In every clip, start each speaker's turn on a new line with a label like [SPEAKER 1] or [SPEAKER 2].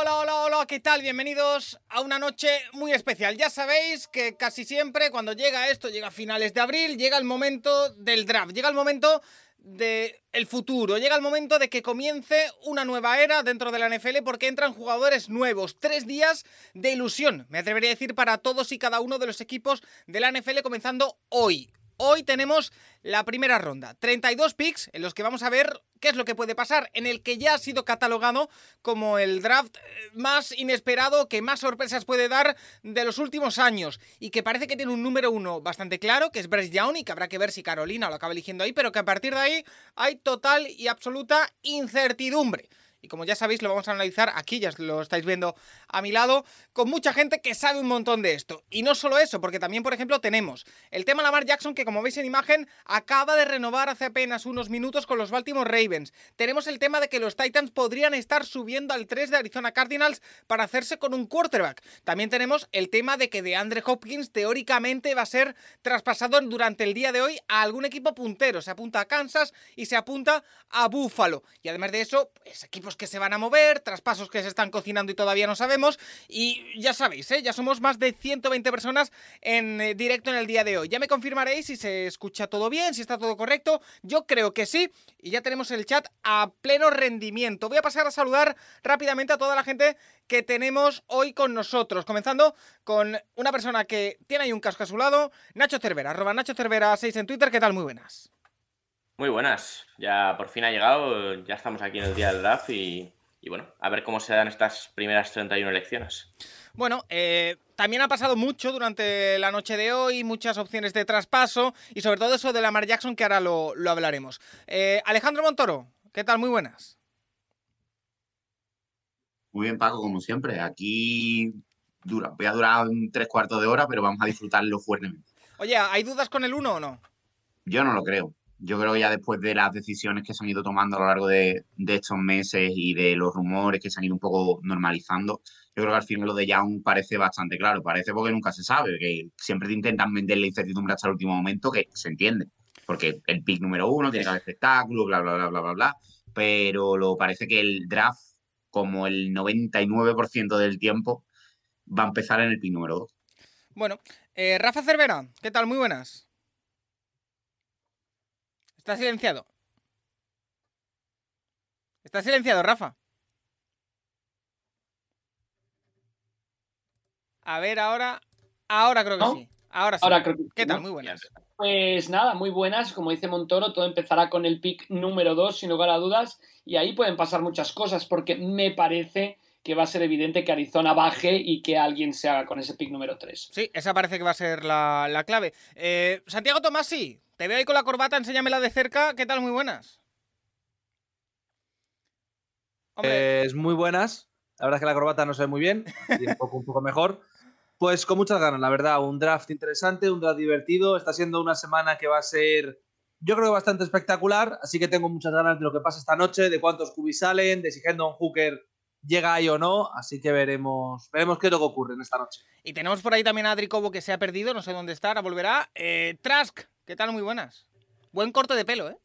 [SPEAKER 1] Hola, ¿qué tal? Bienvenidos a una noche muy especial. Ya sabéis que casi siempre cuando llega esto, llega a finales de abril, llega el momento del draft, llega el momento de el futuro, llega el momento de que comience una nueva era dentro de la NFL porque entran jugadores nuevos, tres días de ilusión, me atrevería a decir para todos y cada uno de los equipos de la NFL comenzando hoy. Hoy tenemos la primera ronda, 32 picks en los que vamos a ver qué es lo que puede pasar, en el que ya ha sido catalogado como el draft eh, más inesperado, que más sorpresas puede dar de los últimos años, y que parece que tiene un número uno bastante claro, que es Bryce Young, y que habrá que ver si Carolina lo acaba eligiendo ahí, pero que a partir de ahí hay total y absoluta incertidumbre. Y como ya sabéis, lo vamos a analizar aquí, ya lo estáis viendo a mi lado, con mucha gente que sabe un montón de esto. Y no solo eso, porque también, por ejemplo, tenemos el tema Lamar Jackson, que como veis en imagen, acaba de renovar hace apenas unos minutos con los Baltimore Ravens. Tenemos el tema de que los Titans podrían estar subiendo al 3 de Arizona Cardinals para hacerse con un quarterback. También tenemos el tema de que de Andre Hopkins teóricamente va a ser traspasado durante el día de hoy a algún equipo puntero. Se apunta a Kansas y se apunta a Buffalo. Y además de eso, pues equipos que se van a mover, traspasos que se están cocinando y todavía no sabemos. Y ya sabéis, ¿eh? ya somos más de 120 personas en eh, directo en el día de hoy. Ya me confirmaréis si se escucha todo bien, si está todo correcto. Yo creo que sí. Y ya tenemos el chat a pleno rendimiento. Voy a pasar a saludar rápidamente a toda la gente que tenemos hoy con nosotros. Comenzando con una persona que tiene ahí un casco a su lado, Nacho Cervera, arroba Nacho Cervera 6 en Twitter. ¿Qué tal? Muy buenas.
[SPEAKER 2] Muy buenas, ya por fin ha llegado, ya estamos aquí en el día del draft y, y bueno, a ver cómo se dan estas primeras 31 elecciones.
[SPEAKER 1] Bueno, eh, también ha pasado mucho durante la noche de hoy, muchas opciones de traspaso y sobre todo eso de Lamar Jackson que ahora lo, lo hablaremos. Eh, Alejandro Montoro, ¿qué tal? Muy buenas.
[SPEAKER 3] Muy bien, Paco, como siempre. Aquí dura, voy a durar un tres cuartos de hora, pero vamos a disfrutarlo fuertemente.
[SPEAKER 1] Oye, ¿hay dudas con el 1 o no?
[SPEAKER 3] Yo no lo creo yo creo que ya después de las decisiones que se han ido tomando a lo largo de, de, estos meses y de los rumores que se han ido un poco normalizando, yo creo que al final lo de Young parece bastante claro. Parece porque nunca se sabe, que siempre te intentan vender la incertidumbre hasta el último momento, que se entiende. Porque el pick número uno tiene que haber espectáculo, bla, bla, bla, bla, bla, bla. Pero lo parece que el draft, como el 99% del tiempo, va a empezar en el pick número dos.
[SPEAKER 1] Bueno, eh, Rafa Cervera, ¿qué tal? Muy buenas. Está silenciado. Está silenciado, Rafa. A ver, ahora. Ahora creo que ¿No? sí. Ahora sí.
[SPEAKER 4] Ahora creo que...
[SPEAKER 1] ¿Qué tal? Muy buenas.
[SPEAKER 4] Pues nada, muy buenas. Como dice Montoro, todo empezará con el pick número 2, sin lugar a dudas. Y ahí pueden pasar muchas cosas, porque me parece que va a ser evidente que Arizona baje y que alguien se haga con ese pick número 3.
[SPEAKER 1] Sí, esa parece que va a ser la, la clave. Eh, Santiago Tomás, sí. Te veo ahí con la corbata, enséñamela de cerca. ¿Qué tal? Muy buenas.
[SPEAKER 5] Hombre. Eh, Es muy buenas. La verdad es que la corbata no se ve muy bien y un poco, un poco mejor. Pues con muchas ganas, la verdad. Un draft interesante, un draft divertido. Está siendo una semana que va a ser, yo creo, bastante espectacular. Así que tengo muchas ganas de lo que pasa esta noche, de cuántos cubis salen, de si Hendon Hooker llega ahí o no, así que veremos, veremos qué es lo que ocurre en esta noche.
[SPEAKER 1] Y tenemos por ahí también a Adri Cobo que se ha perdido, no sé dónde está, ahora volverá. Eh, Trask, ¿qué tal? Muy buenas. Buen corte de pelo, ¿eh?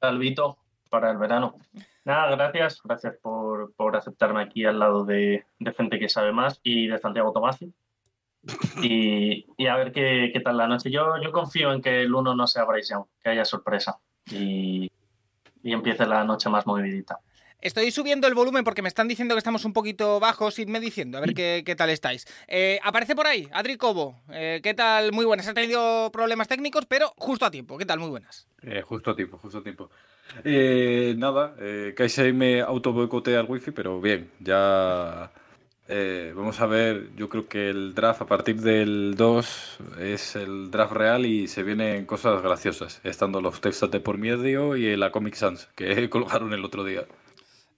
[SPEAKER 6] Salvito, para el verano. Nada, gracias, gracias por, por aceptarme aquí al lado de, de, gente que sabe más y de Santiago Tomasi. Y, y a ver qué, qué, tal la noche. Yo, yo confío en que el uno no sea Bryce que haya sorpresa y, y empiece la noche más movidita.
[SPEAKER 1] Estoy subiendo el volumen porque me están diciendo que estamos un poquito bajos. Idme diciendo, a ver qué, qué tal estáis. Eh, aparece por ahí, Adri Cobo. Eh, ¿Qué tal? Muy buenas. Ha tenido problemas técnicos, pero justo a tiempo. ¿Qué tal? Muy buenas.
[SPEAKER 7] Eh, justo a tiempo, justo a tiempo. nada, eh, KSI me auto boicotea el wifi, pero bien, ya. eh, vamos a ver, yo creo que el draft a partir del 2 es el draft real y se vienen cosas graciosas, estando los Texas de por medio y la Comic Sans que colgaron el otro día.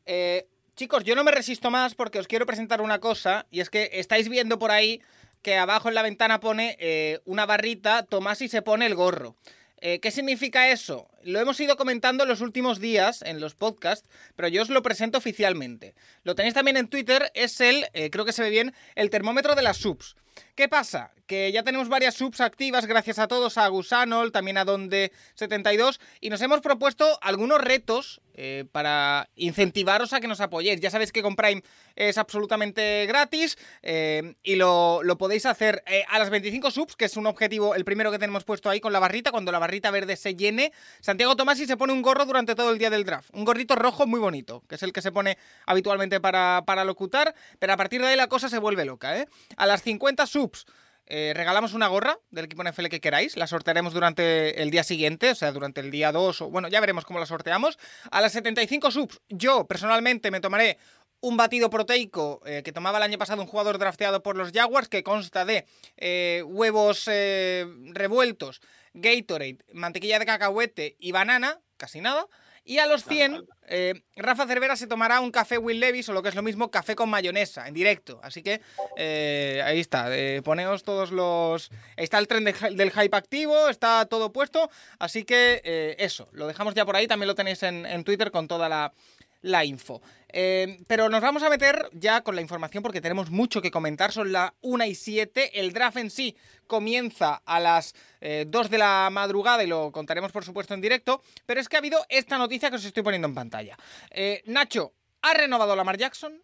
[SPEAKER 1] Eh, chicos, yo no me resisto más porque os quiero presentar una cosa, y es que estáis viendo por ahí que abajo en la ventana pone eh, una barrita, Tomás y se pone el gorro. Eh, ¿Qué significa eso? Lo hemos ido comentando en los últimos días en los podcasts, pero yo os lo presento eh, oficialmente. Lo tenéis también en Twitter, es el, creo que se ve bien, el termómetro de las subs. ¿Qué pasa? Que ya tenemos varias subs activas, gracias a todos, a Gusanol, también a Donde72, y nos hemos propuesto algunos retos eh, para incentivaros a que nos apoyéis. Ya sabéis que con Prime es absolutamente gratis eh, y lo, lo, podéis hacer eh, a las 25 subs, que es un objetivo, el primero que tenemos puesto ahí con la barrita, cuando la barrita verde se llene. Santiago Tomasi se pone un gorro durante todo el día del draft, un gorrito rojo muy bonito, que es el que se pone habitualmente para, para locutar, pero a partir de ahí la cosa se vuelve loca. ¿eh? A las 50 subs... Eh, regalamos una gorra del equipo NFL que queráis. La sortearemos durante el día siguiente, o sea, durante el día 2. O, bueno, ya veremos cómo la sorteamos. A las 75 subs, yo personalmente me tomaré un batido proteico eh, que tomaba el año pasado un jugador drafteado por los Jaguars, que consta de eh, huevos eh, revueltos, Gatorade, mantequilla de cacahuete y banana, casi nada. Y a los 100, eh, Rafa Cervera se tomará un café Will Levis o lo que es lo mismo, café con mayonesa, en directo. Así que eh, ahí está, eh, poneos todos los... Está el tren de, del hype activo, está todo puesto. Así que eh, eso, lo dejamos ya por ahí, también lo tenéis en, en Twitter con toda la, la info. Eh, pero nos vamos a meter ya con la información porque tenemos mucho que comentar. Son las 1 y 7. El draft en sí comienza a las eh, 2 de la madrugada y lo contaremos, por supuesto, en directo. Pero es que ha habido esta noticia que os estoy poniendo en pantalla. Eh, Nacho ha renovado a Lamar Jackson.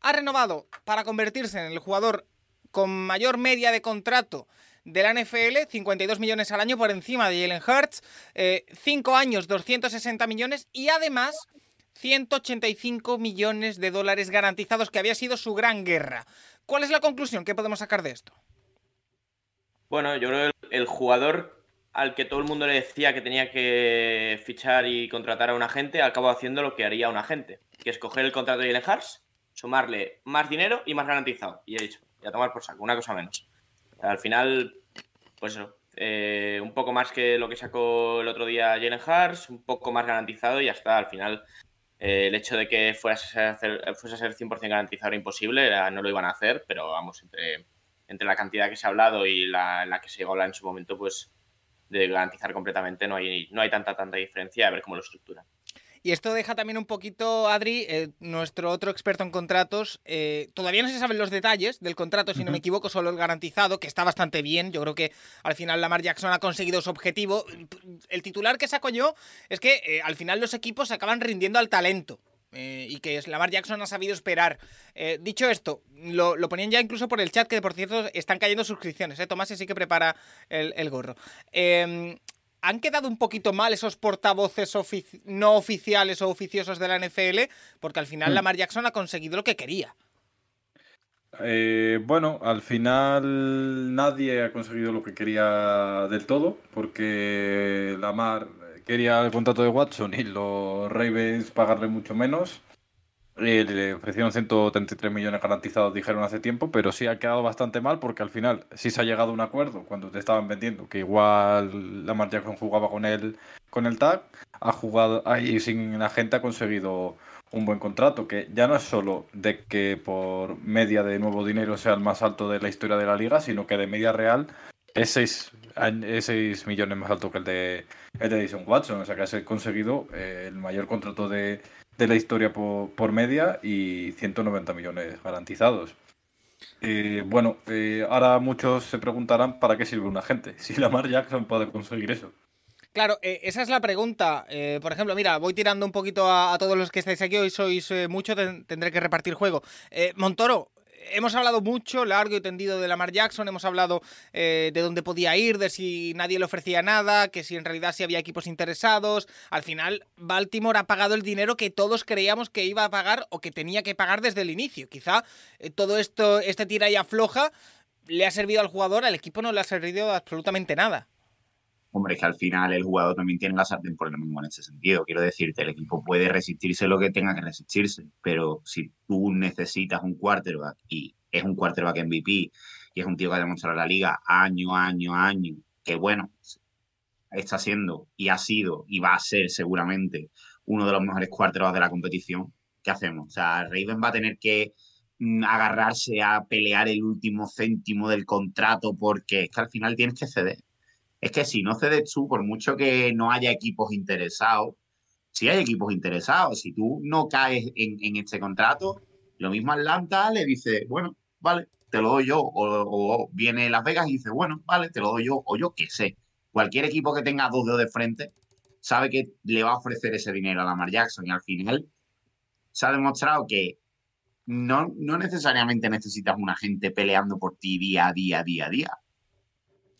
[SPEAKER 1] Ha renovado para convertirse en el jugador con mayor media de contrato de la NFL, 52 millones al año por encima de Jalen Hurts, 5 años, 260 millones y además 185 millones de dólares garantizados, que había sido su gran guerra. ¿Cuál es la conclusión que podemos sacar de esto?
[SPEAKER 2] Bueno, yo creo que el jugador al que todo el mundo le decía que tenía que fichar y contratar a un agente, acaba haciendo lo que haría un agente, que es coger el contrato de Jalen Hurts, sumarle más dinero y más garantizado. Y he dicho, y a tomar por saco, una cosa menos. Al final, pues eso, eh, un poco más que lo que sacó el otro día Jalen Hurts, un poco más garantizado y hasta al final eh, el hecho de que fuese a ser, fuese a ser 100% garantizado era imposible, era, no lo iban a hacer, pero vamos, entre, entre la cantidad que se ha hablado y la, la que se llegó a hablar en su momento, pues de garantizar completamente no hay, no hay tanta, tanta diferencia, a ver cómo lo estructuran.
[SPEAKER 1] Y esto deja también un poquito, Adri, eh, nuestro otro experto en contratos. Eh, todavía no se saben los detalles del contrato, si uh -huh. no me equivoco, solo el garantizado, que está bastante bien. Yo creo que al final Lamar Jackson ha conseguido su objetivo. El titular que saco yo es que eh, al final los equipos acaban rindiendo al talento. Eh, y que Lamar Jackson ha sabido esperar. Eh, dicho esto, lo, lo, ponían ya incluso por el chat, que por cierto están cayendo suscripciones. Eh. Tomás sí que prepara el, el gorro. Em, han quedado un poquito mal esos portavoces ofici no oficiales o oficiosos de la NFL, porque al final mm. Lamar Jackson ha conseguido lo que quería.
[SPEAKER 7] Eh, bueno, al final nadie ha conseguido lo que quería del todo, porque Lamar quería el contrato de Watson y los Ravens pagarle mucho menos. le ofrecieron 133 millones garantizados, dijeron hace tiempo, pero sí ha quedado bastante mal porque al final sí se ha llegado a un acuerdo cuando te estaban vendiendo, que igual Lamar Jackson jugaba con el, con el tag, ha jugado ah, y sin la gente ha conseguido un buen contrato, que ya no es solo de que por media de nuevo dinero sea el más alto de la historia de la liga, sino que de media real es 6, es 6, millones más alto que el de, el de Edison Watson. O sea que has conseguido eh, el mayor contrato de, de la historia por, por, media y 190 millones garantizados. Eh, bueno, eh, ahora muchos se preguntarán para qué sirve un agente, si Lamar Jackson puede conseguir eso.
[SPEAKER 1] Claro, eh, esa es la pregunta. Eh, por ejemplo, mira, voy tirando un poquito a, a todos los que estáis aquí, hoy sois eh, mucho, ten, tendré que repartir juego. Eh, Montoro, hemos hablado mucho, largo y tendido de Lamar Jackson, hemos hablado eh, de dónde podía ir, de si nadie le ofrecía nada, que si en realidad si había equipos interesados. Al final, Baltimore ha pagado el dinero que todos creíamos que iba a pagar o que tenía que pagar desde el inicio. Quizá todo esto, este tira y afloja, le ha servido al jugador, al equipo no le ha servido absolutamente nada
[SPEAKER 3] hombre, es que al final el jugador también tiene la sartén por el mismo en ese sentido. Quiero decirte, el equipo puede resistirse lo que tenga que resistirse, pero si tú necesitas un quarterback y es un quarterback MVP y es un tío que ha demostrado la liga año, año, año, que bueno, está siendo y ha sido y va a ser seguramente uno de los mejores quarterbacks de la competición, ¿qué hacemos? O sea, Raven va a tener que mm, agarrarse a pelear el último céntimo del contrato porque es que al final tienes que ceder es que si no cedes tú, por mucho que no haya equipos interesados, si hay equipos interesados, si tú no caes en, en este contrato, lo mismo Atlanta le dice, bueno, vale, te lo doy yo, o, o viene Las Vegas y dice, bueno, vale, te lo doy yo, o yo qué sé. Cualquier equipo que tenga dos dedos de frente sabe que le va a ofrecer ese dinero a Lamar Jackson y al final se ha demostrado que no, no necesariamente necesitas una gente peleando por ti día a día, día a día.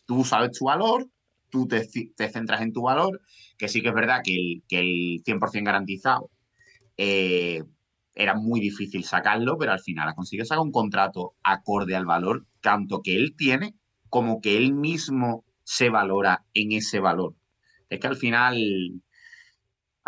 [SPEAKER 3] Tú sabes tu valor, tú te, te centras en tu valor, que sí que es verdad que el, que el 100% garantizado eh, era muy difícil sacarlo, pero al final ha conseguido sacar un contrato acorde al valor, tanto que él tiene como que él mismo se valora en ese valor. Es que al final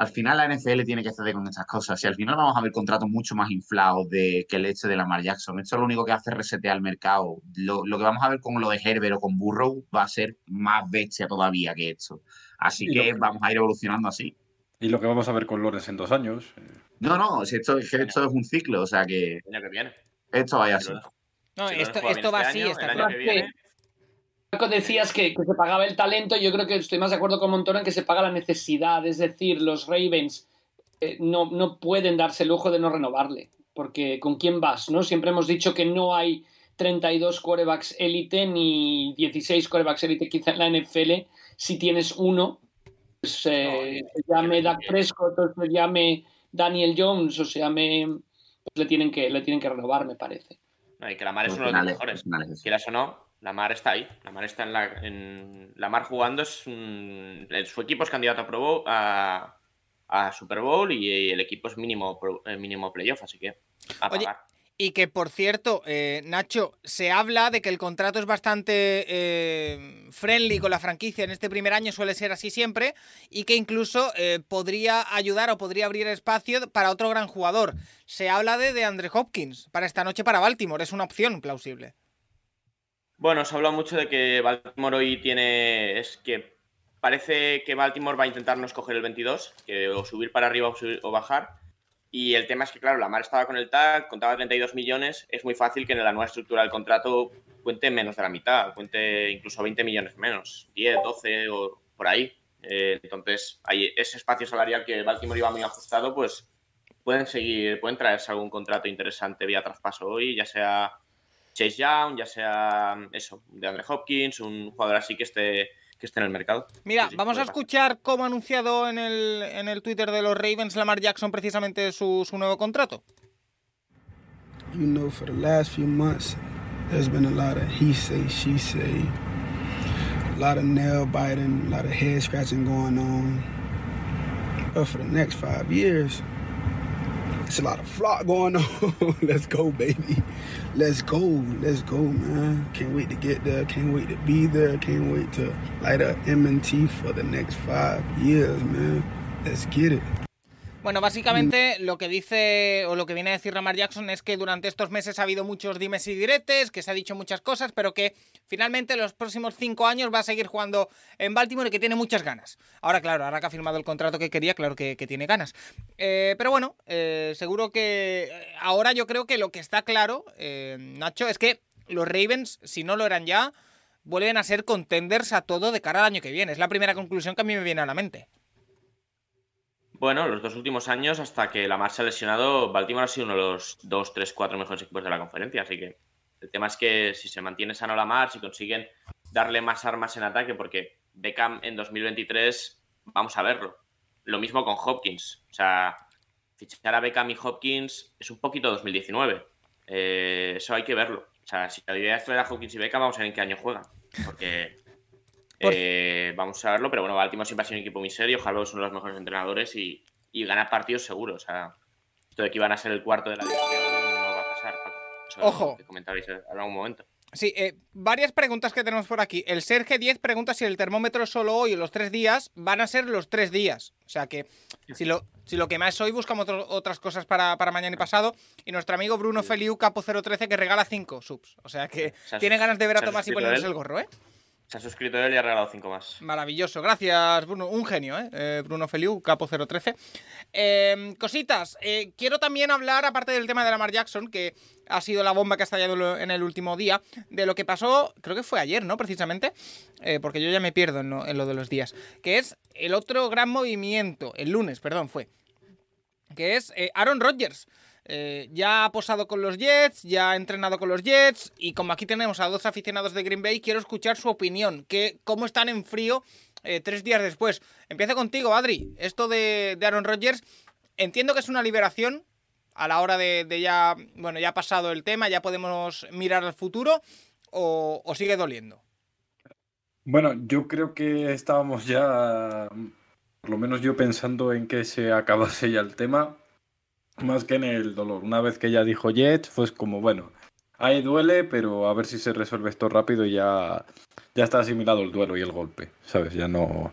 [SPEAKER 3] al final la NFL tiene que ceder con estas cosas. Y al final vamos a ver contratos mucho más inflados de, que el hecho de Lamar Jackson. Esto es lo único que hace resetear el mercado. Lo, lo, que vamos a ver con lo de Herbert o con Burrow va a ser más bestia todavía que esto. Así que, que, vamos a ir evolucionando así.
[SPEAKER 7] Y lo que vamos a ver con Lawrence en dos años. eh.
[SPEAKER 3] No, no, esto, esto es un ciclo. O sea que.
[SPEAKER 2] El año que viene.
[SPEAKER 3] Esto vaya así.
[SPEAKER 1] No, esto, esto va así. Este
[SPEAKER 2] año, está
[SPEAKER 4] Marco decías que, que, se pagaba el talento, yo creo que estoy más de acuerdo con Montoro en que se paga la necesidad, es decir, los Ravens eh, no, no, pueden darse el lujo de no renovarle, porque ¿con quién vas? no Siempre hemos dicho que no hay 32 corebacks élite ni 16 corebacks élite quizá en la NFL, si tienes uno, pues, eh, no, se llame Dak Prescott, o se llame Daniel Jones, o se llame... Pues, le, tienen que, le tienen que renovar, me parece.
[SPEAKER 2] No, y que la mar es uno de los mejores, quieras o no, la Mar está ahí. La Mar está en la. En, la Mar jugando es un, su equipo es candidato a, Pro Bowl, a, a, Super Bowl y, el equipo es mínimo, eh, mínimo playoff, así que. A
[SPEAKER 1] Oye, y que por cierto, eh, Nacho, se habla de que el contrato es bastante eh, friendly con la franquicia en este primer año, suele ser así siempre, y que incluso eh, podría ayudar o podría abrir espacio para otro gran jugador. Se habla de, de Andre Hopkins para esta noche para Baltimore, es una opción plausible.
[SPEAKER 2] Bueno, se habla mucho de que Baltimore hoy tiene. Es que parece que Baltimore va a intentar no escoger el 22, que o subir para arriba o, subir, o bajar. Y el tema es que, claro, la Mar estaba con el TAC, contaba 32 millones. Es muy fácil que en la nueva estructura del contrato cuente menos de la mitad, cuente incluso 20 millones menos, 10, 12 o por ahí. Eh, entonces, ahí, ese espacio salarial que Baltimore iba muy ajustado, pues pueden seguir, pueden traerse algún contrato interesante vía traspaso hoy, ya sea Chase Young, ya sea eso, de Andre Hopkins, un jugador así que esté, que esté en el mercado.
[SPEAKER 1] Mira,
[SPEAKER 2] sí, pues
[SPEAKER 1] vamos a escuchar pasar. cómo ha anunciado en el, en el Twitter de los Ravens Lamar Jackson precisamente su, su nuevo contrato.
[SPEAKER 8] You know, for the last few months, there's been a lot of he say, she say, a lot of nail biting, a lot of head scratching going on. But for the next five years, It's a lot of flock going on. Let's go, baby. Let's go. Let's go, man. Can't wait to get there. Can't wait to be there. Can't wait to light up MT for the next five years, man. Let's get it.
[SPEAKER 1] Bueno, básicamente lo que dice o lo que viene a decir Ramar Jackson es que durante estos meses ha habido muchos dimes y diretes, que se ha dicho muchas cosas, pero que finalmente los próximos cinco años va a seguir jugando en Baltimore y que tiene muchas ganas. Ahora, claro, ahora que ha firmado el contrato que quería, claro que, que tiene ganas. Eh, pero bueno, eh, seguro que eh, ahora yo creo que lo que está claro, eh, Nacho, es que los Ravens, si no lo eran ya, vuelven a ser contenders a todo de cara al año que viene. Es la primera conclusión que a mí me viene a la mente.
[SPEAKER 2] Bueno, los dos últimos años, hasta que Lamar se ha lesionado, Baltimore ha sido uno de los dos, tres, cuatro mejores equipos de la conferencia. Así que el tema es que si se mantiene sano Lamar, si consiguen darle más armas en ataque, porque Beckham en 2023, vamos a verlo. Lo mismo con Hopkins. O sea, fichar a Beckham y Hopkins es un poquito 2019. Eh, eso hay que verlo. O sea, si la idea es traer a Hopkins y Beckham, vamos a ver en qué año juegan. Porque eh, vamos a verlo, pero bueno, Baltimore siempre ha sido un equipo muy serio. Harbaugh es uno de los mejores entrenadores y, y gana partidos seguros. O sea, esto de que iban a ser el cuarto de la división no va a pasar. Eso
[SPEAKER 1] Ojo.
[SPEAKER 2] Que comentaréis en algún momento.
[SPEAKER 1] Sí, eh, varias preguntas que tenemos por aquí. El Serge 10 pregunta si el termómetro es solo hoy o los tres días. Van a ser los tres días. O sea que si lo, si lo que más es hoy, buscamos otro, otras cosas para, para, mañana y pasado. Y nuestro amigo Bruno sí. Feliu Capo013 que regala 5 subs. O sea que o sea, tiene ganas de ver a Tomás y ponerse el gorro, ¿eh?
[SPEAKER 2] Se ha suscrito él y ha regalado 5 más.
[SPEAKER 1] Maravilloso, gracias Bruno. Un genio, ¿eh? eh Bruno Feliu, capo 013. Eh, cositas, eh, quiero también hablar, aparte del tema de Lamar Jackson, que ha sido la bomba que ha estallado en el último día, de lo que pasó, creo que fue ayer, ¿no? Precisamente, Eh, porque yo ya me pierdo en lo, en lo de los días, que es el otro gran movimiento, el lunes, perdón, fue, que es eh, Aaron Rodgers. Eh, ya ha posado con los Jets, ya ha entrenado con los Jets y como aquí tenemos a dos aficionados de Green Bay, quiero escuchar su opinión, que cómo están en frío eh, tres días después. Empieza contigo, Adri. Esto de, de Aaron Rodgers, entiendo que es una liberación a la hora de, de ya, bueno, ya ha pasado el tema, ya podemos mirar al futuro o, o sigue doliendo.
[SPEAKER 7] Bueno, yo creo que estábamos ya, mm, por lo menos yo pensando en que se acabase ya el tema, más que en el dolor. Una vez que ya dijo Jets, pues como bueno, ahí duele, pero a ver si se resuelve esto rápido y ya, ya está asimilado el duelo y el golpe, ¿sabes? Ya no,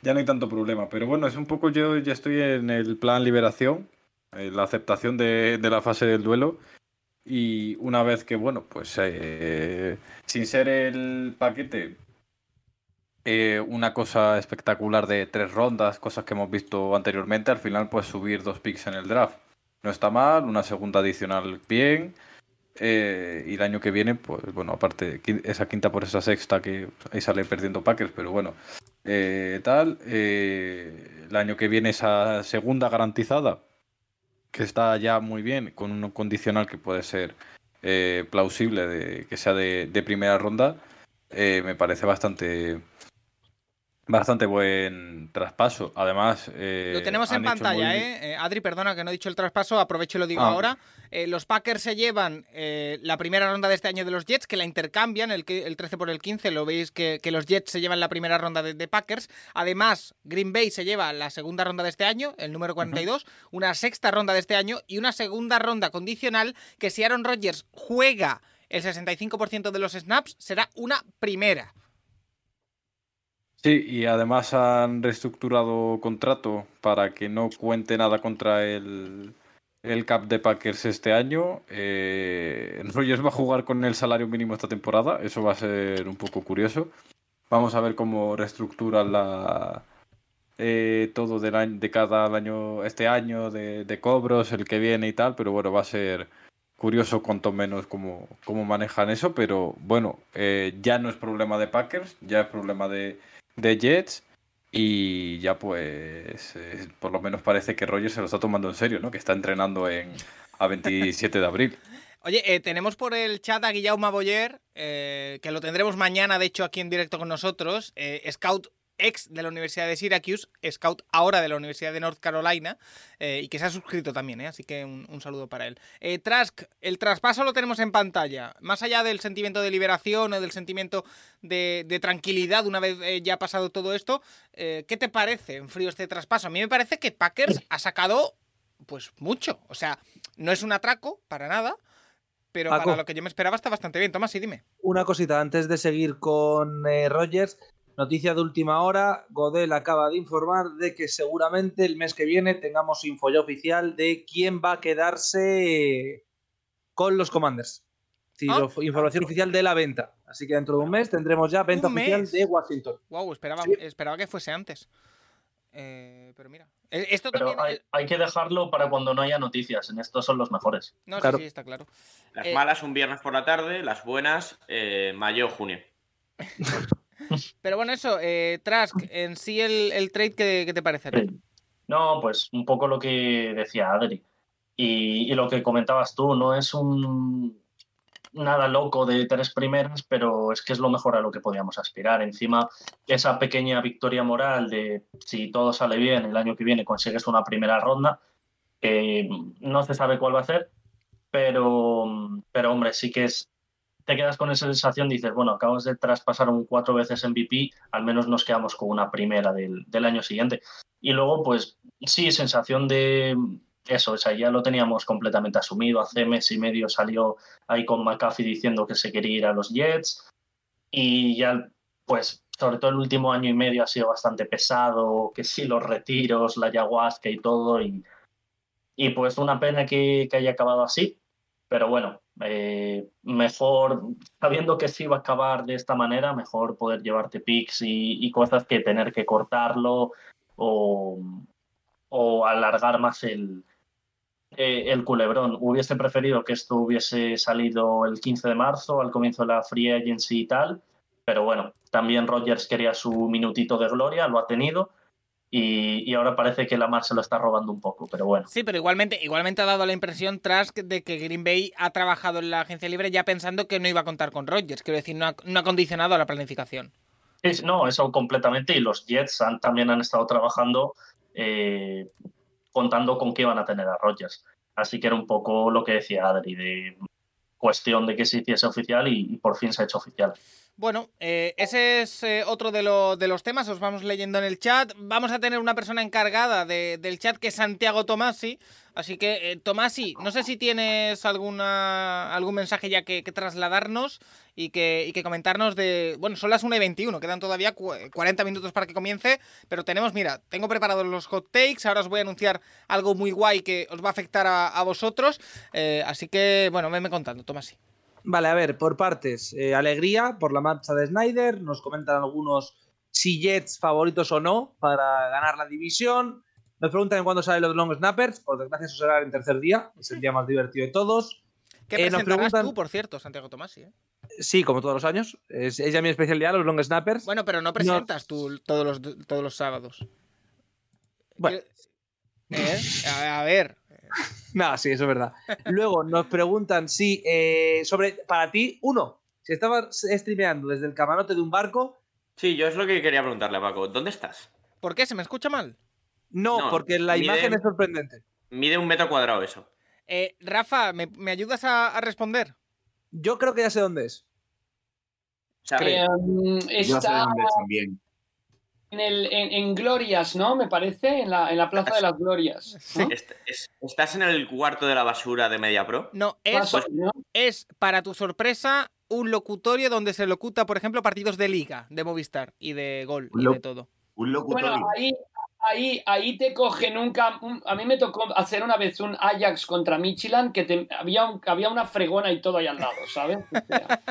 [SPEAKER 7] ya no hay tanto problema. Pero bueno, es un poco yo ya estoy en el plan liberación, en la aceptación de, de la fase del duelo. Y una vez que, bueno, pues eh, sin ser el paquete, eh, una cosa espectacular de tres rondas, cosas que hemos visto anteriormente, al final pues subir dos picks en el draft. No está mal, una segunda adicional bien. eh, y el año que viene, pues bueno, aparte qui- esa quinta por esa sexta que ahí sale perdiendo Packers, pero bueno, eh, tal. eh, el año que viene esa segunda garantizada, que está ya muy bien, con un condicional que puede ser eh, plausible de que sea de, de primera ronda, eh, me parece bastante bastante buen traspaso. Además, eh,
[SPEAKER 1] Lo tenemos
[SPEAKER 7] han
[SPEAKER 1] en
[SPEAKER 7] hecho
[SPEAKER 1] pantalla,
[SPEAKER 7] muy-
[SPEAKER 1] ¿eh? Eh, Adri, perdona que no he dicho el traspaso, aprovecho y lo digo
[SPEAKER 7] Ah.
[SPEAKER 1] ahora. Eh, los Packers se llevan eh, la primera ronda de este año de los Jets, que la intercambian, el, que- el 13 por el 15, lo veis que, que los Jets se llevan la primera ronda de, de Packers. Además, Green Bay se lleva la segunda ronda de este año, el número 42, una sexta ronda de este año y una segunda ronda condicional que si Aaron Rodgers juega el 65% de los snaps, será una primera.
[SPEAKER 7] Sí, y además han reestructurado contrato para que no cuente nada contra el, el cap de Packers este año. Eh, Rogers va a jugar con el salario mínimo esta temporada, eso va a ser un poco curioso. Vamos a ver cómo reestructuran la, eh, todo del año, de cada año, este año, de, de cobros, el que viene y tal, pero bueno, va a ser curioso cuanto menos cómo, cómo manejan eso, pero bueno, eh, ya no es problema de Packers, ya es problema de de Jets y ya pues eh, por lo menos parece que Rogers se lo está tomando en serio, ¿no? Que está entrenando en a 27 de abril.
[SPEAKER 1] Oye, eh, tenemos por el chat a Guillaume Boyer, eh, que lo tendremos mañana, de hecho, aquí en directo con nosotros, eh, scout ex de la Universidad de Syracuse, scout ahora de la Universidad de North Carolina, eh, y que se ha suscrito también, ¿eh? así que un, un saludo para él. Eh, Trask, el traspaso lo tenemos en pantalla, más allá del sentimiento de liberación o del sentimiento de, de tranquilidad una vez eh, ya ha pasado todo esto, eh, ¿qué te parece en frío este traspaso? A mí me parece que Packers ha sacado pues mucho, o sea, no es un atraco para nada, pero
[SPEAKER 5] Paco.
[SPEAKER 1] para lo que yo me esperaba está bastante bien. Tomás, sí, dime.
[SPEAKER 5] Una cosita antes de seguir con eh, Rogers. Noticia de última hora, Godel acaba de informar de que seguramente el mes que viene tengamos info ya oficial de quién va a quedarse con los Commanders. Sí,
[SPEAKER 1] Ah.
[SPEAKER 5] lo- información oficial de la venta. Así que dentro de un mes tendremos ya venta
[SPEAKER 1] Un
[SPEAKER 5] oficial
[SPEAKER 1] mes.
[SPEAKER 5] de Washington.
[SPEAKER 1] Wow, esperaba,
[SPEAKER 5] Sí.
[SPEAKER 1] esperaba que fuese antes. Eh, pero mira. Eh, Esto
[SPEAKER 6] Pero
[SPEAKER 1] también.
[SPEAKER 6] hay, hay que dejarlo para cuando no haya noticias. En estos son los mejores.
[SPEAKER 1] No, sí,
[SPEAKER 5] claro.
[SPEAKER 1] sí, está claro.
[SPEAKER 2] Las
[SPEAKER 1] Eh,
[SPEAKER 2] malas un viernes por la tarde, las buenas eh, mayo junio.
[SPEAKER 1] Pero bueno, eso, eh, Trask, en sí el, el trade, ¿qué, qué te parece? a ti?
[SPEAKER 6] No, pues un poco lo que decía Adri y, y lo que comentabas tú, no es un nada loco de tres primeras, pero es que es lo mejor a lo que podíamos aspirar. Encima, esa pequeña victoria moral de si todo sale bien el año que viene consigues una primera ronda, eh, no se sabe cuál va a ser, pero, pero hombre, sí que es... Te quedas con esa sensación, dices, bueno, acabas de traspasar un cuatro veces MVP, al menos nos quedamos con una primera del, del año siguiente. Y luego, pues sí, sensación de eso, o sea, ya lo teníamos completamente asumido. Hace mes y medio salió ahí con McAfee diciendo que se quería ir a los Jets y ya, pues, sobre todo el último año y medio ha sido bastante pesado, que sí, los retiros, la ayahuasca y todo, y, y pues una pena que, que haya acabado así, pero bueno, eh, mejor, sabiendo que sí va a acabar de esta manera, mejor poder llevarte picks y, y cosas que tener que cortarlo o, o alargar más el, eh, el culebrón. Hubiese preferido que esto hubiese salido el 15 de marzo, al comienzo de la Free Agency y tal, pero bueno, también Rogers quería su minutito de gloria, lo ha tenido, y, y ahora parece que Lamar se lo está robando un poco, pero bueno.
[SPEAKER 1] Sí, pero igualmente, igualmente ha dado la impresión Trask de que Green Bay ha trabajado en la agencia libre ya pensando que no iba a contar con Rodgers. Quiero decir, no ha, no ha condicionado a la planificación.
[SPEAKER 6] Es- no, eso completamente. Y los Jets han- también han estado trabajando eh, contando con qué van a tener a Rodgers. Así que era un poco lo que decía Adri, de cuestión de que se hiciese oficial y, y por fin se ha hecho oficial.
[SPEAKER 1] Bueno, eh, ese es eh, otro de, lo- de los temas, os vamos leyendo en el chat. Vamos a tener una persona encargada de- del chat que es Santiago Tomasi. Así que, eh, Tomasi, no sé si tienes alguna, algún mensaje ya que, que trasladarnos y que, y que comentarnos de... Bueno, son las 1 y 21, quedan todavía cu- 40 minutos para que comience, pero tenemos, mira, tengo preparados los hot takes, ahora os voy a anunciar algo muy guay que os va a afectar a, a vosotros. eh, así que, bueno, venme contando, Tomasi.
[SPEAKER 5] Vale, a ver, por partes. Eh, alegría por la marcha de Snyder. Nos comentan algunos si Jets favoritos o no para ganar la división. Nos preguntan cuándo sale los Long Snappers. Por desgracia, eso será el tercer día. Es el día más divertido de todos.
[SPEAKER 1] ¿Qué
[SPEAKER 5] Eh, nos
[SPEAKER 1] presentarás
[SPEAKER 5] preguntan-
[SPEAKER 1] tú, por cierto, Santiago Tomasi? eh?
[SPEAKER 5] Sí, como todos los años. Es, es ya mi especialidad, los Long Snappers.
[SPEAKER 1] Bueno, pero no presentas tú todos los, todos los sábados.
[SPEAKER 5] Bueno.
[SPEAKER 1] Quiero- ¿Eh? A a ver.
[SPEAKER 5] Nada, sí, eso es verdad. Luego nos preguntan si, eh, sobre, para ti, uno, si estabas streameando desde el camarote de un barco,
[SPEAKER 2] Sí, yo es lo que quería preguntarle a Paco. ¿Dónde estás?
[SPEAKER 1] ¿Por qué? ¿Se me escucha mal?
[SPEAKER 5] no,
[SPEAKER 2] No,
[SPEAKER 5] porque la
[SPEAKER 2] ni
[SPEAKER 5] imagen
[SPEAKER 2] de-
[SPEAKER 5] es sorprendente.
[SPEAKER 2] Mide un metro cuadrado eso.
[SPEAKER 1] Eh, Rafa, ¿me, me ayudas a, a responder?
[SPEAKER 5] Yo creo que ya sé dónde es.
[SPEAKER 2] O sea,
[SPEAKER 4] Eh,
[SPEAKER 3] Yo sé
[SPEAKER 4] está
[SPEAKER 3] dónde es también.
[SPEAKER 4] en, el, en, en Glorias, ¿no? Me parece, en la, en la Plaza de las Glorias. ¿no?
[SPEAKER 2] est- es- ¿Estás en el cuarto de la basura de Media Pro?
[SPEAKER 1] No,
[SPEAKER 4] Más
[SPEAKER 1] es,
[SPEAKER 4] o menos.
[SPEAKER 1] es, para tu sorpresa, un locutorio donde se locuta, por ejemplo, partidos de Liga, de Movistar y de Gol y
[SPEAKER 3] Lo-
[SPEAKER 1] de todo.
[SPEAKER 3] Un locutorio.
[SPEAKER 4] Bueno, ahí, ahí, ahí te cogen un, cam- un- A mí me tocó hacer una vez un Ajax contra Michelin que te- había, un- había una fregona y todo ahí al lado, ¿sabes? O sea,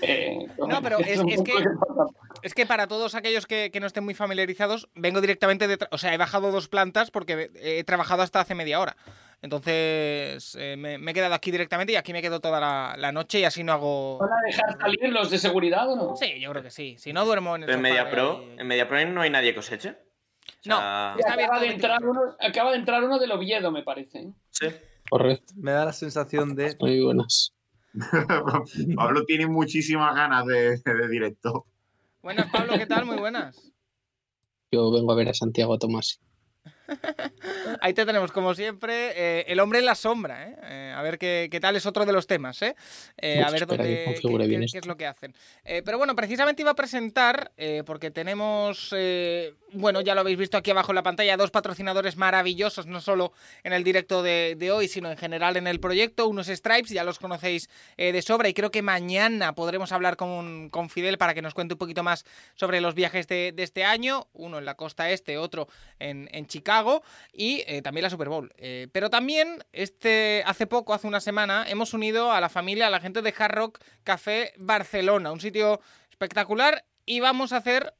[SPEAKER 4] eh,
[SPEAKER 1] No, pero es-
[SPEAKER 4] un
[SPEAKER 1] es
[SPEAKER 4] poco
[SPEAKER 1] que- Es que para todos aquellos que, que no estén muy familiarizados, vengo directamente de... tra- O sea, he bajado dos plantas porque he trabajado hasta hace media hora. Entonces, eh, me, me he quedado aquí directamente y aquí me quedo toda la, la noche y así no hago...
[SPEAKER 4] ¿Van a dejar salir los de seguridad o no?
[SPEAKER 1] Sí, yo creo que sí. Si no duermo en el
[SPEAKER 2] Pero en
[SPEAKER 1] sofá
[SPEAKER 2] Media Pro,
[SPEAKER 1] y-
[SPEAKER 2] en Media Pro no hay nadie que os eche. O
[SPEAKER 1] No.
[SPEAKER 3] Ah.
[SPEAKER 2] sea,
[SPEAKER 1] Está abierto
[SPEAKER 4] acaba, de
[SPEAKER 1] 24.
[SPEAKER 4] entrar uno, acaba de entrar uno del Oviedo, me parece.
[SPEAKER 2] sí.
[SPEAKER 9] Correcto,
[SPEAKER 5] Me da la sensación de...
[SPEAKER 9] muy buenas.
[SPEAKER 3] Pablo tiene muchísimas ganas de, de directo.
[SPEAKER 1] Buenas, Pablo, ¿qué tal? Muy buenas.
[SPEAKER 9] Yo vengo a ver a Santiago Tomás.
[SPEAKER 1] Ahí te tenemos, como siempre, eh, el hombre en la sombra. ¿eh? Eh, a ver qué, qué tal es otro de los temas. ¿eh? Eh,
[SPEAKER 9] Uf,
[SPEAKER 1] a ver
[SPEAKER 9] espera,
[SPEAKER 1] dónde,
[SPEAKER 9] que este. configure
[SPEAKER 1] qué,
[SPEAKER 9] bien
[SPEAKER 1] qué-
[SPEAKER 9] esto.
[SPEAKER 1] qué es lo que hacen. Eh, pero bueno, precisamente iba a presentar, eh, porque tenemos, eh, bueno, ya lo habéis visto aquí abajo en la pantalla, dos patrocinadores maravillosos, no solo en el directo de, de hoy, sino en general en el proyecto. Unos Stripes, ya los conocéis eh, de sobra, y creo que mañana podremos hablar con, con Fidel para que nos cuente un poquito más sobre los viajes de, de este año, uno en la costa este, otro en, en Chicago y eh, también la Super Bowl. Eh, pero también este hace poco, hace una semana, hemos unido a la familia, a la gente de Hard Rock Café Barcelona, un sitio espectacular y vamos a hacer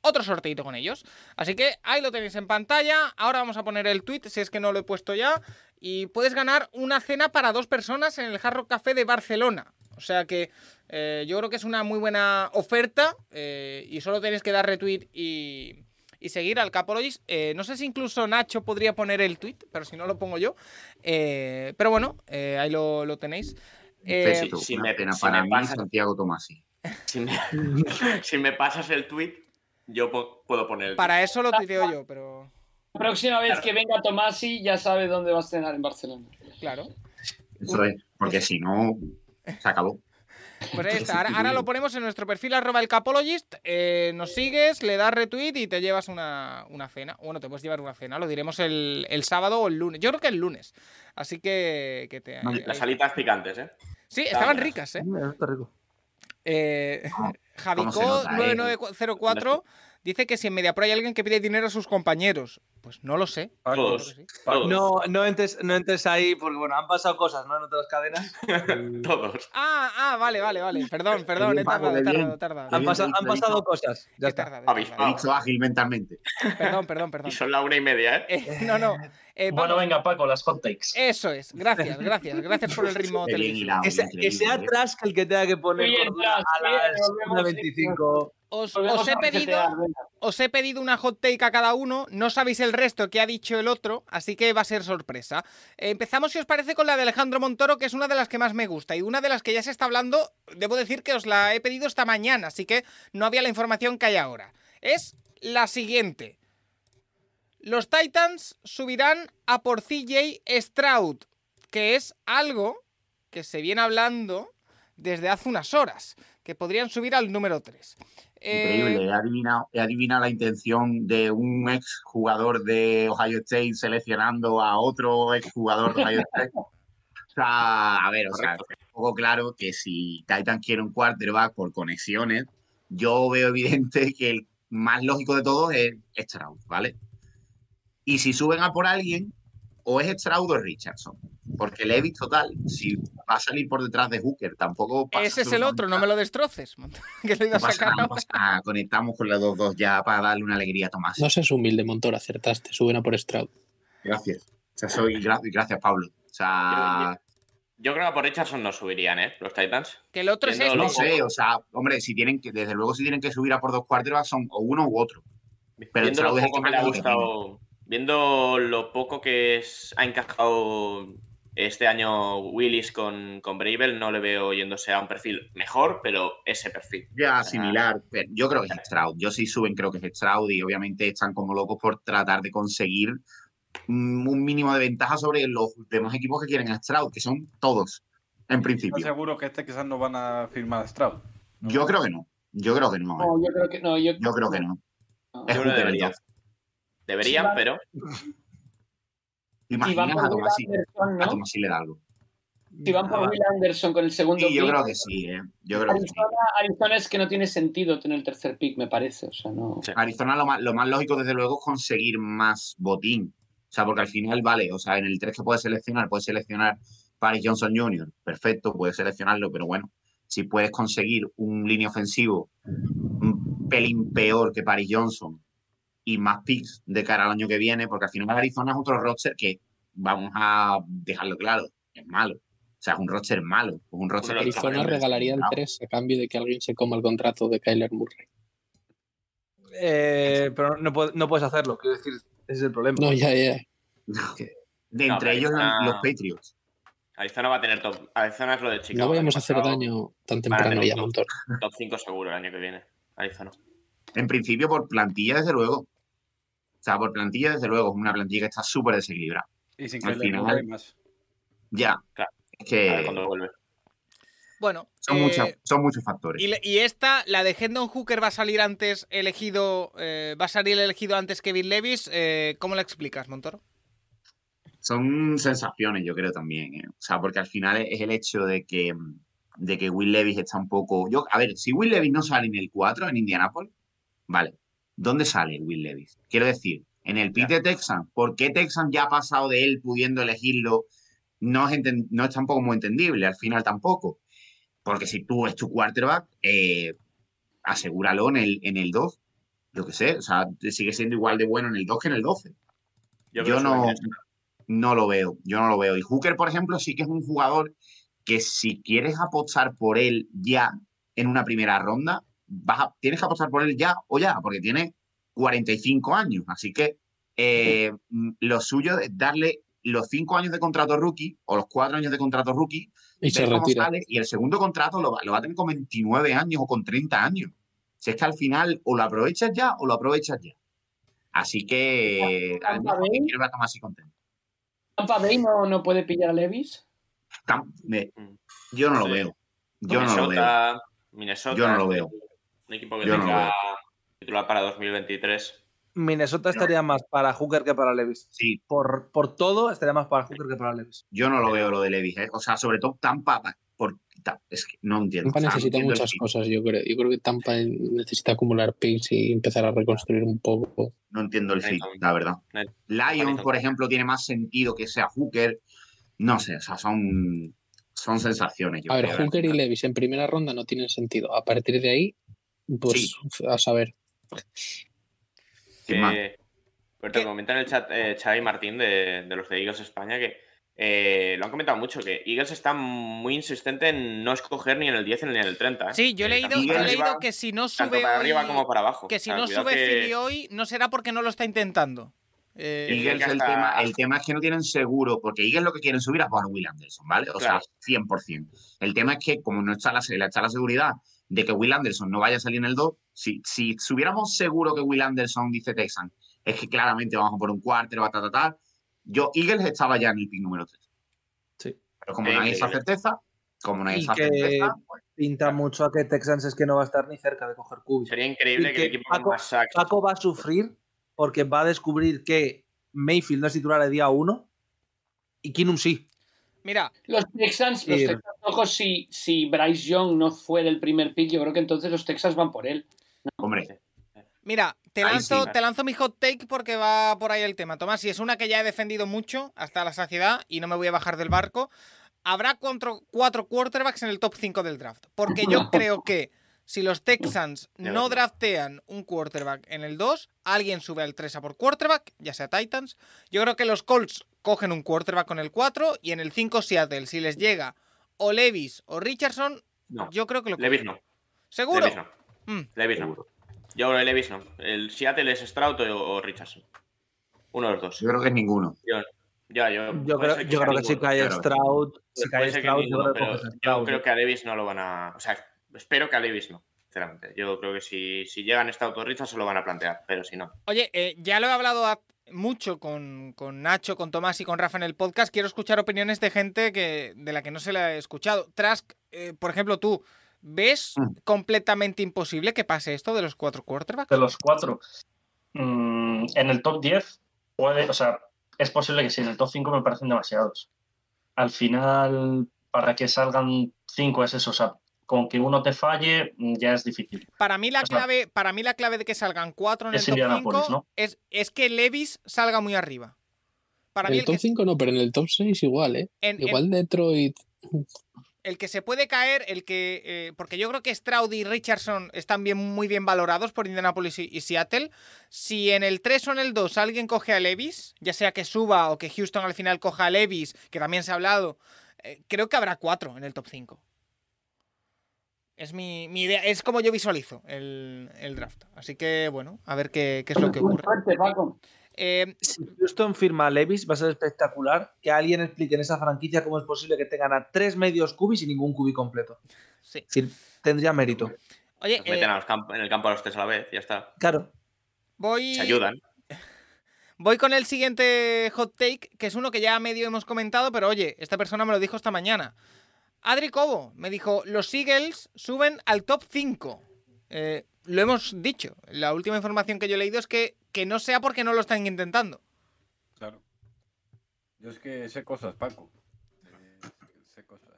[SPEAKER 1] otro sorteito con ellos. Así que ahí lo tenéis en pantalla. Ahora vamos a poner el tweet si es que no lo he puesto ya y puedes ganar una cena para dos personas en el Hard Rock Café de Barcelona. O sea que eh, yo creo que es una muy buena oferta eh, y solo tenéis que dar retweet y, y seguir al Capologis. Eh, no sé si incluso Nacho podría poner el tweet, pero si no lo pongo yo. Eh, pero bueno, eh, ahí lo, lo tenéis. Eh,
[SPEAKER 3] Festo,
[SPEAKER 2] si
[SPEAKER 3] una
[SPEAKER 2] me-
[SPEAKER 3] pena
[SPEAKER 2] si
[SPEAKER 3] para
[SPEAKER 2] me
[SPEAKER 3] mí,
[SPEAKER 2] pasa-
[SPEAKER 3] Santiago Tomasi.
[SPEAKER 2] Si me, si me pasas el tweet, yo po- puedo poner el tuit.
[SPEAKER 1] para eso lo tuiteo yo, pero
[SPEAKER 4] La próxima vez que venga Tomasi ya sabe dónde va a cenar en Barcelona.
[SPEAKER 1] claro.
[SPEAKER 3] Eso es, porque si no, se acabó.
[SPEAKER 1] Pues ahí está. Ahora, ahora lo ponemos en nuestro perfil arroba el capologist. eh, nos sigues, le das retweet y te llevas una, una cena. Bueno, te puedes llevar una cena, lo diremos el, el sábado o el lunes. Yo creo que el lunes. Así que, que te. ahí-
[SPEAKER 2] Las alitas picantes, ¿eh?
[SPEAKER 1] Sí, estaban ricas, ¿eh?
[SPEAKER 5] Mm, está rico.
[SPEAKER 1] Eh,
[SPEAKER 3] ¿Cómo-
[SPEAKER 1] Javico
[SPEAKER 3] cómo se nota, eh?
[SPEAKER 1] 9904 dice que si en Mediapro hay alguien que pide dinero a sus compañeros. Pues no lo sé.
[SPEAKER 7] Paco,
[SPEAKER 1] Yo creo
[SPEAKER 2] Todos.
[SPEAKER 1] que sí.
[SPEAKER 2] Todos.
[SPEAKER 5] No, no, entres, no entres ahí porque, bueno, han pasado cosas, ¿no? En otras cadenas.
[SPEAKER 2] Todos.
[SPEAKER 1] Ah, ah, vale, vale, vale. Perdón, perdón,
[SPEAKER 3] bien,
[SPEAKER 1] he
[SPEAKER 3] Paco,
[SPEAKER 1] tardado, he
[SPEAKER 3] qué
[SPEAKER 1] tardado,
[SPEAKER 3] bien.
[SPEAKER 1] he tardado.
[SPEAKER 5] Han,
[SPEAKER 3] bien,
[SPEAKER 5] pasa-
[SPEAKER 3] lo
[SPEAKER 5] han
[SPEAKER 3] he visto.
[SPEAKER 5] pasado cosas. Ya
[SPEAKER 1] He
[SPEAKER 5] está.
[SPEAKER 1] tardado, he
[SPEAKER 2] Avispado.
[SPEAKER 1] tardado.
[SPEAKER 3] Dicho ágil mentalmente.
[SPEAKER 1] Perdón, perdón, perdón.
[SPEAKER 2] Y son la una y media, ¿eh?
[SPEAKER 1] Eh, no, no. Eh,
[SPEAKER 6] Bueno,
[SPEAKER 1] vamos-
[SPEAKER 6] venga, Paco, las hot takes.
[SPEAKER 1] Eso es, gracias, gracias, gracias por el ritmo
[SPEAKER 3] Qué bien
[SPEAKER 1] televisivo.
[SPEAKER 3] hilado,
[SPEAKER 5] Que sea, que
[SPEAKER 3] increíble,
[SPEAKER 5] sea
[SPEAKER 3] ¿eh?
[SPEAKER 5] Trask el que tenga que poner
[SPEAKER 4] Muy bien,
[SPEAKER 5] cordura
[SPEAKER 4] Trask, sí,
[SPEAKER 5] a las
[SPEAKER 4] volvemos,
[SPEAKER 5] 1.25.
[SPEAKER 1] Os,
[SPEAKER 4] Volvemos
[SPEAKER 1] os he
[SPEAKER 4] a resetear,
[SPEAKER 1] pedido,
[SPEAKER 4] venga.
[SPEAKER 1] os he pedido una hot take a cada uno, no sabéis el resto que ha dicho el otro, así que va a ser sorpresa. Eh, Empezamos, si os parece, con la de Alejandro Montoro, que es una de las que más me gusta y una de las que ya se está hablando, debo decir que os la he pedido esta mañana, así que no había la información que hay ahora. Es la siguiente. Los Titans subirán a por CJ Stroud, que es algo que se viene hablando desde hace unas horas, que podrían subir al número Eh, 3.
[SPEAKER 3] Increíble, he adivinado, he adivinado la intención de un ex jugador de Ohio State seleccionando a otro ex jugador de Ohio State. O sea, a ver, o sea, es un poco claro que si Titan quiere un quarterback por conexiones, yo veo evidente que el más lógico de todos es Stroud, ¿vale? Y si suben a por alguien, o es Stroud o es Richardson. Porque le he visto tal, si va a salir por detrás de Hooker, tampoco pasa
[SPEAKER 1] Ese es el otro, no me lo destroces. Montoro, Que lo iba a
[SPEAKER 3] pasa
[SPEAKER 1] sacar.
[SPEAKER 3] nada, pasa nada. ah, Conectamos con la 2-2 ya para darle una alegría a Tomás.
[SPEAKER 9] No seas humilde, Montoro, acertaste. Suben a por Stroud.
[SPEAKER 3] Gracias. O sea, soy, gra- gracias, Pablo. O sea,
[SPEAKER 2] Yo creo que por Richardson no subirían, ¿eh? Los Titans.
[SPEAKER 1] Que el otro es
[SPEAKER 2] Viendo
[SPEAKER 1] este.
[SPEAKER 2] lo-
[SPEAKER 3] no sé, o sea, hombre, si tienen que, desde luego, si tienen que subir a por dos quarterbacks son o uno u otro. Pero
[SPEAKER 2] viendo lo
[SPEAKER 3] Stroud es el
[SPEAKER 2] poco
[SPEAKER 3] que
[SPEAKER 2] que le ha
[SPEAKER 3] más le
[SPEAKER 2] gustado. Viendo lo poco que es- ha encajado este año Willis con, con Bravel, no le veo yéndose a un perfil mejor, pero ese perfil.
[SPEAKER 3] Ya similar, pero yo creo que es Stroud. Yo sí suben, creo que es Stroud y obviamente están como locos por tratar de conseguir mm, un mínimo de ventaja sobre los demás equipos que quieren a Stroud, que son todos, en
[SPEAKER 7] ¿Estás
[SPEAKER 3] principio.
[SPEAKER 7] seguro que este quizás no van a firmar a Stroud?
[SPEAKER 3] Yo creo que no. Yo creo que no.
[SPEAKER 4] No, yo creo que no. Yo,
[SPEAKER 3] Yo creo que no.
[SPEAKER 4] no.
[SPEAKER 3] Es
[SPEAKER 2] Yo creo
[SPEAKER 3] Hooker,
[SPEAKER 2] que debería.
[SPEAKER 3] entonces.
[SPEAKER 2] Deberían, pero
[SPEAKER 3] ¿Te
[SPEAKER 4] Si
[SPEAKER 3] imaginas
[SPEAKER 4] van por
[SPEAKER 3] a
[SPEAKER 4] Will
[SPEAKER 3] Tomás si-
[SPEAKER 4] Anderson,
[SPEAKER 3] a
[SPEAKER 4] ¿no?
[SPEAKER 3] Tomás si le da algo?
[SPEAKER 4] Si van por Will Anderson con el segundo
[SPEAKER 3] Sí, yo
[SPEAKER 4] pick,
[SPEAKER 3] creo que sí, ¿eh? Yo creo que sí.
[SPEAKER 4] Arizona, Arizona es que no tiene sentido tener el tercer pick, me parece. O sea, no.
[SPEAKER 2] Sí.
[SPEAKER 3] Arizona lo más, lo más lógico, desde luego, es conseguir más botín. O sea, porque al final, vale, o sea, en el 3 que puedes seleccionar, puedes seleccionar Paris Johnson Jr., perfecto, puedes seleccionarlo, pero bueno, si puedes conseguir un línea ofensivo un pelín peor que Paris Johnson y más picks de cara al año que viene, porque al final Arizona es otro roster que, vamos a dejarlo claro, es malo. O sea, es un roster malo, es un roster
[SPEAKER 2] Pero
[SPEAKER 3] que está
[SPEAKER 2] Arizona
[SPEAKER 9] Arizona
[SPEAKER 3] bastante
[SPEAKER 9] regalaría el
[SPEAKER 3] desequilibrado.
[SPEAKER 9] 3 a cambio de que alguien se coma el contrato de Kyler Murray.
[SPEAKER 5] Eh, pero no, puede- no puedes hacerlo, quiero decir, ese es el problema.
[SPEAKER 9] No, ya, ya.
[SPEAKER 3] De
[SPEAKER 2] No,
[SPEAKER 3] entre
[SPEAKER 2] pero
[SPEAKER 3] ellos
[SPEAKER 2] Arizona-
[SPEAKER 3] los Patriots.
[SPEAKER 2] Arizona va a tener top. Arizona es lo de Chicago.
[SPEAKER 9] No vayamos a hacer
[SPEAKER 2] Pasado,
[SPEAKER 9] daño tan
[SPEAKER 2] a
[SPEAKER 9] temprano
[SPEAKER 2] tener
[SPEAKER 9] ya,
[SPEAKER 2] un-
[SPEAKER 9] Montoro.
[SPEAKER 2] Top 5 seguro el año que viene. Arizona.
[SPEAKER 3] En principio, por plantilla, desde luego. O sea, por plantilla, desde luego, es una plantilla que está súper desequilibrada.
[SPEAKER 7] Y sin
[SPEAKER 3] Al
[SPEAKER 7] Kyler
[SPEAKER 3] final-
[SPEAKER 7] Murray más.
[SPEAKER 3] Ya.
[SPEAKER 2] Claro.
[SPEAKER 3] Es
[SPEAKER 2] A ver
[SPEAKER 3] que
[SPEAKER 2] cuándo vuelve.
[SPEAKER 1] Bueno,
[SPEAKER 3] son,
[SPEAKER 1] eh,
[SPEAKER 3] muchas- son muchos factores.
[SPEAKER 1] y, le- y esta, la de Hendon Hooker, va a salir antes elegido. eh, va a salir elegido antes que Bill Levis. eh, ¿Cómo la explicas, Montoro?
[SPEAKER 3] Son sensaciones, yo creo también. ¿eh? O sea, porque al final es el hecho de que, de que Will Levis está un poco. Yo, a ver, si Will Levis no sale en el 4 en Indianapolis, vale. ¿Dónde sale Will Levis? Quiero decir, en el pit de Texan. ¿Por qué Texan ya ha pasado de él pudiendo elegirlo? No es, enten- no es tampoco muy entendible, al final tampoco. Porque si tú es tu quarterback, eh, asegúralo en el, en el 2. Yo qué sé, o sea, sigue siendo igual de bueno en el 2 que en el 12. Yo,
[SPEAKER 2] creo que
[SPEAKER 3] no,
[SPEAKER 2] suben.
[SPEAKER 3] no lo veo, yo no lo veo. Y Hooker, por ejemplo, sí que es un jugador que si quieres apostar por él ya en una primera ronda, vas a- tienes que apostar por él ya o ya, porque tiene 45 años. Así que eh, mm, lo suyo es darle los 5 años de contrato rookie o los 4 años de contrato rookie
[SPEAKER 9] Y se
[SPEAKER 3] ver cómo
[SPEAKER 9] retira.
[SPEAKER 3] sale, y el segundo contrato lo va, lo va a tener con 29 años o con 30 años. Si es que al final o lo aprovechas ya o lo aprovechas ya. Así que
[SPEAKER 4] Tampa
[SPEAKER 3] además,
[SPEAKER 4] Bay.
[SPEAKER 3] quiero ver a Tomás así contento.
[SPEAKER 4] Tampa Bay no, no puede pillar a Levis.
[SPEAKER 3] Tam- me-
[SPEAKER 2] Mm.
[SPEAKER 3] yo no lo
[SPEAKER 2] Sí.
[SPEAKER 3] veo. Yo no lo veo.
[SPEAKER 2] Minnesota, Minnesota.
[SPEAKER 3] Yo no lo
[SPEAKER 2] es
[SPEAKER 3] veo.
[SPEAKER 2] Un equipo que
[SPEAKER 3] Yo no lo
[SPEAKER 2] tenga
[SPEAKER 3] veo.
[SPEAKER 2] titular para 2023.
[SPEAKER 5] Minnesota estaría más para Hooker que para Levis.
[SPEAKER 3] Sí,
[SPEAKER 5] Por, por todo estaría más para Hooker que para Levis.
[SPEAKER 3] yo no lo veo lo de Levis. ¿eh? O sea, sobre todo Tampa. pa- Por, ta- es que no entiendo.
[SPEAKER 9] Tampa
[SPEAKER 3] O sea, no
[SPEAKER 9] necesita
[SPEAKER 3] entiendo el
[SPEAKER 9] muchas
[SPEAKER 3] equipo.
[SPEAKER 9] cosas, yo creo. Yo creo que Tampa necesita acumular picks y empezar a reconstruir un poco.
[SPEAKER 3] No entiendo el
[SPEAKER 2] Ahí
[SPEAKER 3] fit,
[SPEAKER 2] también.
[SPEAKER 3] la verdad.
[SPEAKER 2] Ahí.
[SPEAKER 3] Lions,
[SPEAKER 2] también.
[SPEAKER 3] por ejemplo, tiene más sentido que sea Hooker. No sé, o sea, son, son sensaciones. yo
[SPEAKER 9] A ver,
[SPEAKER 3] creo, al
[SPEAKER 9] Hooker y
[SPEAKER 3] final.
[SPEAKER 9] Levis en primera ronda no tienen sentido. A partir de ahí, pues a saber.
[SPEAKER 3] Sin más.
[SPEAKER 2] Eh, pero te
[SPEAKER 1] ¿Qué?
[SPEAKER 2] comenta en el chat eh, Xavi Martín de, de los de Eagles España que eh, lo han comentado mucho, que Eagles está muy insistente en no escoger ni en el 10 ni en el 30. ¿eh?
[SPEAKER 1] Sí, yo he
[SPEAKER 2] Eh,
[SPEAKER 1] leído, yo
[SPEAKER 2] tanto
[SPEAKER 1] he
[SPEAKER 2] para
[SPEAKER 1] leído
[SPEAKER 2] arriba-
[SPEAKER 1] que si no sube
[SPEAKER 2] Tanto para
[SPEAKER 1] hoy-
[SPEAKER 2] arriba como para abajo.
[SPEAKER 1] que si
[SPEAKER 2] O sea,
[SPEAKER 1] no
[SPEAKER 2] cuidado
[SPEAKER 1] sube
[SPEAKER 2] que-
[SPEAKER 1] Philly hoy, no será porque no lo está intentando. Eh,
[SPEAKER 2] Y
[SPEAKER 3] Eagles,
[SPEAKER 2] que
[SPEAKER 3] el,
[SPEAKER 2] hasta-
[SPEAKER 3] tema, el tema es que no tienen seguro, porque Eagles lo que quieren subir es por Will Anderson, ¿vale? O
[SPEAKER 2] Claro.
[SPEAKER 3] sea, 100%. El tema es que, como no está la, está la seguridad de que Will Anderson no vaya a salir en el 2, si, si subiéramos seguro que Will Anderson, dice Texan, es que claramente vamos a por un cuarto, va a ta, ta, ta, yo, Eagles estaba ya en el pick número 3.
[SPEAKER 5] Sí.
[SPEAKER 3] Pero como no hay esa
[SPEAKER 2] Increíble.
[SPEAKER 3] certeza, como no hay
[SPEAKER 5] Y
[SPEAKER 3] esa
[SPEAKER 5] que-
[SPEAKER 3] certeza, pues,
[SPEAKER 5] Pinta mucho a que Texans es que no va a estar ni cerca de coger Kubica.
[SPEAKER 2] Sería increíble
[SPEAKER 5] Y
[SPEAKER 2] que el
[SPEAKER 5] que
[SPEAKER 2] equipo con
[SPEAKER 5] Paco-
[SPEAKER 2] más sacks.
[SPEAKER 5] Paco va a sufrir porque va a descubrir que Mayfield no es titular el día 1 y Kinum sí.
[SPEAKER 1] mira,
[SPEAKER 4] Los Texans, los
[SPEAKER 5] Sí.
[SPEAKER 4] Texans, ojo, si, si Bryce Young no fuera el primer pick, yo creo que entonces los Texans van por él.
[SPEAKER 3] hombre,
[SPEAKER 1] mira, te
[SPEAKER 3] Ahí
[SPEAKER 1] lanzo,
[SPEAKER 3] sí.
[SPEAKER 1] te lanzo mi hot take porque va por ahí el tema. Tomás, y es una que ya he defendido mucho hasta la saciedad y no me voy a bajar del barco. Habrá cuatro, cuatro quarterbacks en el top 5 del draft. Porque yo creo que si los Texans
[SPEAKER 2] De
[SPEAKER 1] no
[SPEAKER 2] verdad.
[SPEAKER 1] draftean un quarterback en el 2, alguien sube al 3 a por quarterback, ya sea Titans. Yo creo que los Colts cogen un quarterback con el 4 y en el 5 Seattle, si les llega o Levis o Richardson,
[SPEAKER 2] No,
[SPEAKER 1] yo creo que lo
[SPEAKER 2] Levis no.
[SPEAKER 1] ¿Seguro?
[SPEAKER 2] Levis no.
[SPEAKER 1] Mm.
[SPEAKER 2] Levis no. Yo creo que Levis no. El Seattle es Stroud o, o Richardson. Uno de los dos.
[SPEAKER 3] yo creo que es ninguno.
[SPEAKER 2] Ya, yo,
[SPEAKER 5] Yo
[SPEAKER 2] puede
[SPEAKER 5] creo,
[SPEAKER 2] ser
[SPEAKER 5] yo
[SPEAKER 2] sea
[SPEAKER 5] creo que si
[SPEAKER 2] ninguno.
[SPEAKER 5] cae
[SPEAKER 3] claro.
[SPEAKER 5] Stroud, si
[SPEAKER 2] Pues Puede
[SPEAKER 5] cae
[SPEAKER 2] ser que
[SPEAKER 5] Stroud, yo
[SPEAKER 2] ninguno,
[SPEAKER 5] creo que
[SPEAKER 2] pero
[SPEAKER 5] coges a
[SPEAKER 2] yo
[SPEAKER 5] Stroud.
[SPEAKER 2] creo que a Levis no lo van a. O sea, espero que a Levis no, sinceramente. Yo creo que si, si llegan esta autorriza se lo van a plantear, pero si no.
[SPEAKER 1] Oye, eh, ya lo he hablado a- mucho con, con Nacho, con Tomás y con Rafa en el podcast. Quiero escuchar opiniones de gente que, de la que no se la he escuchado. Trask, eh, por ejemplo, tú, ¿ves
[SPEAKER 3] Mm.
[SPEAKER 1] completamente imposible que pase esto de los cuatro quarterbacks?
[SPEAKER 6] De los cuatro, mm, en el top 10 puede, o sea, es posible que sí, en el top 5 me parecen demasiados. Al final, para que salgan cinco es eso, o sea, con que uno te falle mm, ya es difícil.
[SPEAKER 1] Para mí la
[SPEAKER 6] o sea,
[SPEAKER 1] clave, para mí la clave de que salgan cuatro en el
[SPEAKER 6] es
[SPEAKER 1] top
[SPEAKER 6] Indianapolis,
[SPEAKER 1] 5
[SPEAKER 6] ¿no?
[SPEAKER 1] es, es que Levis salga muy arriba. Para
[SPEAKER 9] En
[SPEAKER 1] mí
[SPEAKER 9] el
[SPEAKER 1] el que,
[SPEAKER 9] top 5 no, pero en el top 6 igual, ¿eh?
[SPEAKER 1] en- en-
[SPEAKER 9] Igual Detroit.
[SPEAKER 1] el que se puede caer, el que. eh, porque yo creo que Stroud y Richardson están bien, muy bien valorados por Indianapolis y, y Seattle. Si en el 3 o en el 2 alguien coge a Levis, ya sea que suba o que Houston al final coja a Levis, que también se ha hablado, eh, creo que habrá cuatro en el top 5. Es mi, mi idea, es como yo visualizo el, el draft. Así que, bueno, a ver qué, qué es lo que
[SPEAKER 4] Muy
[SPEAKER 1] ocurre.
[SPEAKER 5] pues,
[SPEAKER 4] fuerte, Paco.
[SPEAKER 1] Eh,
[SPEAKER 5] Si Houston firma a Levis, va a ser espectacular que alguien explique en esa franquicia cómo es posible que tengan a tres medios cubis y ningún cubi completo.
[SPEAKER 1] sí.
[SPEAKER 5] Es decir, tendría mérito.
[SPEAKER 1] Oye,
[SPEAKER 2] Los meten
[SPEAKER 1] eh,
[SPEAKER 2] a los camp- en el campo a los tres a la vez, ya está.
[SPEAKER 5] Claro.
[SPEAKER 1] voy.
[SPEAKER 2] Se ayudan.
[SPEAKER 1] Voy con el siguiente hot take, que es uno que ya medio hemos comentado, pero oye, esta persona me lo dijo esta mañana. Adri Cobo me dijo, los Eagles suben al top 5. Eh, lo hemos dicho, la última información que yo he leído es que, que no sea porque no lo están intentando.
[SPEAKER 7] Claro. Yo es que sé cosas, Paco. Eh, sé cosas.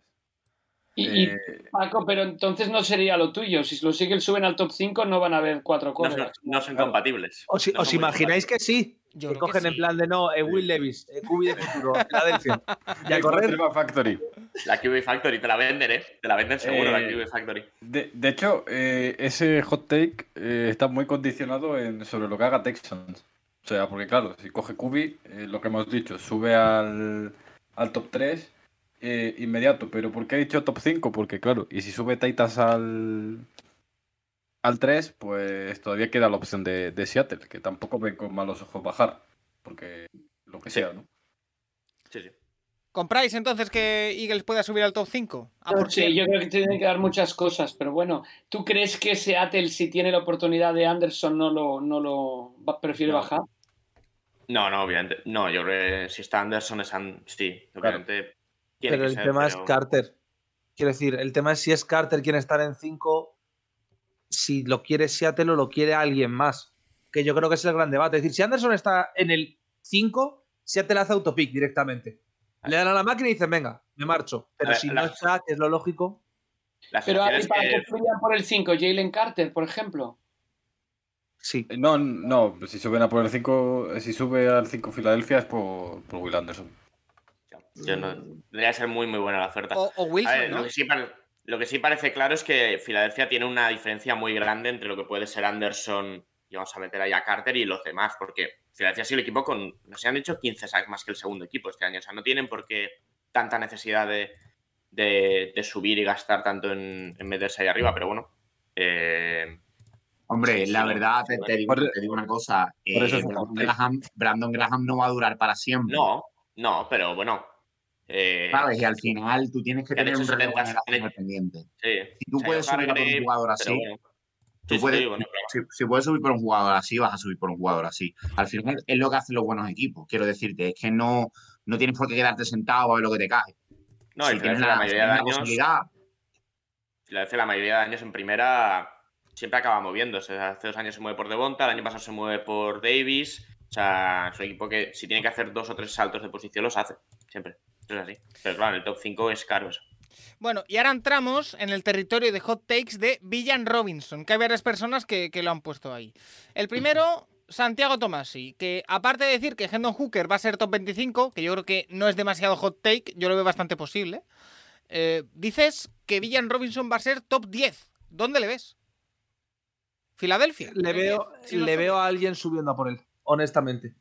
[SPEAKER 4] Y, y,
[SPEAKER 7] Eh,
[SPEAKER 4] Paco, pero entonces no sería lo tuyo. Si los Eagles suben al top 5, no van a haber cuatro
[SPEAKER 2] No son,
[SPEAKER 4] cosas.
[SPEAKER 2] no son
[SPEAKER 7] Claro.
[SPEAKER 2] compatibles.
[SPEAKER 5] ¿Os,
[SPEAKER 2] No son
[SPEAKER 5] os
[SPEAKER 2] muy
[SPEAKER 5] imagináis que sí?
[SPEAKER 1] Yo creo
[SPEAKER 5] que
[SPEAKER 1] que
[SPEAKER 5] cogen en
[SPEAKER 1] sí.
[SPEAKER 5] plan de no, eh, Will Levis, eh, cubi de futuro, Filadelfia. Y a correr.
[SPEAKER 7] Extrema Factory.
[SPEAKER 2] compatibles. La QB Factory te la venden, ¿eh? Te la venden seguro
[SPEAKER 7] Eh,
[SPEAKER 2] la QB Factory.
[SPEAKER 7] De, de hecho, eh, ese hot take eh, está muy condicionado en, sobre lo que haga Texans. O sea, porque claro, si coge Kubi, eh, lo que hemos dicho, sube al, al top 3 eh, inmediato. Pero ¿por qué he dicho top 5? Porque claro, y si sube Titans al, al 3, pues todavía queda la opción de, de Seattle, que tampoco ven con malos ojos bajar. Porque lo que
[SPEAKER 2] Sí.
[SPEAKER 7] sea, ¿no?
[SPEAKER 2] Sí, sí.
[SPEAKER 1] ¿Compráis entonces que Eagles pueda subir al top 5? Ah, por
[SPEAKER 4] Sí,
[SPEAKER 1] cien.
[SPEAKER 4] yo creo que tienen que dar muchas cosas, pero bueno, ¿tú crees que Seattle, si tiene la oportunidad de Anderson, no lo, no lo va- prefiere
[SPEAKER 7] No.
[SPEAKER 4] bajar?
[SPEAKER 2] No, no, obviamente. No, yo creo que si está Anderson, es An- sí, obviamente. tiene
[SPEAKER 5] Pero
[SPEAKER 2] que
[SPEAKER 5] el
[SPEAKER 2] ser,
[SPEAKER 5] tema
[SPEAKER 2] pero-
[SPEAKER 5] es Carter. Quiero decir, el tema es si es Carter quien estar en 5, si lo quiere Seattle o lo quiere alguien más. Que yo creo que es el gran debate. Es decir, si Anderson está en el 5, Seattle hace autopic directamente. Le dan a la máquina y dicen, venga, me marcho. Pero
[SPEAKER 2] A ver,
[SPEAKER 5] si
[SPEAKER 2] la-
[SPEAKER 5] no está, que es lo lógico.
[SPEAKER 2] Las
[SPEAKER 4] Pero ¿y
[SPEAKER 2] opciones
[SPEAKER 4] ¿para
[SPEAKER 2] que-
[SPEAKER 4] qué subirían por el 5? Jalen Carter, por ejemplo.
[SPEAKER 5] Sí.
[SPEAKER 7] Eh, No, no, si suben a por el 5, si sube al 5 Filadelfia es por, por Will Anderson.
[SPEAKER 2] Yo no,
[SPEAKER 3] Mm.
[SPEAKER 2] debería ser muy, muy buena la oferta.
[SPEAKER 1] O, o
[SPEAKER 2] A
[SPEAKER 1] Wilson,
[SPEAKER 2] ver,
[SPEAKER 1] ¿no?
[SPEAKER 2] lo, que sí pare- lo que sí parece claro es que Filadelfia tiene una diferencia muy grande entre lo que puede ser Anderson, y vamos a meter ahí a Carter, y los demás, porque Filadelfia ha sido el equipo con, nos han hecho 15 sacks más que el segundo equipo este año. O sea, no tienen por qué tanta necesidad de, de, de subir y gastar tanto en, en meterse ahí arriba, pero bueno. eh,
[SPEAKER 3] Hombre,
[SPEAKER 2] Sí, e
[SPEAKER 3] la
[SPEAKER 2] sí.
[SPEAKER 3] verdad, te, te digo,
[SPEAKER 7] Por-
[SPEAKER 3] te digo una cosa.
[SPEAKER 7] por eso
[SPEAKER 3] eh,
[SPEAKER 7] es un
[SPEAKER 3] Brandon,
[SPEAKER 7] hot take.
[SPEAKER 3] Graham, Brandon Graham no va a durar para siempre.
[SPEAKER 2] no, no, pero bueno. eh,
[SPEAKER 3] ¿Sabes? Y al final tú tienes que
[SPEAKER 2] que han
[SPEAKER 3] tener
[SPEAKER 2] hecho
[SPEAKER 3] un relevo
[SPEAKER 2] 70,
[SPEAKER 3] generacional
[SPEAKER 2] han hecho-
[SPEAKER 3] pendiente.
[SPEAKER 2] sí.
[SPEAKER 3] Si tú
[SPEAKER 2] Se ha
[SPEAKER 3] puedes
[SPEAKER 2] ido
[SPEAKER 3] subir por
[SPEAKER 2] Hargrave,
[SPEAKER 3] un jugador
[SPEAKER 2] pero
[SPEAKER 3] así,
[SPEAKER 2] bueno.
[SPEAKER 3] tú
[SPEAKER 2] Sí, sí,
[SPEAKER 3] puedes-
[SPEAKER 2] bueno, pero-
[SPEAKER 3] si, si puedes subir por un jugador así, vas a subir por un jugador así. Al final es lo que hacen los buenos equipos. Quiero decirte, es que no, no tienes por qué quedarte sentado a ver lo que te cae.
[SPEAKER 2] no,
[SPEAKER 3] Si
[SPEAKER 2] y
[SPEAKER 3] tienes
[SPEAKER 2] Filadelfia la mayoría de
[SPEAKER 3] tienes
[SPEAKER 2] años
[SPEAKER 3] posibilidad,
[SPEAKER 2] Filadelfia la mayoría de años en primera siempre acaba moviéndose. Hace dos años se mueve por Devonta, el año pasado se mueve por Davis. O sea, es un equipo que si tiene que hacer dos o tres saltos de posición los hace, siempre. Eso es así. Pero claro, en el top 5 es caro eso.
[SPEAKER 1] Bueno, y ahora entramos en el territorio de hot takes de Villan Robinson, que hay varias personas que, que lo han puesto ahí. El primero, Santiago Tomasi, que aparte de decir que Hendon Hooker va a ser top 25, que yo creo que no es demasiado hot take, yo lo veo bastante posible, eh, dices que Villan Robinson va a ser top 10. ¿Dónde le ves? Filadelfia.
[SPEAKER 5] Le
[SPEAKER 1] top
[SPEAKER 5] veo,
[SPEAKER 1] 10, sí, no
[SPEAKER 5] le
[SPEAKER 1] top
[SPEAKER 5] veo
[SPEAKER 1] 10.
[SPEAKER 5] a alguien subiendo a por él, honestamente.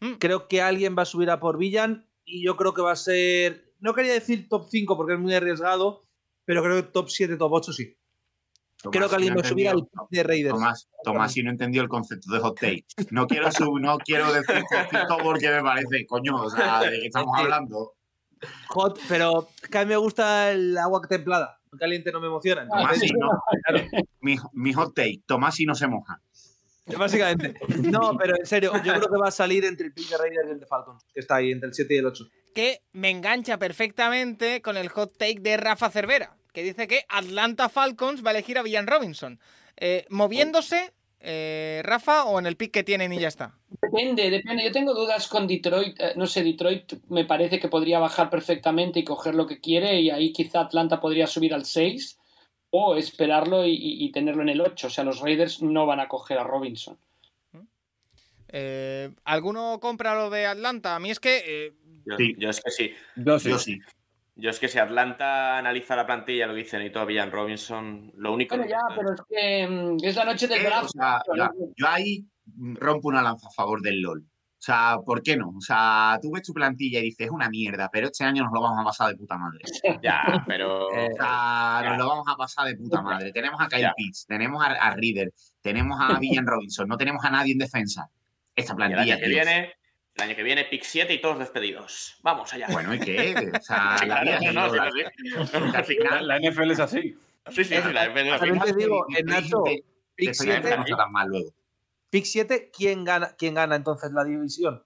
[SPEAKER 1] Mm.
[SPEAKER 5] Creo que alguien va a subir a por Villan y yo creo que va a ser. No quería decir top 5 porque es muy arriesgado, pero creo que top 7, top 8 sí.
[SPEAKER 3] Tomás,
[SPEAKER 5] creo que alguien
[SPEAKER 3] no
[SPEAKER 5] va a subir al
[SPEAKER 3] entendió-
[SPEAKER 5] pick de Raiders.
[SPEAKER 3] Tomás, Tomás, si no entendió el concepto de hot take. No quiero, sub- no quiero decir concepto porque me parece, coño, o sea, ¿de qué estamos hablando?
[SPEAKER 5] Hot, pero es que a mí me gusta el agua templada. El caliente no me emociona.
[SPEAKER 2] Ah,
[SPEAKER 3] Tomás,
[SPEAKER 5] entonces-
[SPEAKER 3] si no, mi, mi hot take, Tomás, si no se moja.
[SPEAKER 5] Básicamente. No, pero en serio, yo creo que va a salir entre el pick de Raiders y el de Falcons, que está ahí, entre el 7 y el 8.
[SPEAKER 1] que me engancha perfectamente con el hot take de Rafa Cervera, que dice que Atlanta Falcons va a elegir a Villan Robinson. Eh, moviéndose, eh, Rafa, o en el pick que tienen y ya está.
[SPEAKER 4] Depende, depende. Yo tengo dudas con Detroit. Eh, No sé, Detroit me parece que podría bajar perfectamente y coger lo que quiere y ahí quizá Atlanta podría subir al 6 o esperarlo y, y- y tenerlo en el 8. O sea, los Raiders no van a coger a Robinson.
[SPEAKER 1] Eh, ¿Alguno compra lo de Atlanta? A mí es que eh,
[SPEAKER 2] Yo,
[SPEAKER 3] Sí.
[SPEAKER 2] yo es que sí.
[SPEAKER 7] Yo sí.
[SPEAKER 3] Yo sí.
[SPEAKER 2] Yo es que si Atlanta analiza la plantilla, lo dicen, y todavía en Robinson, lo único.
[SPEAKER 4] Bueno, ya, pero es que mm, es la noche
[SPEAKER 3] Eh,
[SPEAKER 4] del
[SPEAKER 3] o
[SPEAKER 2] pues,
[SPEAKER 4] draft.
[SPEAKER 3] sea, ya, yo ahí rompo una lanza a favor del LOL. O sea, ¿por qué no? O sea, tú ves tu plantilla y dices, es una mierda, pero este año nos lo vamos a pasar de puta madre.
[SPEAKER 2] Ya, pero.
[SPEAKER 3] O sea, nos lo vamos a pasar de puta madre. Tenemos a Kyle
[SPEAKER 2] Ya.
[SPEAKER 3] Pitts, tenemos a, a Reader, tenemos a Villan Robinson, no tenemos a nadie en defensa. Esta
[SPEAKER 2] y el
[SPEAKER 3] plantilla.
[SPEAKER 2] año que
[SPEAKER 3] tío.
[SPEAKER 2] viene, el año que viene, pick 7 y todos despedidos. Vamos allá.
[SPEAKER 3] Bueno, ¿y qué? O sea,
[SPEAKER 2] Sí,
[SPEAKER 3] la
[SPEAKER 2] claro,
[SPEAKER 3] vida es
[SPEAKER 2] no,
[SPEAKER 3] el
[SPEAKER 2] Ah, no,
[SPEAKER 3] dólar.
[SPEAKER 2] sí, no, sí.
[SPEAKER 3] Al
[SPEAKER 7] La,
[SPEAKER 3] final,
[SPEAKER 7] la NFL es así.
[SPEAKER 2] Sí, sí, sí, la NFL.
[SPEAKER 3] al final
[SPEAKER 5] También te
[SPEAKER 3] te
[SPEAKER 5] digo,
[SPEAKER 3] dicen,
[SPEAKER 5] Nacho,
[SPEAKER 3] te- te
[SPEAKER 5] Pick
[SPEAKER 3] dicen, no
[SPEAKER 5] 7,
[SPEAKER 3] está tan mal luego.
[SPEAKER 5] pick 7 ¿quién, gana, ¿quién gana entonces la división?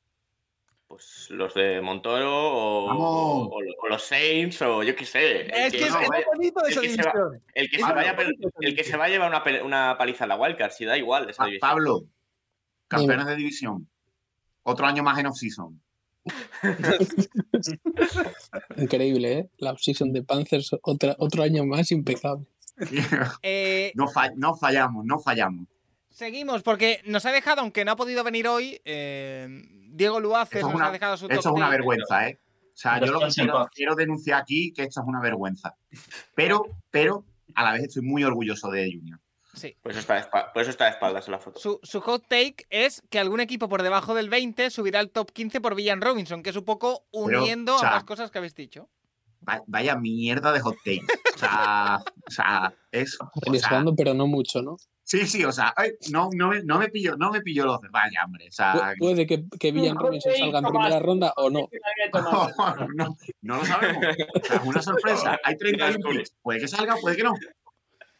[SPEAKER 2] Pues los de Montoro o,
[SPEAKER 3] Vamos.
[SPEAKER 2] o- o los Saints o yo qué sé. El
[SPEAKER 5] Es que es
[SPEAKER 2] no,
[SPEAKER 5] que
[SPEAKER 2] vaya-
[SPEAKER 5] es bonito
[SPEAKER 2] es
[SPEAKER 5] esa
[SPEAKER 2] que se va-
[SPEAKER 5] división.
[SPEAKER 2] el que
[SPEAKER 5] es
[SPEAKER 2] se
[SPEAKER 5] lo
[SPEAKER 2] vaya a
[SPEAKER 5] bonito esa
[SPEAKER 2] pel- el que se
[SPEAKER 5] división.
[SPEAKER 2] va a llevar una, pel- una paliza en la Wildcard, si da igual esa
[SPEAKER 3] Pa-
[SPEAKER 2] división.
[SPEAKER 3] Ah, Pablo, campeones de división. Otro año más en off-season.
[SPEAKER 9] Increíble, ¿eh? La obsesión de Panthers, otra, otro año más impecable.
[SPEAKER 1] eh,
[SPEAKER 3] No, fa- no fallamos, no fallamos.
[SPEAKER 1] seguimos, porque nos ha dejado, aunque no ha podido venir hoy, eh, Diego Luaces
[SPEAKER 3] Esto es
[SPEAKER 1] nos
[SPEAKER 3] una-
[SPEAKER 1] ha dejado su top
[SPEAKER 3] Esto es una
[SPEAKER 1] 10.
[SPEAKER 3] vergüenza, ¿eh? O sea, yo lo que
[SPEAKER 6] Descanse en
[SPEAKER 3] quiero,
[SPEAKER 6] paz.
[SPEAKER 3] quiero denunciar aquí que esto es una vergüenza. Pero, pero, a la vez estoy muy orgulloso de Junior.
[SPEAKER 1] Sí.
[SPEAKER 2] Por Pues eso está de, espa- por eso está de espaldas en la foto.
[SPEAKER 1] Su, su hot take es que algún equipo por debajo del 20 subirá al top 15 por Villan Robinson, que es un poco uniendo
[SPEAKER 3] o sea,
[SPEAKER 1] ambas cosas que habéis dicho.
[SPEAKER 3] Va- Vaya mierda de hot take. O sea, o sea, es. o sea,
[SPEAKER 9] Arriesgando, pero no mucho, ¿no?
[SPEAKER 3] sí, sí, o sea, ay, no, no, me, no me pillo, no me pillo los. Vaya, hombre. O sea,
[SPEAKER 9] Pu- puede que, que Villan
[SPEAKER 4] Un hot
[SPEAKER 9] Robinson
[SPEAKER 4] take,
[SPEAKER 9] salga en
[SPEAKER 4] Tomás.
[SPEAKER 9] primera ronda o no.
[SPEAKER 4] Tomás.
[SPEAKER 3] no, no lo sabemos. O sea, es una sorpresa. Hay 31 picks. Puede que salga, puede que no.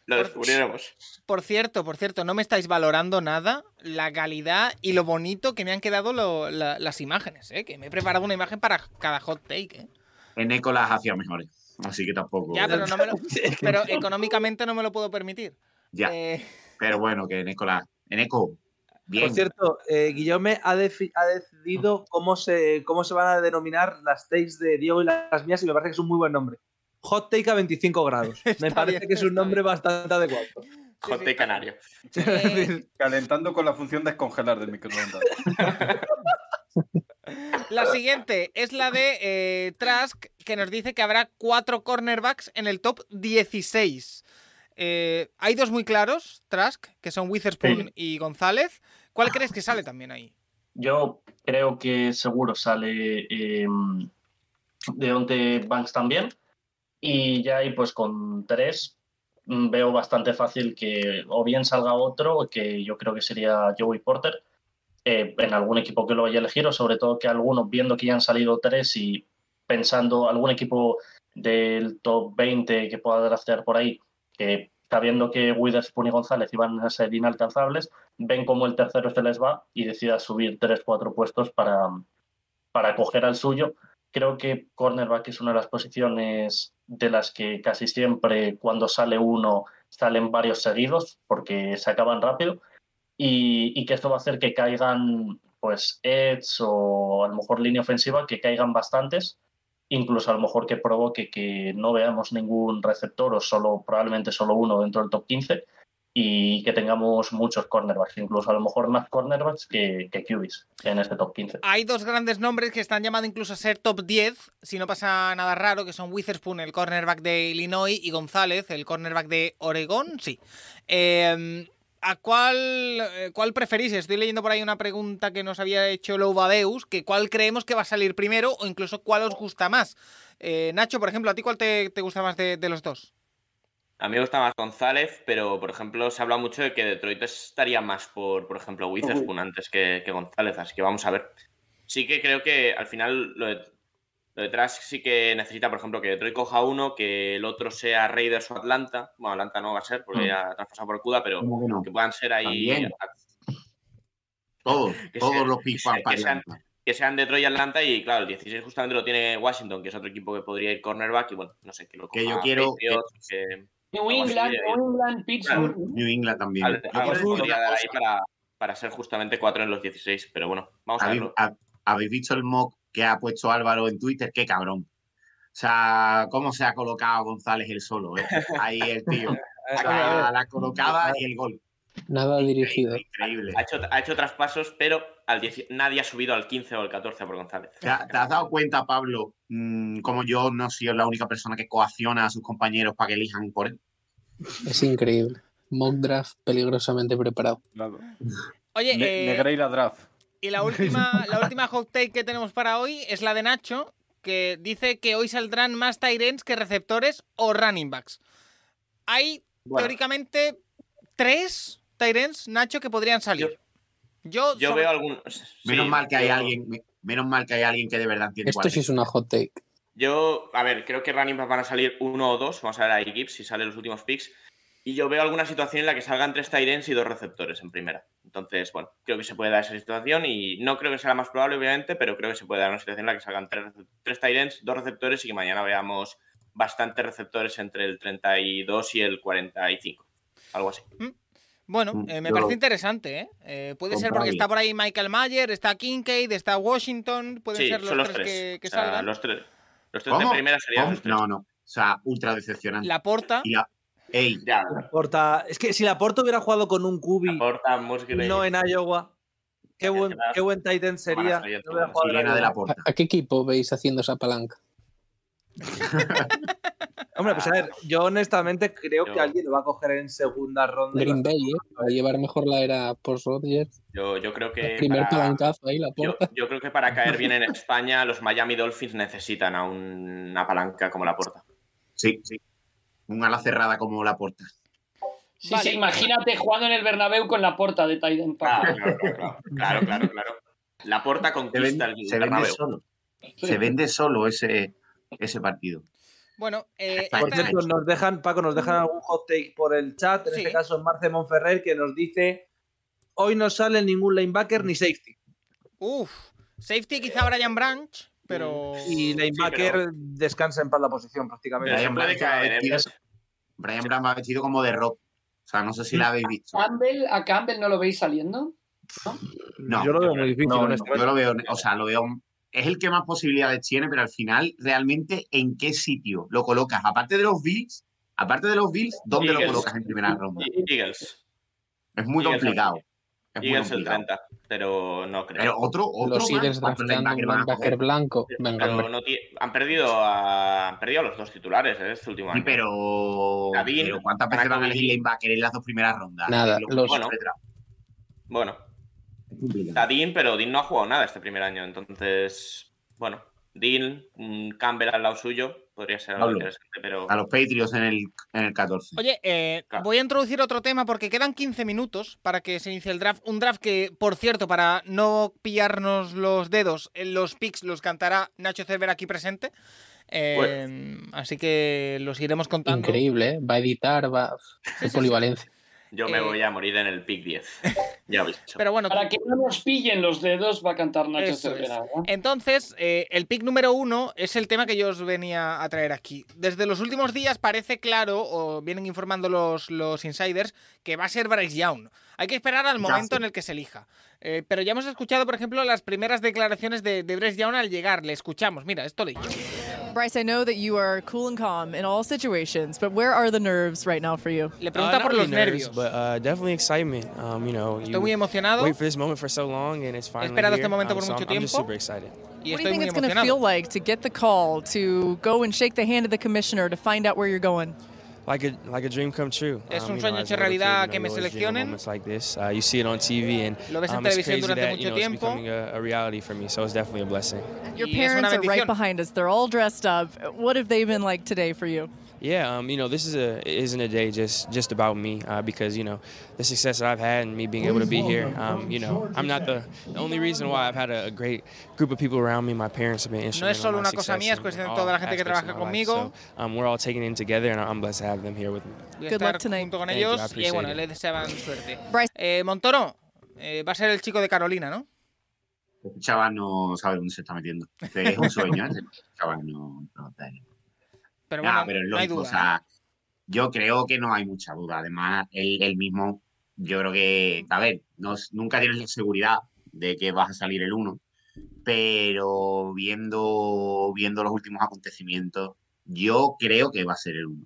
[SPEAKER 2] Lo descubriremos.
[SPEAKER 1] Por cierto, por cierto, no me estáis valorando nada la calidad y lo bonito que me han quedado lo- la- las imágenes, ¿eh? que me he preparado una imagen para cada hot take. ¿eh?
[SPEAKER 3] En Nicolás hacía mejores. Así que tampoco.
[SPEAKER 1] Ya, pero, no me lo- pero económicamente no me lo puedo permitir.
[SPEAKER 3] Ya,
[SPEAKER 1] Eh,
[SPEAKER 3] pero bueno, que Nicolás. Eneco, bien.
[SPEAKER 5] Por cierto, eh, Guillaume ha, defi- ha decidido cómo se, cómo se van a denominar las takes de Diego y las mías y me parece que es un muy buen nombre. Hot Take a 25 grados. Me
[SPEAKER 1] Está
[SPEAKER 5] parece
[SPEAKER 1] bien,
[SPEAKER 5] que es un
[SPEAKER 1] está
[SPEAKER 5] nombre bastante adecuado.
[SPEAKER 1] sí,
[SPEAKER 2] Jote
[SPEAKER 1] sí.
[SPEAKER 2] Canario.
[SPEAKER 1] Eh,
[SPEAKER 7] Calentando con la función descongelar del microondas.
[SPEAKER 1] la siguiente es la de eh, Trask, que nos dice que habrá cuatro cornerbacks en el top 16. Eh, hay dos muy claros, Trask, que son Witherspoon y González. ¿Cuál crees que sale también ahí?
[SPEAKER 6] Yo creo que seguro sale eh, Deonte Banks también. Y ya ahí pues con tres mm, veo bastante fácil que o bien salga otro, que yo creo que sería Joey Porter, eh, en algún equipo que lo vaya a elegir, o sobre todo que algunos, viendo que ya han salido tres y pensando algún equipo del top 20 que pueda draftear por ahí, que sabiendo que Witherspoon y González iban a ser inalcanzables, ven cómo el tercero se les va y decida subir 3-4 puestos para, para coger al suyo. Creo que cornerback es una de las posiciones de las que casi siempre cuando sale uno salen varios seguidos porque se acaban rápido y, y que esto va a hacer que caigan pues edge o a lo mejor línea ofensiva, que caigan bastantes incluso a lo mejor que provoque que no veamos ningún receptor o solo probablemente solo uno dentro del top 15 y que tengamos muchos cornerbacks, incluso a lo mejor más cornerbacks que, que QBs en este top 15.
[SPEAKER 1] Hay dos grandes nombres que están llamando incluso a ser top 10, si no pasa nada raro, que son Witherspoon, el cornerback de Illinois, y González, el cornerback de Oregón, sí. Eh, ¿A cuál, eh, cuál preferís? Estoy leyendo por ahí una pregunta que nos había hecho Loubadeus, que cuál creemos que va a salir primero o incluso cuál os gusta más. Eh, Nacho, por ejemplo, ¿a ti cuál te, te gusta más de, de los dos?
[SPEAKER 2] A mí me gusta más González, pero por ejemplo se habla mucho de que Detroit estaría más por, por ejemplo, Witherspoon antes que, que González, así que vamos a ver. Sí que creo que al final lo de, lo de Trask sí que necesita, por ejemplo, que Detroit coja uno, que el otro sea Raiders o Atlanta. Bueno, Atlanta no va a ser porque
[SPEAKER 3] Mm.
[SPEAKER 2] ya traspasado por Cuda, pero
[SPEAKER 3] ¿Cómo que no?
[SPEAKER 2] que puedan ser ahí
[SPEAKER 3] También. Todos,
[SPEAKER 2] que
[SPEAKER 3] todos
[SPEAKER 2] sea-
[SPEAKER 3] los
[SPEAKER 2] que
[SPEAKER 3] picks
[SPEAKER 2] sea-
[SPEAKER 3] van para
[SPEAKER 2] que sean-
[SPEAKER 3] Atlanta.
[SPEAKER 2] que sean Detroit y Atlanta y claro, el 16 justamente lo tiene Washington, que es otro equipo que podría ir cornerback y bueno, no sé, que lo
[SPEAKER 3] Que
[SPEAKER 2] coja
[SPEAKER 3] yo quiero-
[SPEAKER 2] Patriots, que-
[SPEAKER 4] New
[SPEAKER 2] Algo así,
[SPEAKER 4] England,
[SPEAKER 2] eh.
[SPEAKER 4] New England, Pittsburgh.
[SPEAKER 3] New England también.
[SPEAKER 2] Al-
[SPEAKER 3] Yo
[SPEAKER 2] algo
[SPEAKER 3] quiero
[SPEAKER 2] se
[SPEAKER 3] decir
[SPEAKER 2] podría
[SPEAKER 3] una
[SPEAKER 2] dar
[SPEAKER 3] cosa.
[SPEAKER 2] ahí para, para ser justamente cuatro en los 16, pero bueno, vamos a
[SPEAKER 3] ¿Habéis,
[SPEAKER 2] verlo.
[SPEAKER 3] hab- habéis visto el mock que ha puesto Álvaro en Twitter? ¡Qué cabrón! O sea, cómo se ha colocado González el solo, ¿eh? Ahí el tío. La, la colocaba y el gol.
[SPEAKER 9] Nada dirigido.
[SPEAKER 3] Increíble.
[SPEAKER 2] Ha hecho, ha hecho traspasos, pero al 10 nadie ha subido al 15 o al 14 por González.
[SPEAKER 3] ¿Te, ha- te has dado cuenta, Pablo, mm, como yo no soy la única persona que coacciona a sus compañeros para que elijan por él?
[SPEAKER 9] Es increíble. Mock draft peligrosamente preparado.
[SPEAKER 7] Claro.
[SPEAKER 1] Oye,
[SPEAKER 7] Ne-
[SPEAKER 1] eh,
[SPEAKER 7] Negreira draft.
[SPEAKER 1] Y la última, la última hot take que tenemos para hoy es la de Nacho, que dice que hoy saldrán más Tyrens que receptores o running backs. Hay
[SPEAKER 2] Bueno,
[SPEAKER 1] teóricamente tres Tyrens, Nacho, que podrían salir. Yo,
[SPEAKER 2] yo
[SPEAKER 1] sobre-
[SPEAKER 2] veo algunos.
[SPEAKER 3] Menos
[SPEAKER 2] sí,
[SPEAKER 3] mal que hay
[SPEAKER 2] yo-
[SPEAKER 3] alguien, me- menos mal que hay alguien que de verdad entiende cuál
[SPEAKER 9] Esto sí es una hot take.
[SPEAKER 2] Yo, a ver, creo que running backs van a salir uno o dos. Vamos a ver a Gibbs si sale los últimos picks. Y yo veo alguna situación en la que salgan tres tight ends y dos receptores en primera. Entonces, bueno, creo que se puede dar esa situación y no creo que sea la más probable, obviamente, pero creo que se puede dar una situación en la que salgan tres, rece- tres tight ends, dos receptores y que mañana veamos bastantes receptores entre el 32 y el 45. Algo así.
[SPEAKER 1] Bueno,
[SPEAKER 2] Mm,
[SPEAKER 1] eh, me
[SPEAKER 3] Yo-
[SPEAKER 1] parece interesante, ¿eh? Eh, Puede ser porque
[SPEAKER 3] Comprable.
[SPEAKER 1] está por ahí Michael Mayer, está Kincaid, está Washington, pueden
[SPEAKER 2] Sí,
[SPEAKER 1] ser los,
[SPEAKER 2] son los
[SPEAKER 1] tres,
[SPEAKER 2] tres.
[SPEAKER 1] que, que
[SPEAKER 2] O sea,
[SPEAKER 1] salgan.
[SPEAKER 2] los tres. Los tres
[SPEAKER 3] ¿Cómo?
[SPEAKER 2] de primera
[SPEAKER 3] es.
[SPEAKER 2] serían los tres.
[SPEAKER 3] No, no. O sea, ultra decepcionante.
[SPEAKER 1] La porta.
[SPEAKER 3] Y la- Ey,
[SPEAKER 2] Ya,
[SPEAKER 5] Porta- es que si Laporta hubiera jugado con un cubi,
[SPEAKER 2] aporta Musgrave.
[SPEAKER 5] no en Iowa, qué buen,
[SPEAKER 2] Gracias.
[SPEAKER 5] qué buen Titan sería.
[SPEAKER 2] Buenas,
[SPEAKER 5] No hubiera jugado en
[SPEAKER 3] sirena de
[SPEAKER 5] Iowa.
[SPEAKER 3] la
[SPEAKER 9] ¿A,
[SPEAKER 3] puerta.
[SPEAKER 9] a qué equipo veis haciendo esa palanca?
[SPEAKER 5] Hombre, pues a ver, yo honestamente creo que
[SPEAKER 2] Yo-
[SPEAKER 5] alguien lo va a coger en segunda ronda.
[SPEAKER 9] Green Bay, ¿eh? Para llevar mejor la era post Rodgers.
[SPEAKER 2] Yo, yo creo
[SPEAKER 3] Eh,
[SPEAKER 2] que.
[SPEAKER 9] Primer
[SPEAKER 2] para-
[SPEAKER 9] palancazo ahí, la
[SPEAKER 2] Yo,
[SPEAKER 9] porta.
[SPEAKER 2] yo creo que para caer bien en España, los Miami Dolphins necesitan a un- una palanca como la porta.
[SPEAKER 3] sí, sí. Un ala cerrada como la puerta.
[SPEAKER 4] Sí,
[SPEAKER 1] Vale.
[SPEAKER 4] sí, imagínate jugando en el Bernabéu con la porta de Tyden
[SPEAKER 2] Claro, claro, claro. claro, claro, claro. La porta
[SPEAKER 3] Se ven-
[SPEAKER 2] conquista
[SPEAKER 3] se
[SPEAKER 2] el
[SPEAKER 3] vende,
[SPEAKER 2] Bernabéu.
[SPEAKER 3] solo. Se vende solo ese, ese partido.
[SPEAKER 1] Bueno, eh,
[SPEAKER 3] Por
[SPEAKER 5] Por
[SPEAKER 1] esta-
[SPEAKER 5] cierto, nos dejan, Paco, nos dejan algún hot take por el chat. En
[SPEAKER 1] Sí.
[SPEAKER 5] este caso es Marce Monferrer que nos dice: Hoy no sale ningún linebacker ni safety.
[SPEAKER 1] Uf, safety quizá Brian Branch, pero...
[SPEAKER 5] Y linebacker descansa en paz la posición prácticamente.
[SPEAKER 2] Pero se
[SPEAKER 3] Brian
[SPEAKER 2] puede
[SPEAKER 3] Brown va
[SPEAKER 2] caer, ¿eh?
[SPEAKER 3] vestido- Brian Brown va vestido como de rock. O sea, no sé si la habéis visto.
[SPEAKER 4] Campbell, ¿A Campbell no lo veis saliendo?
[SPEAKER 3] No,
[SPEAKER 5] yo lo veo muy difícil,
[SPEAKER 6] no, no,
[SPEAKER 5] honestamente.
[SPEAKER 3] Yo lo veo, o sea, lo veo. Es el que más posibilidades tiene, pero al final, realmente, ¿en qué sitio lo colocas? Aparte de los Bills, aparte de los Bills, ¿dónde lo
[SPEAKER 2] Eagles.
[SPEAKER 3] colocas en primera ronda?
[SPEAKER 2] E- Eagles.
[SPEAKER 3] Es muy
[SPEAKER 2] Eagles.
[SPEAKER 3] complicado. Es muy
[SPEAKER 2] Eagles el
[SPEAKER 3] complicado.
[SPEAKER 2] 30. Pero no creo.
[SPEAKER 3] Pero otro, otro
[SPEAKER 9] Los Eagles
[SPEAKER 3] más, ¿cuántos
[SPEAKER 9] drafteando un
[SPEAKER 3] linebackers van a
[SPEAKER 9] linebacker
[SPEAKER 3] coger?
[SPEAKER 9] blanco. Venga,
[SPEAKER 2] ¿eh? Pero
[SPEAKER 9] hombre.
[SPEAKER 2] no tie- han, perdido a, han perdido a los dos titulares ¿eh? este último
[SPEAKER 3] Sí,
[SPEAKER 2] año.
[SPEAKER 3] pero,
[SPEAKER 2] Gavin,
[SPEAKER 3] pero ¿cuántas veces
[SPEAKER 2] Tanaka
[SPEAKER 3] van a elegir
[SPEAKER 2] Gavin.
[SPEAKER 3] linebacker en las dos primeras rondas?
[SPEAKER 9] Nada,
[SPEAKER 3] Lo-
[SPEAKER 9] los-
[SPEAKER 3] bueno,
[SPEAKER 2] Bueno,
[SPEAKER 3] complicado.
[SPEAKER 2] Está Dean, pero Dean no ha jugado nada este primer año. Entonces, bueno, Dean, mm, Campbell al lado suyo, podría ser algo
[SPEAKER 3] Pablo.
[SPEAKER 2] interesante, pero
[SPEAKER 3] A los Patriots eh. en el, en el 14.
[SPEAKER 1] Oye, eh,
[SPEAKER 2] Claro.
[SPEAKER 1] voy a introducir otro tema porque quedan 15 minutos para que se inicie el draft. Un draft que, por cierto, para no pillarnos los dedos, en los picks los cantará Nacho Cerver aquí presente. Eh, Así que los iremos contando.
[SPEAKER 9] Increíble, ¿eh? Va a editar, va es polivalencia.
[SPEAKER 2] yo me
[SPEAKER 1] eh,
[SPEAKER 2] voy a morir en el pick 10. Ya lo he dicho.
[SPEAKER 1] Pero bueno,
[SPEAKER 4] Para que no nos pillen los dedos, va a cantar Nacho
[SPEAKER 1] Eso es.
[SPEAKER 4] Cervera. ¿no?
[SPEAKER 1] Entonces, eh, el pick número uno es el tema que yo os venía a traer aquí. Desde los últimos días parece claro, o vienen informando los, los insiders, que va a ser Bryce Young. Hay que esperar al momento en el que se elija. Eh, pero ya hemos escuchado, por ejemplo, las primeras declaraciones de, de Bryce Young al llegar. Le escuchamos. Mira, esto leí.
[SPEAKER 10] Bryce, I know that you are cool and calm in all situations, but where are the nerves right now for you?
[SPEAKER 1] Le pregunta por Ah, los nervios.
[SPEAKER 11] uh, definitely excitement. Um, you know,
[SPEAKER 1] Estoy muy emocionado
[SPEAKER 11] wait for this moment for so long and it's finally
[SPEAKER 1] esperado este
[SPEAKER 11] here.
[SPEAKER 1] momento
[SPEAKER 11] Um,
[SPEAKER 1] por
[SPEAKER 11] so
[SPEAKER 1] mucho
[SPEAKER 11] I'm- I'm just
[SPEAKER 1] tiempo.
[SPEAKER 11] super excited.
[SPEAKER 1] y
[SPEAKER 10] what do you
[SPEAKER 1] estoy
[SPEAKER 10] think
[SPEAKER 1] muy
[SPEAKER 10] it's going to feel
[SPEAKER 1] emocionado.
[SPEAKER 10] like to get the call to go and shake the hand of the commissioner to find out where you're going?
[SPEAKER 11] Like a like a dream come true.
[SPEAKER 1] Es
[SPEAKER 11] Um,
[SPEAKER 1] un
[SPEAKER 11] you know,
[SPEAKER 1] sueño
[SPEAKER 11] as
[SPEAKER 1] hecho
[SPEAKER 11] a little kid,
[SPEAKER 1] realidad
[SPEAKER 11] you
[SPEAKER 1] que
[SPEAKER 11] know,
[SPEAKER 1] me
[SPEAKER 11] you always dream of
[SPEAKER 1] seleccionen.
[SPEAKER 11] Moments like this, uh, you see it on TV and
[SPEAKER 1] Lo ves en
[SPEAKER 11] um, it's crazy
[SPEAKER 1] televisión durante
[SPEAKER 11] that, you
[SPEAKER 1] mucho
[SPEAKER 11] know, it's
[SPEAKER 1] tiempo.
[SPEAKER 11] becoming a, a reality for me. So it's definitely a blessing.
[SPEAKER 10] Your
[SPEAKER 1] Y es
[SPEAKER 10] parents
[SPEAKER 1] una
[SPEAKER 10] are right
[SPEAKER 1] bendición.
[SPEAKER 10] behind us. They're all dressed up. What have they been like today for you?
[SPEAKER 11] Yeah, um, you know, this is a isn't a day just just about me uh, because you know the success that I've had and me being able to be here. Um, you know, I'm not the, the only reason why I've had a, a great group of people around me. My parents have been
[SPEAKER 1] No es
[SPEAKER 11] instrumental
[SPEAKER 1] solo
[SPEAKER 11] in my
[SPEAKER 1] una cosa
[SPEAKER 11] success
[SPEAKER 1] mía, es
[SPEAKER 11] in
[SPEAKER 1] cuestión de
[SPEAKER 11] all
[SPEAKER 1] toda la gente que
[SPEAKER 11] aspects of
[SPEAKER 1] trabaja
[SPEAKER 11] my life. So,
[SPEAKER 1] conmigo.
[SPEAKER 11] um, we're all taking it in together, and I'm blessed to have them here with me.
[SPEAKER 1] Y
[SPEAKER 10] Good
[SPEAKER 1] estar
[SPEAKER 10] luck tonight.
[SPEAKER 1] junto con
[SPEAKER 11] Thank you, I
[SPEAKER 1] ellos. Y
[SPEAKER 11] appreciate
[SPEAKER 1] bueno,
[SPEAKER 11] it.
[SPEAKER 1] les deseaban suerte.
[SPEAKER 10] Bryce-
[SPEAKER 1] Eh, Montoro, eh, va a ser el chico de Carolina, ¿no?
[SPEAKER 3] Este chaval no sabe dónde se está metiendo. Este es un sueño, ¿eh? este chaval no. no da ni-
[SPEAKER 1] Pero
[SPEAKER 3] Nah,
[SPEAKER 1] bueno,
[SPEAKER 3] Ah, pero es
[SPEAKER 1] no hay
[SPEAKER 3] lógico,
[SPEAKER 1] duda. ¿eh?
[SPEAKER 3] o sea, yo creo que no hay mucha duda. Además, él, él mismo, yo creo que, a ver, no es- nunca tienes la seguridad de que vas a salir el uno, pero viendo, viendo los últimos acontecimientos, yo creo que va a ser el uno.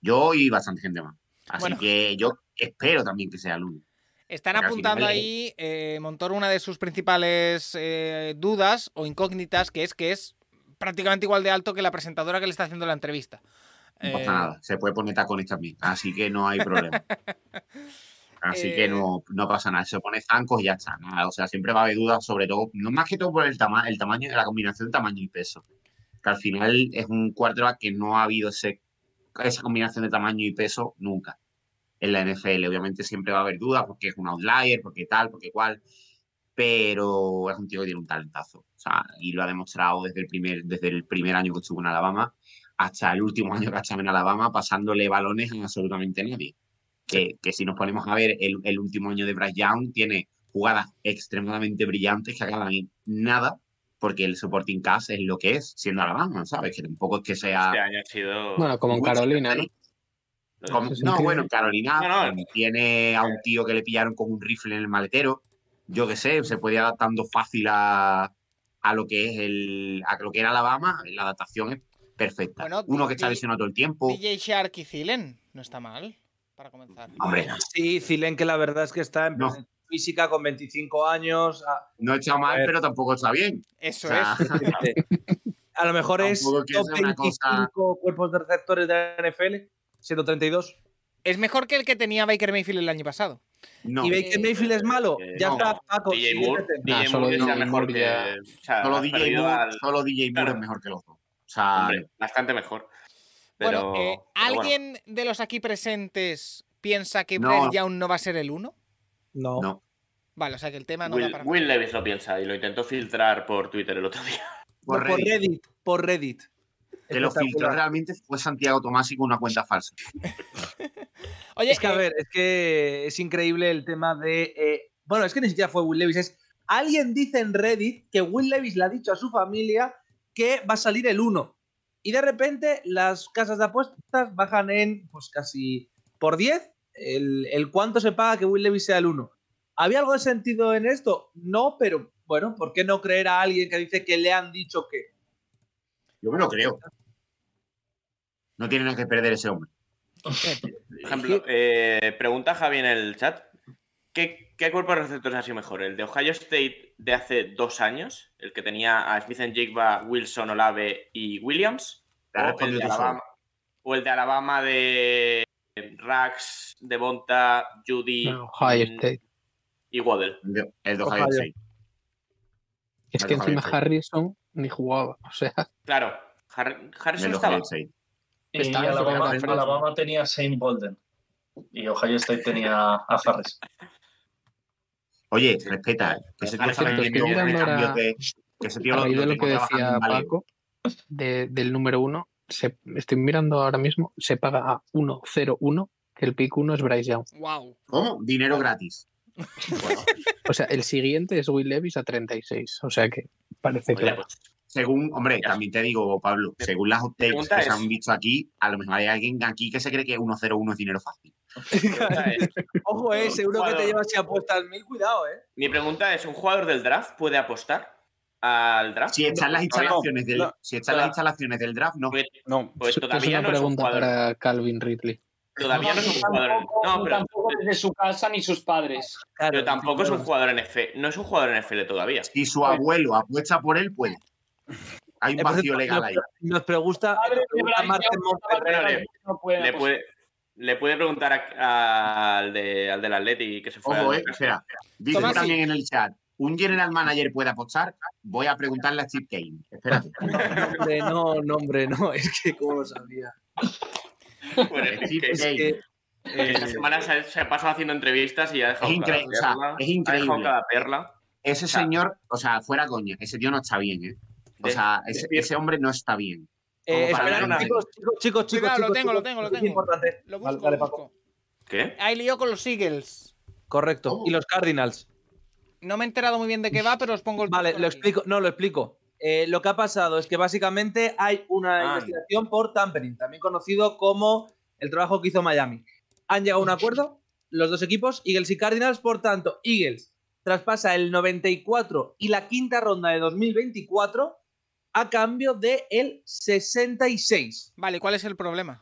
[SPEAKER 3] Yo y bastante gente más. Así
[SPEAKER 1] Bueno.
[SPEAKER 3] que yo espero también que sea el uno.
[SPEAKER 1] Están
[SPEAKER 3] Porque al
[SPEAKER 1] apuntando
[SPEAKER 3] final, eh,
[SPEAKER 1] ahí, eh, Montoro, una de sus principales eh, dudas o incógnitas, que es que es prácticamente igual de alto que la presentadora que le está haciendo la entrevista.
[SPEAKER 3] No pasa
[SPEAKER 1] Eh,
[SPEAKER 3] nada, se puede poner tacones también, así que no hay problema. Así
[SPEAKER 1] Eh,
[SPEAKER 3] que no, no pasa nada, se pone zancos y ya está. Nada. O sea, siempre va a haber dudas, sobre todo, no más que todo por el, tama el tamaño, la combinación de tamaño y peso. Que al final es un quarterback que no ha habido ese, esa combinación de tamaño y peso nunca en la NFL. Obviamente siempre va a haber dudas porque es un outlier, porque tal, porque cual. Pero es un tío que tiene un talentazo. O sea, y lo ha demostrado desde el primer, desde el primer año que estuvo en Alabama hasta el último año que ha estado en Alabama, pasándole balones a absolutamente nadie. Que, que si nos ponemos a ver, el, el último año de Bryce Young tiene jugadas extremadamente brillantes que acaban en nada, porque el supporting cast es lo que es, siendo Alabama, ¿sabes? Que tampoco es que sea...
[SPEAKER 2] Este año ha sido.
[SPEAKER 9] Bueno, como en
[SPEAKER 3] Mucho
[SPEAKER 9] Carolina, ¿no?
[SPEAKER 3] Como-
[SPEAKER 9] Eso es
[SPEAKER 3] no,
[SPEAKER 9] increíble.
[SPEAKER 3] bueno, Carolina
[SPEAKER 2] No, no.
[SPEAKER 3] como tiene a un tío que le pillaron con un rifle en el maletero. Yo qué sé, se puede ir adaptando fácil a, a lo que es el, a lo que era Alabama. La adaptación es perfecta.
[SPEAKER 1] Bueno,
[SPEAKER 3] Uno que está
[SPEAKER 1] di-
[SPEAKER 3] lesionado todo el tiempo.
[SPEAKER 1] DJ Shark y Zilen, no está mal, para comenzar.
[SPEAKER 3] Hombre,
[SPEAKER 5] Sí, Zilen, que la verdad es que está en
[SPEAKER 3] No.
[SPEAKER 5] presencia física con 25 años. A,
[SPEAKER 3] no está mal, pero tampoco está bien.
[SPEAKER 1] Eso
[SPEAKER 3] O sea,
[SPEAKER 1] es.
[SPEAKER 5] a lo mejor es
[SPEAKER 3] Tampoco quiero
[SPEAKER 5] top
[SPEAKER 3] ser una
[SPEAKER 5] 25
[SPEAKER 3] cosa-
[SPEAKER 5] cuerpos de receptores de la NFL, siendo 32.
[SPEAKER 1] Es mejor que el que tenía Baker Mayfield el año pasado.
[SPEAKER 3] no. Ah,
[SPEAKER 5] ¿Y Baker Mayfield es malo?
[SPEAKER 2] Eh,
[SPEAKER 5] ya
[SPEAKER 3] no.
[SPEAKER 5] está, Paco.
[SPEAKER 2] DJ Moore,
[SPEAKER 5] siéntete.
[SPEAKER 2] DJ
[SPEAKER 9] Nah, solo
[SPEAKER 2] Moore es
[SPEAKER 9] DJ
[SPEAKER 2] mejor
[SPEAKER 9] Moore
[SPEAKER 2] que.
[SPEAKER 9] ya-
[SPEAKER 2] o sea,
[SPEAKER 3] Solo
[SPEAKER 2] has
[SPEAKER 3] DJ,
[SPEAKER 2] perdido
[SPEAKER 3] Moore,
[SPEAKER 2] al-
[SPEAKER 3] solo DJ Moore
[SPEAKER 2] Claro.
[SPEAKER 3] es mejor que los dos. O sea,
[SPEAKER 2] hombre, bastante mejor. Pero,
[SPEAKER 1] bueno, eh,
[SPEAKER 2] pero bueno.
[SPEAKER 1] ¿alguien de los aquí presentes piensa que
[SPEAKER 3] No.
[SPEAKER 1] Bryce Young no va a ser el uno?
[SPEAKER 5] No.
[SPEAKER 3] no.
[SPEAKER 1] Vale, o sea que el tema no da
[SPEAKER 2] Will,
[SPEAKER 1] para
[SPEAKER 2] Will Levis lo piensa y lo intentó filtrar por Twitter el otro día.
[SPEAKER 5] Por,
[SPEAKER 3] Por Reddit.
[SPEAKER 5] Reddit. Por Reddit.
[SPEAKER 3] Que lo filtró
[SPEAKER 5] Espectacular.
[SPEAKER 3] realmente fue Santiago Tomás y con una cuenta falsa.
[SPEAKER 1] Oye,
[SPEAKER 5] Es que, a
[SPEAKER 1] eh,
[SPEAKER 5] ver, es que es increíble el tema de. eh, bueno, es que ni siquiera fue Will Levis. Es, alguien dice en Reddit que Will Levis le ha dicho a su familia que va a salir el 1. Y de repente las casas de apuestas bajan en, pues casi por 10, el, el cuánto se paga que Will Levis sea el 1. ¿Había algo de sentido en esto? No, pero bueno, ¿por qué no creer a alguien que dice que le han dicho que?
[SPEAKER 3] Yo me lo creo. No tiene nada que perder ese hombre.
[SPEAKER 2] Por ejemplo, eh, pregunta Javi en el chat. ¿Qué, ¿Qué cuerpo de receptores ha sido mejor? ¿El de Ohio State de hace dos años? ¿El que tenía a Smith Jigba, Wilson, Olave y Williams?
[SPEAKER 3] Te has
[SPEAKER 2] ¿O el,
[SPEAKER 3] respondido
[SPEAKER 2] de
[SPEAKER 3] tú
[SPEAKER 2] Alabama, o el de Alabama de Rax, Devonta, Judy
[SPEAKER 9] No, Ohio
[SPEAKER 2] mm,
[SPEAKER 9] State.
[SPEAKER 2] y Waddle.
[SPEAKER 3] El de
[SPEAKER 9] Ohio
[SPEAKER 3] Ohio State.
[SPEAKER 9] Es
[SPEAKER 3] Pero
[SPEAKER 9] que encima
[SPEAKER 3] Harrison.
[SPEAKER 9] Harrison ni jugaba. O sea,
[SPEAKER 2] Claro, Har- Harrison
[SPEAKER 3] El
[SPEAKER 2] estaba.
[SPEAKER 3] Ohio State.
[SPEAKER 6] Eh, Y
[SPEAKER 9] Estaba
[SPEAKER 6] Alabama,
[SPEAKER 9] en la
[SPEAKER 6] Alabama tenía a Shane Bolden. Y Ohio State tenía a Harris.
[SPEAKER 3] Oye, respeta, que ese tío
[SPEAKER 2] Harrison
[SPEAKER 3] está
[SPEAKER 9] estoy
[SPEAKER 3] vendiendo
[SPEAKER 9] mirando
[SPEAKER 3] de
[SPEAKER 9] ahora-
[SPEAKER 3] cambios de. Que ese tío
[SPEAKER 9] a
[SPEAKER 3] lo,
[SPEAKER 9] raíz de
[SPEAKER 3] lo
[SPEAKER 9] lo
[SPEAKER 3] tengo
[SPEAKER 9] que
[SPEAKER 3] trabajando
[SPEAKER 9] decía
[SPEAKER 3] en Valero.
[SPEAKER 9] Paco, de- del número uno, se- estoy mirando ahora mismo, se paga a 1-0-1, que el pick 1 es Bryce Young.
[SPEAKER 1] Wow.
[SPEAKER 3] ¿Cómo? Dinero gratis.
[SPEAKER 9] O sea, el siguiente es Will Levis a 36. O sea que parece
[SPEAKER 2] Oye,
[SPEAKER 9] claro.
[SPEAKER 2] pues,
[SPEAKER 3] Según, hombre, también te digo, Pablo, según las hot takes
[SPEAKER 2] pregunta
[SPEAKER 3] que se
[SPEAKER 2] es-
[SPEAKER 3] han visto aquí, a lo mejor hay alguien aquí que se cree que 101 es dinero fácil.
[SPEAKER 2] pregunta es-
[SPEAKER 5] Ojo, eh, seguro que te
[SPEAKER 2] Jugador.
[SPEAKER 5] llevas si apuestas mil, cuidado, eh.
[SPEAKER 2] mi pregunta es: ¿un jugador del draft puede apostar al draft?
[SPEAKER 3] Si están las instalaciones del,
[SPEAKER 7] no,
[SPEAKER 3] si están
[SPEAKER 7] no.
[SPEAKER 3] las instalaciones del draft, no.
[SPEAKER 2] Pues,
[SPEAKER 7] No,
[SPEAKER 2] pues
[SPEAKER 9] Es- es
[SPEAKER 2] todavía
[SPEAKER 9] una
[SPEAKER 2] no es un
[SPEAKER 9] pregunta
[SPEAKER 2] jugador.
[SPEAKER 9] para Calvin Ridley.
[SPEAKER 2] Todavía no es un jugador.
[SPEAKER 4] Tampoco,
[SPEAKER 2] No, pero,
[SPEAKER 4] tampoco desde su casa ni sus padres.
[SPEAKER 5] Claro,
[SPEAKER 2] pero tampoco es un jugador NFL. No es un jugador NFL todavía.
[SPEAKER 3] Si su abuelo apuesta por él, puede. Hay un
[SPEAKER 5] Entonces,
[SPEAKER 3] vacío legal ahí.
[SPEAKER 5] Nos, nos pregunta,
[SPEAKER 4] Padre de
[SPEAKER 5] nos pregunta
[SPEAKER 4] Bryce
[SPEAKER 5] Marcel
[SPEAKER 4] Young,
[SPEAKER 5] Monterrey.
[SPEAKER 2] Monterrey.
[SPEAKER 4] Bryce no puede
[SPEAKER 2] Le
[SPEAKER 4] apostar.
[SPEAKER 2] puede, pues. le puede preguntar a- al, de, al del Atleti que se fue.
[SPEAKER 3] Ojo,
[SPEAKER 2] al-
[SPEAKER 3] eh, espera. Dice
[SPEAKER 1] Tomás,
[SPEAKER 3] también en el chat, ¿un general manager puede apostar? Voy a preguntarle a Steve Kane. Espérate.
[SPEAKER 5] Hombre, no, no, hombre, no. Es que cómo lo sabía.
[SPEAKER 2] Bueno, es que-
[SPEAKER 5] Es que, eh,
[SPEAKER 2] que esta semana se, se ha pasado haciendo entrevistas y ha dejado
[SPEAKER 3] Es increíble, o sea,
[SPEAKER 2] cada perla.
[SPEAKER 3] es
[SPEAKER 2] Ha dejado
[SPEAKER 3] increíble.
[SPEAKER 2] cada perla.
[SPEAKER 3] Ese
[SPEAKER 2] sea,
[SPEAKER 3] señor, o sea, fuera coña, ese tío no está bien, ¿eh? O
[SPEAKER 2] De-
[SPEAKER 3] sea, ese,
[SPEAKER 2] despierta.
[SPEAKER 3] ese hombre no está bien.
[SPEAKER 5] eh,
[SPEAKER 3] Como para
[SPEAKER 5] esperad,
[SPEAKER 3] una-
[SPEAKER 5] chicos, chicos, chicos, chicos.
[SPEAKER 1] Cuidado, lo
[SPEAKER 5] chicos,
[SPEAKER 1] tengo, lo
[SPEAKER 5] chicos,
[SPEAKER 1] tengo, lo
[SPEAKER 5] es
[SPEAKER 1] tengo.
[SPEAKER 5] importante.
[SPEAKER 1] Lo
[SPEAKER 5] Vale,
[SPEAKER 1] busco,
[SPEAKER 5] dale,
[SPEAKER 1] lo
[SPEAKER 5] Paco.
[SPEAKER 1] busco.
[SPEAKER 2] ¿Qué?
[SPEAKER 1] Hay lío con los Eagles.
[SPEAKER 5] Correcto. Y los Cardinals.
[SPEAKER 1] No me he enterado muy bien de qué va, pero os pongo el.
[SPEAKER 5] Vale,
[SPEAKER 1] por
[SPEAKER 5] lo
[SPEAKER 1] aquí.
[SPEAKER 5] explico. No, lo explico. Eh, lo que ha pasado es que básicamente hay una
[SPEAKER 2] Ah.
[SPEAKER 5] investigación por tampering, también conocido como el trabajo que hizo Miami. Han llegado a un acuerdo los dos equipos, Eagles y Cardinals, por tanto, Eagles traspasa el 94 y la quinta ronda de 2024 a cambio de el 66.
[SPEAKER 1] Vale, ¿cuál es el problema?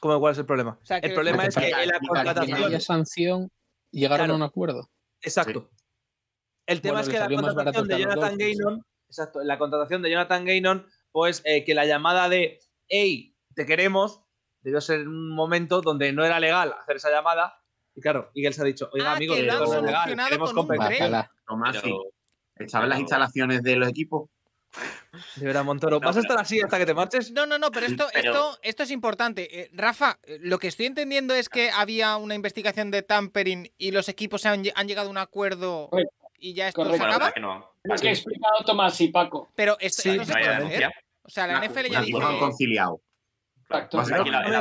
[SPEAKER 5] ¿Cómo cuál es el problema?
[SPEAKER 1] sea,
[SPEAKER 5] el
[SPEAKER 1] que-
[SPEAKER 5] problema es que en la
[SPEAKER 3] Claro,
[SPEAKER 9] Porque
[SPEAKER 5] contratación...
[SPEAKER 9] aquella sanción llegaron
[SPEAKER 5] Claro.
[SPEAKER 9] a un acuerdo.
[SPEAKER 5] Exacto. El tema
[SPEAKER 9] Bueno,
[SPEAKER 5] es
[SPEAKER 9] le
[SPEAKER 5] que la
[SPEAKER 9] salió más
[SPEAKER 5] contratación de
[SPEAKER 9] barato que a los
[SPEAKER 5] Jonathan
[SPEAKER 9] Dolphins.
[SPEAKER 5] Gaynon, exacto, la contratación de Jonathan Gaynon, pues eh, que la llamada de hey, te queremos, debió ser un momento donde no era legal hacer esa llamada. Y claro, Eagles ha dicho, oiga,
[SPEAKER 1] Ah,
[SPEAKER 5] amigos,
[SPEAKER 1] que
[SPEAKER 3] lo
[SPEAKER 5] esto
[SPEAKER 3] han
[SPEAKER 5] no es legal,
[SPEAKER 1] solucionado
[SPEAKER 5] queremos
[SPEAKER 1] con un
[SPEAKER 5] compensar.
[SPEAKER 1] tren.
[SPEAKER 9] Bacala.
[SPEAKER 3] Tomás, sí.
[SPEAKER 2] Pero-
[SPEAKER 3] ¿Estaba en las
[SPEAKER 2] pero-
[SPEAKER 3] instalaciones de los equipos?
[SPEAKER 5] De verdad, Montoro, ¿vas a
[SPEAKER 2] pero-
[SPEAKER 5] estar así hasta que te marches?
[SPEAKER 1] No, no, no, pero esto,
[SPEAKER 2] Pero-
[SPEAKER 1] esto, esto es importante. Eh, Rafa, eh, lo que estoy entendiendo es que había una investigación de tampering y los equipos se han, lle- han llegado a un acuerdo
[SPEAKER 4] Correcto.
[SPEAKER 1] y ya esto se
[SPEAKER 4] Correcto.
[SPEAKER 2] Bueno,
[SPEAKER 1] acaba.
[SPEAKER 2] para que no.
[SPEAKER 4] Pues Lo que ha explicado Tomás y Paco.
[SPEAKER 1] Pero esto,
[SPEAKER 5] Sí,
[SPEAKER 1] esto se
[SPEAKER 2] No hay
[SPEAKER 1] puede
[SPEAKER 2] denuncia.
[SPEAKER 1] hacer. O sea, la
[SPEAKER 3] Un
[SPEAKER 1] NFL
[SPEAKER 3] acu-
[SPEAKER 1] ya
[SPEAKER 3] un acuerdo
[SPEAKER 1] dice.
[SPEAKER 3] conciliado.
[SPEAKER 4] Exacto.
[SPEAKER 3] Vas a-
[SPEAKER 2] Aquí la- el,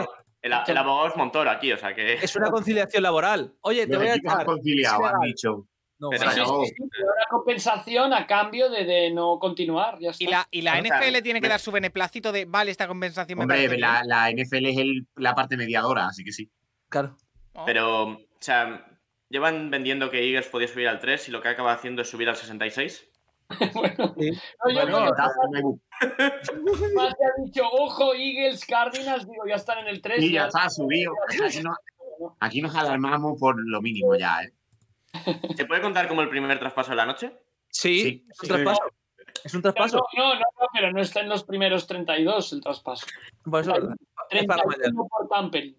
[SPEAKER 2] el- el abogado es Montoro aquí, o sea que.
[SPEAKER 5] Es una conciliación laboral. Oye, te
[SPEAKER 3] Los
[SPEAKER 5] voy a
[SPEAKER 3] equipos han
[SPEAKER 5] echar.
[SPEAKER 3] conciliado,
[SPEAKER 5] Es
[SPEAKER 3] han
[SPEAKER 5] legal.
[SPEAKER 3] dicho.
[SPEAKER 5] No,
[SPEAKER 2] Pero
[SPEAKER 5] vale.
[SPEAKER 4] Sí, sí,
[SPEAKER 3] no.
[SPEAKER 4] sí, sí, pero una compensación a cambio de, de no continuar. Ya está.
[SPEAKER 1] Y la, y la
[SPEAKER 2] O sea,
[SPEAKER 1] NFL tiene que
[SPEAKER 2] me-
[SPEAKER 1] dar su beneplácito de vale esta compensación me
[SPEAKER 3] Hombre,
[SPEAKER 1] parece
[SPEAKER 3] la,
[SPEAKER 1] bien".
[SPEAKER 3] la NFL es el- la parte mediadora, así que sí.
[SPEAKER 5] Claro.
[SPEAKER 1] Oh,
[SPEAKER 2] Pero, o sea, llevan vendiendo que Eagles podía subir al 3 y lo que acaba haciendo es subir al 66.
[SPEAKER 4] Bueno,
[SPEAKER 5] Sí.
[SPEAKER 4] no, yo creo
[SPEAKER 3] Bueno,
[SPEAKER 4] que
[SPEAKER 3] está- no
[SPEAKER 4] Tomás te ha dicho, ojo, Eagles, Cardinals, digo, ya están en el 3.
[SPEAKER 3] hay- sí, ya está subido. Aquí, no- aquí nos alarmamos por lo mínimo ya, ¿eh?
[SPEAKER 2] ¿Se puede contar como el primer traspaso de la noche?
[SPEAKER 5] Sí,
[SPEAKER 3] Sí,
[SPEAKER 5] es un
[SPEAKER 7] sí.
[SPEAKER 5] traspaso. Es un traspaso.
[SPEAKER 4] No, no, no, no, pero no está en los primeros 32 el traspaso.
[SPEAKER 5] Pues eso es verdad. Es para mañana.
[SPEAKER 4] 31 por tampering.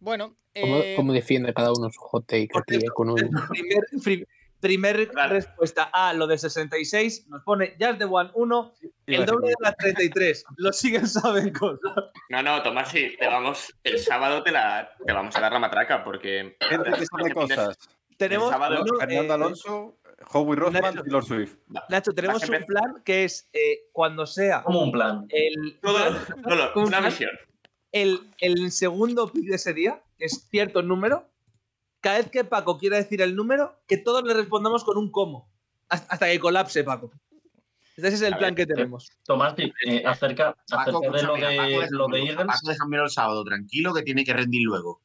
[SPEAKER 1] Bueno,
[SPEAKER 9] ¿Cómo,
[SPEAKER 1] eh,
[SPEAKER 9] cómo defiende cada uno su hot take,
[SPEAKER 5] Por
[SPEAKER 9] tío,
[SPEAKER 5] cierto,
[SPEAKER 9] con un-
[SPEAKER 5] primer, pri- primer
[SPEAKER 2] Claro.
[SPEAKER 5] respuesta a lo de 66 nos pone Just the One 1,
[SPEAKER 7] Iba
[SPEAKER 5] el
[SPEAKER 7] a
[SPEAKER 5] doble de
[SPEAKER 7] decir-
[SPEAKER 5] las 33. Lo siguen saben cosas.
[SPEAKER 2] No, no, Tomás, sí, te vamos, el sábado te, la, te vamos a dar la matraca porque...
[SPEAKER 7] Gente que sabe cosas.
[SPEAKER 5] Tenemos,
[SPEAKER 2] sábado,
[SPEAKER 5] bueno,
[SPEAKER 7] Fernando
[SPEAKER 5] eh,
[SPEAKER 7] Alonso, Howie Roseman,
[SPEAKER 5] Nacho.
[SPEAKER 7] Taylor Swift.
[SPEAKER 5] Nacho, tenemos
[SPEAKER 2] Vas a
[SPEAKER 5] un
[SPEAKER 2] empezar.
[SPEAKER 5] plan que es eh, cuando sea
[SPEAKER 6] Como un plan.
[SPEAKER 5] el,
[SPEAKER 2] Todo, solo
[SPEAKER 5] ¿Cómo
[SPEAKER 2] una
[SPEAKER 5] estás?
[SPEAKER 2] misión.
[SPEAKER 5] el, el segundo pick de ese día, que es cierto número, cada vez que Paco quiera decir el número, que todos le respondamos con un cómo. Hasta hasta que colapse, Paco. Ese es el
[SPEAKER 2] A
[SPEAKER 5] plan
[SPEAKER 2] ver,
[SPEAKER 5] que tenemos.
[SPEAKER 6] Tomás, eh, acerca,
[SPEAKER 3] Paco,
[SPEAKER 6] acerca de lo
[SPEAKER 3] escúchame, a Paco
[SPEAKER 6] de, lo de
[SPEAKER 3] déjamelo- a
[SPEAKER 6] Eagles.
[SPEAKER 3] Paco déjamelo el sábado, tranquilo, que tiene que rendir luego.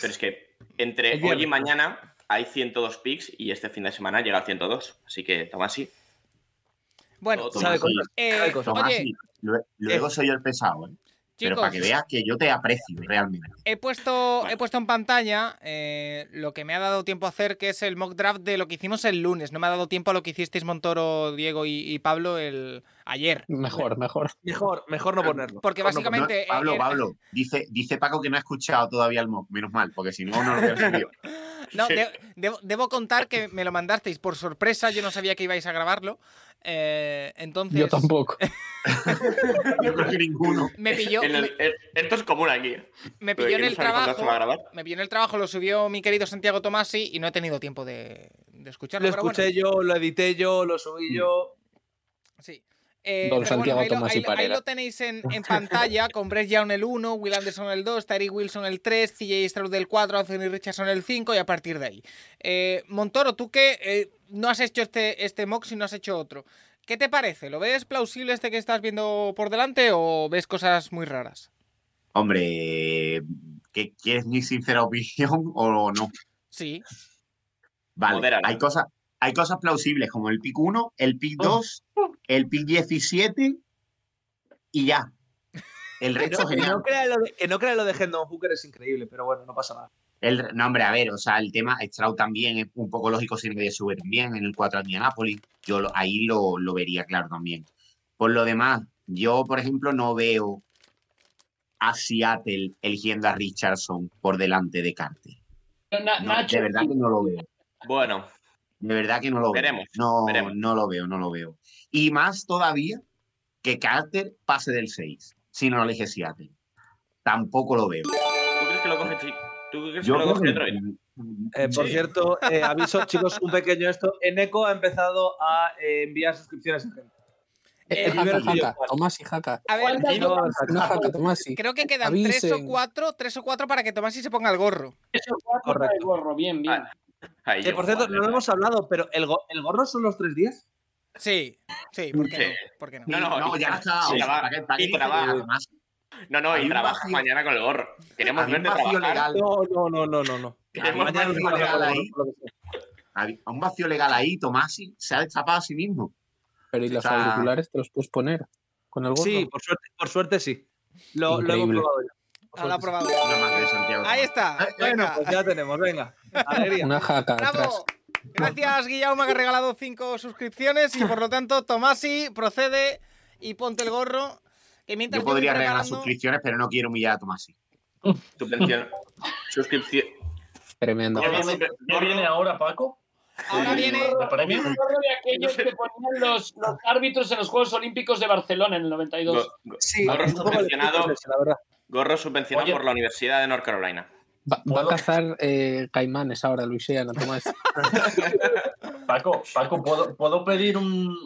[SPEAKER 2] Pero es que
[SPEAKER 5] El
[SPEAKER 2] entre
[SPEAKER 5] viernes.
[SPEAKER 2] hoy y mañana hay 102 picks y este fin de semana llega al 102. Así que, Tomás, sí.
[SPEAKER 1] bueno,
[SPEAKER 2] Todo
[SPEAKER 5] Sabe
[SPEAKER 3] Tomás,
[SPEAKER 5] cosas.
[SPEAKER 1] eh,
[SPEAKER 5] sabe cosas.
[SPEAKER 3] Tomás,
[SPEAKER 1] oye,
[SPEAKER 3] sí. Lue- Luego soy yo el pesado, ¿eh? Pero
[SPEAKER 1] chicos,
[SPEAKER 3] para que veas que yo te aprecio realmente.
[SPEAKER 1] he puesto, he
[SPEAKER 2] Vale.
[SPEAKER 1] puesto en pantalla eh, lo que me ha dado tiempo a hacer, que es el mock draft de lo que hicimos el lunes. No me ha dado tiempo a lo que hicisteis Montoro, Diego y, y Pablo el ayer. Ah,
[SPEAKER 9] Mejor, mejor.
[SPEAKER 5] Mejor, mejor no ponerlo.
[SPEAKER 1] Porque
[SPEAKER 3] Pablo,
[SPEAKER 1] básicamente. eh,
[SPEAKER 3] pues no- Pablo,
[SPEAKER 1] era-
[SPEAKER 3] Pablo, dice, dice Paco que no ha escuchado todavía el mock, menos mal, porque si no, no lo hubiera subido.
[SPEAKER 1] No, de- debo- debo contar que me lo mandasteis por sorpresa, yo no sabía que ibais a grabarlo. eh, entonces.
[SPEAKER 9] Yo tampoco.
[SPEAKER 3] Yo creo que ninguno.
[SPEAKER 1] Me pilló-
[SPEAKER 2] En el- en- esto es común aquí.
[SPEAKER 1] Me
[SPEAKER 2] Pero
[SPEAKER 1] pilló en
[SPEAKER 2] que no
[SPEAKER 1] el
[SPEAKER 2] sabe cuándo
[SPEAKER 1] trabajo.
[SPEAKER 2] se va a grabar.
[SPEAKER 1] Me pilló en el trabajo, lo subió mi querido Santiago Tomasi y no he tenido tiempo de, de escucharlo.
[SPEAKER 5] Lo
[SPEAKER 1] pero bueno.
[SPEAKER 5] escuché yo, lo edité yo, lo subí yo.
[SPEAKER 1] Sí. Eh,
[SPEAKER 9] Don
[SPEAKER 1] pero
[SPEAKER 9] Santiago
[SPEAKER 1] ahí lo-
[SPEAKER 9] Tomás y
[SPEAKER 1] ahí lo, ahí,
[SPEAKER 9] Parera.
[SPEAKER 1] lo tenéis en, en pantalla con Brett Young el 1, Will Anderson el 2, Tariq Wilson el 3, CJ Stroud el 4, Anthony Richardson el 5 y a partir de ahí. Eh, Montoro, tú que eh, no has hecho este, este mock si no has hecho otro, ¿qué te parece? ¿Lo ves plausible este que estás viendo por delante o ves cosas muy raras?
[SPEAKER 3] Hombre, ¿qué, ¿quieres mi sincera opinión o no?
[SPEAKER 1] Sí.
[SPEAKER 3] Vale,
[SPEAKER 2] Modérala.
[SPEAKER 3] hay cosas, hay cosas plausibles como el pick 1, el pick 2, el pick 17 y ya. El
[SPEAKER 5] Que
[SPEAKER 3] resto
[SPEAKER 5] no, que
[SPEAKER 3] genial.
[SPEAKER 5] no crea lo de, que no crea lo de Hendon Hooker es increíble, pero bueno, no pasa nada.
[SPEAKER 3] El, no, hombre, a ver, o sea, el tema Stroud también es un poco lógico si nadie sube bien en el 4 a Indianapolis. Yo lo- ahí lo, lo vería claro también. Por lo demás, yo, por ejemplo, no veo a Seattle eligiendo a Richardson por delante de Carter.
[SPEAKER 4] Pero Na-
[SPEAKER 3] No,
[SPEAKER 4] Nacho,
[SPEAKER 3] de verdad que no lo veo.
[SPEAKER 2] Bueno,
[SPEAKER 3] De verdad que no lo veo.
[SPEAKER 2] Veremos,
[SPEAKER 3] No,
[SPEAKER 2] veremos.
[SPEAKER 3] no lo veo, no lo veo. Y más todavía que Carter pase del 6 si no lo elige Seattle. Tampoco lo veo.
[SPEAKER 2] ¿tú crees que lo coge Chi- ¿Tú crees
[SPEAKER 3] Yo
[SPEAKER 2] que lo
[SPEAKER 3] creo
[SPEAKER 2] coge
[SPEAKER 3] que-
[SPEAKER 2] Detroit?
[SPEAKER 5] Eh, Por cierto, eh, aviso, chicos, un pequeño esto. Eneco ha empezado a eh, enviar suscripciones a gente.
[SPEAKER 9] Eh,
[SPEAKER 5] El
[SPEAKER 9] jaca,
[SPEAKER 5] primero soy yo.
[SPEAKER 9] jaca, Tomás y jaca.
[SPEAKER 1] A ver,
[SPEAKER 4] ¿Cuántas
[SPEAKER 5] No,
[SPEAKER 9] No, jaca, Tomás y.
[SPEAKER 1] creo que quedan
[SPEAKER 9] Avisen.
[SPEAKER 1] tres o cuatro, tres o cuatro para que Tomás se ponga el gorro.
[SPEAKER 4] Eso, cuatro
[SPEAKER 5] Correcto.
[SPEAKER 4] para el gorro, bien, bien.
[SPEAKER 2] Ahí
[SPEAKER 5] Eh,
[SPEAKER 2] llego,
[SPEAKER 5] por cierto,
[SPEAKER 2] madre
[SPEAKER 5] no lo
[SPEAKER 2] mía.
[SPEAKER 5] hemos hablado, pero ¿el, go- el gorro son los tres días?
[SPEAKER 1] Sí, sí, ¿por qué
[SPEAKER 2] Sí.
[SPEAKER 1] no? ¿Por qué no?
[SPEAKER 2] No, no,
[SPEAKER 3] no,
[SPEAKER 2] y
[SPEAKER 3] ya
[SPEAKER 2] tra-
[SPEAKER 3] está.
[SPEAKER 2] sí,
[SPEAKER 3] o sea,
[SPEAKER 2] traba-
[SPEAKER 3] ¿para qué- para
[SPEAKER 2] y
[SPEAKER 3] qué dice
[SPEAKER 2] trabaja.
[SPEAKER 3] nada más?
[SPEAKER 2] No, no,
[SPEAKER 3] Hay
[SPEAKER 2] y
[SPEAKER 3] un
[SPEAKER 2] trabajas
[SPEAKER 3] vacío-
[SPEAKER 2] mañana con el gorro. Queremos
[SPEAKER 3] Había un
[SPEAKER 2] verte
[SPEAKER 3] vacío
[SPEAKER 2] trabajar.
[SPEAKER 3] legal.
[SPEAKER 5] No, no, no, no, no. no.
[SPEAKER 3] Había un
[SPEAKER 5] Mañana
[SPEAKER 3] vacío
[SPEAKER 5] no
[SPEAKER 3] legal
[SPEAKER 5] hablamos,
[SPEAKER 3] ahí. Había un vacío legal ahí, Tomasi se ha destapado a sí mismo.
[SPEAKER 9] Pero ¿y
[SPEAKER 1] Ah.
[SPEAKER 9] los
[SPEAKER 3] Está-
[SPEAKER 9] auriculares te los puedes poner? Con el gorro.
[SPEAKER 5] Sí, por suerte, por suerte sí. Lo, lo hemos
[SPEAKER 9] Increíble.
[SPEAKER 5] probado ya. Por
[SPEAKER 1] Ah, lo ha
[SPEAKER 5] suerte, sí.
[SPEAKER 1] probado.
[SPEAKER 3] Una más de Santiago.
[SPEAKER 1] Ahí está.
[SPEAKER 3] Eh,
[SPEAKER 5] Bueno,
[SPEAKER 1] venga.
[SPEAKER 5] pues ya tenemos, venga. Alegría.
[SPEAKER 9] Una jaca atrás.
[SPEAKER 1] ¡Bravo! Gracias, Guillermo, que ha regalado cinco suscripciones y por lo tanto, Tomasi, procede y ponte el gorro. Que mientras
[SPEAKER 3] Yo podría
[SPEAKER 1] voy
[SPEAKER 3] regalar
[SPEAKER 1] preparando-
[SPEAKER 3] suscripciones, pero no quiero humillar a Tomasi.
[SPEAKER 2] Subvención. Suscripción.
[SPEAKER 9] Tremendo.
[SPEAKER 2] Ya
[SPEAKER 6] ¿Qué
[SPEAKER 2] viene-
[SPEAKER 6] viene, qué viene ahora, Paco?
[SPEAKER 1] Ahora
[SPEAKER 2] Sí.
[SPEAKER 1] viene.
[SPEAKER 6] ¿La premio?
[SPEAKER 4] Un gorro de aquellos que ponían los, los árbitros en los Juegos Olímpicos de Barcelona en el 92.
[SPEAKER 2] Go- go-
[SPEAKER 5] Sí,
[SPEAKER 2] Gorro
[SPEAKER 5] un poco de
[SPEAKER 2] subvencionado.
[SPEAKER 5] ese, la verdad.
[SPEAKER 2] Gorro subvencionado
[SPEAKER 6] Oye.
[SPEAKER 2] por la Universidad de North Carolina.
[SPEAKER 9] Va, va a cazar eh, caimanes ahora, Luisiana, Tomás.
[SPEAKER 6] Paco, Paco ¿puedo, puedo pedir un-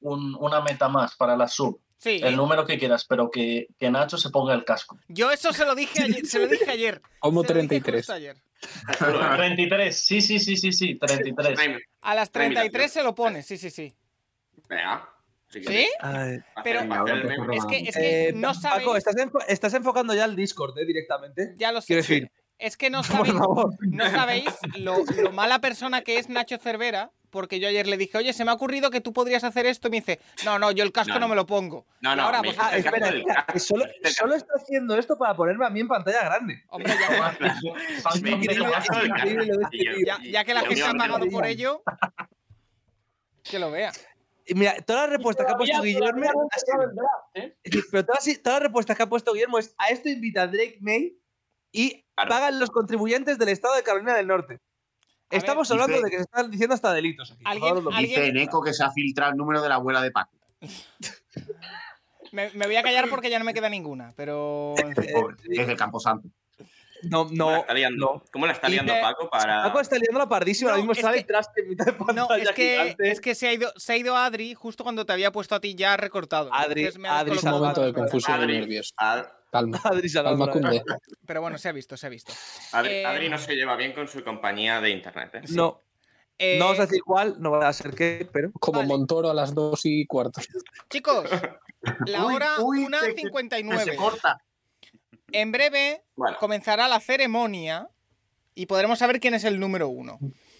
[SPEAKER 6] un- una meta más para la sub?
[SPEAKER 1] Sí.
[SPEAKER 6] El número que quieras, pero que, que Nacho se ponga el casco.
[SPEAKER 1] Yo eso se lo dije ayer. Se lo dije ayer.
[SPEAKER 9] Homo
[SPEAKER 1] Se lo dije
[SPEAKER 9] 33.
[SPEAKER 1] justo ayer.
[SPEAKER 2] Solo, ¿eh?
[SPEAKER 6] 33, sí, sí, sí, sí, sí, 33.
[SPEAKER 2] Jaime,
[SPEAKER 1] A las
[SPEAKER 2] Ay, mira,
[SPEAKER 1] 33 se lo pone, sí, sí, sí.
[SPEAKER 2] Venga. Si
[SPEAKER 1] ¿Sí?
[SPEAKER 2] quieres,
[SPEAKER 5] Ay.
[SPEAKER 2] hacer-
[SPEAKER 1] Pero-
[SPEAKER 2] hacer el
[SPEAKER 3] Venga,
[SPEAKER 2] meme.
[SPEAKER 1] Es que, es que
[SPEAKER 5] Eh,
[SPEAKER 1] no sabéis.
[SPEAKER 5] Paco, estás, enfo- estás enfocando ya el Discord eh, directamente.
[SPEAKER 1] Ya lo sé.
[SPEAKER 5] Quiero decir,
[SPEAKER 1] Es que no
[SPEAKER 5] por
[SPEAKER 1] sabéis.
[SPEAKER 5] favor.
[SPEAKER 1] No sabéis lo, lo mala persona que es Nacho Cervera, porque yo ayer le dije, oye, se me ha ocurrido que tú podrías hacer esto. Y me dice, no, no, yo el casco
[SPEAKER 2] No,
[SPEAKER 1] no,
[SPEAKER 2] no.
[SPEAKER 1] me lo pongo.
[SPEAKER 2] No, no,
[SPEAKER 1] Ahora,
[SPEAKER 2] me-
[SPEAKER 1] pues,
[SPEAKER 5] Ah,
[SPEAKER 2] el
[SPEAKER 5] espera,
[SPEAKER 2] casco del-
[SPEAKER 5] espera, que solo,
[SPEAKER 2] del-
[SPEAKER 5] solo está haciendo esto para ponerme a mí en pantalla grande.
[SPEAKER 1] Hombre, ya,
[SPEAKER 2] Me
[SPEAKER 5] Increíble,
[SPEAKER 2] quito el casco del
[SPEAKER 5] increíble
[SPEAKER 2] casco.
[SPEAKER 5] lo de este
[SPEAKER 2] Y yo-
[SPEAKER 5] tío.
[SPEAKER 1] ya- ya que la
[SPEAKER 2] y yo
[SPEAKER 1] gente
[SPEAKER 2] me
[SPEAKER 1] ha
[SPEAKER 2] abro-
[SPEAKER 1] pagado por ello, que lo vea.
[SPEAKER 5] Y mira, todas las respuestas que ha puesto
[SPEAKER 4] Todavía-
[SPEAKER 5] Guillermo.
[SPEAKER 4] todavía no
[SPEAKER 5] ha
[SPEAKER 4] ha
[SPEAKER 5] sido-
[SPEAKER 4] empezado el draft, ¿eh?
[SPEAKER 5] es decir, Pero todas, todas las respuestas que ha puesto Guillermo es a esto invita a Drake May y
[SPEAKER 2] Claro.
[SPEAKER 5] pagan los contribuyentes del estado de Carolina del Norte.
[SPEAKER 1] ver,
[SPEAKER 5] Estamos hablando
[SPEAKER 3] dice-
[SPEAKER 5] de que se están diciendo hasta delitos aquí. por
[SPEAKER 1] Alguien-
[SPEAKER 5] favor, lo-
[SPEAKER 1] alguien-
[SPEAKER 3] Dice en eco que se ha filtrado el número de la abuela de Paco.
[SPEAKER 1] Me, me voy a callar porque ya no me queda ninguna, pero... en fin.
[SPEAKER 3] Pobre, Desde el Camposanto.
[SPEAKER 5] No,
[SPEAKER 2] ¿Cómo la
[SPEAKER 5] no.
[SPEAKER 2] está liando? ¿Cómo la está liando
[SPEAKER 1] Dice-
[SPEAKER 2] Paco para.?
[SPEAKER 5] Paco está liando la pardísima.
[SPEAKER 1] No,
[SPEAKER 5] ahora mismo
[SPEAKER 1] es
[SPEAKER 5] sale
[SPEAKER 1] que-
[SPEAKER 5] traste en mitad de pantalla.
[SPEAKER 1] No, es que,
[SPEAKER 5] gigante.
[SPEAKER 1] es que se, ha ido, se ha ido Adri justo cuando te había puesto a ti ya recortado.
[SPEAKER 5] Adri-
[SPEAKER 1] Entonces me ha
[SPEAKER 5] Adri
[SPEAKER 9] Es un
[SPEAKER 1] descolocado.
[SPEAKER 9] momento de confusión y
[SPEAKER 2] Adri.
[SPEAKER 9] nervios.
[SPEAKER 2] Ad-
[SPEAKER 9] Calma.
[SPEAKER 5] Adri Salazar.
[SPEAKER 9] Calma, cumbe.
[SPEAKER 1] Pero bueno, se ha visto, se ha visto.
[SPEAKER 2] Adri,
[SPEAKER 1] Eh,
[SPEAKER 2] Adri no se lleva bien con su compañía de internet. ¿eh?
[SPEAKER 5] No,
[SPEAKER 1] Eh,
[SPEAKER 5] no os decir cuál, no va a ser qué, pero.
[SPEAKER 9] Como
[SPEAKER 1] Vale.
[SPEAKER 9] Montoro a las 2 y cuarto.
[SPEAKER 1] Chicos, la
[SPEAKER 3] Uy,
[SPEAKER 1] hora
[SPEAKER 3] uy, que- que- Que se
[SPEAKER 1] 1.59.
[SPEAKER 3] corta.
[SPEAKER 1] En breve
[SPEAKER 2] Bueno,
[SPEAKER 1] comenzará la ceremonia y podremos saber quién es el número uno.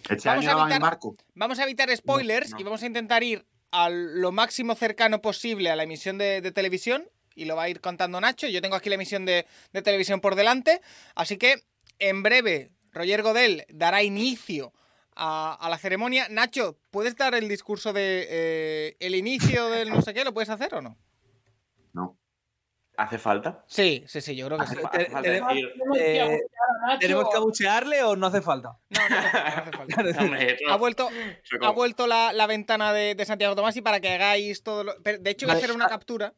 [SPEAKER 3] Este
[SPEAKER 1] Vamos
[SPEAKER 3] año
[SPEAKER 1] a
[SPEAKER 3] no van en
[SPEAKER 1] evitar-
[SPEAKER 3] barco.
[SPEAKER 1] Vamos a evitar spoilers
[SPEAKER 2] No, no.
[SPEAKER 1] y vamos a intentar ir a lo máximo cercano posible a la emisión de, de televisión y lo va a ir contando Nacho. Yo tengo aquí la emisión de, de televisión por delante, así que en breve Roger Godel dará inicio a, a la ceremonia. Nacho, ¿puedes dar el discurso de eh, el inicio del no sé qué? ¿Lo puedes hacer o no?
[SPEAKER 3] No.
[SPEAKER 2] ¿Hace falta?
[SPEAKER 1] Sí, sí, sí, yo creo que sí.
[SPEAKER 2] Hace fa- falta decir-
[SPEAKER 5] Eh, ¿Tenemos que abuchearle o no hace falta?
[SPEAKER 2] Hombre,
[SPEAKER 1] Ha vuelto,
[SPEAKER 2] soy como-
[SPEAKER 1] ha vuelto la, la ventana de, de Santiago Tomás y para que hagáis todo lo... pero, De hecho, voy a hacer una captura.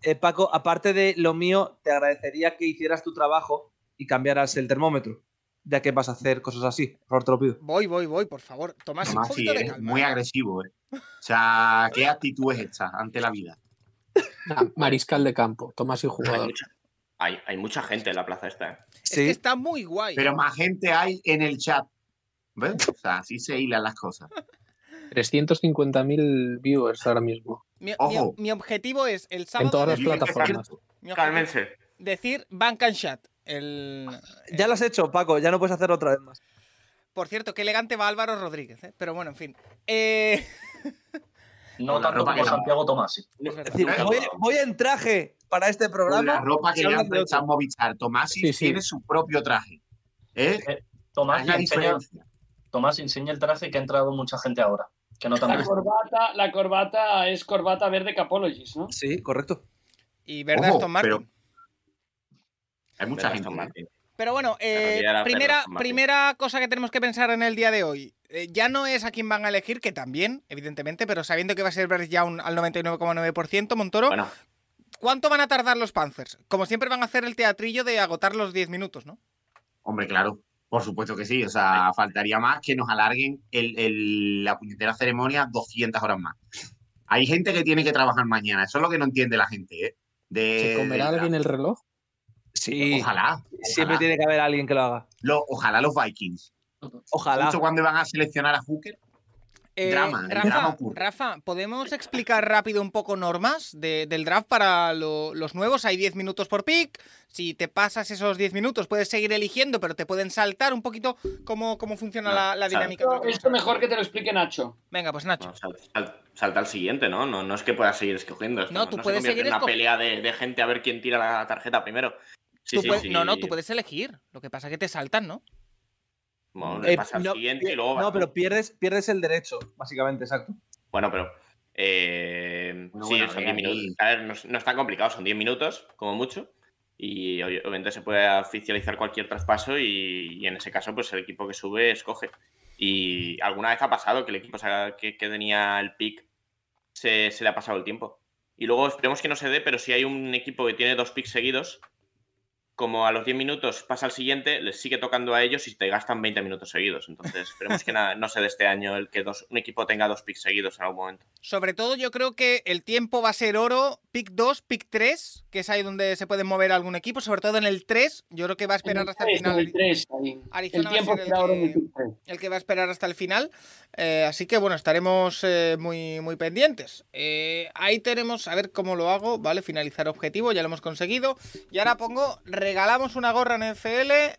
[SPEAKER 5] Eh, Paco, aparte de lo mío, te agradecería que hicieras tu trabajo y cambiaras el termómetro, ya que vas a hacer cosas así. Por favor, te lo pido.
[SPEAKER 1] Voy, voy, voy, por favor. Tomás, un
[SPEAKER 3] Tomás, sí,
[SPEAKER 1] poquito de
[SPEAKER 3] eres
[SPEAKER 1] calma.
[SPEAKER 3] muy agresivo, ¿eh? O sea, ¿qué actitud es esta ante la vida?
[SPEAKER 9] Ah, Mariscal de campo, Tomás y jugador.
[SPEAKER 2] Hay, hay mucha gente en la plaza esta. ¿eh?
[SPEAKER 1] Es que está muy guay.
[SPEAKER 3] Pero más gente hay en el chat. ¿Ves? O sea, así se hilan las cosas.
[SPEAKER 9] 350.000 viewers ahora mismo.
[SPEAKER 1] Mi, mi-
[SPEAKER 3] Ojo.
[SPEAKER 1] mi objetivo es el sábado...
[SPEAKER 9] En todas las
[SPEAKER 1] decir-
[SPEAKER 9] plataformas.
[SPEAKER 1] mi objetivo-
[SPEAKER 2] Cálmense.
[SPEAKER 1] Decir Bank and Chat. El...
[SPEAKER 5] Ah, Ya lo has hecho, Paco, ya no puedes hacer otra vez más.
[SPEAKER 1] Por cierto, qué elegante va Álvaro Rodríguez, ¿eh? Pero bueno, en fin. Eh,
[SPEAKER 6] No
[SPEAKER 3] Con la
[SPEAKER 6] tanto
[SPEAKER 3] ropa
[SPEAKER 6] como
[SPEAKER 3] que-
[SPEAKER 6] Santiago Tomás.
[SPEAKER 1] es
[SPEAKER 5] Es
[SPEAKER 1] verdad.
[SPEAKER 5] decir, voy, voy en traje para este
[SPEAKER 3] Con
[SPEAKER 5] programa.
[SPEAKER 3] la ropa que
[SPEAKER 5] y
[SPEAKER 3] le han
[SPEAKER 5] hablan de otro.
[SPEAKER 3] prestado Movistar. Tomás
[SPEAKER 9] Sí, sí.
[SPEAKER 3] tiene su propio traje. ¿Eh?
[SPEAKER 6] Tomás
[SPEAKER 3] Es la
[SPEAKER 6] enseña,
[SPEAKER 3] diferencia.
[SPEAKER 6] Tomás enseña el traje que ha entrado mucha gente ahora. Que no tan
[SPEAKER 4] La corbata, la corbata es corbata verde Capologies, ¿no?
[SPEAKER 5] Sí, correcto.
[SPEAKER 1] Y verdad,
[SPEAKER 3] Ojo,
[SPEAKER 1] Aston Martin.
[SPEAKER 3] pero- Hay mucha
[SPEAKER 2] Verdad,
[SPEAKER 3] gente.
[SPEAKER 2] Aston Martin.
[SPEAKER 1] Pero bueno, eh,
[SPEAKER 2] realidad era
[SPEAKER 1] primera,
[SPEAKER 2] Aston Martin.
[SPEAKER 1] primera cosa que tenemos que pensar en el día de hoy. eh, ya no es a quién van a elegir, que también, evidentemente, pero sabiendo que va a ser Bryce Young al 99,9%, Montoro,
[SPEAKER 2] Bueno,
[SPEAKER 1] ¿cuánto van a tardar los Panthers? Como siempre van a hacer el teatrillo de agotar los 10 minutos, ¿no?
[SPEAKER 3] Hombre, claro. Por supuesto que sí. O sea, faltaría más que nos alarguen el- el- la puñetera ceremonia 200 horas más. Hay gente que tiene que trabajar mañana. Eso es lo que no entiende la gente, ¿eh? De,
[SPEAKER 9] ¿Se
[SPEAKER 3] de-
[SPEAKER 9] comerá alguien el reloj?
[SPEAKER 5] Sí,
[SPEAKER 3] Ojalá.
[SPEAKER 5] siempre
[SPEAKER 3] ojalá.
[SPEAKER 5] tiene que haber alguien que lo haga.
[SPEAKER 3] Lo- ojalá los Vikings.
[SPEAKER 5] Ojalá.
[SPEAKER 3] Justo cuando van a seleccionar a Hooker.
[SPEAKER 1] Eh,
[SPEAKER 3] Drama, el
[SPEAKER 1] Rafa,
[SPEAKER 3] drama ocurre.
[SPEAKER 1] Rafa, ¿podemos explicar rápido un poco normas de- del draft para lo- los nuevos? Hay 10 minutos por pick. Si te pasas esos 10 minutos, puedes seguir eligiendo, pero te pueden saltar un poquito cómo, cómo funciona
[SPEAKER 2] No,
[SPEAKER 1] la, la
[SPEAKER 2] claro.
[SPEAKER 1] dinámica. de lo
[SPEAKER 4] Esto,
[SPEAKER 1] que
[SPEAKER 4] esto
[SPEAKER 1] vamos a ver.
[SPEAKER 4] mejor que te lo explique Nacho.
[SPEAKER 1] Venga, pues Nacho.
[SPEAKER 2] no, sal- sal- salta al siguiente, ¿no? ¿no? No es que puedas seguir escogiendo. Esto
[SPEAKER 1] No, tú
[SPEAKER 2] se
[SPEAKER 1] puedes
[SPEAKER 2] convierte
[SPEAKER 1] seguir
[SPEAKER 2] en una
[SPEAKER 1] esco-
[SPEAKER 2] pelea de, de gente a ver quién tira la tarjeta primero. Sí,
[SPEAKER 1] Tú
[SPEAKER 2] sí,
[SPEAKER 1] puedes-
[SPEAKER 2] sí.
[SPEAKER 1] No, no, tú puedes elegir. Lo que pasa es que te saltan, ¿no?
[SPEAKER 2] Bueno, le
[SPEAKER 5] Eh,
[SPEAKER 2] pasa al
[SPEAKER 5] no,
[SPEAKER 2] siguiente y
[SPEAKER 5] pi-
[SPEAKER 2] luego vas
[SPEAKER 5] no,
[SPEAKER 2] tú.
[SPEAKER 5] pero pierdes, pierdes el derecho, básicamente, exacto.
[SPEAKER 2] Bueno, pero. eh,
[SPEAKER 3] Bueno,
[SPEAKER 2] sí,
[SPEAKER 3] bueno,
[SPEAKER 2] son
[SPEAKER 3] eh,
[SPEAKER 2] 10
[SPEAKER 3] ahí-
[SPEAKER 2] minutos. A ver, no, es- no es tan complicado, son 10 minutos, como mucho. Y oye, obviamente se puede oficializar cualquier traspaso y, y en ese caso, pues el equipo que sube escoge. Y alguna vez ha pasado que el equipo se ha- que, que tenía el pick se, se le ha pasado el tiempo. Y luego esperemos que no se dé, pero si hay un equipo que tiene dos picks seguidos, como a los 10 minutos pasa al siguiente, les sigue tocando a ellos y te gastan 20 minutos seguidos. Entonces, esperemos que na- no se dé este año el que dos- un equipo tenga dos picks seguidos en algún momento.
[SPEAKER 1] Sobre todo yo creo que el tiempo va a ser oro, pick 2, pick 3, que es ahí donde se puede mover algún equipo, sobre todo en el 3, yo creo que va a
[SPEAKER 4] En
[SPEAKER 1] esperar
[SPEAKER 4] el
[SPEAKER 1] hasta el
[SPEAKER 4] tres,
[SPEAKER 1] final.
[SPEAKER 4] en el tres, ahí.
[SPEAKER 1] Arizona
[SPEAKER 4] El
[SPEAKER 1] va a
[SPEAKER 4] tiempo
[SPEAKER 1] ser el
[SPEAKER 4] que ahora en el
[SPEAKER 1] que-
[SPEAKER 4] pick tres.
[SPEAKER 1] el que va a esperar hasta el final. Eh, así que bueno, estaremos eh, muy, muy pendientes. Eh, ahí tenemos, a ver cómo lo hago, ¿vale? Finalizar objetivo, ya lo hemos conseguido. Y ahora pongo, regalamos una gorra en FL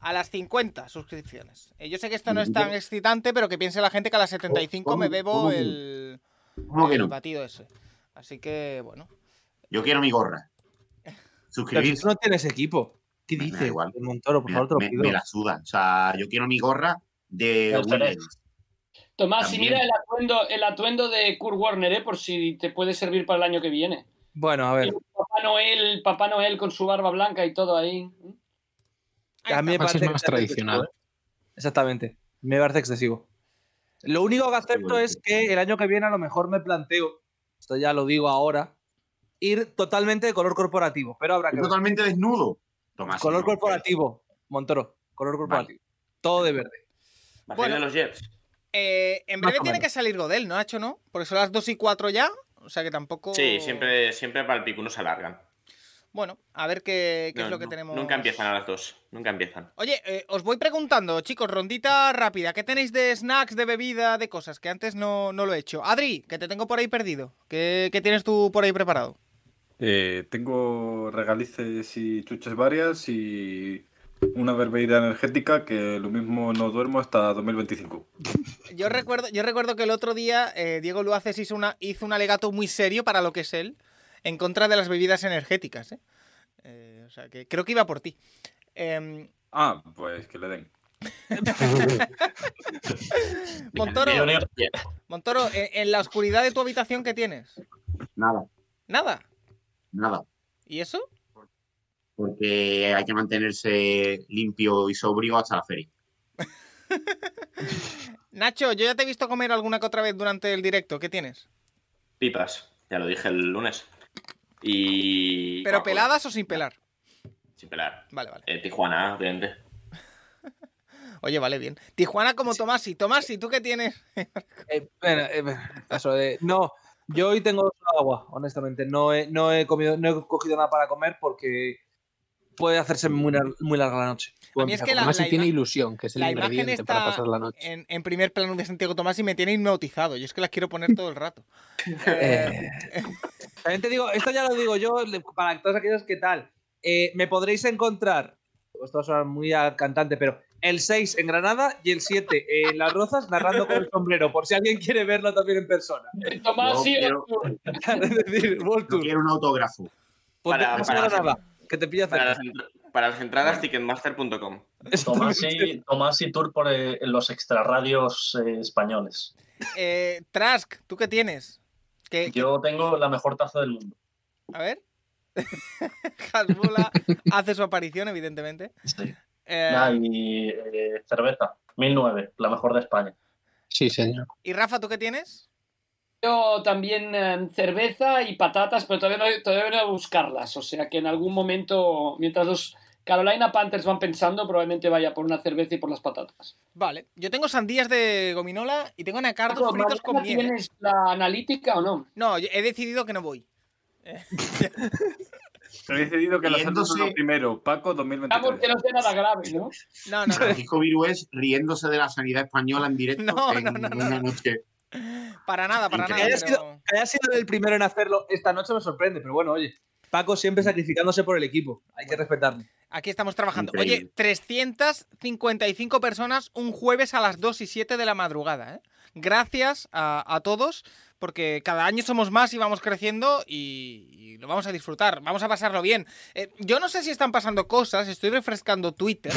[SPEAKER 1] a las 50 suscripciones. Eh, yo sé que esto no es tan excitante, pero que piense la gente que a las 75 me bebo el,
[SPEAKER 3] ¿Cómo que
[SPEAKER 1] el
[SPEAKER 3] no?
[SPEAKER 1] batido ese. Así que bueno.
[SPEAKER 3] Yo quiero mi gorra.
[SPEAKER 5] Pero si
[SPEAKER 3] Suscribirse.
[SPEAKER 5] tú no tienes equipo. ¿Qué
[SPEAKER 3] Me da
[SPEAKER 5] dices?
[SPEAKER 3] igual.
[SPEAKER 5] Montoro, por
[SPEAKER 3] Me,
[SPEAKER 5] favor, te lo
[SPEAKER 3] me-
[SPEAKER 5] pido.
[SPEAKER 3] me la suda. O sea, yo quiero mi gorra de
[SPEAKER 6] Pero tenés-
[SPEAKER 3] Williams.
[SPEAKER 4] Tomás, y
[SPEAKER 3] También.
[SPEAKER 4] mira el atuendo, el atuendo de Kurt Warner, ¿eh? por si te puede servir para el año que viene.
[SPEAKER 5] Bueno, a ver.
[SPEAKER 4] Papá Noel, Papá Noel con su barba blanca y todo ahí.
[SPEAKER 1] Ahí
[SPEAKER 5] A mí
[SPEAKER 1] está.
[SPEAKER 5] me
[SPEAKER 9] Max es
[SPEAKER 5] parece
[SPEAKER 9] más
[SPEAKER 5] que es
[SPEAKER 9] tradicional.
[SPEAKER 5] excesivo, ¿eh? Exactamente. Me parece excesivo. Lo único que acepto
[SPEAKER 3] bueno,
[SPEAKER 5] es
[SPEAKER 3] sí.
[SPEAKER 5] que el año que viene a lo mejor me planteo, esto ya lo digo ahora, ir totalmente de color corporativo. Pero habrá que
[SPEAKER 3] Estoy
[SPEAKER 5] ver.
[SPEAKER 3] Totalmente desnudo. Tomás.
[SPEAKER 5] Color
[SPEAKER 3] no, pues.
[SPEAKER 5] corporativo, Montoro. Color corporativo. Todo de verde.
[SPEAKER 2] Batir
[SPEAKER 1] Bueno.
[SPEAKER 2] de los Jets.
[SPEAKER 1] Eh, en
[SPEAKER 5] Más
[SPEAKER 1] breve
[SPEAKER 5] o
[SPEAKER 1] tiene
[SPEAKER 5] menos.
[SPEAKER 1] que salir Godel, ¿no, Nacho? ¿No? Porque son las 2 y 4 ya. O sea que tampoco.
[SPEAKER 2] Sí, siempre, siempre para el pico uno se alargan.
[SPEAKER 1] Bueno, a ver Eh, qué, qué
[SPEAKER 2] No,
[SPEAKER 1] es lo que
[SPEAKER 2] no,
[SPEAKER 1] tenemos.
[SPEAKER 2] Nunca empiezan a las dos. Nunca empiezan.
[SPEAKER 1] Oye, eh, os voy preguntando, chicos, rondita rápida. ¿Qué tenéis de snacks, de bebida, de cosas que antes no, no lo he hecho? Adri, que te tengo por ahí perdido. ¿Qué, qué tienes tú por ahí preparado?
[SPEAKER 7] Eh, tengo regalices y chuches varias y una bebida energética que lo mismo no duermo hasta 2025.
[SPEAKER 1] Yo recuerdo, yo recuerdo que el otro día eh, Diego Luaces hizo, una, hizo un alegato muy serio para lo que es él en contra de las bebidas energéticas. ¿eh? Eh, o sea, que creo que iba por ti. Em,
[SPEAKER 7] Ah, pues que le den.
[SPEAKER 1] Montoro,
[SPEAKER 6] Yo leo-
[SPEAKER 1] Montoro, en, en la oscuridad de tu habitación, ¿qué tienes?
[SPEAKER 3] Nada.
[SPEAKER 1] Nada.
[SPEAKER 3] Nada.
[SPEAKER 1] ¿Y eso?
[SPEAKER 3] Porque hay que mantenerse limpio y sobrio hasta la feria.
[SPEAKER 1] Nacho, yo ya te he visto comer alguna que otra vez durante el directo. ¿Qué tienes?
[SPEAKER 2] Pipas, ya lo dije el lunes. Y.
[SPEAKER 1] ¿Pero
[SPEAKER 2] Coca-Cola,
[SPEAKER 1] peladas o sin pelar?
[SPEAKER 2] Sin pelar.
[SPEAKER 1] Vale, vale.
[SPEAKER 2] Eh, Tijuana, obviamente.
[SPEAKER 1] Oye, vale, bien. Tijuana como Tomasi. Tomasi, ¿tú qué tienes?
[SPEAKER 9] Eh,
[SPEAKER 5] Bueno, eh, bueno, eso de- no, yo hoy tengo solo agua, honestamente. No he, no he comido, no he cogido nada para comer porque puede hacerse muy, lar- muy larga la noche.
[SPEAKER 1] A mí es que la-
[SPEAKER 9] Además,
[SPEAKER 1] la
[SPEAKER 9] si tiene
[SPEAKER 1] ima-
[SPEAKER 9] ilusión, que es el
[SPEAKER 1] la imagen
[SPEAKER 9] ingrediente
[SPEAKER 1] está
[SPEAKER 9] para pasar la noche.
[SPEAKER 1] en, en primer plano de Santiago Tomasi me tiene hipnotizado. Yo es que las quiero poner todo el rato. Eh,
[SPEAKER 5] Eh, También te digo, esto ya lo digo yo le- para todos aquellos que tal. Eh, me podréis encontrar, pues esto va a sonar muy a cantante, pero el 6 en Granada y el 7 en Las Rozas narrando con el sombrero, por si alguien quiere verlo también en persona.
[SPEAKER 4] Tomás, sí,
[SPEAKER 3] quiero-
[SPEAKER 5] es decir, World
[SPEAKER 3] Yo
[SPEAKER 5] Tour.
[SPEAKER 3] quiero un autógrafo.
[SPEAKER 5] Ponte
[SPEAKER 2] Para-
[SPEAKER 5] en
[SPEAKER 2] para-
[SPEAKER 5] Granada, que te pilla cerca.
[SPEAKER 2] Para las, entr- para las entradas, ticketmaster.com.
[SPEAKER 6] Tomasi, Tomasi Tour por eh, los extrarradios eh, españoles.
[SPEAKER 1] eh, Trask, ¿tú qué tienes? ¿Qué- qué-
[SPEAKER 6] Yo tengo la mejor taza del mundo.
[SPEAKER 1] A ver. Hasbula hace su aparición, evidentemente.
[SPEAKER 6] Sí.
[SPEAKER 1] Eh,
[SPEAKER 6] Nada, Ah, y eh, cerveza, 1009, la mejor de España.
[SPEAKER 9] Sí, señor.
[SPEAKER 1] ¿Y Rafa, tú qué tienes?
[SPEAKER 4] Yo también eh, cerveza y patatas, pero todavía no, he- todavía no he ido a buscarlas. O sea que en algún momento, mientras los Carolina Panthers van pensando, probablemente vaya por una cerveza y por las patatas.
[SPEAKER 1] Vale, yo tengo sandías de gominola y tengo anacardos
[SPEAKER 4] Paco,
[SPEAKER 1] fritos con
[SPEAKER 4] ¿mañana
[SPEAKER 1] miel. ¿eh?
[SPEAKER 4] Ah, ¿Tienes la analítica o no?
[SPEAKER 1] No, yo he decidido que no voy.
[SPEAKER 7] He decidido que las otras son lo
[SPEAKER 3] Riéndose.
[SPEAKER 7] primero. Paco
[SPEAKER 4] Vamos, que
[SPEAKER 7] 2023.
[SPEAKER 4] no sea nada grave, ¿no?
[SPEAKER 1] No, no, no,
[SPEAKER 3] Francisco Viru es riéndose de la sanidad española en directo
[SPEAKER 1] No,
[SPEAKER 3] en
[SPEAKER 1] no, no, no,
[SPEAKER 3] una noche.
[SPEAKER 1] para nada, para nada.
[SPEAKER 5] Que haya
[SPEAKER 1] pero-
[SPEAKER 5] Que haya sido el primero en hacerlo esta noche me sorprende, pero bueno, oye. Paco
[SPEAKER 1] Mm.
[SPEAKER 5] siempre sacrificándose por el equipo. Hay que respetarlo.
[SPEAKER 1] Aquí estamos trabajando.
[SPEAKER 3] Increíble.
[SPEAKER 1] Oye, 355 personas un jueves a las 2 y 7 de la madrugada. ¿eh? Gracias a, a todos, porque cada año somos más y vamos creciendo y, y lo vamos a disfrutar, vamos a pasarlo bien. Eh, yo no sé si están pasando cosas, estoy refrescando Twitter.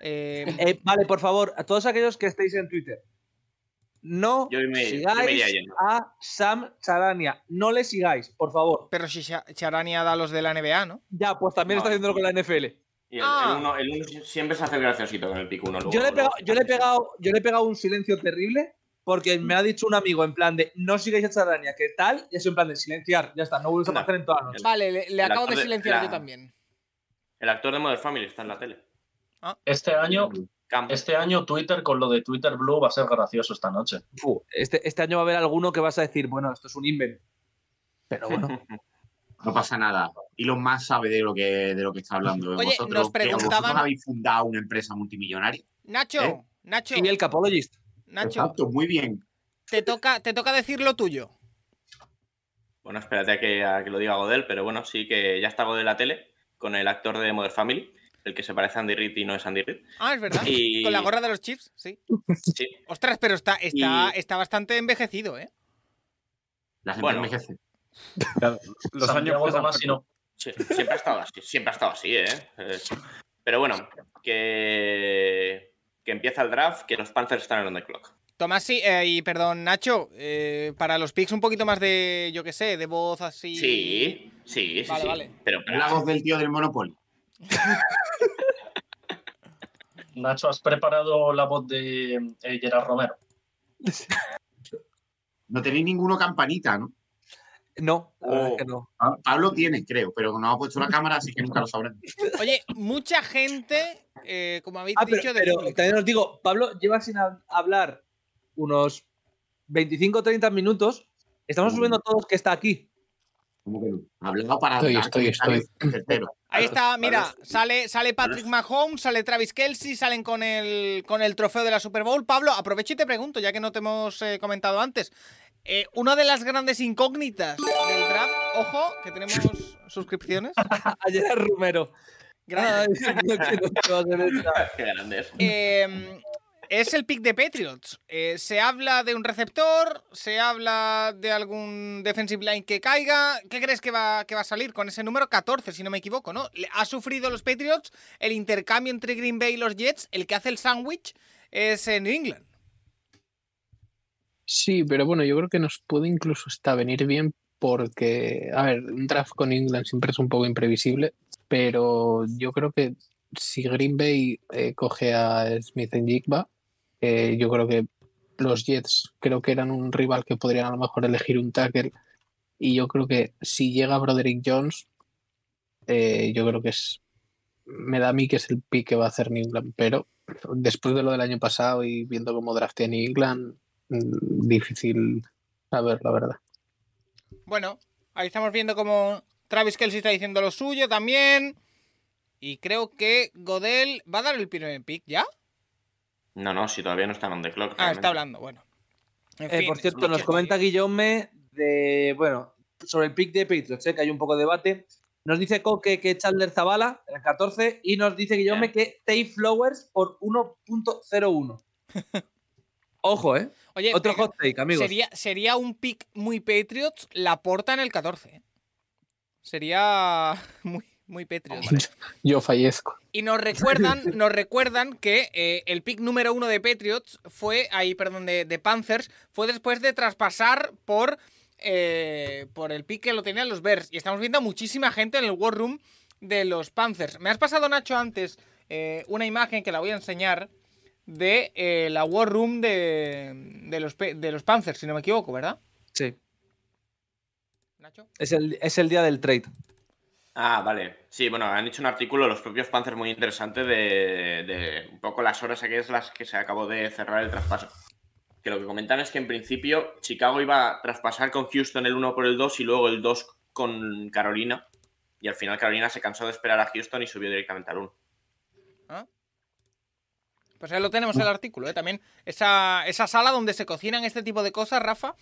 [SPEAKER 1] eh,
[SPEAKER 5] Eh, vale, por favor, a todos aquellos que estéis en Twitter, no
[SPEAKER 2] Yo me- yo me
[SPEAKER 5] sigáis
[SPEAKER 2] iría yendo.
[SPEAKER 5] a Sam Charania. No le sigáis, por favor.
[SPEAKER 1] pero si Sha- Charania da los de la NBA, ¿no?
[SPEAKER 5] Ya, pues también
[SPEAKER 2] No.
[SPEAKER 5] está haciéndolo con la NFL.
[SPEAKER 2] Y el,
[SPEAKER 1] Ah.
[SPEAKER 2] el uno, el uno siempre se hace el graciosito con el pico uno. luego-
[SPEAKER 5] Yo le, he
[SPEAKER 2] luego-
[SPEAKER 5] pegado, yo, le he pegado, yo le he pegado un silencio terrible porque me ha dicho un amigo en plan de no sigáis a Charania, que tal, y eso en plan de silenciar, ya está, no vuelves
[SPEAKER 2] Anda.
[SPEAKER 5] a hacer en toda la noche.
[SPEAKER 1] Vale, le, le
[SPEAKER 2] La
[SPEAKER 1] acabo de
[SPEAKER 2] tarde-
[SPEAKER 1] silenciar
[SPEAKER 2] la-
[SPEAKER 1] yo también.
[SPEAKER 2] El actor de Modern Family está en la tele.
[SPEAKER 6] Este año,
[SPEAKER 5] Mm,
[SPEAKER 2] Campo.
[SPEAKER 6] este año Twitter con lo de Twitter Blue va a ser gracioso esta noche.
[SPEAKER 5] Fu, este, este año va a haber alguno que vas a decir, bueno, esto es un invent. Pero bueno.
[SPEAKER 3] No pasa nada. Y los más sabe de lo que de lo que está hablando.
[SPEAKER 1] Oye,
[SPEAKER 3] vosotros,
[SPEAKER 1] nos
[SPEAKER 3] que
[SPEAKER 1] preguntaban-
[SPEAKER 3] vosotros habéis fundado una empresa multimillonaria.
[SPEAKER 1] Nacho,
[SPEAKER 3] ¿Eh?
[SPEAKER 1] Nacho,
[SPEAKER 5] y el Capologist.
[SPEAKER 1] Nacho,
[SPEAKER 3] Exacto, muy bien.
[SPEAKER 1] te toca, te toca decir lo tuyo.
[SPEAKER 2] Bueno, espérate a que, a que lo diga Godel, pero bueno, sí que ya está Godel en la tele con el actor de Modern Family, el que se parece a Andy Reid y no es Andy Reid.
[SPEAKER 1] Ah, es verdad.
[SPEAKER 2] Y-
[SPEAKER 1] Con la gorra de los chips, sí.
[SPEAKER 2] Sí.
[SPEAKER 1] Ostras, pero está, está,
[SPEAKER 2] Y-
[SPEAKER 1] está bastante envejecido, ¿eh?
[SPEAKER 3] La gente
[SPEAKER 2] Bueno.
[SPEAKER 3] envejece.
[SPEAKER 7] Claro, Los años
[SPEAKER 6] Santiago
[SPEAKER 7] pasan
[SPEAKER 6] Tomasi
[SPEAKER 7] rápido.
[SPEAKER 6] no.
[SPEAKER 2] Sí, siempre ha estado así, siempre ha estado así, ¿eh? Eh, Pero bueno, que, que empieza el draft, que los Panthers están en the clock.
[SPEAKER 1] Tomás, sí, eh, y perdón, Nacho, eh, para los picks un poquito más de, yo qué sé, de voz así.
[SPEAKER 2] Sí, sí, sí.
[SPEAKER 1] Vale,
[SPEAKER 2] sí.
[SPEAKER 1] vale.
[SPEAKER 2] Pero, pero-
[SPEAKER 3] La voz del tío del Monopoly.
[SPEAKER 6] Nacho, ¿has preparado la voz de eh, Gerard Romero?
[SPEAKER 3] No tenéis ninguno campanita, ¿no?
[SPEAKER 5] No, la verdad es
[SPEAKER 2] Oh.
[SPEAKER 5] que no.
[SPEAKER 3] Pa- Pablo tiene, creo, pero no ha puesto la cámara, así que nunca lo sabrán.
[SPEAKER 1] Oye, mucha gente, eh, como habéis
[SPEAKER 5] Ah, pero,
[SPEAKER 1] dicho, de
[SPEAKER 5] pero
[SPEAKER 1] público.
[SPEAKER 5] también os digo, Pablo lleva sin hab- hablar unos 25 o 30 minutos. Estamos
[SPEAKER 3] Mm.
[SPEAKER 5] subiendo todos que está aquí.
[SPEAKER 3] ¿Cómo que no? Hablado para
[SPEAKER 9] Estoy,
[SPEAKER 3] dar
[SPEAKER 9] estoy, estoy.
[SPEAKER 3] comentarios certeros.
[SPEAKER 1] Ahí está,
[SPEAKER 2] Vale,
[SPEAKER 1] mira,
[SPEAKER 2] vale.
[SPEAKER 1] sale, sale Patrick Mahomes, sale Travis Kelsey, salen con el, con el trofeo de la Super Bowl. Pablo, aprovecho y te pregunto, ya que no te hemos eh, comentado antes. eh, una de las grandes incógnitas del draft, ojo, que tenemos suscripciones.
[SPEAKER 5] Ayer era Romero.
[SPEAKER 1] Gracias.
[SPEAKER 5] Ay, no quiero que va a ser esta.
[SPEAKER 2] qué grande es.
[SPEAKER 1] Eh, es el pick de Patriots. Eh, se habla de un receptor, se habla de algún defensive line que caiga. ¿Qué crees que va, que va a salir con ese número 14, si no me equivoco, no? Le- Ha sufrido los Patriots el intercambio entre Green Bay y los Jets. El que hace el sándwich es en New England.
[SPEAKER 9] Sí, pero bueno, yo creo que nos puede incluso hasta venir bien porque, a ver, un draft con England siempre es un poco imprevisible, pero yo creo que si Green Bay eh, coge a Smith en Jigba, eh, yo creo que los Jets creo que eran un rival que podrían a lo mejor elegir un tackle. Y yo creo que si llega Broderick Jones, eh, yo creo que es. Me da a mí que es el pick que va a hacer New England, pero después de lo del año pasado y viendo cómo draftea New England, mm, difícil saber la verdad.
[SPEAKER 1] Bueno, ahí estamos viendo como Travis Kelsey está diciendo lo suyo también. Y creo que Godel va a dar el primer pick, ¿ya?
[SPEAKER 2] No, no, si todavía no están on the clock.
[SPEAKER 1] Ah,
[SPEAKER 2] realmente.
[SPEAKER 1] está hablando, bueno. En
[SPEAKER 5] Eh,
[SPEAKER 1] fin,
[SPEAKER 5] por cierto,
[SPEAKER 1] muchas
[SPEAKER 5] nos comenta Guillaume de. Bueno, sobre el pick de Patriots, eh, que hay un poco de debate. Nos dice Coque que Chandler Zavala, el 14, y nos dice Guillaume que Tay Flowers por 1.01. Ojo, ¿eh?
[SPEAKER 1] Oye,
[SPEAKER 5] Otro
[SPEAKER 1] pero
[SPEAKER 5] hot take, amigos.
[SPEAKER 1] Sería, sería un pick muy Patriots, la porta en el 14. ¿eh? Sería muy, muy Patriots.
[SPEAKER 9] Yo fallezco.
[SPEAKER 1] Y nos recuerdan, nos recuerdan que eh, el pick número uno de Patriots fue, ahí, perdón, de, de Panthers, fue después de traspasar por, eh, por el pick que lo tenían los Bears. Y estamos viendo a muchísima gente en el War Room de los Panthers. Me has pasado, Nacho, antes eh, una imagen que la voy a enseñar de eh, la War Room de, de, los, Pe- de los Panthers, si no me equivoco, ¿verdad?
[SPEAKER 5] Sí.
[SPEAKER 1] Nacho.
[SPEAKER 5] Es el, es el día del trade.
[SPEAKER 2] Ah, vale. Sí, bueno, han hecho un artículo los propios Panthers muy interesante de, de un poco las horas aquellas las que se acabó de cerrar el traspaso. Que lo que comentan es que en principio Chicago iba a traspasar con Houston el 1 por el 2 y luego el 2 con Carolina. Y al final Carolina se cansó de esperar a Houston y subió directamente al 1.
[SPEAKER 1] Pues ahí lo tenemos el artículo, ¿eh? También esa, esa sala donde se cocinan este tipo de cosas, Rafa,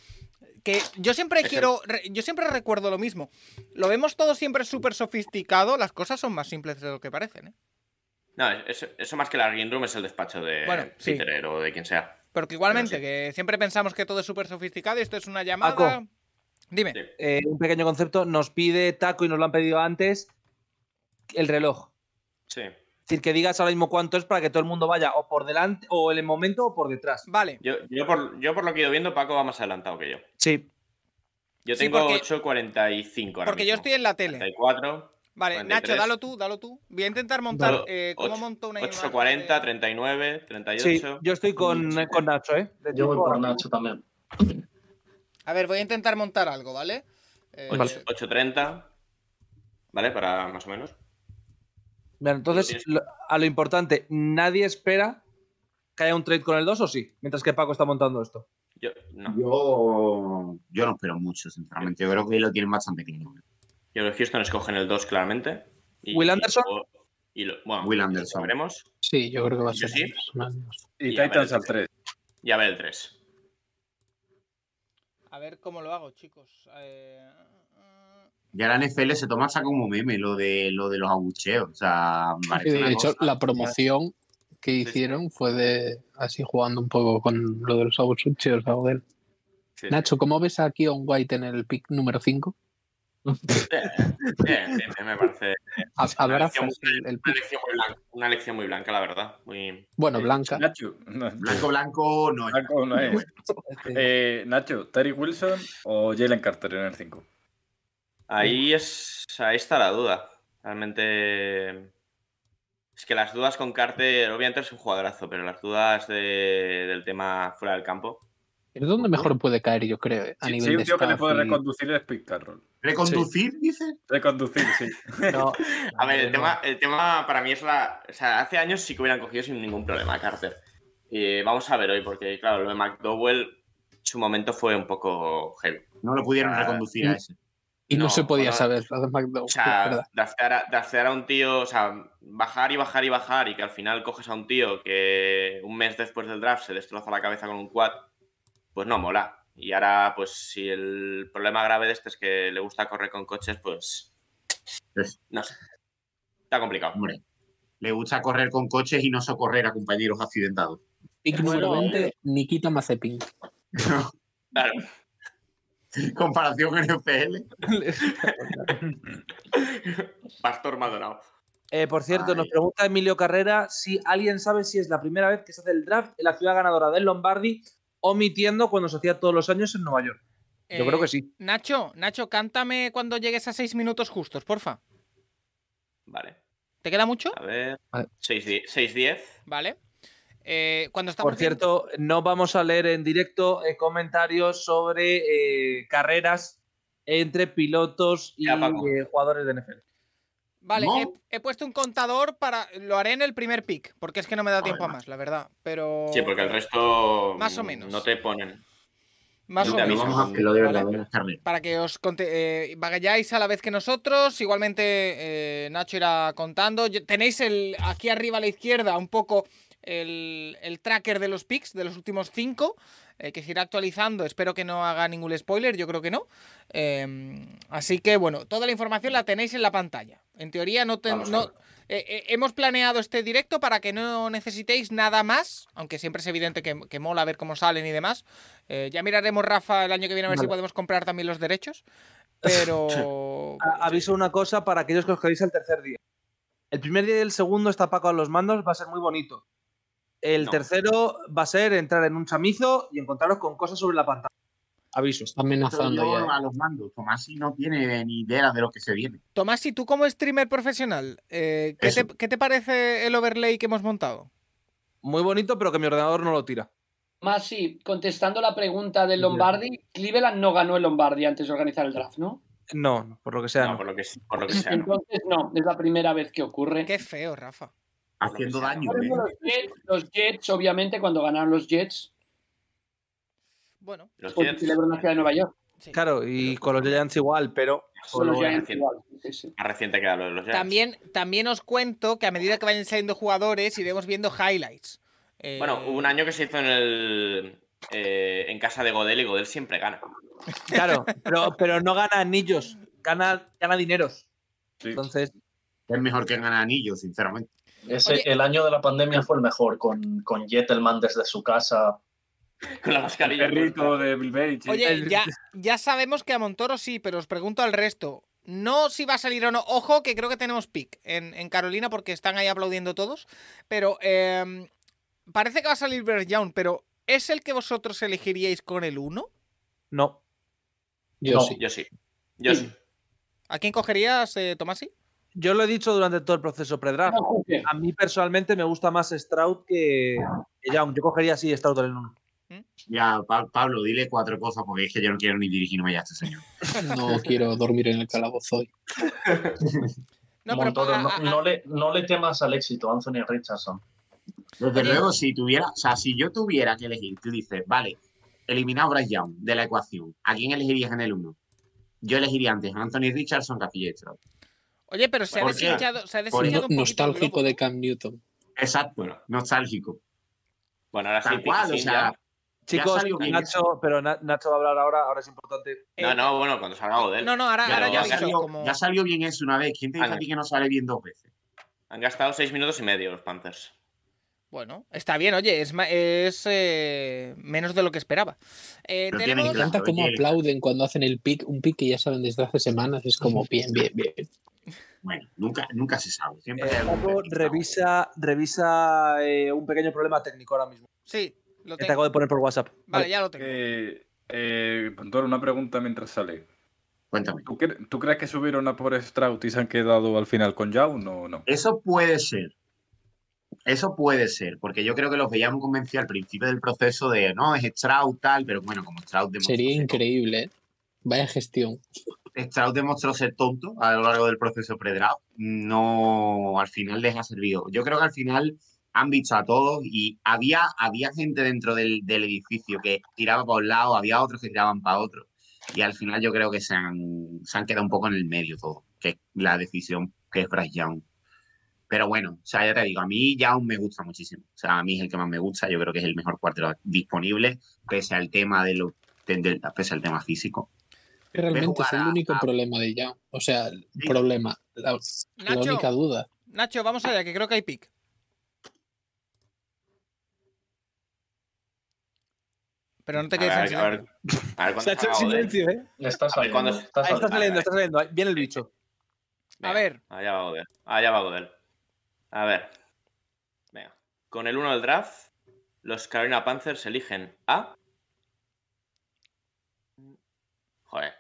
[SPEAKER 1] que yo siempre quiero,
[SPEAKER 2] Ejemplo.
[SPEAKER 1] re- yo siempre recuerdo lo mismo. Lo vemos todo siempre súper sofisticado, las cosas son más simples de lo que parecen, ¿eh?
[SPEAKER 2] No, eso, eso más que la green room es el despacho de
[SPEAKER 1] Bueno, sí.
[SPEAKER 2] Peter o de quien sea.
[SPEAKER 1] Porque igualmente,
[SPEAKER 2] Pero
[SPEAKER 1] que siempre pensamos que todo es súper sofisticado y esto es una llamada...
[SPEAKER 5] Paco.
[SPEAKER 1] Dime.
[SPEAKER 2] Sí.
[SPEAKER 5] Eh, un pequeño concepto. Nos pide Taco y nos lo han pedido antes. El reloj.
[SPEAKER 2] Sí.
[SPEAKER 5] Es decir, que digas ahora mismo cuánto es para que todo el mundo vaya o por delante, o en el momento, o por detrás.
[SPEAKER 1] Vale.
[SPEAKER 2] Yo, yo por, yo por lo que he ido viendo, Paco va más adelantado que yo.
[SPEAKER 5] Sí.
[SPEAKER 2] Yo
[SPEAKER 1] Sí,
[SPEAKER 2] tengo
[SPEAKER 1] porque-
[SPEAKER 2] 8.45 ahora
[SPEAKER 1] Porque yo
[SPEAKER 2] mismo.
[SPEAKER 1] estoy en la tele.
[SPEAKER 2] 34,
[SPEAKER 1] Vale,
[SPEAKER 2] 43.
[SPEAKER 1] Nacho, dalo tú, dalo tú. Voy a intentar montar
[SPEAKER 2] Dalo.
[SPEAKER 1] eh, cómo
[SPEAKER 2] Ocho-
[SPEAKER 1] monto una imagen
[SPEAKER 2] 8.40,
[SPEAKER 1] de-
[SPEAKER 2] 39, 38.
[SPEAKER 5] Sí, yo estoy con, eh, con Nacho, ¿eh? De
[SPEAKER 6] Yo voy
[SPEAKER 5] hecho,
[SPEAKER 6] por
[SPEAKER 5] ahora-
[SPEAKER 6] Nacho también.
[SPEAKER 1] A ver, voy a intentar montar algo, ¿vale? Eh,
[SPEAKER 2] Ocho- 8.30, ¿vale? Para más o menos.
[SPEAKER 5] Bueno, entonces,
[SPEAKER 2] tienes-
[SPEAKER 5] lo- a lo importante, nadie espera que haya un trade con el 2 o sí, mientras que Paco está montando esto.
[SPEAKER 2] Yo, no.
[SPEAKER 3] Yo, yo no espero mucho, sinceramente. Yo creo que lo tienen bastante claro.
[SPEAKER 2] Yo creo que Houston escogen el 2 claramente. Y-
[SPEAKER 5] Will Anderson.
[SPEAKER 2] Y, luego- y lo- bueno,
[SPEAKER 3] Will
[SPEAKER 2] lo
[SPEAKER 3] Anderson.
[SPEAKER 2] veremos.
[SPEAKER 9] Sí, yo creo que va a
[SPEAKER 2] Yo
[SPEAKER 9] ser.
[SPEAKER 2] sí.
[SPEAKER 9] Anderson.
[SPEAKER 7] Y
[SPEAKER 2] Ya,
[SPEAKER 7] Titans
[SPEAKER 2] vale.
[SPEAKER 7] al 3.
[SPEAKER 2] Y a ver el 3.
[SPEAKER 1] A ver cómo lo hago, chicos. Eh,
[SPEAKER 3] Ya la NFL se toma hasta como meme lo de, lo de los abucheos. O sea,
[SPEAKER 9] Y
[SPEAKER 3] parece
[SPEAKER 9] de
[SPEAKER 3] una
[SPEAKER 9] hecho,
[SPEAKER 3] cosa-
[SPEAKER 9] la promoción que
[SPEAKER 2] sí.
[SPEAKER 9] hicieron fue de así jugando un poco con lo de los abusuchos.
[SPEAKER 2] Sí, sí.
[SPEAKER 9] Nacho, ¿cómo ves a Keon White en el pick número 5?
[SPEAKER 2] Bien, bien, bien, me parece una
[SPEAKER 9] Habrá
[SPEAKER 2] elección, muy-
[SPEAKER 9] el
[SPEAKER 2] una
[SPEAKER 9] pick.
[SPEAKER 2] elección muy blanca, una elección muy blanca, la verdad. Muy...
[SPEAKER 9] Bueno, Blanca.
[SPEAKER 7] Nacho. no,
[SPEAKER 3] Blanco, blanco, no. es.
[SPEAKER 7] Paco no es.
[SPEAKER 5] Este,
[SPEAKER 7] Eh, Nacho, Terry Wilson o Jalen Carter en el 5.
[SPEAKER 2] Ahí, es, ahí está la duda. Realmente. Es que las dudas con Carter, obviamente es un jugadorazo, pero las dudas de- del tema fuera del campo.
[SPEAKER 9] Es donde mejor puede caer, yo creo, eh, a
[SPEAKER 7] Sí,
[SPEAKER 9] nivel
[SPEAKER 7] sí, un
[SPEAKER 9] de
[SPEAKER 7] tío que le
[SPEAKER 9] staff
[SPEAKER 7] puede
[SPEAKER 9] y-
[SPEAKER 7] reconducir es Pete Carroll.
[SPEAKER 3] ¿Reconducir, dices?
[SPEAKER 7] Reconducir, sí.
[SPEAKER 9] No,
[SPEAKER 2] A ver, el
[SPEAKER 9] no.
[SPEAKER 2] tema, el tema para mí es la. O sea, hace años sí que hubieran cogido sin ningún problema a Carter. Y vamos a ver hoy, porque claro, lo de McDowell, su momento fue un poco heavy.
[SPEAKER 3] No lo pudieron
[SPEAKER 2] Ah,
[SPEAKER 3] reconducir a ese.
[SPEAKER 9] Y no,
[SPEAKER 2] no,
[SPEAKER 9] se podía
[SPEAKER 2] bueno,
[SPEAKER 9] saber lo de McDowell,
[SPEAKER 2] O
[SPEAKER 9] es verdad.
[SPEAKER 2] sea, draftear a, draftear a un tío, o sea, bajar y bajar y bajar y que al final coges a un tío que un mes después del draft se destroza la cabeza con un quad, pues no mola. Y ahora, pues si el problema grave de este es que le gusta correr con coches, pues...
[SPEAKER 3] Pues-
[SPEAKER 2] No sé. Está complicado.
[SPEAKER 3] Hombre, le gusta correr con coches y no socorrer a compañeros accidentados.
[SPEAKER 9] Pick número
[SPEAKER 2] bueno,
[SPEAKER 9] 20, Nikita Mazepin.
[SPEAKER 2] Claro.
[SPEAKER 3] Comparación con NFL.
[SPEAKER 2] Pastor Maldonado.
[SPEAKER 5] eh, por cierto, nos
[SPEAKER 3] Ay.
[SPEAKER 5] pregunta Emilio Carrera si alguien sabe si es la primera vez que se hace el draft en la ciudad ganadora del Lombardi, omitiendo cuando se hacía todos los años en Nueva York.
[SPEAKER 1] Eh,
[SPEAKER 5] Yo creo que sí.
[SPEAKER 1] Nacho, Nacho, cántame cuando llegues a seis minutos justos, porfa.
[SPEAKER 2] Vale.
[SPEAKER 1] ¿Te queda mucho?
[SPEAKER 2] A ver. 6-10.
[SPEAKER 1] Vale. Eh, cuando estamos
[SPEAKER 5] Por cierto, no vamos a leer en directo eh, comentarios sobre eh, carreras entre pilotos y
[SPEAKER 2] Ya, Paco.
[SPEAKER 5] eh, jugadores de NFL.
[SPEAKER 1] Vale,
[SPEAKER 5] No.
[SPEAKER 1] he, he puesto un contador para. Lo haré en el primer pick, porque es que no me da tiempo a más, la verdad. Pero.
[SPEAKER 2] Sí, porque el resto.
[SPEAKER 1] Más o menos.
[SPEAKER 2] No te ponen.
[SPEAKER 1] Más
[SPEAKER 2] no
[SPEAKER 1] o
[SPEAKER 2] te
[SPEAKER 1] menos.
[SPEAKER 2] avisan.
[SPEAKER 3] Vamos a hacerlo de verdad,
[SPEAKER 1] Vale.
[SPEAKER 3] buenas tardes.
[SPEAKER 1] Para que os conte- eh, vagayáis a la vez que nosotros. Igualmente, eh, Nacho irá contando. Yo- Tenéis el, aquí arriba a la izquierda un poco el, el tracker de los picks, de los últimos cinco, eh, que se irá actualizando. Espero que no haga ningún spoiler, yo creo que no. Eh, así que, bueno, toda la información la tenéis en la pantalla. En teoría, no, te-
[SPEAKER 6] Vamos a
[SPEAKER 1] no-
[SPEAKER 6] ver.
[SPEAKER 1] eh, eh, hemos planeado este directo para que no necesitéis nada más, aunque siempre es evidente que, que mola ver cómo salen y demás. Eh, ya miraremos, Rafa, el año que viene a ver si
[SPEAKER 5] Vale.
[SPEAKER 1] podemos comprar también los derechos. Pero.
[SPEAKER 5] A- aviso una cosa para aquellos que os quedáis al tercer día. El primer día y el segundo está Paco a los mandos, va a ser muy bonito. El
[SPEAKER 2] No.
[SPEAKER 5] tercero va a ser entrar en un chamizo y encontraros con cosas sobre la pantalla. Aviso.
[SPEAKER 3] Pero yo a los mandos. Tomasi no tiene ni idea de lo que se viene.
[SPEAKER 1] Tomás, y tú como streamer profesional, eh, ¿qué, te, qué te parece el overlay que hemos montado?
[SPEAKER 5] Muy bonito, pero que mi ordenador no lo tira.
[SPEAKER 4] Más sí, contestando la pregunta del Lombardi, Cleveland no ganó el Lombardi antes de organizar el draft, ¿no?
[SPEAKER 5] No, por lo que sea. Pues No,
[SPEAKER 2] por lo que, por lo que sea. no.
[SPEAKER 4] Entonces, no, es la primera vez que ocurre.
[SPEAKER 1] Qué feo, Rafa.
[SPEAKER 3] Haciendo daño.
[SPEAKER 4] Por ejemplo, Los Jets, los Jets, obviamente, cuando ganaron los Jets,
[SPEAKER 1] Bueno,
[SPEAKER 2] Los
[SPEAKER 4] porque
[SPEAKER 2] Jets.
[SPEAKER 4] celebró en pues, la ciudad de Nueva York.
[SPEAKER 5] Claro, y con los Giants igual, pero.
[SPEAKER 4] Son los
[SPEAKER 5] Pero bueno,
[SPEAKER 4] Giants igual, sí, sí.
[SPEAKER 2] Más reciente que lo de los Jets.
[SPEAKER 1] También, también os cuento que a medida que vayan saliendo jugadores, iremos viendo highlights. Eh,
[SPEAKER 2] Bueno, hubo un año que se hizo en el. eh, en casa de Godel y Godel siempre gana.
[SPEAKER 5] Claro, pero, pero no gana anillos, gana, gana dineros. Entonces,
[SPEAKER 3] Es mejor que ganar anillos, sinceramente.
[SPEAKER 6] Ese- el año de la pandemia fue el mejor, con, con Jettelman desde su casa.
[SPEAKER 2] Con la mascarilla.
[SPEAKER 7] Perrito de Bill Bates.
[SPEAKER 1] Oye, ya, ya sabemos que a Montoro sí, pero os pregunto al resto. No si va a salir o no. Ojo, que creo que tenemos pick en, en Carolina porque están ahí aplaudiendo todos. Pero eh, parece que va a salir Bryce Young, pero ¿es el que vosotros elegiríais con el 1?
[SPEAKER 5] no.
[SPEAKER 9] Yo
[SPEAKER 2] No,
[SPEAKER 9] sí.
[SPEAKER 2] Yo sí. Yo sí.
[SPEAKER 1] ¿A quién cogerías, eh, Tomasi?
[SPEAKER 5] Yo lo he dicho durante todo el proceso pre-draft.
[SPEAKER 4] No, Hooker.
[SPEAKER 5] A mí personalmente me gusta más Stroud que, que Young. Yo cogería así Stroud en el uno.
[SPEAKER 3] Ya, Pa- Pablo, dile cuatro cosas porque es que yo no quiero ni dirigirme ya a este señor.
[SPEAKER 9] No quiero dormir en el calabozo hoy.
[SPEAKER 1] No, pero
[SPEAKER 6] Montoro,
[SPEAKER 1] ponga-
[SPEAKER 6] no,
[SPEAKER 1] a- a-
[SPEAKER 6] no le, no le temas al éxito, Anthony Richardson.
[SPEAKER 3] Desde
[SPEAKER 1] Oye.
[SPEAKER 3] luego, si tuviera, o sea, si yo tuviera que elegir, tú dices, vale, eliminado Bryce Young de la ecuación, ¿a quién elegirías en el 1? Yo elegiría antes a Anthony Richardson que a PJ Stroud.
[SPEAKER 1] Oye, pero se ha
[SPEAKER 3] ¿Por qué?
[SPEAKER 1] deshinchado, se ha
[SPEAKER 3] Por
[SPEAKER 1] deshinchado
[SPEAKER 9] No-
[SPEAKER 1] un poquito el
[SPEAKER 9] nostálgico
[SPEAKER 1] globo,
[SPEAKER 9] de
[SPEAKER 1] ¿no?
[SPEAKER 9] Cam Newton.
[SPEAKER 3] Exacto, nostálgico.
[SPEAKER 2] Bueno, ahora sí.
[SPEAKER 3] Tal cual, o
[SPEAKER 2] Piquicín
[SPEAKER 3] sea,
[SPEAKER 2] ya.
[SPEAKER 5] Chicos,
[SPEAKER 3] salió bien ¿eh?
[SPEAKER 5] Nacho, pero Na- Nacho va a hablar ahora, ahora es importante.
[SPEAKER 2] No, no, bueno, cuando salga Godel.
[SPEAKER 1] Eh, No, no, ahora,
[SPEAKER 2] Pero
[SPEAKER 1] ahora ya
[SPEAKER 2] ha
[SPEAKER 1] aviso,
[SPEAKER 2] salido-
[SPEAKER 1] como-
[SPEAKER 3] Ya salió bien eso una vez. ¿Quién te dice
[SPEAKER 2] Vale.
[SPEAKER 3] a ti que no sale bien dos veces?
[SPEAKER 2] Han gastado seis minutos y medio los Panthers.
[SPEAKER 1] Bueno, está bien, oye, es, ma- es eh, menos de lo que esperaba. Eh,
[SPEAKER 3] Pero tiene
[SPEAKER 1] tenemos...
[SPEAKER 9] Me encanta
[SPEAKER 3] Claro,
[SPEAKER 9] cómo
[SPEAKER 3] oye, el-
[SPEAKER 9] aplauden cuando hacen el pick, un pick que ya saben desde hace semanas. Es como bien, bien, bien.
[SPEAKER 3] Bueno, nunca, nunca se sabe. Siempre hay
[SPEAKER 5] Eh,
[SPEAKER 3] algún
[SPEAKER 5] Paco,
[SPEAKER 3] despistado.
[SPEAKER 5] revisa, revisa eh, un pequeño problema técnico ahora mismo.
[SPEAKER 1] Sí, lo
[SPEAKER 5] Que te
[SPEAKER 1] tengo.
[SPEAKER 5] acabo de poner por WhatsApp.
[SPEAKER 1] Vale, ya lo tengo.
[SPEAKER 7] Eh, eh, Pandora, una pregunta mientras sale.
[SPEAKER 3] Cuéntame.
[SPEAKER 7] ¿Tú, cre- tú crees que subieron a por Stroud y se han quedado al final con Young o no?
[SPEAKER 3] Eso puede ser. Eso puede ser, porque yo creo que los veíamos convencidos al principio del proceso de no, es Stroud tal, pero bueno, como Stroud demostró,
[SPEAKER 9] Sería
[SPEAKER 3] ser,
[SPEAKER 9] increíble. ¿eh? Vaya gestión.
[SPEAKER 3] Stroud demostró ser tonto a lo largo del proceso pre-draft, no al final les ha servido. Yo creo que al final han visto a todos y había, había gente dentro del, del edificio que tiraba para un lado, había otros que tiraban para otro. Y al final yo creo que se han, se han quedado un poco en el medio todo, que es la decisión que es Bryce Young. Pero bueno, o sea, ya te digo, a mí Young me gusta muchísimo. O sea, a mí es el que más me gusta, yo creo que es el mejor quarterback disponible, pese al tema de lo, de- de- pese al tema físico.
[SPEAKER 9] Que Realmente es
[SPEAKER 3] jugar
[SPEAKER 9] el
[SPEAKER 3] a-
[SPEAKER 9] único
[SPEAKER 3] a-
[SPEAKER 9] problema de Young. O sea, el problema. La, la
[SPEAKER 1] Nacho.
[SPEAKER 9] única duda.
[SPEAKER 1] Nacho, vamos allá, que creo que hay pick. Pero no te
[SPEAKER 2] A
[SPEAKER 1] quedes
[SPEAKER 2] ver,
[SPEAKER 1] en
[SPEAKER 2] a ver, a
[SPEAKER 1] silencio.
[SPEAKER 2] ver, a ver cuándo
[SPEAKER 5] Se ha hecho el
[SPEAKER 2] salga Godel.
[SPEAKER 5] silencio, ¿eh?
[SPEAKER 6] Está
[SPEAKER 2] A ver,
[SPEAKER 6] saliendo.
[SPEAKER 2] ¿cuándo-
[SPEAKER 6] está
[SPEAKER 5] Ahí está
[SPEAKER 6] saliendo.
[SPEAKER 5] saliendo, está saliendo. ahí Viene el bicho.
[SPEAKER 1] A
[SPEAKER 2] Venga,
[SPEAKER 1] ver.
[SPEAKER 2] Allá va Godel. Allá va Godel. A ver. Venga. Con el 1 del draft, los Carolina Panthers eligen a. Joder.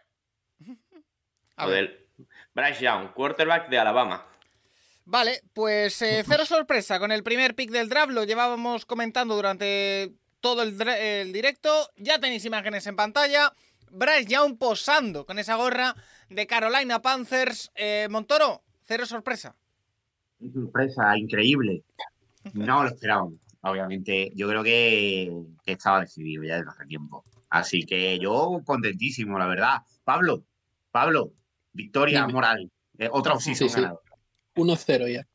[SPEAKER 2] Joder. Bryce Young, quarterback de Alabama.
[SPEAKER 1] Vale, pues eh, cero sorpresa con el primer pick del draft. Lo llevábamos comentando durante todo el, dra- el directo. Ya tenéis imágenes en pantalla. Bryce Young posando con esa gorra de Carolina Panthers. Eh, Montoro, cero sorpresa.
[SPEAKER 3] Una sorpresa increíble. No lo esperábamos. Obviamente, yo creo que, que estaba decidido ya desde hace tiempo. Así que yo contentísimo, la verdad. Pablo, Pablo, victoria
[SPEAKER 9] Dime.
[SPEAKER 3] moral. Eh, otra opción
[SPEAKER 9] Sí, sí. 1-0 ya.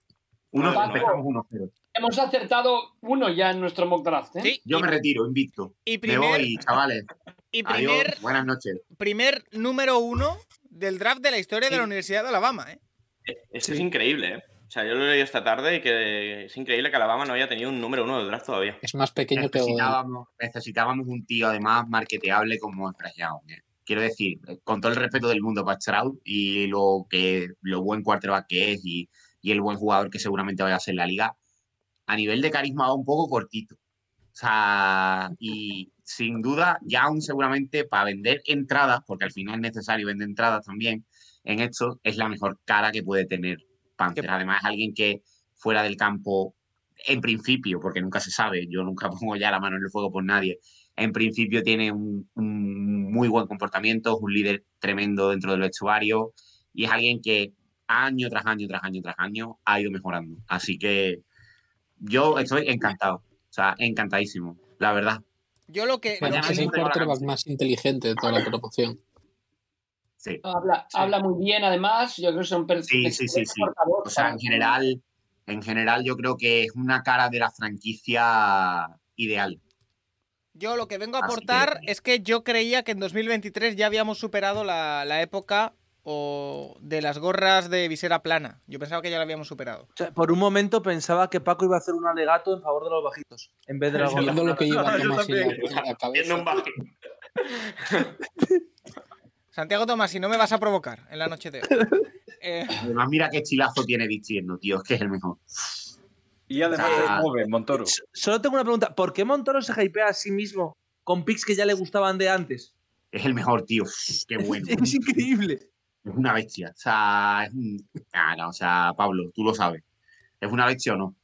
[SPEAKER 3] Uno,
[SPEAKER 4] Pablo.
[SPEAKER 3] empezamos 1-0.
[SPEAKER 4] Hemos acertado uno ya en nuestro mock draft. ¿eh?
[SPEAKER 1] Sí,
[SPEAKER 3] Yo
[SPEAKER 1] y-
[SPEAKER 3] me retiro, invicto.
[SPEAKER 1] y
[SPEAKER 3] Me
[SPEAKER 1] primer-
[SPEAKER 3] voy, chavales.
[SPEAKER 1] Y
[SPEAKER 3] Adiós.
[SPEAKER 1] primer,
[SPEAKER 9] er-
[SPEAKER 3] Buenas noches.
[SPEAKER 1] primer número uno del draft de la historia de la Universidad de Alabama. ¿eh?
[SPEAKER 2] Esto es increíble, ¿eh? O sea, yo lo he leído esta tarde y que es increíble que Alabama no haya tenido un número uno del draft todavía.
[SPEAKER 9] Es más pequeño que Odell.
[SPEAKER 3] necesitábamos, necesitábamos un tío además marketeable como Bryce Young. ¿eh? Quiero decir, con todo el respeto del mundo para Stroud y lo que lo buen quarterback que es y, y el buen jugador que seguramente vaya a ser en la liga, a nivel de carisma va un poco cortito. O sea, y sin duda, Young seguramente para vender entradas, porque al final es necesario vender entradas también, en esto es la mejor cara que puede tener Panther. Además, es alguien que fuera del campo en principio, porque nunca se sabe, yo nunca pongo ya la mano en el fuego por nadie, en principio tiene un, un muy buen comportamiento, es un líder tremendo dentro del vestuario y es alguien que año tras año, tras año, tras año ha ido mejorando. Así que yo estoy encantado, o sea, encantadísimo, la verdad.
[SPEAKER 1] Yo lo que. lo
[SPEAKER 3] Mañana
[SPEAKER 1] que
[SPEAKER 9] Además, es
[SPEAKER 1] sí-
[SPEAKER 9] el quarterback más inteligente de toda la proporción.
[SPEAKER 3] Sí,
[SPEAKER 4] Habla, habla muy bien, además. Yo creo que son per-
[SPEAKER 3] sí, sí, sí. sí.
[SPEAKER 4] portavoz
[SPEAKER 3] O sea,
[SPEAKER 4] para-
[SPEAKER 3] en general, en general yo creo que es una cara de la franquicia ideal.
[SPEAKER 1] Yo lo que vengo a
[SPEAKER 3] Así que-
[SPEAKER 1] aportar es que yo creía que en 2023 ya habíamos superado la, la época o de las gorras de visera plana. Yo pensaba que ya la habíamos superado.
[SPEAKER 5] O sea, por un momento pensaba que Paco iba a hacer un alegato en favor de los bajitos. En vez de la gorra.
[SPEAKER 9] Viendo lo que lleva
[SPEAKER 5] Yo
[SPEAKER 9] Tomás en la-
[SPEAKER 5] también.
[SPEAKER 9] en la cabeza.
[SPEAKER 2] Ah, Tiene un baje.
[SPEAKER 1] Santiago Tomás, si no me vas a provocar en la noche de hoy. Eh,
[SPEAKER 3] Además, mira qué chilazo tiene Victierno, tío, es que es el mejor.
[SPEAKER 7] Y además
[SPEAKER 3] Ah.
[SPEAKER 7] es joven, Montoro.
[SPEAKER 5] S- Solo tengo una pregunta. ¿Por qué Montoro se hypea a sí mismo con picks que ya le gustaban de antes?
[SPEAKER 3] Es el mejor, tío. Qué bueno.
[SPEAKER 5] Es increíble.
[SPEAKER 3] Es una bestia. O sea, es un... Ah, no, o sea, Pablo, tú lo sabes. ¿Es una bestia o no?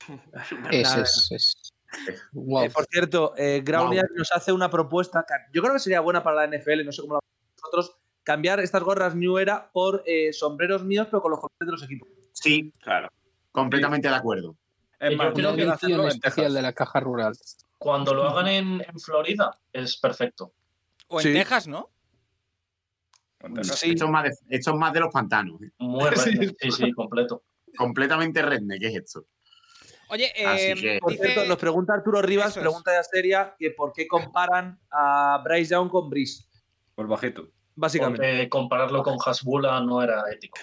[SPEAKER 9] Es, es, es. Wow.
[SPEAKER 5] Eh, por cierto, eh, Graunia nos hace una propuesta. que Yo creo que sería buena para la NFL, no sé cómo la nosotros. Cambiar estas gorras New Era por eh, sombreros míos, pero con los colores de los equipos.
[SPEAKER 3] Sí,
[SPEAKER 2] Claro.
[SPEAKER 3] completamente de acuerdo.
[SPEAKER 5] Eh,
[SPEAKER 7] Es más,
[SPEAKER 6] Yo creo
[SPEAKER 9] Una
[SPEAKER 7] tienen que hacerlo
[SPEAKER 9] edición
[SPEAKER 5] este
[SPEAKER 7] en
[SPEAKER 9] especial
[SPEAKER 7] Texas.
[SPEAKER 9] de la caja rural.
[SPEAKER 6] Cuando lo hagan en, en Florida es perfecto.
[SPEAKER 1] o en
[SPEAKER 5] Sí.
[SPEAKER 1] Texas, ¿no?
[SPEAKER 7] En Texas.
[SPEAKER 5] Sí.
[SPEAKER 3] Esto, es más de, esto es más de los pantanos. ¿eh?
[SPEAKER 6] Muy
[SPEAKER 5] Sí.
[SPEAKER 6] redneck, sí, sí, completo.
[SPEAKER 3] Completamente redne, ¿qué es esto?
[SPEAKER 1] Oye,
[SPEAKER 3] Así
[SPEAKER 1] eh,
[SPEAKER 3] que-
[SPEAKER 5] Por
[SPEAKER 1] dice-
[SPEAKER 5] cierto, nos pregunta Arturo Rivas,
[SPEAKER 1] Eso es.
[SPEAKER 5] pregunta ya seria, que por qué comparan a Bryce Young con Brice,
[SPEAKER 7] Por bajito.
[SPEAKER 5] básicamente.
[SPEAKER 6] Porque compararlo con Hasbula no era ético.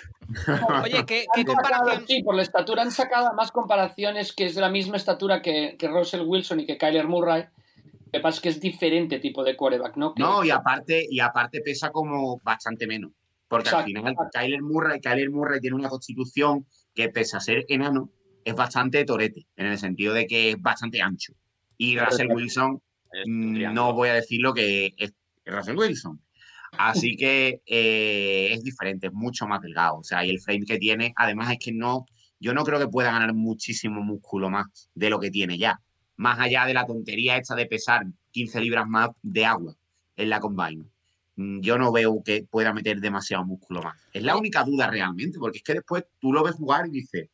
[SPEAKER 1] oye, ¿qué, qué
[SPEAKER 4] Han sacado,
[SPEAKER 1] comparación?
[SPEAKER 4] Sí, por la estatura han sacado más comparaciones que es de la misma estatura que, que Russell Wilson y que Kyler Murray. Lo que pasa es que es diferente tipo de quarterback, ¿no? Que-
[SPEAKER 3] No, y aparte, y aparte pesa como bastante menos. Porque al
[SPEAKER 4] Exacto.
[SPEAKER 3] final Kyler Murray, Kyler Murray tiene una constitución que pese a ser enano, es bastante torete, en el sentido de que es bastante ancho. Y Russell Wilson
[SPEAKER 2] Es un
[SPEAKER 3] Mm,
[SPEAKER 2] triángulo.
[SPEAKER 3] no voy a decir lo que es Russell Wilson. Así que eh, es diferente, es mucho más delgado. O sea, y el frame que tiene, además es que no, yo no creo que pueda ganar muchísimo músculo más de lo que tiene ya. Más allá de la tontería esta de pesar 15 libras más de agua en la combine. Mm, Yo no veo que pueda meter demasiado músculo más. Es la única duda realmente, porque es que después tú lo ves jugar y dices,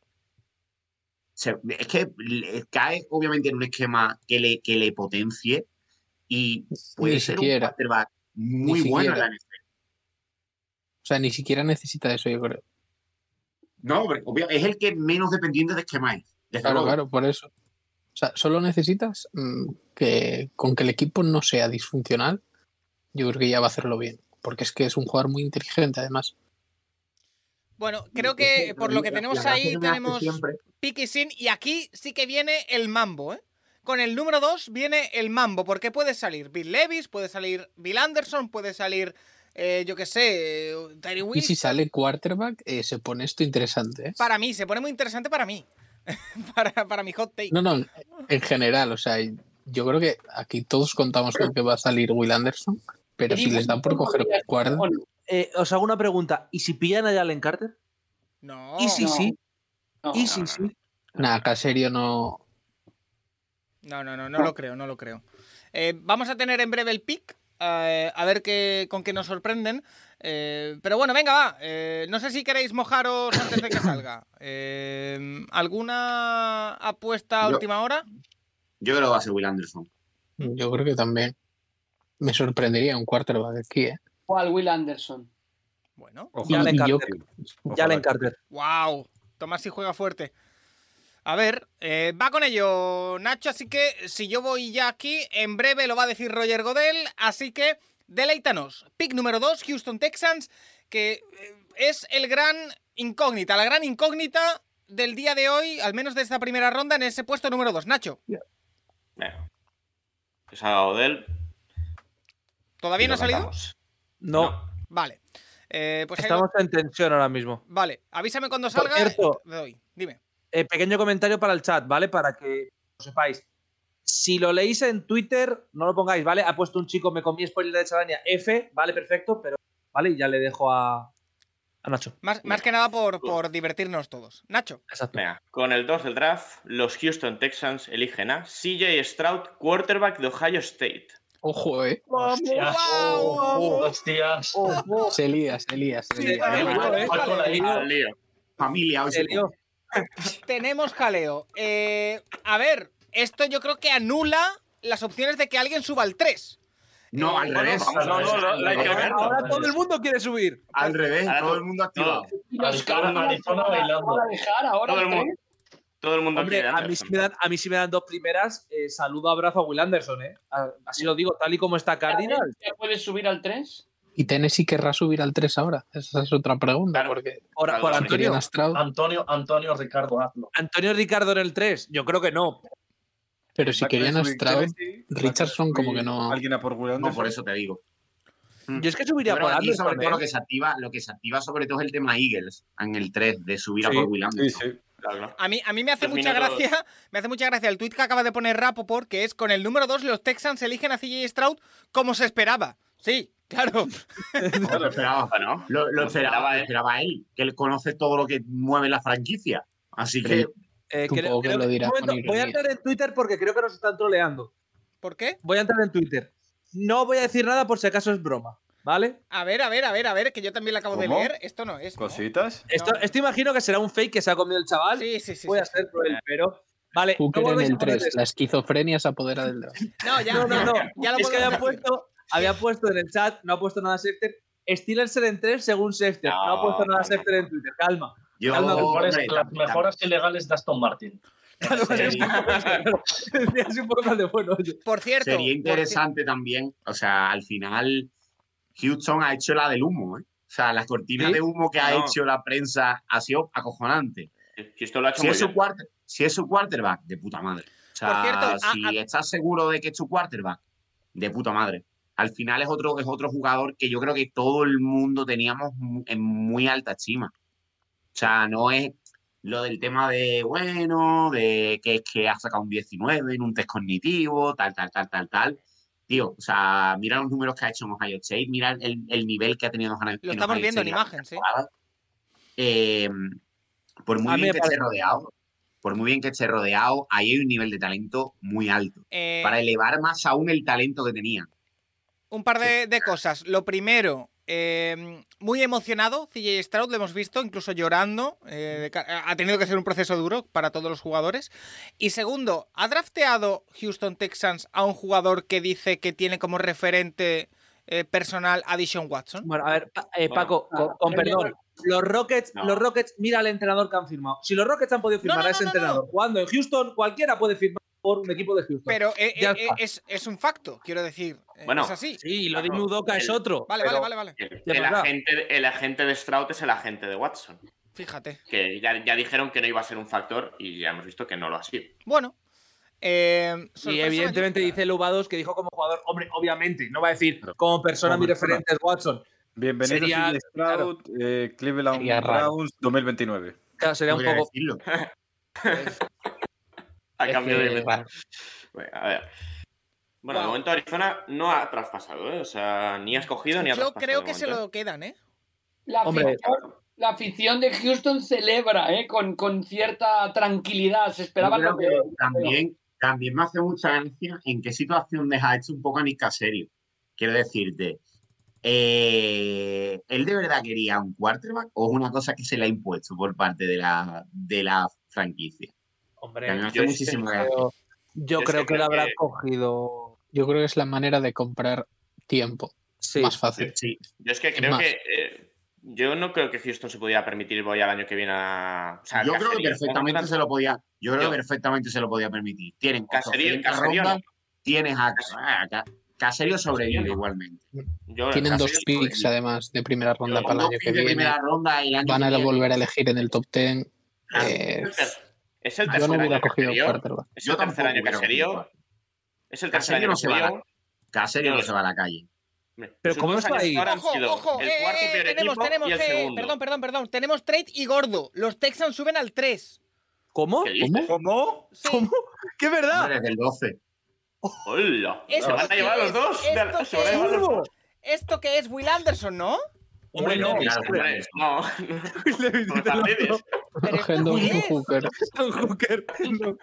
[SPEAKER 3] se- es que le- eh, cae obviamente en un esquema que le, que le potencie y puede
[SPEAKER 9] Ni
[SPEAKER 3] ser
[SPEAKER 9] siquiera.
[SPEAKER 3] un quarterback muy
[SPEAKER 9] Ni
[SPEAKER 3] bueno en
[SPEAKER 9] siquiera.
[SPEAKER 3] la NFL.
[SPEAKER 9] O sea, ni siquiera necesita eso, yo creo.
[SPEAKER 3] No, pero obvio- es el que menos dependiente de esquema es. desde
[SPEAKER 9] Claro,
[SPEAKER 3] luego.
[SPEAKER 9] claro, por eso. O sea, solo necesitas mm, que con que el equipo no sea disfuncional, yo creo que ya va a hacerlo bien. Porque es que es un jugador muy inteligente, además.
[SPEAKER 1] Bueno, creo que por lo que
[SPEAKER 3] La-
[SPEAKER 1] tenemos
[SPEAKER 3] la gracia
[SPEAKER 1] ahí
[SPEAKER 3] que me hace
[SPEAKER 1] tenemos
[SPEAKER 3] siempre-
[SPEAKER 1] Piqui Sin y aquí sí que viene el mambo, ¿eh? Con el número 2 viene el mambo, porque puede salir Bill Levis, puede salir Bill Anderson, puede salir, eh, yo qué sé, eh, Tyree
[SPEAKER 9] Y si
[SPEAKER 1] Wilson.
[SPEAKER 9] sale quarterback, eh, se pone esto interesante. ¿eh?
[SPEAKER 1] Para mí, se pone muy interesante para mí. para, para mi hot take.
[SPEAKER 9] No, no, en general, o sea, yo creo que aquí todos contamos con que va a salir Will Anderson, Pero si les dan por coger cuerda.
[SPEAKER 5] Eh, os hago una pregunta. ¿Y si pillan a Jalen Carter?
[SPEAKER 1] No.
[SPEAKER 5] ¿Y si
[SPEAKER 9] No.
[SPEAKER 5] sí?
[SPEAKER 4] No.
[SPEAKER 5] ¿Y si sí?
[SPEAKER 9] Nada, Caserio no.
[SPEAKER 1] No, no, no, no lo creo, no lo creo. Eh, vamos a tener en breve el pick, eh, a ver qué, con qué nos sorprenden. Eh, pero bueno, venga, va. Eh, no sé si queréis mojaros antes de que salga. Eh, ¿Alguna apuesta a
[SPEAKER 3] Yo-
[SPEAKER 1] última hora?
[SPEAKER 3] Yo creo que va a ser Will Anderson.
[SPEAKER 9] Yo creo que también. Me sorprendería un quarterback aquí, ¿eh?
[SPEAKER 4] ¿Cuál Will Anderson?
[SPEAKER 1] Bueno.
[SPEAKER 5] Jalen
[SPEAKER 9] Y yo-
[SPEAKER 5] Carter. Jalen Carter.
[SPEAKER 1] ¡Wow! Tomás sí juega fuerte. A ver, eh, va con ello Nacho, así que si yo voy ya aquí, en breve lo va a decir Roger Godel, así que deleítanos. Pick número 2, Houston Texans, que eh, es el gran incógnita, la gran incógnita del día de hoy, al menos de esta primera ronda, en ese puesto número 2. Nacho,
[SPEAKER 2] Bueno. Que salga Odell.
[SPEAKER 1] ¿todavía
[SPEAKER 2] y
[SPEAKER 1] no ha
[SPEAKER 2] lo
[SPEAKER 1] salido?
[SPEAKER 2] cantamos.
[SPEAKER 5] No,
[SPEAKER 1] Vale. Eh, pues ahí lo-
[SPEAKER 5] estamos en tensión ahora mismo.
[SPEAKER 1] Vale, avísame cuando
[SPEAKER 5] Por
[SPEAKER 1] salga.
[SPEAKER 5] cierto-
[SPEAKER 1] te doy. Dime.
[SPEAKER 5] Eh, pequeño comentario para el chat, ¿vale? Para que lo sepáis. Si lo leéis en Twitter, no lo pongáis, ¿vale? Ha puesto un chico, me comí spoiler de Chavania F, vale, perfecto, pero, ¿vale? Y ya le dejo a, a Nacho.
[SPEAKER 1] Más, más que nada por, por divertirnos todos. Nacho,
[SPEAKER 5] Exacto.
[SPEAKER 2] Venga, con el 2 del draft, los Houston Texans eligen a CJ Stroud, quarterback de Ohio State.
[SPEAKER 9] Ojo, ¿eh?
[SPEAKER 6] Hostias.
[SPEAKER 1] ¡Guau!
[SPEAKER 6] Hostias.
[SPEAKER 9] Se lía, se lía, se
[SPEAKER 1] Sí,
[SPEAKER 9] lía.
[SPEAKER 1] vale,
[SPEAKER 9] Venga,
[SPEAKER 1] vale.
[SPEAKER 6] Al coladito.
[SPEAKER 2] Al lío.
[SPEAKER 3] Familia, hoy
[SPEAKER 5] Se
[SPEAKER 3] se
[SPEAKER 5] lió.
[SPEAKER 1] Tenemos jaleo. Eh, a ver, esto yo creo que anula las opciones de que alguien suba al 3.
[SPEAKER 3] No, al revés.
[SPEAKER 2] No, no, no, no, no hay que
[SPEAKER 3] Al
[SPEAKER 2] verlo.
[SPEAKER 5] Ahora todo el mundo quiere subir.
[SPEAKER 3] revés,
[SPEAKER 2] Ahora
[SPEAKER 3] todo
[SPEAKER 2] tú-
[SPEAKER 3] el mundo activado.
[SPEAKER 4] Y
[SPEAKER 6] Al
[SPEAKER 4] los
[SPEAKER 6] cara
[SPEAKER 4] Cardinals
[SPEAKER 6] Arizona
[SPEAKER 4] van a-
[SPEAKER 6] bailando.
[SPEAKER 4] van a dejar ahora
[SPEAKER 2] Todo el
[SPEAKER 4] el tres.
[SPEAKER 2] mundo. Todo el mundo
[SPEAKER 5] Hombre,
[SPEAKER 2] quiere
[SPEAKER 5] a mí, sí
[SPEAKER 2] Anderson.
[SPEAKER 5] me dan, a mí sí me dan dos primeras. eh, saludo, abrazo a Will Anderson, ¿eh? A- Así lo digo, tal y como está Cardinal.
[SPEAKER 4] ¿Ya puedes subir al 3?
[SPEAKER 9] ¿Y Tennessee querrá subir al 3 ahora? Esa es otra pregunta,
[SPEAKER 2] Claro.
[SPEAKER 9] porque
[SPEAKER 5] Por, por
[SPEAKER 2] Claro,
[SPEAKER 5] Antonio.
[SPEAKER 9] querían a Stroud,
[SPEAKER 6] Antonio, Antonio Ricardo, hazlo.
[SPEAKER 5] Antonio Ricardo en el 3. Yo creo que no.
[SPEAKER 9] pero si
[SPEAKER 7] Va a querer
[SPEAKER 9] querían a
[SPEAKER 7] subir
[SPEAKER 9] Stroud,
[SPEAKER 7] Tennessee, va a
[SPEAKER 9] Richardson
[SPEAKER 7] querer
[SPEAKER 9] como que
[SPEAKER 7] subir
[SPEAKER 9] no-
[SPEAKER 7] Alguien a por Will
[SPEAKER 3] No,
[SPEAKER 7] Anderson.
[SPEAKER 3] por eso te digo.
[SPEAKER 5] Yo es que
[SPEAKER 3] Yo
[SPEAKER 5] subiría
[SPEAKER 3] creo
[SPEAKER 5] por
[SPEAKER 3] que aquí,
[SPEAKER 5] Anderson.
[SPEAKER 3] sobre todo,
[SPEAKER 5] ¿eh?
[SPEAKER 3] lo que, se activa, lo que se activa sobre todo es el tema Eagles en el 3, de subir a
[SPEAKER 7] Sí,
[SPEAKER 3] por Will Anderson.
[SPEAKER 7] Sí, sí.
[SPEAKER 2] Claro, claro.
[SPEAKER 1] A mí, a mí me hace
[SPEAKER 2] Dos
[SPEAKER 1] mucha
[SPEAKER 2] minutos.
[SPEAKER 1] gracia. Me hace mucha gracia el tuit que acaba de poner Rapoport, que es con el número 2 los Texans eligen a CJ Stroud como se esperaba. Sí, claro.
[SPEAKER 3] No, lo esperaba.
[SPEAKER 2] Bueno,
[SPEAKER 3] Lo, lo
[SPEAKER 2] Lo
[SPEAKER 3] esperaba,
[SPEAKER 2] esperaba
[SPEAKER 3] lo
[SPEAKER 2] él.
[SPEAKER 3] esperaba él, que él conoce todo lo que mueve la franquicia. Así
[SPEAKER 9] Pero
[SPEAKER 3] que
[SPEAKER 5] Eh,
[SPEAKER 9] Supongo que lo
[SPEAKER 5] un
[SPEAKER 9] dirá con
[SPEAKER 5] momento, voy a
[SPEAKER 9] ironía.
[SPEAKER 5] entrar en Twitter porque creo que nos están troleando.
[SPEAKER 1] ¿Por qué?
[SPEAKER 5] Voy a entrar en Twitter. No voy a decir nada por si acaso es broma, ¿vale?
[SPEAKER 1] A ver, a ver, a ver, a ver, que yo también lo acabo de
[SPEAKER 7] ¿Cómo?
[SPEAKER 1] leer. Esto no es. ¿no? Sí,
[SPEAKER 7] Cositas.
[SPEAKER 5] Esto,
[SPEAKER 1] No.
[SPEAKER 5] esto imagino que será un fake que se ha comido el chaval.
[SPEAKER 1] sí, sí. sí.
[SPEAKER 5] voy a ser cruel, pero. Vale, no
[SPEAKER 9] Hooker en
[SPEAKER 5] volvéis a
[SPEAKER 9] el
[SPEAKER 5] poner
[SPEAKER 9] 3,
[SPEAKER 5] esto.
[SPEAKER 9] la esquizofrenia se apodera del draft.
[SPEAKER 1] No, ya,
[SPEAKER 5] No, no,
[SPEAKER 1] ya,
[SPEAKER 5] no.
[SPEAKER 1] ya lo
[SPEAKER 5] es
[SPEAKER 1] podemos
[SPEAKER 5] que había
[SPEAKER 1] decir.
[SPEAKER 5] puesto, había puesto en el chat, no ha puesto nada Sefter. Steelers en el 3 según Sefter. No, ha
[SPEAKER 2] No,
[SPEAKER 5] puesto nada
[SPEAKER 2] no,
[SPEAKER 5] Sefter en Twitter, calma.
[SPEAKER 3] yo.
[SPEAKER 5] Calma,
[SPEAKER 6] Las mejores-
[SPEAKER 3] hombre,
[SPEAKER 6] las
[SPEAKER 3] también-
[SPEAKER 6] mejoras ilegales de Aston Martin.
[SPEAKER 3] sería-
[SPEAKER 5] Es un poco más de bueno. oye.
[SPEAKER 1] Por cierto.
[SPEAKER 3] Sería
[SPEAKER 1] por ci-
[SPEAKER 3] interesante también, o sea, al final Houston ha hecho la del humo, ¿eh? O sea, la cortina
[SPEAKER 5] Sí.
[SPEAKER 3] de humo que ha
[SPEAKER 2] No.
[SPEAKER 3] hecho la prensa ha sido acojonante.
[SPEAKER 2] Si esto lo ha hecho
[SPEAKER 3] Si
[SPEAKER 2] muy
[SPEAKER 3] es, su
[SPEAKER 2] bien.
[SPEAKER 3] quarter- si es su quarterback, de puta madre. O sea,
[SPEAKER 1] Por cierto, a-
[SPEAKER 3] si
[SPEAKER 1] a-
[SPEAKER 3] estás seguro de que es tu quarterback, de puta madre. Al final es otro, es otro jugador que yo creo que todo el mundo teníamos mu- en muy alta estima. O sea, no es lo del tema de, bueno, de que es que ha sacado un 19 en un test cognitivo, tal, tal, tal, tal, tal. Tío, o sea, mira los números que ha hecho en Ohio State, mira el, el nivel que ha tenido en Ohio-
[SPEAKER 1] Lo
[SPEAKER 3] en
[SPEAKER 1] estamos
[SPEAKER 3] Ohio
[SPEAKER 1] viendo en
[SPEAKER 3] State la
[SPEAKER 1] imagen, sí.
[SPEAKER 3] temporada. Eh, por
[SPEAKER 5] A
[SPEAKER 3] muy
[SPEAKER 5] mí
[SPEAKER 3] bien
[SPEAKER 5] me
[SPEAKER 3] que
[SPEAKER 5] parece-
[SPEAKER 3] esté rodeado, por muy bien que esté rodeado, ahí hay un nivel de talento muy alto.
[SPEAKER 1] Eh,
[SPEAKER 3] Para elevar más aún el talento que tenían.
[SPEAKER 1] un par de, de cosas. Lo primero, eh, muy emocionado, CJ Stroud, lo hemos visto, incluso llorando. eh, de ca- ha tenido que ser un proceso duro para todos los jugadores. Y segundo, ¿ha drafteado Houston Texans a un jugador que dice que tiene como referente eh, personal a Dishon Watson?
[SPEAKER 5] Bueno, a ver, pa- eh,
[SPEAKER 2] Bueno. ah,
[SPEAKER 5] Paco, con, con perdón. Los Rockets,
[SPEAKER 2] No.
[SPEAKER 5] los Rockets, mira al entrenador que han firmado. Si los Rockets han podido firmar
[SPEAKER 1] No, no,
[SPEAKER 5] a ese
[SPEAKER 1] no, no,
[SPEAKER 5] entrenador jugando en Houston, cualquiera puede firmar por un equipo de Houston.
[SPEAKER 1] Pero eh,
[SPEAKER 5] Ya
[SPEAKER 1] eh, eh,
[SPEAKER 5] está.
[SPEAKER 1] es, es un facto, quiero decir. eh,
[SPEAKER 2] Bueno,
[SPEAKER 1] es así.
[SPEAKER 5] sí, lo de
[SPEAKER 2] Claro,
[SPEAKER 5] Udoka es
[SPEAKER 2] el-
[SPEAKER 5] otro.
[SPEAKER 1] Vale,
[SPEAKER 5] pero-
[SPEAKER 1] vale, vale, vale.
[SPEAKER 2] El,
[SPEAKER 5] Ya
[SPEAKER 2] el
[SPEAKER 5] verdad.
[SPEAKER 2] agente, el agente de Stroud es el agente de Watson.
[SPEAKER 1] Fíjate.
[SPEAKER 2] Que ya, ya dijeron que no iba a ser un factor y ya hemos visto que no lo ha sido.
[SPEAKER 1] Bueno. eh,
[SPEAKER 5] Y
[SPEAKER 1] sorpresa
[SPEAKER 5] evidentemente
[SPEAKER 1] mayúscula.
[SPEAKER 5] dice Lubados que dijo como jugador, hombre, obviamente, no va a decir como persona
[SPEAKER 7] Como
[SPEAKER 5] mi
[SPEAKER 7] persona.
[SPEAKER 5] referente es Watson.
[SPEAKER 7] Bienvenido
[SPEAKER 5] Sería-
[SPEAKER 7] a CJ Stroud, eh, Cleveland
[SPEAKER 9] Sería raro.
[SPEAKER 7] Browns 2029.
[SPEAKER 5] Claro, sería
[SPEAKER 3] No
[SPEAKER 5] un
[SPEAKER 3] quería
[SPEAKER 5] poco.
[SPEAKER 3] decirlo.
[SPEAKER 2] A
[SPEAKER 9] Es
[SPEAKER 2] cambio
[SPEAKER 9] que,
[SPEAKER 2] de.
[SPEAKER 9] bueno,
[SPEAKER 2] Bueno, a ver. Bueno, de
[SPEAKER 1] Wow.
[SPEAKER 2] momento Arizona no ha traspasado, ¿eh? O sea, ni ha escogido ni ha
[SPEAKER 1] Yo
[SPEAKER 2] traspasado.
[SPEAKER 1] creo
[SPEAKER 2] de
[SPEAKER 1] que se
[SPEAKER 2] momento,
[SPEAKER 1] lo quedan, ¿eh?
[SPEAKER 4] La
[SPEAKER 5] Hombre.
[SPEAKER 4] afición, la afición de Houston celebra ¿eh? con, con cierta tranquilidad. Se esperaba
[SPEAKER 3] Yo
[SPEAKER 4] lo
[SPEAKER 3] creo que
[SPEAKER 4] peor.
[SPEAKER 3] también, también me hace mucha gracia en qué situación deja esto un poco a Nick Caserio. Quiero decirte, eh, ¿él de verdad quería un quarterback o es una cosa que se le ha impuesto por parte de la, de la franquicia? Que a mí me
[SPEAKER 5] Hombre,
[SPEAKER 3] hace
[SPEAKER 2] yo
[SPEAKER 3] muchísima
[SPEAKER 9] Pero
[SPEAKER 3] gracia.
[SPEAKER 5] yo
[SPEAKER 2] es
[SPEAKER 5] creo que
[SPEAKER 2] que creo
[SPEAKER 5] lo habrá
[SPEAKER 2] que-
[SPEAKER 5] cogido.
[SPEAKER 9] yo creo que es la manera de comprar tiempo
[SPEAKER 5] Sí.
[SPEAKER 9] más fácil.
[SPEAKER 3] Sí,
[SPEAKER 2] Yo es que
[SPEAKER 9] Es
[SPEAKER 2] creo
[SPEAKER 9] más.
[SPEAKER 2] que. eh, yo no creo que Houston se pudiera permitir voy al año que viene a. o sea,
[SPEAKER 3] yo creo que
[SPEAKER 2] Cacería.
[SPEAKER 3] perfectamente se lo podía, yo creo
[SPEAKER 2] Yo-
[SPEAKER 3] que perfectamente se lo podía permitir. Tienen
[SPEAKER 2] Caserío-
[SPEAKER 3] 800
[SPEAKER 2] Caserío
[SPEAKER 3] rondas,
[SPEAKER 2] no.
[SPEAKER 3] tienes a, a- a- Caserio sobrevive igualmente.
[SPEAKER 2] Yo-
[SPEAKER 9] Tienen dos
[SPEAKER 2] Cacería-
[SPEAKER 9] picks además de primera ronda
[SPEAKER 2] Yo-
[SPEAKER 9] para el
[SPEAKER 3] pues, Dos
[SPEAKER 9] año que
[SPEAKER 3] picks de
[SPEAKER 9] viene.
[SPEAKER 3] primera ronda el año
[SPEAKER 9] Van
[SPEAKER 3] que
[SPEAKER 9] a
[SPEAKER 3] viene.
[SPEAKER 9] volver a elegir en el top 10. Eh,
[SPEAKER 2] Es Ah, el
[SPEAKER 9] yo
[SPEAKER 2] tercer
[SPEAKER 9] no
[SPEAKER 2] año
[SPEAKER 9] hubiera cogido
[SPEAKER 2] Caserío.
[SPEAKER 9] quarterback.
[SPEAKER 2] Es
[SPEAKER 3] Yo
[SPEAKER 2] el tercer
[SPEAKER 3] tampoco
[SPEAKER 2] año
[SPEAKER 3] hubiera
[SPEAKER 2] Caserío.
[SPEAKER 3] cogido.
[SPEAKER 2] Es el tercer
[SPEAKER 3] Caserio
[SPEAKER 2] año
[SPEAKER 3] no se va a
[SPEAKER 2] Caserío.
[SPEAKER 3] la, Caserio no se va a la calle.
[SPEAKER 2] Hombre,
[SPEAKER 5] Pero
[SPEAKER 2] sus
[SPEAKER 5] ¿cómo
[SPEAKER 2] dos
[SPEAKER 5] está
[SPEAKER 2] años
[SPEAKER 5] Pues ahí?
[SPEAKER 2] ahora han
[SPEAKER 1] Ojo,
[SPEAKER 2] sido
[SPEAKER 1] ojo,
[SPEAKER 2] el
[SPEAKER 1] eh,
[SPEAKER 2] cuarto
[SPEAKER 1] eh,
[SPEAKER 2] peor
[SPEAKER 1] tenemos,
[SPEAKER 2] equipo
[SPEAKER 1] tenemos,
[SPEAKER 2] y el
[SPEAKER 1] eh,
[SPEAKER 2] segundo.
[SPEAKER 1] perdón, perdón, perdón. Tenemos trade y gordo. Los Texans suben al 3.
[SPEAKER 5] ¿Cómo?
[SPEAKER 2] ¿Qué dices?
[SPEAKER 5] ¿Cómo?
[SPEAKER 1] Sí.
[SPEAKER 5] ¿Cómo? ¿Qué verdad?
[SPEAKER 3] Hombre, desde el 12.
[SPEAKER 2] ¡Hola!
[SPEAKER 1] ¿Esto
[SPEAKER 2] ¿Se van a
[SPEAKER 1] qué
[SPEAKER 2] llevar
[SPEAKER 1] es?
[SPEAKER 2] los dos?
[SPEAKER 1] ¿Esto
[SPEAKER 2] ¿Se van a llevar
[SPEAKER 1] qué
[SPEAKER 2] los
[SPEAKER 1] es?
[SPEAKER 2] dos?
[SPEAKER 3] Pues
[SPEAKER 1] Esto que es Will Anderson, ¿no?
[SPEAKER 5] Hombre, no.
[SPEAKER 3] Hombre,
[SPEAKER 5] Will
[SPEAKER 3] claro,
[SPEAKER 5] Levis,
[SPEAKER 2] No,
[SPEAKER 5] Levis,
[SPEAKER 2] por las redes.
[SPEAKER 1] Pero esto
[SPEAKER 9] Hendon
[SPEAKER 1] qué es?
[SPEAKER 9] Hooker.
[SPEAKER 5] John Hooker. No.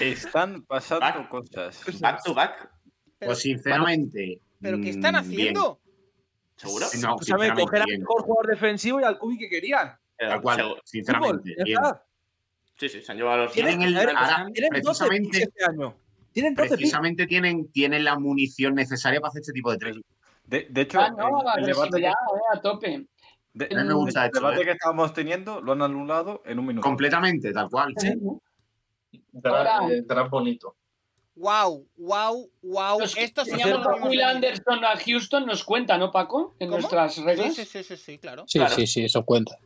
[SPEAKER 7] Están pasando
[SPEAKER 2] Back.
[SPEAKER 7] cosas.
[SPEAKER 2] Back to back,
[SPEAKER 1] Pero-
[SPEAKER 3] Pues sinceramente.
[SPEAKER 1] ¿Pero qué
[SPEAKER 3] mm,
[SPEAKER 1] están
[SPEAKER 3] bien.
[SPEAKER 1] haciendo?
[SPEAKER 2] ¿seguro?
[SPEAKER 3] No,
[SPEAKER 5] Escúchame,
[SPEAKER 3] sinceramente,
[SPEAKER 5] coger al
[SPEAKER 3] bien.
[SPEAKER 5] mejor jugador defensivo y al cubi que querían.
[SPEAKER 2] Eh,
[SPEAKER 3] Tal cual,
[SPEAKER 2] segu-
[SPEAKER 5] Fútbol,
[SPEAKER 3] sinceramente.
[SPEAKER 5] ya
[SPEAKER 3] bien.
[SPEAKER 5] está.
[SPEAKER 2] Sí, sí, se han llevado a los
[SPEAKER 5] Tienen,
[SPEAKER 3] Tienen el-
[SPEAKER 5] a ver,
[SPEAKER 3] ahora,
[SPEAKER 5] tienen 12
[SPEAKER 3] precisamente-
[SPEAKER 5] picks este año. Tienen 12 picks.
[SPEAKER 3] Precisamente tienen, tienen la munición necesaria para hacer este tipo de tres.
[SPEAKER 7] De, de hecho,
[SPEAKER 4] Ah, no,
[SPEAKER 7] el- el, debate,
[SPEAKER 4] agresividad,
[SPEAKER 7] que,
[SPEAKER 4] eh, a tope.
[SPEAKER 7] de-
[SPEAKER 4] A mí me
[SPEAKER 3] gusta
[SPEAKER 7] el
[SPEAKER 3] esto,
[SPEAKER 7] debate
[SPEAKER 3] eh.
[SPEAKER 7] que estábamos teniendo lo han anulado en un minuto.
[SPEAKER 3] Completamente, tal cual.
[SPEAKER 6] Draft
[SPEAKER 4] Ahora-
[SPEAKER 6] eh, draft bonito.
[SPEAKER 1] Wow, wow, wow.
[SPEAKER 4] Los-
[SPEAKER 1] Esto se
[SPEAKER 4] los
[SPEAKER 1] llama
[SPEAKER 4] que
[SPEAKER 1] los
[SPEAKER 4] trajo Will
[SPEAKER 1] mismos Levis.
[SPEAKER 4] Anderson a Houston nos cuenta, ¿no, Paco? En
[SPEAKER 1] ¿Cómo?
[SPEAKER 4] nuestras
[SPEAKER 1] Sí,
[SPEAKER 4] reglas.
[SPEAKER 1] sí, sí, sí, sí, claro.
[SPEAKER 9] Sí,
[SPEAKER 2] Claro.
[SPEAKER 9] sí, sí, eso cuenta.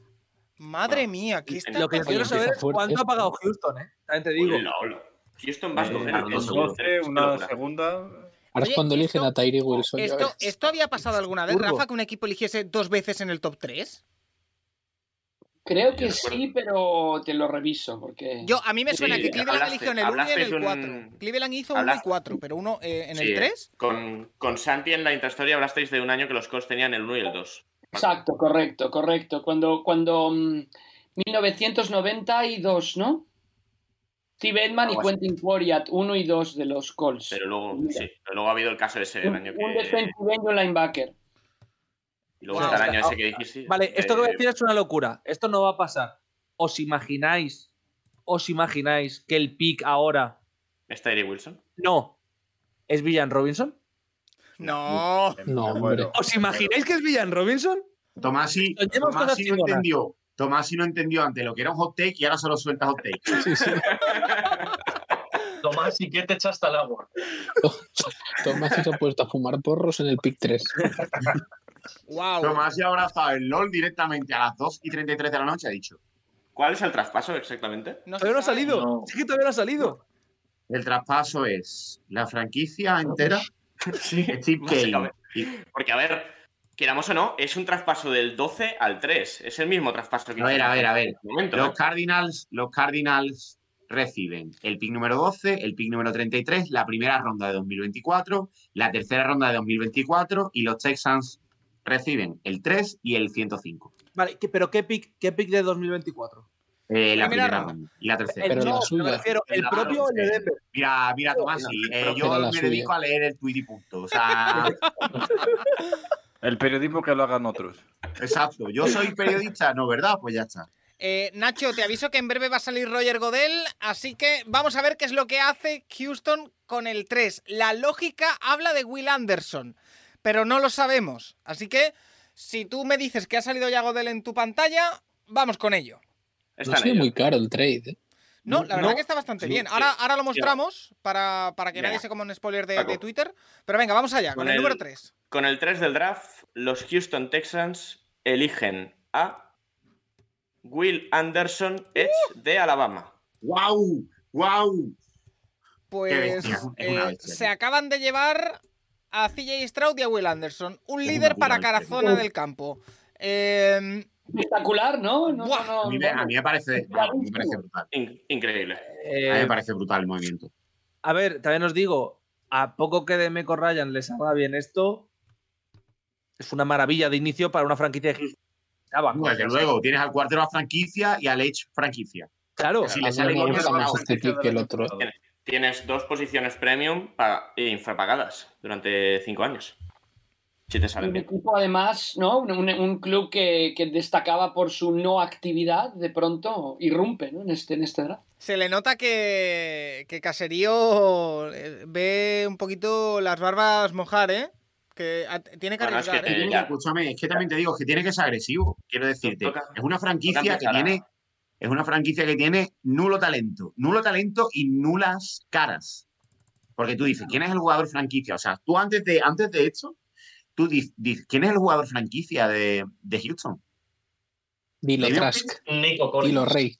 [SPEAKER 1] Madre mía, ¿qué está
[SPEAKER 5] Lo que yo quiero
[SPEAKER 9] Oye,
[SPEAKER 5] saber es
[SPEAKER 9] empieza fuerte
[SPEAKER 5] cuánto ha
[SPEAKER 9] esto.
[SPEAKER 5] pagado Houston, ¿eh? También te digo.
[SPEAKER 2] Hola, hola. Houston va a
[SPEAKER 3] Eh,
[SPEAKER 2] escoger
[SPEAKER 3] Carlos,
[SPEAKER 2] el
[SPEAKER 7] Los
[SPEAKER 3] Eso,
[SPEAKER 7] doce,
[SPEAKER 2] segundo.
[SPEAKER 7] una
[SPEAKER 2] Locura.
[SPEAKER 7] segunda.
[SPEAKER 9] Ahora
[SPEAKER 1] Oye,
[SPEAKER 9] es cuando eligen
[SPEAKER 1] esto-
[SPEAKER 9] a Tyree Wilson. ya
[SPEAKER 1] Esto,
[SPEAKER 9] ves.
[SPEAKER 1] ¿Esto había pasado alguna vez,
[SPEAKER 5] Absurdo.
[SPEAKER 1] Rafa, que un equipo eligiese dos veces en el top 3?
[SPEAKER 4] Creo
[SPEAKER 2] Yo
[SPEAKER 4] que
[SPEAKER 2] recuerdo.
[SPEAKER 4] sí, pero te lo reviso porque
[SPEAKER 1] Yo, a mí me
[SPEAKER 2] Sí,
[SPEAKER 1] suena que Cleveland
[SPEAKER 2] hablaste-
[SPEAKER 1] eligió en el 1 y en
[SPEAKER 2] hablaste
[SPEAKER 1] el
[SPEAKER 2] un-
[SPEAKER 1] 4. Cleveland hizo 1 y
[SPEAKER 2] hablaste-
[SPEAKER 1] 4, pero uno eh, en
[SPEAKER 2] Sí,
[SPEAKER 1] el 3.
[SPEAKER 2] Con, con Santi en la intrastoria hablasteis de un año que los Colts tenían el 1 y el 2.
[SPEAKER 4] Exacto, correcto, correcto. Cuando, cuando mm, 1992, ¿no? Steve Edman y
[SPEAKER 3] Algo así.
[SPEAKER 4] Quentin Poriat, uno y dos de los Colts.
[SPEAKER 2] Pero luego,
[SPEAKER 4] Mira.
[SPEAKER 2] sí, pero luego ha habido el caso ese del
[SPEAKER 4] un,
[SPEAKER 2] año
[SPEAKER 4] un
[SPEAKER 2] que.
[SPEAKER 4] defensive end y un linebacker.
[SPEAKER 2] Y luego
[SPEAKER 5] Wow.
[SPEAKER 2] está el año
[SPEAKER 5] Ah,
[SPEAKER 2] ese que dijiste. eh,
[SPEAKER 5] Vale, esto
[SPEAKER 3] eh,
[SPEAKER 5] que voy a
[SPEAKER 2] de-
[SPEAKER 5] decir es una locura. Esto no va a pasar. ¿Os imagináis? ¿Os imagináis que el pick ahora
[SPEAKER 2] ¿Es Tyree Wilson?
[SPEAKER 5] no es Villan Robinson?
[SPEAKER 1] No.
[SPEAKER 9] No, hombre.
[SPEAKER 5] ¿Os imagináis que es Villan Robinson?
[SPEAKER 3] Tomasi,
[SPEAKER 5] Nos
[SPEAKER 3] Tomasi
[SPEAKER 5] llevamos cosas
[SPEAKER 3] no
[SPEAKER 5] chingonas.
[SPEAKER 3] entendió. Tomasi no entendió antes lo que era un hot take y ahora solo suelta hot take.
[SPEAKER 9] Sí, sí.
[SPEAKER 6] Tomás, ¿y qué te echaste al agua?
[SPEAKER 9] Tomás se ha puesto a fumar porros en el pick 3.
[SPEAKER 1] Wow.
[SPEAKER 3] Tomasi ha abrazado el LOL directamente a las 2 y 33 de la noche, ha dicho.
[SPEAKER 2] ¿Cuál es el traspaso exactamente?
[SPEAKER 1] No se
[SPEAKER 5] Todavía no ha
[SPEAKER 1] sabe.
[SPEAKER 5] salido.
[SPEAKER 6] No.
[SPEAKER 5] Sí que todavía no ha salido.
[SPEAKER 3] El traspaso es la franquicia entera,
[SPEAKER 2] Sí,
[SPEAKER 3] Steve Kane.
[SPEAKER 2] básicamente. Porque, a ver, queramos o no, es un traspaso del 12 al 3. Es el mismo traspaso que
[SPEAKER 3] A ver, a ver, a ver.
[SPEAKER 2] Un momento,
[SPEAKER 3] Los
[SPEAKER 2] ¿eh?
[SPEAKER 3] Cardinals, los Cardinals reciben el pick número 12, el pick número 33, la primera ronda de 2024, la tercera ronda de 2024 y los Texans reciben el 3 y el 105.
[SPEAKER 5] Vale, que- pero ¿qué pick, qué pick de 2024?
[SPEAKER 3] Eh, la
[SPEAKER 1] Primera
[SPEAKER 3] primera
[SPEAKER 1] ronda.
[SPEAKER 3] ronda y la tercera.
[SPEAKER 9] Pero
[SPEAKER 5] el,
[SPEAKER 9] la
[SPEAKER 5] no, me
[SPEAKER 9] suya.
[SPEAKER 5] refiero, el
[SPEAKER 3] La
[SPEAKER 5] propio
[SPEAKER 3] suya.
[SPEAKER 5] LDP.
[SPEAKER 3] Mira, mira, Tomás, sí, eh,
[SPEAKER 9] propia.
[SPEAKER 3] yo
[SPEAKER 9] Era la
[SPEAKER 3] me
[SPEAKER 9] suya.
[SPEAKER 3] dedico a leer el tweet y punto. O sea,
[SPEAKER 7] El periodismo que lo hagan otros.
[SPEAKER 3] exacto. Yo soy periodista, no, ¿verdad? Pues ya está.
[SPEAKER 1] Eh, Nacho, te aviso que en breve va a salir Roger Godel, así que vamos a ver qué es lo que hace Houston con el 3. La lógica habla de Will Anderson, pero no lo sabemos. Así que si tú me dices que ha salido ya Godel en tu pantalla, vamos con ello.
[SPEAKER 9] No ha
[SPEAKER 2] Está en
[SPEAKER 9] sido
[SPEAKER 2] ello.
[SPEAKER 9] muy caro el trade. ¿eh?
[SPEAKER 1] No, la verdad
[SPEAKER 5] no.
[SPEAKER 1] que está bastante
[SPEAKER 2] Sí,
[SPEAKER 1] bien.
[SPEAKER 2] sí,
[SPEAKER 1] Ahora, ahora lo
[SPEAKER 2] sí.
[SPEAKER 1] mostramos para, para que nadie
[SPEAKER 2] Venga.
[SPEAKER 1] se coma un spoiler de,
[SPEAKER 2] Paco.
[SPEAKER 1] de Twitter. Pero venga, vamos allá, con,
[SPEAKER 2] Con
[SPEAKER 1] el,
[SPEAKER 2] el-
[SPEAKER 1] número 3.
[SPEAKER 2] Con el 3 del draft, los Houston Texans eligen a Will Anderson, Edge
[SPEAKER 1] Uh.
[SPEAKER 2] de Alabama.
[SPEAKER 3] ¡Wow! ¡Wow!
[SPEAKER 1] Pues
[SPEAKER 3] bestia, es una
[SPEAKER 1] eh,
[SPEAKER 3] bestia,
[SPEAKER 1] se
[SPEAKER 3] tío.
[SPEAKER 1] acaban de llevar a CJ Stroud y a Will Anderson. Un
[SPEAKER 3] Es
[SPEAKER 1] líder
[SPEAKER 3] una
[SPEAKER 1] para
[SPEAKER 3] locura, en serio.
[SPEAKER 1] Carazona del campo. Eh,
[SPEAKER 4] Espectacular, ¿no? No,
[SPEAKER 1] Buah,
[SPEAKER 4] no, no,
[SPEAKER 3] A mí me, a mí me parece, a mí me parece brutal.
[SPEAKER 2] In- increíble.
[SPEAKER 3] A mí
[SPEAKER 5] Eh,
[SPEAKER 3] me parece brutal el movimiento.
[SPEAKER 5] a ver, también os digo, a poco que de Meco Ryan les haga bien esto, es una maravilla de inicio para una franquicia de Houston. Estaba,
[SPEAKER 3] Desde
[SPEAKER 5] coño,
[SPEAKER 3] luego, tienes al cuartero a franquicia y al Edge franquicia.
[SPEAKER 5] Claro.
[SPEAKER 3] Si le sale bien,
[SPEAKER 9] más
[SPEAKER 3] bravo.
[SPEAKER 9] este pick que el otro.
[SPEAKER 2] Tienes dos posiciones premium pa- e infrapagadas durante cinco años. Si te salen
[SPEAKER 4] Un
[SPEAKER 2] bien.
[SPEAKER 4] equipo, además, ¿no? Un, un- un club que, que destacaba por su no actividad, de pronto irrumpe ¿no? en, este, en este draft.
[SPEAKER 1] Se le nota que, que Caserío eh, ve un poquito las barbas mojar, ¿eh? Que a- tiene que
[SPEAKER 2] Bueno, es que
[SPEAKER 1] arriesgar, ¿eh?
[SPEAKER 2] te-
[SPEAKER 3] Tiene que-
[SPEAKER 2] ya.
[SPEAKER 3] escúchame, es que también te digo que tiene que ser agresivo, quiero decirte.
[SPEAKER 2] Toca-
[SPEAKER 3] es una
[SPEAKER 2] toca
[SPEAKER 3] franquicia que
[SPEAKER 2] empezar a-
[SPEAKER 3] tiene es una franquicia que tiene nulo talento, nulo talento y nulas caras. Porque tú dices, ¿quién es el jugador franquicia? O sea, tú antes de antes de esto, tú dices, ¿quién es el jugador franquicia de, de Houston?
[SPEAKER 9] Dilo
[SPEAKER 3] Damian
[SPEAKER 9] Trask,
[SPEAKER 3] Pierce-
[SPEAKER 6] Nico Collins.
[SPEAKER 9] Dilo Rey,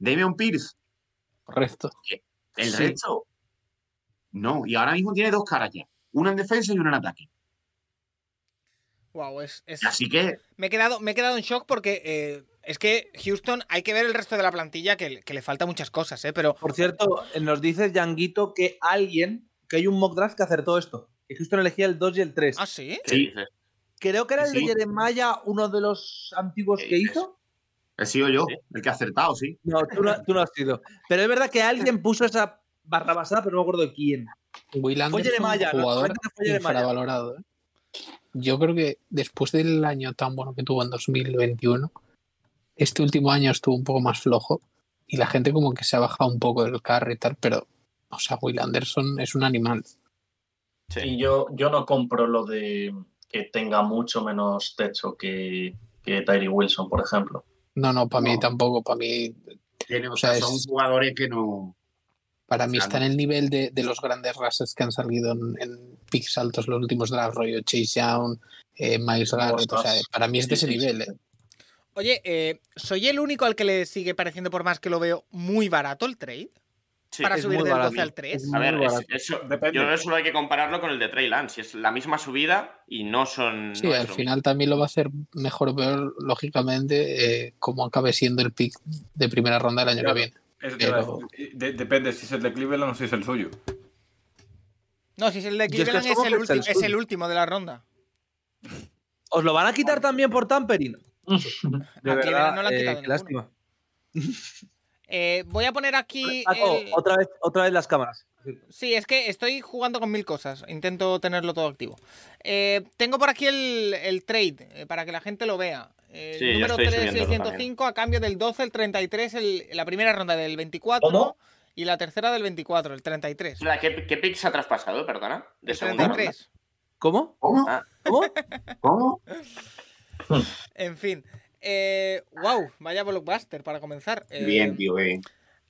[SPEAKER 3] Damian Pierce,
[SPEAKER 9] correcto.
[SPEAKER 3] el
[SPEAKER 9] Sí.
[SPEAKER 3] resto. No, y ahora mismo tiene dos caras ya. Una en defensa y una en ataque.
[SPEAKER 1] Guau, es- es-
[SPEAKER 3] Así que
[SPEAKER 1] Me, he quedado, me he quedado en shock porque eh, es que Houston, hay que ver el resto de la plantilla que, le- que le falta muchas cosas, ¿eh? Pero
[SPEAKER 5] Por cierto, nos dice Yanguito que alguien, que hay un mock draft que acertó esto. Que Houston elegía el 2 y el 3.
[SPEAKER 1] ¿Ah, sí?
[SPEAKER 2] ¿Qué
[SPEAKER 3] Sí.
[SPEAKER 2] dices?
[SPEAKER 5] Creo que era el
[SPEAKER 3] Sí. Eh,
[SPEAKER 5] de Jeremiah, uno de los antiguos
[SPEAKER 2] ¿Qué
[SPEAKER 5] que
[SPEAKER 2] dices?
[SPEAKER 5] hizo.
[SPEAKER 3] he sido yo
[SPEAKER 2] Sí.
[SPEAKER 3] el que ha acertado, sí.
[SPEAKER 5] No tú, no, tú no has sido. Pero es verdad que alguien puso esa barra basada, pero no me acuerdo quién.
[SPEAKER 9] Will Anderson,
[SPEAKER 5] Jeremiah, ¿no?
[SPEAKER 9] jugador
[SPEAKER 5] Antes fue Jeremiah.
[SPEAKER 9] infravalorado. ¿eh? Yo creo que después del año tan bueno que tuvo en 2021, este último año estuvo un poco más flojo y la gente como que se ha bajado un poco del carro y tal, pero, o sea, Will Anderson es un animal.
[SPEAKER 2] Sí.
[SPEAKER 6] Y yo, yo no compro lo de que tenga mucho menos techo que, que Tyree Wilson, por ejemplo.
[SPEAKER 9] No, no, para mí
[SPEAKER 3] No.
[SPEAKER 9] tampoco, para mí
[SPEAKER 3] Tiene- o
[SPEAKER 9] O sea,
[SPEAKER 3] sea, son
[SPEAKER 9] es-
[SPEAKER 3] jugadores que no.
[SPEAKER 9] Para mí
[SPEAKER 3] O sea,
[SPEAKER 9] está en
[SPEAKER 3] no.
[SPEAKER 9] el nivel de, de los grandes razas que han salido en, en picks altos los últimos drafts, rollo Chase Young, eh, Miles Garrett. O sea,
[SPEAKER 6] Ostras.
[SPEAKER 9] para mí es de ese
[SPEAKER 6] Sí, sí,
[SPEAKER 9] nivel.
[SPEAKER 6] sí.
[SPEAKER 9] eh.
[SPEAKER 1] Oye, eh, ¿soy el único al que le sigue pareciendo, por más que lo veo, muy barato el trade?
[SPEAKER 2] Sí.
[SPEAKER 1] para
[SPEAKER 5] es
[SPEAKER 1] subir
[SPEAKER 5] muy
[SPEAKER 1] del
[SPEAKER 5] barato.
[SPEAKER 1] 12 al 3.
[SPEAKER 5] Es
[SPEAKER 2] A ver,
[SPEAKER 5] muy
[SPEAKER 2] es-
[SPEAKER 5] barato.
[SPEAKER 2] eso, yo
[SPEAKER 7] Depende.
[SPEAKER 2] creo que solo hay que compararlo con el de Trey Lance. Es la misma subida y no son.
[SPEAKER 9] Sí,
[SPEAKER 2] no es
[SPEAKER 9] al
[SPEAKER 2] lo
[SPEAKER 9] final también lo va a hacer mejor o peor, lógicamente, eh, como acabe siendo el pick de primera ronda del año
[SPEAKER 7] Claro.
[SPEAKER 9] que viene.
[SPEAKER 7] Eso te iba a
[SPEAKER 9] Pero-
[SPEAKER 7] decir. eh, De- depende si es el de Cleveland o si es el suyo.
[SPEAKER 1] No, si es el de
[SPEAKER 5] Yo es que
[SPEAKER 1] Cleveland, es,
[SPEAKER 5] supongo
[SPEAKER 1] el
[SPEAKER 5] que es el
[SPEAKER 1] ulti- es
[SPEAKER 5] sur.
[SPEAKER 1] el último de la ronda.
[SPEAKER 5] ¿Os lo van a quitar también por tampering? De
[SPEAKER 1] A
[SPEAKER 5] verdad,
[SPEAKER 1] Cleveland no le han
[SPEAKER 5] eh,
[SPEAKER 1] quitado ninguno.
[SPEAKER 5] qué lástima.
[SPEAKER 1] Eh, voy a poner aquí.
[SPEAKER 5] Paco,
[SPEAKER 1] el-
[SPEAKER 5] Ah, oh, otra, vez, otra vez las cámaras.
[SPEAKER 1] Sí, es que estoy jugando con mil cosas. Intento tenerlo todo activo. Eh, tengo por aquí el, el trade eh, para que la gente lo vea. Eh, El
[SPEAKER 2] Sí, yo
[SPEAKER 1] número
[SPEAKER 2] estoy
[SPEAKER 1] 3,
[SPEAKER 2] subiéndolo
[SPEAKER 1] 605 a cambio del 12, el 33, el- la primera ronda del 24
[SPEAKER 6] ¿Cómo?
[SPEAKER 1] y la tercera del 24, el 33.
[SPEAKER 2] mismo. ¿Qué, ¿Qué pick se ha traspasado, perdona? De
[SPEAKER 1] El
[SPEAKER 2] segunda ronda.
[SPEAKER 1] 33.
[SPEAKER 5] ¿Cómo?
[SPEAKER 3] ¿Cómo?
[SPEAKER 2] Ah.
[SPEAKER 5] ¿Cómo?
[SPEAKER 3] ¿Cómo?
[SPEAKER 1] En fin. Eh, wow, vaya blockbuster para comenzar. Eh,
[SPEAKER 3] Bien, tío, bien.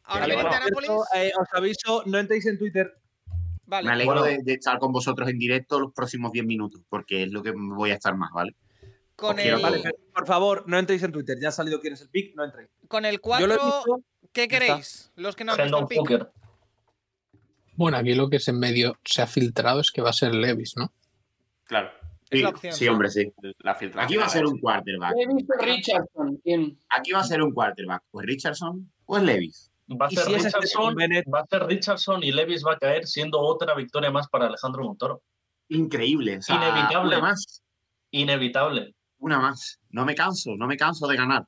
[SPEAKER 1] Ahora
[SPEAKER 2] Pero
[SPEAKER 1] viene
[SPEAKER 2] bueno,
[SPEAKER 1] Indianapolis.
[SPEAKER 5] Esto, eh, os aviso, no entréis en Twitter.
[SPEAKER 3] Me
[SPEAKER 1] Vale.
[SPEAKER 3] alegro
[SPEAKER 6] Bueno.
[SPEAKER 3] de, de estar con vosotros en directo los próximos 10 minutos, porque es lo que voy a estar más, ¿vale?
[SPEAKER 1] Con
[SPEAKER 3] quiero-
[SPEAKER 1] el,
[SPEAKER 5] Vale, pero, por favor, no entréis en Twitter. Ya ha salido quién es el pick, no entréis.
[SPEAKER 1] con el
[SPEAKER 5] Yo lo he
[SPEAKER 1] 4,
[SPEAKER 5] visto.
[SPEAKER 1] ¿qué
[SPEAKER 5] está.
[SPEAKER 1] queréis? Los que no han visto el
[SPEAKER 6] Hendon
[SPEAKER 1] pick.
[SPEAKER 6] Hooker.
[SPEAKER 9] Bueno, aquí lo que es en medio se ha filtrado es que va a ser Levis, ¿no?
[SPEAKER 2] Claro.
[SPEAKER 1] Es la opción.
[SPEAKER 3] sí, hombre, sí.
[SPEAKER 2] La filtración.
[SPEAKER 3] Aquí va a ser un quarterback.
[SPEAKER 4] He visto Richardson. ¿Quién?
[SPEAKER 3] Aquí va a ser un quarterback. Pues Richardson, pues Levis.
[SPEAKER 6] Va a
[SPEAKER 5] Y
[SPEAKER 6] ser
[SPEAKER 5] si es este
[SPEAKER 6] Richardson.
[SPEAKER 5] Bennett,
[SPEAKER 6] Va a ser Richardson y Levis va a caer siendo otra victoria más para Alejandro Montoro.
[SPEAKER 3] Increíble. o sea,
[SPEAKER 6] Inevitable.
[SPEAKER 3] Una más,
[SPEAKER 6] Inevitable.
[SPEAKER 3] una más. No me canso, no me canso de ganar.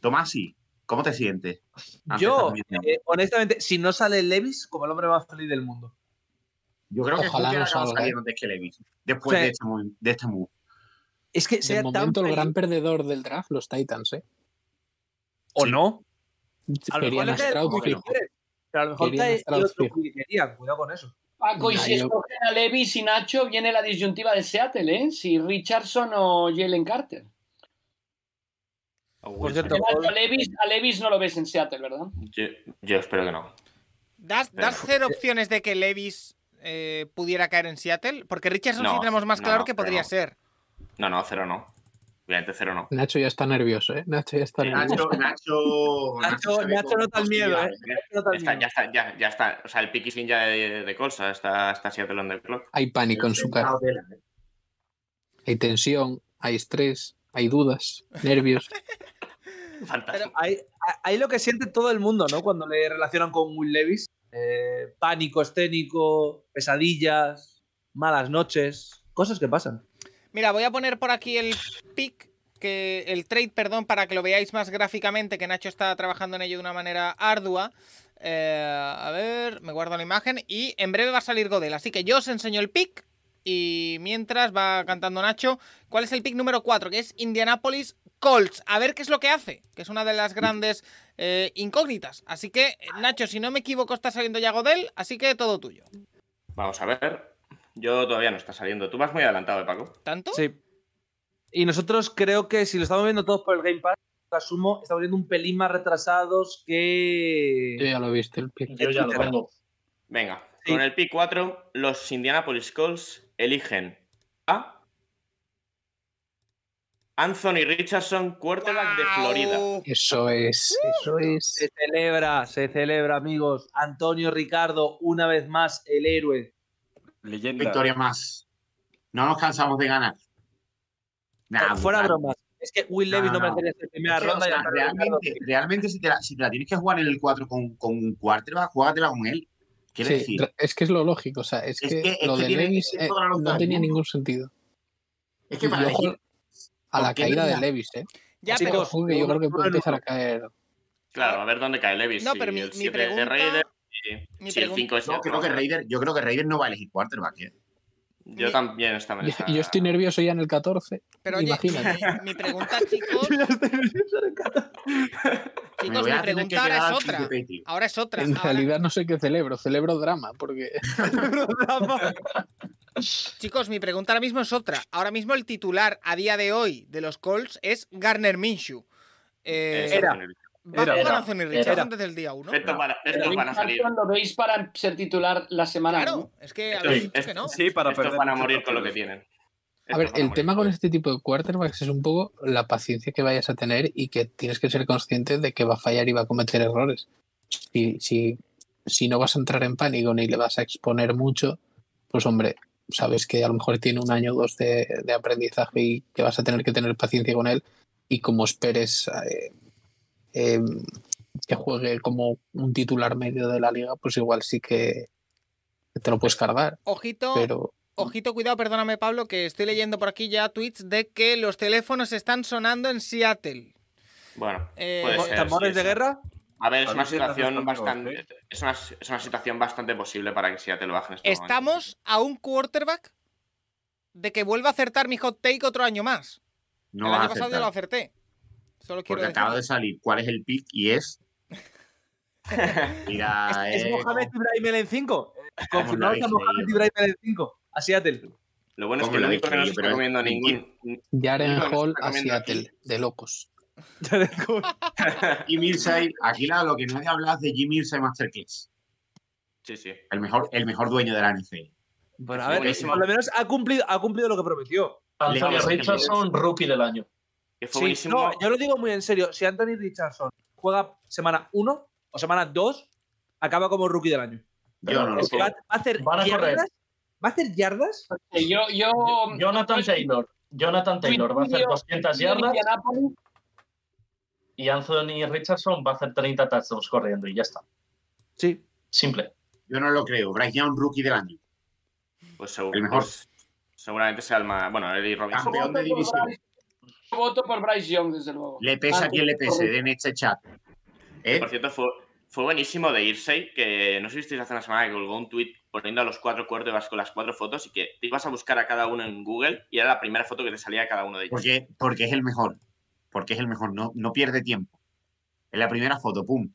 [SPEAKER 3] Tomasi, ¿cómo te sientes? Ante esta
[SPEAKER 5] yo,
[SPEAKER 3] nominación?
[SPEAKER 5] eh, honestamente, si no sale Levis, como el hombre más feliz del mundo.
[SPEAKER 3] yo creo que
[SPEAKER 9] ojalá
[SPEAKER 3] Hooker
[SPEAKER 9] no
[SPEAKER 3] acaba
[SPEAKER 9] salga,
[SPEAKER 3] saliendo antes que Levis. Después
[SPEAKER 5] ¿eh? Sí.
[SPEAKER 3] de este move- de este move.
[SPEAKER 5] Es que
[SPEAKER 9] De
[SPEAKER 5] sea tan
[SPEAKER 9] momento el
[SPEAKER 5] feliz
[SPEAKER 9] gran perdedor del draft, los Titans, ¿eh?
[SPEAKER 5] o
[SPEAKER 3] Sí.
[SPEAKER 5] no. A lo mejor
[SPEAKER 9] Querían
[SPEAKER 5] le
[SPEAKER 9] a
[SPEAKER 5] cae
[SPEAKER 9] Stroud,
[SPEAKER 5] Cookie
[SPEAKER 9] fijo.
[SPEAKER 5] Pérez, pero a lo mejor
[SPEAKER 9] Querían a
[SPEAKER 5] cae el
[SPEAKER 9] Stroud
[SPEAKER 5] otro
[SPEAKER 9] fijo.
[SPEAKER 5] Cookie que querían. Cuidado con eso.
[SPEAKER 4] Paco, y
[SPEAKER 9] Nah,
[SPEAKER 4] si
[SPEAKER 9] yo-
[SPEAKER 4] escogen a Levis y Nacho, viene la disyuntiva de Seattle, ¿eh? Si Richardson o Jalen Carter.
[SPEAKER 5] Por cierto,
[SPEAKER 4] Nacho, a, Levis, a Levis no lo ves en Seattle, ¿verdad?
[SPEAKER 2] Yo, yo espero que no.
[SPEAKER 1] ¿Das,
[SPEAKER 2] Pero-
[SPEAKER 1] das cero opciones de que Levis eh, pudiera caer en Seattle? Porque Richardson
[SPEAKER 2] No,
[SPEAKER 1] sí tenemos más
[SPEAKER 2] no,
[SPEAKER 1] claro
[SPEAKER 2] no,
[SPEAKER 1] que
[SPEAKER 2] pero
[SPEAKER 1] podría
[SPEAKER 2] no.
[SPEAKER 1] ser.
[SPEAKER 2] No, no, cero no. Obviamente cero no.
[SPEAKER 9] Nacho ya está nervioso, ¿eh? Nacho ya está
[SPEAKER 2] Sí,
[SPEAKER 3] Nacho,
[SPEAKER 9] nervioso.
[SPEAKER 3] Nacho,
[SPEAKER 5] Nacho-
[SPEAKER 3] se ve
[SPEAKER 5] Nacho
[SPEAKER 3] con
[SPEAKER 5] nota el miedo, ¿eh?
[SPEAKER 3] hostilidad,
[SPEAKER 5] no tan
[SPEAKER 2] ¿eh? Está-
[SPEAKER 5] bien.
[SPEAKER 2] ya está, ya, ya está. O sea, el pick is in ya de, de Colsa. Está, está Seattle on the clock.
[SPEAKER 9] Hay pánico en su cara, hay tensión, hay estrés, hay dudas, nervios.
[SPEAKER 2] Fantástico.
[SPEAKER 5] Ahí, ahí lo que siente todo el mundo, ¿no? Cuando le relacionan con Will Levis. eh, pánico escénico, pesadillas, malas noches, cosas que pasan.
[SPEAKER 1] Mira, voy a poner por aquí el pick, que, el trade, perdón, para que lo veáis más gráficamente, que Nacho está trabajando en ello de una manera ardua. Eh, a ver, me guardo la imagen y en breve va a salir Godel. Así que yo os enseño el pick y mientras va cantando Nacho, ¿cuál es el pick número 4? Que es Indianapolis Colts. A ver qué es lo que hace, que es una de las grandes eh, incógnitas. Así que, Nacho, si no me equivoco, está saliendo ya Godel, así que todo tuyo.
[SPEAKER 2] Vamos a ver. Yo todavía no está saliendo. Tú vas muy adelantado, ¿eh, Paco.
[SPEAKER 1] ¿Tanto?
[SPEAKER 5] Sí. Y nosotros creo que si lo estamos viendo todos por el Game Pass, asumo, estamos viendo un pelín más retrasados que.
[SPEAKER 9] Yo ya lo he visto el pick.
[SPEAKER 6] Yo ya lo tengo.
[SPEAKER 2] Venga, con el pick 4, los Indianapolis Colts eligen a Anthony Richardson, quarterback de Florida.
[SPEAKER 9] Eso es, eso es.
[SPEAKER 5] Se celebra, se celebra, amigos. Antonio Ricardo, una vez más, el héroe.
[SPEAKER 7] Leyenda.
[SPEAKER 3] Victoria más. No nos cansamos de ganar. Nah,
[SPEAKER 5] Fuera
[SPEAKER 3] nah.
[SPEAKER 5] bromas. Es que Will
[SPEAKER 3] No,
[SPEAKER 5] Levis no,
[SPEAKER 3] no.
[SPEAKER 5] me merecería ser primera
[SPEAKER 3] Es que, o
[SPEAKER 5] ronda. y
[SPEAKER 3] sea,
[SPEAKER 5] Antonio
[SPEAKER 3] realmente, realmente si, te la, si te la tienes que jugar en el 4 con, con un quarterback, jugágatela con él. Quiero
[SPEAKER 9] Sí,
[SPEAKER 3] decir,
[SPEAKER 9] tra- es que es lo lógico, o sea, es,
[SPEAKER 3] Es
[SPEAKER 9] que,
[SPEAKER 3] que- es
[SPEAKER 9] lo
[SPEAKER 3] que
[SPEAKER 9] de
[SPEAKER 3] tiene-
[SPEAKER 9] Levis
[SPEAKER 3] tiene
[SPEAKER 9] eh,
[SPEAKER 3] toda la lógica
[SPEAKER 9] no
[SPEAKER 3] del
[SPEAKER 9] tenía
[SPEAKER 3] mundo.
[SPEAKER 9] ningún sentido.
[SPEAKER 3] es que para
[SPEAKER 9] y ojo
[SPEAKER 3] elegir
[SPEAKER 9] A la
[SPEAKER 3] ¿por qué
[SPEAKER 9] caída de
[SPEAKER 3] Levis?
[SPEAKER 9] Levis, ¿eh?
[SPEAKER 1] Ya,
[SPEAKER 5] Sí,
[SPEAKER 1] pero,
[SPEAKER 5] dos.
[SPEAKER 9] Ojo, que yo creo que puede empezar a caer.
[SPEAKER 2] Claro, a ver dónde cae Levis.
[SPEAKER 1] No,
[SPEAKER 2] si
[SPEAKER 1] pero mi-
[SPEAKER 2] el
[SPEAKER 1] mi
[SPEAKER 2] siete
[SPEAKER 1] pregunta-
[SPEAKER 2] de Raiders, si-
[SPEAKER 1] mi
[SPEAKER 2] si el
[SPEAKER 1] pregun-
[SPEAKER 2] 5 es
[SPEAKER 3] No,
[SPEAKER 2] el
[SPEAKER 3] creo que
[SPEAKER 2] Raider.
[SPEAKER 3] Raider, yo creo que Raider no va a elegir quarterback. ¿eh?
[SPEAKER 2] Yo también estaba en
[SPEAKER 9] Yo,
[SPEAKER 2] esa-
[SPEAKER 9] yo estoy nervioso ya en el 14.
[SPEAKER 1] pero oye,
[SPEAKER 9] Imagínate.
[SPEAKER 1] mi- mi pregunta, chicos,
[SPEAKER 3] Me
[SPEAKER 1] chicos,
[SPEAKER 3] voy
[SPEAKER 1] mi
[SPEAKER 3] a tener que
[SPEAKER 1] pregunta ahora
[SPEAKER 3] quedar
[SPEAKER 1] es
[SPEAKER 3] al
[SPEAKER 1] otra.
[SPEAKER 3] Cincinnati.
[SPEAKER 1] Ahora es otra.
[SPEAKER 9] En
[SPEAKER 1] Ahora-
[SPEAKER 9] realidad no sé qué celebro, celebro drama, porque
[SPEAKER 1] Chicos, mi pregunta ahora mismo es otra. Ahora mismo el titular a día de hoy de los Colts es Garner Minshew. Eh,
[SPEAKER 2] Eso,
[SPEAKER 5] Era.
[SPEAKER 2] Anthony Richardson.
[SPEAKER 1] va
[SPEAKER 7] era,
[SPEAKER 1] con
[SPEAKER 6] era,
[SPEAKER 1] Anthony Richardson
[SPEAKER 6] era.
[SPEAKER 1] desde el día 1.
[SPEAKER 2] Estos van a- estos
[SPEAKER 4] Pero
[SPEAKER 2] van a salir.
[SPEAKER 4] lo veis para ser titular la semana.
[SPEAKER 1] Claro,
[SPEAKER 4] ¿no?
[SPEAKER 1] es que
[SPEAKER 2] Esto
[SPEAKER 1] habéis
[SPEAKER 2] es-
[SPEAKER 1] dicho que no.
[SPEAKER 7] Sí, para
[SPEAKER 2] Estos
[SPEAKER 7] perder
[SPEAKER 2] van a
[SPEAKER 7] mucho
[SPEAKER 2] morir con lo que
[SPEAKER 7] partido.
[SPEAKER 2] tienen.
[SPEAKER 9] A
[SPEAKER 2] Estos
[SPEAKER 9] ver,
[SPEAKER 2] van
[SPEAKER 9] el
[SPEAKER 2] morir.
[SPEAKER 9] tema con este tipo de quarterbacks es un poco la paciencia que vayas a tener y que tienes que ser consciente de que va a fallar y va a cometer errores. Si, si, si no vas a entrar en pánico ni le vas a exponer mucho, pues hombre, sabes que a lo mejor tiene un año o dos de, de aprendizaje y que vas a tener que tener paciencia con él y como esperes eh, eh, que juegue como un titular medio de la liga, pues igual sí que te lo puedes cargar,
[SPEAKER 1] Ojito,
[SPEAKER 9] pero...
[SPEAKER 1] ojito, cuidado, perdóname Pablo, que estoy leyendo por aquí ya tweets de que los teléfonos están sonando en Seattle.
[SPEAKER 2] Bueno,
[SPEAKER 1] Eh,
[SPEAKER 2] puede ser,
[SPEAKER 5] ¿Tambores
[SPEAKER 2] sí,
[SPEAKER 5] de
[SPEAKER 2] sí.
[SPEAKER 5] guerra?
[SPEAKER 2] A ver, es una
[SPEAKER 7] Algunos de los
[SPEAKER 2] situación
[SPEAKER 7] amigos,
[SPEAKER 2] bastante.
[SPEAKER 7] ¿eh?
[SPEAKER 2] Es una, es una situación bastante posible para que si ya te lo bajen.
[SPEAKER 1] Estamos a un quarterback de que vuelva a acertar mi hot take otro año más.
[SPEAKER 3] No
[SPEAKER 1] el
[SPEAKER 3] va a
[SPEAKER 1] año pasado ya lo
[SPEAKER 3] aceptar.
[SPEAKER 1] acerté. Solo quiero
[SPEAKER 3] Porque acaba de
[SPEAKER 1] decirlo.
[SPEAKER 3] salir cuál es el pick y es. Mira,
[SPEAKER 5] ¿Es
[SPEAKER 3] eh,
[SPEAKER 5] Mohamed Ibrahim en 5?
[SPEAKER 3] ¿cómo lo
[SPEAKER 5] Confirmamos
[SPEAKER 3] habéis
[SPEAKER 5] a Mohamed
[SPEAKER 3] leído?
[SPEAKER 5] Ibrahim en 5. A Seattle.
[SPEAKER 2] Lo bueno es
[SPEAKER 3] ¿Cómo
[SPEAKER 2] que
[SPEAKER 3] lo
[SPEAKER 2] lo único
[SPEAKER 3] dije
[SPEAKER 2] que no se
[SPEAKER 3] yo?
[SPEAKER 2] está
[SPEAKER 3] Pero-
[SPEAKER 2] comiendo ningún.
[SPEAKER 9] Jaren
[SPEAKER 2] Yo no
[SPEAKER 9] Hall
[SPEAKER 2] estoy
[SPEAKER 9] a
[SPEAKER 2] comiendo aquí.
[SPEAKER 9] Seattle, de locos.
[SPEAKER 3] Jim Irsay, aquí la- lo que nadie habla es de Jim Irsay Masterclass,
[SPEAKER 2] Sí, sí.
[SPEAKER 3] el mejor, el mejor dueño de la NFL.
[SPEAKER 5] Bueno, a
[SPEAKER 2] Sí,
[SPEAKER 5] ver, eh,
[SPEAKER 2] buenísimo.
[SPEAKER 5] por lo menos ha cumplido, ha cumplido lo que prometió.
[SPEAKER 6] Anthony
[SPEAKER 3] Legal,
[SPEAKER 6] Richardson, rookie del año.
[SPEAKER 2] Que fue
[SPEAKER 5] Sí,
[SPEAKER 2] buenísimo.
[SPEAKER 5] no, yo lo digo muy en serio. Si Anthony Richardson juega semana 1 o semana 2, acaba como rookie del año.
[SPEAKER 3] Yo no lo
[SPEAKER 5] Es que
[SPEAKER 3] sé.
[SPEAKER 5] va, va a hacer
[SPEAKER 6] Van a correr.
[SPEAKER 5] yardas. ¿Va a hacer yardas?
[SPEAKER 4] Eh, Yo, yo,
[SPEAKER 6] Jonathan Taylor. Jonathan Taylor va a hacer
[SPEAKER 4] Julio-
[SPEAKER 6] 200
[SPEAKER 4] yo
[SPEAKER 6] yardas
[SPEAKER 4] Indianapolis,
[SPEAKER 6] y Anthony Richardson va a hacer 30 touchdowns corriendo y ya está.
[SPEAKER 5] Sí.
[SPEAKER 6] Simple.
[SPEAKER 3] Yo no lo creo. Bryce Young, rookie del año.
[SPEAKER 2] Pues seguro.
[SPEAKER 3] El mejor.
[SPEAKER 2] pues seguramente sea el más. Bueno, Eddie Robinson.
[SPEAKER 3] Campeón de división.
[SPEAKER 4] yo voto por Bryce Young, desde luego.
[SPEAKER 3] Le pesa a quien le pese en este chat. ¿Eh?
[SPEAKER 2] Por cierto, fue, fue buenísimo de Irsay, que no sé si visteis hace una semana que colgó un tweet poniendo a los cuatro cuartos con las cuatro fotos y que te ibas a buscar a cada uno en Google y era la primera foto que te salía de cada uno de ellos.
[SPEAKER 3] Porque, porque es el mejor. Porque es el mejor. No, no pierde tiempo. En la primera foto, pum.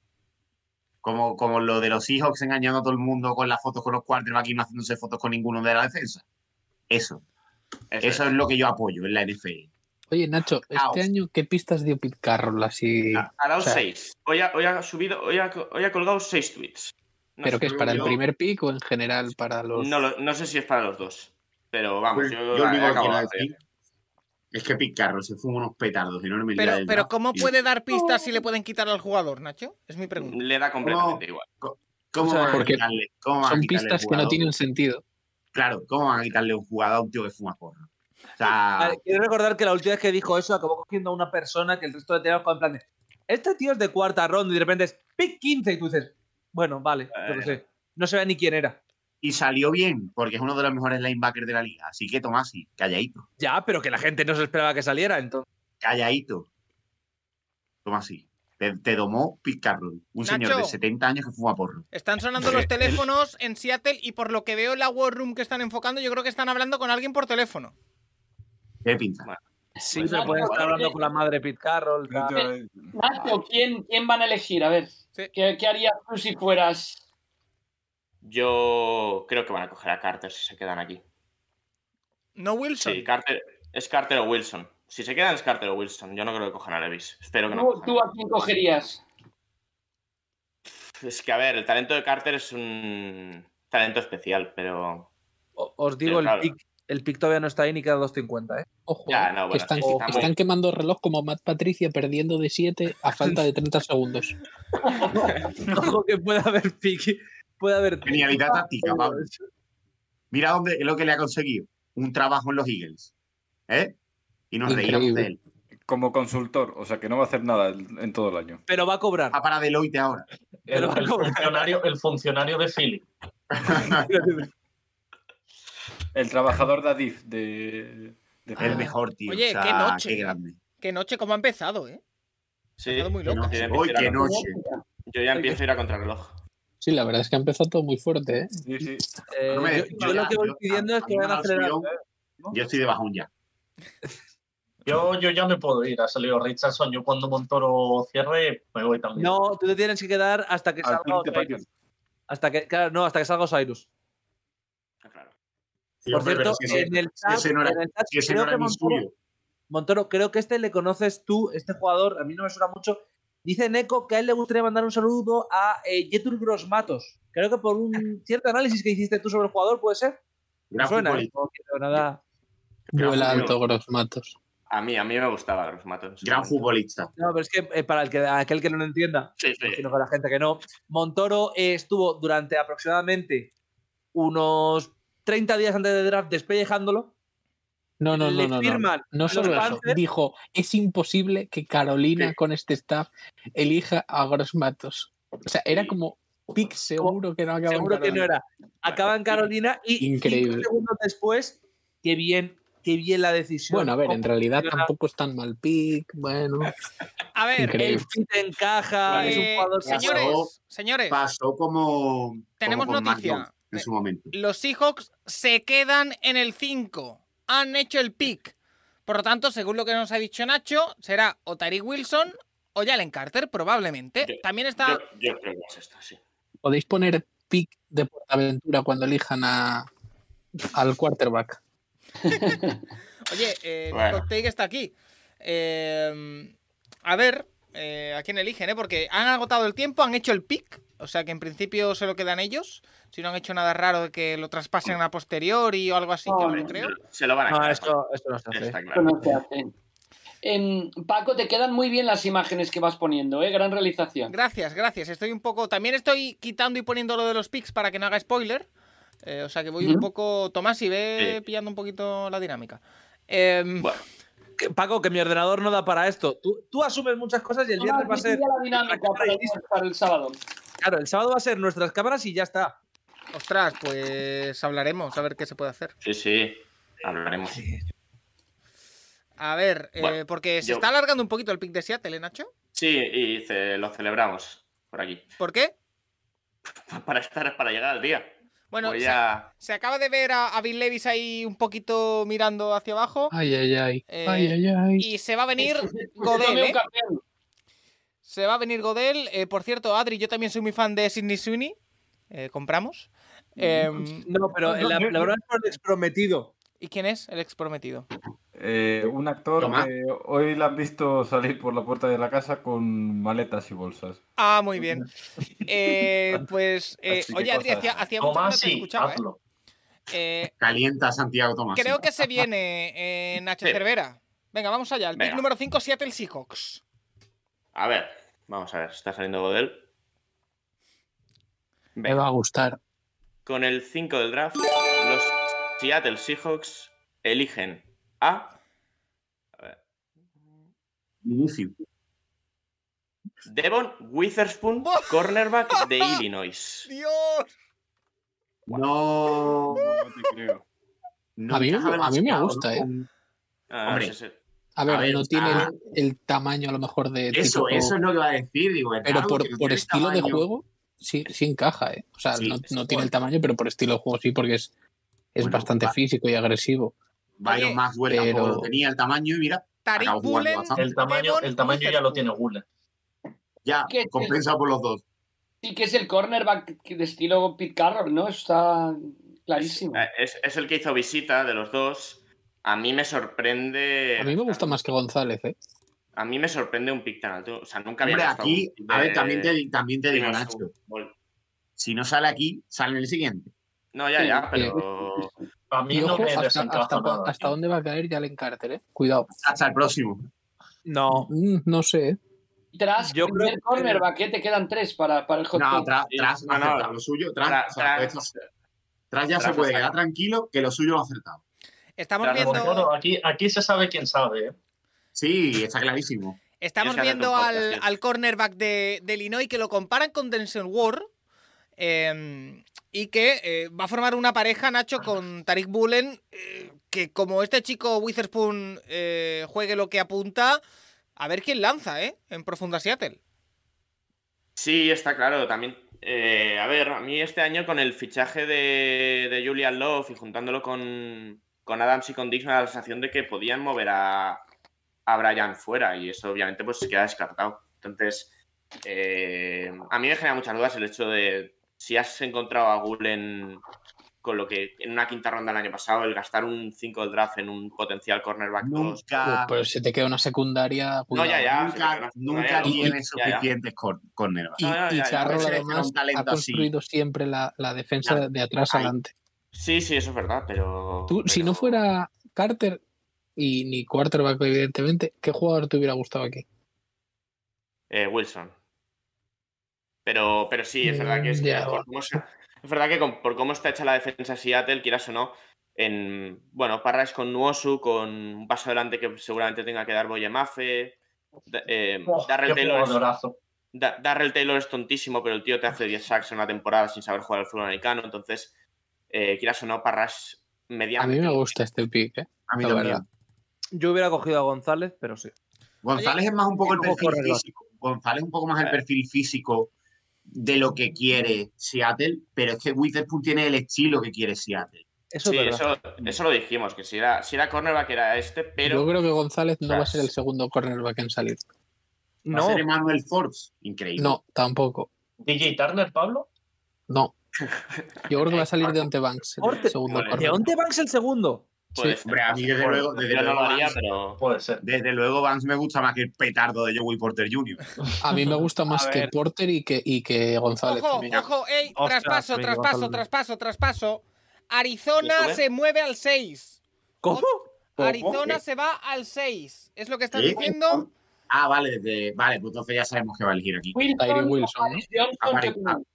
[SPEAKER 3] Como, como lo de los Seahawks engañando a todo el mundo con las fotos con los quarterbacks y no haciéndose fotos con ninguno de la defensa. Eso.
[SPEAKER 2] Eso
[SPEAKER 3] Eso es lo que yo apoyo en la NFL.
[SPEAKER 9] Oye, Nacho,
[SPEAKER 3] Caos.
[SPEAKER 9] este año, ¿qué pistas dio Pete Carroll así?
[SPEAKER 2] Ha, ha dado
[SPEAKER 9] o sea-
[SPEAKER 2] Ah, seis. Hoy ha, hoy ha subido, hoy ha, co- hoy ha colgado seis tweets. No
[SPEAKER 9] ¿Pero
[SPEAKER 2] sé,
[SPEAKER 9] que es para el
[SPEAKER 3] yo-
[SPEAKER 9] primer pick o en general para los.?
[SPEAKER 2] No, lo- no sé si es para los dos. Pero vamos, eh. yo,
[SPEAKER 3] Yo lo
[SPEAKER 2] he
[SPEAKER 3] único que
[SPEAKER 2] acabado
[SPEAKER 3] quiero
[SPEAKER 2] de
[SPEAKER 3] decir es que Pete Carroll se fue unos petardos enormes. en la
[SPEAKER 1] Pero,
[SPEAKER 3] del
[SPEAKER 1] pero
[SPEAKER 3] draft.
[SPEAKER 1] ¿cómo
[SPEAKER 3] Y-
[SPEAKER 1] puede dar pistas si le pueden quitar al jugador, Nacho? Es mi pregunta.
[SPEAKER 2] Le da completamente igual.
[SPEAKER 3] ¿Cómo
[SPEAKER 5] O sea,
[SPEAKER 3] van a
[SPEAKER 9] porque
[SPEAKER 3] quitarle- cómo van a
[SPEAKER 9] Son
[SPEAKER 3] quitarle
[SPEAKER 9] pistas
[SPEAKER 3] un
[SPEAKER 9] que no
[SPEAKER 3] jugador?
[SPEAKER 9] tienen sentido.
[SPEAKER 3] Claro, ¿cómo van a quitarle un jugador a un tío que fuma porro? O sea,
[SPEAKER 5] A ver, quiero recordar que la última vez que dijo eso acabó cogiendo a una persona que el resto de teníamos con plan de, este tío es de cuarta ronda y de repente es pick 15 y tú dices, Bueno, vale, yo qué sé. No sabía ni quién era.
[SPEAKER 3] Y salió bien, porque es uno de los mejores linebackers de la liga. Así que Tomasi, calladito.
[SPEAKER 5] Ya, pero que la gente no se esperaba que saliera, entonces.
[SPEAKER 3] Calladito. Tomasi. Te, te domó Pete Carroll, un señor
[SPEAKER 1] Nacho.
[SPEAKER 3] de 70 años que fuma porro.
[SPEAKER 1] Están sonando los teléfonos en Seattle y por lo que veo la War Room que están enfocando, yo creo que están hablando con alguien por teléfono.
[SPEAKER 3] ¿Qué pinta?
[SPEAKER 5] Sí,
[SPEAKER 9] pues
[SPEAKER 5] pero puedes estar
[SPEAKER 9] eh,
[SPEAKER 5] hablando con la madre de Pete Carroll. tal.
[SPEAKER 4] Nacho, ¿quién, ¿quién van a elegir? A ver, ¿qué, qué harías tú si fueras
[SPEAKER 2] Yo creo que van a coger a Carter si se quedan aquí.
[SPEAKER 1] No Wilson.
[SPEAKER 2] Sí, Carter, es Carter o Wilson. Si se quedan es Carter o Wilson. Yo no creo que cojan a Levis. Espero que no.
[SPEAKER 4] ¿Tú, tú a quién cogerías?
[SPEAKER 2] Es que, a ver, el talento de Carter es un talento especial, pero.
[SPEAKER 5] Os digo,
[SPEAKER 2] Pero
[SPEAKER 5] el
[SPEAKER 2] claro.
[SPEAKER 5] pick, el pick todavía no está ahí ni queda 2.50, ¿eh?
[SPEAKER 9] Ojo,
[SPEAKER 2] Ya, no, Ah, bueno,
[SPEAKER 9] están,
[SPEAKER 2] sí, está muy-
[SPEAKER 9] están quemando reloj como Matt Patricia perdiendo de 7 a falta de 30 segundos.
[SPEAKER 5] Ojo que puede haber pick. Puede haber. Ah,
[SPEAKER 3] Genialidad táctica, Pablo. Mira dónde es lo que le ha conseguido. Un trabajo en los Eagles. ¿Eh? Y nos reíamos de él.
[SPEAKER 7] Como consultor, o sea que no va a hacer nada en en todo el año.
[SPEAKER 5] Pero va a cobrar.
[SPEAKER 3] Va para Deloitte ahora.
[SPEAKER 6] El, el funcionario, el funcionario de Philip.
[SPEAKER 7] El trabajador de Adif de. de
[SPEAKER 3] El mejor, tío.
[SPEAKER 1] Oye,
[SPEAKER 3] o sea,
[SPEAKER 1] qué noche. eh.
[SPEAKER 3] Qué grande.
[SPEAKER 1] Qué noche, cómo ha empezado, ¿eh?
[SPEAKER 2] Sí,
[SPEAKER 1] muy
[SPEAKER 2] yo
[SPEAKER 1] loca.
[SPEAKER 2] ya
[SPEAKER 3] Uy,
[SPEAKER 2] empiezo a ir
[SPEAKER 3] qué
[SPEAKER 2] a-
[SPEAKER 3] noche.
[SPEAKER 2] Yo ya empiezo a ir a contrarreloj.
[SPEAKER 9] Sí, la verdad es que ha empezado todo muy fuerte, ¿eh?
[SPEAKER 7] Sí, sí.
[SPEAKER 5] Eh,
[SPEAKER 3] No me-
[SPEAKER 5] yo, yo
[SPEAKER 3] yo
[SPEAKER 5] lo
[SPEAKER 3] ya-
[SPEAKER 5] que voy
[SPEAKER 3] yo-
[SPEAKER 5] pidiendo
[SPEAKER 3] a-
[SPEAKER 5] es
[SPEAKER 3] a
[SPEAKER 5] que
[SPEAKER 3] mí me
[SPEAKER 5] van a
[SPEAKER 3] da
[SPEAKER 5] acelerar.
[SPEAKER 3] opción. Yo estoy de bajón ya.
[SPEAKER 6] Yo, yo ya me puedo ir, ha salido Richardson. Yo cuando Montoro cierre, me voy también.
[SPEAKER 5] No, tú te tienes que quedar hasta que
[SPEAKER 7] Al
[SPEAKER 5] salga
[SPEAKER 7] Pink de
[SPEAKER 5] Osiris.
[SPEAKER 7] Packers.
[SPEAKER 5] Hasta que, claro, no, hasta que salga Osiris.
[SPEAKER 3] Sí,
[SPEAKER 5] Por
[SPEAKER 3] hombre,
[SPEAKER 5] cierto,
[SPEAKER 3] pero si ese-
[SPEAKER 5] en el
[SPEAKER 3] si
[SPEAKER 5] chat,
[SPEAKER 3] ese no era-
[SPEAKER 5] en el chat
[SPEAKER 3] si ese no
[SPEAKER 5] creo
[SPEAKER 3] era
[SPEAKER 5] que
[SPEAKER 3] ni
[SPEAKER 5] Montoro,
[SPEAKER 3] suyo.
[SPEAKER 5] Montoro, creo que este le conoces tú, este jugador, a mí no me suena mucho. Dice Neko que a él le gustaría mandar un saludo a eh, Yetur Gross Matos. Creo que por un cierto análisis que hiciste tú sobre el jugador, ¿puede ser?
[SPEAKER 3] Gran
[SPEAKER 5] suena,
[SPEAKER 3] futbolista.
[SPEAKER 5] ¿eh? No quiero nada.
[SPEAKER 9] Vuela
[SPEAKER 2] Gran
[SPEAKER 9] alto
[SPEAKER 2] futbolista.
[SPEAKER 9] Gros Matos.
[SPEAKER 2] A mí, a mí me gustaba los matos.
[SPEAKER 3] Gran futbolista.
[SPEAKER 5] No, pero es que eh, para el que, aquel que no lo entienda,
[SPEAKER 2] Sí, sí.
[SPEAKER 5] sino que la gente que no. Montoro eh, estuvo durante aproximadamente unos 30 días antes del draft despellejándolo.
[SPEAKER 9] No, no,
[SPEAKER 5] Le
[SPEAKER 9] no, no. No,
[SPEAKER 5] firman
[SPEAKER 9] no
[SPEAKER 5] los
[SPEAKER 9] solo eso.
[SPEAKER 5] Panthers.
[SPEAKER 9] Dijo, es imposible que Carolina con este staff elija a Gros Matos. O sea, era como pick seguro que no acababa en
[SPEAKER 5] Seguro que no
[SPEAKER 9] Carolina.
[SPEAKER 5] era. Acaba en Carolina y cinco
[SPEAKER 9] Increíble.
[SPEAKER 5] segundos después, qué bien, qué bien la decisión.
[SPEAKER 9] Bueno, a ver, en
[SPEAKER 5] Cómo
[SPEAKER 9] realidad
[SPEAKER 5] funciona,
[SPEAKER 9] tampoco es tan mal pick. Bueno,
[SPEAKER 1] A ver,
[SPEAKER 9] Increíble.
[SPEAKER 5] El fit encaja, es un
[SPEAKER 1] eh,
[SPEAKER 5] jugador seguro.
[SPEAKER 1] señores, señores,
[SPEAKER 3] Pasó como.
[SPEAKER 1] Tenemos
[SPEAKER 3] como con Mac
[SPEAKER 1] noticia.
[SPEAKER 3] Jones En su momento.
[SPEAKER 1] los Seahawks se quedan en el 5. Han hecho el pick. Por lo tanto, según lo que nos ha dicho Nacho, será o Tariq Wilson o Jalen Carter, probablemente.
[SPEAKER 2] Yo-
[SPEAKER 1] También
[SPEAKER 2] Yo,
[SPEAKER 1] está.
[SPEAKER 2] yo creo que es esta, sí.
[SPEAKER 9] podéis poner pick de Portaventura cuando elijan a, al quarterback.
[SPEAKER 1] Oye, eh,
[SPEAKER 2] Bueno.
[SPEAKER 1] Nico Teig está aquí. Eh, a ver eh, a quién eligen, ¿eh? Porque han agotado el tiempo, han hecho el pick. O sea que en principio se lo quedan ellos. Si no han hecho nada raro de que lo traspasen a posteriori o algo así, que no lo creo.
[SPEAKER 2] Se
[SPEAKER 1] Ah,
[SPEAKER 2] lo van a
[SPEAKER 5] No,
[SPEAKER 2] quedar.
[SPEAKER 5] esto, esto no se hace.
[SPEAKER 2] Está
[SPEAKER 4] Esto
[SPEAKER 2] claro.
[SPEAKER 4] no se hace. Em, Paco, te quedan muy bien las imágenes que vas poniendo, ¿eh? Gran realización.
[SPEAKER 1] Gracias, gracias. Estoy un poco. También estoy quitando y poniendo lo de los picks para que no haga spoiler. Eh, o sea que voy un
[SPEAKER 4] Ujú.
[SPEAKER 1] poco. Tomás, y ve
[SPEAKER 2] Sí.
[SPEAKER 1] pillando un poquito la dinámica. Em,
[SPEAKER 2] Bueno,
[SPEAKER 5] Que- Paco, que mi ordenador no da para esto. Tú, tú asumes muchas cosas y el
[SPEAKER 4] Ah,
[SPEAKER 5] viernes va a
[SPEAKER 4] sí,
[SPEAKER 5] ser.
[SPEAKER 4] ya la dinámica para el, para el sábado.
[SPEAKER 5] Claro, el sábado va a ser nuestras cámaras y ya está.
[SPEAKER 1] Ostras, pues hablaremos, a ver qué se puede hacer.
[SPEAKER 2] sí, sí. Hablaremos.
[SPEAKER 1] A ver, eh,
[SPEAKER 2] Bueno,
[SPEAKER 1] porque se
[SPEAKER 2] yo-
[SPEAKER 1] está alargando un poquito el pick de Seattle, ¿eh, Nacho?
[SPEAKER 2] Sí, y ce- lo celebramos por aquí.
[SPEAKER 1] ¿Por qué?
[SPEAKER 2] Para estar, para llegar al día.
[SPEAKER 1] Bueno,
[SPEAKER 2] Voy
[SPEAKER 1] se,
[SPEAKER 2] a-
[SPEAKER 1] se acaba de ver a, a Bill Levis ahí un poquito mirando hacia abajo.
[SPEAKER 9] Ay, ay, ay.
[SPEAKER 1] Eh,
[SPEAKER 9] ay, ay, ay.
[SPEAKER 1] Y se va a venir
[SPEAKER 4] Yo
[SPEAKER 1] Godel,
[SPEAKER 4] tomé un
[SPEAKER 1] ¿eh?
[SPEAKER 4] café.
[SPEAKER 1] Se va a venir Godel. Eh, por cierto, Adri, yo también soy muy fan de Sidney Sweeney. Eh, compramos. Em,
[SPEAKER 5] No, pero la, la broma es por desprometido.
[SPEAKER 1] ¿Y quién es el ex prometido?
[SPEAKER 7] Eh, un actor
[SPEAKER 3] Toma.
[SPEAKER 7] que hoy la han visto salir por la puerta de la casa con maletas y bolsas.
[SPEAKER 1] Ah, muy bien. Eh, pues, eh,
[SPEAKER 7] Así que
[SPEAKER 1] oye, Adri,
[SPEAKER 7] cosas.
[SPEAKER 1] hacía, hacía mucho que no
[SPEAKER 6] Tomás,
[SPEAKER 1] te
[SPEAKER 6] sí,
[SPEAKER 1] escuchaba. ¿eh?
[SPEAKER 6] hazlo.
[SPEAKER 1] Eh,
[SPEAKER 3] Calienta Santiago Tomás.
[SPEAKER 1] creo que se viene eh, Nacho
[SPEAKER 2] Sí.
[SPEAKER 1] Cervera. Venga, vamos allá. El pick
[SPEAKER 2] Venga.
[SPEAKER 1] número 5, Seattle Seahawks.
[SPEAKER 2] A ver, vamos a ver. Está saliendo Godel.
[SPEAKER 9] Me va a gustar.
[SPEAKER 2] Con el 5 del draft, los Seattle Seahawks eligen a
[SPEAKER 3] Inicio.
[SPEAKER 2] Devon Witherspoon,
[SPEAKER 1] ¡Oh!
[SPEAKER 2] cornerback de Illinois.
[SPEAKER 5] ¡Oh!
[SPEAKER 1] Dios.
[SPEAKER 3] No.
[SPEAKER 7] No te creo.
[SPEAKER 9] a, mí, a mí me gusta, ¿eh?
[SPEAKER 2] Ah,
[SPEAKER 3] Hombre,
[SPEAKER 2] sí, sí.
[SPEAKER 9] A ver,
[SPEAKER 3] A ver,
[SPEAKER 9] no tiene
[SPEAKER 3] ah.
[SPEAKER 9] el, el tamaño a lo mejor de.
[SPEAKER 3] Eso,
[SPEAKER 9] tipo-
[SPEAKER 3] eso es lo que va a decir, digo. es
[SPEAKER 9] Pero
[SPEAKER 3] raro
[SPEAKER 9] por,
[SPEAKER 3] que no
[SPEAKER 9] por
[SPEAKER 3] tiene
[SPEAKER 9] estilo de
[SPEAKER 3] tamaño.
[SPEAKER 9] juego sí, sí encaja, ¿eh? O sea,
[SPEAKER 3] Sí,
[SPEAKER 9] no,
[SPEAKER 3] es
[SPEAKER 9] no
[SPEAKER 3] igual.
[SPEAKER 9] tiene el tamaño, pero por estilo de juego sí, porque es, es
[SPEAKER 3] Bueno,
[SPEAKER 9] bastante
[SPEAKER 3] va-
[SPEAKER 9] físico y agresivo.
[SPEAKER 3] Byron
[SPEAKER 1] Oye,
[SPEAKER 3] Maxwell tampoco
[SPEAKER 9] pero-
[SPEAKER 3] lo tenía el tamaño y mira,
[SPEAKER 1] Tarik
[SPEAKER 3] acabó jugando
[SPEAKER 1] Bullen.
[SPEAKER 3] bastante.
[SPEAKER 6] El tamaño,
[SPEAKER 1] Devon
[SPEAKER 6] el tamaño ya
[SPEAKER 1] Witherspoon.
[SPEAKER 6] lo tiene Gula.
[SPEAKER 3] ya,
[SPEAKER 4] ¿Qué-
[SPEAKER 3] compensa por los dos.
[SPEAKER 4] Sí, que es el cornerback de estilo Pete Carroll, ¿no? Eso Está clarísimo.
[SPEAKER 2] Ah, Es, es el que hizo visita de los dos. A mí me sorprende.
[SPEAKER 9] A mí me gusta más que González, ¿eh?
[SPEAKER 2] A mí me sorprende un pick tan alto. O sea, nunca había
[SPEAKER 3] Hombre,
[SPEAKER 2] gastado
[SPEAKER 3] aquí,
[SPEAKER 2] un pick
[SPEAKER 3] a
[SPEAKER 2] de-
[SPEAKER 3] ver, también te, también te
[SPEAKER 2] de
[SPEAKER 3] digo,
[SPEAKER 2] Nasu.
[SPEAKER 3] Nacho,
[SPEAKER 2] Bueno,
[SPEAKER 3] si no sale aquí, sale en el siguiente.
[SPEAKER 2] No, ya,
[SPEAKER 4] Sí,
[SPEAKER 2] ya,
[SPEAKER 4] sí.
[SPEAKER 2] pero.
[SPEAKER 6] A mí
[SPEAKER 9] eh, Y
[SPEAKER 6] no
[SPEAKER 9] ojo,
[SPEAKER 6] me
[SPEAKER 9] hasta, hasta,
[SPEAKER 6] desencaja nada.
[SPEAKER 9] hasta dónde va a caer ya Jalen Carter, ¿eh? Cuidado.
[SPEAKER 3] Hasta el próximo.
[SPEAKER 5] No.
[SPEAKER 9] Mm, no sé, ¿eh?
[SPEAKER 4] Tras
[SPEAKER 5] Yo
[SPEAKER 4] yo
[SPEAKER 5] creo que-
[SPEAKER 4] cornerback, ¿eh? te quedan tres para, para el hot
[SPEAKER 3] No,
[SPEAKER 4] take.
[SPEAKER 3] tras
[SPEAKER 2] Sí,
[SPEAKER 3] tras
[SPEAKER 2] no,
[SPEAKER 3] ha
[SPEAKER 2] no.
[SPEAKER 3] acertado lo suyo. Tras,
[SPEAKER 2] Tra-
[SPEAKER 3] o sea,
[SPEAKER 2] Tra-
[SPEAKER 3] esto- Tras ya
[SPEAKER 2] Tras
[SPEAKER 3] se puede
[SPEAKER 2] ha
[SPEAKER 3] quedar tranquilo que lo suyo lo ha acertado.
[SPEAKER 1] Estamos
[SPEAKER 2] Claro,
[SPEAKER 6] Como
[SPEAKER 1] viendo,
[SPEAKER 6] todo, aquí, aquí se sabe quién sabe. ¿eh?
[SPEAKER 3] Sí, está clarísimo.
[SPEAKER 1] estamos
[SPEAKER 2] Tienes que
[SPEAKER 1] viendo
[SPEAKER 2] hacerte un
[SPEAKER 1] al,
[SPEAKER 2] podcast, sí.
[SPEAKER 1] al cornerback de, de Illinois que lo comparan con Denzel Ward eh, y que eh, va a formar una pareja, Nacho, con Tarik Bullen, eh, que como este chico Witherspoon eh, juegue lo que apunta, a ver quién lanza, ¿eh? En profunda Seattle.
[SPEAKER 2] Sí, está claro. También. eh, a ver, a mí este año con el fichaje de, de Julian Love y juntándolo con, con Adams y con Dix, me da la sensación de que podían mover a, a Brian fuera y eso obviamente pues se queda descartado. Entonces, eh, a mí me genera muchas dudas el hecho de si has encontrado a Gulen con lo que en una quinta ronda el año pasado, el gastar un 5 del draft en un potencial cornerback dos,
[SPEAKER 3] Nunca,
[SPEAKER 9] Pues se te queda una secundaria. cuidado. eh.
[SPEAKER 2] ya, ya.
[SPEAKER 3] nunca, nunca
[SPEAKER 9] Y-
[SPEAKER 3] tiene
[SPEAKER 9] y-
[SPEAKER 3] suficientes cor- cornerbacks.
[SPEAKER 9] Y,
[SPEAKER 2] No, no,
[SPEAKER 9] y
[SPEAKER 2] ya, ya,
[SPEAKER 9] Carroll,
[SPEAKER 3] parece que era
[SPEAKER 9] además
[SPEAKER 3] un talento
[SPEAKER 9] ha
[SPEAKER 3] así.
[SPEAKER 9] construido siempre la, la defensa
[SPEAKER 3] Claro.
[SPEAKER 9] de atrás
[SPEAKER 3] Ahí.
[SPEAKER 9] adelante.
[SPEAKER 2] Sí, sí, eso es verdad, pero...
[SPEAKER 9] Tú, si
[SPEAKER 2] pero-
[SPEAKER 9] no fuera Carter y ni quarterback, evidentemente, ¿qué jugador te hubiera gustado aquí?
[SPEAKER 2] Eh, Wilson. Pero, pero sí, es verdad que es,
[SPEAKER 9] Mm,
[SPEAKER 2] que
[SPEAKER 9] ya,
[SPEAKER 2] por
[SPEAKER 9] bueno.
[SPEAKER 2] cómo se- es verdad que con- por cómo está hecha la defensa Seattle, quieras o no, en bueno, Parras con Nuosu, con un paso adelante que seguramente tenga que dar Boyemafe. Da- eh,
[SPEAKER 6] Oh,
[SPEAKER 2] Darrell,
[SPEAKER 6] qué
[SPEAKER 2] Taylor es,
[SPEAKER 6] jugadorazo.
[SPEAKER 2] Da- Darrell Taylor es tontísimo, pero el tío te hace 10 sacks en una temporada sin saber jugar al fútbol americano. Entonces, eh, quieras o no, Parras
[SPEAKER 9] A mí
[SPEAKER 2] medianamente.
[SPEAKER 9] me gusta este pick, ¿eh?
[SPEAKER 3] A mí
[SPEAKER 9] La
[SPEAKER 3] también.
[SPEAKER 9] verdad.
[SPEAKER 5] Yo hubiera cogido a González, pero sí.
[SPEAKER 3] González es más un poco el
[SPEAKER 5] Ojo,
[SPEAKER 3] perfil
[SPEAKER 5] corredor.
[SPEAKER 3] físico. González es un poco más el perfil físico de lo que quiere Seattle, pero es que Witherspoon tiene el estilo que quiere Seattle.
[SPEAKER 5] Eso
[SPEAKER 2] Sí,
[SPEAKER 5] es verdad.
[SPEAKER 2] eso, eso lo dijimos, que si era, si era cornerback era este,
[SPEAKER 9] Yo
[SPEAKER 2] pero
[SPEAKER 9] creo que González no
[SPEAKER 2] O sea,
[SPEAKER 9] va a ser el segundo cornerback en salir.
[SPEAKER 3] Va a
[SPEAKER 5] No,
[SPEAKER 3] ser Emmanuel Forbes, increíble.
[SPEAKER 9] No, tampoco.
[SPEAKER 6] DJ Turner, Pablo.
[SPEAKER 9] No. Yo creo que va a salir Deonte Banks
[SPEAKER 5] Orte-
[SPEAKER 9] el segundo
[SPEAKER 2] Vale.
[SPEAKER 5] ¿de
[SPEAKER 9] cornerback.
[SPEAKER 5] dónde Banks el segundo?
[SPEAKER 2] puede
[SPEAKER 9] sí.
[SPEAKER 3] Pues,
[SPEAKER 2] ser.
[SPEAKER 3] Hombre, a mí desde
[SPEAKER 2] Bueno,
[SPEAKER 3] luego- desde
[SPEAKER 2] yo no
[SPEAKER 3] luego
[SPEAKER 2] lo haría,
[SPEAKER 3] Vance-
[SPEAKER 2] pero.
[SPEAKER 6] Puede ser.
[SPEAKER 3] Desde luego, Vance me gusta más que el petardo de Joey Porter Jr.
[SPEAKER 9] A mí me gusta más
[SPEAKER 5] A
[SPEAKER 9] que
[SPEAKER 5] ver.
[SPEAKER 9] Porter y que, y que González.
[SPEAKER 1] Ojo,
[SPEAKER 9] también.
[SPEAKER 1] ojo, ey,
[SPEAKER 5] Ostras,
[SPEAKER 1] traspaso,
[SPEAKER 5] venga,
[SPEAKER 1] traspaso,
[SPEAKER 5] Gonzalo.
[SPEAKER 1] traspaso, traspaso. Arizona
[SPEAKER 2] ¿Estuve?
[SPEAKER 1] se mueve al 6.
[SPEAKER 5] ¿Cómo?
[SPEAKER 1] Arizona se va al 6. Es lo que están
[SPEAKER 3] ¿Sí?
[SPEAKER 1] diciendo.
[SPEAKER 3] Ah, vale, desde- vale, pues entonces ya sabemos que va a elegir aquí.
[SPEAKER 9] Tyree
[SPEAKER 4] Wilson,
[SPEAKER 9] Wilson,
[SPEAKER 4] Paris Johnson,
[SPEAKER 3] Apare-
[SPEAKER 4] Johnson.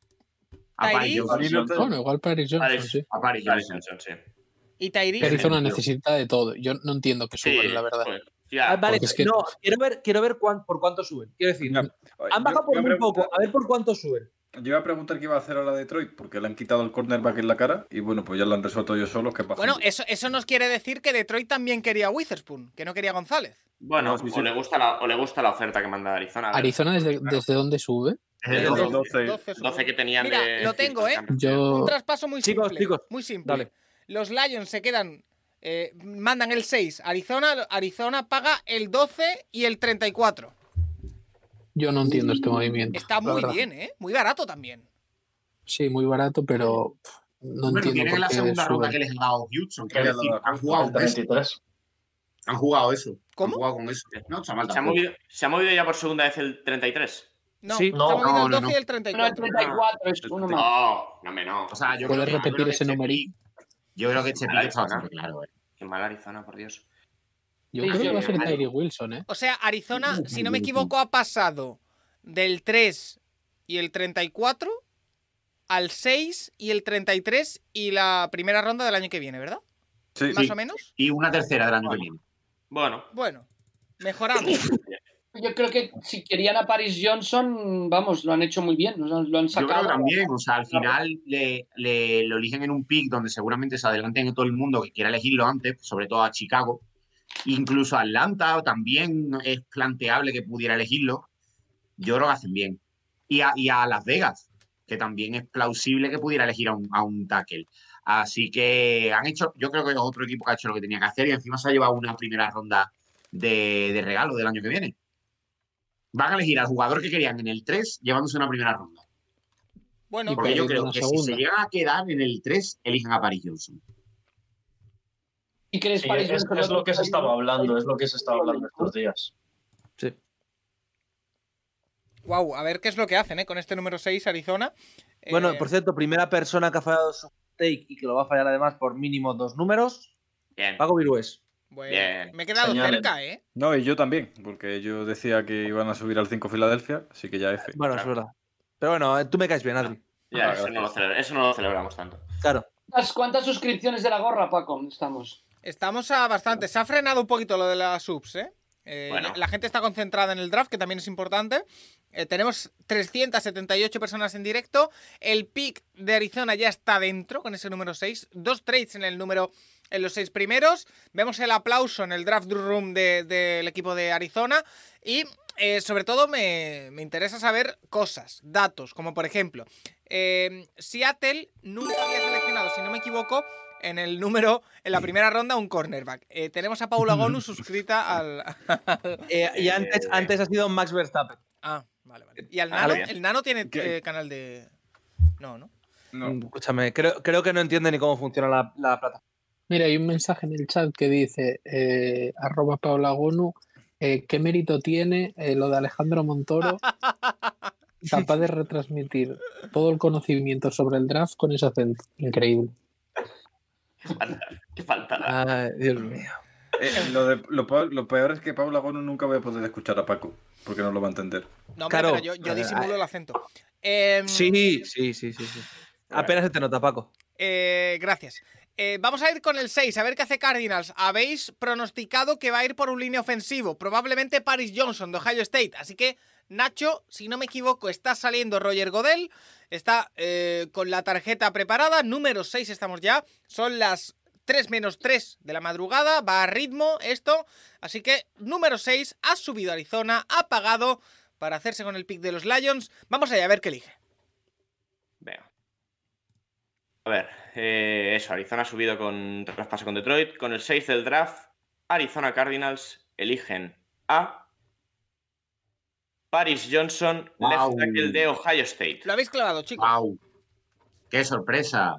[SPEAKER 3] A Paris
[SPEAKER 1] Tyrese.
[SPEAKER 3] Johnson.
[SPEAKER 9] Bueno, igual Paris Johnson,
[SPEAKER 2] Paris.
[SPEAKER 9] sí.
[SPEAKER 3] A Paris
[SPEAKER 2] Vale,
[SPEAKER 3] Johnson.
[SPEAKER 2] Johnson, sí.
[SPEAKER 1] Y Tyree.
[SPEAKER 9] Arizona
[SPEAKER 3] Yo-
[SPEAKER 9] necesita de todo. Yo no entiendo que
[SPEAKER 2] Sí,
[SPEAKER 9] suban, la verdad.
[SPEAKER 2] pues, ya.
[SPEAKER 5] Ah, vale,
[SPEAKER 9] Porque es que-
[SPEAKER 5] no, quiero ver, quiero ver cuán- por cuánto suben. Quiero decir,
[SPEAKER 7] Mira,
[SPEAKER 5] han
[SPEAKER 7] yo-
[SPEAKER 5] bajado por
[SPEAKER 7] yo
[SPEAKER 5] muy
[SPEAKER 7] pregunto-
[SPEAKER 5] poco, a ver por cuánto suben.
[SPEAKER 7] Yo iba a preguntar qué iba a hacer ahora Detroit, porque le han quitado el cornerback en la cara y bueno, pues ya lo han resuelto yo solo. Que
[SPEAKER 1] Bueno, eso, eso nos quiere decir que Detroit también quería a Witherspoon, que no quería a González.
[SPEAKER 2] Bueno,
[SPEAKER 7] No, sí, sí.
[SPEAKER 2] o, le gusta la, o le gusta la oferta que manda Arizona. A ver,
[SPEAKER 9] Arizona, ¿desde, ¿desde dónde sube?
[SPEAKER 3] Desde
[SPEAKER 7] Los
[SPEAKER 3] luego.
[SPEAKER 7] 12.
[SPEAKER 1] 12, seguro.
[SPEAKER 2] 12 que tenían
[SPEAKER 1] Mira,
[SPEAKER 2] de-
[SPEAKER 1] lo tengo, ¿eh? Un
[SPEAKER 9] Yo.
[SPEAKER 1] traspaso muy
[SPEAKER 5] Chicos,
[SPEAKER 1] simple.
[SPEAKER 5] chicos,
[SPEAKER 1] muy simple.
[SPEAKER 5] dale.
[SPEAKER 1] Los Lions se quedan, eh, mandan el 6. Arizona, Arizona paga el 12 y el 34.
[SPEAKER 9] Yo no entiendo
[SPEAKER 5] Mm,
[SPEAKER 9] este movimiento.
[SPEAKER 1] Está
[SPEAKER 9] la
[SPEAKER 1] muy
[SPEAKER 9] verdad.
[SPEAKER 1] bien, ¿eh? Muy barato también.
[SPEAKER 9] Sí, muy barato, pero pff, no
[SPEAKER 3] Bueno,
[SPEAKER 9] entiendo
[SPEAKER 3] tienen
[SPEAKER 9] por
[SPEAKER 3] la
[SPEAKER 9] qué
[SPEAKER 3] segunda ronda
[SPEAKER 9] suben.
[SPEAKER 3] que les ha dado Houston.
[SPEAKER 7] Que
[SPEAKER 3] Quiero
[SPEAKER 7] le ha
[SPEAKER 3] decir,
[SPEAKER 7] dado
[SPEAKER 3] han jugado con eso.
[SPEAKER 6] 23.
[SPEAKER 3] Han jugado eso. Han
[SPEAKER 1] ¿Cómo?
[SPEAKER 3] jugado con eso. No, chaval,
[SPEAKER 2] Se ha,
[SPEAKER 3] tampoco.
[SPEAKER 2] movido, se ha movido ya por segunda vez el 33.
[SPEAKER 1] No,
[SPEAKER 5] Sí.
[SPEAKER 1] estamos
[SPEAKER 6] No,
[SPEAKER 1] viendo
[SPEAKER 3] no,
[SPEAKER 1] el
[SPEAKER 3] no,
[SPEAKER 1] 12 y el
[SPEAKER 4] Bueno, el
[SPEAKER 1] 34.
[SPEAKER 4] 34 es uno más.
[SPEAKER 2] No, no me no.
[SPEAKER 3] O sea, yo
[SPEAKER 9] ¿Puedes
[SPEAKER 3] creo que-
[SPEAKER 9] repetir
[SPEAKER 3] yo creo que
[SPEAKER 9] ese
[SPEAKER 3] este
[SPEAKER 9] numerito?
[SPEAKER 3] pick- Yo creo que este pick está
[SPEAKER 2] Arizona.
[SPEAKER 3] bastante claro. eh.
[SPEAKER 2] Qué mal Arizona, por Dios.
[SPEAKER 9] Yo
[SPEAKER 4] Sí,
[SPEAKER 9] creo
[SPEAKER 4] sí,
[SPEAKER 9] que va a ser
[SPEAKER 2] vale.
[SPEAKER 9] Tyree Wilson, ¿eh?
[SPEAKER 1] O sea, Arizona, si no me equivoco, ha pasado del 3 y el 34 al 6 y el 33 y la primera ronda del año que viene, ¿verdad?
[SPEAKER 7] Sí,
[SPEAKER 1] Más
[SPEAKER 7] sí.
[SPEAKER 1] o menos.
[SPEAKER 3] Y una tercera del año que viene.
[SPEAKER 2] Bueno,
[SPEAKER 1] Bueno, mejoramos.
[SPEAKER 4] Yo creo que si querían a Paris Johnson, vamos, lo han hecho muy bien, lo han- lo han
[SPEAKER 3] Yo creo
[SPEAKER 4] sacado.
[SPEAKER 3] que también, o sea, al final le, le- lo eligen en un pick donde seguramente se adelanten a todo el mundo que quiera elegirlo antes, pues, sobre todo a Chicago, incluso a Atlanta también es planteable que pudiera elegirlo. Yo creo que hacen bien. Y a, y a Las Vegas, que también es plausible que pudiera elegir a un, a un tackle. Así que han hecho, yo creo que es otro equipo que ha hecho lo que tenía que hacer y encima se ha llevado una primera ronda de, de regalo del año que viene. Van a elegir al jugador que querían en el 3, llevándose una primera ronda.
[SPEAKER 1] Bueno,
[SPEAKER 3] Porque yo creo
[SPEAKER 9] una
[SPEAKER 3] que si
[SPEAKER 9] segunda.
[SPEAKER 3] se llegan a quedar en el 3, eligen a Paris Johnson.
[SPEAKER 4] ¿Y crees
[SPEAKER 6] Sí,
[SPEAKER 4] Paris
[SPEAKER 6] es,
[SPEAKER 4] Johnson?
[SPEAKER 6] es lo que se estaba hablando, es lo que se estaba hablando estos días.
[SPEAKER 1] wow, a ver qué es lo que hacen ¿eh? con este número 6 Arizona. Eh,
[SPEAKER 5] Bueno, por cierto, primera persona que ha fallado su take y que lo va a fallar además por mínimo dos números,
[SPEAKER 2] Bien.
[SPEAKER 5] Paco Virués.
[SPEAKER 1] bueno,
[SPEAKER 2] Bien.
[SPEAKER 1] pues me he quedado
[SPEAKER 6] Señores.
[SPEAKER 1] cerca, ¿eh?
[SPEAKER 7] No, y yo también, porque yo decía que iban a subir al 5 Filadelfia, así que ya F.
[SPEAKER 5] Bueno, es verdad. Pero bueno, eh, tú me caes bien, Adri.
[SPEAKER 2] Ya,
[SPEAKER 7] Ah,
[SPEAKER 2] eso, no lo
[SPEAKER 7] gracias.
[SPEAKER 2] celebra- eso no lo celebramos tanto.
[SPEAKER 5] Claro.
[SPEAKER 4] ¿Cuántas, cuántas suscripciones de la gorra, Paco? Estamos.
[SPEAKER 1] Estamos a bastante. Se ha frenado un poquito lo de las subs, ¿eh? Eh,
[SPEAKER 2] Bueno.
[SPEAKER 1] la- La gente está concentrada en el draft, que también es importante. Eh, tenemos 378 personas en directo. El pick de Arizona ya está dentro con ese número 6. Dos trades en el número en los seis primeros. Vemos el aplauso en el draft room de- del equipo de Arizona. Y eh, sobre todo me, me interesa saber cosas, datos, como por ejemplo, eh, Seattle nunca había seleccionado, si no me equivoco, en el número, en la primera ronda, un cornerback. Eh, tenemos a Paula Gonu suscrita al.
[SPEAKER 5] Eh, y antes, antes ha sido Max Verstappen.
[SPEAKER 1] Ah, vale, vale. ¿Y al
[SPEAKER 2] Ah,
[SPEAKER 1] Nano?
[SPEAKER 2] bien.
[SPEAKER 1] ¿El Nano tiene
[SPEAKER 7] ¿Qué?
[SPEAKER 1] eh, canal de.? No, ¿no?
[SPEAKER 7] No.
[SPEAKER 5] Escúchame, creo, creo que no entiende ni cómo funciona la, la plataforma.
[SPEAKER 9] Mira, hay un mensaje en el chat que dice eh, arroba Paula Gonu, eh, ¿qué mérito tiene eh, lo de Alejandro Montoro capaz de retransmitir todo el conocimiento sobre el draft con ese acento? Increíble.
[SPEAKER 2] Qué falta.
[SPEAKER 5] Ay, Dios mío.
[SPEAKER 7] Eh, lo, de- lo peor, lo peor es que Paula Gono nunca voy a poder escuchar a Paco, porque no lo va a entender.
[SPEAKER 1] No, hombre,
[SPEAKER 5] Claro.
[SPEAKER 1] pero yo, yo
[SPEAKER 7] Eh,
[SPEAKER 5] Ah,
[SPEAKER 1] disimulo
[SPEAKER 5] ah.
[SPEAKER 1] el acento. Em,
[SPEAKER 5] Sí, sí, sí, sí. sí. Apenas se te nota, Paco.
[SPEAKER 1] Eh, gracias. Eh, vamos a ir con el 6, a ver qué hace Cardinals. Habéis pronosticado que va a ir por un línea ofensivo, probablemente Paris Johnson de Ohio State. Así que, Nacho, si no me equivoco, está saliendo Roger Godel, está eh, con la tarjeta preparada, número 6 estamos ya, son las 3 menos 3 de la madrugada, va a ritmo esto. Así que, número 6, ha subido a Arizona, ha pagado para hacerse con el pick de los Lions. Vamos allá a ver qué elige.
[SPEAKER 2] Venga. A ver, eh, eso, Arizona ha subido con traspaso con Detroit. Con el 6 del draft, Arizona Cardinals eligen a Paris Johnson,
[SPEAKER 3] Guau.
[SPEAKER 2] left tackle de Ohio State.
[SPEAKER 1] Lo habéis clavado, chicos.
[SPEAKER 3] ¡Wow! ¡Qué sorpresa!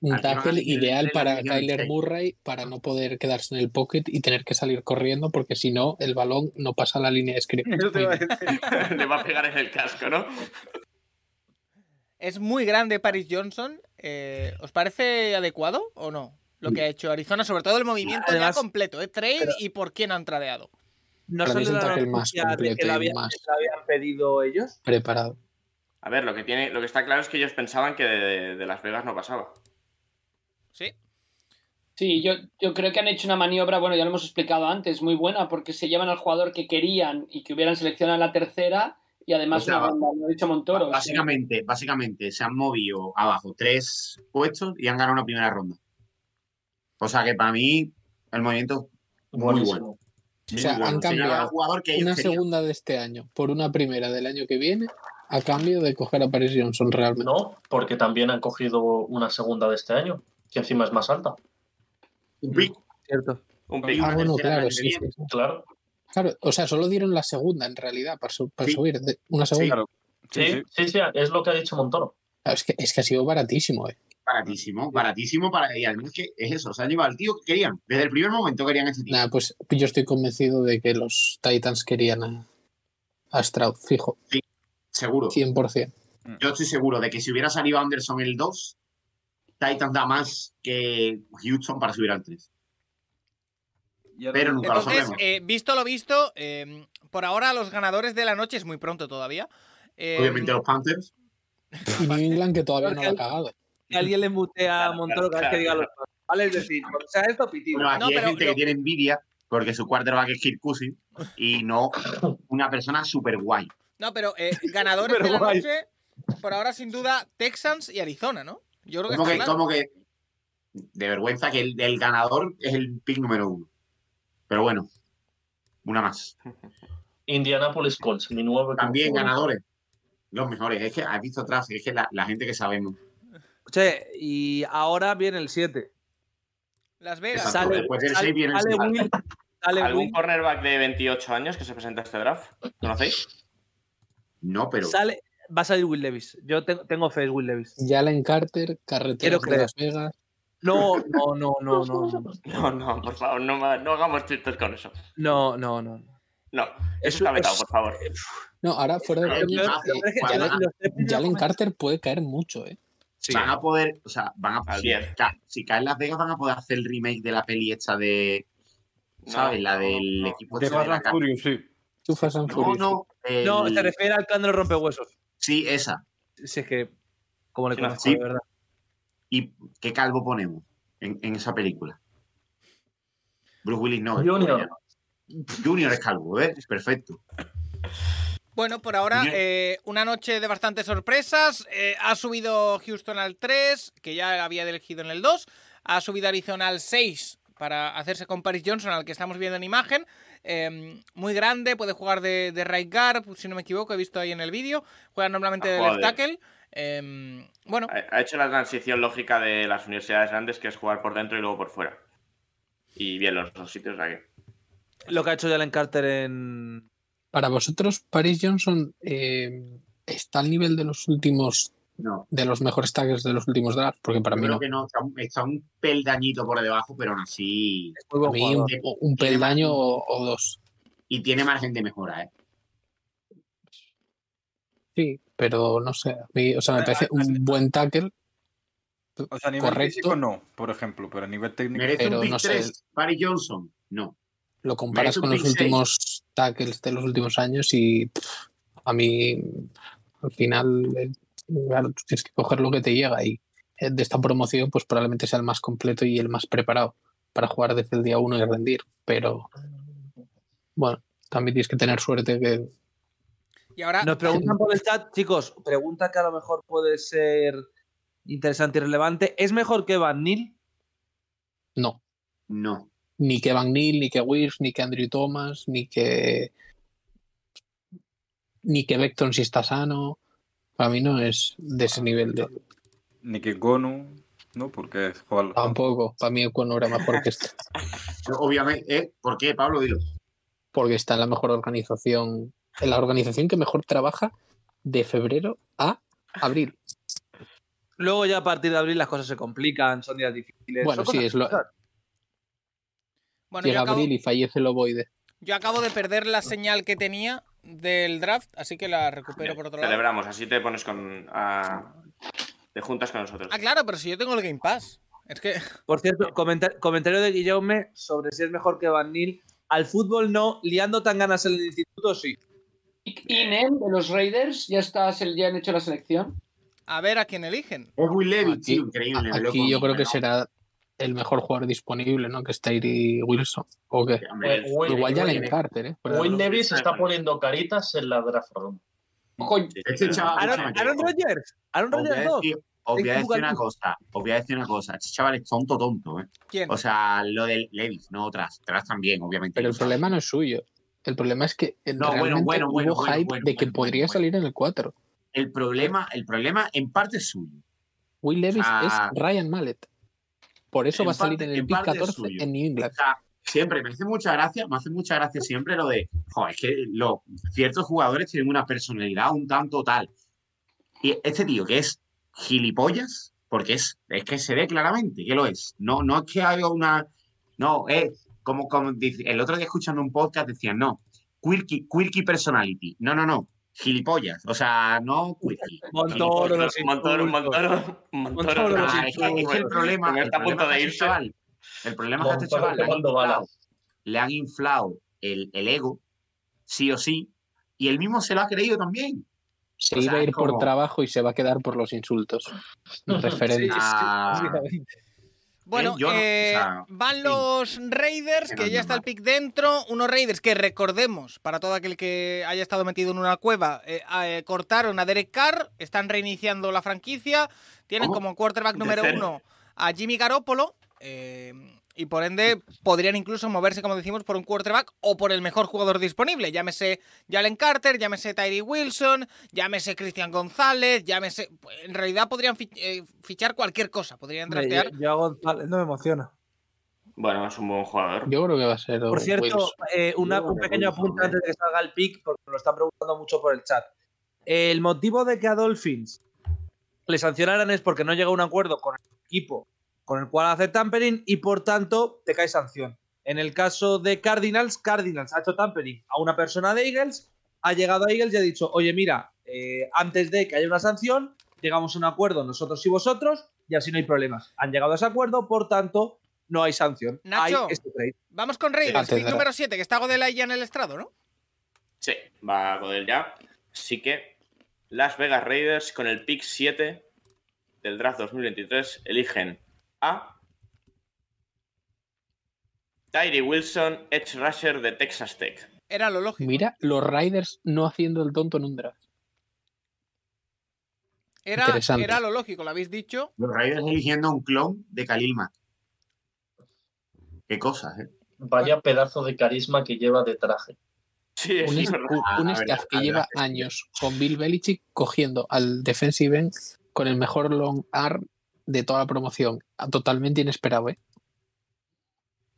[SPEAKER 9] Un
[SPEAKER 3] Al final,
[SPEAKER 9] tackle
[SPEAKER 3] el-
[SPEAKER 9] ideal
[SPEAKER 3] el-
[SPEAKER 9] para
[SPEAKER 3] el-
[SPEAKER 9] Kyler Murray para no poder quedarse en el pocket y tener que salir corriendo porque si no, el balón no pasa la línea de script.
[SPEAKER 2] Le va a pegar en el casco, ¿no?
[SPEAKER 1] Es muy grande Paris Johnson. Eh, ¿Os parece adecuado o no? Lo que ha hecho Arizona, sobre todo el movimiento
[SPEAKER 5] Además-
[SPEAKER 1] ya completo, ¿eh? Trade y por quién han tradeado.
[SPEAKER 5] No
[SPEAKER 9] Para mí
[SPEAKER 5] salió
[SPEAKER 9] es un
[SPEAKER 5] la
[SPEAKER 9] tackle más
[SPEAKER 5] noticia de
[SPEAKER 9] completo
[SPEAKER 5] que
[SPEAKER 9] y
[SPEAKER 5] la habían-
[SPEAKER 9] más-
[SPEAKER 5] que la habían pedido ellos.
[SPEAKER 9] Preparado.
[SPEAKER 2] A ver, lo que, tiene, lo que está claro es que ellos pensaban que de, de Las Vegas no pasaba.
[SPEAKER 1] Sí.
[SPEAKER 4] Sí, yo, yo creo que han hecho una maniobra, bueno, ya lo hemos explicado antes, muy buena, porque se llevan al jugador que querían y que hubieran seleccionado en la tercera y además
[SPEAKER 3] O sea,
[SPEAKER 4] una banda, lo ha dicho Montoro. o sea,
[SPEAKER 3] Básicamente, básicamente se han movido abajo tres puestos y han ganado una primera ronda. O sea que para mí el movimiento es muy bueno.
[SPEAKER 9] O sea, han
[SPEAKER 3] Señalar al
[SPEAKER 9] cambiado
[SPEAKER 3] jugador que ellos
[SPEAKER 9] una
[SPEAKER 3] querían.
[SPEAKER 9] segunda de este año por una primera del año que viene a cambio de coger a Paris Johnson realmente.
[SPEAKER 6] No, porque también han cogido una segunda de este año, que encima es más alta.
[SPEAKER 3] Un pick.
[SPEAKER 5] Cierto.
[SPEAKER 2] Un
[SPEAKER 3] Y
[SPEAKER 2] pick.
[SPEAKER 9] Ah,
[SPEAKER 3] una
[SPEAKER 9] bueno,
[SPEAKER 3] tercera
[SPEAKER 9] claro,
[SPEAKER 3] el año que
[SPEAKER 9] sí,
[SPEAKER 3] viene.
[SPEAKER 9] sí, sí.
[SPEAKER 6] Claro.
[SPEAKER 9] Claro, o sea, solo dieron la segunda en realidad para, su- para
[SPEAKER 3] Sí.
[SPEAKER 9] subir, de- una segunda.
[SPEAKER 7] Claro. Sí,
[SPEAKER 6] Sí,
[SPEAKER 7] sí.
[SPEAKER 6] sí, sí, es lo que ha dicho Montoro.
[SPEAKER 9] Claro, es, que, es que ha sido baratísimo, eh.
[SPEAKER 3] Baratísimo, baratísimo para y además que es eso, se han llevado al tío que querían. Desde el primer momento querían ese tío.
[SPEAKER 9] Nada, pues yo estoy convencido de que los Titans querían a, a Stroud, fijo,
[SPEAKER 3] Seguro.
[SPEAKER 9] 100%.
[SPEAKER 3] Yo estoy seguro de que si hubiera salido Anderson el 2, Titans da más que Houston para subir al 3.
[SPEAKER 7] Y ahora-
[SPEAKER 3] Pero nunca lo
[SPEAKER 1] Entonces,
[SPEAKER 3] sabemos.
[SPEAKER 1] eh, visto lo visto, eh, por ahora los ganadores de la noche es muy pronto todavía. Eh,
[SPEAKER 3] Obviamente los Panthers.
[SPEAKER 9] Y New England que todavía no lo ha cagado.
[SPEAKER 5] Que alguien le mutea a
[SPEAKER 2] Claro,
[SPEAKER 5] Montoro cada vez
[SPEAKER 2] claro,
[SPEAKER 5] que diga
[SPEAKER 2] claro.
[SPEAKER 5] los nombres, ¿vale? Es decir, cuando sea esto, pitido.
[SPEAKER 3] Bueno, aquí
[SPEAKER 1] No,
[SPEAKER 3] hay
[SPEAKER 1] pero
[SPEAKER 3] gente
[SPEAKER 1] lo-
[SPEAKER 3] que tiene envidia porque su quarterback es Kirk Cousins y no una persona súper guay.
[SPEAKER 1] No, pero eh, ganadores de la noche, por ahora sin duda, Texans y Arizona, ¿no? Yo creo que,
[SPEAKER 3] Como
[SPEAKER 1] está
[SPEAKER 3] que,
[SPEAKER 1] claro.
[SPEAKER 3] como que de vergüenza que el, el ganador es el pick número uno. Pero bueno, una más.
[SPEAKER 6] Indianapolis Colts, mi nuevo equipo.
[SPEAKER 3] También ganadores. Los mejores. Es que has visto atrás, es que la, la gente que sabemos.
[SPEAKER 5] Che, y ahora viene el 7.
[SPEAKER 1] Las Vegas.
[SPEAKER 3] Exacto.
[SPEAKER 5] Sale,
[SPEAKER 3] Después del
[SPEAKER 5] sale-
[SPEAKER 3] seis viene el
[SPEAKER 5] sale
[SPEAKER 3] siete.
[SPEAKER 5] Will- sale
[SPEAKER 2] ¿Algún
[SPEAKER 5] Will-
[SPEAKER 2] cornerback de 28 años que se presenta a este draft? ¿Conocéis?
[SPEAKER 3] No, pero
[SPEAKER 5] sale- va a salir Will Levis. Yo tengo, tengo fe en Will Levis.
[SPEAKER 9] Jalen Carter,
[SPEAKER 5] Quiero
[SPEAKER 9] carretero de
[SPEAKER 5] creer.
[SPEAKER 9] Las Vegas.
[SPEAKER 5] No, no, no, no, no. no.
[SPEAKER 2] No, no, por favor, no, ma- no hagamos chistes con eso.
[SPEAKER 5] No, no, no.
[SPEAKER 2] No,
[SPEAKER 5] Es-
[SPEAKER 2] eso está vetado,
[SPEAKER 5] es-
[SPEAKER 2] por favor.
[SPEAKER 9] No, ahora fuera de
[SPEAKER 3] Eh,
[SPEAKER 9] coña,
[SPEAKER 3] pero-
[SPEAKER 9] eh,
[SPEAKER 5] Pero es que
[SPEAKER 3] Jalen-
[SPEAKER 5] los tres primeros
[SPEAKER 9] Jalen
[SPEAKER 5] comen-
[SPEAKER 9] Carter puede caer mucho, ¿eh?
[SPEAKER 5] Sí.
[SPEAKER 3] van a poder, o sea, van a
[SPEAKER 2] Al
[SPEAKER 3] si,
[SPEAKER 2] diez.
[SPEAKER 3] ca- si caen Las Vegas van a poder hacer el remake de la peli esta de,
[SPEAKER 2] No,
[SPEAKER 3] ¿sabes? la
[SPEAKER 2] no,
[SPEAKER 3] del
[SPEAKER 2] no.
[SPEAKER 3] equipo
[SPEAKER 7] De
[SPEAKER 3] este de
[SPEAKER 7] Fast
[SPEAKER 3] la
[SPEAKER 7] and
[SPEAKER 3] ca-
[SPEAKER 7] Furious, sí.
[SPEAKER 9] Tú Fast and
[SPEAKER 3] No,
[SPEAKER 9] Furious.
[SPEAKER 3] no, el-
[SPEAKER 5] No, se refiere al clan de los rompehuesos.
[SPEAKER 3] sí, esa.
[SPEAKER 5] Si es que. Como le
[SPEAKER 2] Sí,
[SPEAKER 5] conozco,
[SPEAKER 3] sí.
[SPEAKER 5] de verdad.
[SPEAKER 3] ¿Y qué calvo ponemos en, en esa película? Bruce Willis no. es
[SPEAKER 6] Junior.
[SPEAKER 3] calvo, ya. Junior es calvo, ¿eh? Perfecto.
[SPEAKER 1] Bueno, por ahora,
[SPEAKER 3] Bien.
[SPEAKER 1] eh, una noche de bastantes sorpresas. Eh, ha subido Houston al 3, que ya había elegido en el 2. Ha subido Arizona al 6 para hacerse con Paris Johnson, al que estamos viendo en imagen. Eh, muy grande, puede jugar de, de right guard, si no me equivoco, he visto ahí en el vídeo. Juega normalmente
[SPEAKER 2] Ha
[SPEAKER 1] de
[SPEAKER 2] jugado
[SPEAKER 1] left tackle. Eh, bueno,
[SPEAKER 2] Ha ha hecho la transición lógica de las universidades grandes, que es jugar por dentro y luego por fuera. Y bien, los dos sitios, o sea que-
[SPEAKER 5] Lo que ha hecho Jalen Carter en.
[SPEAKER 9] Para vosotros, Paris Johnson eh, está al nivel de los últimos,
[SPEAKER 3] No,
[SPEAKER 9] de los mejores tackles de los últimos drafts, porque para
[SPEAKER 3] yo
[SPEAKER 9] mí
[SPEAKER 3] creo
[SPEAKER 9] no.
[SPEAKER 3] que no. Está un, está un peldañito por debajo, pero aún así.
[SPEAKER 5] Muy buen
[SPEAKER 9] A mí
[SPEAKER 5] jugador.
[SPEAKER 9] un, un
[SPEAKER 3] tiene
[SPEAKER 9] peldaño
[SPEAKER 3] margen-
[SPEAKER 9] o, o dos.
[SPEAKER 3] Y tiene margen de mejora, ¿eh?
[SPEAKER 9] Sí, pero no sé. a mí, o sea, me parece un buen tackle,
[SPEAKER 7] O sea, a nivel
[SPEAKER 9] Correcto.
[SPEAKER 7] físico no, por ejemplo, pero a nivel técnico.
[SPEAKER 3] ¿Merece
[SPEAKER 9] Pero
[SPEAKER 3] un pick
[SPEAKER 9] no sé.
[SPEAKER 3] 3? Barry Johnson. No.
[SPEAKER 9] lo comparas
[SPEAKER 3] Merece un
[SPEAKER 9] con los
[SPEAKER 3] pick seis.
[SPEAKER 9] últimos tackles de los últimos años y pff, a mí al final eh, claro, tú tienes que coger lo que te llega y eh, de esta promoción pues probablemente sea el más completo y el más preparado para jugar desde el día uno y rendir pero bueno también tienes que tener suerte que
[SPEAKER 1] y ahora
[SPEAKER 5] Nos preguntan por el chat, chicos, pregunta que a lo mejor puede ser interesante y relevante. ¿Es mejor que Van Nil?
[SPEAKER 9] no
[SPEAKER 3] No.
[SPEAKER 9] ni que Van Neal, ni que Wirfs, ni que Andrew Thomas, ni que ni que Beckton si está sano. Para mí no es de ese nivel de
[SPEAKER 7] Ni que Gonu, ¿no? Porque es jugar.
[SPEAKER 9] tampoco. Para mí Ecuador era mejor que este,
[SPEAKER 3] Obviamente. ¿eh? ¿Por qué, Pablo? Dilo.
[SPEAKER 9] porque está en la mejor organización, en la organización que mejor trabaja de febrero a abril.
[SPEAKER 5] Luego ya a partir de abril las cosas se complican, son días difíciles. son
[SPEAKER 9] Bueno,
[SPEAKER 5] cosas
[SPEAKER 9] sí, es lo-
[SPEAKER 5] que pasan.
[SPEAKER 1] bueno, yo
[SPEAKER 9] Llega
[SPEAKER 1] acabo-
[SPEAKER 9] abril y fallece el ovoide.
[SPEAKER 1] yo acabo de perder la señal que tenía del draft, así que la recupero por otro lado.
[SPEAKER 2] Celebramos, así te pones con. a- te juntas con nosotros.
[SPEAKER 1] Ah, claro, pero si yo tengo el Game Pass. Es que.
[SPEAKER 5] Por cierto, comenta- comentario de Guillaume sobre si es mejor que Van Nil. Al fútbol no, liando tan ganas en el instituto sí.
[SPEAKER 4] Nick Inem de los Raiders ya, está, se- ya han hecho la selección.
[SPEAKER 1] A ver a quién eligen.
[SPEAKER 3] Es Will Levis,
[SPEAKER 9] Aquí-
[SPEAKER 3] tío, increíble. me lo
[SPEAKER 9] Aquí yo creo
[SPEAKER 3] compro,
[SPEAKER 9] que será el mejor jugador disponible, ¿no? Que es Tyree Wilson. ¿O qué?
[SPEAKER 3] ¿no? Hombre,
[SPEAKER 6] Will-
[SPEAKER 9] Igual ya le
[SPEAKER 6] Will-
[SPEAKER 9] Carter, ¿eh? Por
[SPEAKER 6] Will
[SPEAKER 9] ejemplo.
[SPEAKER 6] Levis está poniendo caritas en la draft room.
[SPEAKER 4] Ojo,
[SPEAKER 3] Este chaval,
[SPEAKER 5] Aaron,
[SPEAKER 3] escúchame,
[SPEAKER 5] Aaron
[SPEAKER 3] os-
[SPEAKER 5] Rodgers, Aaron
[SPEAKER 3] os voy a
[SPEAKER 5] Rodgers 2.
[SPEAKER 3] decir- os voy a
[SPEAKER 5] Hay que
[SPEAKER 3] decir
[SPEAKER 5] jugar
[SPEAKER 3] una
[SPEAKER 5] mucho.
[SPEAKER 3] cosa, os voy a decir una cosa. Este chaval es tonto, tonto, ¿eh?
[SPEAKER 1] ¿Quién?
[SPEAKER 3] O sea, lo del Levis, no otras. Otras también, obviamente.
[SPEAKER 9] Pero el
[SPEAKER 3] O sea,
[SPEAKER 9] problema no es suyo. El problema es que eh,
[SPEAKER 3] No, bueno,
[SPEAKER 9] realmente
[SPEAKER 3] bueno,
[SPEAKER 9] hubo
[SPEAKER 3] bueno, bueno,
[SPEAKER 9] hype
[SPEAKER 3] bueno,
[SPEAKER 9] de que
[SPEAKER 3] bueno,
[SPEAKER 9] podría
[SPEAKER 3] bueno,
[SPEAKER 9] salir en el 4.
[SPEAKER 3] el problema, el problema en parte es suyo.
[SPEAKER 9] Will Levis
[SPEAKER 3] Ah.
[SPEAKER 9] es Ryan Mallet. Por eso
[SPEAKER 3] En
[SPEAKER 9] va a salir
[SPEAKER 3] parte-
[SPEAKER 9] en el
[SPEAKER 3] en
[SPEAKER 9] pick
[SPEAKER 3] parte es
[SPEAKER 9] 14
[SPEAKER 3] suyo.
[SPEAKER 9] en New England.
[SPEAKER 3] O sea, siempre me hace mucha gracia, me hace mucha gracia siempre lo de, jo, es que los ciertos jugadores tienen una personalidad un tanto tal. Y este tío que es gilipollas, porque es, es que se ve claramente que lo es. No, no es que haya una. No, es como, como dice- el otro día escuchando un podcast decían, no, quirky, quirky personality. No, no, no. Gilipollas. O sea, no quirky.
[SPEAKER 5] Montoro, los
[SPEAKER 2] Montoro, Montoro, Montoro.
[SPEAKER 5] Montoro,
[SPEAKER 3] Ah, es que- es que el problema,
[SPEAKER 2] Porque
[SPEAKER 3] el
[SPEAKER 2] está
[SPEAKER 3] problema
[SPEAKER 2] a punto de
[SPEAKER 3] es que
[SPEAKER 2] irse.
[SPEAKER 3] este chaval- el problema es que a este
[SPEAKER 6] Montoro
[SPEAKER 3] chaval le han
[SPEAKER 6] tomando
[SPEAKER 3] inflado-
[SPEAKER 6] balas.
[SPEAKER 3] le han inflado el, el ego, sí o sí, y él mismo se lo ha creído también.
[SPEAKER 9] Se
[SPEAKER 3] o sea,
[SPEAKER 9] iba a ir
[SPEAKER 3] es como-
[SPEAKER 9] por trabajo y se va a quedar por los insultos. Referente.
[SPEAKER 3] Ah,
[SPEAKER 1] Bueno,
[SPEAKER 3] yo no- o
[SPEAKER 1] eh,
[SPEAKER 3] sea,
[SPEAKER 1] van los Raiders,
[SPEAKER 3] Pero
[SPEAKER 1] que ya
[SPEAKER 3] no
[SPEAKER 1] está el
[SPEAKER 3] mal.
[SPEAKER 1] pick dentro. Unos Raiders que recordemos, para todo aquel que haya estado metido en una cueva, eh, a- eh, cortaron a Derek Carr, están reiniciando la franquicia, tienen
[SPEAKER 3] Oh,
[SPEAKER 1] como quarterback número
[SPEAKER 3] tercero.
[SPEAKER 1] uno a Jimmy Garoppolo, eh, y por ende podrían incluso moverse, como decimos, por un quarterback o por el mejor jugador disponible. Llámese Jalen Carter, llámese Tyree Wilson, llámese Cristian González, llámese. En realidad podrían fi- eh, fichar cualquier cosa, podrían
[SPEAKER 5] Hombre,
[SPEAKER 1] draftear.
[SPEAKER 5] Yo, yo a González no me emociona.
[SPEAKER 2] Bueno, es un buen jugador.
[SPEAKER 9] Yo creo que va a ser.
[SPEAKER 5] Por cierto,
[SPEAKER 9] Wilson.
[SPEAKER 5] eh, una- un pequeño apunte antes de que salga el pick, porque nos lo están preguntando mucho por el chat. El motivo de que a Dolphins le sancionaran es porque no llega a un acuerdo con el equipo con el cual hace tampering y por tanto te cae sanción. En el caso de Cardinals, Cardinals ha hecho tampering a una persona de Eagles, ha llegado a Eagles y ha dicho, oye mira, eh, antes de que haya una sanción, llegamos a un acuerdo nosotros y vosotros y así no hay problemas. Han llegado a ese acuerdo, por tanto, no hay sanción.
[SPEAKER 1] Nacho.
[SPEAKER 5] Hay este trade.
[SPEAKER 1] Vamos con Raiders,
[SPEAKER 9] Antes
[SPEAKER 1] pick
[SPEAKER 9] de-
[SPEAKER 1] número 7, que está Godelay ya en el estrado, ¿no?
[SPEAKER 2] Sí, va a Godel ya. Así que Las Vegas Raiders con el pick 7 del draft 2023 eligen a Tyree Wilson, Edge Rusher de Texas Tech.
[SPEAKER 1] Era lo lógico.
[SPEAKER 9] Mira, los Riders no haciendo el tonto en un draft.
[SPEAKER 1] Era,
[SPEAKER 9] interesante.
[SPEAKER 1] era lo lógico, lo habéis dicho.
[SPEAKER 3] Los Raiders eligiendo un clon de Khalil Mack. Qué cosas, ¿eh?
[SPEAKER 6] Vaya pedazo de carisma que lleva de traje.
[SPEAKER 2] Sí,
[SPEAKER 9] Un,
[SPEAKER 2] es
[SPEAKER 9] es-
[SPEAKER 2] verdad.
[SPEAKER 9] un- un
[SPEAKER 3] la verdad,
[SPEAKER 9] staff que
[SPEAKER 3] la
[SPEAKER 9] lleva
[SPEAKER 3] verdad que sí.
[SPEAKER 9] años con Bill Belichick cogiendo al defensive end con el mejor long arm de toda la promoción. Ah, Totalmente inesperado, ¿eh?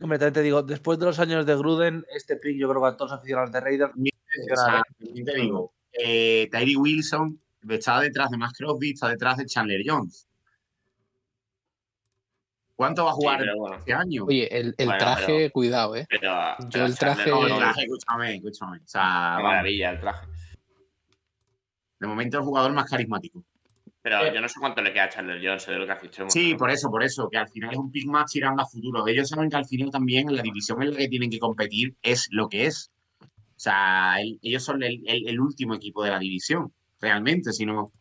[SPEAKER 5] Hombre, también te digo, después de los años de Gruden, este pick yo creo que a todos los aficionados de Raiders.
[SPEAKER 3] O sea, también te digo, eh, Tyree Wilson está detrás de Max Crosby, está detrás de Chandler Jones. ¿Cuánto va a
[SPEAKER 2] Sí,
[SPEAKER 3] jugar
[SPEAKER 2] pero bueno.
[SPEAKER 3] este año?
[SPEAKER 9] Oye, el, el
[SPEAKER 2] Bueno,
[SPEAKER 9] traje,
[SPEAKER 2] pero-
[SPEAKER 9] cuidado, ¿eh?
[SPEAKER 2] Pero,
[SPEAKER 9] Yo el traje-
[SPEAKER 3] No,
[SPEAKER 2] No, no,
[SPEAKER 3] el
[SPEAKER 2] no,
[SPEAKER 3] traje, escúchame, escúchame. O sea,
[SPEAKER 2] qué
[SPEAKER 3] vamos,
[SPEAKER 2] maravilla el traje.
[SPEAKER 3] de momento el jugador más carismático.
[SPEAKER 2] Pero
[SPEAKER 6] Eh.
[SPEAKER 2] yo no sé cuánto le queda a Chandler Jones de lo que ha fichado.
[SPEAKER 3] Sí, por eso, por eso, que al final es un pick más tirando a futuro. Ellos saben que al final también la división en la que tienen que competir es lo que es. O sea, el- ellos son el, el- el último equipo de la división, realmente. Si, no,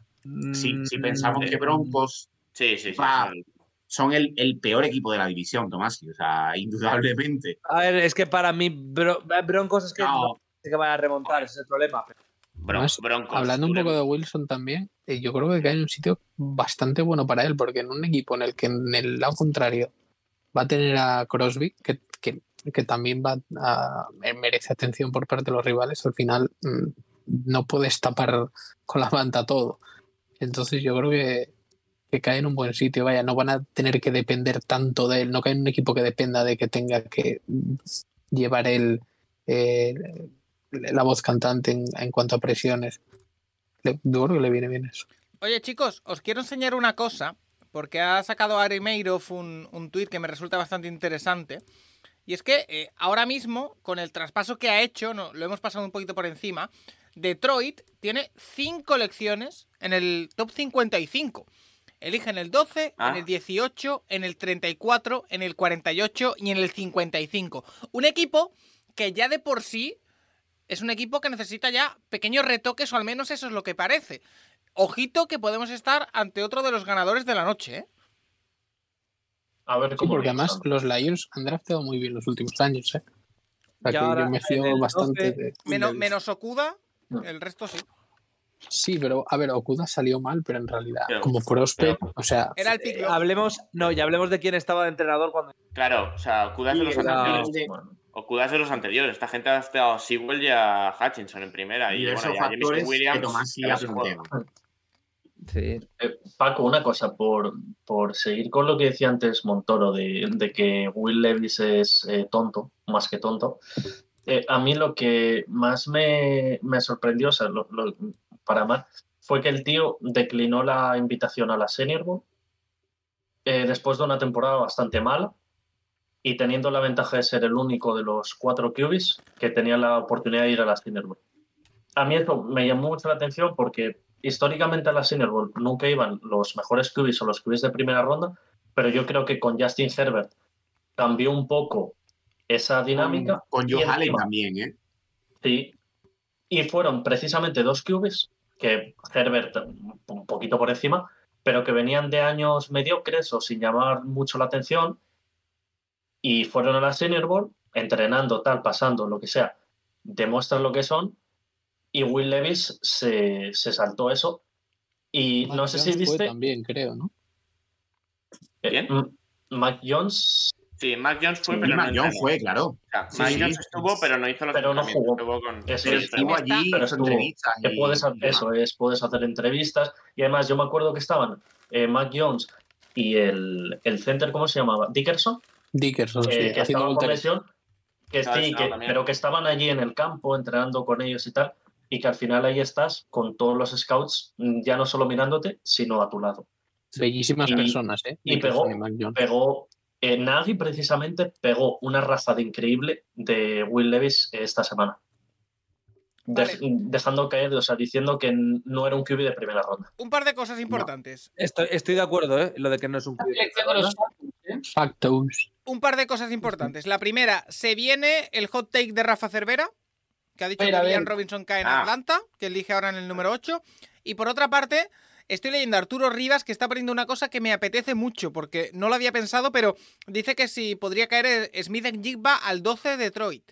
[SPEAKER 3] si, si pensamos que Broncos
[SPEAKER 2] Mm, eh, Sí, sí, sí.
[SPEAKER 3] Va.
[SPEAKER 2] sí.
[SPEAKER 3] son el, el peor equipo de la división, Tomás, o sea, indudablemente.
[SPEAKER 5] A ver, es que para mí, bro- eh, Broncos es que
[SPEAKER 3] No.
[SPEAKER 5] no, sé que vaya a remontar, ese es el problema.
[SPEAKER 2] Bron-
[SPEAKER 9] Además,
[SPEAKER 2] broncos.
[SPEAKER 9] Hablando un
[SPEAKER 2] dura-
[SPEAKER 9] poco de Wilson también, eh, yo creo que cae en un sitio bastante bueno para él, porque en un equipo en el que en el lado contrario va a tener a Crosby, que, que- que también va a, eh, merece atención por parte de los rivales, al final mm, no puedes tapar con la manta todo. Entonces yo creo que, que cae en un buen sitio, vaya, no van a tener que depender tanto de él, no cae en un equipo que dependa de que tenga que mm, llevar él eh, la voz cantante en, en cuanto a presiones. Le, yo creo que le viene bien eso.
[SPEAKER 1] Oye, chicos, os quiero enseñar una cosa, porque ha sacado Ari Meirov un, un tuit que me resulta bastante interesante. Y es que eh, ahora mismo, con el traspaso que ha hecho, no, lo hemos pasado un poquito por encima, Detroit tiene cinco elecciones en el top 55. Eligen el 12,
[SPEAKER 2] Ah.
[SPEAKER 1] en el 18, en el 34, en el 48 y en el 55. Un equipo que ya de por sí es un equipo que necesita ya pequeños retoques, o al menos eso es lo que parece. Ojito que podemos estar ante otro de los ganadores de la noche, ¿eh?
[SPEAKER 6] A ver
[SPEAKER 9] Sí,
[SPEAKER 6] cómo.
[SPEAKER 9] porque
[SPEAKER 6] lo
[SPEAKER 9] además
[SPEAKER 6] usan.
[SPEAKER 9] los Lions han drafteado muy bien los últimos años. ¿eh? O
[SPEAKER 5] Y
[SPEAKER 9] sea que
[SPEAKER 5] ahora,
[SPEAKER 9] yo me
[SPEAKER 5] en el
[SPEAKER 9] fío bastante.
[SPEAKER 5] 12,
[SPEAKER 9] de- Ah.
[SPEAKER 1] Menos,
[SPEAKER 9] de-
[SPEAKER 1] menos Okuda,
[SPEAKER 6] No.
[SPEAKER 1] el resto sí.
[SPEAKER 9] Sí, pero a ver, Okuda salió mal, pero en realidad,
[SPEAKER 2] Pero-
[SPEAKER 9] como prospect, o sea,
[SPEAKER 1] Era el pick.
[SPEAKER 5] Eh, hablemos, no, y hablemos de quién estaba de entrenador cuando.
[SPEAKER 2] Claro, o sea, Okuda es de los
[SPEAKER 3] Sí, era-
[SPEAKER 2] anteriores.
[SPEAKER 6] Bueno,
[SPEAKER 2] Okuda es de los anteriores. Esta gente ha estado a Sewell y a Hutchinson en primera. Y,
[SPEAKER 3] Diversos
[SPEAKER 2] bueno, ya Jameson
[SPEAKER 3] factores que
[SPEAKER 2] Williams.
[SPEAKER 3] Tomás
[SPEAKER 2] ya
[SPEAKER 3] ya
[SPEAKER 2] no se juega.
[SPEAKER 3] plantea.
[SPEAKER 6] eh, Paco, una cosa, por, por seguir con lo que decía antes Montoro de, de que Will Levis es eh, tonto, más que tonto. eh, a mí lo que más me, me sorprendió, o sea, lo- lo- para más, fue que el tío declinó la invitación a la Senior Bowl eh, después de una temporada bastante mala y teniendo la ventaja de ser el único de los cuatro QBs que tenía la oportunidad de ir a la Senior Bowl. A mí esto me llamó mucho la atención porque históricamente a la Senior Bowl nunca iban los mejores QBs o los QBs de primera ronda, pero yo creo que con Justin Herbert cambió un poco esa dinámica.
[SPEAKER 3] Con
[SPEAKER 6] y
[SPEAKER 3] Joe Allen
[SPEAKER 6] encima-
[SPEAKER 3] también, ¿eh?
[SPEAKER 6] Sí. Y fueron precisamente dos QBs, que Herbert un poquito por encima, pero que venían de años mediocres o sin llamar mucho la atención y fueron a la Senior Bowl entrenando, tal, pasando, lo que sea, demuestran lo que son y Will Levis se, se saltó eso y no sé si
[SPEAKER 9] Jones fue
[SPEAKER 6] viste...
[SPEAKER 9] también, creo, ¿no?
[SPEAKER 2] ¿Bien?
[SPEAKER 6] Eh, Mac Jones.
[SPEAKER 2] Sí, Mac Jones fue,
[SPEAKER 3] Sí,
[SPEAKER 2] pero
[SPEAKER 3] Mac
[SPEAKER 2] no
[SPEAKER 3] Jones
[SPEAKER 2] entrenó.
[SPEAKER 3] fue, claro.
[SPEAKER 2] O sea,
[SPEAKER 3] Sí,
[SPEAKER 2] Mac
[SPEAKER 3] sí.
[SPEAKER 2] Jones estuvo, pero no hizo los
[SPEAKER 6] Pero no
[SPEAKER 2] entrenamientos,
[SPEAKER 6] jugó.
[SPEAKER 2] estuvo con-
[SPEAKER 6] Eso
[SPEAKER 2] Sí,
[SPEAKER 6] es,
[SPEAKER 3] Estuvo
[SPEAKER 2] está-
[SPEAKER 3] allí,
[SPEAKER 6] pero
[SPEAKER 3] hizo
[SPEAKER 6] estuvo-
[SPEAKER 3] entrevistas.
[SPEAKER 6] que
[SPEAKER 3] y-
[SPEAKER 6] puedes, ha-
[SPEAKER 3] y demás.
[SPEAKER 6] eso es, puedes hacer entrevistas. Y además, yo me acuerdo que estaban eh, Mac Jones y el, el center, ¿cómo se llamaba? Dickerson,
[SPEAKER 9] Dickerson,
[SPEAKER 6] eh,
[SPEAKER 9] sí, haciendo
[SPEAKER 6] que estaba con
[SPEAKER 9] volteretas.
[SPEAKER 6] lesión, que
[SPEAKER 2] Estaba
[SPEAKER 6] sí,
[SPEAKER 2] lesionado
[SPEAKER 6] que-
[SPEAKER 2] también.
[SPEAKER 6] pero que estaban allí en el campo entrenando con ellos y tal. Y que al final ahí estás con todos los scouts, mm, ya no solo mirándote, sino a tu lado.
[SPEAKER 9] Bellísimas
[SPEAKER 6] Y-
[SPEAKER 9] personas, ¿eh?
[SPEAKER 6] y
[SPEAKER 9] Dickerson
[SPEAKER 6] pegó.
[SPEAKER 9] Mac Jones.
[SPEAKER 6] Pegó, eh, Nagy precisamente pegó una razada increíble de Will Levis eh, esta semana. Dej- dejando caer, o sea, diciendo que n- no era un QB de primera ronda.
[SPEAKER 1] Un par de cosas importantes.
[SPEAKER 5] Estoy, estoy de acuerdo, ¿eh? Lo de que no es un
[SPEAKER 4] Esta
[SPEAKER 5] QB.
[SPEAKER 4] selección de los
[SPEAKER 9] Factos.
[SPEAKER 1] Un par de cosas importantes. La primera, se viene el hot take de Rafa Cervera, que ha dicho que
[SPEAKER 4] Espera, a ver.
[SPEAKER 1] William Robinson cae en
[SPEAKER 2] Ah.
[SPEAKER 1] Atlanta, que elige ahora en el número 8. Y por otra parte, estoy leyendo a Arturo Rivas, que está poniendo una cosa que me apetece mucho, porque no lo había pensado, pero dice que si podría caer eh, Smith en Jigba al 12 de Detroit.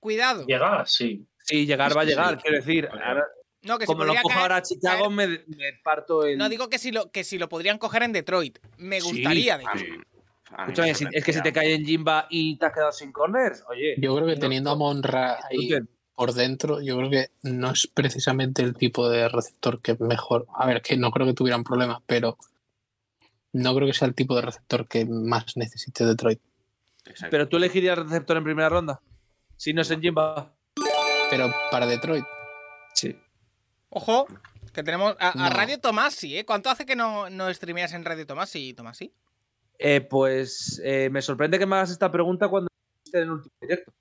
[SPEAKER 1] Cuidado.
[SPEAKER 6] Llegar, sí.
[SPEAKER 5] Sí, llegar va a
[SPEAKER 6] Sí, sí,
[SPEAKER 5] llegar,
[SPEAKER 6] sí.
[SPEAKER 5] quiero decir. ahora-
[SPEAKER 1] No, que si
[SPEAKER 5] como lo
[SPEAKER 1] podría
[SPEAKER 5] coja
[SPEAKER 1] caer-
[SPEAKER 5] ahora a Chicago,
[SPEAKER 1] caer-
[SPEAKER 5] me, me parto el.
[SPEAKER 1] No digo que si, lo, que si lo podrían coger en Detroit. Me
[SPEAKER 5] Sí,
[SPEAKER 1] gustaría, de
[SPEAKER 2] a
[SPEAKER 1] hecho.
[SPEAKER 2] mí- a mí
[SPEAKER 5] Escúchame,
[SPEAKER 2] me
[SPEAKER 5] si- es que si te
[SPEAKER 2] sorprendió.
[SPEAKER 5] cae en Jimba y te has quedado sin corners, oye.
[SPEAKER 9] Yo creo que
[SPEAKER 5] no,
[SPEAKER 9] teniendo a Monra ahí
[SPEAKER 5] Escuchen,
[SPEAKER 9] por dentro, yo creo que no es precisamente el tipo de receptor que mejor. A ver, que no creo que tuvieran problemas, pero no creo que sea el tipo de receptor que más necesite Detroit.
[SPEAKER 2] Exacto.
[SPEAKER 5] Pero tú elegirías receptor en primera ronda. Si no es en Jimba.
[SPEAKER 9] Pero para Detroit,
[SPEAKER 5] Sí.
[SPEAKER 1] Ojo, que tenemos a, a
[SPEAKER 9] No.
[SPEAKER 1] Radio Tomasi, ¿eh? ¿Cuánto hace que no, no streameas en Radio Tomasi, Tomasi?
[SPEAKER 5] Eh, pues eh, me sorprende que me hagas esta pregunta cuando estuviste en Este el último directo,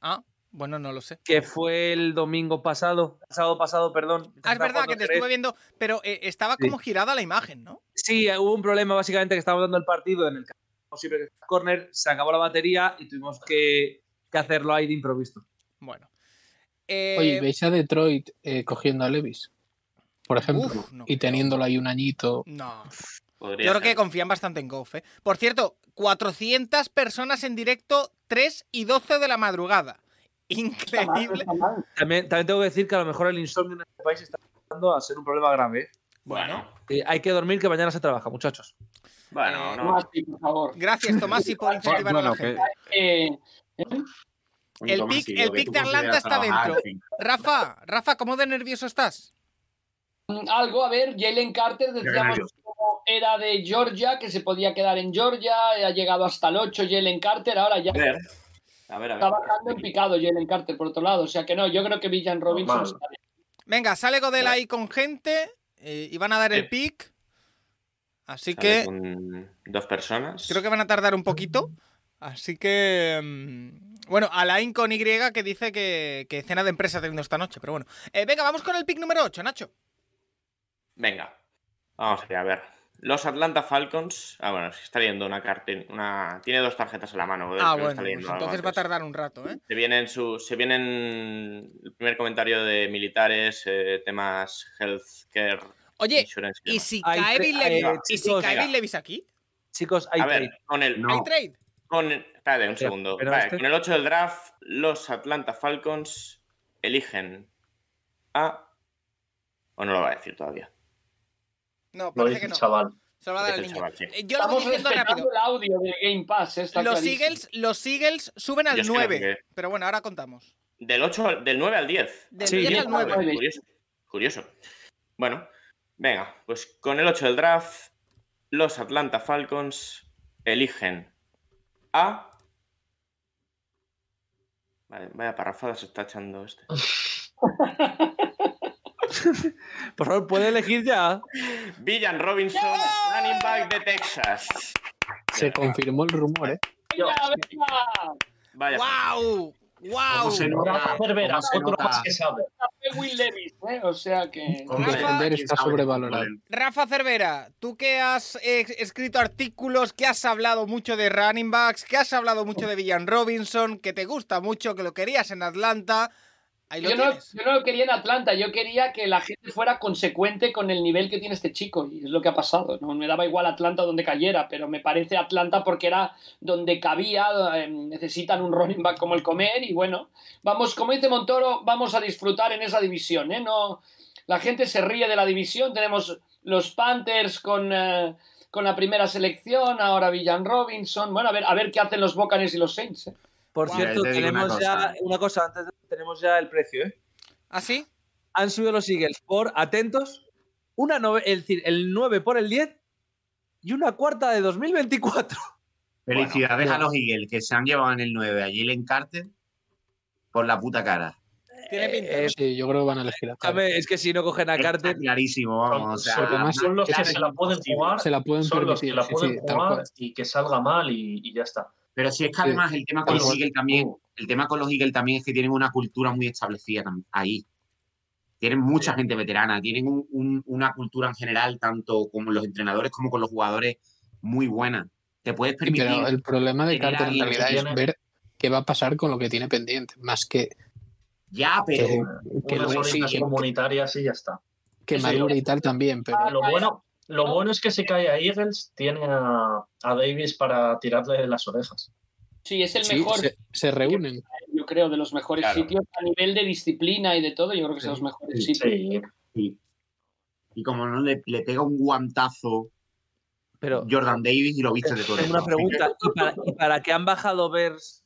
[SPEAKER 1] Ah, bueno, no lo sé.
[SPEAKER 5] que fue el domingo pasado, el sábado pasado, perdón.
[SPEAKER 1] Ah, es
[SPEAKER 5] Estaba
[SPEAKER 1] verdad que
[SPEAKER 5] jugando
[SPEAKER 1] te estuve
[SPEAKER 5] Jerez.
[SPEAKER 1] viendo, pero eh, estaba como girada la imagen, ¿no?
[SPEAKER 5] Sí, eh, hubo un problema básicamente que estábamos dando el partido en el que como siempre que es corner, se acabó la batería y tuvimos que, que hacerlo ahí de improviso.
[SPEAKER 1] Bueno. Eh,
[SPEAKER 9] oye, ¿veis a Detroit eh, cogiendo a Levis? Por ejemplo,
[SPEAKER 1] uf, no
[SPEAKER 9] y
[SPEAKER 1] creo.
[SPEAKER 9] teniéndolo ahí un añito.
[SPEAKER 1] No,
[SPEAKER 2] Podría
[SPEAKER 1] yo creo que
[SPEAKER 2] ser.
[SPEAKER 1] confían bastante en Goff, ¿eh? Por cierto, 400 personas en directo, 3 y 12 de la madrugada. Increíble.
[SPEAKER 5] También, también tengo que decir que a lo mejor el insomnio en este país está empezando a ser un problema grave. ¿eh?
[SPEAKER 2] Bueno,
[SPEAKER 5] Eh, hay que dormir que mañana se trabaja, muchachos.
[SPEAKER 2] bueno,
[SPEAKER 1] Eh,
[SPEAKER 2] no.
[SPEAKER 4] Tomás, por favor.
[SPEAKER 1] Gracias, Tomasi, por incentivar a la
[SPEAKER 7] Bueno,
[SPEAKER 1] gente.
[SPEAKER 7] que,
[SPEAKER 4] Eh,
[SPEAKER 3] Oye,
[SPEAKER 1] el
[SPEAKER 3] Tomás,
[SPEAKER 1] pick-
[SPEAKER 3] sí,
[SPEAKER 1] el
[SPEAKER 3] lo que
[SPEAKER 1] pick
[SPEAKER 3] tú
[SPEAKER 1] de Atlanta
[SPEAKER 3] consideras
[SPEAKER 1] está
[SPEAKER 3] trabajar,
[SPEAKER 1] dentro.
[SPEAKER 3] sí.
[SPEAKER 1] Rafa, Rafa, ¿cómo de nervioso estás?
[SPEAKER 4] Mm, algo, a ver, Jalen Carter decíamos
[SPEAKER 3] nervios.
[SPEAKER 4] cómo era de Georgia, que se podía quedar en Georgia, eh, ha llegado hasta el 8 Jalen Carter, ahora ya
[SPEAKER 2] A ver, a ver. a ver.
[SPEAKER 4] está bajando en picado Jalen Carter por otro lado, o sea que no, yo creo que Villan Robinson
[SPEAKER 6] Normal.
[SPEAKER 4] está bien.
[SPEAKER 1] Venga, sale Godel ahí con gente eh, y van a dar el pick. Así
[SPEAKER 2] Sale
[SPEAKER 1] que
[SPEAKER 2] con dos personas.
[SPEAKER 1] creo que van a tardar un poquito. Así que. mm, Bueno, Alain con Y que dice que, que cena de empresa teniendo esta noche, pero bueno. Eh, venga, vamos con el pick número 8, Nacho.
[SPEAKER 2] Venga, vamos allá, a ver. Los Atlanta Falcons. Ah, bueno, es que está leyendo una cartel. Una... Tiene dos tarjetas en la mano. ¿eh? creo
[SPEAKER 1] Ah,
[SPEAKER 2] que
[SPEAKER 1] bueno,
[SPEAKER 2] está
[SPEAKER 1] pues
[SPEAKER 2] leyendo algo
[SPEAKER 1] entonces va a
[SPEAKER 2] antes.
[SPEAKER 1] tardar un rato, ¿eh?
[SPEAKER 2] Se vienen, su, se vienen el primer comentario de militares, eh, temas healthcare,
[SPEAKER 1] Oye,
[SPEAKER 2] insurance. y
[SPEAKER 1] ¿y
[SPEAKER 2] demás.
[SPEAKER 1] si
[SPEAKER 5] Hay
[SPEAKER 1] cae
[SPEAKER 5] tre-
[SPEAKER 1] Bill
[SPEAKER 5] hay-
[SPEAKER 2] eh,
[SPEAKER 1] Levis- ¿y si
[SPEAKER 5] chicos,
[SPEAKER 1] cae
[SPEAKER 2] venga.
[SPEAKER 1] Bill Levis aquí?
[SPEAKER 5] Chicos, hay
[SPEAKER 2] A ver,
[SPEAKER 5] trade.
[SPEAKER 2] con el,
[SPEAKER 1] ¿Hay
[SPEAKER 3] No,
[SPEAKER 1] trade?
[SPEAKER 2] con, espérate un
[SPEAKER 5] Pero-
[SPEAKER 2] segundo.
[SPEAKER 5] pero
[SPEAKER 2] Vale,
[SPEAKER 5] este-
[SPEAKER 2] Con el 8 del draft, los Atlanta Falcons eligen a. O no lo va a decir todavía.
[SPEAKER 1] No,
[SPEAKER 6] Lo
[SPEAKER 1] parece
[SPEAKER 6] dice
[SPEAKER 1] que
[SPEAKER 6] el
[SPEAKER 1] no.
[SPEAKER 6] chaval.
[SPEAKER 1] Se lo va a dar
[SPEAKER 2] Lo
[SPEAKER 1] el
[SPEAKER 2] dice el
[SPEAKER 1] niño.
[SPEAKER 2] chaval, sí.
[SPEAKER 1] Eh, Yo lo voy
[SPEAKER 4] Estamos
[SPEAKER 1] diciendo rápido.
[SPEAKER 4] respetando el audio de Game Pass, eh, está
[SPEAKER 1] Los
[SPEAKER 4] clarísimo.
[SPEAKER 1] Eagles, los Eagles suben al
[SPEAKER 2] Yo es que no
[SPEAKER 1] 9.
[SPEAKER 2] sé.
[SPEAKER 1] Pero bueno, ahora contamos.
[SPEAKER 2] Del, 8, al- del 9 al 10.
[SPEAKER 1] Del
[SPEAKER 5] Sí,
[SPEAKER 1] 10 al
[SPEAKER 4] yo-
[SPEAKER 1] 9.
[SPEAKER 4] Vale.
[SPEAKER 2] Curioso. curioso. Bueno, venga, pues con el 8 del draft, los Atlanta Falcons eligen a. Vale, vaya parrafada se está echando este.
[SPEAKER 5] Por favor, puede elegir ya.
[SPEAKER 2] Villan Robinson, running back de Texas.
[SPEAKER 9] Se confirmó el rumor, ¿eh?
[SPEAKER 4] Venga, venga,
[SPEAKER 2] Vaya.
[SPEAKER 1] ¡Wow! ¡Wow!
[SPEAKER 3] ¿Cómo se nota?
[SPEAKER 6] Rafa Cervera,
[SPEAKER 3] ¿Cómo se
[SPEAKER 6] otro
[SPEAKER 3] nota?
[SPEAKER 6] más que sabe.
[SPEAKER 4] fue Will Levis, ¿eh? o sea que...
[SPEAKER 3] Hombre,
[SPEAKER 1] Rafa-
[SPEAKER 3] ¿quién
[SPEAKER 9] está
[SPEAKER 3] sabe?
[SPEAKER 9] sobrevalorado.
[SPEAKER 1] Rafa Cervera, tú que has eh, escrito artículos, que has hablado mucho de running backs, que has hablado mucho de Villan Robinson, que te gusta mucho, que lo querías en Atlanta, Ahí lo
[SPEAKER 4] Yo no,
[SPEAKER 1] tienes.
[SPEAKER 4] yo no lo quería en Atlanta, yo quería que la gente fuera consecuente con el nivel que tiene este chico y es lo que ha pasado. No me daba igual Atlanta donde cayera, pero me parece Atlanta porque era donde cabía, eh, necesitan un running back como el comer y bueno, vamos, como dice Montoro, vamos a disfrutar en esa división, ¿eh? No, la gente se ríe de la división, tenemos los Panthers con... eh, con la primera selección, ahora Villan Robinson. Bueno, a ver, a ver qué hacen los Buccaneers y los Saints. ¿eh?
[SPEAKER 5] Por
[SPEAKER 4] Wow. Ya,
[SPEAKER 5] cierto,
[SPEAKER 4] te digo
[SPEAKER 5] tenemos
[SPEAKER 4] una cosa.
[SPEAKER 5] ya una cosa antes, de- tenemos ya el precio, ¿eh?
[SPEAKER 1] ¿Ah, sí?
[SPEAKER 5] Han subido los Eagles por, atentos, una nove- es decir, el 9 por el 10 y una cuarta de 2024.
[SPEAKER 3] Felicidades
[SPEAKER 5] Bueno.
[SPEAKER 3] a los Eagles que se han llevado en el 9 allí en Carter por la puta cara.
[SPEAKER 1] Tiene pinta.
[SPEAKER 5] Eh,
[SPEAKER 9] Sí, yo creo que van a elegir a Carter.
[SPEAKER 5] Escúchame, es que si no cogen a Carter,
[SPEAKER 3] Clarísimo, vamos. o sea,
[SPEAKER 9] Porque además
[SPEAKER 6] son los
[SPEAKER 9] es
[SPEAKER 6] que
[SPEAKER 9] así,
[SPEAKER 6] se la pueden jugar,
[SPEAKER 9] Ah, se la pueden
[SPEAKER 6] son los que
[SPEAKER 9] permitir.
[SPEAKER 6] la
[SPEAKER 9] sí,
[SPEAKER 6] pueden
[SPEAKER 9] sí, tal
[SPEAKER 6] jugar
[SPEAKER 9] cual.
[SPEAKER 6] y que salga mal y, y ya está.
[SPEAKER 3] Pero si es que
[SPEAKER 9] Sí.
[SPEAKER 3] además el tema con
[SPEAKER 9] Tal
[SPEAKER 3] los
[SPEAKER 9] cual. Oh.
[SPEAKER 3] Eagles también, el tema con los Eagles también es que tienen una cultura muy establecida tam- ahí. Tienen mucha gente veterana, tienen un- un- una cultura en general, tanto como los entrenadores como con los jugadores, muy buena. Te puedes
[SPEAKER 9] Sí,
[SPEAKER 3] permitir.
[SPEAKER 9] Pero el problema de
[SPEAKER 3] tener a
[SPEAKER 9] Carter en
[SPEAKER 3] alguien que
[SPEAKER 9] realidad
[SPEAKER 3] tiene-
[SPEAKER 9] es ver qué va a pasar con lo que tiene pendiente, más que
[SPEAKER 3] Ya, pero.
[SPEAKER 9] que, que
[SPEAKER 6] Una
[SPEAKER 9] luego sí,
[SPEAKER 6] solicitud
[SPEAKER 9] que,
[SPEAKER 6] comunitaria, sí, ya está.
[SPEAKER 9] que
[SPEAKER 6] sí. Ah,
[SPEAKER 9] madure y tal también, pero
[SPEAKER 6] Lo bueno, lo bueno es que se cae a Eagles, tiene a, a Davis para tirarle de las orejas.
[SPEAKER 4] Sí, es el
[SPEAKER 9] sí,
[SPEAKER 4] mejor.
[SPEAKER 9] se, se reúnen.
[SPEAKER 4] yo creo, de los mejores
[SPEAKER 6] Claro.
[SPEAKER 4] sitios a nivel de disciplina y de todo. Yo creo que son los mejores
[SPEAKER 3] Sí,
[SPEAKER 4] sitios.
[SPEAKER 3] sí. Y como no le, le pega un guantazo
[SPEAKER 5] pero
[SPEAKER 3] Jordan Davis y lo viste de todo.
[SPEAKER 5] tengo una pregunta. ¿Y para, y para qué han bajado Bears?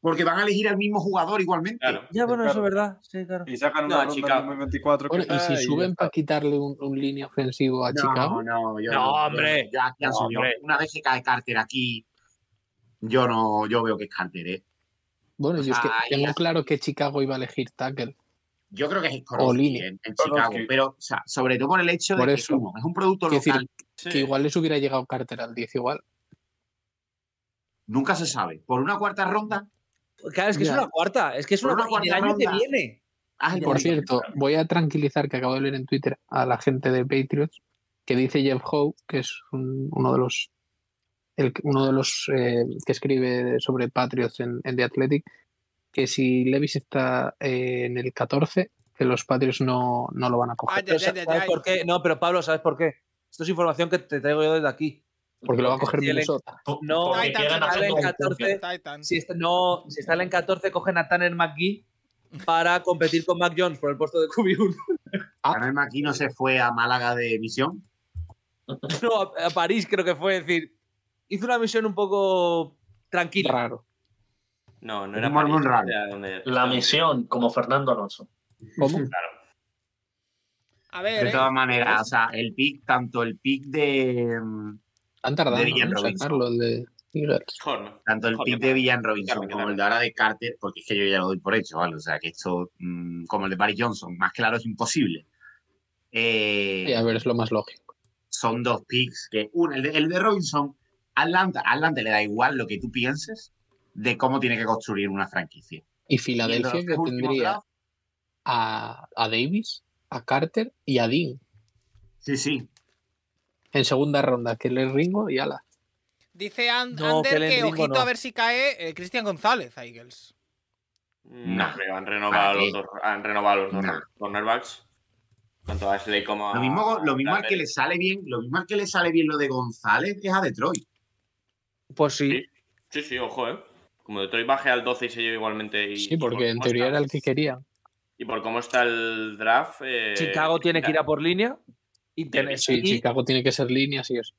[SPEAKER 3] Porque van a elegir al mismo jugador igualmente.
[SPEAKER 2] Claro.
[SPEAKER 5] Ya, bueno, eso
[SPEAKER 7] Claro.
[SPEAKER 5] es verdad. Sí, claro.
[SPEAKER 7] Y sacan
[SPEAKER 2] No,
[SPEAKER 7] una ronda
[SPEAKER 2] Chicago.
[SPEAKER 7] en 2024 que
[SPEAKER 9] Bueno, y si
[SPEAKER 7] está
[SPEAKER 9] suben para quitarle un, un línea ofensivo a
[SPEAKER 3] No,
[SPEAKER 9] Chicago,
[SPEAKER 3] no, yo
[SPEAKER 5] No, hombre.
[SPEAKER 3] yo aquí han
[SPEAKER 5] No,
[SPEAKER 3] subido.
[SPEAKER 5] hombre.
[SPEAKER 3] Una vez que cae Carter aquí, yo no, yo veo que es Carter, ¿eh?
[SPEAKER 9] bueno, yo es que
[SPEAKER 3] Ay,
[SPEAKER 9] tengo
[SPEAKER 3] ya.
[SPEAKER 9] claro que Chicago iba a elegir tackle.
[SPEAKER 3] Yo creo que es
[SPEAKER 9] O
[SPEAKER 3] Skorowski
[SPEAKER 9] línea.
[SPEAKER 3] en, en
[SPEAKER 7] Skorowski.
[SPEAKER 3] Chicago, pero o sea, sobre todo por el hecho
[SPEAKER 9] Por
[SPEAKER 3] de
[SPEAKER 9] eso.
[SPEAKER 3] que es, uno, es un producto
[SPEAKER 9] Quiero decir,
[SPEAKER 3] local.
[SPEAKER 9] Que igual les hubiera llegado Carter al 10 igual.
[SPEAKER 3] Nunca se sabe. Por una cuarta ronda,
[SPEAKER 5] Claro, es que
[SPEAKER 9] Ya.
[SPEAKER 5] es una cuarta. Es que es
[SPEAKER 3] Por
[SPEAKER 5] una,
[SPEAKER 3] una
[SPEAKER 5] cuarta.
[SPEAKER 3] cuarta
[SPEAKER 5] el año que
[SPEAKER 3] ronda.
[SPEAKER 5] viene.
[SPEAKER 3] haz el
[SPEAKER 9] Por
[SPEAKER 3] movimiento.
[SPEAKER 9] cierto, voy a tranquilizar que acabo de leer en Twitter a la gente de Patriots que dice Jeff Howe, que es un- uno de los el- uno de los eh, que escribe sobre Patriots en, en The Athletic, que si Levis está eh, en el 14, que los Patriots no, no lo van a coger.
[SPEAKER 1] Ay,
[SPEAKER 5] Pero
[SPEAKER 1] ay, ay,
[SPEAKER 5] ¿sabes
[SPEAKER 1] ay, ay.
[SPEAKER 5] por qué? No, pero Pablo, ¿sabes por qué? Esto es información que te traigo yo desde aquí.
[SPEAKER 9] Porque lo va a coger
[SPEAKER 5] tienen-
[SPEAKER 9] Minnesota.
[SPEAKER 5] No,
[SPEAKER 1] Ay,
[SPEAKER 6] porque
[SPEAKER 1] tan-
[SPEAKER 6] llegan a
[SPEAKER 1] tan-
[SPEAKER 5] sale en
[SPEAKER 6] hacer
[SPEAKER 5] 14.
[SPEAKER 1] Titans.
[SPEAKER 5] Si está, no, si está en 14, cogen a Tanner McGee para competir con Mac Jones por el puesto de QB1.
[SPEAKER 9] Ah.
[SPEAKER 3] Tanner McKee no se fue a Málaga de misión.
[SPEAKER 5] No, a, a París creo que fue. Es decir, hizo una misión un poco tranquila.
[SPEAKER 9] Raro.
[SPEAKER 2] No, no era
[SPEAKER 3] Un mormón
[SPEAKER 2] París,
[SPEAKER 3] raro.
[SPEAKER 2] era donde-
[SPEAKER 6] la misión, como Fernando Alonso.
[SPEAKER 9] ¿Cómo?
[SPEAKER 1] A ver,
[SPEAKER 3] De
[SPEAKER 1] eh.
[SPEAKER 3] todas maneras, o sea, el pick, tanto el pick de. mm,
[SPEAKER 9] Han tardado
[SPEAKER 3] De
[SPEAKER 9] ¿no?
[SPEAKER 3] Villan
[SPEAKER 9] en
[SPEAKER 3] Robinson.
[SPEAKER 9] sacarlo el de Eagles.
[SPEAKER 2] Mejor, ¿no?
[SPEAKER 3] Tanto el
[SPEAKER 2] Joder,
[SPEAKER 3] pick de Villan Robinson
[SPEAKER 2] claro,
[SPEAKER 3] como
[SPEAKER 2] claro.
[SPEAKER 3] el de ahora de Carter, porque es que yo ya lo doy por hecho, ¿vale? O sea, que esto, mm, como el de Barry Johnson, más claro es imposible. Eh,
[SPEAKER 9] Sí, a ver, es lo más lógico.
[SPEAKER 3] son dos picks que uno, el de, el de Robinson, Atlanta, Atlanta le da igual lo que tú pienses de cómo tiene que construir una franquicia. Y
[SPEAKER 9] Y
[SPEAKER 3] en los
[SPEAKER 9] Filadelfia que
[SPEAKER 3] tres últimos
[SPEAKER 9] tendría
[SPEAKER 3] drafts,
[SPEAKER 9] a, a Davis, a Carter y a Dean.
[SPEAKER 3] sí, sí.
[SPEAKER 9] En segunda ronda, que le ringo y ala.
[SPEAKER 1] dice And-
[SPEAKER 5] No,
[SPEAKER 1] Ander
[SPEAKER 5] Kellen
[SPEAKER 1] que,
[SPEAKER 5] Ringo
[SPEAKER 1] ojito
[SPEAKER 5] no.
[SPEAKER 1] a ver si cae eh, Cristian González a Eagles.
[SPEAKER 2] No,
[SPEAKER 3] No.
[SPEAKER 2] creo, Mm, han renovado
[SPEAKER 3] ¿Para
[SPEAKER 2] los
[SPEAKER 3] qué?
[SPEAKER 2] dos, han renovado los dos
[SPEAKER 3] No.
[SPEAKER 2] cornerbacks. Tanto a Ashley como a.
[SPEAKER 3] Lo mismo, lo mismo al que
[SPEAKER 2] Darrell.
[SPEAKER 3] le sale bien, lo mismo al que le sale bien lo de González es a Detroit.
[SPEAKER 5] Pues sí.
[SPEAKER 2] Sí. Sí, sí, ojo, eh. Como Detroit baje al 12 y se lleve igualmente. Y,
[SPEAKER 9] Sí,
[SPEAKER 2] y por
[SPEAKER 9] porque en
[SPEAKER 2] cómo
[SPEAKER 9] teoría
[SPEAKER 2] está-
[SPEAKER 9] era el que quería.
[SPEAKER 2] Y por cómo está el draft. eh,
[SPEAKER 5] Chicago tiene que ir a por línea. Y
[SPEAKER 2] Tiene-
[SPEAKER 5] Tennessee,
[SPEAKER 9] Sí, Chicago tiene que ser línea, sí es.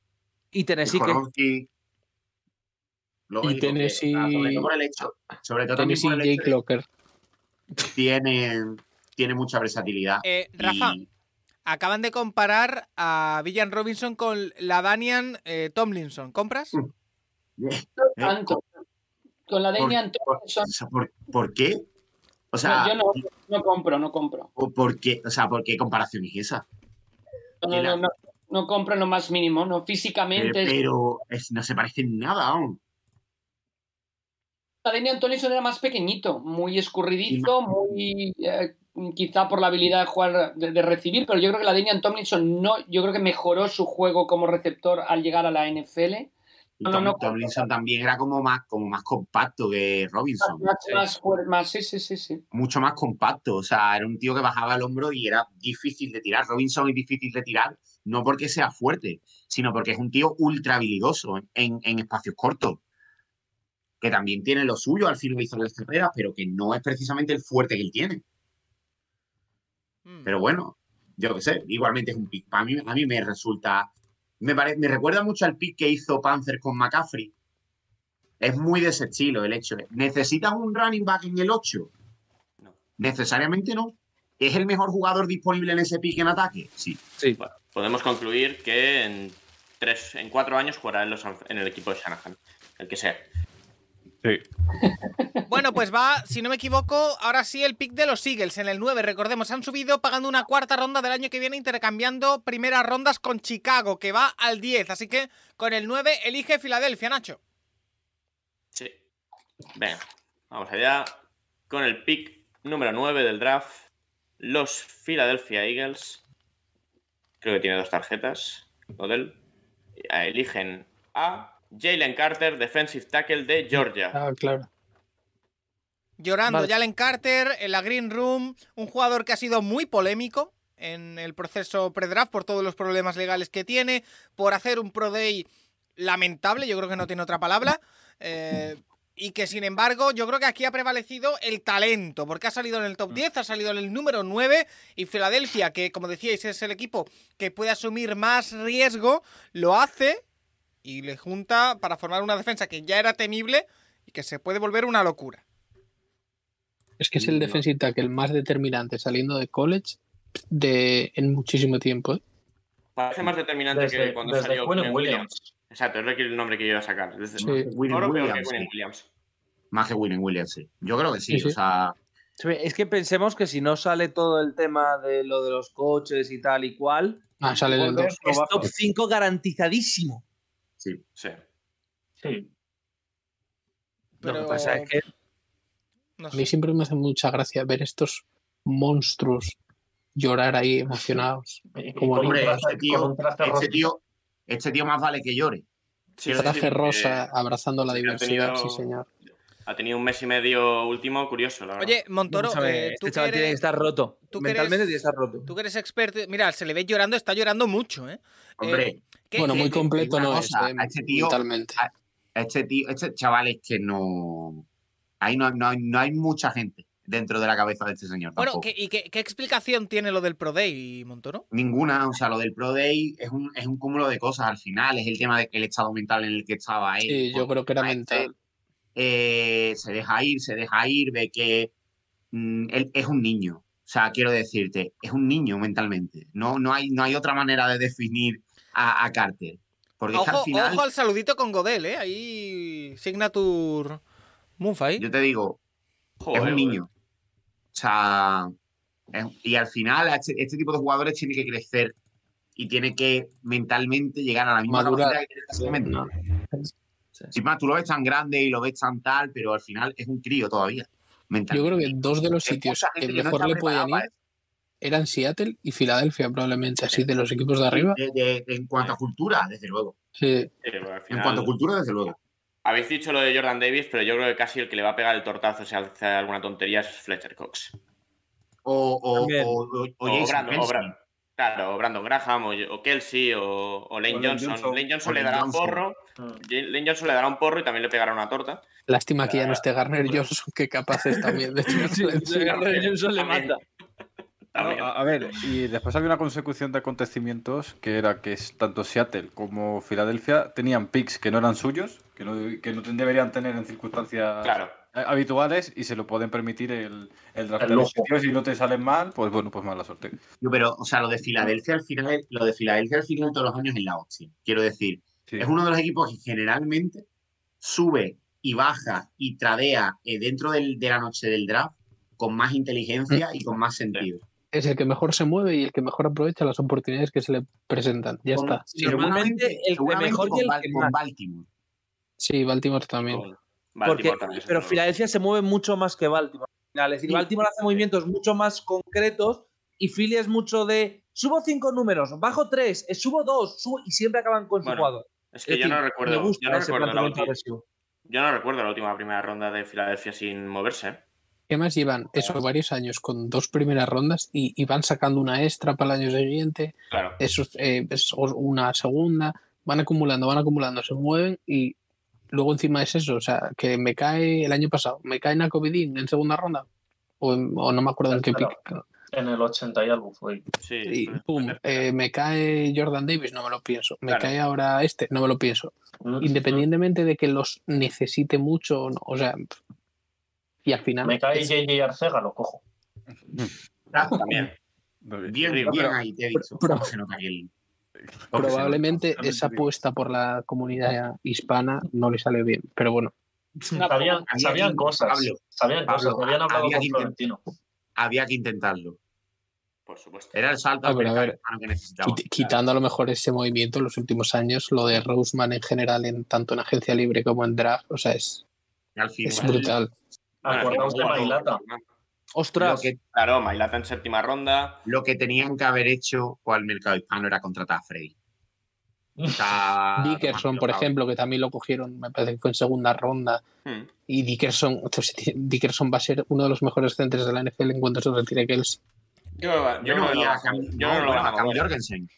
[SPEAKER 5] y Tennessee que
[SPEAKER 3] Skorowski, lo
[SPEAKER 9] Y
[SPEAKER 3] único que-
[SPEAKER 9] Tennessee-
[SPEAKER 3] o sea, sobre todo por el hecho, sobre todo también
[SPEAKER 9] Tennessee
[SPEAKER 3] por el
[SPEAKER 9] Jake
[SPEAKER 3] hecho de
[SPEAKER 9] Locker.
[SPEAKER 3] que tiene, tiene mucha versatilidad.
[SPEAKER 1] Eh,
[SPEAKER 3] Ah, Y-
[SPEAKER 1] Rafa, acaban de comparar a Villan Robinson con la Danian eh, Tomlinson. ¿Compras?
[SPEAKER 4] Tanto. Eh, Con la
[SPEAKER 3] ¿Por-
[SPEAKER 4] Damian
[SPEAKER 3] por-
[SPEAKER 4] Thompson.
[SPEAKER 3] ¿por, por qué? O sea,
[SPEAKER 4] no, yo no, no compro, no compro.
[SPEAKER 3] ¿por- ¿por qué? O sea, ¿por qué comparación es esa?
[SPEAKER 4] No,
[SPEAKER 3] Y
[SPEAKER 4] no,
[SPEAKER 3] la-
[SPEAKER 4] no, no, no compro en lo más mínimo. No,
[SPEAKER 3] Eh,
[SPEAKER 4] físicamente. es-
[SPEAKER 3] pero es- no se parece en nada aún.
[SPEAKER 4] La Damian Thompson era más pequeñito, muy escurridizo, muy. eh, quizá por la habilidad de jugar, de, de recibir, pero yo creo que la Damian Tomlinson no. Yo creo que mejoró su juego como receptor al llegar a la NFL.
[SPEAKER 3] Y Tom- Tomlinson también era como más, como más compacto que Robinson.
[SPEAKER 4] Más, más, fuerte, más, sí, sí, sí, sí.
[SPEAKER 3] Mucho más compacto. O sea, era un tío que bajaba el hombro y era difícil de tirar. Robinson es difícil de tirar, no porque sea fuerte, sino porque es un tío ultra habilidoso en- en, en espacios cortos. Que también tiene lo suyo al finalizar las carreras, pero que no es precisamente el fuerte que él tiene. Pero bueno, yo qué sé, igualmente es un pick. A mí, a mí me resulta. Me, pare- me recuerda mucho al pick que hizo Panzer con McCaffrey. Es muy de ese estilo el hecho. de, ¿Necesitas un running back en el 8? Necesariamente no. ¿Es el mejor jugador disponible en ese pick en ataque? Sí.
[SPEAKER 5] Sí.
[SPEAKER 2] Podemos concluir que en, tres, en cuatro años jugará en, los, San- en el equipo de Shanahan, el que sea.
[SPEAKER 1] Bueno, pues va, si no me equivoco, ahora sí el pick de los Eagles en el 9. Recordemos, han subido pagando una cuarta ronda del año que viene, intercambiando primeras rondas con Chicago, que va al 10. Así que con el 9 elige Filadelfia, Nacho.
[SPEAKER 2] Sí. Venga, vamos allá. Con el pick número 9 del draft, los Philadelphia Eagles. Creo que tiene dos tarjetas. Odell. Eligen a Jalen Carter, defensive tackle de Georgia.
[SPEAKER 9] Ah, claro.
[SPEAKER 1] Llorando,
[SPEAKER 9] Vale.
[SPEAKER 1] Jalen Carter en la Green Room, un jugador que ha sido muy polémico en el proceso pre-draft por todos los problemas legales que tiene, por hacer un Pro Day lamentable, yo creo que no tiene otra palabra, eh, y que sin embargo yo creo que aquí ha prevalecido el talento, porque ha salido en el top 10, ha salido en el número 9, y Filadelfia, que como decíais es el equipo que puede asumir más riesgo, lo hace y le junta para formar una defensa que ya era temible y que se puede volver una locura.
[SPEAKER 9] Es que es el defensive tackle más determinante saliendo de college de, en muchísimo tiempo. ¿eh?
[SPEAKER 2] Parece más determinante
[SPEAKER 6] Desde-
[SPEAKER 2] que cuando
[SPEAKER 6] desde
[SPEAKER 2] salió
[SPEAKER 6] Quinn
[SPEAKER 2] Quinn
[SPEAKER 6] Williams.
[SPEAKER 2] Exacto, es el nombre que yo iba a sacar. Desde-
[SPEAKER 9] Sí.
[SPEAKER 3] Quinn
[SPEAKER 2] Ahora veo que
[SPEAKER 3] Williams,
[SPEAKER 2] Quinn
[SPEAKER 3] sí.
[SPEAKER 2] Williams.
[SPEAKER 3] Más que William Williams, sí. Yo creo que sí.
[SPEAKER 9] Sí, sí.
[SPEAKER 3] O sea,
[SPEAKER 5] Sí, Es que pensemos que si no sale todo el tema de lo de los coches y tal y cual,
[SPEAKER 9] Ah, sale del
[SPEAKER 5] Waller
[SPEAKER 9] 2.
[SPEAKER 5] es top 5 garantizadísimo.
[SPEAKER 3] sí.
[SPEAKER 2] Sí.
[SPEAKER 6] Sí.
[SPEAKER 5] Lo
[SPEAKER 1] Pero-
[SPEAKER 5] que pasa es que
[SPEAKER 1] No
[SPEAKER 9] A
[SPEAKER 1] sé.
[SPEAKER 9] mí siempre me hace mucha gracia ver estos monstruos llorar ahí emocionados.
[SPEAKER 6] Y-
[SPEAKER 9] Como
[SPEAKER 6] con un
[SPEAKER 3] Hombre,
[SPEAKER 6] traje-
[SPEAKER 3] este tío-
[SPEAKER 6] con un traje
[SPEAKER 3] Este
[SPEAKER 6] rosa.
[SPEAKER 3] tío, este tío más vale que llore.
[SPEAKER 2] Sí, sí,
[SPEAKER 9] Traje
[SPEAKER 2] porque
[SPEAKER 9] rosa abrazando la
[SPEAKER 2] sí, ha
[SPEAKER 9] diversidad,
[SPEAKER 2] tenido-
[SPEAKER 9] sí señor.
[SPEAKER 2] Ha tenido un mes y medio último curioso, la verdad.
[SPEAKER 1] Oye, Montoro,
[SPEAKER 5] Vamos a ver,
[SPEAKER 1] eh, tú,
[SPEAKER 5] este
[SPEAKER 1] que
[SPEAKER 5] chaval tiene que
[SPEAKER 1] eres,
[SPEAKER 5] estar roto.
[SPEAKER 1] tú que
[SPEAKER 5] Mentalmente
[SPEAKER 1] eres-
[SPEAKER 5] tiene que estar roto.
[SPEAKER 1] tú que eres experto, mira, se le ve llorando, está llorando mucho, ¿eh?
[SPEAKER 3] Hombre,
[SPEAKER 1] Eh, ¿qué-
[SPEAKER 9] Bueno,
[SPEAKER 1] qué-
[SPEAKER 9] muy completo
[SPEAKER 3] una
[SPEAKER 9] no
[SPEAKER 3] cosa,
[SPEAKER 9] es, ¿eh?
[SPEAKER 3] a este tío-
[SPEAKER 9] mentalmente.
[SPEAKER 3] a- este tío, este chaval es que no. Ahí no, no, hay- no hay mucha gente dentro de la cabeza de este señor.
[SPEAKER 1] Bueno,
[SPEAKER 3] tampoco.
[SPEAKER 1] ¿qué- ¿y qué, qué explicación tiene lo del Pro Day, Montoro?
[SPEAKER 3] Ninguna, o sea, lo del Pro Day es un, es un cúmulo de cosas al final, es el tema del estado mental en el que estaba él.
[SPEAKER 9] Sí, yo
[SPEAKER 3] porque
[SPEAKER 9] creo que era
[SPEAKER 3] a este,
[SPEAKER 9] mental.
[SPEAKER 3] eh, se deja ir, se deja ir, ve que mm, él es un niño. O sea, quiero decirte, es un niño mentalmente. No, no, hay, no hay otra manera de definir a, a Carter. Porque es que
[SPEAKER 1] Ojo,
[SPEAKER 3] al final,
[SPEAKER 1] ojo al saludito con Godel, ¿eh? Ahí, Signature Moonfire.
[SPEAKER 3] yo te digo,
[SPEAKER 2] Joder,
[SPEAKER 3] es un
[SPEAKER 2] joder.
[SPEAKER 3] niño. O sea, es- y al final a este, este tipo de jugadores tiene que crecer y tiene que mentalmente llegar a la misma
[SPEAKER 9] Madurar.
[SPEAKER 3] capacidad que tiene en ese momento.
[SPEAKER 9] No.
[SPEAKER 3] Sin más, tú lo ves tan grande y lo ves tan tal, pero al final es un crío todavía.
[SPEAKER 9] Yo
[SPEAKER 3] mentalmente.
[SPEAKER 9] creo que dos de los
[SPEAKER 3] Hay
[SPEAKER 9] sitios
[SPEAKER 3] mucha gente
[SPEAKER 9] que
[SPEAKER 3] que no
[SPEAKER 9] mejor
[SPEAKER 3] está
[SPEAKER 9] le podían
[SPEAKER 3] preparada
[SPEAKER 9] ir eran Seattle y Filadelfia, probablemente, así de los equipos de arriba.
[SPEAKER 3] para- de- de- en cuanto a cultura, desde luego.
[SPEAKER 9] Sí,
[SPEAKER 2] Sí, porque al
[SPEAKER 3] En
[SPEAKER 2] final-
[SPEAKER 3] cuanto a cultura, desde luego.
[SPEAKER 2] Habéis dicho lo de Jordan Davis, pero yo creo que casi el que le va a pegar el tortazo si hace alguna tontería es Fletcher Cox.
[SPEAKER 3] O, o,
[SPEAKER 5] También.
[SPEAKER 3] o, o- o
[SPEAKER 2] O,
[SPEAKER 3] Jason
[SPEAKER 2] Brandon, o
[SPEAKER 3] Kelsey.
[SPEAKER 2] Bran- Claro, o Brandon Graham, o, o Kelsey, o, o Lane
[SPEAKER 7] O Lane
[SPEAKER 2] Johnson.
[SPEAKER 7] Johnson.
[SPEAKER 2] Lane Johnson
[SPEAKER 3] O
[SPEAKER 2] le
[SPEAKER 3] Lane
[SPEAKER 2] dará
[SPEAKER 3] Johnson.
[SPEAKER 2] un porro. Lane Johnson le dará un porro y también le pegará una torta.
[SPEAKER 9] lástima que ya no esté Garner Johnson, que capaz es también de
[SPEAKER 5] Garner Johnson le
[SPEAKER 2] También.
[SPEAKER 5] mata.
[SPEAKER 2] También.
[SPEAKER 7] A, a ver, y después había una consecución de acontecimientos que era que es- tanto Seattle como Filadelfia tenían picks que no eran suyos, que no, que no ten- deberían tener en circunstancias
[SPEAKER 2] Claro.
[SPEAKER 7] eh, habituales y se lo pueden permitir el, el draft
[SPEAKER 6] El
[SPEAKER 7] de los
[SPEAKER 6] lujo.
[SPEAKER 7] sitios y no te salen mal, pues bueno, pues mala suerte.
[SPEAKER 3] No, pero, o sea, lo de Filadelfia al final, lo de Filadelfia al final todos los años en la opción. Quiero decir,
[SPEAKER 7] Sí.
[SPEAKER 3] es uno de los equipos que generalmente sube y baja y tradea eh, dentro del- de la noche del draft con más inteligencia y con más sentido.
[SPEAKER 9] Es el que mejor se mueve y el que mejor aprovecha las oportunidades que se le presentan. Ya
[SPEAKER 3] Con-
[SPEAKER 9] está.
[SPEAKER 5] Normalmente el que
[SPEAKER 3] seguramente
[SPEAKER 5] mejor y
[SPEAKER 3] con
[SPEAKER 5] el
[SPEAKER 3] Bal-
[SPEAKER 5] que
[SPEAKER 3] con
[SPEAKER 5] más.
[SPEAKER 3] Baltimore.
[SPEAKER 9] Sí, Baltimore también.
[SPEAKER 2] Con
[SPEAKER 5] Porque,
[SPEAKER 2] Baltimore también,
[SPEAKER 5] pero
[SPEAKER 2] seguro.
[SPEAKER 5] Filadelfia se mueve mucho más que Baltimore. al final. Es decir,
[SPEAKER 3] Sí.
[SPEAKER 5] Baltimore hace movimientos mucho más concretos y Philly es mucho de subo cinco números, bajo tres, eh, subo dos, subo, y siempre acaban con su
[SPEAKER 2] Bueno,
[SPEAKER 5] jugador.
[SPEAKER 2] Es que yo no recuerdo. Yo no recuerdo, la última, yo no recuerdo la última primera ronda de Filadelfia sin moverse. ¿eh?
[SPEAKER 9] ¿Qué más llevan? Eso, varios años con dos primeras rondas y, y van sacando una extra para el año siguiente.
[SPEAKER 2] Claro.
[SPEAKER 9] Eso eh, es una segunda. Van acumulando, van acumulando, se mueven y luego encima es eso. O sea, que me cae el año pasado, me cae Nacovidín en segunda ronda. O, en- o no me acuerdo en qué
[SPEAKER 6] Tercera.
[SPEAKER 9] pick.
[SPEAKER 6] En el 80 y algo fue.
[SPEAKER 2] Sí.
[SPEAKER 9] Y pum, eh, me cae Jordan Davis, no me lo pienso. Me
[SPEAKER 6] Claro.
[SPEAKER 9] cae ahora este, no me lo pienso. Independientemente de que los necesite mucho o no. O sea, y al final.
[SPEAKER 6] Me cae
[SPEAKER 9] es-
[SPEAKER 6] JJ Arcega, lo cojo.
[SPEAKER 2] También.
[SPEAKER 3] Bien, bien
[SPEAKER 9] Pero-
[SPEAKER 3] ahí, te he dicho.
[SPEAKER 9] pero-
[SPEAKER 3] Se nota que el-
[SPEAKER 9] probablemente
[SPEAKER 3] Totalmente
[SPEAKER 9] esa
[SPEAKER 3] bien.
[SPEAKER 9] apuesta por la comunidad hispana no le sale bien. Pero bueno,
[SPEAKER 6] Sabían,
[SPEAKER 3] Había
[SPEAKER 6] sabían
[SPEAKER 3] que-
[SPEAKER 6] cosas.
[SPEAKER 3] Pablo,
[SPEAKER 6] sabían
[SPEAKER 3] Pablo,
[SPEAKER 6] cosas. Habían hablado
[SPEAKER 3] había
[SPEAKER 6] con
[SPEAKER 3] que
[SPEAKER 6] Florentino.
[SPEAKER 3] Había que intentarlo.
[SPEAKER 2] Por supuesto.
[SPEAKER 3] Era el salto
[SPEAKER 6] Ah,
[SPEAKER 9] A ver, a
[SPEAKER 3] americano
[SPEAKER 9] ver.
[SPEAKER 3] que necesitábamos.
[SPEAKER 9] quit- quitando a lo mejor ese movimiento en los últimos años, lo de Roseman en general, en tanto en agencia libre como en draft, o sea, es,
[SPEAKER 3] Y al final,
[SPEAKER 9] es brutal.
[SPEAKER 6] Acordaos de Mailata.
[SPEAKER 3] lo
[SPEAKER 5] Ostras,
[SPEAKER 3] que,
[SPEAKER 2] Claro, Mailata en séptima ronda.
[SPEAKER 3] lo que tenían que haber hecho con el mercado hispano era contratar a Freddy. Está-
[SPEAKER 9] Dickerson, por ejemplo, que también lo cogieron, me parece que fue en segunda ronda,
[SPEAKER 2] Hmm.
[SPEAKER 9] y Dickerson, entonces, Dickerson va a ser uno de los mejores centros de la NFL en cuanto se retire Kelsey.
[SPEAKER 2] Yo, yo
[SPEAKER 3] Yo no
[SPEAKER 2] no lo
[SPEAKER 3] veía a Cam,
[SPEAKER 2] yo no
[SPEAKER 3] no,
[SPEAKER 2] lo
[SPEAKER 3] bueno, a
[SPEAKER 2] hago,
[SPEAKER 3] Cam
[SPEAKER 2] bueno.
[SPEAKER 3] Jorgensen.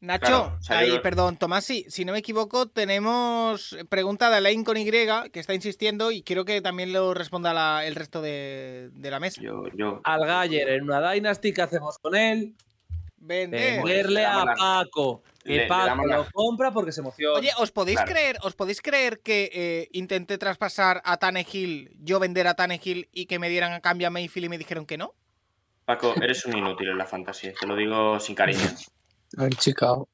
[SPEAKER 1] Nacho,
[SPEAKER 2] Claro, o sea,
[SPEAKER 1] ahí,
[SPEAKER 2] yo-
[SPEAKER 1] perdón, Tomás, si, si no me equivoco, tenemos pregunta de Alain con Y, que está insistiendo y quiero que también lo responda la- el resto de, de la mesa.
[SPEAKER 2] Yo, yo.
[SPEAKER 5] al Galler en una Dynasty, ¿qué hacemos con él?
[SPEAKER 1] Vender.
[SPEAKER 5] Venderle
[SPEAKER 2] le damos
[SPEAKER 5] Eh, a
[SPEAKER 2] la-
[SPEAKER 5] Paco. Que
[SPEAKER 2] le- le
[SPEAKER 5] Paco
[SPEAKER 2] damos la-
[SPEAKER 5] lo compra porque se emociona.
[SPEAKER 1] Oye, ¿os podéis
[SPEAKER 2] Claro.
[SPEAKER 1] creer, os podéis creer que eh, intenté traspasar a Tannehill, yo vender a Tannehill y que me dieran a cambio a Mayfield y me dijeron que no?
[SPEAKER 2] Paco, eres un inútil en la fantasía. Te lo digo sin cariño.
[SPEAKER 9] En Chicago.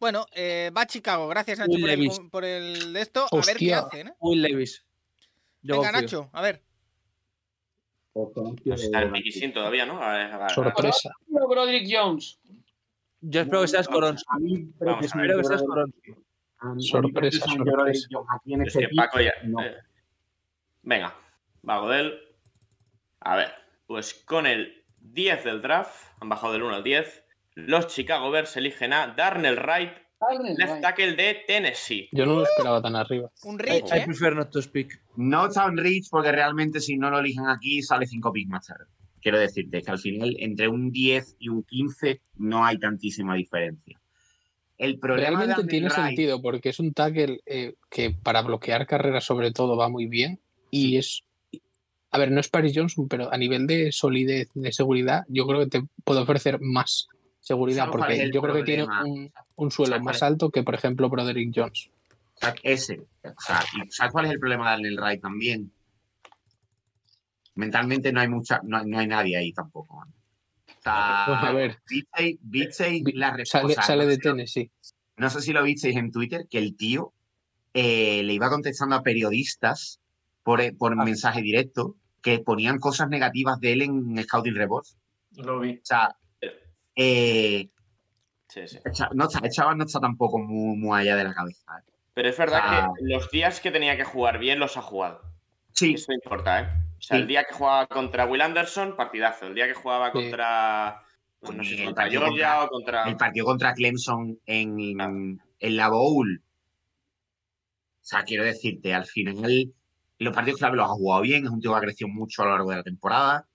[SPEAKER 1] Bueno, eh, va a Chicago. Gracias, Nacho,
[SPEAKER 5] Will
[SPEAKER 1] por el,
[SPEAKER 5] Levis.
[SPEAKER 1] por el de esto. A ver qué
[SPEAKER 9] Hostia.
[SPEAKER 1] hacen, ¿eh?
[SPEAKER 5] Will Levis. Yo
[SPEAKER 1] Venga,
[SPEAKER 5] confío.
[SPEAKER 1] Nacho, a ver.
[SPEAKER 2] Pues Está en Piqui sin todavía, ¿no? A ver, a ver,
[SPEAKER 9] Sorpresa.
[SPEAKER 4] No, Broderick Jones.
[SPEAKER 5] Yo espero que seas Corons.
[SPEAKER 2] vamos a ver.
[SPEAKER 5] Espero que seas Corons.
[SPEAKER 9] Sorpresa, sorpresa.
[SPEAKER 2] Es que Paco ya. eh, Venga, va Godel. A ver, pues con el 10 del draft, han bajado del 1 al 10. Los Chicago Bears eligen a Darnell Wright,
[SPEAKER 4] Darnell
[SPEAKER 2] left
[SPEAKER 4] Wright.
[SPEAKER 2] tackle de Tennessee.
[SPEAKER 9] Yo no lo esperaba tan arriba.
[SPEAKER 1] Un Rich,
[SPEAKER 5] I
[SPEAKER 1] ¿eh?
[SPEAKER 5] prefer not to speak.
[SPEAKER 3] No Town Rich, porque realmente si no lo eligen aquí, sale 5 picks más tarde. Quiero decirte que al final, entre un 10 y un 15, no hay tantísima diferencia. El problema
[SPEAKER 9] Realmente
[SPEAKER 3] de
[SPEAKER 9] tiene
[SPEAKER 3] Allen Wright-
[SPEAKER 9] sentido porque es un tackle eh, que para bloquear carreras sobre todo va muy bien y es... A ver, no es Paris Johnson, pero a nivel de solidez, de seguridad, yo creo que te puede ofrecer más seguridad
[SPEAKER 3] ¿Sabes cuál es
[SPEAKER 9] porque
[SPEAKER 3] el
[SPEAKER 9] yo creo que tiene
[SPEAKER 3] problema?
[SPEAKER 9] un, un suelo
[SPEAKER 3] ¿Sabes cuál
[SPEAKER 9] más
[SPEAKER 3] es?
[SPEAKER 9] alto que, por ejemplo, Broderick Jones.
[SPEAKER 3] O sea, Ese. O sea, y ¿Sabes cuál es el problema del Ray también? Mentalmente no hay mucha, no, hay- no hay nadie ahí tampoco. O sea,
[SPEAKER 9] Pues a ver. Eh,
[SPEAKER 3] visteis- visteis
[SPEAKER 9] Vi-
[SPEAKER 3] la respuesta.
[SPEAKER 9] Sale, sale
[SPEAKER 3] No
[SPEAKER 9] de
[SPEAKER 3] sé-
[SPEAKER 9] Tennessee.
[SPEAKER 3] No sé si lo visteis en Twitter, que el tío eh, le iba contestando a periodistas por, eh, por
[SPEAKER 9] Ah.
[SPEAKER 3] mensaje directo que ponían cosas negativas de él en Scouting Report.
[SPEAKER 6] Lo vi.
[SPEAKER 3] O sea, eh,
[SPEAKER 2] Sí, sí.
[SPEAKER 3] el cha- no está- el chaval no está tampoco muy, muy allá de la cabeza. ¿eh?
[SPEAKER 2] Pero es verdad
[SPEAKER 3] Ah.
[SPEAKER 2] que los días que tenía que jugar bien los ha jugado.
[SPEAKER 3] Sí,
[SPEAKER 2] Eso importa, ¿eh? O sea,
[SPEAKER 3] Sí.
[SPEAKER 2] el día que jugaba contra Will Anderson, partidazo. El día que jugaba contra. pues no sé,
[SPEAKER 3] Oye,
[SPEAKER 2] contra
[SPEAKER 3] el partido
[SPEAKER 2] Georgia
[SPEAKER 3] contra-
[SPEAKER 2] o contra.
[SPEAKER 3] el partido contra Clemson en, en la Bowl. O sea, quiero decirte, al final, los partidos clave los ha jugado bien, es un tío que ha crecido mucho a lo largo de la temporada.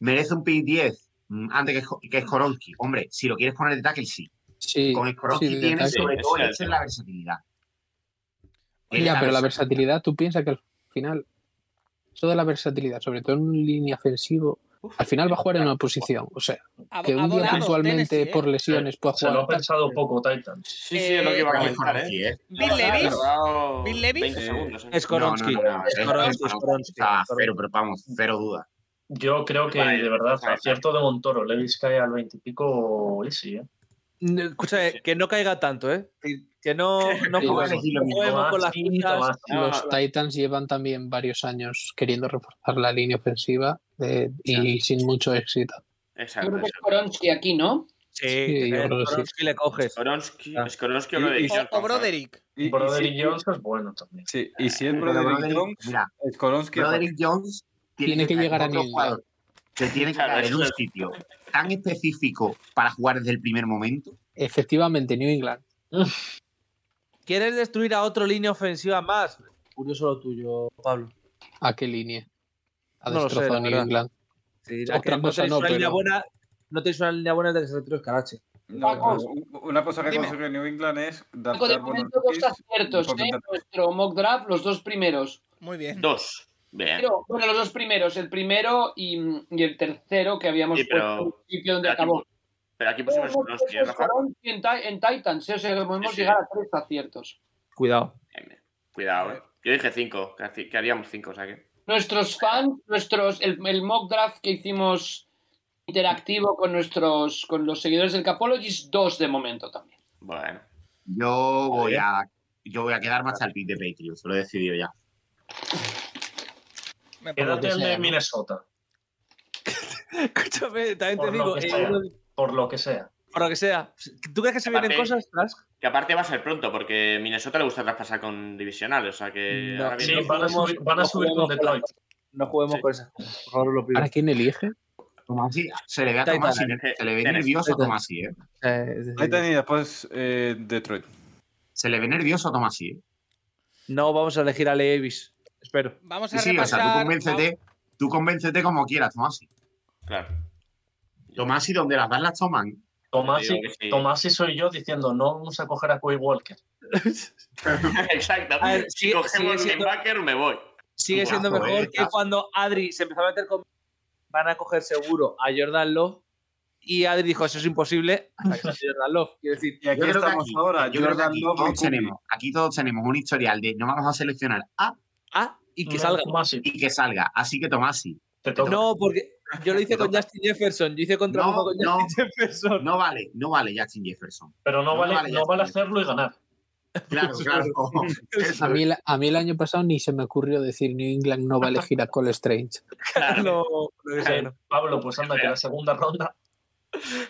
[SPEAKER 3] ¿Merece un pick 10 mm, antes que, Jo- que Skoronski? Hombre, si lo quieres poner de tackle, sí.
[SPEAKER 9] Sí,
[SPEAKER 3] Con Skoronski
[SPEAKER 9] sí, de
[SPEAKER 3] tienes
[SPEAKER 9] tackle.
[SPEAKER 3] sobre
[SPEAKER 2] Sí,
[SPEAKER 3] todo el
[SPEAKER 2] ese es
[SPEAKER 3] hecho
[SPEAKER 2] el
[SPEAKER 3] de la versatilidad.
[SPEAKER 9] Ya, pero la versatilidad, tú piensas que al final, eso de la versatilidad, sobre todo en un línea ofensivo, al final va a jugar en una posición. O sea,
[SPEAKER 1] Ha,
[SPEAKER 9] que
[SPEAKER 1] ha
[SPEAKER 9] un día
[SPEAKER 1] volado
[SPEAKER 9] puntualmente
[SPEAKER 1] Tennessee, ¿eh?
[SPEAKER 9] por lesiones pueda
[SPEAKER 6] Se lo ha
[SPEAKER 9] jugar.
[SPEAKER 6] pensado poco, Titan.
[SPEAKER 2] Sí, sí, es lo que iba a
[SPEAKER 3] Para mí,
[SPEAKER 2] comentar, ¿eh?
[SPEAKER 3] Skoronski, ¿eh?
[SPEAKER 1] Bill Levis.
[SPEAKER 2] Levis.
[SPEAKER 1] Bill Levis.
[SPEAKER 2] 20
[SPEAKER 7] Eh,
[SPEAKER 2] segundos. ¿eh?
[SPEAKER 5] Es
[SPEAKER 3] No, no,
[SPEAKER 5] Koronsky.
[SPEAKER 3] no, no,
[SPEAKER 5] Es
[SPEAKER 3] es-
[SPEAKER 5] Koronsky,
[SPEAKER 3] es
[SPEAKER 5] es Koronsky.
[SPEAKER 3] Está cero, pero vamos, cero duda.
[SPEAKER 6] Yo creo que,
[SPEAKER 2] Vale,
[SPEAKER 6] de verdad,
[SPEAKER 2] vale,
[SPEAKER 6] acierto de Montoro. Levis cae al 20 y pico easy, ¿eh?
[SPEAKER 5] No, Escucha, eh, que no caiga tanto, ¿eh? Que- Que no, no
[SPEAKER 9] Sí,
[SPEAKER 5] juguemos,
[SPEAKER 3] sí, lo
[SPEAKER 5] no juguemos
[SPEAKER 6] mismo.
[SPEAKER 5] con las
[SPEAKER 6] Sí, Tomás.
[SPEAKER 5] fichas.
[SPEAKER 2] No,
[SPEAKER 5] Los-
[SPEAKER 2] no,
[SPEAKER 9] Titans llevan también varios años queriendo reforzar la línea ofensiva eh, y sin mucho éxito.
[SPEAKER 4] Yo
[SPEAKER 2] Exacto.
[SPEAKER 4] creo que es
[SPEAKER 2] exacto.
[SPEAKER 4] Koronsky aquí, ¿no?
[SPEAKER 5] Sí,
[SPEAKER 9] Sí, yo
[SPEAKER 5] eh,
[SPEAKER 9] creo que sí.
[SPEAKER 5] Koronsky le coges.
[SPEAKER 2] Skoronsky,
[SPEAKER 7] Ah.
[SPEAKER 2] Skoronsky o
[SPEAKER 7] Y-
[SPEAKER 2] Broderick
[SPEAKER 7] y-
[SPEAKER 1] O,
[SPEAKER 2] Jones,
[SPEAKER 1] o
[SPEAKER 2] vamos a ver.
[SPEAKER 1] Broderick.
[SPEAKER 7] Y, y
[SPEAKER 6] Broderick
[SPEAKER 7] si-
[SPEAKER 6] Jones es bueno también.
[SPEAKER 7] sí, y si es
[SPEAKER 3] Pero
[SPEAKER 7] Broderick
[SPEAKER 3] Broderick-
[SPEAKER 7] Jones,
[SPEAKER 3] mira,
[SPEAKER 7] es Koronsky.
[SPEAKER 3] Broderick Jones
[SPEAKER 9] Tiene que
[SPEAKER 3] caer
[SPEAKER 9] llegar a
[SPEAKER 3] otro
[SPEAKER 9] nivel.
[SPEAKER 3] jugador que tiene que
[SPEAKER 2] Claro,
[SPEAKER 3] caer en
[SPEAKER 2] eso
[SPEAKER 3] un
[SPEAKER 2] es.
[SPEAKER 3] sitio tan específico para jugar desde el primer momento
[SPEAKER 9] Efectivamente, New England.
[SPEAKER 5] ¿Quieres destruir a otro línea ofensiva más? Curioso lo tuyo, Pablo.
[SPEAKER 9] ¿A qué línea? Ha
[SPEAKER 5] No lo sé,
[SPEAKER 9] destrozado
[SPEAKER 5] la
[SPEAKER 9] New
[SPEAKER 5] verdad.
[SPEAKER 9] England.
[SPEAKER 5] Sí,
[SPEAKER 9] Otra
[SPEAKER 5] es que
[SPEAKER 9] cosa
[SPEAKER 5] no tenéis
[SPEAKER 9] no,
[SPEAKER 5] una línea
[SPEAKER 9] pero-
[SPEAKER 5] buena, no tenéis una línea buena desde que se retiró Escarache.
[SPEAKER 7] No,
[SPEAKER 4] Paco.
[SPEAKER 7] pero una cosa que
[SPEAKER 1] Dime.
[SPEAKER 7] consigue New England es dar
[SPEAKER 4] Paco, de momento dos aciertos, ¿eh? Nuestro mock draft, los dos primeros.
[SPEAKER 1] Muy bien.
[SPEAKER 2] Dos. Bien.
[SPEAKER 4] Pero, bueno, los dos primeros, el primero y, y el tercero que habíamos
[SPEAKER 2] Sí, pero-
[SPEAKER 4] puesto al principio donde
[SPEAKER 2] Pero aquí-
[SPEAKER 4] acabó.
[SPEAKER 2] Pero aquí
[SPEAKER 4] Hemos
[SPEAKER 2] pusimos unos
[SPEAKER 4] puesto
[SPEAKER 2] tíos, Rafa.
[SPEAKER 4] Scoron En, Ti- en Titans, ¿eh? o sea que podemos
[SPEAKER 2] Sí, sí.
[SPEAKER 4] llegar a tres aciertos.
[SPEAKER 5] Cuidado.
[SPEAKER 2] Bien, bien. Cuidado, eh. Yo dije cinco, que haci- que haríamos cinco, o sea que.
[SPEAKER 4] Nuestros fans, nuestros, el, el mock draft que hicimos interactivo con nuestros con los seguidores del Capologist, dos de momento también.
[SPEAKER 2] Bueno.
[SPEAKER 3] Yo voy a, yo voy a quedarme hasta el pick de Patriots, lo he decidido ya.
[SPEAKER 1] Me pongo-
[SPEAKER 6] Quédate
[SPEAKER 9] que
[SPEAKER 6] el
[SPEAKER 9] sea,
[SPEAKER 6] de
[SPEAKER 9] ¿no?
[SPEAKER 6] Minnesota,
[SPEAKER 5] Escúchame, también te
[SPEAKER 6] Por lo
[SPEAKER 5] digo,
[SPEAKER 6] que
[SPEAKER 5] eh,
[SPEAKER 6] sea. por lo que sea.
[SPEAKER 5] por lo que sea. ¿Tú crees que se vienen
[SPEAKER 2] Aparte-
[SPEAKER 5] cosas, Trask?
[SPEAKER 2] Que aparte va a ser pronto, porque Minnesota le gusta traspasar con divisional, o sea que.
[SPEAKER 5] Eh, No.
[SPEAKER 2] ahora
[SPEAKER 6] Sí,
[SPEAKER 2] viene-
[SPEAKER 6] van a
[SPEAKER 5] juguemos-
[SPEAKER 6] subir, van a
[SPEAKER 5] no
[SPEAKER 6] subir con
[SPEAKER 5] juguemos con la-
[SPEAKER 6] Detroit.
[SPEAKER 5] No juguemos
[SPEAKER 2] Sí.
[SPEAKER 5] con esas cosas. Por favor, os lo pido.
[SPEAKER 9] ¿Ahora quién elige?
[SPEAKER 3] Tomasi, se le ve a
[SPEAKER 5] Titan.
[SPEAKER 3] Tomasi, se le ve
[SPEAKER 2] Titan.
[SPEAKER 3] nervioso a
[SPEAKER 5] Titan.
[SPEAKER 3] Tomasi, ¿eh?
[SPEAKER 9] Eh, es decir,
[SPEAKER 7] Titan y después eh, Detroit.
[SPEAKER 3] Se le ve nervioso a Tomasi, ¿eh?
[SPEAKER 5] No vamos a elegir a Lee Davis. Espero.
[SPEAKER 1] Vamos a
[SPEAKER 3] Sí, sí, o
[SPEAKER 1] repasar.
[SPEAKER 3] sea, tú convéncete, tú convéncete como quieras, Tomasi.
[SPEAKER 2] Claro.
[SPEAKER 3] Tomasi, donde las das las toman.
[SPEAKER 6] Tomasi,
[SPEAKER 2] Te digo que sí.
[SPEAKER 6] Tomasi soy yo diciendo, no vamos a coger a Quay Walker.
[SPEAKER 2] Exacto.
[SPEAKER 5] A ver,
[SPEAKER 2] si
[SPEAKER 5] sigue- sigue
[SPEAKER 2] cogemos
[SPEAKER 5] siendo-
[SPEAKER 2] linebacker, me voy.
[SPEAKER 5] Sigue
[SPEAKER 3] Guapo,
[SPEAKER 5] siendo
[SPEAKER 3] eh,
[SPEAKER 5] mejor que
[SPEAKER 3] Trask.
[SPEAKER 5] cuando Adri se empezó a meter con. Van a coger seguro a Jordan Love. Y Adri dijo, eso es imposible. Hasta que salió Jordan Love. Quiero decir,
[SPEAKER 7] Y aquí
[SPEAKER 3] Yo creo que
[SPEAKER 7] estamos
[SPEAKER 3] aquí-
[SPEAKER 7] ahora.
[SPEAKER 3] Yo creo que
[SPEAKER 7] Jordan
[SPEAKER 3] aquí
[SPEAKER 7] Love y
[SPEAKER 3] todos,
[SPEAKER 7] Kubi.
[SPEAKER 3] tenemos, aquí todos tenemos un historial de no vamos a seleccionar A
[SPEAKER 5] ah, y que
[SPEAKER 6] No,
[SPEAKER 5] salga.
[SPEAKER 6] Tomasi,
[SPEAKER 3] y que salga. Así que Tomasi,
[SPEAKER 6] te toca.
[SPEAKER 5] No, porque yo lo hice con Justin Jefferson. Yo hice contra
[SPEAKER 3] No,
[SPEAKER 5] uno con
[SPEAKER 3] no.
[SPEAKER 5] Justin Jefferson.
[SPEAKER 3] no vale, no vale Jackson Jefferson.
[SPEAKER 6] pero no,
[SPEAKER 3] no
[SPEAKER 6] vale,
[SPEAKER 3] vale, ya
[SPEAKER 6] no vale
[SPEAKER 3] está.
[SPEAKER 6] hacerlo y ganar.
[SPEAKER 3] Claro, claro.
[SPEAKER 9] A
[SPEAKER 3] Eso
[SPEAKER 9] mí, la- a mí el año pasado ni se me ocurrió decir New England no va a elegir a Cole Strange.
[SPEAKER 2] Claro.
[SPEAKER 5] No, no, que sea, no.
[SPEAKER 6] Pablo, pues anda, que la segunda ronda.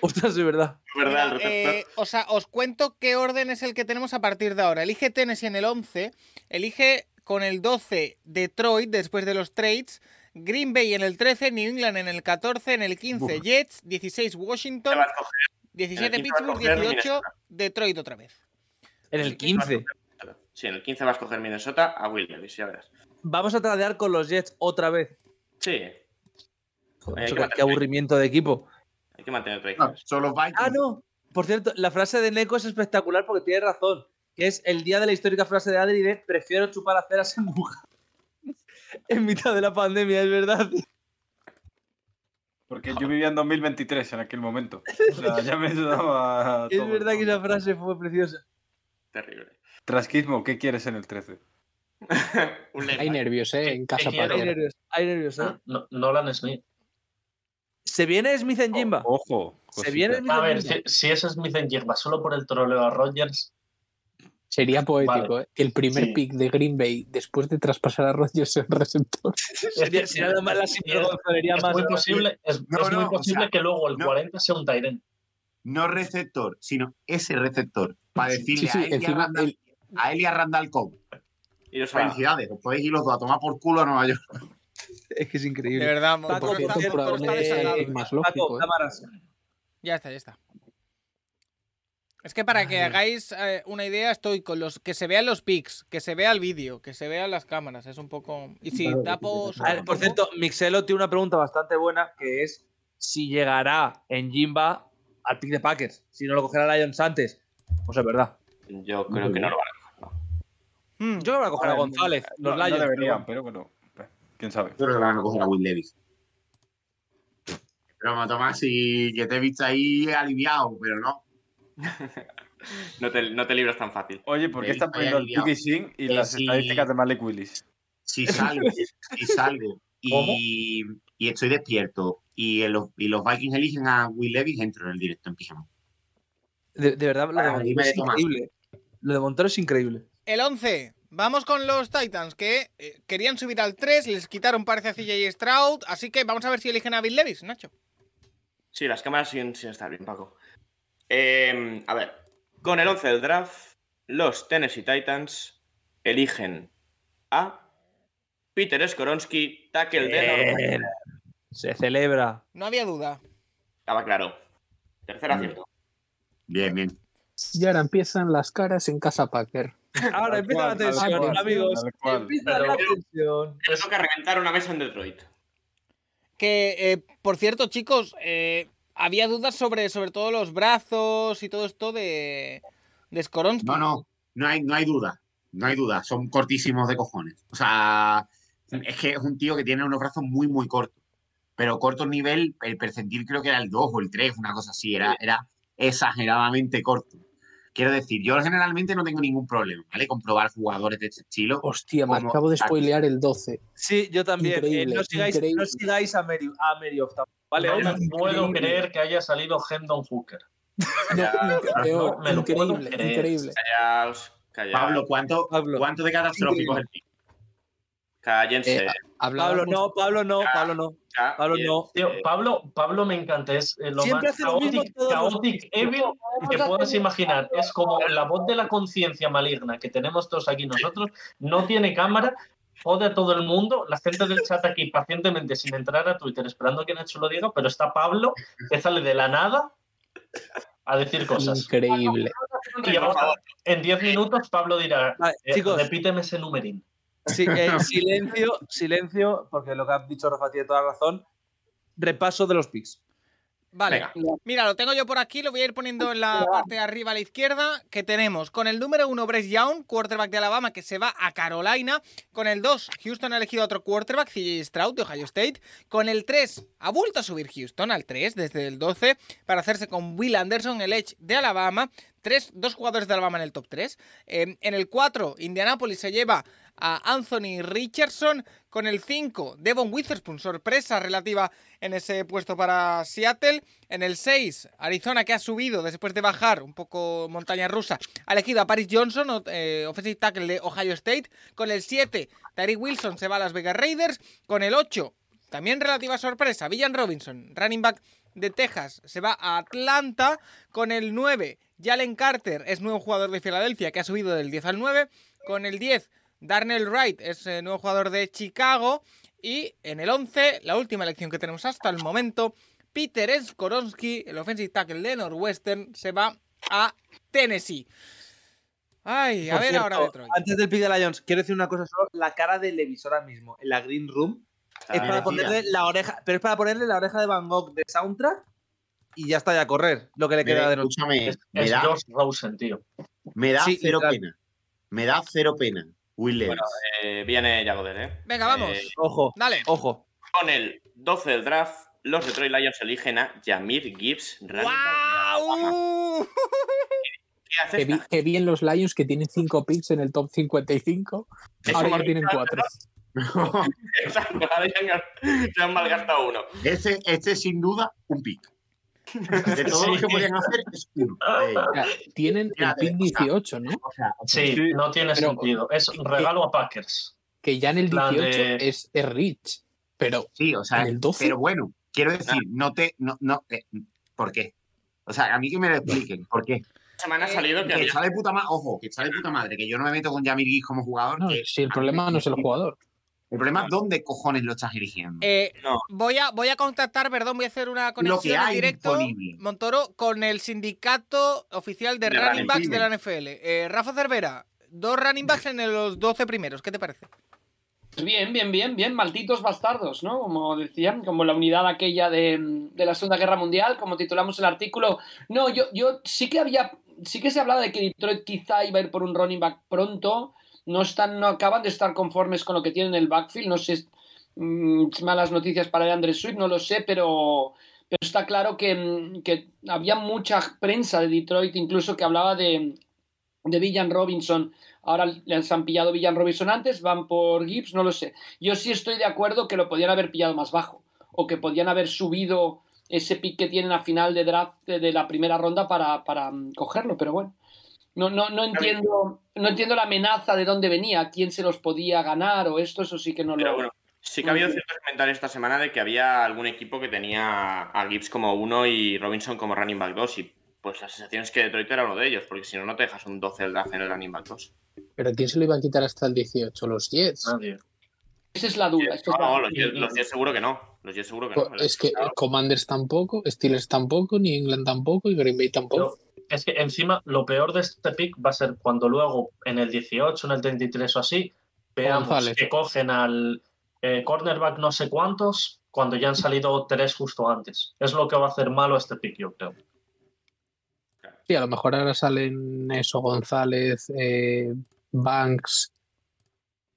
[SPEAKER 5] Ostras, de verdad.
[SPEAKER 2] ¿Verdad? el
[SPEAKER 1] Mira,
[SPEAKER 2] receptor.
[SPEAKER 1] eh, o sea, os cuento qué orden es el que tenemos a partir de ahora. Elige Tennessee en el 11, elige con el 12 Detroit después de los trades, Green Bay en el 13, New England en el 14, en el 15
[SPEAKER 3] Uf.
[SPEAKER 1] Jets, 16
[SPEAKER 2] Te
[SPEAKER 1] Washington,
[SPEAKER 2] vas a coger-
[SPEAKER 1] 17
[SPEAKER 2] en el 15 va a
[SPEAKER 1] Pittsburgh,
[SPEAKER 2] coger
[SPEAKER 1] 18
[SPEAKER 2] Minnesota.
[SPEAKER 1] Detroit otra vez.
[SPEAKER 5] En el 15.
[SPEAKER 2] Sí, en el 15 vas a coger Minnesota a Will Davis, ya verás.
[SPEAKER 5] Vamos a tradear con los Jets otra vez.
[SPEAKER 2] Sí,
[SPEAKER 6] eh,
[SPEAKER 5] Joder,
[SPEAKER 2] Hay
[SPEAKER 5] macho,
[SPEAKER 2] que
[SPEAKER 5] qué aburrimiento de equipo.
[SPEAKER 2] hay que mantener
[SPEAKER 3] No,
[SPEAKER 2] predicciones.
[SPEAKER 3] Solo Vikings.
[SPEAKER 5] Ah, no. Por cierto, la frase de Neko es espectacular porque tiene razón. Que es el día de la histórica frase de Adri de prefiero chupar a ceras en Wuhan. en mitad de la pandemia, es verdad.
[SPEAKER 7] Porque yo vivía en 2023 en aquel momento. O sea, ya me ayudaba.
[SPEAKER 5] Es
[SPEAKER 7] todo.
[SPEAKER 5] verdad que esa frase fue preciosa.
[SPEAKER 2] Terrible.
[SPEAKER 7] Trasquismo, ¿qué quieres en el 13?
[SPEAKER 2] Un
[SPEAKER 9] Hay
[SPEAKER 2] linebacker.
[SPEAKER 9] nervios, ¿eh? En casa
[SPEAKER 6] Te quiero.
[SPEAKER 5] Hay
[SPEAKER 9] patera.
[SPEAKER 5] nervios, hay nervios. ¿eh?
[SPEAKER 6] No, Nolan Smith.
[SPEAKER 5] Se viene Smith en Jimba.
[SPEAKER 7] Ojo.
[SPEAKER 5] Se viene Smith
[SPEAKER 6] A
[SPEAKER 5] en
[SPEAKER 6] ver,
[SPEAKER 5] Jimba.
[SPEAKER 6] si, si ese Smith en Yerba solo por el troleo a Rodgers,
[SPEAKER 9] Sería poético, ¿eh? Que el primer
[SPEAKER 6] Sí.
[SPEAKER 9] pick de Green Bay, después de traspasar a Rodgers en receptor,
[SPEAKER 5] Sería, sería la, la sinvergonzonería
[SPEAKER 6] es
[SPEAKER 5] más.
[SPEAKER 6] muy posible, es,
[SPEAKER 3] No,
[SPEAKER 6] es muy
[SPEAKER 3] no, o
[SPEAKER 6] posible
[SPEAKER 3] sea,
[SPEAKER 6] que luego el
[SPEAKER 3] no.
[SPEAKER 6] 40 sea un Tyren.
[SPEAKER 3] No receptor, sino ese receptor. Para decirle
[SPEAKER 9] Sí, sí,
[SPEAKER 3] a, él y a,
[SPEAKER 9] encima
[SPEAKER 3] Randall,
[SPEAKER 9] el-
[SPEAKER 3] a él y a Randall Cobb.
[SPEAKER 2] Y los a-
[SPEAKER 3] Felicidades, os podéis ir los dos a tomar por culo a Nueva York.
[SPEAKER 5] Es que es
[SPEAKER 1] De
[SPEAKER 5] increíble.
[SPEAKER 1] verdad,
[SPEAKER 5] Paco,
[SPEAKER 1] todo
[SPEAKER 5] por
[SPEAKER 1] está-
[SPEAKER 5] cierto,
[SPEAKER 1] todo está
[SPEAKER 5] eh,
[SPEAKER 1] desatado.
[SPEAKER 9] es más
[SPEAKER 5] Paco,
[SPEAKER 9] lógico. ¿eh?
[SPEAKER 5] cámaras.
[SPEAKER 1] Ya está, ya está. Es que para que hagáis eh, una idea, estoy con los que se vean los pics, que se vea el vídeo, que se vean las cámaras. Es un poco. Y si tapo.
[SPEAKER 5] A ver, Ah, por cierto, Mixelo tiene una pregunta bastante buena que es si llegará en Jimba al pick de Packers, si no lo cogerá Lions antes. Pues es verdad.
[SPEAKER 2] Yo creo que no lo van a
[SPEAKER 1] Hmm,
[SPEAKER 5] Yo creo que van a coger a González,
[SPEAKER 7] No,
[SPEAKER 5] los
[SPEAKER 7] no
[SPEAKER 5] Lions.
[SPEAKER 7] deberían, pero bueno. ¿Quién sabe?
[SPEAKER 3] Yo creo que van a coger a Will Davis. Pero Tomás, y que te he visto ahí aliviado, pero no.
[SPEAKER 2] No te, no te libras tan fácil.
[SPEAKER 7] Oye, ¿por qué
[SPEAKER 3] Davis
[SPEAKER 7] están
[SPEAKER 3] vaya
[SPEAKER 7] poniendo el
[SPEAKER 3] aliviado.
[SPEAKER 7] Biggie Singh y
[SPEAKER 3] Que
[SPEAKER 7] las
[SPEAKER 3] sí.
[SPEAKER 7] estadísticas de Malik Willis?
[SPEAKER 3] Si salgo, si salgo y, y estoy despierto y, el- y los Vikings eligen a Will Davis, entro en el directo en pijama.
[SPEAKER 5] De, de verdad, lo de
[SPEAKER 3] Ah,
[SPEAKER 5] Montero
[SPEAKER 3] dime
[SPEAKER 5] es
[SPEAKER 3] de Tomás.
[SPEAKER 5] increíble. Lo de Montero es increíble.
[SPEAKER 1] El 11. Vamos con los Titans, que eh, querían subir al 3, les quitaron parece a CJ Stroud, así que vamos a ver si eligen a Bill Levis, Nacho.
[SPEAKER 2] Sí, las cámaras siguen sin estar bien, Paco. Eh, a ver, con el 11 del draft, los Tennessee Titans eligen a Peter Skoronsky, tackle de... North-
[SPEAKER 5] Bien. Se celebra.
[SPEAKER 1] No había duda.
[SPEAKER 2] Estaba claro. Tercer acierto.
[SPEAKER 3] Bien, bien.
[SPEAKER 9] Y ahora empiezan las caras en casa Packer.
[SPEAKER 5] Ahora empieza la tensión, amigos. Empieza la tensión. Pues
[SPEAKER 2] Eso que reventar una mesa en Detroit.
[SPEAKER 1] Que, eh, por cierto, chicos, eh, había dudas sobre, sobre todo los brazos y todo esto de, de Skoronsky.
[SPEAKER 3] No, no, no hay, no hay duda. No hay duda. Son cortísimos de cojones. O sea, es que es un tío que tiene unos brazos muy, muy cortos. Pero corto nivel, el percentil creo que era el 2 o el 3, una cosa así. Era, era exageradamente corto. Quiero decir, yo generalmente no tengo ningún problema, ¿vale? Con probar jugadores de este estilo.
[SPEAKER 9] Hostia, me
[SPEAKER 3] Como-
[SPEAKER 9] acabo de spoilear el 12.
[SPEAKER 5] Sí, yo también. Eh,
[SPEAKER 9] Increíble,
[SPEAKER 5] no, sigáis,
[SPEAKER 9] increíble.
[SPEAKER 5] no sigáis a Mary, a Mary Off tampoco, ¿Vale? eh,
[SPEAKER 6] No me
[SPEAKER 5] Ojo.
[SPEAKER 6] puedo creer que haya salido Hendon Hooker.
[SPEAKER 9] No, peor,
[SPEAKER 6] no me lo puedo
[SPEAKER 9] increíble,
[SPEAKER 6] creer.
[SPEAKER 9] increíble.
[SPEAKER 2] Callaos, callaos.
[SPEAKER 3] Pablo, ¿cuánto,
[SPEAKER 5] Pablo.
[SPEAKER 3] ¿cuánto de catastrófico es el tío?
[SPEAKER 2] Cállense.
[SPEAKER 9] Eh,
[SPEAKER 5] Pablo,
[SPEAKER 9] Hablábamos-
[SPEAKER 5] no, Pablo, no, Pablo, no.
[SPEAKER 2] ya,
[SPEAKER 5] Pablo,
[SPEAKER 2] bien.
[SPEAKER 5] no.
[SPEAKER 6] Tío, Pablo, Pablo me encanta, es eh, lo
[SPEAKER 5] Siempre
[SPEAKER 6] más
[SPEAKER 5] hace lo mismo
[SPEAKER 6] chaotic,
[SPEAKER 5] todos los-
[SPEAKER 6] chaotic evil que puedas imaginar. Es como la voz de la conciencia maligna que tenemos todos aquí nosotros, no tiene cámara, jode a todo el mundo, la gente del chat aquí pacientemente sin entrar a Twitter esperando que Nacho lo diga, pero está Pablo que sale de la nada a decir cosas.
[SPEAKER 9] Increíble.
[SPEAKER 6] Y ahora, en 10 minutos Pablo dirá,
[SPEAKER 5] Vale,
[SPEAKER 6] eh,
[SPEAKER 5] Ah, chicos,
[SPEAKER 6] repíteme ese numerín.
[SPEAKER 5] sí, eh, silencio, silencio, porque lo que ha dicho Rafa tiene toda la razón. Repaso de los picks.
[SPEAKER 1] Vale.
[SPEAKER 2] Venga.
[SPEAKER 1] Mira, lo tengo yo por aquí, lo voy a ir poniendo en la parte de arriba a la izquierda, que tenemos con el número uno Bryce Young, quarterback de Alabama, que se va a Carolina. Con el 2, Houston ha elegido a otro quarterback, CJ Stroud de Ohio State. Con el 3, ha vuelto a subir Houston al 3 desde el 12 para hacerse con Will Anderson, el Edge de Alabama. Tres, dos jugadores de Alabama en el top 3. en el 4, Indianapolis se lleva a Anthony Richardson. Con el 5, Devon Witherspoon, sorpresa relativa en ese puesto para Seattle. En el 6, Arizona, que ha subido después de bajar un poco montaña rusa, ha elegido a Paris Johnson, o- eh, offensive tackle de Ohio State. Con el 7, Tariq Wilson se va a Las Vegas Raiders. Con el 8, también relativa sorpresa, Villan Robinson, running back de Texas, se va a Atlanta. Con el 9, Jalen Carter es nuevo jugador de Filadelfia, que ha subido del 10 al 9. Con el 10, Darnell Wright es eh, nuevo jugador de Chicago. Y en el 11, la última elección que tenemos hasta el momento, Peter Skoronsky, el offensive tackle de Northwestern, se va a Tennessee. Ay, a
[SPEAKER 5] Por
[SPEAKER 1] ver
[SPEAKER 5] cierto,
[SPEAKER 1] ahora Detroit.
[SPEAKER 5] Antes del pick de Lions, quiero decir una cosa solo. La cara de Levis ahora mismo en la Green Room
[SPEAKER 2] Está-
[SPEAKER 5] es para ponerle la oreja, pero es para ponerle la oreja de Van Gogh de soundtrack y ya está, ya a correr lo que le
[SPEAKER 3] Me
[SPEAKER 5] queda
[SPEAKER 3] da-
[SPEAKER 5] de noche.
[SPEAKER 3] Escúchame,
[SPEAKER 6] Es,
[SPEAKER 3] me
[SPEAKER 6] es
[SPEAKER 3] da,
[SPEAKER 6] Josh Rosen, tío.
[SPEAKER 3] me da
[SPEAKER 5] Sí,
[SPEAKER 3] cero
[SPEAKER 5] claro.
[SPEAKER 3] pena. Me da cero pena. Will Levis.
[SPEAKER 2] Bueno, eh, viene Yagoder, ¿eh?
[SPEAKER 1] Venga, vamos.
[SPEAKER 2] Eh,
[SPEAKER 5] Ojo,
[SPEAKER 1] Dale.
[SPEAKER 5] ojo.
[SPEAKER 2] con el 12 del draft, los Detroit Lions eligen a Yamir Gibbs. running back de Alabama.
[SPEAKER 1] ¡Guau!
[SPEAKER 2] ¿Qué hace
[SPEAKER 9] Que, vi-
[SPEAKER 2] esta-
[SPEAKER 9] que bien los Lions que tienen 5 picks en el top 55.
[SPEAKER 2] Es
[SPEAKER 9] Ahora
[SPEAKER 2] como-
[SPEAKER 9] ya tienen 4.
[SPEAKER 2] Exacto, ahora ya han- ya han malgastado uno.
[SPEAKER 3] Este, este es sin duda un pick. De todo lo que podían hacer es uno. de ellos.
[SPEAKER 9] Tienen el
[SPEAKER 3] Mira,
[SPEAKER 9] pick
[SPEAKER 3] o sea,
[SPEAKER 9] 18, ¿no?
[SPEAKER 3] O sea, o sea,
[SPEAKER 6] Sí,
[SPEAKER 7] Sí.
[SPEAKER 6] no tiene
[SPEAKER 9] pues Pero-
[SPEAKER 6] sentido. Es un regalo a Packers.
[SPEAKER 9] Que ya en el
[SPEAKER 6] plan
[SPEAKER 9] 18
[SPEAKER 6] de-
[SPEAKER 9] es, es Rich. Pero
[SPEAKER 3] sí, o sea,
[SPEAKER 9] ¿En el 12?
[SPEAKER 3] pero bueno, quiero decir, no te, no, no, eh, ¿por qué? O sea, a mí que me lo expliquen, ¿por qué?
[SPEAKER 2] Esta semana ha
[SPEAKER 1] Eh,
[SPEAKER 2] salido que
[SPEAKER 3] Que
[SPEAKER 2] había
[SPEAKER 3] está de puta madre, ojo, que está de puta madre, que yo no me meto con Yamir Gibbs como jugador.
[SPEAKER 9] no,
[SPEAKER 3] que-
[SPEAKER 9] si el
[SPEAKER 3] a mí
[SPEAKER 9] problema
[SPEAKER 3] me-
[SPEAKER 9] no es el jugador.
[SPEAKER 3] El problema es dónde cojones lo estás eligiendo.
[SPEAKER 1] Eh,
[SPEAKER 2] No.
[SPEAKER 1] voy, a, voy a contactar, perdón, voy a hacer una
[SPEAKER 3] que
[SPEAKER 1] conexión en
[SPEAKER 3] hay
[SPEAKER 1] directo,
[SPEAKER 3] disponible.
[SPEAKER 1] Montoro, con el sindicato oficial de,
[SPEAKER 2] De
[SPEAKER 1] running
[SPEAKER 2] running
[SPEAKER 1] backs de
[SPEAKER 3] back.
[SPEAKER 1] la NFL. Eh, Rafa Cervera, dos running backs en los 12 primeros, ¿qué te parece?
[SPEAKER 4] Pues Bien, bien, bien, bien, malditos bastardos, ¿no? Como decían, como la unidad aquella de, de la Segunda Guerra Mundial, como titulamos el artículo. No, yo, yo sí que había, sí que se hablaba de que Detroit quizá iba a ir por un running back pronto. No están, no acaban de estar conformes con lo que tienen en el backfield. No sé, mm, malas noticias para Andrés Swift, no lo sé, pero, pero está claro que, mm, que había mucha prensa de Detroit, incluso que hablaba de, de Villan Robinson. Ahora les han pillado Villan Robinson antes, van por Gibbs, no lo sé. Yo sí estoy de acuerdo que lo podían haber pillado más bajo o que podían haber subido ese pick que tienen a final de draft de, de la primera ronda para, para, mm, cogerlo, pero bueno. No, no, no, entiendo, no entiendo la amenaza de dónde venía, quién se los podía ganar o esto, eso sí que no
[SPEAKER 2] Pero
[SPEAKER 4] lo...
[SPEAKER 2] bueno, sí que ha habido ciertos comentarios esta semana de que había algún equipo que tenía a Gibbs como uno y Robinson como running back 2. Y pues la sensación es que Detroit era uno de ellos, porque si no, no te dejas un 12 del draft en el running back 2.
[SPEAKER 9] Pero ¿quién se lo iba a quitar hasta el 18? Los Jets.
[SPEAKER 6] Nadie.
[SPEAKER 4] Esa es la duda. esa es la-
[SPEAKER 2] No, los Jets- los Jets seguro que no. Los Jets seguro que
[SPEAKER 9] Pues
[SPEAKER 2] no.
[SPEAKER 9] es que
[SPEAKER 2] Claro.
[SPEAKER 9] Commanders tampoco, Steelers tampoco, New England tampoco y Green Bay
[SPEAKER 6] Yo,
[SPEAKER 9] tampoco.
[SPEAKER 6] es que encima lo peor de este pick va a ser cuando luego en el 18, en el 33 o así, veamos
[SPEAKER 9] González.
[SPEAKER 6] que cogen al eh, cornerback no sé cuántos cuando ya han salido tres justo antes. Es lo que va a hacer malo este pick, yo creo.
[SPEAKER 9] Sí, a lo mejor ahora salen eso, González, eh, Banks,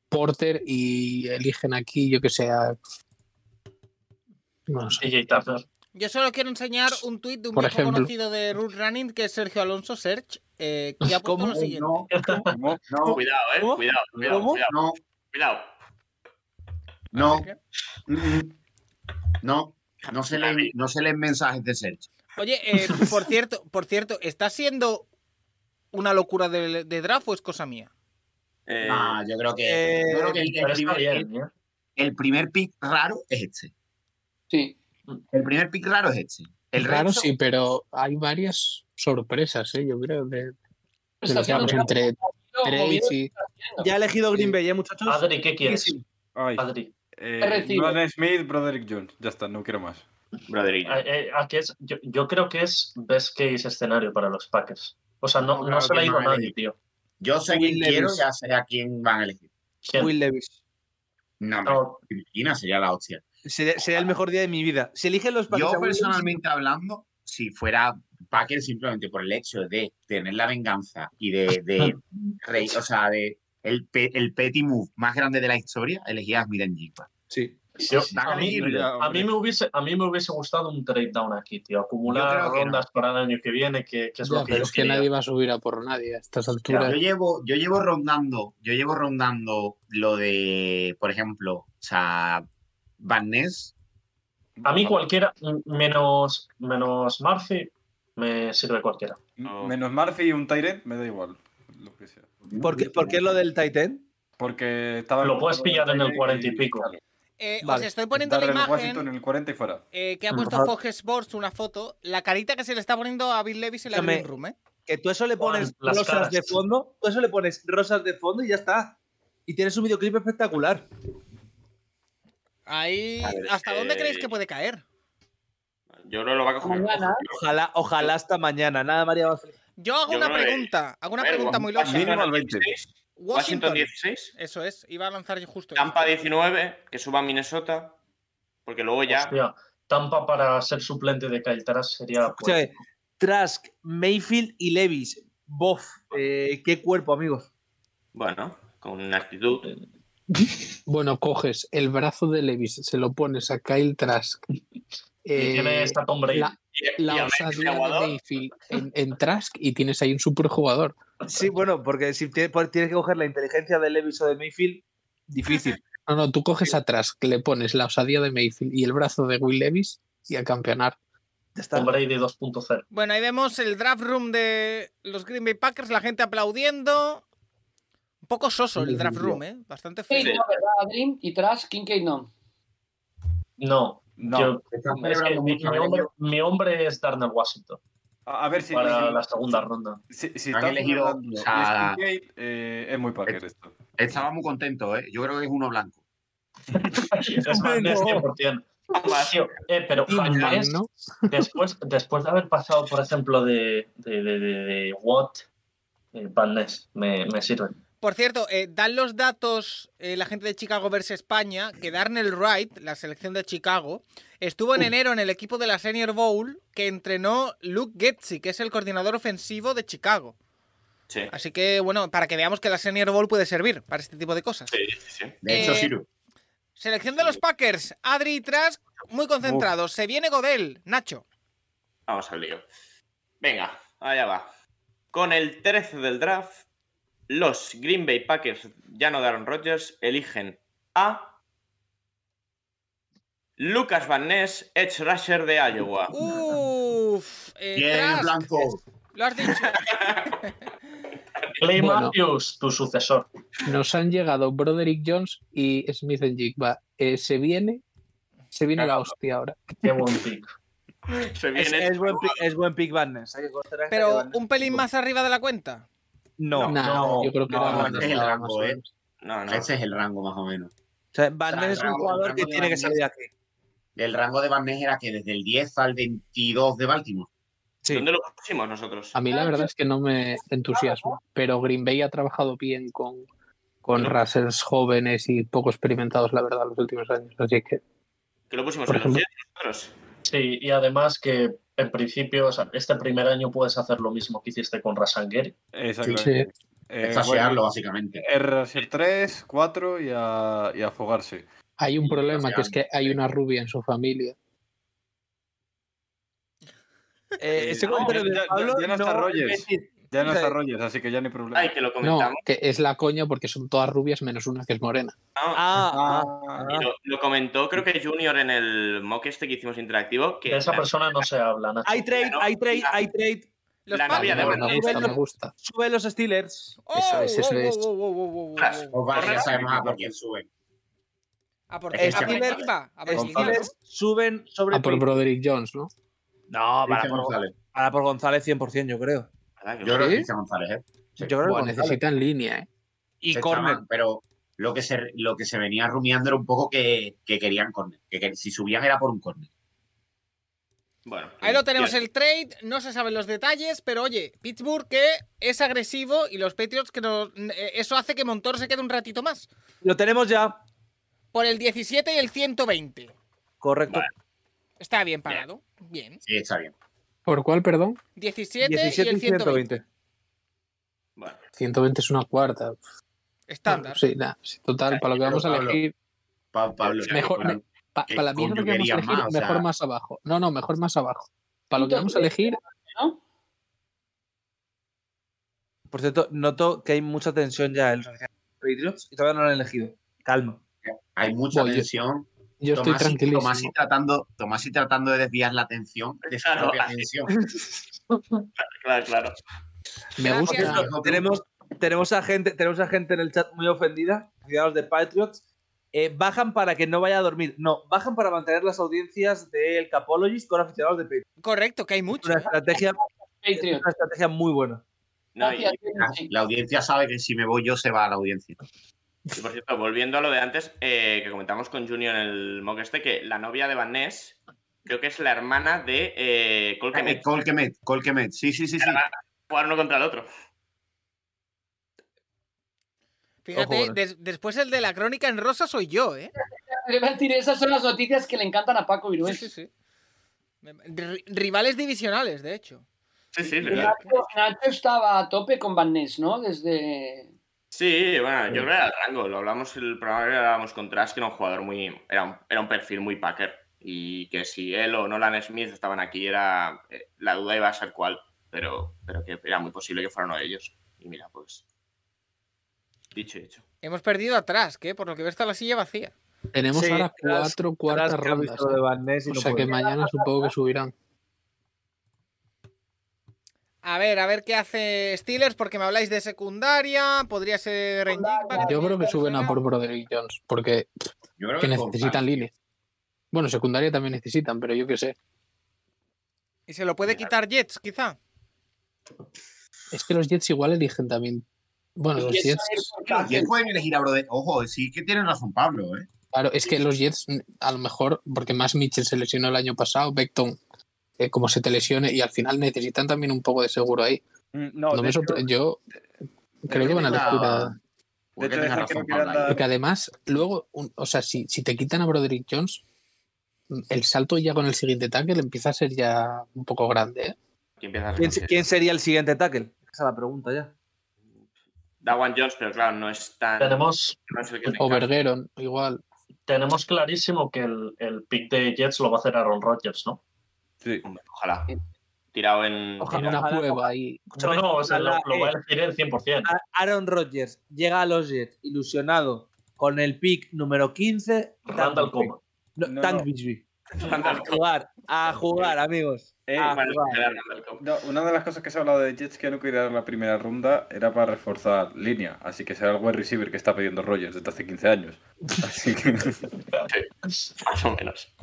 [SPEAKER 9] Porter y eligen aquí, yo que sé, a- no sé.
[SPEAKER 6] DJ Turner.
[SPEAKER 1] Yo solo quiero enseñar un tuit de un
[SPEAKER 9] Por
[SPEAKER 1] viejo
[SPEAKER 9] ejemplo.
[SPEAKER 1] conocido de Root Running, que es Sergio Alonso Serge, eh, que ha puesto
[SPEAKER 3] Pues ¿Cómo?
[SPEAKER 1] lo siguiente.
[SPEAKER 3] No, no, no,
[SPEAKER 2] Cuidado, eh.
[SPEAKER 1] ¿Cómo?
[SPEAKER 2] Cuidado, cuidado,
[SPEAKER 1] ¿Cómo?
[SPEAKER 2] cuidado.
[SPEAKER 3] no,
[SPEAKER 2] Cuidado.
[SPEAKER 3] no,
[SPEAKER 1] ¿Qué?
[SPEAKER 3] mm, no, no se leen, no se leen mensajes de Sergio.
[SPEAKER 1] Oye, eh, por cierto, por cierto, ¿está siendo una locura de, de draft o es cosa mía?
[SPEAKER 2] Eh,
[SPEAKER 3] Ah, yo creo que,
[SPEAKER 5] eh,
[SPEAKER 3] yo creo que el,
[SPEAKER 6] Pero
[SPEAKER 3] el
[SPEAKER 6] está
[SPEAKER 3] primer, el-
[SPEAKER 6] bien, ¿eh?
[SPEAKER 3] el primer pick raro es este.
[SPEAKER 4] Sí.
[SPEAKER 3] El primer pick raro es este. El
[SPEAKER 9] Raro
[SPEAKER 3] resto-
[SPEAKER 9] sí, pero hay varias sorpresas, ¿eh? yo creo, de, de
[SPEAKER 4] Está
[SPEAKER 9] los
[SPEAKER 4] haciendo
[SPEAKER 9] datos entre
[SPEAKER 4] movido,
[SPEAKER 9] tres y...
[SPEAKER 5] Ya ha elegido Green Bay, ¿eh, muchachos?
[SPEAKER 6] Adri, ¿qué quieres?
[SPEAKER 7] Ay,
[SPEAKER 6] Adri,
[SPEAKER 7] eh,
[SPEAKER 4] Te recibo.
[SPEAKER 7] Nolan Smith, Broderick Jones. Ya está, no quiero más.
[SPEAKER 2] Broderick.
[SPEAKER 6] eh, eh, ¿a qué es? Yo, yo creo que es best case escenario para los Packers. O sea,
[SPEAKER 3] No,
[SPEAKER 6] no, no,
[SPEAKER 3] claro
[SPEAKER 6] se le ha
[SPEAKER 3] que
[SPEAKER 6] ido
[SPEAKER 3] no,
[SPEAKER 6] nadie,
[SPEAKER 3] eh.
[SPEAKER 6] tío.
[SPEAKER 3] Yo sé
[SPEAKER 5] Will
[SPEAKER 3] quién quiero,
[SPEAKER 5] Levis.
[SPEAKER 3] ya sé a quién van a elegir.
[SPEAKER 6] ¿Quién?
[SPEAKER 5] Will Levis.
[SPEAKER 3] No, hombre,
[SPEAKER 6] No,
[SPEAKER 3] te imaginas, sería la hostia.
[SPEAKER 5] Sería, sería el mejor día de mi vida. Si eligen los Packers a
[SPEAKER 3] Yo
[SPEAKER 5] Will Levis-
[SPEAKER 3] personalmente hablando, si fuera Packers simplemente por el hecho de tener la venganza y de, de rey, o sea, de el, pe- el petty move más grande de la historia, elegía a Smith en Jigba.
[SPEAKER 5] Sí.
[SPEAKER 6] yo-
[SPEAKER 3] sí.
[SPEAKER 6] a mí-
[SPEAKER 7] Ya,
[SPEAKER 6] A mí,
[SPEAKER 7] hombre.
[SPEAKER 6] me hubiese, a mí me hubiese gustado un trade down aquí, tío. Acumular
[SPEAKER 3] Yo creo que
[SPEAKER 6] rondas para el año que viene, que, que es
[SPEAKER 9] Ya,
[SPEAKER 6] lo que
[SPEAKER 9] pero
[SPEAKER 6] yo
[SPEAKER 9] es que
[SPEAKER 6] quería.
[SPEAKER 9] nadie va a subir a por nadie a estas
[SPEAKER 3] Yo
[SPEAKER 9] alturas.
[SPEAKER 3] llevo, yo llevo rondando, yo llevo rondando lo de, por ejemplo, o sea, Van Ness,
[SPEAKER 6] A mí cualquiera, m- menos, menos Murphy, me sirve cualquiera.
[SPEAKER 2] No.
[SPEAKER 7] Menos Murphy y un Tyrant, me da igual. Lo que sea.
[SPEAKER 5] ¿Por qué, por qué lo del Titan?
[SPEAKER 7] Porque estaba.
[SPEAKER 6] Lo puedes pillar en el
[SPEAKER 7] Tyrant
[SPEAKER 6] 40 y pico.
[SPEAKER 7] claro,
[SPEAKER 1] Eh, Os
[SPEAKER 5] Vale,
[SPEAKER 1] estoy poniendo la
[SPEAKER 7] darle el Washington
[SPEAKER 1] imagen
[SPEAKER 7] en el 40 y fuera.
[SPEAKER 1] eh, que ha puesto
[SPEAKER 6] Ajá.
[SPEAKER 1] Fox Sports, una foto, la carita que se le está poniendo a Bill Levis en la
[SPEAKER 5] Escúchame.
[SPEAKER 1] Green Room, ¿eh?
[SPEAKER 5] Que tú eso le
[SPEAKER 6] Juan,
[SPEAKER 5] pones
[SPEAKER 6] las
[SPEAKER 5] rosas
[SPEAKER 6] caras.
[SPEAKER 5] de fondo, tú eso le pones rosas de fondo y ya está. Y tienes un videoclip espectacular.
[SPEAKER 1] Ahí,
[SPEAKER 2] A ver,
[SPEAKER 1] ¿hasta dónde
[SPEAKER 2] eh,
[SPEAKER 1] creéis que puede caer?
[SPEAKER 2] Yo creo que lo va a coger.
[SPEAKER 4] Mañana.
[SPEAKER 5] Ojalá, ojalá hasta mañana. Nada, María más feliz.
[SPEAKER 1] Yo hago
[SPEAKER 2] yo
[SPEAKER 1] una
[SPEAKER 2] creo que-
[SPEAKER 1] pregunta, hago una
[SPEAKER 2] A ver,
[SPEAKER 1] pregunta muy loca.
[SPEAKER 2] Washington
[SPEAKER 7] Mínimo al 20.
[SPEAKER 2] 16, Washington
[SPEAKER 1] Washington,
[SPEAKER 2] 16,
[SPEAKER 1] eso es, iba a lanzar yo justo.
[SPEAKER 2] Tampa
[SPEAKER 1] eso.
[SPEAKER 2] 19, que suba a Minnesota. Porque luego ya.
[SPEAKER 6] Hostia, Tampa para ser suplente de Kyle Trask sería... pues,
[SPEAKER 5] Escúchame, Trask, Mayfield y Levis. Bof, eh, qué cuerpo, amigos.
[SPEAKER 2] Bueno, con una actitud.
[SPEAKER 9] Bueno, coges el brazo de Levis, se lo pones a Kyle Trask.
[SPEAKER 6] y
[SPEAKER 9] eh,
[SPEAKER 6] tiene esta Tom Brady.
[SPEAKER 9] la-
[SPEAKER 2] Y, y
[SPEAKER 9] la
[SPEAKER 2] a Messi de
[SPEAKER 9] osadía de
[SPEAKER 2] Aguador,
[SPEAKER 9] Mayfield en, en Trask y tienes ahí un superjugador.
[SPEAKER 5] Sí, bueno, porque si tie- pues tienes que coger la inteligencia de Levis o de Mayfield, difícil.
[SPEAKER 9] No, no, tú coges a Trask, le pones la osadía de Mayfield y el brazo de Will Levis y a campeonar.
[SPEAKER 5] Ya está.
[SPEAKER 6] Tom Brady 2.0.
[SPEAKER 1] Bueno, ahí vemos el draft room de los Green Bay Packers, la gente aplaudiendo. Un poco soso el draft room, ¿eh? Bastante feo.
[SPEAKER 4] Kincaid no, ¿verdad, Adri? Y tras Kincaid no.
[SPEAKER 6] No,
[SPEAKER 7] No.
[SPEAKER 6] yo-
[SPEAKER 3] Están
[SPEAKER 6] es que
[SPEAKER 3] celebrando
[SPEAKER 6] mi,
[SPEAKER 3] mucho,
[SPEAKER 6] mi
[SPEAKER 3] ¿eh?
[SPEAKER 6] hombre, mi hombre es Darnell Washington
[SPEAKER 7] A, a ver si.
[SPEAKER 6] para
[SPEAKER 7] si-
[SPEAKER 6] la segunda ronda.
[SPEAKER 7] Si, si
[SPEAKER 3] Han
[SPEAKER 7] está
[SPEAKER 3] elegido
[SPEAKER 7] jugando
[SPEAKER 3] a-
[SPEAKER 7] Jason Kidd, eh, es muy Packer esto.
[SPEAKER 3] Estaba muy contento, ¿eh? Yo creo que es uno blanco.
[SPEAKER 6] es Van Ness 100%. Tío, eh, pero Van
[SPEAKER 9] Inman,
[SPEAKER 6] Ness,
[SPEAKER 9] ¿no?
[SPEAKER 6] después, después de haber pasado, por ejemplo, de, de, de, de, de Watt, eh, Van Ness me, me sirve.
[SPEAKER 1] Por cierto, eh, dan los datos eh, la gente de Chicago versus España que Darnell Wright, la selección de Chicago, estuvo en enero en el equipo de la Senior Bowl que entrenó Luke Getzi, que es el coordinador ofensivo de Chicago.
[SPEAKER 2] Sí,
[SPEAKER 1] Así que, bueno, para que veamos que la Senior Bowl puede servir para este tipo de cosas.
[SPEAKER 2] sí, sí, sí.
[SPEAKER 3] De hecho,
[SPEAKER 1] Eh,
[SPEAKER 3] Siru,
[SPEAKER 1] Selección de los Packers, Adri y Trask, muy concentrados. Se viene Godel, Nacho.
[SPEAKER 2] Vamos al lío. Venga, allá va. Con el 13 del draft, los Green Bay Packers, ya no Darren Rodgers, eligen a Lucas Van Ness, Edge Rusher de Iowa.
[SPEAKER 1] Uh, Uf, eh,
[SPEAKER 3] bien
[SPEAKER 1] Trask,
[SPEAKER 3] blanco.
[SPEAKER 1] lo has dicho.
[SPEAKER 6] Clay
[SPEAKER 9] Bueno.
[SPEAKER 6] Matthews, tu sucesor.
[SPEAKER 9] Nos han llegado Broderick Jones y Smith en Jigba. Eh, se viene, se viene la hostia ahora.
[SPEAKER 6] Qué buen pick.
[SPEAKER 2] Se
[SPEAKER 5] Es,
[SPEAKER 2] viene-
[SPEAKER 5] es buen, pick- es buen pick Van Ness, hay que coger a este que
[SPEAKER 1] Pero
[SPEAKER 5] Van Ness.
[SPEAKER 1] un pelín más arriba de la cuenta.
[SPEAKER 5] No.
[SPEAKER 9] Nah,
[SPEAKER 6] no,
[SPEAKER 9] yo creo que
[SPEAKER 3] no,
[SPEAKER 9] era
[SPEAKER 3] no,
[SPEAKER 9] más
[SPEAKER 3] no, es el
[SPEAKER 9] estaba
[SPEAKER 3] rango,
[SPEAKER 9] más o
[SPEAKER 3] eh.
[SPEAKER 9] menos.
[SPEAKER 2] No, no.
[SPEAKER 3] Ese es el rango más o menos.
[SPEAKER 5] O sea, Van
[SPEAKER 3] O sea,
[SPEAKER 5] Ness es un
[SPEAKER 3] Ramón-
[SPEAKER 5] jugador que
[SPEAKER 3] Ramón
[SPEAKER 5] tiene que
[SPEAKER 3] Van
[SPEAKER 5] salir de aquí.
[SPEAKER 3] El rango de Van Ness era que desde el 10 al 22 de Baltimore.
[SPEAKER 2] ¿Dónde lo pusimos nosotros?
[SPEAKER 5] Ah,
[SPEAKER 9] A mí la verdad es que no me entusiasma, Eh, pero Green Bay ha trabajado bien con, con racers jóvenes y poco experimentados, la verdad, los últimos años. Así que
[SPEAKER 2] Que lo pusimos
[SPEAKER 9] Por
[SPEAKER 2] en los
[SPEAKER 9] ejemplo.
[SPEAKER 2] 10 nosotros.
[SPEAKER 6] Sí, y además que en principio, o sea, este primer año puedes hacer lo mismo que hiciste con Rasangeri.
[SPEAKER 7] Exacto.
[SPEAKER 9] Sí.
[SPEAKER 7] Eh,
[SPEAKER 3] Escasearlo, básicamente.
[SPEAKER 7] R 3, 4 y a, y a afogarse.
[SPEAKER 9] hay un problema,
[SPEAKER 3] gracias,
[SPEAKER 9] que es que hay una rubia en su familia.
[SPEAKER 5] Eh, ese
[SPEAKER 7] No,
[SPEAKER 5] comentario de
[SPEAKER 7] ya- ya-
[SPEAKER 5] Pablo
[SPEAKER 7] ya no está Rogers.
[SPEAKER 5] es decir,
[SPEAKER 7] Ya no
[SPEAKER 5] O sea,
[SPEAKER 7] está Rogers, así que ya no hay problema.
[SPEAKER 2] Ay, que lo
[SPEAKER 9] No,
[SPEAKER 2] comentamos.
[SPEAKER 9] que es la coña porque son todas rubias menos una que es morena.
[SPEAKER 2] ¿no?
[SPEAKER 5] ah,
[SPEAKER 2] Y lo, lo comentó, creo que Junior en el mock este que hicimos interactivo, que
[SPEAKER 6] De esa
[SPEAKER 2] la-
[SPEAKER 6] persona no se habla, Nacho.
[SPEAKER 5] hay trade, hay trade, hay trade.
[SPEAKER 1] Los
[SPEAKER 2] La
[SPEAKER 1] Packers.
[SPEAKER 2] novia de
[SPEAKER 9] No,
[SPEAKER 2] Brandon.
[SPEAKER 9] me gusta, me gusta.
[SPEAKER 5] Sube los Steelers. oh,
[SPEAKER 1] ¡Oh!
[SPEAKER 9] Eso es, eso
[SPEAKER 1] wow,
[SPEAKER 9] es.
[SPEAKER 1] wow,
[SPEAKER 5] Uh,
[SPEAKER 1] wow, wow, wow, wow,
[SPEAKER 2] Claro.
[SPEAKER 1] wow.
[SPEAKER 3] Pues vale, ya sabemos a por quién suben.
[SPEAKER 1] A por
[SPEAKER 3] Es
[SPEAKER 1] ti,
[SPEAKER 3] que
[SPEAKER 1] a
[SPEAKER 3] se
[SPEAKER 1] por
[SPEAKER 5] llama-
[SPEAKER 1] encima, a por encima.
[SPEAKER 5] Steelers suben sobre
[SPEAKER 9] Ah, por
[SPEAKER 5] Pittsburgh.
[SPEAKER 9] Broderick Jones, ¿no?
[SPEAKER 5] No, para
[SPEAKER 3] Cristian
[SPEAKER 5] por,
[SPEAKER 3] González.
[SPEAKER 5] para por González 100%, yo creo.
[SPEAKER 2] ¿Verdad que-
[SPEAKER 3] Yo creo que
[SPEAKER 9] ¿Sí?
[SPEAKER 3] Cristian González, ¿eh? Sí.
[SPEAKER 5] Yo creo que
[SPEAKER 9] Buah,
[SPEAKER 5] González.
[SPEAKER 9] necesitan línea, ¿eh?
[SPEAKER 5] Y
[SPEAKER 3] Este
[SPEAKER 5] corner.
[SPEAKER 3] chaval, pero lo que, se, lo que se venía rumiando era un poco que, que querían córner. Que, que si subían era por un córner.
[SPEAKER 2] Bueno,
[SPEAKER 1] Ahí lo tenemos
[SPEAKER 2] yo-
[SPEAKER 1] el trade, no se saben los detalles, pero oye, Pittsburgh que es agresivo y los Patriots que nos- eh, eso hace que Montoro se quede un ratito más.
[SPEAKER 5] Lo tenemos ya.
[SPEAKER 1] Por el 17 y el 120.
[SPEAKER 5] Correcto.
[SPEAKER 2] Vale.
[SPEAKER 1] Está bien pagado. Bien.
[SPEAKER 3] Sí, está bien.
[SPEAKER 9] ¿Por cuál, perdón?
[SPEAKER 1] 17,
[SPEAKER 5] 17
[SPEAKER 1] y el 120.
[SPEAKER 5] 120.
[SPEAKER 2] bueno,
[SPEAKER 9] 120 es una cuarta.
[SPEAKER 1] Estándar.
[SPEAKER 9] Sí, nada. sí, total,
[SPEAKER 3] Ya,
[SPEAKER 9] para lo que
[SPEAKER 3] pero
[SPEAKER 9] vamos a
[SPEAKER 3] Pablo,
[SPEAKER 9] elegir,
[SPEAKER 3] Pa- Pablo,
[SPEAKER 9] Mejor-
[SPEAKER 3] para-
[SPEAKER 9] pa-
[SPEAKER 3] ¿qué
[SPEAKER 9] para la mierda
[SPEAKER 3] coño
[SPEAKER 9] que vamos a
[SPEAKER 3] querías
[SPEAKER 9] elegir,
[SPEAKER 3] más? O sea-
[SPEAKER 9] mejor más abajo. No, no, mejor más abajo. Para lo que vamos a
[SPEAKER 4] Entonces,
[SPEAKER 9] elegir,
[SPEAKER 4] ¿no?
[SPEAKER 5] Por cierto, noto que hay mucha tensión ya en los Patriots y todavía no lo han elegido. Calma.
[SPEAKER 3] hay mucha
[SPEAKER 9] Voy, Pues yo-
[SPEAKER 3] tensión.
[SPEAKER 9] yo estoy
[SPEAKER 3] Tomás,
[SPEAKER 9] tranquilísimo.
[SPEAKER 3] Tomás y tratando, Tomás y tratando de desviar la atención de su
[SPEAKER 2] Claro,
[SPEAKER 3] propia
[SPEAKER 2] así.
[SPEAKER 3] tensión.
[SPEAKER 2] claro, claro.
[SPEAKER 9] Me
[SPEAKER 1] Gracias.
[SPEAKER 9] gusta.
[SPEAKER 3] Claro.
[SPEAKER 5] Tenemos, tenemos, a gente, tenemos a gente en el chat muy ofendida, aficionados de Patriots. Eh, bajan para que no vaya a dormir. No, bajan para mantener las audiencias del Capologist con aficionados de Patriots.
[SPEAKER 1] Correcto, que hay mucho.
[SPEAKER 5] Una estrategia,
[SPEAKER 4] Patriot.
[SPEAKER 5] una estrategia muy buena.
[SPEAKER 2] No, y-
[SPEAKER 4] Gracias, Patriot.
[SPEAKER 3] La audiencia sabe que si me voy yo se va a la audiencia.
[SPEAKER 2] Y por cierto, volviendo a lo de antes, eh, que comentamos con Junior en el mock este, que la novia de Van Ness creo que es la hermana de eh, Cole Kmet.
[SPEAKER 3] Colquemet, Colquemet, sí, sí, sí, sí.
[SPEAKER 2] Van a jugar uno contra el otro.
[SPEAKER 1] Fíjate,
[SPEAKER 5] Ojo, bueno.
[SPEAKER 1] des- después el de la crónica en rosa soy yo, ¿eh?
[SPEAKER 4] Le iba a decir, esas son las noticias que le encantan a Paco
[SPEAKER 1] Sí,
[SPEAKER 4] Virués.
[SPEAKER 1] sí, sí. Ri- Rivales divisionales, de hecho.
[SPEAKER 2] Sí, sí, es
[SPEAKER 4] Y
[SPEAKER 2] verdad.
[SPEAKER 4] Nacho, Nacho estaba a tope con Van Ness, ¿no? Desde.
[SPEAKER 2] Sí, bueno, yo creo que era el rango. Lo hablamos en el programa que hablábamos con Trash, que era un jugador muy. Era un, era un perfil muy packer. Y que si él o Nolan Smith estaban aquí, era eh, la duda iba a ser cuál. Pero, pero que era muy posible que fuera uno de ellos. Y mira, pues. Dicho y hecho.
[SPEAKER 1] Hemos perdido atrás, que por lo que veo está la silla vacía.
[SPEAKER 9] Tenemos
[SPEAKER 5] Sí,
[SPEAKER 9] ahora
[SPEAKER 5] tras-
[SPEAKER 9] cuatro
[SPEAKER 5] Ahora es que
[SPEAKER 9] cuartas
[SPEAKER 5] ha
[SPEAKER 9] rondas.
[SPEAKER 5] visto lo de Van Ness y
[SPEAKER 9] O
[SPEAKER 5] no
[SPEAKER 9] sea que
[SPEAKER 5] puede.
[SPEAKER 9] mañana supongo que subirán.
[SPEAKER 1] A ver, a ver qué hace Steelers, porque me habláis de secundaria, podría ser en Jigba,
[SPEAKER 9] Yo creo
[SPEAKER 1] también
[SPEAKER 9] que
[SPEAKER 1] está
[SPEAKER 9] suben a
[SPEAKER 1] fuera.
[SPEAKER 9] por Broderick Jones, porque
[SPEAKER 3] Yo creo
[SPEAKER 9] que
[SPEAKER 3] con-
[SPEAKER 9] necesitan línea. Bueno, secundaria también necesitan, pero yo qué sé.
[SPEAKER 1] Y se lo puede quitar Jets, quizá.
[SPEAKER 9] Es que los Jets igual eligen también. Bueno, los
[SPEAKER 4] Empieza a ir
[SPEAKER 9] Jets.
[SPEAKER 4] por
[SPEAKER 3] Claro,
[SPEAKER 4] Patriot.
[SPEAKER 3] ¿Quién pueden elegir a Brode? Ojo, sí que tienen razón Pablo, ¿eh?
[SPEAKER 9] Claro, es que los Jets, mm, a lo mejor, porque más Mitchell se lesionó el año pasado, Beckton, eh, como se te lesione, y al final necesitan también un poco de seguro ahí.
[SPEAKER 7] Mm, No,
[SPEAKER 9] No
[SPEAKER 7] de
[SPEAKER 9] me
[SPEAKER 7] hecho,
[SPEAKER 9] sorprende. Yo creo
[SPEAKER 7] hecho,
[SPEAKER 9] que van a
[SPEAKER 3] la-
[SPEAKER 9] elegir a-
[SPEAKER 3] Puede
[SPEAKER 7] hecho,
[SPEAKER 3] que tenga
[SPEAKER 7] esa
[SPEAKER 3] razón
[SPEAKER 7] creo que
[SPEAKER 3] Pablo.
[SPEAKER 7] era
[SPEAKER 3] ahí.
[SPEAKER 9] Porque además, luego, un- o sea, si, si te quitan a Broderick Jones, mm, el salto ya con el siguiente tackle empieza a ser ya un poco grande, ¿eh?
[SPEAKER 2] ¿Quién empieza a
[SPEAKER 5] ¿Quién, se-
[SPEAKER 2] reconocer?
[SPEAKER 5] quién sería el siguiente tackle? Esa es la pregunta ya.
[SPEAKER 2] Dawan Jones, pero claro, no es tan.
[SPEAKER 6] Tenemos,
[SPEAKER 2] no es el que
[SPEAKER 9] O
[SPEAKER 2] tenga.
[SPEAKER 9] Bergeron, igual.
[SPEAKER 6] tenemos clarísimo que el, el pick de Jets lo va a hacer Aaron Rodgers, ¿no?
[SPEAKER 7] Sí.
[SPEAKER 2] Hombre, Ojalá.
[SPEAKER 9] Eh,
[SPEAKER 2] Tirado en.
[SPEAKER 5] Ojalá.
[SPEAKER 9] Una
[SPEAKER 2] tirado-
[SPEAKER 9] cueva ahí.
[SPEAKER 6] No, no, o sea, lo, lo va a
[SPEAKER 5] Eh,
[SPEAKER 6] elegir el 100%.
[SPEAKER 5] A- Aaron Rodgers llega a los Jets ilusionado con el pick número 15.
[SPEAKER 6] Randall
[SPEAKER 5] Tank Bixby.
[SPEAKER 6] Cobb.
[SPEAKER 5] No,
[SPEAKER 7] No,
[SPEAKER 5] Tank
[SPEAKER 7] no.
[SPEAKER 5] Bixby.
[SPEAKER 2] Randall
[SPEAKER 5] A jugar, a jugar, amigos.
[SPEAKER 7] Eh,
[SPEAKER 5] a
[SPEAKER 2] Vale,
[SPEAKER 5] jugar.
[SPEAKER 2] era Randall Cobb.
[SPEAKER 7] No, una de las cosas que se ha hablado de Jets que no cuidaron en la primera ronda era para reforzar línea, así que será el wide receiver que está pidiendo Rogers desde hace 15 años. Así que
[SPEAKER 2] Más o menos.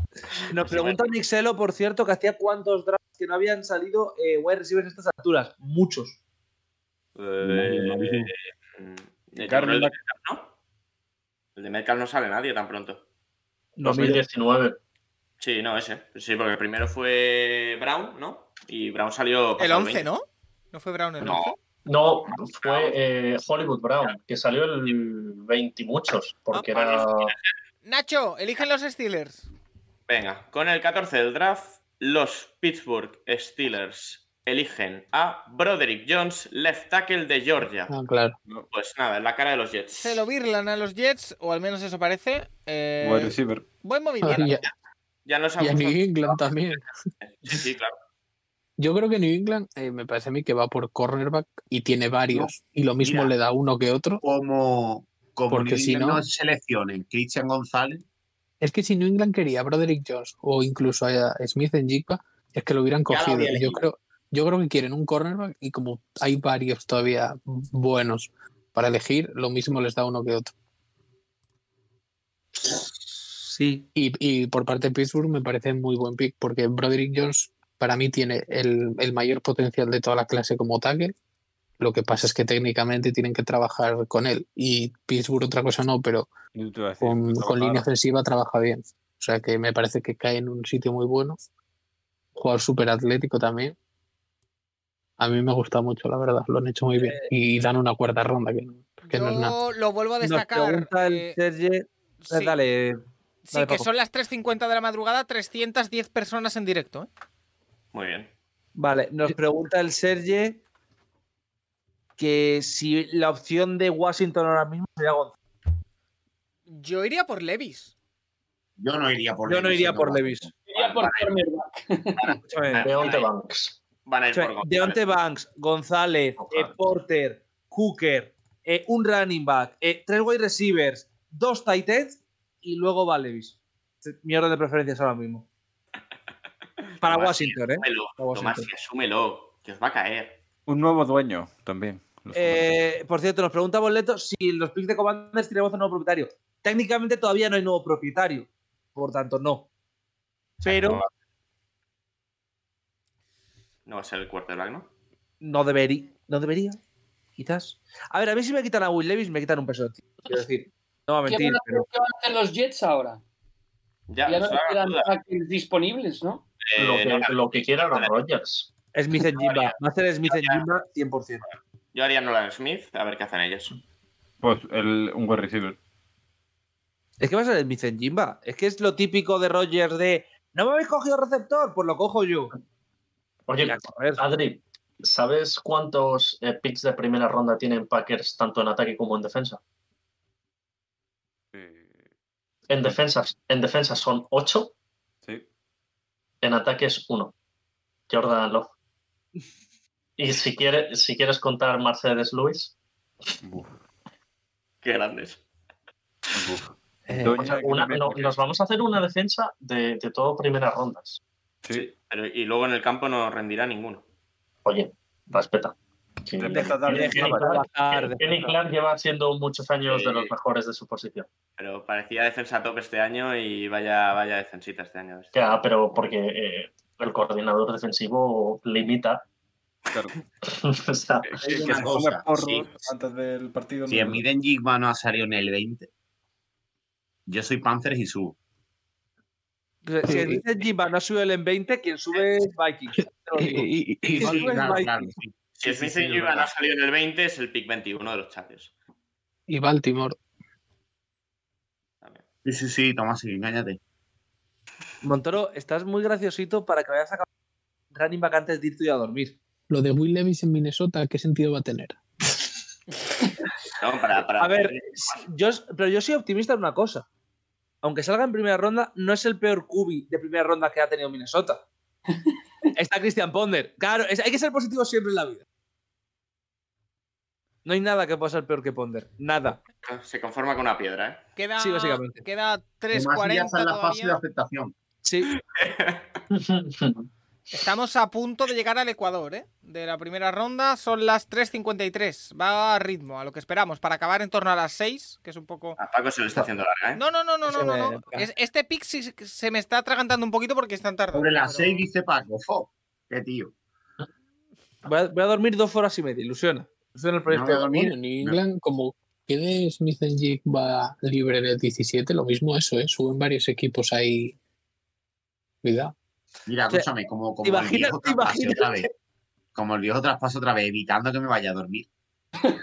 [SPEAKER 5] Nos pregunta Nixelo, por cierto, que hacía cuántos drafts que no habían salido eh, wide receivers a estas alturas. Muchos.
[SPEAKER 2] Eh, eh,
[SPEAKER 7] Carmen
[SPEAKER 2] el de
[SPEAKER 7] Mac-
[SPEAKER 2] Metcalf, ¿no? El de Metcalf no sale nadie tan pronto.
[SPEAKER 5] No, mira,
[SPEAKER 6] 2019.
[SPEAKER 2] Sí, no, ese. Sí, porque primero fue Brown, ¿no? Y Brown salió.
[SPEAKER 1] El
[SPEAKER 2] pasado
[SPEAKER 1] 11,
[SPEAKER 2] 20.
[SPEAKER 1] ¿no? ¿No fue Brown el
[SPEAKER 2] No.
[SPEAKER 1] 11?
[SPEAKER 6] No, fue eh, Hollywood Brown, que salió el 20 y muchos, porque
[SPEAKER 2] Ah,
[SPEAKER 6] era...
[SPEAKER 1] Nacho, eligen los Steelers.
[SPEAKER 2] Venga, con el 14 del draft, los Pittsburgh Steelers eligen a Broderick Jones, left tackle de Georgia.
[SPEAKER 9] Ah, claro.
[SPEAKER 2] Pues nada, en la cara de los Jets.
[SPEAKER 1] Se lo virlan a los Jets, o al menos eso parece. Eh,
[SPEAKER 7] Wide receiver.
[SPEAKER 1] buen movimiento.
[SPEAKER 9] Y a,
[SPEAKER 2] Ya nos
[SPEAKER 9] y a
[SPEAKER 2] han
[SPEAKER 9] New England también.
[SPEAKER 2] Sí, sí, claro.
[SPEAKER 9] Yo creo que New England eh, me parece a mí que va por cornerback y tiene varios. Y lo mismo
[SPEAKER 3] mira.
[SPEAKER 9] le da uno que otro.
[SPEAKER 3] Como, como
[SPEAKER 9] Porque
[SPEAKER 3] New
[SPEAKER 9] si
[SPEAKER 3] England
[SPEAKER 9] no-
[SPEAKER 3] seleccionen Christian González,
[SPEAKER 9] Es que si New England quería a Broderick Jones o incluso a Smith en Jigba, es que lo hubieran
[SPEAKER 3] Ya lo
[SPEAKER 9] cogido.
[SPEAKER 3] había
[SPEAKER 9] yo,
[SPEAKER 3] elegido.
[SPEAKER 9] creo, yo creo que quieren un cornerback y como hay varios todavía buenos para elegir, lo mismo les da uno que otro.
[SPEAKER 3] sí,
[SPEAKER 9] Y, y por parte de Pittsburgh me parece muy buen pick porque Broderick Jones para mí tiene el, el mayor potencial de toda la clase como tackle. Lo que pasa es que técnicamente tienen que trabajar con él y Pittsburgh otra cosa no, pero
[SPEAKER 7] Yo te iba a decir,
[SPEAKER 9] con, con
[SPEAKER 7] trabajar.
[SPEAKER 9] línea ofensiva trabaja bien. O sea que me parece que cae en un sitio muy bueno. Jugador súper atlético también. A mí me gusta mucho, la verdad. Lo han hecho muy bien. Y dan una cuarta ronda, que, que no es nada.
[SPEAKER 1] Yo lo vuelvo a
[SPEAKER 5] Nos
[SPEAKER 1] destacar.
[SPEAKER 5] pregunta el
[SPEAKER 1] eh,
[SPEAKER 5] Serge-
[SPEAKER 1] sí,
[SPEAKER 5] Dale,
[SPEAKER 1] sí,
[SPEAKER 5] dale,
[SPEAKER 1] que
[SPEAKER 5] Paco.
[SPEAKER 1] son las 3.50 de la madrugada, 310 personas en directo. ¿eh?
[SPEAKER 2] Muy bien.
[SPEAKER 5] Vale, nos pregunta el Serge que si la opción de Washington ahora mismo sería Gonzalo.
[SPEAKER 1] Yo iría por Levis.
[SPEAKER 3] yo no iría por
[SPEAKER 5] Yo no iría por Levis.
[SPEAKER 4] Sería por cornerback.
[SPEAKER 5] Escúchame,
[SPEAKER 6] Deonte Banks.
[SPEAKER 2] Van a ir por
[SPEAKER 5] escúchame,
[SPEAKER 2] González.
[SPEAKER 5] Deonte Banks, González, eh,
[SPEAKER 6] Ojalá.
[SPEAKER 5] Porter, Hooker, eh, un running back, eh, tres wide receivers, dos tight ends y luego va Levis. Este es Mi orden de preferencias ahora mismo. Para
[SPEAKER 2] Tomás,
[SPEAKER 5] Washington, ¿eh?
[SPEAKER 2] Asúmelo,
[SPEAKER 5] Para Washington.
[SPEAKER 2] Tomás, y asúmelo, que os va a caer.
[SPEAKER 7] Un nuevo dueño también. Los Commanders.
[SPEAKER 5] Eh, por cierto, nos pregunta Boleto si los picks de Commanders tenemos un nuevo propietario. Técnicamente todavía no hay nuevo propietario, por tanto no. Pero
[SPEAKER 2] No va a ser el quarterback, ¿no?
[SPEAKER 5] no debería, no debería, quizás. A ver, a mí si me quitan a Will Levis me quitan un peso. tío. Quiero decir, no va a
[SPEAKER 4] ¿Qué
[SPEAKER 5] mentir,
[SPEAKER 4] van a, hacer,
[SPEAKER 5] pero
[SPEAKER 4] qué van a hacer los Jets ahora?
[SPEAKER 2] Ya,
[SPEAKER 4] ya
[SPEAKER 2] eso
[SPEAKER 4] no
[SPEAKER 2] era una
[SPEAKER 4] quedan
[SPEAKER 2] duda.
[SPEAKER 4] tackles disponibles, ¿no?
[SPEAKER 2] Eh,
[SPEAKER 6] Lo que,
[SPEAKER 2] no, la-
[SPEAKER 6] lo que quiera Aaron Rodgers.
[SPEAKER 5] Smith en Jimba. Va a ser Smith en Jimba 100%.
[SPEAKER 2] Yo haría Nolan Smith, a ver qué hacen ellos.
[SPEAKER 7] Pues el, un wide receiver.
[SPEAKER 5] Es que va a ser Smith en Jimba. Es que es lo típico de Rogers de no me habéis cogido receptor, pues lo cojo yo. Y
[SPEAKER 6] Oye,
[SPEAKER 5] a correr.
[SPEAKER 6] Adri, ¿sabes cuántos eh, picks de primera ronda tienen Packers tanto en ataque como en defensa?
[SPEAKER 7] Eh,
[SPEAKER 6] En defensas, en defensa son 8,
[SPEAKER 7] sí.
[SPEAKER 6] en ataque es 1. Jordan Love. Y si, quiere, si quieres contar Mercedes Lewis,
[SPEAKER 7] Buf,
[SPEAKER 2] Qué grandes.
[SPEAKER 7] buf.
[SPEAKER 5] Eh,
[SPEAKER 7] Doña
[SPEAKER 6] o sea,
[SPEAKER 7] que
[SPEAKER 6] pues, una-
[SPEAKER 7] también-
[SPEAKER 6] no- nos vamos a hacer una defensa de, de todo primeras rondas.
[SPEAKER 7] Sí.
[SPEAKER 2] Pero, y luego en el campo no rendirá ninguno.
[SPEAKER 6] Oye, respeta. Sí.
[SPEAKER 7] Respeta también,
[SPEAKER 6] Kenny
[SPEAKER 7] ¿no?
[SPEAKER 6] Clark-
[SPEAKER 5] trabajar,
[SPEAKER 6] Kenny Clark lleva siendo muchos años de
[SPEAKER 2] Sí.
[SPEAKER 6] los mejores de su posición.
[SPEAKER 2] Pero parecía defensa top este año y vaya, vaya defensita este año.
[SPEAKER 6] Ya, pero porque eh, el coordinador defensivo limita.
[SPEAKER 7] Claro.
[SPEAKER 6] O sea,
[SPEAKER 7] Que- que- que
[SPEAKER 3] una
[SPEAKER 7] se
[SPEAKER 3] cosa,
[SPEAKER 7] ponga porros
[SPEAKER 3] sí.
[SPEAKER 7] antes del partido.
[SPEAKER 3] Si
[SPEAKER 7] no-
[SPEAKER 3] en Miden Jigba no ha salido en el 20, yo soy Panzer y subo.
[SPEAKER 5] Si en Smith en Jimba no sube el en 20, quien sube es Vikings. Te lo digo.
[SPEAKER 9] Y- y- y-
[SPEAKER 5] Sí,
[SPEAKER 3] Sí,
[SPEAKER 5] Valverde
[SPEAKER 3] claro,
[SPEAKER 5] Mike.
[SPEAKER 3] claro, sí.
[SPEAKER 2] Si
[SPEAKER 3] Sí, sí,
[SPEAKER 2] Smith
[SPEAKER 3] sí,
[SPEAKER 2] y
[SPEAKER 3] es
[SPEAKER 2] Juvan
[SPEAKER 3] verdad.
[SPEAKER 2] ha salido en el 20, es el pick 21 de los Chargers.
[SPEAKER 9] y Baltimore.
[SPEAKER 3] Sí, sí, sí, Tomás, sí, engáñate.
[SPEAKER 5] Montoro, estás muy graciosito para que vayas a acabar running back antes de irte a dormir.
[SPEAKER 9] Lo de Will Levis en Minnesota, ¿qué sentido va a tener?
[SPEAKER 2] No, para, para-
[SPEAKER 5] A ver, yo, pero yo soy optimista en una cosa. Aunque salga en primera ronda, no es el peor QB de primera ronda que ha tenido Minnesota. Está Christian Ponder. Claro, es- hay que ser positivo siempre en la vida. No hay nada que pueda ser peor que Ponder. Nada.
[SPEAKER 2] se conforma con una piedra, ¿eh?
[SPEAKER 1] Queda,
[SPEAKER 5] Sí, básicamente.
[SPEAKER 1] queda
[SPEAKER 3] Además, ya
[SPEAKER 1] 3.40
[SPEAKER 3] está en la fase de
[SPEAKER 1] todavía.
[SPEAKER 3] aceptación.
[SPEAKER 5] Sí,
[SPEAKER 1] Estamos a punto de llegar al Ecuador, ¿eh? De la primera ronda son las 3.53. Va a ritmo, a lo que esperamos, para acabar en torno a las 6, que es un poco...
[SPEAKER 3] Ah,
[SPEAKER 2] A Paco se le está haciendo larga, ¿eh?
[SPEAKER 1] No, no, no, no,
[SPEAKER 5] Se
[SPEAKER 1] no, no.
[SPEAKER 5] me-
[SPEAKER 1] no. Es- este pick sí se- se me está atragantando un poquito porque están tardando.
[SPEAKER 3] Sobre las
[SPEAKER 1] pero-
[SPEAKER 3] 6 dice Paco, fo, qué tío.
[SPEAKER 5] voy a, voy a dormir dos horas y media. Ilusiona. Ilusiona
[SPEAKER 3] No
[SPEAKER 5] el
[SPEAKER 3] voy
[SPEAKER 5] proyecto.
[SPEAKER 3] a dormir.
[SPEAKER 9] Bueno, en England, como quede Smith and Jig va libre en el 17, lo mismo eso, ¿eh? Suben varios equipos ahí Cuidado.
[SPEAKER 3] Mira,
[SPEAKER 9] O sea,
[SPEAKER 3] escúchame, como, como el
[SPEAKER 9] imagínate,
[SPEAKER 3] viejo traspase
[SPEAKER 9] imagínate.
[SPEAKER 3] otra vez. Como el viejo traspase otra vez, evitando que me vaya a dormir.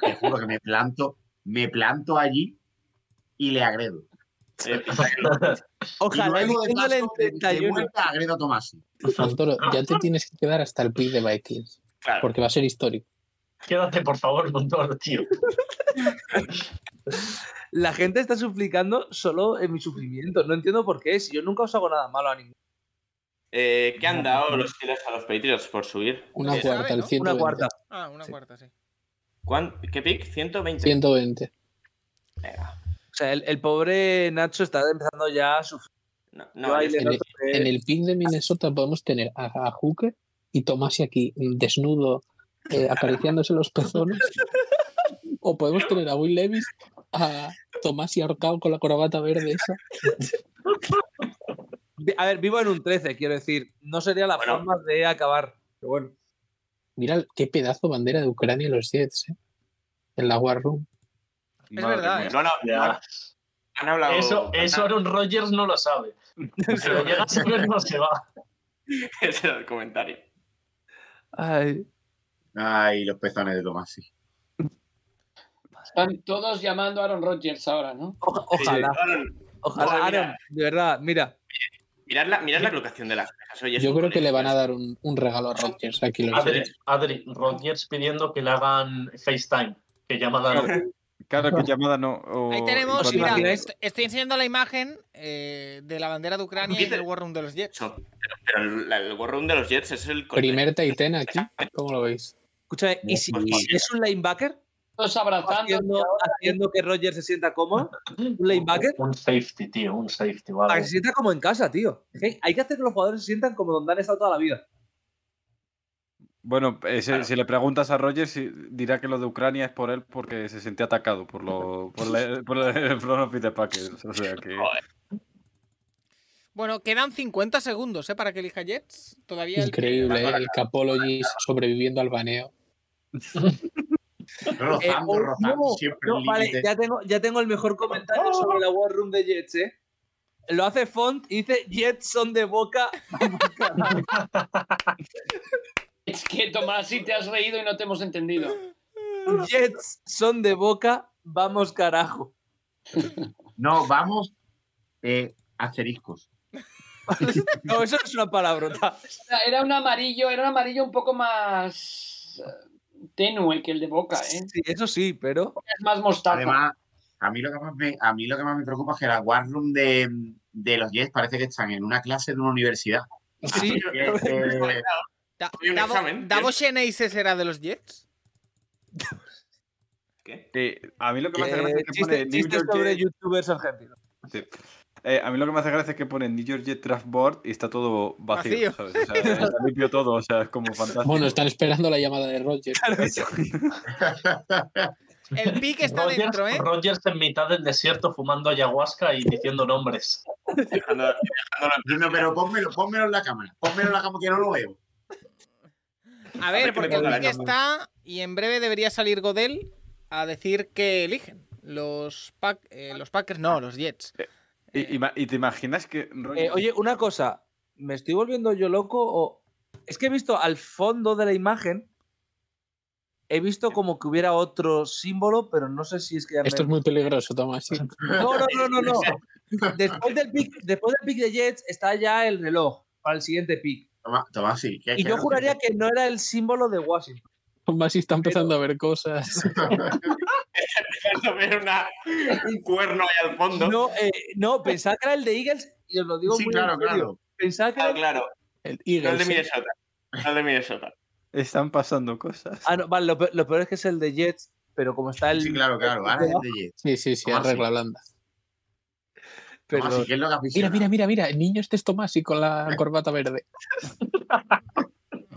[SPEAKER 3] Te juro que me planto, me planto allí y le agredo.
[SPEAKER 9] Ojalá
[SPEAKER 3] y luego de
[SPEAKER 9] diciéndole
[SPEAKER 3] paso, de- de vuelta agredo a Tomás.
[SPEAKER 9] Santoro, ya te tienes que quedar hasta el pick de Vikings.
[SPEAKER 2] Claro.
[SPEAKER 9] Porque va a ser histórico.
[SPEAKER 6] Quédate, por favor, con todo, tío.
[SPEAKER 5] La gente está suplicando solo en mi sufrimiento. No entiendo por qué. Si yo nunca os hago nada malo a ninguno.
[SPEAKER 2] Eh, ¿Qué han dado los Steelers a los Patriots por subir?
[SPEAKER 9] Una
[SPEAKER 2] Eh,
[SPEAKER 9] cuarta, el 120.
[SPEAKER 5] Una cuarta.
[SPEAKER 1] Ah, una cuarta, sí.
[SPEAKER 2] ¿cuán- ¿Qué pick? 120.
[SPEAKER 9] 120.
[SPEAKER 2] Venga.
[SPEAKER 5] O sea, el, el pobre Nacho está empezando ya a sufrir.
[SPEAKER 2] No,
[SPEAKER 5] Yo
[SPEAKER 2] no,
[SPEAKER 5] ahí
[SPEAKER 2] yo-
[SPEAKER 5] le
[SPEAKER 9] En el,
[SPEAKER 5] noto que-
[SPEAKER 9] en el pick de Minnesota podemos tener a, a Hooker y Tomás aquí mm, desnudo eh, acariciándose los pezones. O podemos tener a Will Levis, a Tomás y ahorcado con la corbata verde esa.
[SPEAKER 5] Vi- A ver, vivo en un 13, quiero decir. No sería la
[SPEAKER 2] Bueno.
[SPEAKER 5] forma de acabar. Pero bueno.
[SPEAKER 9] Mira qué pedazo bandera de Ucrania los Jets, ¿eh? En la War Room.
[SPEAKER 1] Es
[SPEAKER 7] Madre
[SPEAKER 1] verdad,
[SPEAKER 7] mía.
[SPEAKER 1] ¿eh?
[SPEAKER 2] no, no,
[SPEAKER 6] Ya.
[SPEAKER 2] no, han hablado.
[SPEAKER 6] Eso,
[SPEAKER 2] han-
[SPEAKER 6] eso Aaron Rodgers no lo sabe. Si lo llega a saber, no se va.
[SPEAKER 2] Ese era el comentario.
[SPEAKER 5] Ay.
[SPEAKER 3] Ay, los pezones de Tomás.
[SPEAKER 4] Están todos llamando a Aaron Rodgers ahora, ¿no?
[SPEAKER 5] O- ojalá.
[SPEAKER 2] Sí, Aaron,
[SPEAKER 5] Ojalá.
[SPEAKER 2] Ojalá, mira.
[SPEAKER 5] Aaron, de verdad, mira.
[SPEAKER 2] mirad, la, mirad la colocación de las orejas. Oye, es
[SPEAKER 9] Yo
[SPEAKER 2] un
[SPEAKER 9] creo que le
[SPEAKER 2] colegio.
[SPEAKER 9] van a dar un, un regalo a Rodgers aquí los
[SPEAKER 6] Adri,
[SPEAKER 9] Jets.
[SPEAKER 6] Adri, Rodgers pidiendo que le hagan FaceTime, que llama a Aaron.
[SPEAKER 7] Claro, que llamada no. o-
[SPEAKER 1] Ahí
[SPEAKER 7] cuando-
[SPEAKER 1] tenemos, mira,
[SPEAKER 5] imagináis?
[SPEAKER 1] est- estoy enseñando la imagen eh, de la bandera de Ucrania y
[SPEAKER 2] Dice-
[SPEAKER 1] del War Room de los Jets.
[SPEAKER 2] Eso, Pero, pero el, el War Room de los Jets es el colegio.
[SPEAKER 9] Primer Taiten aquí, ¿cómo lo veis?
[SPEAKER 5] Escúchame, ¿y si,
[SPEAKER 3] Pues
[SPEAKER 5] y si es un linebacker?
[SPEAKER 4] Todos abrazando.
[SPEAKER 5] Haciendo, haciendo que Roger se sienta cómodo. ¿Un linebacker?
[SPEAKER 6] Un safety, tío, un safety, vale.
[SPEAKER 5] Para que se sienta como en casa, tío. Es que Hay que hacer que los jugadores se sientan como donde han estado toda la vida.
[SPEAKER 7] Bueno, eh, si- si le preguntas a Rogers, si- dirá que lo de Ucrania es por él porque se sentía atacado por, lo, por, la- por la- el front office de Packers. O sea que.
[SPEAKER 2] Joder.
[SPEAKER 1] Bueno, quedan 50 segundos ¿eh? para que elija Jets. Todavía el-
[SPEAKER 9] Increíble, ¿eh? el Capologist sobreviviendo al baneo.
[SPEAKER 5] Eh,
[SPEAKER 3] Rozando,
[SPEAKER 5] oh,
[SPEAKER 3] rozando,
[SPEAKER 5] no,
[SPEAKER 3] siempre
[SPEAKER 5] no,
[SPEAKER 3] el
[SPEAKER 5] vale,
[SPEAKER 3] límite.
[SPEAKER 5] ya tengo, ya tengo el mejor comentario sobre la War Room de Jets, ¿eh? Lo hace Font y dice Jets son de boca.
[SPEAKER 4] Es que, Tomás, si te has reído y no te hemos entendido.
[SPEAKER 5] Jets son de boca. Vamos, carajo.
[SPEAKER 3] No, vamos eh, asteriscos.
[SPEAKER 5] No, eso es una palabrota.
[SPEAKER 4] Era- Era un amarillo, era un amarillo un poco más eh, tenue que el de Boca, ¿eh?
[SPEAKER 5] Sí, eso sí, pero.
[SPEAKER 4] Es más mostaza.
[SPEAKER 3] Además, a mí lo que más me, a mí lo que más me preocupa es que la War Room de, de los Jets parece que están en una clase de una universidad.
[SPEAKER 5] Sí,
[SPEAKER 3] Que,
[SPEAKER 9] Este,
[SPEAKER 3] eh,
[SPEAKER 1] Da-
[SPEAKER 2] Hoy un
[SPEAKER 1] Davo-
[SPEAKER 2] examen,
[SPEAKER 1] Davo
[SPEAKER 2] Jets.
[SPEAKER 1] Xeneize será de los Jets.
[SPEAKER 2] ¿Qué?
[SPEAKER 7] Eh, a mí lo que me hace
[SPEAKER 5] eh,
[SPEAKER 7] gracia es que pone
[SPEAKER 5] chiste-
[SPEAKER 7] New
[SPEAKER 5] chistes
[SPEAKER 7] York
[SPEAKER 5] sobre
[SPEAKER 7] Jets-
[SPEAKER 5] youtubers argentinos.
[SPEAKER 7] eh, a mí lo que me hace gracia es que pone New York Jet Draft Board y está todo vacío.
[SPEAKER 1] Vacío.
[SPEAKER 7] ¿sabes? O sea, está limpio todo, o sea, es como fantástico.
[SPEAKER 9] Bueno, están esperando la llamada de Rodgers.
[SPEAKER 1] El pick está
[SPEAKER 6] Rodgers-
[SPEAKER 1] dentro, ¿eh?
[SPEAKER 6] Rodgers en mitad del desierto fumando ayahuasca y diciendo nombres.
[SPEAKER 2] Dejando- dejándolo en-
[SPEAKER 3] No, no, pero pónmelo, pónmelo en la cámara. Pónmelo en la cámara que no lo veo.
[SPEAKER 1] A
[SPEAKER 2] ver
[SPEAKER 1] ver,
[SPEAKER 2] qué
[SPEAKER 1] porque
[SPEAKER 2] le
[SPEAKER 1] el
[SPEAKER 2] toca a
[SPEAKER 1] pick
[SPEAKER 2] la
[SPEAKER 1] está y en breve debería salir Godel a decir que eligen. Los, Pac- eh, los Packers, no, los Jets.
[SPEAKER 7] Eh, Y, y ma- y te imaginas que.
[SPEAKER 5] Eh,
[SPEAKER 7] Rogers-
[SPEAKER 5] oye, una cosa. ¿Me estoy volviendo yo loco o.? Es que he visto al fondo de la imagen. He
[SPEAKER 3] Eh.
[SPEAKER 5] visto como que hubiera otro símbolo, pero no sé si es que ya me-
[SPEAKER 9] Esto es muy peligroso, Tomás. sí.
[SPEAKER 5] No, no, no, no, no. Después del pick, después del pick de Jets está ya el reloj para el siguiente pick.
[SPEAKER 3] Toma, toma sí. que-
[SPEAKER 5] Y
[SPEAKER 3] que
[SPEAKER 5] yo
[SPEAKER 3] no-
[SPEAKER 5] juraría que no era el símbolo de Washington.
[SPEAKER 9] Tomás sí está empezando a ver cosas.
[SPEAKER 2] dejando ver una- un cuerno ahí al fondo.
[SPEAKER 5] No, eh, no, pensaba que era el de Eagles, y os lo digo
[SPEAKER 3] Sí,
[SPEAKER 5] muy
[SPEAKER 3] claro,
[SPEAKER 5] en serio.
[SPEAKER 3] claro.
[SPEAKER 5] Pensaba que era
[SPEAKER 2] Claro,
[SPEAKER 5] el-
[SPEAKER 9] El
[SPEAKER 2] Ah, claro. No el de
[SPEAKER 9] Eagles, ¿eh?
[SPEAKER 2] Minnesota. No el de Minnesota.
[SPEAKER 7] Están pasando cosas.
[SPEAKER 5] Ah, no, vale, lo peor, lo peor es que es el de Jets, pero como está el.
[SPEAKER 3] Sí, claro, claro. Ahora es el de Jets.
[SPEAKER 9] Sí, sí, sí,
[SPEAKER 3] Tomás,
[SPEAKER 9] es
[SPEAKER 3] sí.
[SPEAKER 9] regla blanda.
[SPEAKER 3] Toma, sí,
[SPEAKER 5] Perdón.
[SPEAKER 3] que es lo que has visto.
[SPEAKER 9] Mira, mira, mira, mira, el niño este es Tomás y con la corbata verde.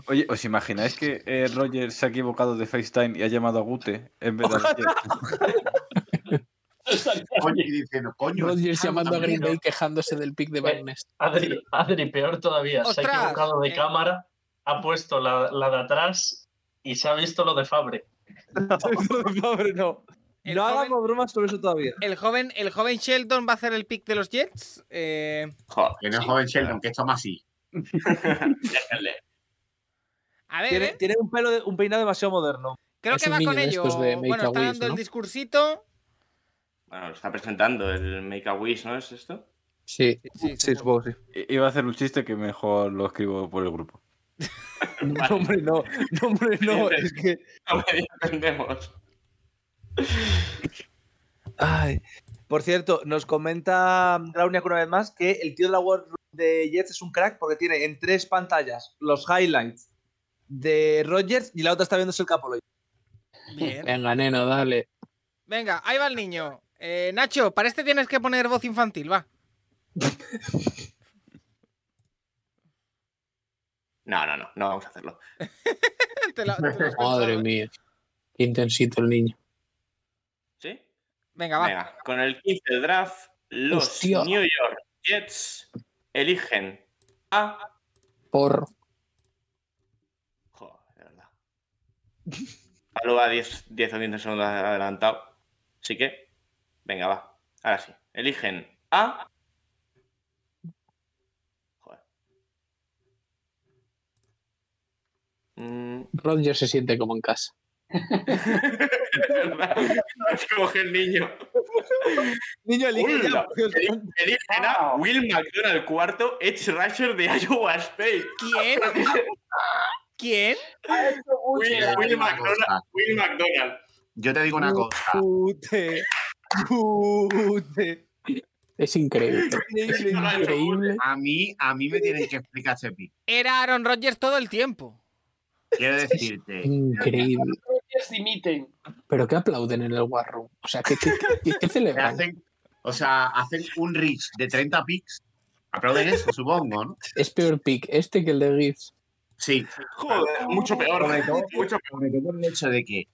[SPEAKER 7] Oye, ¿os imagináis que eh, Roger se ha equivocado de FaceTime y ha llamado a Gute en vez de a los Jets?
[SPEAKER 3] Coño, y diciendo, coño.
[SPEAKER 9] Rodgers
[SPEAKER 3] están
[SPEAKER 9] llamando a
[SPEAKER 3] también,
[SPEAKER 9] Green
[SPEAKER 3] ¿no?
[SPEAKER 9] Bay quejándose del pick de Barnes.
[SPEAKER 6] Adri, Adri, peor todavía, se
[SPEAKER 1] Ostras,
[SPEAKER 6] ha equivocado de
[SPEAKER 1] eh.
[SPEAKER 6] cámara, ha puesto la, la de atrás y se ha visto lo de Fabre.
[SPEAKER 5] No, pero no.
[SPEAKER 1] El
[SPEAKER 5] No
[SPEAKER 1] joven-
[SPEAKER 5] hagamos bromas sobre eso todavía.
[SPEAKER 1] El joven, el joven Shelton va a hacer el pick de los Jets. eh,
[SPEAKER 2] Joder.
[SPEAKER 3] Que no es joven Sheldon, que es Tomás sí.
[SPEAKER 2] Déjenle.
[SPEAKER 1] A ver,
[SPEAKER 5] Tiene,
[SPEAKER 1] ¿eh?
[SPEAKER 5] tiene un, pelo de- un peinado demasiado moderno.
[SPEAKER 1] creo
[SPEAKER 9] es
[SPEAKER 1] que
[SPEAKER 9] un
[SPEAKER 1] va
[SPEAKER 9] niño
[SPEAKER 1] con
[SPEAKER 9] de
[SPEAKER 1] ello.
[SPEAKER 9] estos de Make
[SPEAKER 1] Bueno,
[SPEAKER 9] a
[SPEAKER 1] está
[SPEAKER 9] Wish,
[SPEAKER 1] dando el
[SPEAKER 9] ¿no?
[SPEAKER 1] discursito.
[SPEAKER 2] Bueno, lo está presentando el Make a Wish, ¿no es esto?
[SPEAKER 9] Sí,
[SPEAKER 1] Sí,
[SPEAKER 5] Sí, supongo que sí.
[SPEAKER 7] I- Iba a hacer un chiste que mejor lo escribo por el grupo.
[SPEAKER 5] No, hombre, no. No, hombre, no. Es que.
[SPEAKER 2] No me entendemos.
[SPEAKER 5] Ay. Por cierto, nos comenta Graunia una vez más que el tío de la World Cup de Jets es un crack porque tiene en tres pantallas los highlights de Rogers y la otra está viéndose el capolo.
[SPEAKER 1] Bien.
[SPEAKER 9] venga, neno, dale.
[SPEAKER 1] Venga, ahí va el niño. Eh, Nacho, para este tienes que poner voz infantil, va.
[SPEAKER 2] No, no, no, no vamos a hacerlo.
[SPEAKER 1] Te la- te la has
[SPEAKER 9] Madre
[SPEAKER 1] pensado.
[SPEAKER 9] mía. Qué intensito el niño.
[SPEAKER 2] ¿Sí?
[SPEAKER 1] Venga, va.
[SPEAKER 2] Venga, con el 15 del draft, los
[SPEAKER 9] Hostia.
[SPEAKER 2] New York Jets eligen a.
[SPEAKER 9] Por.
[SPEAKER 2] Joder, de verdad. Pablo va 10, 10 o 15 segundos adelantado. Así que, venga, va. Ahora sí. Eligen a. Joder. Mm,
[SPEAKER 9] Rogers se siente como en casa.
[SPEAKER 2] es verdad. Es como que el niño.
[SPEAKER 5] Niño, elige ya,
[SPEAKER 2] Hola.
[SPEAKER 5] por Dios.
[SPEAKER 2] Eligen a Will McDonald, cuarto edge rusher de Iowa State.
[SPEAKER 1] ¿Quién? ¿Quién?
[SPEAKER 3] Yo
[SPEAKER 2] Will,
[SPEAKER 3] te
[SPEAKER 2] Will
[SPEAKER 3] digo una
[SPEAKER 2] McDonald.
[SPEAKER 3] cosa,
[SPEAKER 2] Will McDonald.
[SPEAKER 3] Yo te digo una cosa.
[SPEAKER 5] Pute. Pute.
[SPEAKER 9] Es increíble. Es
[SPEAKER 5] Increíble.
[SPEAKER 9] increíble.
[SPEAKER 3] A mí, a mí me tienen que explicar este pick.
[SPEAKER 1] Era Aaron Rodgers todo el tiempo.
[SPEAKER 3] Quiero decirte,
[SPEAKER 9] Increíble.
[SPEAKER 4] Rodgers dimiten.
[SPEAKER 9] Pero qué aplauden en el War Room. O sea, ¿qué, qué, qué- qué
[SPEAKER 3] que
[SPEAKER 9] celebran?
[SPEAKER 3] hacen, o sea, hacen un reach de 30 picks. Aplauden eso, supongo, ¿no?
[SPEAKER 9] Es peor pick este que el de Gibbs.
[SPEAKER 3] Sí,
[SPEAKER 2] Joder, mucho peor.
[SPEAKER 3] Sobre todo-
[SPEAKER 2] Mucho
[SPEAKER 3] sobre todo el hecho de que,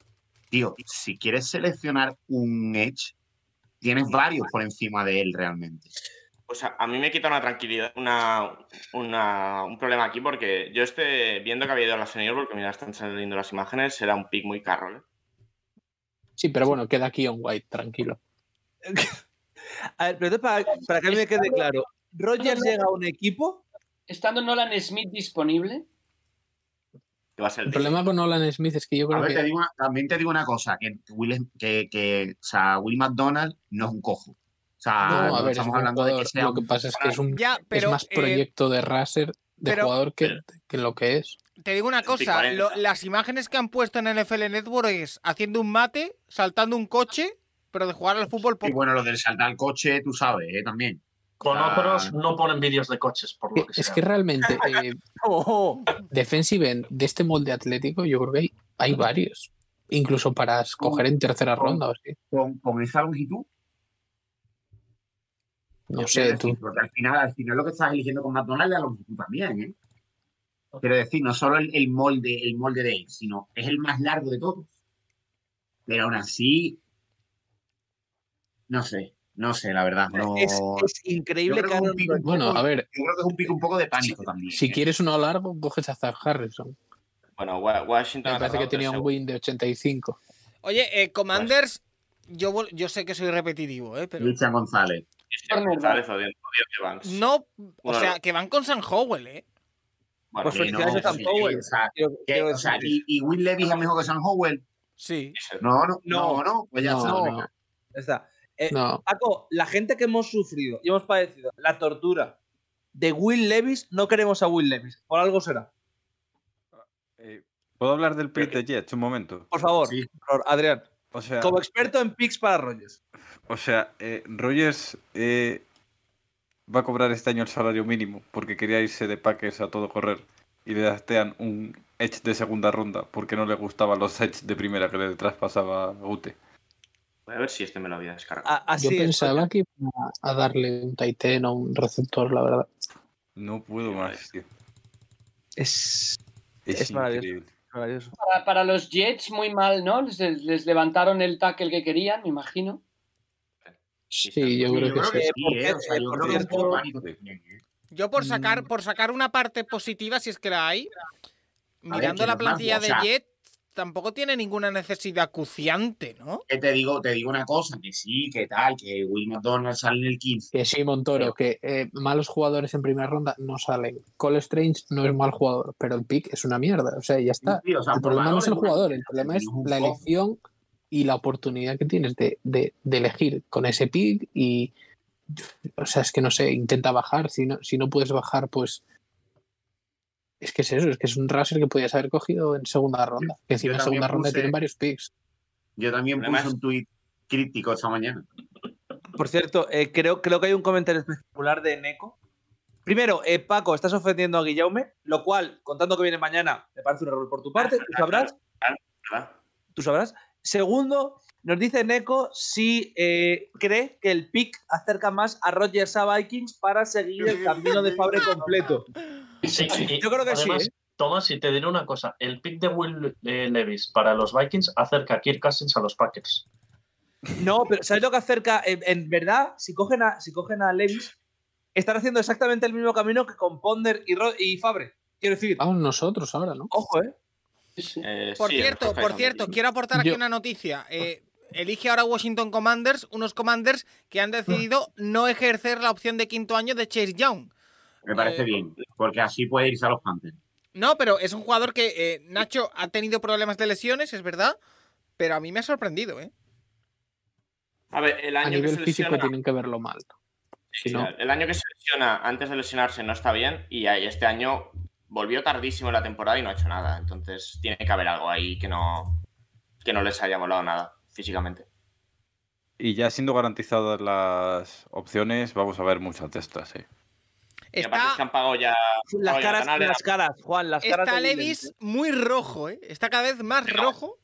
[SPEAKER 3] tío, si quieres seleccionar un edge, tienes varios por encima de él realmente.
[SPEAKER 2] O sea, a mí me quita una tranquilidad, una, una- un problema aquí, porque yo estoy viendo que había ido a la senior, porque mira, están saliendo las imágenes, será un pick muy caro, ¿eh?
[SPEAKER 9] Sí, pero bueno, queda aquí on White, tranquilo.
[SPEAKER 5] A ver, pero entonces para, para que a mí me quede claro, Rogers llega a un equipo.
[SPEAKER 4] Estando Nolan Smith disponible,
[SPEAKER 2] Que va a ser
[SPEAKER 9] El
[SPEAKER 2] el
[SPEAKER 9] problema con Nolan Smith es que yo
[SPEAKER 3] A
[SPEAKER 9] creo
[SPEAKER 3] ver, te
[SPEAKER 9] que.
[SPEAKER 3] digo una- también te digo una cosa, que Will, que, que, o sea, Will McDonald no es un cojo. O sea,
[SPEAKER 9] No, a
[SPEAKER 3] no
[SPEAKER 9] ver, es
[SPEAKER 3] estamos
[SPEAKER 9] un
[SPEAKER 3] hablando de que
[SPEAKER 9] jugador,
[SPEAKER 3] sea
[SPEAKER 9] Lo que
[SPEAKER 3] un-
[SPEAKER 9] pasa es que es, un,
[SPEAKER 1] Ya, pero
[SPEAKER 9] es más
[SPEAKER 1] eh,
[SPEAKER 9] proyecto de raser de
[SPEAKER 1] pero-
[SPEAKER 9] jugador que, que lo que es.
[SPEAKER 1] te digo una
[SPEAKER 2] Sí, sí,
[SPEAKER 1] cosa.
[SPEAKER 2] 40.
[SPEAKER 1] lo- las imágenes que han puesto en NFL Network es haciendo un mate, saltando un coche, pero de jugar al fútbol
[SPEAKER 3] Y
[SPEAKER 1] poco.
[SPEAKER 3] bueno, lo del saltar al coche, tú sabes, ¿eh? también.
[SPEAKER 6] Con
[SPEAKER 3] Ah.
[SPEAKER 6] otros no ponen vídeos de coches, por lo que
[SPEAKER 9] Es
[SPEAKER 6] sea.
[SPEAKER 9] que realmente, eh,
[SPEAKER 5] Oh,
[SPEAKER 9] defensive end de este molde atlético, yo creo que hay, hay varios. Incluso para escoger en tercera ronda. o así.
[SPEAKER 3] Con, con esa longitud.
[SPEAKER 9] No
[SPEAKER 3] yo
[SPEAKER 9] sé,
[SPEAKER 3] quiero
[SPEAKER 9] tú.
[SPEAKER 3] decir, Porque al final, al final lo que estás eligiendo con McDonald's es la longitud también, ¿eh? Quiero decir, no solo el, el molde, el molde de él, sino es el más largo de todos. Pero aún así, no sé, no sé, la verdad. No,
[SPEAKER 5] es, es increíble
[SPEAKER 3] Yo creo
[SPEAKER 5] que
[SPEAKER 3] que
[SPEAKER 5] Aaron
[SPEAKER 3] un pico-
[SPEAKER 9] Bueno, a ver,
[SPEAKER 3] Yo creo que es un pico un poco de pánico también.
[SPEAKER 9] si
[SPEAKER 3] ¿eh?
[SPEAKER 9] quieres uno largo, coges a Zach Harrison.
[SPEAKER 2] Bueno, Wa- Washington
[SPEAKER 9] Me
[SPEAKER 2] ha
[SPEAKER 9] parece
[SPEAKER 2] tardado
[SPEAKER 9] que tenía
[SPEAKER 2] tres
[SPEAKER 9] un win de 85.
[SPEAKER 1] Oye, eh, Commanders, yo, vol- yo sé que soy repetitivo, ¿eh? Pero
[SPEAKER 3] Christian González.
[SPEAKER 2] segundos. González odiando- odiando Evans.
[SPEAKER 1] no, o
[SPEAKER 2] Bueno.
[SPEAKER 1] sea, que van con San Howell, ¿eh?
[SPEAKER 2] Bueno,
[SPEAKER 5] Pues
[SPEAKER 3] Que no,
[SPEAKER 5] felicidades a Sam
[SPEAKER 3] sí,
[SPEAKER 5] Howell.
[SPEAKER 3] o sea,
[SPEAKER 5] Quiero-
[SPEAKER 3] que-
[SPEAKER 5] quiero
[SPEAKER 3] o sea,
[SPEAKER 5] decir-
[SPEAKER 3] y, y Will Levis es mejor que Sam Howell.
[SPEAKER 1] Sí.
[SPEAKER 3] No, no,
[SPEAKER 5] No.
[SPEAKER 3] no, no, pues ya
[SPEAKER 9] no,
[SPEAKER 3] está.
[SPEAKER 9] no,
[SPEAKER 3] venga.
[SPEAKER 5] Ya está. Eh,
[SPEAKER 9] no.
[SPEAKER 5] Paco, la gente que hemos sufrido y hemos padecido la tortura de Will Levis, no queremos a Will Levis. Por algo será.
[SPEAKER 7] Eh, ¿Puedo hablar del pick de Jets un momento?
[SPEAKER 5] Por favor,
[SPEAKER 3] Sí.
[SPEAKER 5] por favor, Adrián.
[SPEAKER 7] O sea,
[SPEAKER 5] Como experto en picks para Rogers.
[SPEAKER 7] o sea eh, Rogers eh, va a cobrar este año el salario mínimo porque quería irse de Packers a todo correr y le dastean un edge de segunda ronda porque no le gustaban los edge de primera que le traspasaba Ute.
[SPEAKER 2] Voy a ver si este me lo había descargado.
[SPEAKER 5] A- Ah, así
[SPEAKER 9] Yo
[SPEAKER 5] es,
[SPEAKER 9] pensaba que iba a darle un Titan o un receptor, la verdad.
[SPEAKER 7] No puedo más, tío.
[SPEAKER 5] Es
[SPEAKER 7] Es,
[SPEAKER 5] Es maravilloso.
[SPEAKER 7] increíble.
[SPEAKER 5] maravilloso.
[SPEAKER 4] para, para los Jets, muy mal, ¿no? Les, les levantaron el tackle que querían, me imagino.
[SPEAKER 9] Sí, yo
[SPEAKER 3] Sí,
[SPEAKER 9] creo que sí.
[SPEAKER 3] sí, ¿eh? O sea, yo
[SPEAKER 5] Por
[SPEAKER 3] creo que es un
[SPEAKER 5] cierto-
[SPEAKER 3] poco pánico también, ¿eh?
[SPEAKER 1] Yo por sacar, por sacar una parte positiva, si es que la hay,
[SPEAKER 3] Mm. ver,
[SPEAKER 1] mirando
[SPEAKER 3] que
[SPEAKER 1] la
[SPEAKER 3] nos
[SPEAKER 1] plantilla
[SPEAKER 3] vamos, o
[SPEAKER 1] de
[SPEAKER 3] sea,
[SPEAKER 1] Jet, Ah, tampoco tiene ninguna necesidad acuciante, ¿no?
[SPEAKER 3] Que te digo, te digo una cosa, que sí, que tal, que Will McDonald sale en el 15.
[SPEAKER 9] Que sí, Montoro, que eh, malos jugadores en primera ronda no salen. Cole Strange no es mal jugador, pero el pick es una mierda. O sea, ya está.
[SPEAKER 3] Sí, sí, o sea,
[SPEAKER 9] el
[SPEAKER 3] por
[SPEAKER 9] problema no es
[SPEAKER 3] valores,
[SPEAKER 9] el
[SPEAKER 3] bueno,
[SPEAKER 9] jugador, el problema es
[SPEAKER 3] tenemos
[SPEAKER 9] la
[SPEAKER 3] un cofre.
[SPEAKER 9] elección y la oportunidad que tienes de, de- de elegir con ese pick y. O sea, es que no sé, intenta bajar. Si no, si no puedes bajar, pues. Es que es eso, es que es un raser que podías haber cogido en segunda ronda. Que encima
[SPEAKER 3] Yo
[SPEAKER 9] en
[SPEAKER 3] también
[SPEAKER 9] segunda ronda
[SPEAKER 3] puse-
[SPEAKER 9] tienen varios picks.
[SPEAKER 3] Yo también
[SPEAKER 2] Además-
[SPEAKER 3] puse un tuit crítico esta mañana.
[SPEAKER 5] Por cierto, eh, creo, creo que hay un comentario espectacular de Neko. Primero, eh, Paco, estás ofendiendo a Guillaume, lo cual, contando que viene mañana, me parece un error por tu parte, tú sabrás.
[SPEAKER 2] ¿verdad?
[SPEAKER 5] Tú sabrás. Segundo, nos dice Neko si eh, cree que el pick acerca más a Rogers a Vikings para seguir el camino de Fabre completo.
[SPEAKER 6] Sí, y
[SPEAKER 5] Yo creo que sí,
[SPEAKER 6] además,
[SPEAKER 5] ¿eh?
[SPEAKER 6] Tomás, si te diré una cosa, el pick de Will eh, Levis para los Vikings acerca a Kirk Cousins a los Packers.
[SPEAKER 5] No, pero ¿sabes lo que acerca? En, en verdad, si cogen a, si cogen a Levis, están haciendo exactamente el mismo camino que con Ponder y, Ro- y Fabre. Quiero decir,
[SPEAKER 9] Vamos nosotros ahora, Ah, ¿no?
[SPEAKER 5] ojo, ¿eh?
[SPEAKER 2] Eh,
[SPEAKER 1] Por
[SPEAKER 2] sí,
[SPEAKER 1] cierto,
[SPEAKER 2] perfectamente.
[SPEAKER 1] por cierto, quiero aportar aquí
[SPEAKER 9] Yo-
[SPEAKER 1] una
[SPEAKER 3] Ah.
[SPEAKER 1] noticia. Eh, elige ahora Washington Commanders, unos Commanders que
[SPEAKER 3] Ah.
[SPEAKER 1] han decidido no ejercer la opción de quinto año de Chase Young.
[SPEAKER 3] Me parece
[SPEAKER 1] Eh,
[SPEAKER 3] bien, porque así puede irse a los Panthers.
[SPEAKER 1] No, pero es un jugador que, eh, Nacho, ha tenido problemas de lesiones, es verdad, pero a mí me ha sorprendido, ¿eh?
[SPEAKER 2] A ver, el
[SPEAKER 9] A
[SPEAKER 2] año que
[SPEAKER 9] nivel
[SPEAKER 2] se
[SPEAKER 9] físico
[SPEAKER 2] lesiona,
[SPEAKER 9] tienen que verlo mal.
[SPEAKER 2] sí,
[SPEAKER 9] si no-
[SPEAKER 2] el año que se lesiona antes de lesionarse no está bien y ahí este año volvió tardísimo en la temporada y no ha hecho nada. Entonces tiene que haber algo ahí que no, que no les haya volado nada físicamente.
[SPEAKER 7] Y ya siendo garantizadas las opciones, vamos a ver muchas de estas, eh. sí.
[SPEAKER 2] Y aparte es que
[SPEAKER 1] Está,
[SPEAKER 2] han pagado ya
[SPEAKER 5] Las
[SPEAKER 2] Oye,
[SPEAKER 5] caras,
[SPEAKER 2] canal era-
[SPEAKER 5] las caras, Juan, las caras.
[SPEAKER 1] está
[SPEAKER 5] de
[SPEAKER 1] Levis muy rojo, ¿eh? Está cada vez más rojo.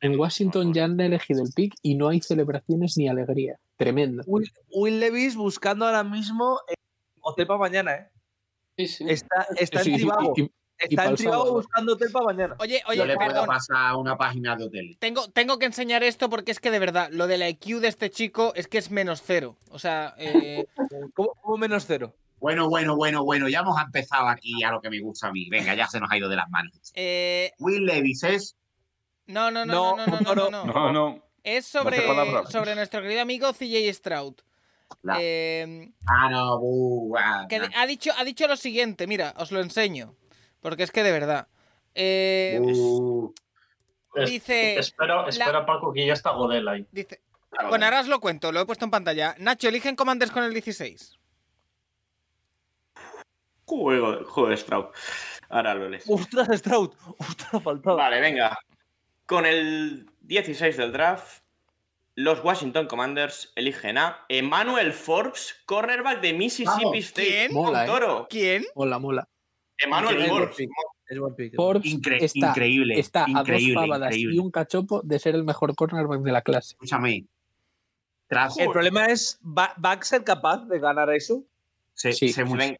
[SPEAKER 9] En Washington
[SPEAKER 2] Horror.
[SPEAKER 9] ya han elegido el pick y no hay celebraciones ni alegría. Tremendo.
[SPEAKER 5] Will, Will Levis buscando ahora mismo eh, hotel para mañana, ¿eh?
[SPEAKER 4] Sí, sí.
[SPEAKER 5] Está, está
[SPEAKER 9] Sí,
[SPEAKER 5] en
[SPEAKER 9] sí,
[SPEAKER 5] Tribago.
[SPEAKER 9] y- y- y
[SPEAKER 5] Está
[SPEAKER 9] pa'l
[SPEAKER 5] en Tribago
[SPEAKER 9] sábado.
[SPEAKER 5] buscando hotel para mañana.
[SPEAKER 1] Eh, Oye,
[SPEAKER 3] Yo
[SPEAKER 1] oye,
[SPEAKER 3] le puedo
[SPEAKER 1] perdón.
[SPEAKER 3] pasar una página de hoteles.
[SPEAKER 1] Tengo, tengo que enseñar esto porque es que de verdad, lo de la IQ de este chico es que es menos cero. O sea, eh,
[SPEAKER 5] ¿Cómo, cómo menos cero?
[SPEAKER 3] Bueno, bueno, bueno, bueno, ya hemos empezado aquí a lo que me gusta a mí. Venga, ya se nos ha ido de las manos.
[SPEAKER 1] eh,
[SPEAKER 3] Will Levis es
[SPEAKER 1] no, no, no, no, no, no, no, no.
[SPEAKER 7] No, no.
[SPEAKER 1] Es sobre,
[SPEAKER 7] Hace palabras.
[SPEAKER 1] sobre nuestro querido amigo CJ Stroud.
[SPEAKER 3] la.
[SPEAKER 1] Eh,
[SPEAKER 3] Ah, no, buh, ah,
[SPEAKER 1] que
[SPEAKER 3] nah.
[SPEAKER 1] ha dicho, ha dicho lo siguiente, mira, os lo enseño. Porque es que de verdad. Eh,
[SPEAKER 6] Uh.
[SPEAKER 3] Buh.
[SPEAKER 6] Es-
[SPEAKER 1] dice,
[SPEAKER 6] espero, espero, Paco, que ya está Godel ahí.
[SPEAKER 1] dice. Bueno, ahora os lo cuento, lo he puesto en pantalla. Nacho, eligen Commanders con el 16.
[SPEAKER 2] Juego, juego de Straub. Ahora lo lees.
[SPEAKER 5] Ostras, Stroud. Ostras, faltaba.
[SPEAKER 2] Vale, venga. Con el 16 del draft, los Washington Commanders eligen a Emmanuel Forbes, cornerback de Mississippi
[SPEAKER 3] Vamos,
[SPEAKER 2] State.
[SPEAKER 1] ¿quién?
[SPEAKER 9] Mola, ¿eh?
[SPEAKER 2] Toro.
[SPEAKER 1] ¿Quién?
[SPEAKER 9] Mola, mola.
[SPEAKER 2] Emmanuel
[SPEAKER 5] Es buen
[SPEAKER 2] Forbes.
[SPEAKER 5] pick, Es buen pick.
[SPEAKER 9] Forbes
[SPEAKER 3] Incre-
[SPEAKER 9] está,
[SPEAKER 3] increíble,
[SPEAKER 9] está
[SPEAKER 3] increíble,
[SPEAKER 9] a dos fábadas
[SPEAKER 3] increíble.
[SPEAKER 9] y un cachopo de ser el mejor cornerback de la clase.
[SPEAKER 3] Escúchame. Tras
[SPEAKER 5] El problema es, ¿va, va a ser capaz de ganar eso?
[SPEAKER 3] sé,
[SPEAKER 9] sí.
[SPEAKER 3] sé mu-
[SPEAKER 2] Ven-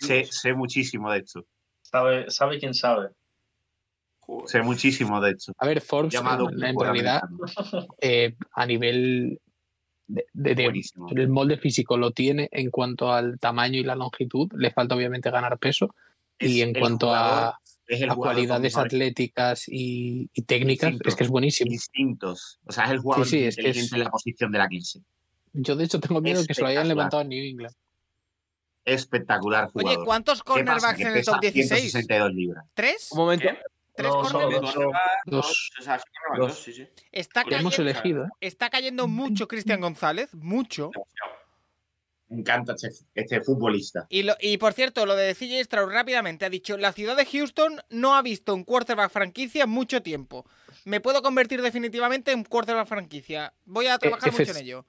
[SPEAKER 3] sé- sé muchísimo de esto.
[SPEAKER 6] Sabe, sabe quién sabe.
[SPEAKER 3] Sé muchísimo de esto.
[SPEAKER 9] A ver, Forbes,
[SPEAKER 3] Llamado
[SPEAKER 9] en, en
[SPEAKER 3] fútbol
[SPEAKER 9] realidad,
[SPEAKER 3] americano.
[SPEAKER 9] eh, a nivel de, de- de-
[SPEAKER 3] Buenísimo.
[SPEAKER 9] el molde físico lo tiene en cuanto al tamaño y la longitud. Le falta obviamente ganar peso. y
[SPEAKER 3] Es
[SPEAKER 9] en
[SPEAKER 3] el
[SPEAKER 9] cuanto
[SPEAKER 3] jugador-
[SPEAKER 9] a,
[SPEAKER 3] es el jugador
[SPEAKER 9] a
[SPEAKER 3] con
[SPEAKER 9] cualidades
[SPEAKER 3] mejores
[SPEAKER 9] atléticas y, y técnicas,
[SPEAKER 3] Instinto.
[SPEAKER 9] es que es buenísimo.
[SPEAKER 3] instintos. O sea, es el jugador
[SPEAKER 9] Sí, sí,
[SPEAKER 3] más
[SPEAKER 9] es que es-
[SPEAKER 3] inteligente en la posición de la 15.
[SPEAKER 9] Yo de hecho tengo miedo que se lo hayan
[SPEAKER 3] espectacular.
[SPEAKER 9] levantado en New England.
[SPEAKER 3] Espectacular
[SPEAKER 1] Oye,
[SPEAKER 3] jugador.
[SPEAKER 1] ¿cuántos
[SPEAKER 3] ¿Qué pasa?
[SPEAKER 1] cornerbacks
[SPEAKER 3] Que
[SPEAKER 1] en el
[SPEAKER 3] pesa
[SPEAKER 1] top 16?
[SPEAKER 3] 162 libras.
[SPEAKER 1] ¿Tres?
[SPEAKER 5] Un momento.
[SPEAKER 2] ¿Qué?
[SPEAKER 1] ¿Tres
[SPEAKER 6] No, solo
[SPEAKER 1] cornerbacks?
[SPEAKER 6] dos.
[SPEAKER 9] Dos.
[SPEAKER 2] O sea, sí, cornerback
[SPEAKER 5] Dos.
[SPEAKER 2] dos, sí, sí.
[SPEAKER 1] Está
[SPEAKER 2] Ya
[SPEAKER 9] Ya hemos
[SPEAKER 1] cayendo-
[SPEAKER 9] elegido. ¿eh?
[SPEAKER 1] está cayendo mucho Cristian González, mucho.
[SPEAKER 3] Me encanta este, este futbolista.
[SPEAKER 1] Y, lo- y por cierto, lo de CJ Stroud rápidamente ha dicho, la ciudad de Houston no ha visto un quarterback franquicia en mucho tiempo. Me puedo convertir definitivamente en quarterback franquicia. Voy a trabajar
[SPEAKER 9] E-, efe-
[SPEAKER 1] mucho en ello.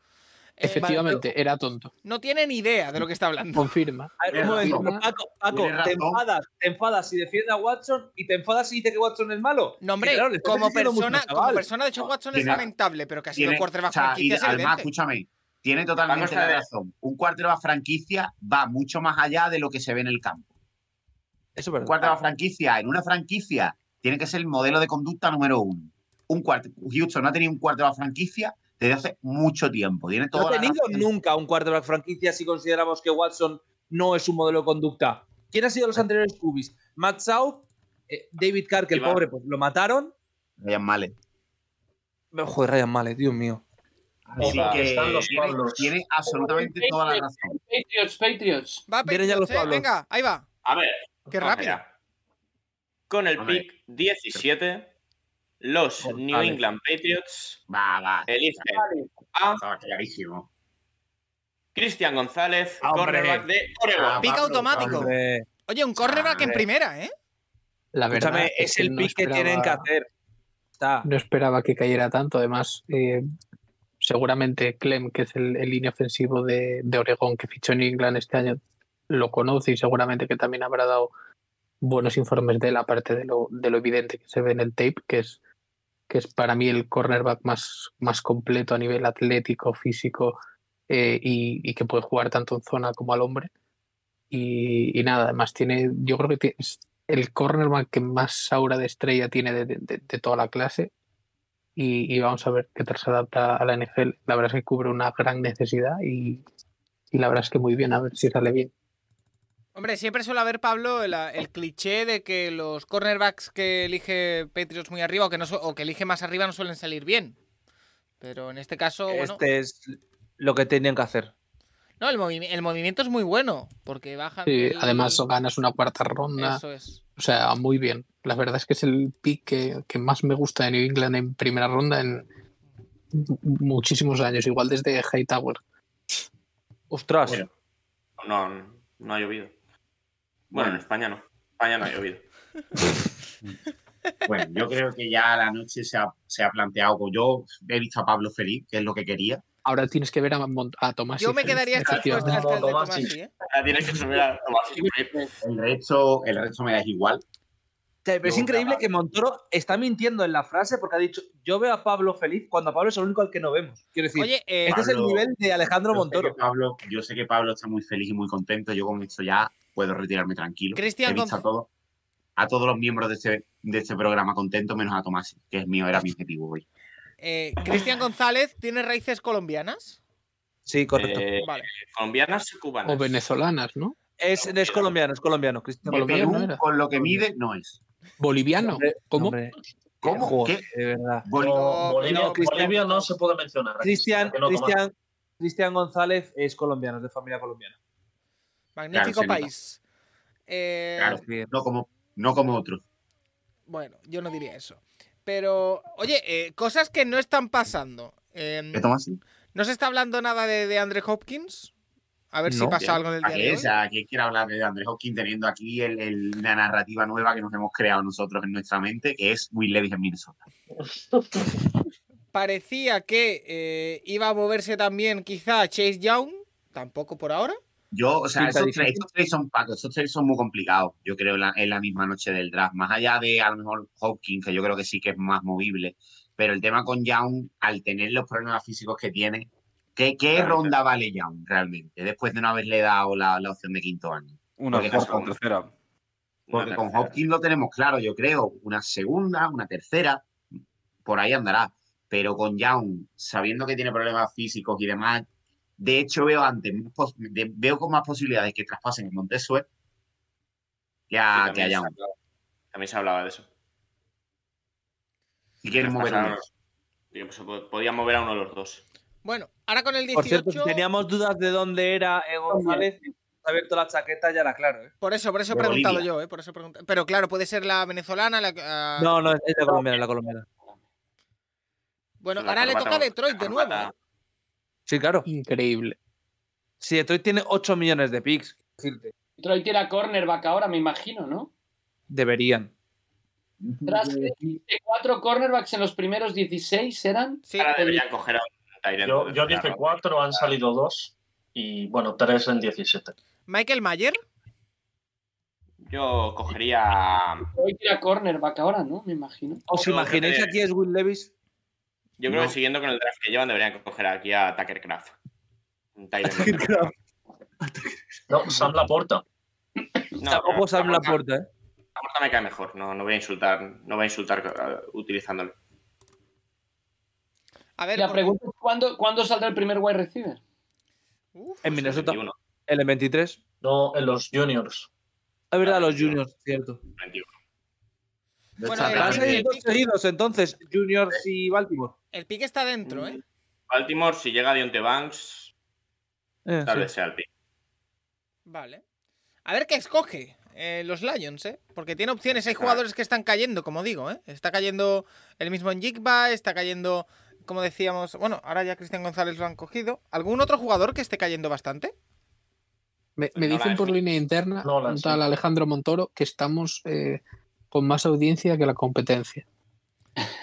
[SPEAKER 1] Eh,
[SPEAKER 9] Efectivamente, era tonto.
[SPEAKER 1] no tiene ni idea de lo que está hablando.
[SPEAKER 9] Confirma.
[SPEAKER 5] A ver, un momento.
[SPEAKER 9] Confirma.
[SPEAKER 5] Paco, Paco,
[SPEAKER 3] Tienes
[SPEAKER 5] te
[SPEAKER 3] razón.
[SPEAKER 5] enfadas, te enfadas si defiende a Watson y te enfadas si dice que Watson es malo.
[SPEAKER 1] No, hombre,
[SPEAKER 5] Claro, le estás
[SPEAKER 1] como,
[SPEAKER 5] diciendo mucho,
[SPEAKER 1] persona, como
[SPEAKER 5] chaval.
[SPEAKER 1] persona de John Watson es
[SPEAKER 3] Tiene-
[SPEAKER 1] lamentable, pero que ha sido
[SPEAKER 3] Tiene-
[SPEAKER 1] quarterback
[SPEAKER 3] o sea, y
[SPEAKER 1] franquicia es
[SPEAKER 3] además,
[SPEAKER 1] evidente.
[SPEAKER 3] escúchame, tiene totalmente
[SPEAKER 2] Vamos a
[SPEAKER 3] la
[SPEAKER 2] ver.
[SPEAKER 3] razón. Un quarterback franquicia va mucho más allá de lo que se ve en el campo.
[SPEAKER 5] Eso es
[SPEAKER 3] Un
[SPEAKER 5] verdad.
[SPEAKER 3] quarterback franquicia, en una franquicia, tiene que ser el modelo de conducta número uno. Un cuart- Houston no ha tenido un quarterback franquicia desde hace mucho tiempo. Tiene
[SPEAKER 5] No
[SPEAKER 3] toda
[SPEAKER 5] ha
[SPEAKER 3] la
[SPEAKER 5] tenido
[SPEAKER 3] razón.
[SPEAKER 5] nunca un quarterback franquicia si consideramos que Watson no es un modelo de conducta. ¿Quién ha sido los anteriores Cubis? Matt South, eh, David Carr, que el
[SPEAKER 2] Iván.
[SPEAKER 5] pobre, pues lo mataron.
[SPEAKER 3] Ryan Male.
[SPEAKER 5] Joder, Ryan Male, Dios mío.
[SPEAKER 3] Así que tiene, tiene absolutamente toda la razón.
[SPEAKER 4] Patriots, Patriots.
[SPEAKER 1] Va,
[SPEAKER 5] Vienen ya los
[SPEAKER 1] Patriots, eh,
[SPEAKER 5] Pablos.
[SPEAKER 1] venga, ahí va.
[SPEAKER 2] A ver.
[SPEAKER 1] Qué
[SPEAKER 2] vamos
[SPEAKER 1] rápido.
[SPEAKER 2] allá. Con el
[SPEAKER 3] A ver.
[SPEAKER 2] pick 17, los New
[SPEAKER 5] vale.
[SPEAKER 2] England Patriots
[SPEAKER 3] Va, va.
[SPEAKER 2] eligen
[SPEAKER 4] Vale.
[SPEAKER 2] a
[SPEAKER 3] Estaba clarísimo.
[SPEAKER 2] Cristian González,
[SPEAKER 5] Ah, hombre.
[SPEAKER 2] cornerback de Oregon.
[SPEAKER 3] Ah,
[SPEAKER 1] Pick automático.
[SPEAKER 5] Hombre,
[SPEAKER 1] Oye, un cornerback en
[SPEAKER 3] Hombre.
[SPEAKER 1] primera, ¿eh?
[SPEAKER 9] La verdad
[SPEAKER 5] escúchame, es
[SPEAKER 9] que
[SPEAKER 5] el
[SPEAKER 9] no
[SPEAKER 5] pick que tienen
[SPEAKER 9] esperaba-
[SPEAKER 5] que hacer. Está.
[SPEAKER 9] No esperaba que cayera tanto. Además, eh, seguramente Clem, que es el, el línea ofensivo de, de Oregón que fichó en England este año, lo conoce y seguramente que también habrá dado buenos informes de él, aparte de lo, de lo evidente que se ve en el tape, que es, que es para mí el cornerback más, más completo a nivel atlético, físico eh, y, y que puede jugar tanto en zona como al hombre. Y, y nada, además tiene, yo creo que tiene- es el cornerback que más aura de estrella tiene de- de- de- de toda la clase y, y vamos a ver qué tal se adapta a la NFL. La verdad es que cubre una gran necesidad y, y la verdad es que muy bien, a ver si sale bien.
[SPEAKER 1] Hombre, siempre suele haber, Pablo, el, ah, el cliché de que los cornerbacks que elige Patriots muy arriba o que, no, su- o que elige más arriba no suelen salir bien. Pero en este caso, bueno.
[SPEAKER 5] Este es lo que tenían que hacer.
[SPEAKER 1] No, el, movi- el movimiento es muy bueno, porque bajan.
[SPEAKER 9] Sí,
[SPEAKER 1] del-
[SPEAKER 9] además, ganas una cuarta ronda,
[SPEAKER 1] Eso es.
[SPEAKER 9] o sea, muy bien. La verdad es que es el pick que, que más me gusta de New England en primera ronda en mu- muchísimos años, igual desde Hightower.
[SPEAKER 5] Ostras.
[SPEAKER 2] Bueno. No, no ha llovido. Bueno, en España no. En España no ha llovido.
[SPEAKER 3] Bueno, yo creo que ya la noche se ha, se ha planteado. pues Yo he visto a Pablo feliz, que es lo que quería.
[SPEAKER 9] Ahora tienes que ver a, Mon- a Tomás.
[SPEAKER 1] Yo me quedaría en las
[SPEAKER 9] efectivamente.
[SPEAKER 1] puestas del de
[SPEAKER 6] Tomás,
[SPEAKER 1] Tomás,
[SPEAKER 6] sí.
[SPEAKER 1] sí, ¿eh?
[SPEAKER 2] Ahora tienes que subir a
[SPEAKER 3] El resto, el resto me da igual.
[SPEAKER 5] Te- pero es
[SPEAKER 3] Yo,
[SPEAKER 5] increíble
[SPEAKER 3] nada.
[SPEAKER 5] que Montoro está mintiendo en la frase porque ha dicho yo veo a Pablo feliz cuando a Pablo es el único al que no vemos. Quiero decir,
[SPEAKER 1] Oye, eh,
[SPEAKER 5] este es el
[SPEAKER 3] Pablo-
[SPEAKER 5] nivel de Alejandro
[SPEAKER 3] Yo sé que
[SPEAKER 5] Montoro.
[SPEAKER 3] Pablo, yo sé que Pablo está muy feliz y muy contento. Yo con esto ya puedo retirarme tranquilo.
[SPEAKER 1] Cristian
[SPEAKER 3] He visto
[SPEAKER 1] Gonz-
[SPEAKER 3] a todos, a todos los miembros de este, de este programa contentos, menos a Tomás, que es mío, era mi objetivo hoy.
[SPEAKER 1] eh, Cristian González tiene raíces colombianas.
[SPEAKER 5] Sí, correcto.
[SPEAKER 3] Eh,
[SPEAKER 1] Vale.
[SPEAKER 2] colombianas Eh, y cubanas.
[SPEAKER 9] O venezolanas, ¿no?
[SPEAKER 5] es, es colombiano, es colombiano.
[SPEAKER 3] De
[SPEAKER 5] Cristian
[SPEAKER 9] Colombiano
[SPEAKER 3] Perú,
[SPEAKER 9] no era.
[SPEAKER 3] con lo que mide, no es.
[SPEAKER 9] Boliviano.
[SPEAKER 5] Hombre,
[SPEAKER 9] ¿Cómo?
[SPEAKER 5] hombre,
[SPEAKER 3] ¿Cómo?
[SPEAKER 5] joder,
[SPEAKER 3] ¿Qué?
[SPEAKER 5] de verdad.
[SPEAKER 3] Boli-
[SPEAKER 1] No,
[SPEAKER 6] Bolivia,
[SPEAKER 1] no,
[SPEAKER 5] Cristian-
[SPEAKER 6] Bolivia no se puede mencionar. aquí,
[SPEAKER 5] Cristian,
[SPEAKER 6] que no toma-
[SPEAKER 5] Cristian, Cristian González es colombiano, es de familia colombiana.
[SPEAKER 1] Magnífico
[SPEAKER 3] Claro, se nota.
[SPEAKER 1] país. Eh,
[SPEAKER 3] Claro. no, como, no como otro.
[SPEAKER 1] Bueno, yo no diría eso. Pero, oye, eh, cosas que no están pasando. Em,
[SPEAKER 3] ¿Qué Tomás?
[SPEAKER 1] no se está hablando nada de, de Andre Hopkins. A ver si
[SPEAKER 5] No.
[SPEAKER 1] pasa
[SPEAKER 3] Ya.
[SPEAKER 1] algo en el
[SPEAKER 3] ¿A
[SPEAKER 1] día
[SPEAKER 3] qué?
[SPEAKER 1] de
[SPEAKER 3] O
[SPEAKER 1] hoy.
[SPEAKER 3] sea, ¿quién quiere hablar de Andrés Hopkins teniendo aquí el- el- la narrativa nueva que nos hemos creado nosotros en nuestra mente, que es Will Levis en Minnesota?
[SPEAKER 1] Parecía que eh, iba a moverse también quizá Chase Young. Tampoco por ahora.
[SPEAKER 3] Yo, o sea,
[SPEAKER 5] Pinta
[SPEAKER 3] esos
[SPEAKER 5] difícil.
[SPEAKER 3] tres, estos tres son pacos, esos tres son muy complicados, yo creo, en la, en la misma noche del draft. Más allá de a lo mejor Hopkins, que yo creo que sí que es más movible, pero el tema con Young, al tener los problemas físicos que tiene, ¿qué, qué
[SPEAKER 2] Claro,
[SPEAKER 3] ronda vale Young realmente? Después de no haberle dado la, la opción de quinto año.
[SPEAKER 7] Una
[SPEAKER 3] Porque
[SPEAKER 7] tercera,
[SPEAKER 3] con-
[SPEAKER 7] una tercera.
[SPEAKER 3] Porque
[SPEAKER 2] Una
[SPEAKER 3] con
[SPEAKER 2] tercera.
[SPEAKER 3] Hopkins lo tenemos claro, yo creo. Una segunda, una tercera, por ahí andará. Pero con Young, sabiendo que tiene problemas físicos y demás, de hecho veo antes, más pos- de- veo con más posibilidades que traspasen a Montesuet que
[SPEAKER 2] Sí,
[SPEAKER 3] a, que a
[SPEAKER 2] también, se
[SPEAKER 3] Young.
[SPEAKER 2] hablaba, también se hablaba de eso.
[SPEAKER 3] Si quieren mover a
[SPEAKER 2] Pasaron-
[SPEAKER 3] uno.
[SPEAKER 2] Digo, pues, po- podía mover a uno de los dos.
[SPEAKER 1] Bueno, ahora con el 18.
[SPEAKER 5] Por cierto, si teníamos dudas de dónde era eh, González, ha abierto la chaqueta ya era claro. ¿eh?
[SPEAKER 1] Por eso, por eso he
[SPEAKER 3] De
[SPEAKER 1] preguntado
[SPEAKER 3] Bolivia.
[SPEAKER 1] yo, ¿eh? Por eso he preguntado. Pero claro, puede ser la venezolana. La, ah,
[SPEAKER 5] No, no, es la colombiana, es la colombiana.
[SPEAKER 1] bueno,
[SPEAKER 2] La
[SPEAKER 1] ahora le
[SPEAKER 2] corbata-
[SPEAKER 1] toca a Detroit
[SPEAKER 2] la
[SPEAKER 1] de nuevo.
[SPEAKER 2] corbata-
[SPEAKER 1] ¿eh?
[SPEAKER 5] Sí, claro.
[SPEAKER 9] Increíble.
[SPEAKER 5] Si Detroit tiene 8 millones de picks, decirte,
[SPEAKER 4] Detroit era cornerback ahora, me imagino, ¿no?
[SPEAKER 5] deberían.
[SPEAKER 4] Tras de cuatro cornerbacks en los primeros 16 eran.
[SPEAKER 1] Sí,
[SPEAKER 2] Ahora deberían coger a un tight end
[SPEAKER 6] Yo, yo
[SPEAKER 2] de primera
[SPEAKER 6] dije
[SPEAKER 2] ronda.
[SPEAKER 6] cuatro, han salido dos y bueno, tres en 17.
[SPEAKER 1] Michael Mayer.
[SPEAKER 2] Yo cogería.
[SPEAKER 4] Detroit era cornerback ahora, ¿no? Me imagino.
[SPEAKER 5] ¿Os
[SPEAKER 2] Creo que
[SPEAKER 5] imagináis
[SPEAKER 2] te-
[SPEAKER 5] aquí es Will Levis?
[SPEAKER 2] Yo creo
[SPEAKER 3] No.
[SPEAKER 2] que siguiendo con el draft que llevan, deberían coger aquí a Tucker Craft. Un tight end.
[SPEAKER 6] No, Sam Laporta.
[SPEAKER 2] No,
[SPEAKER 5] Tampoco
[SPEAKER 2] pero
[SPEAKER 5] Sam Laporta, ¿eh?
[SPEAKER 2] Laporta me cae mejor. No, no voy a insultar, no voy a insultar eh, utilizándolo.
[SPEAKER 1] A ver,
[SPEAKER 4] La
[SPEAKER 1] por-
[SPEAKER 4] pregunta es: ¿cuándo, ¿cuándo saldrá el primer wide receiver?
[SPEAKER 1] Uf,
[SPEAKER 5] En Minnesota,
[SPEAKER 2] 21,
[SPEAKER 5] el Ah, 23.
[SPEAKER 6] No, en los juniors.
[SPEAKER 5] Es verdad, los juniors, cierto.
[SPEAKER 2] 21.
[SPEAKER 1] Bueno, eh, el,
[SPEAKER 5] Van a
[SPEAKER 1] pick-
[SPEAKER 5] salir dos Ah, seguidos, entonces, Juniors y Baltimore.
[SPEAKER 1] el pick está dentro, ¿eh?
[SPEAKER 2] Baltimore, si llega Dionte Banks,
[SPEAKER 5] Eh,
[SPEAKER 2] tal
[SPEAKER 5] sí.
[SPEAKER 2] vez sea el pick.
[SPEAKER 1] Vale. A ver qué escoge eh, los Lions, ¿eh? Porque tiene opciones. Hay jugadores que están cayendo, como digo, ¿eh? Está cayendo el mismo en Jigba, está cayendo, como decíamos. Bueno, ahora ya Cristian González lo han cogido. ¿Algún otro jugador que esté cayendo bastante?
[SPEAKER 9] Me, me
[SPEAKER 2] Nolan,
[SPEAKER 9] dicen por
[SPEAKER 2] sí.
[SPEAKER 9] línea interna,
[SPEAKER 6] Nolan,
[SPEAKER 9] un tal
[SPEAKER 6] sí.
[SPEAKER 9] Alejandro Montoro, que estamos eh, con más audiencia que la competencia.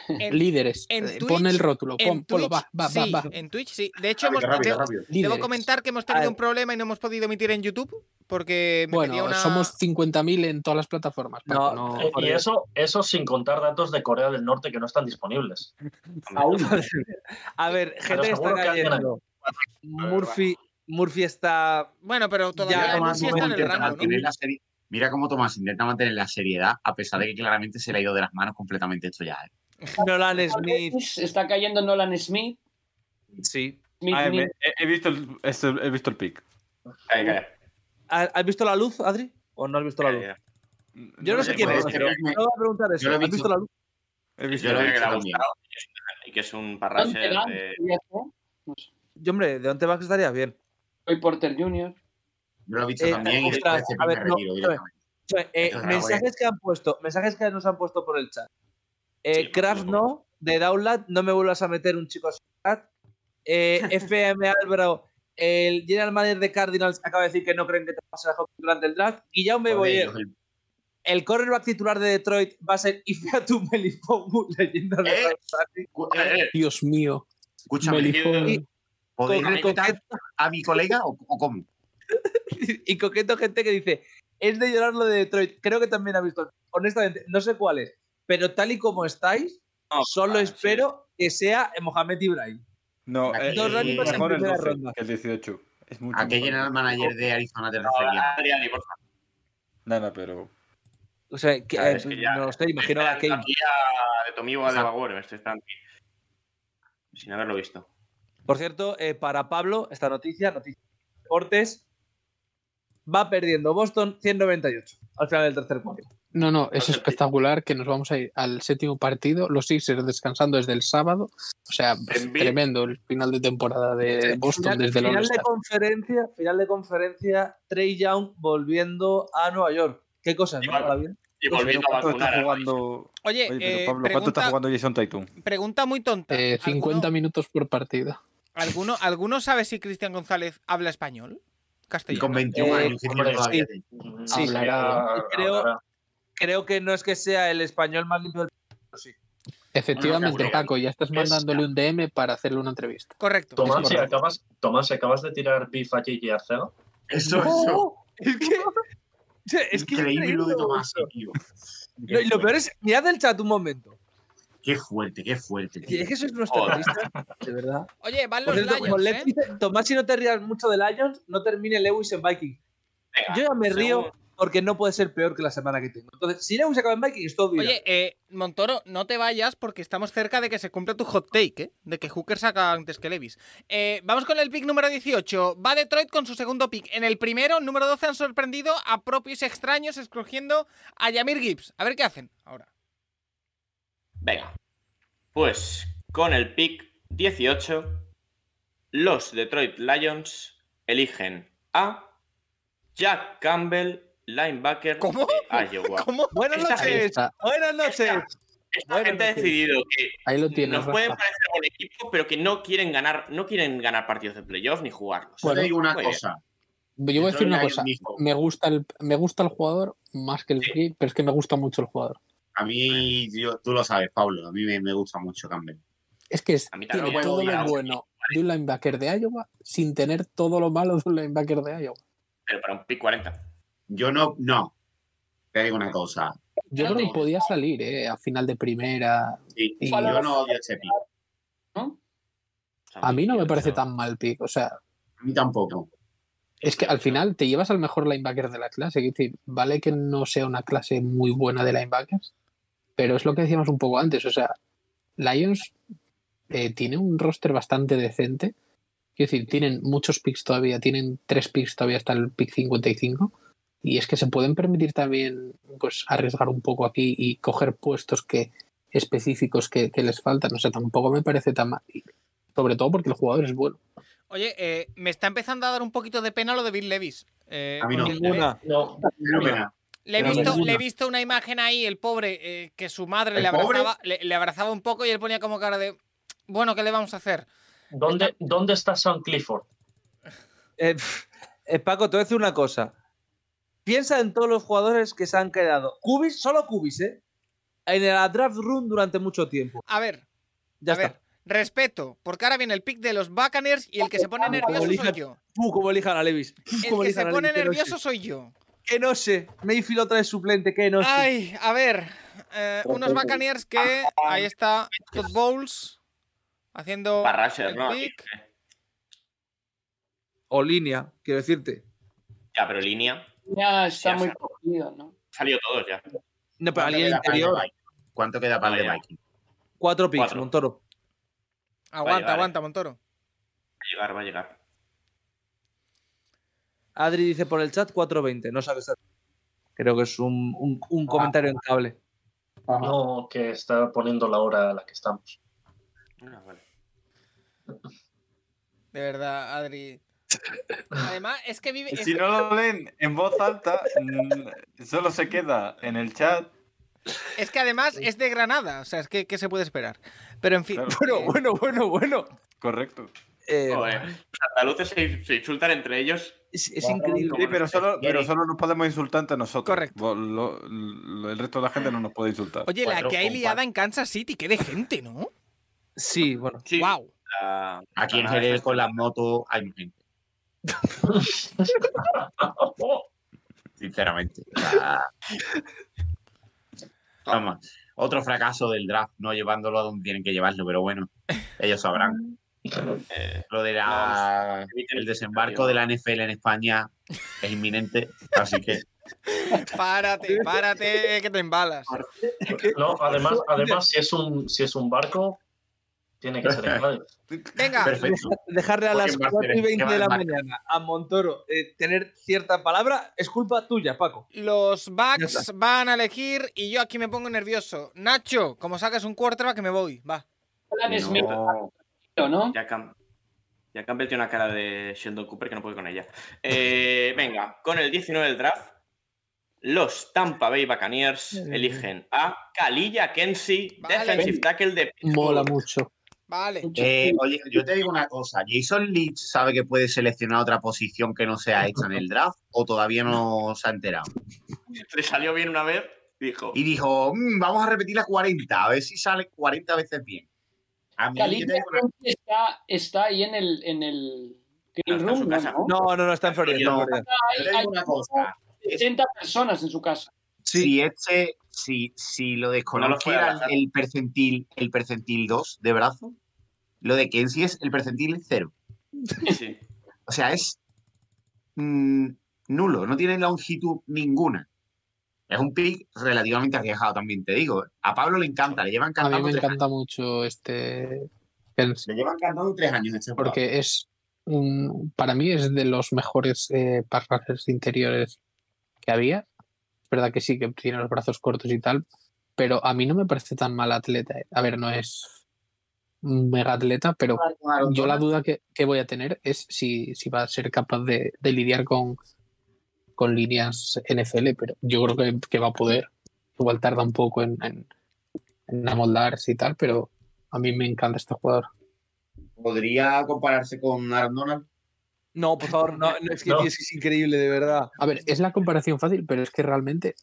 [SPEAKER 1] En-
[SPEAKER 9] líderes.
[SPEAKER 1] en
[SPEAKER 9] Eh,
[SPEAKER 1] Twitch-
[SPEAKER 9] pon el rótulo.
[SPEAKER 1] En
[SPEAKER 9] Pon, ponlo, va, va,
[SPEAKER 1] sí,
[SPEAKER 9] va, va.
[SPEAKER 1] en Twitch sí. De hecho,
[SPEAKER 6] Rápido,
[SPEAKER 1] hemos,
[SPEAKER 6] rápido,
[SPEAKER 1] debo-
[SPEAKER 6] rápido.
[SPEAKER 1] debo
[SPEAKER 9] Líderes.
[SPEAKER 1] comentar que hemos
[SPEAKER 5] A
[SPEAKER 1] tenido
[SPEAKER 5] ver.
[SPEAKER 1] un problema y no hemos podido emitir en YouTube porque me pedía
[SPEAKER 9] Bueno,
[SPEAKER 1] una...
[SPEAKER 9] somos 50.000 en todas las plataformas. Paco,
[SPEAKER 5] No,
[SPEAKER 9] no-
[SPEAKER 6] Eh, Y eso, eso sin contar datos de Corea del Norte que no están disponibles.
[SPEAKER 5] Aún. A ver, gente que está
[SPEAKER 6] seguro que alguien
[SPEAKER 5] cayendo. Murphy, Murphy está.
[SPEAKER 1] Bueno, pero
[SPEAKER 5] Ya,
[SPEAKER 1] todavía
[SPEAKER 3] Tomás
[SPEAKER 1] Murphy está en el
[SPEAKER 3] intenta
[SPEAKER 1] rango, ¿no?
[SPEAKER 3] mantener la seri- Mira cómo Tomás intenta mantener la seriedad, a pesar de que claramente se le ha ido de las manos completamente esto ya. ¿eh?
[SPEAKER 5] Nolan Smith.
[SPEAKER 4] Está cayendo Nolan Smith.
[SPEAKER 5] Sí.
[SPEAKER 4] Smith,
[SPEAKER 7] Ah, me-
[SPEAKER 4] Smith.
[SPEAKER 7] he, he visto el, esto- he visto el pick.
[SPEAKER 2] Ahí, ahí,
[SPEAKER 5] ¿Ha- ¿Has visto la luz, Adri? ¿O no has visto la luz?
[SPEAKER 2] ahí, ahí.
[SPEAKER 5] Yo no sé
[SPEAKER 2] Oye,
[SPEAKER 5] quién
[SPEAKER 2] pues,
[SPEAKER 5] es, pero
[SPEAKER 3] creo que-
[SPEAKER 5] no voy a preguntar eso.
[SPEAKER 3] yo lo he
[SPEAKER 5] ¿Has visto
[SPEAKER 3] visto.
[SPEAKER 5] la luz?
[SPEAKER 7] He visto
[SPEAKER 3] Yo lo
[SPEAKER 7] el
[SPEAKER 3] he
[SPEAKER 7] pick.
[SPEAKER 2] que le ha
[SPEAKER 3] también.
[SPEAKER 2] gustado y que es un
[SPEAKER 4] Dante
[SPEAKER 2] parrasher
[SPEAKER 4] Gunn,
[SPEAKER 2] de...
[SPEAKER 4] podría ser.
[SPEAKER 5] Yo, hombre, de Ontebax estaría bien.
[SPEAKER 4] Roy Porter
[SPEAKER 3] Yo
[SPEAKER 4] Jr.
[SPEAKER 3] lo he visto
[SPEAKER 5] Eh,
[SPEAKER 3] también y
[SPEAKER 5] ostras,
[SPEAKER 3] después este
[SPEAKER 5] a ver,
[SPEAKER 3] me
[SPEAKER 5] no,
[SPEAKER 3] retiro
[SPEAKER 5] a ver.
[SPEAKER 3] directamente.
[SPEAKER 5] Eh, eh,
[SPEAKER 3] Eso está
[SPEAKER 5] mensajes que han puesto, mensajes que nos han puesto por el chat. Eh,
[SPEAKER 2] Sí,
[SPEAKER 5] Kraft
[SPEAKER 2] por
[SPEAKER 5] no, de Daulat, no me vuelvas a meter un chico así. Eh, FM Álvaro, el general manager de Cardinals acaba de decir que no creen que te pase la durante el draft. Guillaume
[SPEAKER 3] Joder,
[SPEAKER 5] Boyer,
[SPEAKER 3] yo- el-
[SPEAKER 5] el cornerback titular de Detroit va a ser Ifeatu Melipomu, leyenda de
[SPEAKER 3] Eh,
[SPEAKER 5] Kansas City.
[SPEAKER 3] cu- eh, eh,
[SPEAKER 9] Dios mío.
[SPEAKER 3] Escúchame, eh,
[SPEAKER 9] Melifón.
[SPEAKER 3] ¿podéis
[SPEAKER 5] Con-
[SPEAKER 3] respetar a mi colega o, o cómo?
[SPEAKER 5] y coqueto gente que dice, es de llorar lo de Detroit. Creo que también ha visto. Honestamente, no sé cuál es. Pero tal y como estáis,
[SPEAKER 2] No,
[SPEAKER 5] solo
[SPEAKER 2] vale, sí.
[SPEAKER 5] espero que sea Mohamed Ibrahim.
[SPEAKER 7] No,
[SPEAKER 3] Aquí-
[SPEAKER 7] eh,
[SPEAKER 3] Dos
[SPEAKER 7] eh,
[SPEAKER 3] running backs
[SPEAKER 7] mejor
[SPEAKER 5] en
[SPEAKER 7] el
[SPEAKER 5] primera
[SPEAKER 7] 12
[SPEAKER 5] ronda.
[SPEAKER 7] que el 18. Es mucho
[SPEAKER 3] ¿A qué
[SPEAKER 7] mejor.
[SPEAKER 3] general manager de Arizona te referías?
[SPEAKER 2] Adri, Adri, por favor.
[SPEAKER 7] No, no, pero.
[SPEAKER 5] O sea, que,
[SPEAKER 2] Claro,
[SPEAKER 5] eh,
[SPEAKER 2] es que ya-
[SPEAKER 5] no lo sé, imagino a
[SPEAKER 2] Estoy
[SPEAKER 5] Kane.
[SPEAKER 2] aquí a- de Tomiwa de
[SPEAKER 3] Exacto.
[SPEAKER 2] Bagüero, me estoy esperando aquí. Sin haberlo visto.
[SPEAKER 5] Por cierto, eh, para Pablo, esta noticia, noticia de deportes, va perdiendo Boston 198 al final del tercer cuarto.
[SPEAKER 9] No, no, es
[SPEAKER 2] No sé.
[SPEAKER 9] espectacular que nos vamos a ir al séptimo partido. Los Sixers descansando desde el sábado. O sea,
[SPEAKER 2] Envi-
[SPEAKER 9] tremendo el final de temporada de Boston
[SPEAKER 5] final,
[SPEAKER 9] desde el
[SPEAKER 5] final de
[SPEAKER 9] All-Star.
[SPEAKER 5] conferencia, final de conferencia, Trey Young volviendo a Nueva York. Qué cosas, ¿no?
[SPEAKER 2] Igual.
[SPEAKER 5] Ahora bien. Pues,
[SPEAKER 2] Y
[SPEAKER 7] Pero
[SPEAKER 2] volviendo a
[SPEAKER 7] pues, ¿cuánto
[SPEAKER 2] vacunar
[SPEAKER 7] está
[SPEAKER 2] al
[SPEAKER 7] jugando...
[SPEAKER 1] Oye,
[SPEAKER 7] Oye,
[SPEAKER 1] eh,
[SPEAKER 7] pero Pablo, ¿cuánto
[SPEAKER 1] pregunta,
[SPEAKER 7] está jugando Jason Tatum?
[SPEAKER 1] pregunta muy tonta.
[SPEAKER 9] Eh, 50
[SPEAKER 1] ¿Alguno,
[SPEAKER 9] minutos por partido.
[SPEAKER 1] alguno, alguno sabe si Cristian González habla
[SPEAKER 3] Y
[SPEAKER 1] español?
[SPEAKER 3] con
[SPEAKER 1] Castellano.
[SPEAKER 3] 21
[SPEAKER 5] Eh,
[SPEAKER 3] años que tiene
[SPEAKER 6] hombre,
[SPEAKER 3] todavía.
[SPEAKER 5] sí.
[SPEAKER 9] Sí,
[SPEAKER 3] Ah,
[SPEAKER 5] Yo creo- Creo que no es que sea el español más limpio del pero sí.
[SPEAKER 9] Efectivamente,
[SPEAKER 3] Bueno,
[SPEAKER 9] Paco, ya estás mandándole un DM para hacerle una entrevista.
[SPEAKER 1] Correcto.
[SPEAKER 6] Tomás, si
[SPEAKER 9] correcto.
[SPEAKER 6] acabas, Tomás, si acabas de tirar beef a JJ Arcega.
[SPEAKER 3] Eso, eso.
[SPEAKER 5] ¡No! Es que. o sea, Es que es
[SPEAKER 3] increíble lo de
[SPEAKER 5] increíble,
[SPEAKER 3] Tomás,
[SPEAKER 5] Boston.
[SPEAKER 3] tío.
[SPEAKER 5] No, y lo peor es, mirad el chat un momento.
[SPEAKER 3] Qué fuerte, qué fuerte.
[SPEAKER 5] Y
[SPEAKER 3] tío.
[SPEAKER 5] es que sois unos
[SPEAKER 2] Joder.
[SPEAKER 5] terroristas, de verdad.
[SPEAKER 1] Oye, van
[SPEAKER 5] Por
[SPEAKER 1] los
[SPEAKER 3] Pues
[SPEAKER 5] cierto,
[SPEAKER 1] Lions,
[SPEAKER 5] como Lev
[SPEAKER 1] ¿eh?
[SPEAKER 5] dice, Tomás, si no te rías mucho de Lions, no termine Lewis en Viking.
[SPEAKER 2] Venga,
[SPEAKER 5] Yo ya me río
[SPEAKER 2] seguro.
[SPEAKER 5] porque no puede ser peor que la semana que tengo. Entonces, si Lewis acaba en Viking, todo bien.
[SPEAKER 1] Oye, eh, Montoro, no te vayas porque estamos cerca de que se cumpla tu hot take, ¿eh? De que Hooker saca antes que Levis. Eh, vamos con el pick número 18. Va Detroit con su segundo pick. En el primero, número 12, han sorprendido a propios extraños escogiendo a Yamir Gibbs. A ver qué hacen ahora.
[SPEAKER 2] Venga. Pues con el pick 18, los Detroit Lions eligen a Jack Campbell, linebacker
[SPEAKER 1] ¿Cómo?
[SPEAKER 2] de Iowa.
[SPEAKER 1] ¿Cómo?
[SPEAKER 5] Buenas
[SPEAKER 2] esta
[SPEAKER 5] noches.
[SPEAKER 9] Esta-
[SPEAKER 5] Buenas noches.
[SPEAKER 2] Esta
[SPEAKER 5] Bueno,
[SPEAKER 2] gente ha
[SPEAKER 5] sí.
[SPEAKER 2] decidido que
[SPEAKER 9] ahí lo tienes.
[SPEAKER 2] nos pueden
[SPEAKER 9] Rafa.
[SPEAKER 2] parecer buen equipo, pero que no quieren ganar, no quieren ganar partidos de playoff ni jugarlos.
[SPEAKER 3] Yo te
[SPEAKER 9] Bueno,
[SPEAKER 3] digo una
[SPEAKER 2] muy bien.
[SPEAKER 3] cosa.
[SPEAKER 9] Yo voy a decir
[SPEAKER 3] Detroit
[SPEAKER 9] una
[SPEAKER 3] Lions
[SPEAKER 9] cosa.
[SPEAKER 3] dijo,
[SPEAKER 9] Me gusta, el, me gusta el jugador más que el pick, pero es que me gusta mucho el jugador.
[SPEAKER 3] A mí, yo- tú lo sabes, Pablo, a mí me, me gusta mucho Campbell.
[SPEAKER 9] Es que es-
[SPEAKER 2] A mí también
[SPEAKER 9] tiene
[SPEAKER 2] me
[SPEAKER 9] todo
[SPEAKER 2] gusta.
[SPEAKER 9] lo bueno de un linebacker de Iowa sin tener todo lo malo de un linebacker de Iowa.
[SPEAKER 2] Pero para un pick 40.
[SPEAKER 3] Yo no, no. Te digo una cosa.
[SPEAKER 9] Yo creo que podía salir eh, a final de primera.
[SPEAKER 3] Sí,
[SPEAKER 9] Y-
[SPEAKER 3] yo no odio ese pick.
[SPEAKER 2] O sea,
[SPEAKER 9] A mí no me
[SPEAKER 2] 18.
[SPEAKER 9] parece tan mal pick. O sea,
[SPEAKER 3] A mí tampoco.
[SPEAKER 9] es que al final te llevas al mejor linebacker de la clase. quiero decir, vale que no sea una clase muy buena de linebackers, pero es lo que decíamos un poco antes. O sea, Lions eh, tiene un roster bastante decente. Quiero decir, tienen muchos picks todavía, tienen tres picks todavía hasta el pick 55. Y es que se pueden permitir también pues, arriesgar un poco aquí y coger puestos que específicos que, que les faltan. O sea, tampoco me parece tan mal. Y Sobre todo porque el jugador es bueno.
[SPEAKER 1] Oye, eh, me está empezando a dar un poquito de pena lo de Bill Levis. Eh,
[SPEAKER 3] A mí no.
[SPEAKER 1] porque le-
[SPEAKER 5] Ninguna.
[SPEAKER 4] No,
[SPEAKER 3] No, pena.
[SPEAKER 1] Le he,
[SPEAKER 3] Pero
[SPEAKER 1] visto,
[SPEAKER 3] ninguna.
[SPEAKER 1] le he visto una imagen ahí, el pobre, eh, que su madre
[SPEAKER 3] ¿El
[SPEAKER 1] le
[SPEAKER 3] pobre?
[SPEAKER 1] abrazaba, le, le abrazaba un poco y él ponía como cara de, bueno, ¿qué le vamos a hacer?
[SPEAKER 6] ¿Dónde, ¿Dónde está Sean Clifford?
[SPEAKER 5] Eh, pf, eh, Paco, te voy a decir una cosa. Piensa en todos los jugadores que se han quedado. Cubis, solo Cubis, ¿eh? En el draft room durante mucho tiempo.
[SPEAKER 1] A ver,
[SPEAKER 5] Ya
[SPEAKER 1] a
[SPEAKER 5] está.
[SPEAKER 1] ver, respeto, porque ahora viene el pick de los Buccaneers y el que se pone nervioso soy
[SPEAKER 5] Ah, Elija-
[SPEAKER 1] yo.
[SPEAKER 5] Puh, como elijan a Levis. Puh,
[SPEAKER 1] El
[SPEAKER 5] cómo
[SPEAKER 1] que
[SPEAKER 5] elijan
[SPEAKER 1] se
[SPEAKER 5] a
[SPEAKER 1] pone
[SPEAKER 5] Levis, que no sé.
[SPEAKER 1] nervioso soy yo.
[SPEAKER 5] Que no sé. Mayfield otra vez suplente, que no sé.
[SPEAKER 1] Ay, a ver, eh, unos Buccaneers que, ahí está, Todd Bowles haciendo
[SPEAKER 2] Para Rusher,
[SPEAKER 1] el
[SPEAKER 2] ¿no?
[SPEAKER 1] pick.
[SPEAKER 5] O línea, quiero decirte.
[SPEAKER 2] Ya, pero línea.
[SPEAKER 4] ya está
[SPEAKER 2] Sí, o
[SPEAKER 4] muy
[SPEAKER 2] sea.
[SPEAKER 4] cogido, ¿no?
[SPEAKER 2] Salió todos ya.
[SPEAKER 5] No, pero
[SPEAKER 3] ¿Cuánto
[SPEAKER 5] alguien
[SPEAKER 3] queda para el de
[SPEAKER 5] interior.
[SPEAKER 3] Viking? ¿Cuánto queda para el de
[SPEAKER 2] Vale.
[SPEAKER 3] Viking?
[SPEAKER 5] Cuatro picks,
[SPEAKER 2] Cuatro.
[SPEAKER 5] Montoro.
[SPEAKER 1] Aguanta,
[SPEAKER 2] vale.
[SPEAKER 1] aguanta, Montoro.
[SPEAKER 2] Va a llegar, va a llegar.
[SPEAKER 5] Adri dice por el chat 420. No sabes. Creo que es un, un-
[SPEAKER 1] Ah.
[SPEAKER 5] un comentario en cable.
[SPEAKER 6] No, que está poniendo la hora a la que estamos.
[SPEAKER 2] Ah, vale.
[SPEAKER 1] De verdad, Adri. Además, es que vive... es
[SPEAKER 7] Si
[SPEAKER 1] que-
[SPEAKER 7] no lo leen en voz alta, mm, solo se queda en el chat.
[SPEAKER 1] Es que además es de Granada, o sea, es que ¿qué se puede esperar. Pero en fin.
[SPEAKER 7] Claro.
[SPEAKER 5] Bueno,
[SPEAKER 1] eh,
[SPEAKER 5] bueno, bueno, bueno.
[SPEAKER 7] Correcto.
[SPEAKER 5] Eh,
[SPEAKER 2] Joder, Los andaluces se, se insultan entre ellos.
[SPEAKER 5] es, es increíble.
[SPEAKER 7] Sí, pero solo, pero
[SPEAKER 2] Eric.
[SPEAKER 7] solo nos podemos insultar entre nosotros.
[SPEAKER 1] Correcto.
[SPEAKER 7] Vos- lo- lo- el resto de la gente no nos puede insultar.
[SPEAKER 1] Oye, la
[SPEAKER 2] cuatro
[SPEAKER 1] que hay
[SPEAKER 2] con
[SPEAKER 1] liada
[SPEAKER 2] cuatro.
[SPEAKER 1] en Kansas City, qué de gente, ¿no?
[SPEAKER 5] Sí, bueno.
[SPEAKER 2] Sí,
[SPEAKER 1] Wow.
[SPEAKER 7] Ah,
[SPEAKER 2] la-
[SPEAKER 3] Aquí en
[SPEAKER 2] la-
[SPEAKER 3] Jerez con las motos hay más gente, sinceramente. O sea, Vamos, otro fracaso del draft, no llevándolo a donde tienen que llevarlo, pero bueno, ellos sabrán.
[SPEAKER 2] eh,
[SPEAKER 3] Lo de la,
[SPEAKER 2] eviten
[SPEAKER 3] el desembarco de la NFL en España es inminente, así que
[SPEAKER 1] Párate, párate, que te embalas.
[SPEAKER 6] No, además, además si, es un, si es un barco, tiene que ser inglés.
[SPEAKER 1] Venga,
[SPEAKER 3] perfecto.
[SPEAKER 5] Dejarle a
[SPEAKER 3] Porque
[SPEAKER 5] las
[SPEAKER 3] en Barcelona,
[SPEAKER 5] 4 y 20
[SPEAKER 3] que va
[SPEAKER 5] de la
[SPEAKER 3] en Barcelona.
[SPEAKER 5] mañana a Montoro eh, tener cierta palabra es culpa tuya, Paco.
[SPEAKER 1] los
[SPEAKER 5] Ya
[SPEAKER 1] backs van a elegir y yo aquí me pongo nervioso. Nacho, como saques un quarterback, me voy. Va.
[SPEAKER 4] Alan
[SPEAKER 2] No.
[SPEAKER 4] Smith, ¿no?
[SPEAKER 2] Ya Cam- ya Campbell tiene una cara de Sheldon Cooper que no puede con ella. Eh, venga, con el 19 del draft, los Tampa Bay Buccaneers eligen a Kalilla Kensi,
[SPEAKER 1] Vale.
[SPEAKER 2] defensive tackle de
[SPEAKER 9] Mola mucho.
[SPEAKER 1] Vale.
[SPEAKER 3] Eh, oye, yo te digo una cosa, ¿Jason Leach sabe que puede seleccionar otra posición que no sea esta en el draft o todavía no se ha enterado?
[SPEAKER 2] Le salió bien una vez, dijo.
[SPEAKER 3] Y dijo, "Mm, vamos a repetir la 40, a ver si sale 40 veces bien. A mí yo te
[SPEAKER 4] Kalin
[SPEAKER 3] digo una-
[SPEAKER 4] está, está ahí en el, en el
[SPEAKER 3] Ah,
[SPEAKER 2] No,
[SPEAKER 4] Green
[SPEAKER 2] está en su
[SPEAKER 4] Room,
[SPEAKER 2] casa.
[SPEAKER 4] ¿no?
[SPEAKER 5] No, no, no, está en Florida. está en
[SPEAKER 2] No.
[SPEAKER 5] Florida.
[SPEAKER 3] yo
[SPEAKER 4] Hay,
[SPEAKER 3] te
[SPEAKER 4] hay
[SPEAKER 3] digo una cosa.
[SPEAKER 4] 70 personas en su casa.
[SPEAKER 5] Sí,
[SPEAKER 3] Si este, si, si lo
[SPEAKER 2] No
[SPEAKER 3] desconociera
[SPEAKER 2] lo puede
[SPEAKER 3] el percentil, el percentil 2 de brazo, lo de Kenzie es el percentil 0.
[SPEAKER 2] Sí.
[SPEAKER 3] O sea, es mm, nulo, no tiene longitud ninguna. Es un pick relativamente arriesgado también, te digo. A Pablo le encanta, le llevan
[SPEAKER 9] A mí
[SPEAKER 3] cantando,
[SPEAKER 9] me
[SPEAKER 3] tres,
[SPEAKER 9] encanta mucho este. Kelsey,
[SPEAKER 3] le llevan cantando tres años este jugador.
[SPEAKER 9] Porque es. un- para mí es de los mejores eh, pass rushers interiores que había. Es verdad que sí, que tiene los brazos cortos y tal. Pero a mí no me parece tan mal atleta. eh. A ver, no es un mega atleta, pero yo la duda que, que voy a tener es si, si va a ser capaz de, de lidiar con, con líneas NFL, pero yo creo que, que va a poder. Igual tarda un poco en, en, en amoldarse y tal, pero a mí me encanta este jugador.
[SPEAKER 3] ¿Podría compararse con Aaron Donald?
[SPEAKER 5] no, por favor, no, no, es, que,
[SPEAKER 6] No.
[SPEAKER 5] es que es increíble, de verdad.
[SPEAKER 9] A ver, es la comparación fácil, pero es que realmente,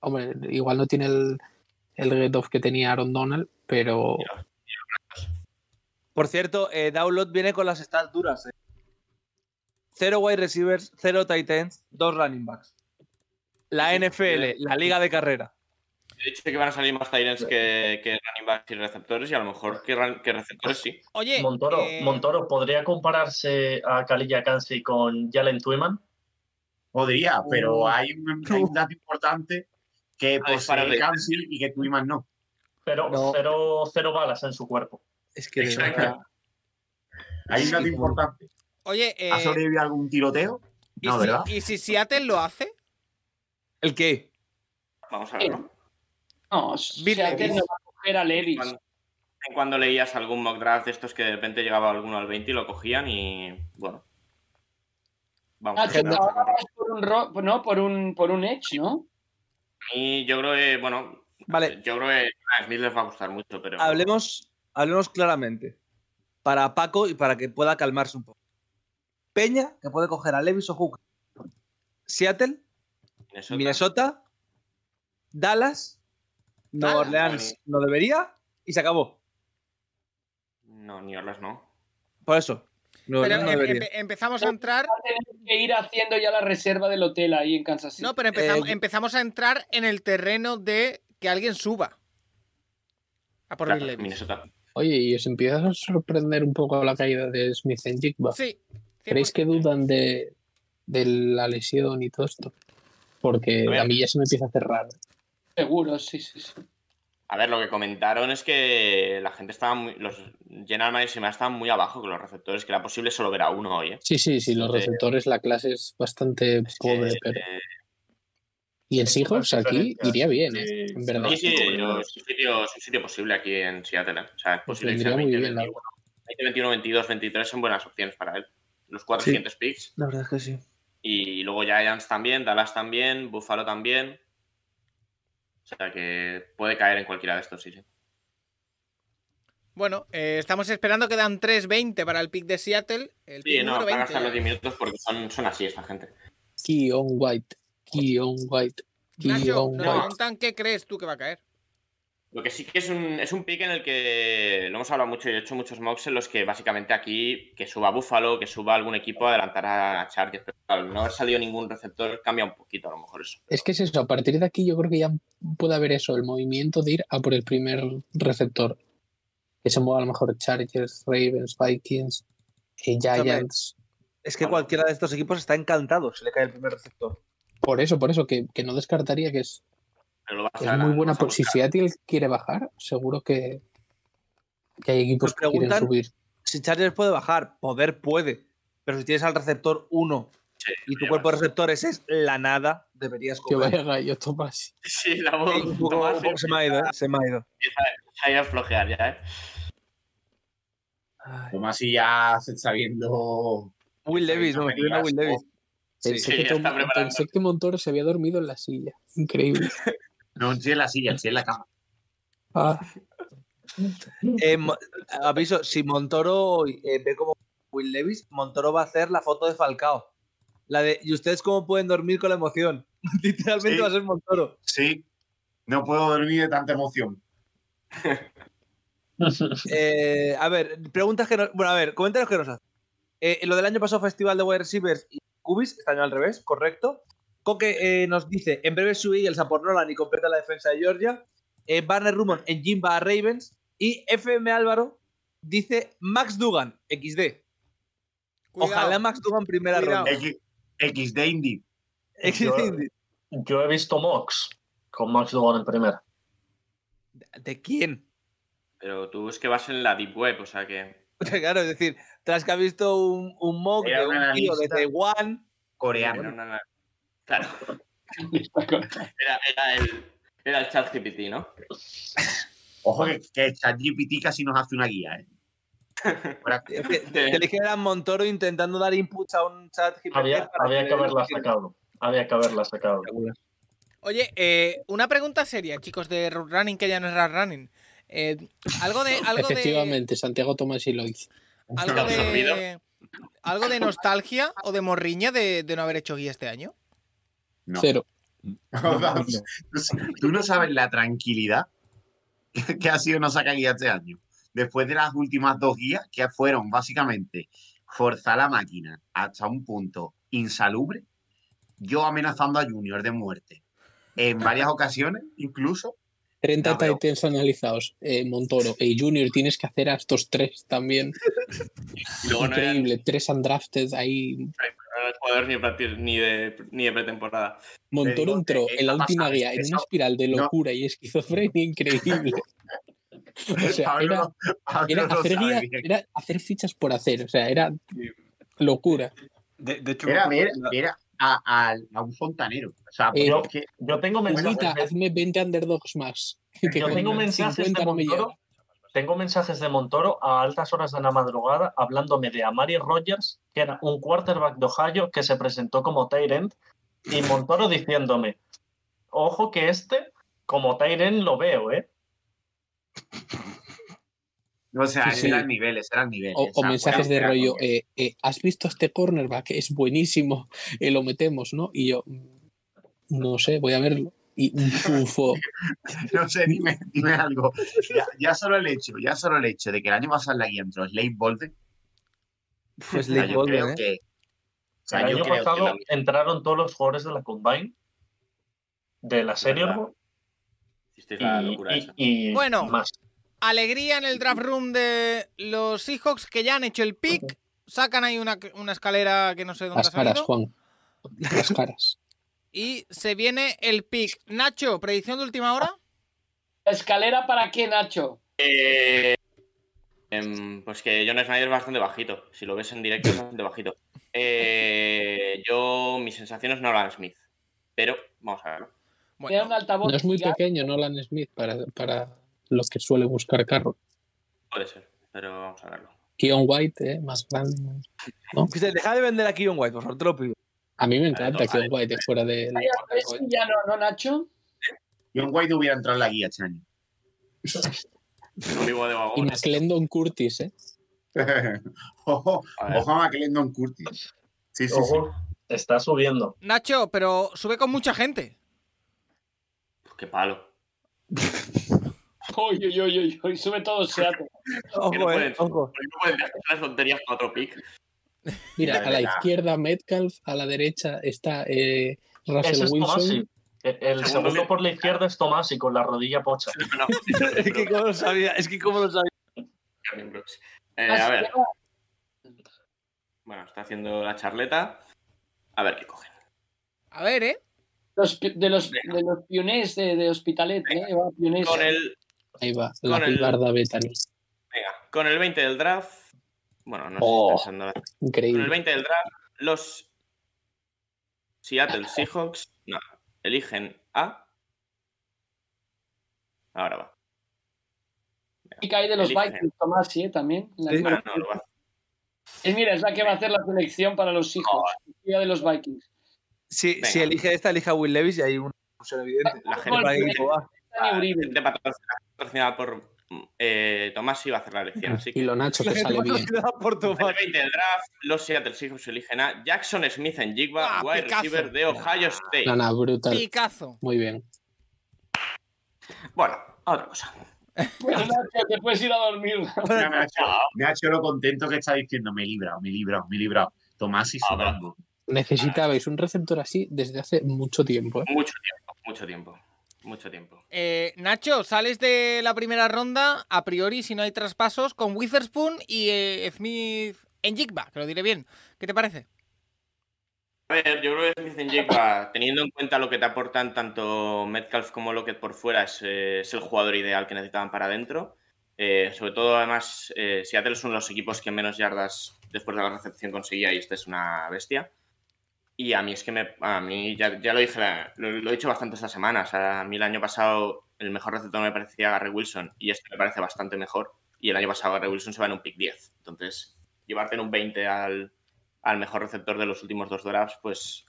[SPEAKER 9] hombre, igual no tiene el, el get off que tenía Aaron Donald, pero
[SPEAKER 5] Por cierto, eh, Download viene con las stats duras. eh. Cero wide receivers, cero tight ends, dos running backs. La
[SPEAKER 2] Sí,
[SPEAKER 5] NFL, la liga de carrera.
[SPEAKER 2] He dicho que van a salir más Tyrants que, que running backs y receptores, y a lo mejor que, run- que receptores sí.
[SPEAKER 1] Oye,
[SPEAKER 6] Montoro,
[SPEAKER 1] eh,
[SPEAKER 6] Montoro, ¿podría compararse a Kalilla Kansi con Jalen Twyman?
[SPEAKER 3] Podría, pero
[SPEAKER 5] Uh.
[SPEAKER 3] hay un, hay un dato importante que
[SPEAKER 2] disparar
[SPEAKER 3] posee
[SPEAKER 2] de-
[SPEAKER 3] Kansi y que Twyman no.
[SPEAKER 6] Pero
[SPEAKER 5] No.
[SPEAKER 6] cero, cero balas ¿eh? en su cuerpo.
[SPEAKER 5] Es que de
[SPEAKER 2] Exacto.
[SPEAKER 5] verdad,
[SPEAKER 3] Hay un
[SPEAKER 5] Sí,
[SPEAKER 3] dato
[SPEAKER 5] bueno.
[SPEAKER 3] importante.
[SPEAKER 1] oye, eh,
[SPEAKER 3] ¿Ha sobrevivido a algún tiroteo?
[SPEAKER 1] ¿y,
[SPEAKER 3] No, ¿verdad?
[SPEAKER 1] si, ¿y si Seattle lo hace?
[SPEAKER 5] ¿El qué?
[SPEAKER 2] Vamos a verlo.
[SPEAKER 4] No, o sea, que no va a coger a Levis.
[SPEAKER 2] Cuando, en cuando leías algún mock draft de estos que de repente llegaba alguno al 20 y lo cogían y bueno. Vamos
[SPEAKER 4] Nacho,
[SPEAKER 2] a ver.
[SPEAKER 4] Ah, ahora vas por un, ro- no, por un, por un Edge, ¿no?
[SPEAKER 2] Y yo creo que, bueno,
[SPEAKER 5] Vale. Ah.
[SPEAKER 2] yo creo que a Smith les va a gustar mucho, pero
[SPEAKER 5] Hablemos, hablemos claramente. Para Paco y para que pueda calmarse un poco. Peña, que puede coger a Levis o Hooker. Seattle,
[SPEAKER 2] Minnesota.
[SPEAKER 5] Minnesota, Dallas, Nueva
[SPEAKER 1] Dallas,
[SPEAKER 5] Orleans no debería y se acabó.
[SPEAKER 2] No, New Orleans no.
[SPEAKER 5] Por eso. Nueva
[SPEAKER 1] Pero
[SPEAKER 5] Orleans no
[SPEAKER 1] em-
[SPEAKER 5] debería.
[SPEAKER 1] empe- empezamos a entrar.
[SPEAKER 4] Va a tener que ir haciendo ya la reserva del hotel ahí en Kansas City.
[SPEAKER 1] No, pero empezam-
[SPEAKER 5] Eh,
[SPEAKER 1] empezamos a entrar en el terreno de que alguien suba. A por Bill
[SPEAKER 2] Claro,
[SPEAKER 1] Levis.
[SPEAKER 2] Minnesota.
[SPEAKER 9] Oye, y os empieza a sorprender un poco la caída de Smith en Jigba.
[SPEAKER 1] Sí.
[SPEAKER 9] ¿Creéis que dudan de, de la lesión y todo esto? Porque
[SPEAKER 2] A ver.
[SPEAKER 9] a mí ya se me empieza a cerrar.
[SPEAKER 4] Seguro, sí, sí, sí.
[SPEAKER 2] A ver, lo que comentaron es que la gente estaba muy. Los General Manager y demás estaban muy abajo con los receptores, que era posible solo ver a uno hoy, ¿eh?
[SPEAKER 9] Sí, sí, sí, los receptores, la clase es bastante
[SPEAKER 2] Es que,
[SPEAKER 9] pobre, pero.
[SPEAKER 2] eh,
[SPEAKER 9] Y en Seahawks aquí iría bien, ¿eh?
[SPEAKER 6] Sí,
[SPEAKER 9] En verdad.
[SPEAKER 2] sí, sí,
[SPEAKER 6] Cinco,
[SPEAKER 2] yo-
[SPEAKER 6] ¿verdad?
[SPEAKER 2] es, un sitio, es un sitio posible aquí en Seattle. ¿eh? O sea, es
[SPEAKER 9] Pues
[SPEAKER 2] posible que sea
[SPEAKER 9] vendría muy
[SPEAKER 2] 20,
[SPEAKER 9] bien, la
[SPEAKER 2] 21, 20, 21, 22, 23 son buenas opciones para él. Los cuatro
[SPEAKER 5] Sí.
[SPEAKER 2] siguientes picks.
[SPEAKER 5] La verdad es que sí.
[SPEAKER 2] Y luego Giants también, Dallas también, Buffalo también. O sea que puede caer en cualquiera de estos, sí, sí.
[SPEAKER 1] Bueno, eh, estamos esperando, quedan 3.20 para el pick de Seattle. El pick
[SPEAKER 2] Sí, no,
[SPEAKER 1] número
[SPEAKER 2] van a
[SPEAKER 1] 20.
[SPEAKER 2] gastar los 10 minutos porque son, son así esta gente.
[SPEAKER 9] Keon White, Keon White,
[SPEAKER 1] Nacho,
[SPEAKER 9] Keon
[SPEAKER 1] nos
[SPEAKER 9] White.
[SPEAKER 1] preguntan qué crees tú que va a caer.
[SPEAKER 2] Lo que sí que es un, es un pick en el que lo hemos hablado mucho y he hecho muchos mocks en los que básicamente aquí que suba Buffalo, que suba algún equipo, adelantar a Chargers. Pero claro, al no haber salido ningún receptor cambia un poquito a lo mejor eso.
[SPEAKER 9] Es que es eso, a partir de aquí yo creo que ya puede haber eso, el movimiento de ir a por el primer receptor. Que se mueva a lo mejor Chargers, Ravens, Vikings, eh, Giants.
[SPEAKER 5] Es que cualquiera de estos equipos está encantado si le cae el primer receptor.
[SPEAKER 9] Por eso, por eso, que, que no descartaría que es,
[SPEAKER 2] Pero lo vas
[SPEAKER 9] es
[SPEAKER 2] a-
[SPEAKER 9] muy
[SPEAKER 2] lo
[SPEAKER 9] buena.
[SPEAKER 2] vas a
[SPEAKER 9] Por, si
[SPEAKER 2] buscar.
[SPEAKER 9] Seattle quiere bajar, seguro que, que hay equipos
[SPEAKER 2] Pues
[SPEAKER 5] Nos
[SPEAKER 9] que quieren
[SPEAKER 5] preguntan-
[SPEAKER 9] subir.
[SPEAKER 5] Si Chargers puede bajar, poder puede. Pero si tienes al receptor 1
[SPEAKER 2] Sí,
[SPEAKER 5] y tu
[SPEAKER 2] lo
[SPEAKER 5] cuerpo de
[SPEAKER 2] llevas.
[SPEAKER 5] receptores es la nada, deberías
[SPEAKER 9] Que
[SPEAKER 5] coger.
[SPEAKER 9] vaya gallo, Tomás.
[SPEAKER 2] Sí, la voz.
[SPEAKER 5] Un poco-
[SPEAKER 2] Tomás,
[SPEAKER 5] un poco se me ha ido, ¿eh? Se me ha ido.
[SPEAKER 2] empieza ahí a flojear ya, ¿eh?
[SPEAKER 3] Tomás y ya se está viendo.
[SPEAKER 5] Will Levis, no, me estoy viendo a Will Levis. Sí,
[SPEAKER 9] Pensé, que
[SPEAKER 2] sí, ya está
[SPEAKER 9] Tom-
[SPEAKER 2] preparando.
[SPEAKER 9] pensé que Montoro se había dormido en la silla. Increíble.
[SPEAKER 3] No, estoy en la silla, estoy en la cama.
[SPEAKER 9] Ah,
[SPEAKER 5] Eh, Mo- aviso, si Montoro eh, ve como Will Levis, Montoro va a hacer la foto de Falcao. La de, ¿y ustedes cómo pueden dormir con la emoción? Literalmente
[SPEAKER 3] Sí.
[SPEAKER 5] va a ser Montoro.
[SPEAKER 3] Sí. No puedo dormir de tanta emoción.
[SPEAKER 5] Eh, a ver, preguntas que nos. Bueno, a ver, comentarios que nos hacen. Eh, lo del año pasado, Festival de Wide Receivers y Cubis, este año al revés, correcto. Coque eh, nos dice: en breve su Eagles a por Nolan y completa la defensa de Georgia. Eh, Barner Rumon en Jimba a Ravens. Y FM Álvaro dice: Max Dugan, XD.
[SPEAKER 1] Cuidado.
[SPEAKER 5] Ojalá Max Dugan primera
[SPEAKER 1] Cuidado.
[SPEAKER 5] ronda.
[SPEAKER 3] X, X de Indy.
[SPEAKER 5] Existe
[SPEAKER 6] Yo-
[SPEAKER 5] indi-
[SPEAKER 6] Yo he visto Mox con Max Dugan en primera.
[SPEAKER 5] ¿De quién?
[SPEAKER 2] Pero tú es que vas en la deep web, o sea que.
[SPEAKER 5] O sea, claro, es decir, tras que ha visto un, un mock
[SPEAKER 3] Era
[SPEAKER 5] de
[SPEAKER 3] un
[SPEAKER 5] un tío de
[SPEAKER 3] analista.
[SPEAKER 5] Taiwán.
[SPEAKER 2] Era
[SPEAKER 3] Coreano.
[SPEAKER 2] una- Claro,
[SPEAKER 4] Está con-
[SPEAKER 2] era, era el, era el chat GPT, ¿no?
[SPEAKER 3] Ojo que, que ChatGPT casi nos hace una guía. ¿eh? Ahora,
[SPEAKER 5] eh, que- que le quedan Montoro intentando dar inputs a un chat GPT
[SPEAKER 6] Había,
[SPEAKER 5] para
[SPEAKER 6] había que
[SPEAKER 5] ver
[SPEAKER 6] haberla
[SPEAKER 5] qué-
[SPEAKER 6] sacado. Había que haberla sacado.
[SPEAKER 1] Oye, eh, una pregunta seria, chicos, de Road Running, que ya no es Road Running. Eh, algo de. Algo de,
[SPEAKER 9] efectivamente, Santiago Tomás y lo hizo.
[SPEAKER 1] algo de.
[SPEAKER 2] Absorbido.
[SPEAKER 1] Algo de nostalgia o de morriña de, de no haber hecho guía este año.
[SPEAKER 3] No.
[SPEAKER 9] Cero.
[SPEAKER 3] Tú no sabes la tranquilidad que que ha sido no sacar guía este año. Después de las últimas dos guías, que fueron básicamente forzar la máquina hasta un punto insalubre, yo amenazando a Junior de muerte. En varias ocasiones, incluso.
[SPEAKER 9] 30
[SPEAKER 3] No, pero-
[SPEAKER 9] Titans analizados, eh, Montoro. Y Junior, tienes que hacer a estos tres también.
[SPEAKER 2] Y luego no eran,
[SPEAKER 9] Increíble, tres undrafted ahí.
[SPEAKER 2] no eran jugadores ni, de practi- ni de, ni de pretemporada.
[SPEAKER 3] Te
[SPEAKER 9] Montoro
[SPEAKER 3] digo
[SPEAKER 9] entró
[SPEAKER 3] que
[SPEAKER 9] en la
[SPEAKER 3] esta
[SPEAKER 9] última
[SPEAKER 3] pasada
[SPEAKER 9] guía
[SPEAKER 3] es
[SPEAKER 9] en una
[SPEAKER 3] esa-
[SPEAKER 9] espiral de
[SPEAKER 3] no.
[SPEAKER 9] locura y esquizofrenia increíble. O sea, era,
[SPEAKER 3] Pablo
[SPEAKER 9] era
[SPEAKER 3] lo
[SPEAKER 9] hacer
[SPEAKER 3] sabe
[SPEAKER 9] guía-
[SPEAKER 3] bien.
[SPEAKER 9] era hacer fichas por hacer, o sea, era locura.
[SPEAKER 7] De, de hecho,
[SPEAKER 3] Era
[SPEAKER 7] me
[SPEAKER 3] ver,
[SPEAKER 7] acuerdo la-
[SPEAKER 3] era a, a- a un fontanero. O sea, pues,
[SPEAKER 9] Eh,
[SPEAKER 3] porque es que-
[SPEAKER 6] Yo tengo mensajes,
[SPEAKER 9] Juanita, hazme 20 underdogs más. Que
[SPEAKER 6] yo
[SPEAKER 9] con
[SPEAKER 6] tengo mensajes
[SPEAKER 9] 50
[SPEAKER 6] de
[SPEAKER 9] no me
[SPEAKER 6] Montoro.
[SPEAKER 9] llega.
[SPEAKER 6] Tengo mensajes de Montoro a altas horas de la madrugada hablándome de Amari Rogers, que era un quarterback de Ohio que se presentó como Tyrant, y Montoro diciéndome: Ojo que este, como Tyrant, lo veo, ¿eh?
[SPEAKER 3] o sea,
[SPEAKER 9] Sí, sí.
[SPEAKER 3] eran niveles, eran niveles.
[SPEAKER 9] O, o
[SPEAKER 3] sea,
[SPEAKER 9] mensajes de
[SPEAKER 3] fuera- fuera
[SPEAKER 9] rollo,
[SPEAKER 3] coña.
[SPEAKER 9] eh, eh, ¿has visto este cornerback? Es buenísimo, eh, lo metemos, ¿no? Y yo, "Mm, no sé, voy a verlo. Y un tufo.
[SPEAKER 3] No sé, dime, dime algo. Ya, ya solo el hecho, ya solo el hecho de que el año pasado en la guía entró Slade Bolden.
[SPEAKER 5] Pues
[SPEAKER 3] o sea,
[SPEAKER 5] Lake
[SPEAKER 3] yo
[SPEAKER 5] Bolden,
[SPEAKER 3] creo
[SPEAKER 5] ¿eh?
[SPEAKER 3] que. O sea,
[SPEAKER 6] El
[SPEAKER 3] yo
[SPEAKER 6] año
[SPEAKER 3] creo que
[SPEAKER 6] pasado
[SPEAKER 3] la-
[SPEAKER 6] entraron todos los jugadores de la Combine, de la Senior Bowl,
[SPEAKER 2] Hicisteis
[SPEAKER 6] y,
[SPEAKER 2] la locura
[SPEAKER 6] y-
[SPEAKER 2] esa.
[SPEAKER 6] y
[SPEAKER 1] Bueno.
[SPEAKER 6] más.
[SPEAKER 1] Alegría en el draft room de los Seahawks que ya han hecho el pick. Sacan ahí una, una escalera que no sé dónde
[SPEAKER 9] Las
[SPEAKER 1] ha salido.
[SPEAKER 9] caras, Juan. Las caras.
[SPEAKER 1] Y se viene el pick. Nacho, predicción de última hora.
[SPEAKER 4] ¿La escalera para qué, Nacho?
[SPEAKER 2] Eh, Em, pues que John Snyder es bastante bajito. Si lo ves en directo es bastante bajito. Eh, yo, mis sensaciones no Nolan Smith. Pero, vamos a verlo.
[SPEAKER 4] Tiene un
[SPEAKER 1] Bueno,
[SPEAKER 4] altavoz.
[SPEAKER 9] No es muy
[SPEAKER 4] gigante.
[SPEAKER 9] pequeño Nolan Smith para, para los que suele buscar carro.
[SPEAKER 2] Puede ser, pero vamos a verlo.
[SPEAKER 9] Keon White, eh, más grande.
[SPEAKER 5] Mister, Deja de vender a Keon White, por favor, te lo pido.
[SPEAKER 9] A mí me encanta
[SPEAKER 2] Vale,
[SPEAKER 9] Keon White fuera de...
[SPEAKER 4] Ay, a ver si ya no, ¿no, Nacho?
[SPEAKER 3] John White hubiera entrado en la guía este año.
[SPEAKER 2] Un vivo de
[SPEAKER 9] Y
[SPEAKER 2] vagón.
[SPEAKER 9] más Lendon Curtis, ¿eh?
[SPEAKER 3] ojo,
[SPEAKER 2] A ver.
[SPEAKER 3] ojo a McClendon Curtis. Sí, sí, sí.
[SPEAKER 6] Ojo, está subiendo.
[SPEAKER 1] Nacho, pero sube con mucha gente.
[SPEAKER 2] Pues qué palo.
[SPEAKER 4] Uy, uy, uy, uy, uy, sube todo Seattle.
[SPEAKER 2] Que no
[SPEAKER 5] Ojo, eh,
[SPEAKER 2] pueden-
[SPEAKER 5] ojo.
[SPEAKER 2] No pueden hacer las tonterías con otro pick. Eh,
[SPEAKER 9] Mira,
[SPEAKER 3] Ya
[SPEAKER 9] a la
[SPEAKER 3] verá.
[SPEAKER 9] izquierda Metcalf, a la derecha está eh,
[SPEAKER 6] Ese
[SPEAKER 9] Russell
[SPEAKER 6] es
[SPEAKER 9] Wilson.
[SPEAKER 6] Tomasi. El, el
[SPEAKER 2] Segundo
[SPEAKER 6] segundo
[SPEAKER 2] que-
[SPEAKER 6] por la izquierda es Tomasi con la rodilla pocha.
[SPEAKER 2] No,
[SPEAKER 5] Es que cómo lo sabía, es que cómo lo sabía.
[SPEAKER 2] Kevin Brooks. Eh,
[SPEAKER 4] Ah,
[SPEAKER 2] a ver, bueno, está haciendo la charleta. A ver qué cogen.
[SPEAKER 1] A ver, ¿eh?
[SPEAKER 4] Los pi- de, los, de los pionés de, de Hospitalet, ¿eh? Va, pionés.
[SPEAKER 2] Con el,
[SPEAKER 9] Ahí va, la
[SPEAKER 2] Con el-
[SPEAKER 9] pibarda Bethany.
[SPEAKER 2] venga, con el 20 del draft. Bueno, no sé
[SPEAKER 9] Oh.
[SPEAKER 2] si está usando la- Con el
[SPEAKER 9] Increíble.
[SPEAKER 2] 20 del draft, los Seattle Seahawks no, eligen a. Ahora va.
[SPEAKER 4] Y cae de los
[SPEAKER 2] Eligen.
[SPEAKER 4] Vikings, Tomasi, ¿eh? También. La
[SPEAKER 5] Sí.
[SPEAKER 4] misma-
[SPEAKER 2] Ah, no, lo va.
[SPEAKER 4] Eh, mira, es la que va a hacer la selección para los hijos. La de los Vikings.
[SPEAKER 5] Si,
[SPEAKER 2] Venga.
[SPEAKER 5] si elige esta, elige a Will Levis y hay una confusión Pues evidente.
[SPEAKER 2] La gente-
[SPEAKER 5] Para que
[SPEAKER 4] Bueno,
[SPEAKER 5] digo, ah,
[SPEAKER 4] Dani Uribe.
[SPEAKER 2] Gente patrocinada patrocinada por eh, Tomás iba a hacer la elección, así
[SPEAKER 9] Y
[SPEAKER 2] que.
[SPEAKER 9] lo Nacho
[SPEAKER 5] la
[SPEAKER 9] que
[SPEAKER 5] gente
[SPEAKER 9] sale bien.
[SPEAKER 5] patrocinada por tu
[SPEAKER 2] Con el
[SPEAKER 5] madre.
[SPEAKER 2] 20 del draft, los Seattle Seahawks eligen a Jackson Smith en Jigba,
[SPEAKER 1] Ah,
[SPEAKER 2] wide
[SPEAKER 1] Picasso.
[SPEAKER 2] receiver de Ohio State.
[SPEAKER 9] Nana, brutal.
[SPEAKER 1] Picazo.
[SPEAKER 9] Muy bien.
[SPEAKER 2] Bueno, a otra cosa.
[SPEAKER 4] Bueno, Nacho, te puedes ir a dormir.
[SPEAKER 3] Mira, me, ha hecho, me ha hecho lo contento que está diciendo. Me he librado, me he librado, me he librado. Tomás y
[SPEAKER 2] Ah, va.
[SPEAKER 3] Sobango.
[SPEAKER 9] Necesitabais un receptor así desde hace mucho tiempo. ¿eh?
[SPEAKER 2] Mucho tiempo, mucho tiempo, mucho tiempo.
[SPEAKER 1] Eh, Nacho, sales de la primera ronda, a priori, si no hay traspasos, con Witherspoon y eh, Smith en Jigba, que lo diré bien. ¿Qué te parece?
[SPEAKER 2] A ver, yo creo que Smith en Jigba, teniendo en cuenta lo que te aportan tanto Metcalf como Lockett por fuera, es, eh, es el jugador ideal que necesitaban para adentro. Eh, sobre todo, además, eh, Seattle es uno de los equipos que menos yardas después de la recepción conseguía y este es una bestia. Y a mí es que me, a mí ya, ya lo dije, la- lo, lo he dicho bastante esta semana. O sea, a mí el año pasado el mejor receptor me parecía Gary Wilson y este me parece bastante mejor. Y el año pasado Gary Wilson se va en un pick 10. Entonces, llevarte en un 20 al, al mejor receptor de los últimos dos drafts, pues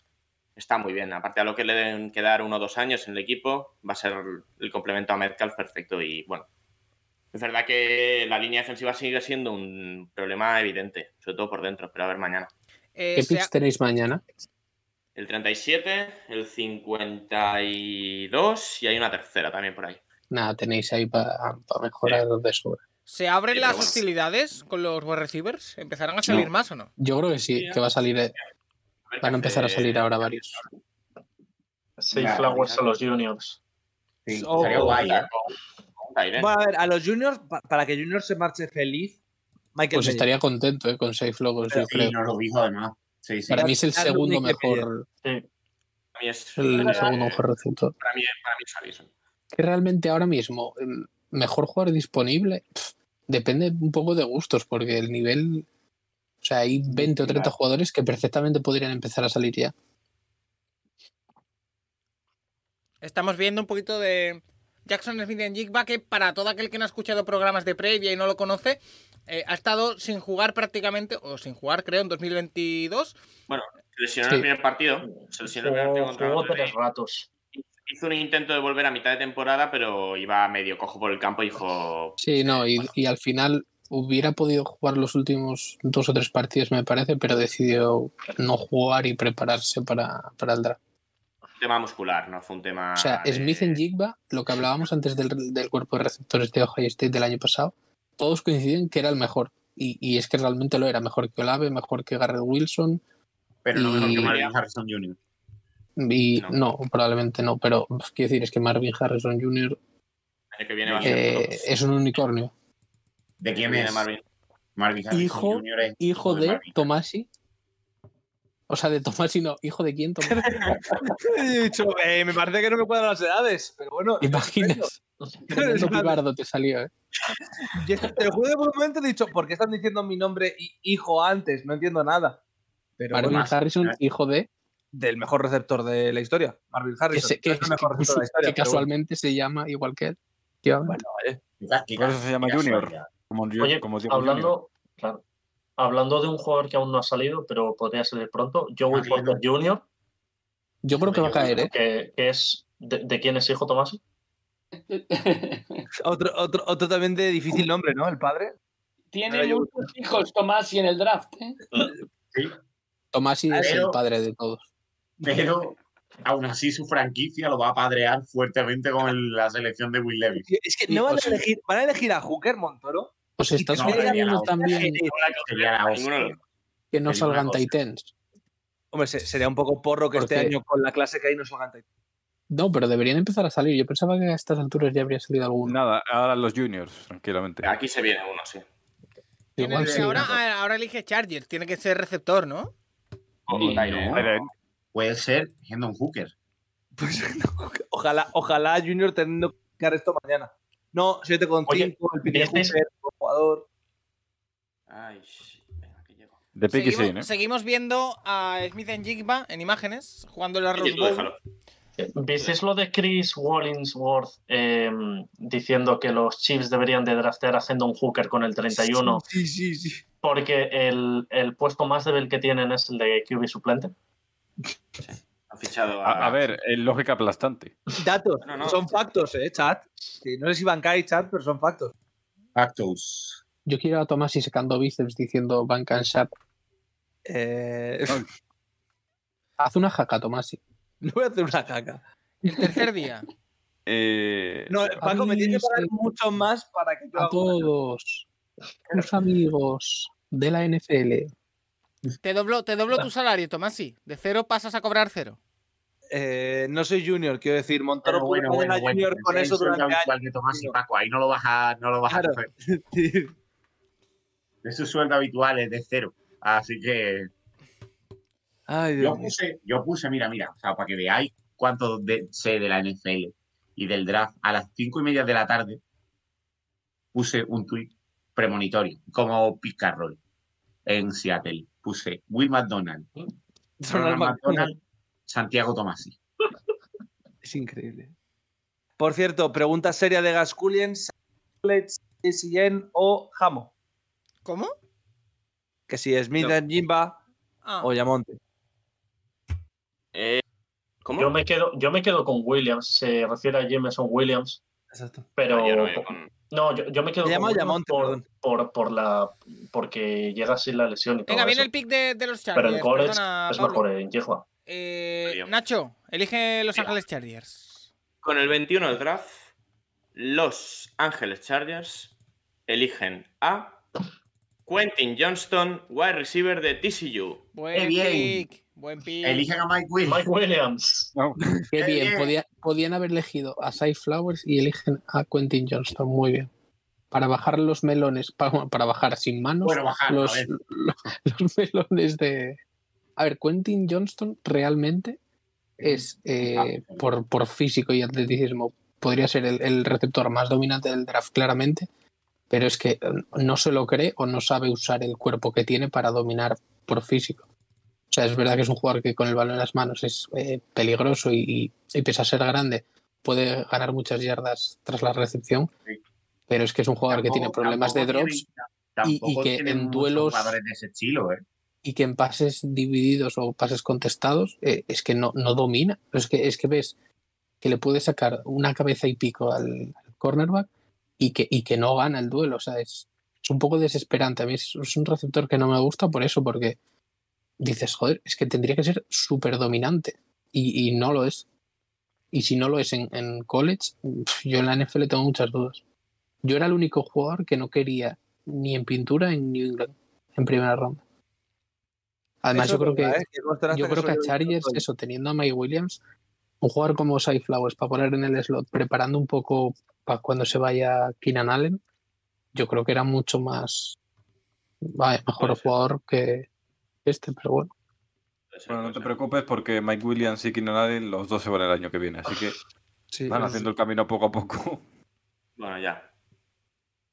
[SPEAKER 2] está muy bien. Aparte a lo que le deben quedar uno o dos años en el equipo, va a ser el complemento a Metcalf perfecto. Y bueno, es verdad que la línea defensiva sigue siendo un problema evidente, sobre todo por dentro, pero a ver mañana.
[SPEAKER 1] Eh,
[SPEAKER 9] ¿Qué
[SPEAKER 1] se ha-
[SPEAKER 9] picks tenéis mañana?
[SPEAKER 2] El 37, el 52 y hay una tercera también por ahí.
[SPEAKER 9] Nada, tenéis ahí para mejorar de sobra.
[SPEAKER 1] ¿Se abren
[SPEAKER 2] Sí,
[SPEAKER 1] las
[SPEAKER 2] pero bueno.
[SPEAKER 1] hostilidades con los wide receivers? ¿Empezarán a salir más o no?
[SPEAKER 9] Yo creo que sí, que va a salir, eh,
[SPEAKER 2] ver
[SPEAKER 9] van a
[SPEAKER 2] qué
[SPEAKER 9] empezar a
[SPEAKER 2] hace-
[SPEAKER 9] salir ahora varios.
[SPEAKER 6] Seis
[SPEAKER 3] Claro,
[SPEAKER 6] flowers
[SPEAKER 2] claro.
[SPEAKER 6] a los juniors.
[SPEAKER 3] Sí,
[SPEAKER 5] Oh,
[SPEAKER 3] estaría guay, ¿eh?
[SPEAKER 2] Un tight end.
[SPEAKER 5] Bueno, a ver, a los juniors, pa- para que Junior se marche feliz, Michael
[SPEAKER 9] Pues
[SPEAKER 5] Mayer.
[SPEAKER 9] estaría contento eh, con seis logos, yo
[SPEAKER 3] Sí,
[SPEAKER 9] creo.
[SPEAKER 3] nos lo dijo además. Sí, sí.
[SPEAKER 9] Para mí es el
[SPEAKER 5] Hazlo
[SPEAKER 9] segundo
[SPEAKER 5] Michael
[SPEAKER 9] mejor,
[SPEAKER 2] Para mí es-
[SPEAKER 9] el segundo mejor receptor.
[SPEAKER 2] Para mí, para mí es Allison.
[SPEAKER 9] que realmente ahora mismo mm, mejor jugador disponible pf, depende un poco de gustos, porque el nivel. O sea, hay 20 o 30 jugadores que perfectamente podrían empezar a salir ya.
[SPEAKER 1] Estamos viendo un poquito de Jackson Smith en Jigba, que para todo aquel que no ha escuchado programas de previa y no lo conoce, eh, ha estado sin jugar prácticamente, o sin jugar creo, en 2022.
[SPEAKER 2] Bueno, se lesionó en el primer partido. Se lesionó en el primer partido contra
[SPEAKER 6] Jugó
[SPEAKER 2] Notre Dame.
[SPEAKER 6] tres ratos.
[SPEAKER 2] Hizo un intento de volver a mitad de temporada, pero iba medio cojo por el campo y dijo.
[SPEAKER 9] Sí, no, y, y al final hubiera podido jugar los últimos dos o tres partidos, me parece, pero decidió no jugar y prepararse para, para el draft.
[SPEAKER 2] Un tema muscular, ¿no? Fue un tema.
[SPEAKER 9] O sea,
[SPEAKER 2] de-
[SPEAKER 9] Smith en Jigba, lo que hablábamos antes del, del cuerpo de receptores de Ohio State del año pasado, todos coinciden que era el mejor. Y, y es que realmente lo era, mejor que Olave, mejor que Garrett Wilson.
[SPEAKER 3] Pero no mejor
[SPEAKER 9] y-
[SPEAKER 3] que Marvin Harrison Jr.
[SPEAKER 9] Y no. probablemente no, pero uf, quiero decir, es que Marvin Harrison Jr.
[SPEAKER 2] El año que viene va a ser.
[SPEAKER 9] eh,
[SPEAKER 2] top.
[SPEAKER 9] es un unicornio.
[SPEAKER 3] ¿De quién
[SPEAKER 2] Viene
[SPEAKER 3] es?
[SPEAKER 2] Marvin.
[SPEAKER 3] Marvin Harrison
[SPEAKER 9] Hijo,
[SPEAKER 3] Jr. es
[SPEAKER 9] hijo de
[SPEAKER 3] Marvin.
[SPEAKER 9] Tomasi. O sea, de Tomasi no, hijo de quién Tomasi.
[SPEAKER 5] He dicho, eh, me parece que no me cuadran las edades, pero bueno.
[SPEAKER 9] ¿Te imaginas? Tremendo pibardo te salió, ¿eh?
[SPEAKER 5] Yo te lo juro que por un momento he dicho, ¿por qué están diciendo mi nombre hi- hijo antes? No entiendo nada. Pero
[SPEAKER 9] Marvin
[SPEAKER 5] bueno,
[SPEAKER 9] Harrison, hijo de.
[SPEAKER 5] eh, del mejor receptor de la historia, Marvin
[SPEAKER 9] Que,
[SPEAKER 5] Harrison.
[SPEAKER 9] se- que-
[SPEAKER 5] No es el mejor receptor de la historia.
[SPEAKER 9] que
[SPEAKER 5] pero bueno.
[SPEAKER 9] casualmente se llama igual que él. Tío,
[SPEAKER 5] Bueno, eh,
[SPEAKER 3] Qué
[SPEAKER 7] Por eso se llama Junior.
[SPEAKER 3] casualidad.
[SPEAKER 7] Como, yo-
[SPEAKER 6] Oye,
[SPEAKER 7] como digo, Junior.
[SPEAKER 6] hablando, claro, hablando de un jugador que aún no ha salido, pero podría salir pronto, Joey
[SPEAKER 3] Ah,
[SPEAKER 6] Porter Jr.,
[SPEAKER 9] yo creo que va a caer, ¿eh?
[SPEAKER 6] que, que es. ¿De, de quién es hijo, Tomás?
[SPEAKER 5] Otro, otro, otro también de difícil nombre, ¿no? El padre. Ahora
[SPEAKER 4] Tiene
[SPEAKER 5] yo-
[SPEAKER 4] muchos hijos, Tomás, y en el draft, ¿eh?
[SPEAKER 9] Tomasi es
[SPEAKER 3] Pero-
[SPEAKER 9] el padre de todos.
[SPEAKER 3] Pero aún así su franquicia lo va a padrear fuertemente con el- la selección de Will Levis.
[SPEAKER 5] Es que no van a elegir, van a elegir a Hooker Montoro.
[SPEAKER 9] Pues Estados
[SPEAKER 3] No,
[SPEAKER 9] Unidos
[SPEAKER 3] sería la hostia.
[SPEAKER 9] también
[SPEAKER 3] Sería la hostia.
[SPEAKER 2] Ninguno de los-
[SPEAKER 9] que no
[SPEAKER 3] Sería
[SPEAKER 9] salgan
[SPEAKER 3] una cosa.
[SPEAKER 9] Titans.
[SPEAKER 5] Hombre, se- sería un poco porro que este
[SPEAKER 9] Porque-
[SPEAKER 5] año con la clase que hay no salgan Titans.
[SPEAKER 9] No, pero deberían empezar a salir. Yo pensaba que a estas alturas ya habría salido alguno.
[SPEAKER 7] Nada, ahora los juniors, tranquilamente.
[SPEAKER 2] Aquí se viene uno, sí.
[SPEAKER 1] Tiene-
[SPEAKER 9] Igual sí.
[SPEAKER 1] ahora, eh, ahora elige Chargers, tiene que ser receptor, ¿no?
[SPEAKER 2] O
[SPEAKER 3] Sí,
[SPEAKER 2] Tyler.
[SPEAKER 3] ¿no? Puede ser Hendon Hooker.
[SPEAKER 5] Pues, no, ojalá, ojalá Junior teniendo que explicar esto mañana. No, 7 con
[SPEAKER 6] Oye,
[SPEAKER 5] 5, el Piqué
[SPEAKER 6] ¿visteis?
[SPEAKER 5] Hooker, buen jugador.
[SPEAKER 2] Ay, sh- venga, que llego.
[SPEAKER 7] De Piqui sí, ¿no?
[SPEAKER 1] Seguimos, seguimos viendo a Smith en Jigba en imágenes, jugando el Arrow
[SPEAKER 2] Oye, tú déjalo.
[SPEAKER 6] ¿Visteis lo de Chris Wallingsworth eh, diciendo que los Chiefs deberían de draftear a Hendon Hooker con el 31
[SPEAKER 5] Sí, sí, sí.
[SPEAKER 6] porque el, el puesto más débil que tienen es el de QB suplente?
[SPEAKER 2] Han fichado a.
[SPEAKER 7] A, a ver, eh, lógica aplastante.
[SPEAKER 5] Datos,
[SPEAKER 2] No, no.
[SPEAKER 5] son factos, ¿eh, chat? Sí, no sé si banca y chat, pero son factos.
[SPEAKER 3] Actos.
[SPEAKER 9] Yo quiero a Tomasi secando bíceps diciendo Bank and Sharp.
[SPEAKER 5] Eh,
[SPEAKER 9] Haz una jaca, Tomasi.
[SPEAKER 5] no voy a hacer una caca.
[SPEAKER 1] El tercer día.
[SPEAKER 7] Eh,
[SPEAKER 5] No, Paco, me tienes que pagar
[SPEAKER 9] sí.
[SPEAKER 5] mucho más para que yo
[SPEAKER 9] A
[SPEAKER 5] haga una-
[SPEAKER 9] todos los amigos de la NFL.
[SPEAKER 1] Te doblo, te doblo tu salario, Tomasi. De cero pasas a cobrar cero.
[SPEAKER 5] Eh, no soy Junior, quiero decir, Montoro
[SPEAKER 3] Pero
[SPEAKER 5] puede
[SPEAKER 3] bueno,
[SPEAKER 5] poner
[SPEAKER 3] bueno,
[SPEAKER 5] a
[SPEAKER 3] bueno,
[SPEAKER 5] Junior con
[SPEAKER 3] es
[SPEAKER 5] eso
[SPEAKER 3] el sueldo
[SPEAKER 5] durante años.
[SPEAKER 3] habitual que Tomás y Paco, ahí no lo vas a, no lo vas
[SPEAKER 5] Claro.
[SPEAKER 3] a hacer. Es su sueldo habitual, es de cero. Así que
[SPEAKER 5] Ay,
[SPEAKER 3] yo
[SPEAKER 5] Dios mío.
[SPEAKER 3] puse, yo puse, mira, mira, o sea, para que veáis cuánto de- sé de la NFL y del draft, a las cinco y media de la tarde puse un tuit premonitorio, como Picarroll en Seattle. Puse Will McDonald,
[SPEAKER 5] Ronald
[SPEAKER 3] Ronald
[SPEAKER 5] McDonald.
[SPEAKER 3] McDonald, Santiago Tomasi.
[SPEAKER 5] Es increíble. Por cierto, pregunta seria de Gasculien, Sacklet, Sien o Jamo.
[SPEAKER 1] ¿Cómo?
[SPEAKER 5] Que si Smith and Jimba
[SPEAKER 1] Ah,
[SPEAKER 5] o Yamonte.
[SPEAKER 2] Eh, ¿Cómo?
[SPEAKER 6] Yo me, quedo, yo me quedo con Williams, se refiere a Jameson Williams,
[SPEAKER 5] Exacto.
[SPEAKER 6] pero.
[SPEAKER 2] Ah, yo no veo con-
[SPEAKER 6] No, yo, yo me quedo
[SPEAKER 5] Me llama
[SPEAKER 6] con Williams
[SPEAKER 5] Yamonte,
[SPEAKER 6] por,
[SPEAKER 5] perdón.
[SPEAKER 6] por, por la porque llega así la lesión y todo
[SPEAKER 1] Venga, viene
[SPEAKER 6] eso.
[SPEAKER 1] el pick de, de los
[SPEAKER 6] pero
[SPEAKER 1] Chargers.
[SPEAKER 6] el college
[SPEAKER 1] Perdona,
[SPEAKER 6] es
[SPEAKER 1] Pablo.
[SPEAKER 6] mejor en Yehua.
[SPEAKER 1] Eh,
[SPEAKER 2] Dios.
[SPEAKER 1] Nacho, elige Los
[SPEAKER 2] Venga.
[SPEAKER 1] Ángeles Chargers.
[SPEAKER 2] Con el 21 del draft, los Ángeles Chargers eligen a Quentin Johnston, wide receiver de TCU.
[SPEAKER 1] Buen
[SPEAKER 3] Qué bien.
[SPEAKER 1] pick. Buen pick.
[SPEAKER 3] Eligen a Mike Will.
[SPEAKER 6] Mike Williams.
[SPEAKER 9] Qué
[SPEAKER 3] Qué
[SPEAKER 9] bien,
[SPEAKER 3] bien.
[SPEAKER 9] podía- podían haber elegido a Cy Flowers y eligen a Quentin Johnston. Muy bien. Para bajar los melones, pa- para, bajar sin manos
[SPEAKER 3] Bueno, bajar,
[SPEAKER 9] los,
[SPEAKER 3] a ver.
[SPEAKER 9] los- los melones de. A ver, Quentin Johnston realmente es,
[SPEAKER 3] Ah,
[SPEAKER 9] eh, por, por físico y atleticismo, podría ser el, el receptor más dominante del draft, claramente. Pero es que mm, eh, no se lo cree o no sabe usar el cuerpo que tiene para dominar por físico. O O sea, es verdad que es un jugador que con el balón en las manos es eh, peligroso y, y- y pese a ser grande, puede ganar muchas yardas tras la recepción. Pero es que es un jugador que tiene
[SPEAKER 3] Tampoco-
[SPEAKER 9] problemas de
[SPEAKER 3] tampoco
[SPEAKER 9] drops
[SPEAKER 3] tienen-
[SPEAKER 9] y- y,
[SPEAKER 3] tampoco
[SPEAKER 9] que
[SPEAKER 3] tienen
[SPEAKER 9] en
[SPEAKER 3] muchos
[SPEAKER 9] duelos
[SPEAKER 3] jugadores de ese estilo, ¿eh?
[SPEAKER 9] y que en pases divididos o pases contestados eh, es que no, no domina. Pero Es que, es que ves que le puede sacar una cabeza y pico al, al cornerback y que, y que no gana el duelo. O sea, es, es un poco desesperante. A mí es, es un receptor que no me gusta por eso, porque dices, joder, es que tendría que ser súper dominante y, y no lo es. Y si no lo es en, en college, pf, yo en la NFL tengo muchas dudas. Yo era el único jugador que no quería ni en pintura en New England en primera ronda. Además,
[SPEAKER 5] Eso
[SPEAKER 9] yo creo
[SPEAKER 5] es verdad,
[SPEAKER 9] que,
[SPEAKER 5] ¿eh? Que es más traste
[SPEAKER 9] yo
[SPEAKER 5] que
[SPEAKER 9] creo que a
[SPEAKER 5] soy yo,
[SPEAKER 9] Chargers,
[SPEAKER 5] soy.
[SPEAKER 9] eso, teniendo a Mike Williams, un jugador como Cy Flowers para poner en el slot, preparando un poco para cuando se vaya Keenan Allen, yo creo que era mucho más vaya, mejor jugador que este, pero bueno.
[SPEAKER 7] Bueno, no te preocupes porque Mike Williams y Keenan Allen los dos se van el año que viene, así que van
[SPEAKER 9] sí.
[SPEAKER 7] haciendo el camino poco a poco.
[SPEAKER 2] Bueno, ya.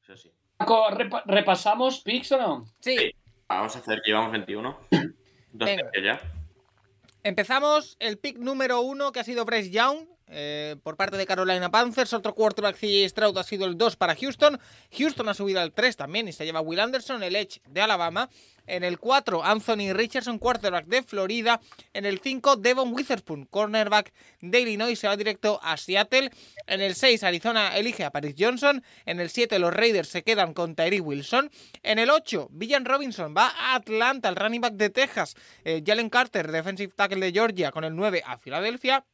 [SPEAKER 2] Eso sí.
[SPEAKER 4] Paco, repa- ¿repasamos picks o no?
[SPEAKER 1] Sí.
[SPEAKER 2] Vamos a hacer que llevamos 21. Dos
[SPEAKER 1] Venga.
[SPEAKER 2] tercios ya.
[SPEAKER 1] Empezamos el pick número uno que ha sido Bryce Young eh, por parte de Carolina Panthers. Otro quarterback CJ Stroud ha sido el 2 para Houston. Houston ha subido al 3 también y se lleva Will Anderson, el Edge de Alabama. En el 4, Anthony Richardson, quarterback de Florida. En el 5, Devon Witherspoon, cornerback de Illinois, se va directo a Seattle. En el 6, Arizona elige a Paris Johnson. En el 7, los Raiders se quedan con Tyree Wilson. En el 8, Villan Robinson va a Atlanta, el running back de Texas. Eh, Jalen Carter, defensive tackle de Georgia, con el 9 a Filadelfia.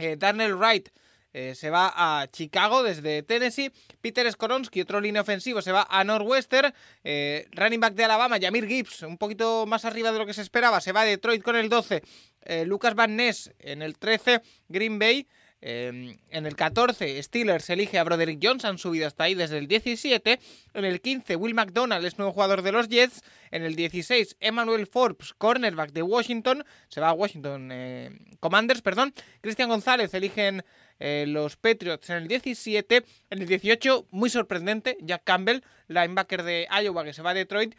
[SPEAKER 1] Eh, Darnell Wright eh, se va a Chicago desde Tennessee. Peter Skoronsky, otro línea ofensivo, se va a Northwestern. Eh, running back de Alabama, Yamir Gibbs, un poquito más arriba de lo que se esperaba, se va a Detroit con el 12. Eh, Lucas Van Ness en el 13. Green Bay. eh, en el 14, Steelers elige a Broderick Jones, han subido hasta ahí desde el 17. En el 15, Will McDonald es nuevo jugador de los Jets. En el 16, Emmanuel Forbes, cornerback de Washington. Se va a Washington eh, Commanders, perdón. Cristian González eligen eh, los Patriots en el 17. En el 18, muy sorprendente, Jack Campbell, linebacker de Iowa que se va a Detroit.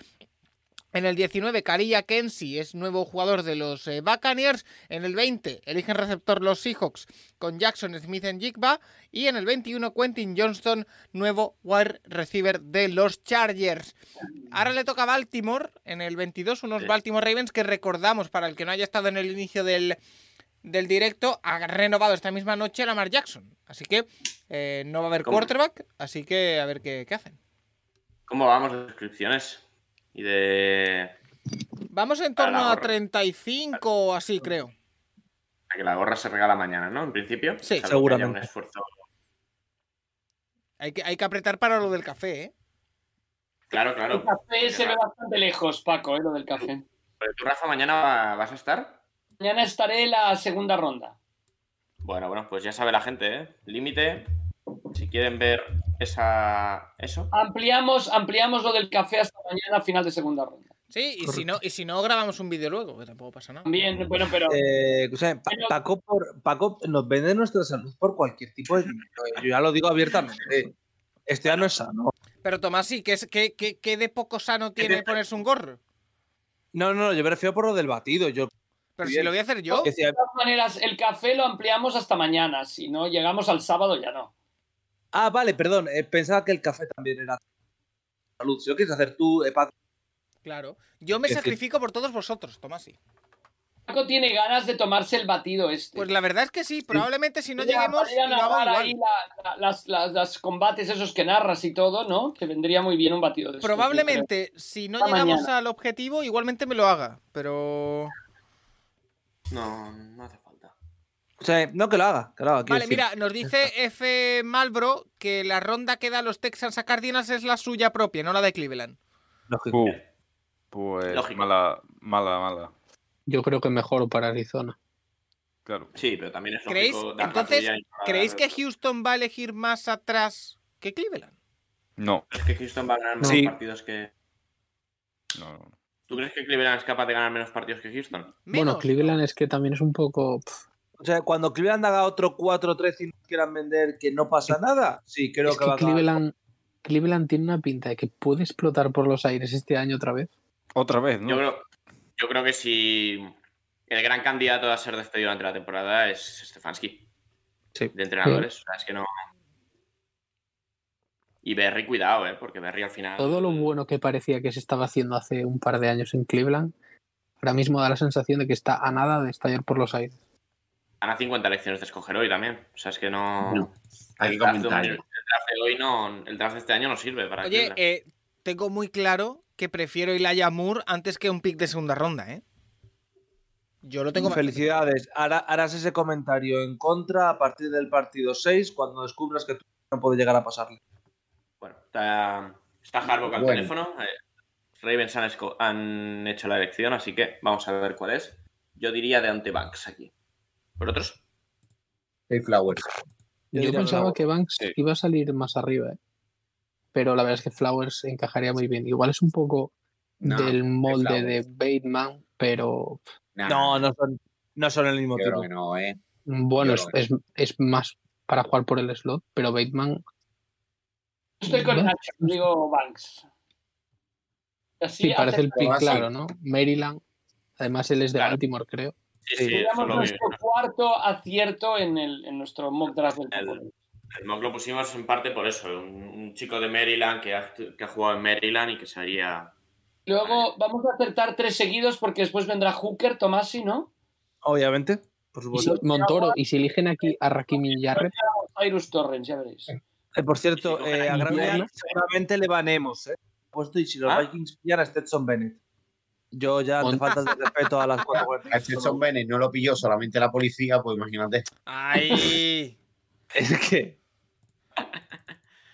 [SPEAKER 1] En el 19, Karilla Kensi es nuevo jugador de los eh, Buccaneers. En el 20, eligen receptor los Seahawks con Jackson Smith en Jigba. Y en el 21, Quentin Johnston, nuevo wide receiver de los Chargers. Ahora le toca a Baltimore en el 22, unos
[SPEAKER 2] Sí.
[SPEAKER 1] Baltimore Ravens que recordamos, para el que no haya estado en el inicio del, del directo, ha renovado esta misma noche Lamar Jackson. Así que eh, no va a haber
[SPEAKER 2] ¿Cómo?
[SPEAKER 1] quarterback, así que a ver qué, qué hacen.
[SPEAKER 2] ¿Cómo vamos de suscripciones? Y de.
[SPEAKER 1] Vamos en
[SPEAKER 2] A
[SPEAKER 1] torno
[SPEAKER 2] la
[SPEAKER 1] a
[SPEAKER 2] gorra.
[SPEAKER 1] 35 o así, creo.
[SPEAKER 2] a que la gorra se regala mañana, ¿no? En principio.
[SPEAKER 1] Sí,
[SPEAKER 2] Salvo que
[SPEAKER 5] seguramente.
[SPEAKER 2] haya un esfuerzo.
[SPEAKER 1] Hay que, hay que apretar para lo del café, ¿eh?
[SPEAKER 2] Claro,
[SPEAKER 4] El
[SPEAKER 2] claro.
[SPEAKER 4] café se ve bastante lejos, Paco, eh, lo del café.
[SPEAKER 2] Pero tú, Rafa, mañana va- vas a estar.
[SPEAKER 4] Mañana estaré en la segunda ronda.
[SPEAKER 2] Bueno, bueno, pues ya sabe la gente, ¿eh? Límite. Si quieren ver esa eso.
[SPEAKER 4] Ampliamos, ampliamos lo del café hasta mañana, final de segunda ronda.
[SPEAKER 1] Sí, y si, no, y si no, grabamos un vídeo luego, que tampoco pasa nada.
[SPEAKER 4] También, bueno, pero
[SPEAKER 5] Eh, escúchame, Pa- Paco, por- Paco nos vende nuestra salud por cualquier tipo de. eh. Yo ya lo digo abiertamente. Esto ya no es sano.
[SPEAKER 1] Pero Tomás, sí, que, es, que, que- que de poco sano tiene ponerse un gorro.
[SPEAKER 5] No, no, no, yo me refiero por lo del batido. Yo,
[SPEAKER 1] Pero si
[SPEAKER 5] Bien.
[SPEAKER 1] lo voy a hacer yo.
[SPEAKER 5] que si-
[SPEAKER 4] todas maneras, el café lo ampliamos hasta mañana. Si no, llegamos al sábado, ya no.
[SPEAKER 5] Ah, vale, perdón. eh, pensaba que el café también era salud. Si lo quieres hacer tú, eh, Paco.
[SPEAKER 1] Claro. Yo me
[SPEAKER 5] Es que-
[SPEAKER 1] sacrifico por todos vosotros, Tomás. sí.
[SPEAKER 4] Paco tiene ganas de tomarse el batido este.
[SPEAKER 1] Pues la verdad es que sí, probablemente si no
[SPEAKER 4] Mira,
[SPEAKER 1] lleguemos,
[SPEAKER 4] podrían
[SPEAKER 1] lo hago
[SPEAKER 4] narrar ahí
[SPEAKER 1] igual.
[SPEAKER 4] la- la- las, las- las combates esos que narras y todo, ¿no? Que vendría muy bien un
[SPEAKER 2] Pues,
[SPEAKER 4] batido de estos, yo creo.
[SPEAKER 1] Probablemente, si no
[SPEAKER 4] Hasta
[SPEAKER 1] llegamos
[SPEAKER 4] mañana.
[SPEAKER 1] al objetivo, igualmente me lo haga. Pero.
[SPEAKER 2] No, no hace falta.
[SPEAKER 5] O sea, no que lo haga, que lo
[SPEAKER 2] Ah,
[SPEAKER 5] haga. quiero
[SPEAKER 1] Vale,
[SPEAKER 5] decir.
[SPEAKER 1] mira, nos dice F. Malbro que la ronda que da los Texans a Cardinals es la suya propia, no la de Cleveland.
[SPEAKER 5] Lógico.
[SPEAKER 7] Uh, pues
[SPEAKER 2] Lógico.
[SPEAKER 7] mala, mala, mala.
[SPEAKER 9] Yo creo que mejor para Arizona.
[SPEAKER 7] Claro.
[SPEAKER 2] Sí, pero también es
[SPEAKER 1] ¿Creéis-
[SPEAKER 2] lógico dar la
[SPEAKER 1] entonces,
[SPEAKER 2] tuya y no la-
[SPEAKER 1] ¿Creéis que Houston va a elegir más atrás que Cleveland?
[SPEAKER 7] No,
[SPEAKER 2] ¿Crees que Houston va a ganar menos
[SPEAKER 5] Sí.
[SPEAKER 2] partidos que.
[SPEAKER 7] no, no.
[SPEAKER 2] ¿Tú crees que Cleveland es capaz de ganar menos partidos que Houston?
[SPEAKER 1] Menos,
[SPEAKER 9] Bueno, Cleveland es que también es un poco. pf,
[SPEAKER 5] O sea, cuando Cleveland haga otro 4-3 y no quieran vender, que no pasa nada. Sí, creo
[SPEAKER 9] es
[SPEAKER 5] que,
[SPEAKER 9] que,
[SPEAKER 5] va a acabar.
[SPEAKER 9] Cleveland, Cleveland tiene una pinta de que puede explotar por los aires este año otra vez.
[SPEAKER 7] Otra vez, ¿no?
[SPEAKER 2] Yo creo. Yo creo que si el gran candidato a ser despedido durante la temporada es Stefanski. De entrenadores. O sea, es que no. Y Berry, cuidado, ¿eh? Porque Berry al final.
[SPEAKER 9] Todo lo bueno que parecía que se estaba haciendo hace un par de años en Cleveland, ahora mismo da la sensación de que está a nada de estallar por los aires.
[SPEAKER 2] Van a 50 lecciones de escoger hoy también. O sea, es que no.
[SPEAKER 3] No, hay que
[SPEAKER 2] el, draft de-
[SPEAKER 3] comentarlo.
[SPEAKER 2] el draft de hoy no. El draft de este año no sirve para
[SPEAKER 1] Oye,
[SPEAKER 2] Cleveland.
[SPEAKER 1] eh, tengo muy claro que prefiero Ilaya Moore antes que un pick de segunda ronda, ¿eh? Yo lo tengo
[SPEAKER 5] Felicidades. Hará- harás ese comentario en contra a partir del partido 6 cuando descubras que tú no puede llegar a pasarle.
[SPEAKER 2] Bueno, está, está Harbaugh al
[SPEAKER 5] Bueno.
[SPEAKER 2] teléfono. eh, Ravens han, esco- han hecho la elección, así que vamos a ver cuál es. Yo diría de Antebanks aquí. ¿Por otros?
[SPEAKER 3] Flowers.
[SPEAKER 9] Yo,
[SPEAKER 2] diría
[SPEAKER 9] pensaba
[SPEAKER 2] Flowers.
[SPEAKER 9] que Banks
[SPEAKER 2] Sí.
[SPEAKER 9] iba a salir más arriba, ¿eh? pero la verdad es que Flowers encajaría muy bien. Igual es un poco
[SPEAKER 5] No,
[SPEAKER 9] del molde de
[SPEAKER 5] Flowers.
[SPEAKER 9] Bateman, pero
[SPEAKER 5] No, no son, no son el mismo
[SPEAKER 9] Yo creo
[SPEAKER 5] tipo.
[SPEAKER 9] que
[SPEAKER 3] no, eh.
[SPEAKER 9] bueno, es,
[SPEAKER 5] Yo-
[SPEAKER 9] es, es más para jugar por el slot, pero Bateman
[SPEAKER 4] Estoy con Nacho, digo Banks. Así
[SPEAKER 9] sí, parece
[SPEAKER 4] hace-
[SPEAKER 9] el pick claro, ¿no? Maryland, además él es de Baltimore, creo.
[SPEAKER 4] Digamos, nuestro cuarto acierto en, el, en nuestro mock draft del fútbol.
[SPEAKER 2] El mock lo pusimos en parte por eso. Un, un chico de Maryland que ha, que ha jugado en Maryland y que sería.
[SPEAKER 4] Luego vamos a acertar tres seguidos porque después vendrá Hooker, Tomasi, ¿no?
[SPEAKER 5] Obviamente, por
[SPEAKER 9] Y
[SPEAKER 5] supuesto.
[SPEAKER 9] si- Montoro, y si eligen aquí a Rakim Yarre,
[SPEAKER 4] Cyrus Torrens, ya veréis.
[SPEAKER 5] Eh, por cierto, eh, a Graham
[SPEAKER 9] Indiana.
[SPEAKER 5] Merrill seguramente le banemos, ¿eh? Puesto y si los Vikings pillan a Stetson Bennett. Yo ya te faltas de respeto a las cuatro
[SPEAKER 3] A Stetson Bennett no lo pilló solamente la policía, pues imagínate.
[SPEAKER 1] ¡Ay!
[SPEAKER 5] es que.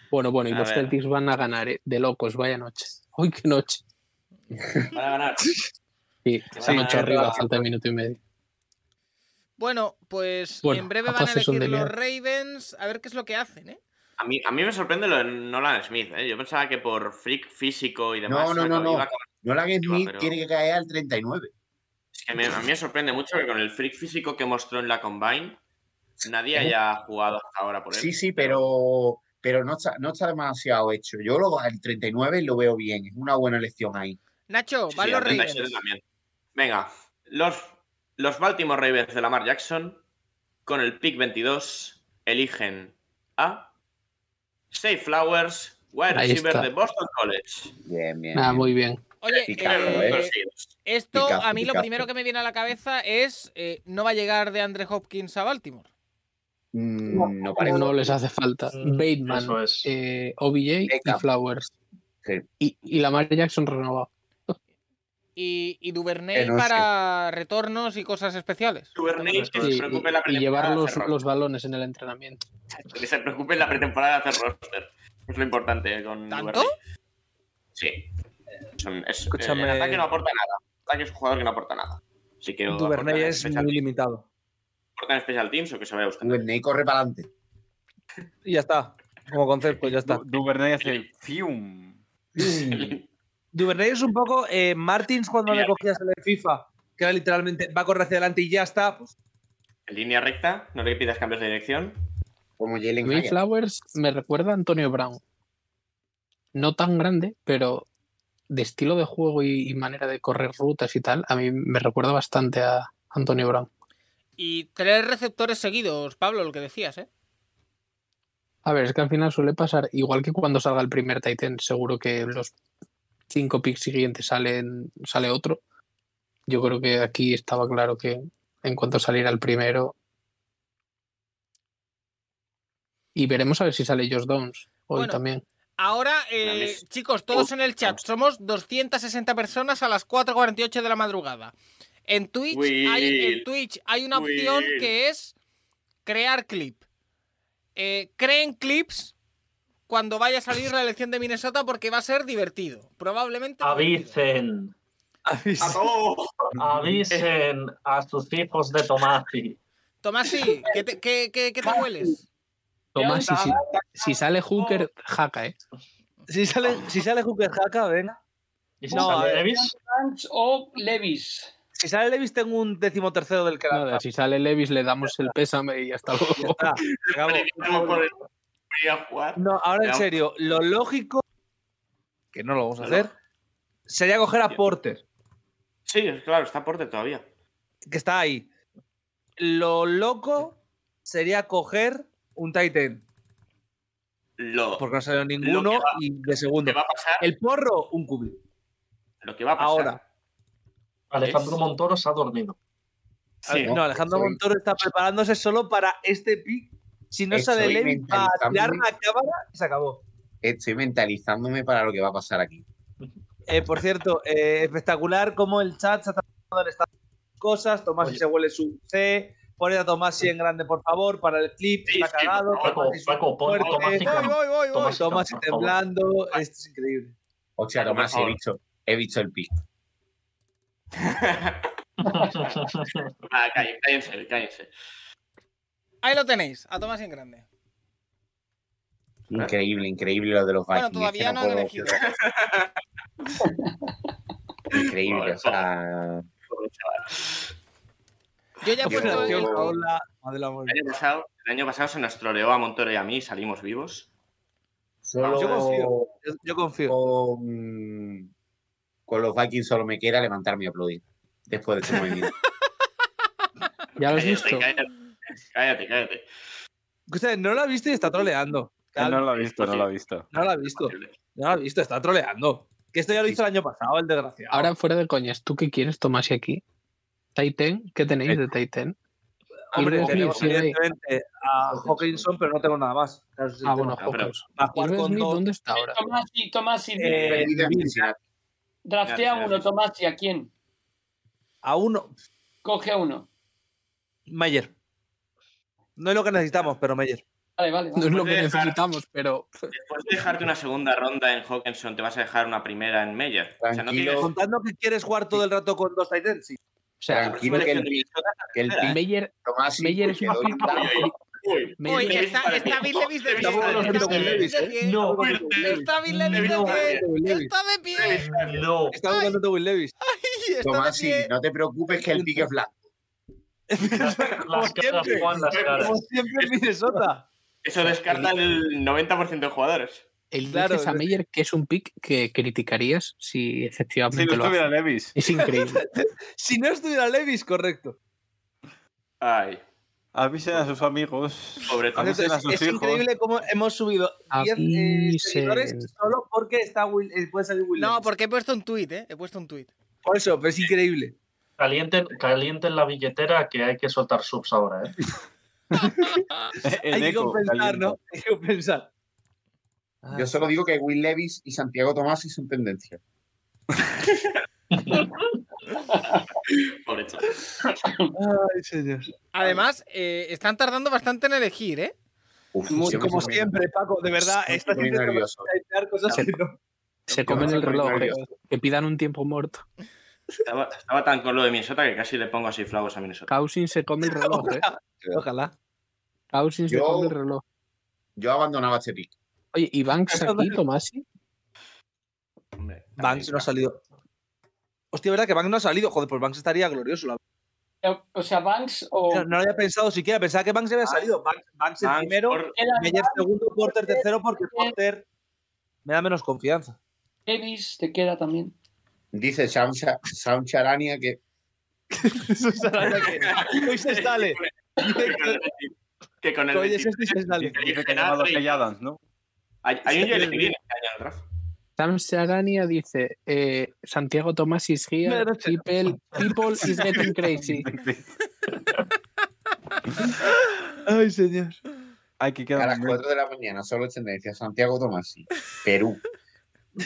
[SPEAKER 9] Bueno, bueno, y
[SPEAKER 3] A
[SPEAKER 9] los
[SPEAKER 3] ver.
[SPEAKER 9] Celtics van a ganar, ¿eh? de locos, vaya noche. Uy, qué noche.
[SPEAKER 2] Para ganar.
[SPEAKER 9] Sí, se han
[SPEAKER 2] van a
[SPEAKER 9] hecho
[SPEAKER 2] ganar.
[SPEAKER 9] arriba, falta un minuto y medio.
[SPEAKER 1] Bueno, pues
[SPEAKER 9] Bueno,
[SPEAKER 1] en breve
[SPEAKER 9] a
[SPEAKER 1] van a
[SPEAKER 9] fase son
[SPEAKER 1] elegir
[SPEAKER 9] de
[SPEAKER 1] los Ravens. A ver qué es lo que hacen, ¿eh?
[SPEAKER 2] A mí, a mí me sorprende lo de Nolan Smith. ¿eh? Yo pensaba que por freak físico y demás.
[SPEAKER 3] No, no,
[SPEAKER 2] iba-
[SPEAKER 3] no,
[SPEAKER 2] iba
[SPEAKER 3] no.
[SPEAKER 2] a acabar-
[SPEAKER 3] Nolan Smith
[SPEAKER 2] pero-
[SPEAKER 3] tiene que caer al 39.
[SPEAKER 2] Es que me- a mí me sorprende mucho que con el freak físico que mostró en la Combine, nadie haya jugado hasta ahora por él.
[SPEAKER 3] ¿Eh? Sí, sí, pero, pero no, está, no está demasiado hecho. Yo lo al 39 lo veo bien. Es una buena elección ahí.
[SPEAKER 1] Nacho,
[SPEAKER 2] Sí,
[SPEAKER 1] van
[SPEAKER 2] sí,
[SPEAKER 1] los
[SPEAKER 2] al 37
[SPEAKER 1] Ravens.
[SPEAKER 2] también. Venga, los, los Baltimore Ravens de Lamar Jackson, con el pick 22, eligen a Safe Flowers, wide
[SPEAKER 9] Ahí
[SPEAKER 2] receiver
[SPEAKER 9] está.
[SPEAKER 2] de Boston College.
[SPEAKER 3] Bien, bien.
[SPEAKER 9] Ah, muy bien.
[SPEAKER 1] Oye,
[SPEAKER 3] Picazo,
[SPEAKER 1] eh,
[SPEAKER 3] ¿eh?
[SPEAKER 1] esto
[SPEAKER 3] Picazo,
[SPEAKER 1] a mí lo
[SPEAKER 3] picazo.
[SPEAKER 1] primero que me viene a la cabeza es eh, no va a llegar de Andre Hopkins a Baltimore.
[SPEAKER 3] Mm, No parece.
[SPEAKER 9] No les hace falta.
[SPEAKER 2] Mm,
[SPEAKER 9] Bateman, eh, OBJ y Flowers. Y, y Lamar Jackson renovado.
[SPEAKER 1] Y, y Duvernay
[SPEAKER 9] Que no sé.
[SPEAKER 1] para retornos y cosas especiales.
[SPEAKER 2] Duvernay que
[SPEAKER 9] Sí,
[SPEAKER 2] se preocupe en la
[SPEAKER 9] y, y llevar
[SPEAKER 2] pretemporada de
[SPEAKER 9] los,
[SPEAKER 2] hacer
[SPEAKER 9] los balones en el entrenamiento.
[SPEAKER 2] roster. Que se preocupe en la pretemporada de hacer roster. Es lo importante eh, con ¿Tanto? Sí. Son- es-
[SPEAKER 5] Escúchame.
[SPEAKER 2] eh, en ataque no aporta nada. En ataque es un jugador que no aporta nada. Así que o
[SPEAKER 5] Duvernay
[SPEAKER 2] aporta en
[SPEAKER 5] es
[SPEAKER 2] especial-
[SPEAKER 5] muy limitado.
[SPEAKER 2] aporta en Special Teams o que se vaya buscando.
[SPEAKER 3] Ney corre para adelante.
[SPEAKER 5] Y ya está. Como concepto, ya está.
[SPEAKER 7] Duvernay hace fium.
[SPEAKER 5] Duvernay es un poco eh, Martins cuando le
[SPEAKER 2] Mira.
[SPEAKER 5] cogías el de FIFA, que era literalmente va a correr hacia adelante y ya está. Pues,
[SPEAKER 2] En línea recta, no le pidas cambios de dirección.
[SPEAKER 3] Como Jalen
[SPEAKER 9] Bill Flowers me recuerda a Antonio Brown. No tan grande, pero de estilo de juego y, y manera de correr rutas y tal, a mí me recuerda bastante a Antonio Brown.
[SPEAKER 1] Y tres receptores seguidos, Pablo, lo que decías, ¿eh?
[SPEAKER 9] A ver, es que al final suele pasar, igual que cuando salga el primer Titan, seguro que los cinco picks siguientes salen, sale otro. Yo creo que aquí estaba claro que en cuanto saliera el primero. Y veremos a ver si sale Josh Downs hoy
[SPEAKER 1] Bueno,
[SPEAKER 9] también.
[SPEAKER 1] Ahora, eh, chicos, todos en el chat, somos 260 personas a las 4.48 de la madrugada. En Twitch, hay, en
[SPEAKER 2] Will,
[SPEAKER 1] Twitch hay una opción
[SPEAKER 2] Will.
[SPEAKER 1] que es crear clip. Eh, creen clips cuando vaya a salir la elección de Minnesota porque va a ser divertido. Probablemente.
[SPEAKER 6] Avisen. Avisen a sus hijos de Tomasi.
[SPEAKER 1] Tomasi, ¿qué te, qué- qué- qué te hueles?
[SPEAKER 9] Tomás, si, si- si sale Hooker, jaca, ¿eh?
[SPEAKER 5] si, sale, si sale Hooker Haka, venga.
[SPEAKER 6] ¿Y si sale Levis?
[SPEAKER 4] Banks o Levis.
[SPEAKER 5] Si sale Levis, tengo un décimo tercero del que la-
[SPEAKER 9] Nada, si sale Levis, le damos el pésame y hasta luego.
[SPEAKER 5] Ya está, se acabó. No, ahora en serio, lo lógico, que no lo vamos a hacer, sería coger a Porter.
[SPEAKER 2] Sí, claro, está Porter todavía.
[SPEAKER 5] que está ahí. Lo loco sería coger un Titan,
[SPEAKER 2] Lo,
[SPEAKER 5] porque no salió ninguno
[SPEAKER 2] que va-
[SPEAKER 5] y de segundo.
[SPEAKER 2] que va a pasar,
[SPEAKER 5] El porro, un cubi.
[SPEAKER 2] lo que va a pasar.
[SPEAKER 5] Ahora.
[SPEAKER 6] Alejandro
[SPEAKER 2] Es-
[SPEAKER 6] Montoro se ha dormido.
[SPEAKER 2] Sí.
[SPEAKER 5] Ah, No, Alejandro Montoro está preparándose solo para este pick. Si no
[SPEAKER 3] Estoy
[SPEAKER 5] sale Levy, va a tirar
[SPEAKER 3] mentalizándome.
[SPEAKER 5] la cámara y se acabó.
[SPEAKER 3] Estoy mentalizándome para lo que va a pasar aquí.
[SPEAKER 5] Eh, por cierto, eh, espectacular cómo el chat se ha tratado en estas cosas. Tomás
[SPEAKER 6] Oye.
[SPEAKER 5] se huele su C. Poned a Tomás en grande, por favor, para el clip.
[SPEAKER 2] Sí,
[SPEAKER 5] está
[SPEAKER 2] sí,
[SPEAKER 5] cagado.
[SPEAKER 2] por favor,
[SPEAKER 5] Tomás
[SPEAKER 6] Paco,
[SPEAKER 5] y su
[SPEAKER 6] Paco, pon
[SPEAKER 5] fuerte.
[SPEAKER 6] Tomás y
[SPEAKER 1] Voy,
[SPEAKER 6] Cam.
[SPEAKER 1] voy, voy, voy.
[SPEAKER 6] Tomás-
[SPEAKER 5] Tomás
[SPEAKER 6] por favor.
[SPEAKER 5] temblando. Esto es increíble.
[SPEAKER 3] Hostia,
[SPEAKER 2] Paco, por
[SPEAKER 3] Tomás, he
[SPEAKER 2] favor.
[SPEAKER 3] visto, he visto el pick.
[SPEAKER 2] Ah, cállense, cállense, cállense.
[SPEAKER 1] Ahí lo tenéis, a Tomás en grande.
[SPEAKER 3] Increíble, increíble lo de los
[SPEAKER 1] Bueno,
[SPEAKER 3] Vikings. es que
[SPEAKER 1] todavía no han
[SPEAKER 3] puedo-
[SPEAKER 1] elegido.
[SPEAKER 3] Increíble, o sea.
[SPEAKER 2] Pobre chaval.
[SPEAKER 1] Yo ya he
[SPEAKER 5] Qué
[SPEAKER 1] puesto
[SPEAKER 5] relación,
[SPEAKER 1] el-
[SPEAKER 5] Paola. Madre del amor.
[SPEAKER 2] El año, pasado, el año pasado se nos troleó a Montoro y a mí y salimos vivos.
[SPEAKER 3] Solo
[SPEAKER 5] Yo confío. Yo, yo confío.
[SPEAKER 3] con, con los Vikings solo me queda levantarme y aplaudir. Después de este movimiento.
[SPEAKER 9] Ya lo has
[SPEAKER 2] Cállate,
[SPEAKER 9] visto.
[SPEAKER 2] cállate, cállate, cállate.
[SPEAKER 5] Usted no lo ha visto y está troleando.
[SPEAKER 7] Él no
[SPEAKER 5] Calma,
[SPEAKER 7] lo ha visto, no lo ha visto.
[SPEAKER 5] No lo ha visto. No lo ha visto, está troleando. Que esto ya lo hizo el año pasado, el desgraciado.
[SPEAKER 9] Ahora, fuera de coñas, ¿tú qué quieres, Tomás, y aquí? ¿Titan? ¿Qué tenéis de Titan?
[SPEAKER 5] Hombre,
[SPEAKER 9] Irving
[SPEAKER 5] tenemos
[SPEAKER 9] Smith, sí, ahí.
[SPEAKER 5] evidentemente a Hawkinson, pero no tengo nada más. Claro, ese es el tema.
[SPEAKER 9] Ah, bueno,
[SPEAKER 2] no, pero-
[SPEAKER 9] Hawkins.
[SPEAKER 5] Va a jugar
[SPEAKER 9] Irving
[SPEAKER 5] con
[SPEAKER 9] Smith,
[SPEAKER 5] dos.
[SPEAKER 9] ¿dónde está ahora?
[SPEAKER 4] Tomás y Tomás y
[SPEAKER 5] Eh,
[SPEAKER 4] draftea
[SPEAKER 2] gracias.
[SPEAKER 4] uno, Tomás y a quién?
[SPEAKER 5] A uno.
[SPEAKER 4] Coge a uno.
[SPEAKER 5] Mayer. No es lo que necesitamos, pero Mayer.
[SPEAKER 4] Vale, vale. vale.
[SPEAKER 9] No es lo
[SPEAKER 2] Puede
[SPEAKER 9] que
[SPEAKER 2] dejar-
[SPEAKER 9] necesitamos, pero
[SPEAKER 2] Después de dejarte una segunda ronda en Hawkinson, te vas a dejar una primera en Meyer. O sea, no
[SPEAKER 3] Tranquilo.
[SPEAKER 2] tienes la
[SPEAKER 5] Contando que quieres jugar todo el rato con dos Titans, sí.
[SPEAKER 9] o sea,
[SPEAKER 3] Tranquilo que
[SPEAKER 2] selección
[SPEAKER 3] el,
[SPEAKER 2] de Minnesota.
[SPEAKER 3] que el pick
[SPEAKER 9] Meyer,
[SPEAKER 3] Tomás
[SPEAKER 9] Meyer es
[SPEAKER 3] que
[SPEAKER 9] un
[SPEAKER 3] doy un
[SPEAKER 9] pick-
[SPEAKER 3] dato.
[SPEAKER 2] Uy,
[SPEAKER 9] Meyer-
[SPEAKER 1] Oye,
[SPEAKER 2] Davis
[SPEAKER 1] está,
[SPEAKER 2] para
[SPEAKER 1] está
[SPEAKER 2] mí.
[SPEAKER 1] Bill Levis de pie.
[SPEAKER 2] Davis
[SPEAKER 1] Está
[SPEAKER 2] para mí.
[SPEAKER 1] Bill Levis de pie.
[SPEAKER 6] No,
[SPEAKER 1] Está Bill Levis de
[SPEAKER 6] No.
[SPEAKER 1] pie.
[SPEAKER 5] Levis. Ah,
[SPEAKER 1] Está de
[SPEAKER 5] eh,
[SPEAKER 1] pie.
[SPEAKER 6] no.
[SPEAKER 5] Está jugando con Will Levis.
[SPEAKER 1] Y Está de
[SPEAKER 3] Tomás, sí,
[SPEAKER 1] pie.
[SPEAKER 3] no te preocupes que el pick es blanco.
[SPEAKER 6] Las, las caras,
[SPEAKER 5] siempre.
[SPEAKER 6] Juan, las caras.
[SPEAKER 5] Como siempre en Minnesota.
[SPEAKER 2] Eso descarta el 90% de jugadores.
[SPEAKER 9] el
[SPEAKER 5] Claro,
[SPEAKER 9] dices a
[SPEAKER 5] es-
[SPEAKER 9] Meyer que es un pick que criticarías si
[SPEAKER 7] Si
[SPEAKER 9] efectivamente
[SPEAKER 7] no
[SPEAKER 9] lo hace.
[SPEAKER 7] estuviera Levis.
[SPEAKER 9] Es increíble.
[SPEAKER 5] Si no estuviera Levis, correcto.
[SPEAKER 2] Ay,
[SPEAKER 7] Avisen a sus amigos.
[SPEAKER 2] pobre Tom.
[SPEAKER 5] Es,
[SPEAKER 7] Avisen a sus
[SPEAKER 5] es
[SPEAKER 7] hijos.
[SPEAKER 5] increíble cómo hemos subido 10 eh,
[SPEAKER 9] Avisen.
[SPEAKER 5] seguidores solo porque está Will, eh, puede salir Will
[SPEAKER 1] No,
[SPEAKER 5] Levis.
[SPEAKER 1] porque he puesto un tuit, ¿eh? He puesto un tuit.
[SPEAKER 5] Por eso, pero es increíble.
[SPEAKER 6] Calienten, calienten la billetera que hay que soltar subs ahora, ¿eh?
[SPEAKER 7] El
[SPEAKER 5] Hay que
[SPEAKER 7] eco,
[SPEAKER 5] compensar,
[SPEAKER 7] caliente.
[SPEAKER 5] ¿no? Hay que compensar. Ah,
[SPEAKER 3] Yo solo digo que Will Levis y Santiago Tomás sí son tendencia.
[SPEAKER 2] Pobre chaval.
[SPEAKER 5] Ay, señor.
[SPEAKER 1] Además, eh, están tardando bastante en elegir, ¿eh?
[SPEAKER 3] Uf,
[SPEAKER 5] Muy-
[SPEAKER 3] yo me
[SPEAKER 5] como
[SPEAKER 3] estoy
[SPEAKER 5] siempre, Paco, de verdad,
[SPEAKER 3] Estoy
[SPEAKER 5] esta
[SPEAKER 3] muy
[SPEAKER 5] gente te va
[SPEAKER 3] nervioso.
[SPEAKER 5] a inventar
[SPEAKER 1] pues
[SPEAKER 5] cosas que no.
[SPEAKER 9] Se
[SPEAKER 3] Yo me
[SPEAKER 9] comen el
[SPEAKER 3] estoy
[SPEAKER 9] reloj, eh,
[SPEAKER 3] nervioso.
[SPEAKER 9] que pidan un tiempo muerto.
[SPEAKER 2] Estaba, estaba tan con lo de Minnesota que casi le pongo así flagos a Minnesota.
[SPEAKER 9] Cousins se come el reloj, eh.
[SPEAKER 5] Ojalá.
[SPEAKER 9] Cousins se
[SPEAKER 3] Yo-
[SPEAKER 9] come el reloj.
[SPEAKER 3] Yo abandonaba este pick.
[SPEAKER 9] Oye, ¿y Banks aquí, Tomasi?
[SPEAKER 2] Hombre,
[SPEAKER 5] Banks no ha salido. Hostia, ¿verdad que Banks no ha salido? Joder, pues Banks estaría glorioso. la
[SPEAKER 4] O sea, Banks o.
[SPEAKER 5] verdad. No lo había pensado siquiera. Pensaba que Banks había salido. Ah, Banks, Banks el
[SPEAKER 2] Banks
[SPEAKER 5] primero,
[SPEAKER 2] por-
[SPEAKER 4] Era
[SPEAKER 5] Meyer segundo, Porter tercero, porque Porter me da menos confianza.
[SPEAKER 4] Davis, te queda también.
[SPEAKER 3] Dice Sam, Cha- Sam Charania que
[SPEAKER 5] Eso es algo que- Hoy se sale. Dice
[SPEAKER 2] que con el- que con el
[SPEAKER 5] que hoy es esto y
[SPEAKER 2] 23
[SPEAKER 5] se sale.
[SPEAKER 7] Dice que ha llamado a Clay Adams, ¿no?
[SPEAKER 2] Hay, hay un Joel Embiid este año en el draft.
[SPEAKER 9] Sam Sarania dice, eh, Santiago Tomás is
[SPEAKER 5] Me
[SPEAKER 9] here,
[SPEAKER 5] da pena.
[SPEAKER 9] people, people is getting crazy.
[SPEAKER 5] Ay, señor.
[SPEAKER 7] Hay que
[SPEAKER 3] a
[SPEAKER 7] quedar
[SPEAKER 3] las 4 de la mañana solo es tendencia Santiago Tomás, sí. Perú.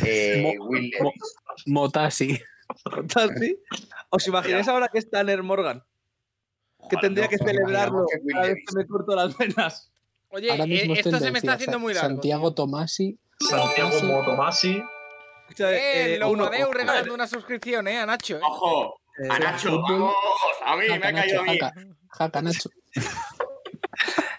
[SPEAKER 3] Eh, Will
[SPEAKER 9] Mo-
[SPEAKER 3] Levis.
[SPEAKER 9] Motasi.
[SPEAKER 5] Total, sí. ¿Os imagináis ahora que es Tanner Morgan? Que
[SPEAKER 2] Ojalá,
[SPEAKER 5] tendría
[SPEAKER 2] no.
[SPEAKER 5] que
[SPEAKER 3] nos imaginamos
[SPEAKER 5] celebrarlo
[SPEAKER 3] que Will
[SPEAKER 5] cada vez
[SPEAKER 3] Levis.
[SPEAKER 5] que me corto las venas.
[SPEAKER 1] Oye,
[SPEAKER 9] Ahora
[SPEAKER 1] eh,
[SPEAKER 9] mismo es
[SPEAKER 1] esto se me
[SPEAKER 9] tendencia,
[SPEAKER 1] está haciendo
[SPEAKER 9] Sa-
[SPEAKER 1] muy largo.
[SPEAKER 9] Santiago Tomasi.
[SPEAKER 6] Santiago Motomasi.
[SPEAKER 5] O sea,
[SPEAKER 1] Eh,
[SPEAKER 5] eh,
[SPEAKER 1] lo
[SPEAKER 5] uno-
[SPEAKER 1] Padeu regalando una suscripción, ¿eh? A Nacho. ¿eh?
[SPEAKER 2] ¡Ojo!
[SPEAKER 5] eh,
[SPEAKER 2] ¡A Nacho!
[SPEAKER 9] fútbol.
[SPEAKER 2] ¡Vamos! ¡A mí! ¡Me
[SPEAKER 9] Jaca,
[SPEAKER 2] ha caído
[SPEAKER 9] Nacho,
[SPEAKER 2] a mí!
[SPEAKER 9] jaca, jaca, Nacho.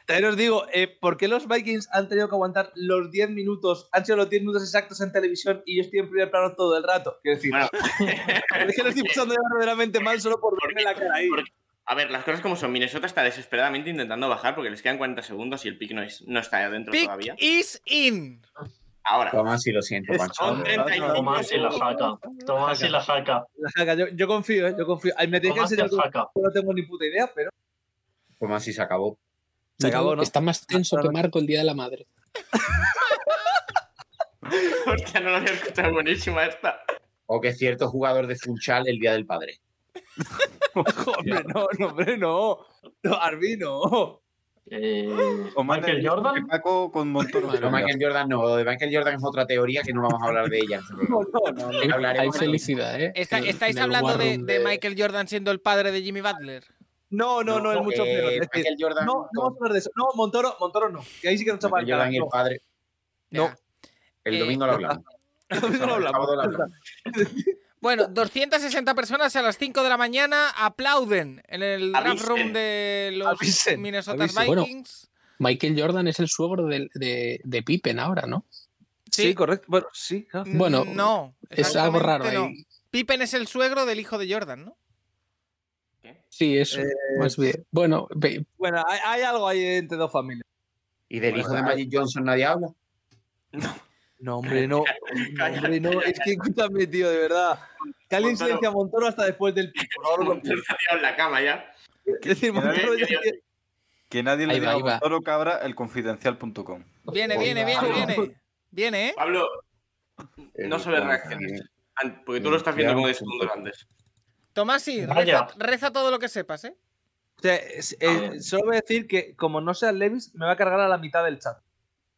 [SPEAKER 5] También os digo, eh, ¿por qué los Vikings han tenido que aguantar los 10 minutos? Han sido los 10 minutos exactos en televisión y yo estoy en primer plano todo el rato. Quiero decir,
[SPEAKER 2] Bueno,
[SPEAKER 5] es que lo estoy pasando ya verdaderamente mal solo por
[SPEAKER 2] Porque-
[SPEAKER 5] verme la cara ahí.
[SPEAKER 2] porque- a ver, las cosas como son. Minnesota está desesperadamente intentando bajar porque les quedan 40 segundos y el pick no, es, no está dentro
[SPEAKER 1] Pick
[SPEAKER 2] todavía.
[SPEAKER 1] is in.
[SPEAKER 3] Ahora. Tomás, y lo siento, Pancho.
[SPEAKER 6] Tomás y la jaca. Tomás y la jaca.
[SPEAKER 5] La jaca, yo, yo confío, ¿eh? Yo confío. Ay, me tenéis que
[SPEAKER 6] Tomás
[SPEAKER 5] enseñar
[SPEAKER 6] y la jaca.
[SPEAKER 5] tú, No tengo ni puta idea, pero.
[SPEAKER 3] Tomás y se acabó.
[SPEAKER 5] Se acabó, ¿no? Ah,
[SPEAKER 9] Está más tenso que Marco el día de la madre.
[SPEAKER 2] Hostia, no lo había escuchado. Buenísima esta.
[SPEAKER 3] O que cierto jugador de futsal el día del padre.
[SPEAKER 5] Hombre, no, no, hombre, no. No, Arbi,
[SPEAKER 9] Oh,
[SPEAKER 5] no.
[SPEAKER 6] Eh,
[SPEAKER 7] O
[SPEAKER 6] Michael Jordan.
[SPEAKER 7] Paco con Montoro.
[SPEAKER 3] Pero Michael Jordan no. Lo de Michael Jordan es otra teoría que no vamos a hablar de ella.
[SPEAKER 5] No, no, no.
[SPEAKER 3] Hablaremos
[SPEAKER 9] Hay
[SPEAKER 3] en-
[SPEAKER 9] felicidad, ¿eh?
[SPEAKER 1] Está-
[SPEAKER 9] En el-
[SPEAKER 1] ¿Estáis
[SPEAKER 9] en el
[SPEAKER 1] hablando
[SPEAKER 9] War
[SPEAKER 1] de,
[SPEAKER 9] Room
[SPEAKER 1] de Michael Jordan siendo el padre de Jimmy Butler?
[SPEAKER 5] No, no, no, es mucho
[SPEAKER 3] eh,
[SPEAKER 5] peor. Es decir,
[SPEAKER 3] Michael Jordan
[SPEAKER 5] no, no
[SPEAKER 3] con-
[SPEAKER 5] vamos a hablar de eso. No, Montoro, Montoro no. Que ahí sí que nos chapa
[SPEAKER 3] Michael
[SPEAKER 5] el
[SPEAKER 3] Jordan
[SPEAKER 5] cara.
[SPEAKER 3] y el
[SPEAKER 5] No,
[SPEAKER 3] padre.
[SPEAKER 5] no.
[SPEAKER 3] El
[SPEAKER 1] Eh,
[SPEAKER 3] domingo lo hablamos.
[SPEAKER 5] Eso no hablamos.
[SPEAKER 3] Sábado lo hablamos.
[SPEAKER 5] Oh.
[SPEAKER 1] Bueno, 260 personas a las 5 de la mañana aplauden en el draft
[SPEAKER 2] Avisen.
[SPEAKER 1] room de los
[SPEAKER 5] Avisen,
[SPEAKER 1] Minnesota
[SPEAKER 5] avisen.
[SPEAKER 9] Bueno.
[SPEAKER 1] Vikings.
[SPEAKER 9] Michael Jordan es el suegro del- de, de Pippen ahora, ¿no?
[SPEAKER 5] Sí,
[SPEAKER 1] Sí.
[SPEAKER 5] correcto. Bueno, sí. ah.
[SPEAKER 9] Bueno,
[SPEAKER 1] no,
[SPEAKER 9] Es algo raro
[SPEAKER 1] exactamente
[SPEAKER 9] ahí.
[SPEAKER 1] no. Pippen es el suegro del hijo de Jordan, ¿no?
[SPEAKER 9] Sí,
[SPEAKER 5] Eh,
[SPEAKER 9] eso. más bien. Bueno, ve-
[SPEAKER 5] Bueno, hay, hay algo ahí entre dos familias.
[SPEAKER 3] Y del hijo de
[SPEAKER 5] Bueno,
[SPEAKER 3] Magic Johnson nadie habla.
[SPEAKER 5] No, hombre, no.
[SPEAKER 2] Calla,
[SPEAKER 5] hombre, no. Es que escúchame, tío, de verdad. Que alguien
[SPEAKER 2] Montoro.
[SPEAKER 5] silencia a Montoro hasta después del pico. por favor,
[SPEAKER 2] Montoro está tirado en la cama ya.
[SPEAKER 5] Es decir, Montoro ya tiene-
[SPEAKER 7] Que nadie le
[SPEAKER 9] Ahí va,
[SPEAKER 7] diga a
[SPEAKER 9] ahí va.
[SPEAKER 7] Montoro cabra el confidencial.com.
[SPEAKER 1] Viene,
[SPEAKER 9] Oiga.
[SPEAKER 1] viene, viene, viene. Viene, ¿eh?
[SPEAKER 2] Pablo, no
[SPEAKER 3] El
[SPEAKER 2] sobre
[SPEAKER 3] hijo de-
[SPEAKER 2] reacciones. an- Porque tú lo estás viendo
[SPEAKER 3] Ya,
[SPEAKER 2] como de
[SPEAKER 3] sí.
[SPEAKER 2] segundos antes.
[SPEAKER 1] Tomasi,
[SPEAKER 6] Vaya.
[SPEAKER 1] reza, reza todo lo que sepas, ¿eh?
[SPEAKER 5] O sea, es- eh, solo voy a decir que como no sea Levis, me va a cargar a la mitad del chat.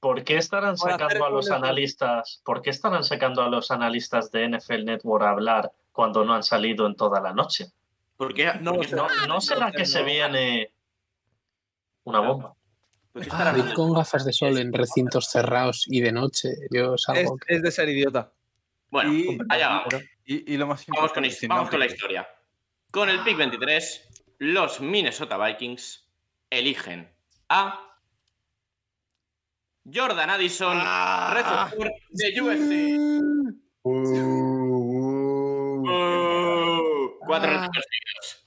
[SPEAKER 6] ¿Por qué estarán
[SPEAKER 5] Por hacer
[SPEAKER 6] sacando a los
[SPEAKER 5] goles de-
[SPEAKER 6] analistas? ¿Por qué estarán sacando a los analistas de NFL Network a hablar cuando no han salido en toda la noche?
[SPEAKER 2] ¿Por qué?
[SPEAKER 5] No,
[SPEAKER 2] ¿Por qué-
[SPEAKER 6] ¿No, no será que se viene una bomba?
[SPEAKER 2] ¿Por qué estar
[SPEAKER 9] ah, ir
[SPEAKER 2] hablando?
[SPEAKER 9] con gafas de sol en recintos cerrados y de noche. Yo
[SPEAKER 5] Es,
[SPEAKER 9] salgo.
[SPEAKER 5] es de ser idiota.
[SPEAKER 2] Bueno,
[SPEAKER 7] Y-
[SPEAKER 2] allá vamos.
[SPEAKER 7] Y, y lo más
[SPEAKER 2] Vamos
[SPEAKER 7] importante,
[SPEAKER 2] con,
[SPEAKER 7] si no-
[SPEAKER 2] vamos con la historia. Con el pick 23, los Minnesota Vikings eligen a Jordan Addison, receptor de USC.
[SPEAKER 3] Uh, uh,
[SPEAKER 2] Oh, cuatro
[SPEAKER 9] Ah.
[SPEAKER 2] receptores seguidos.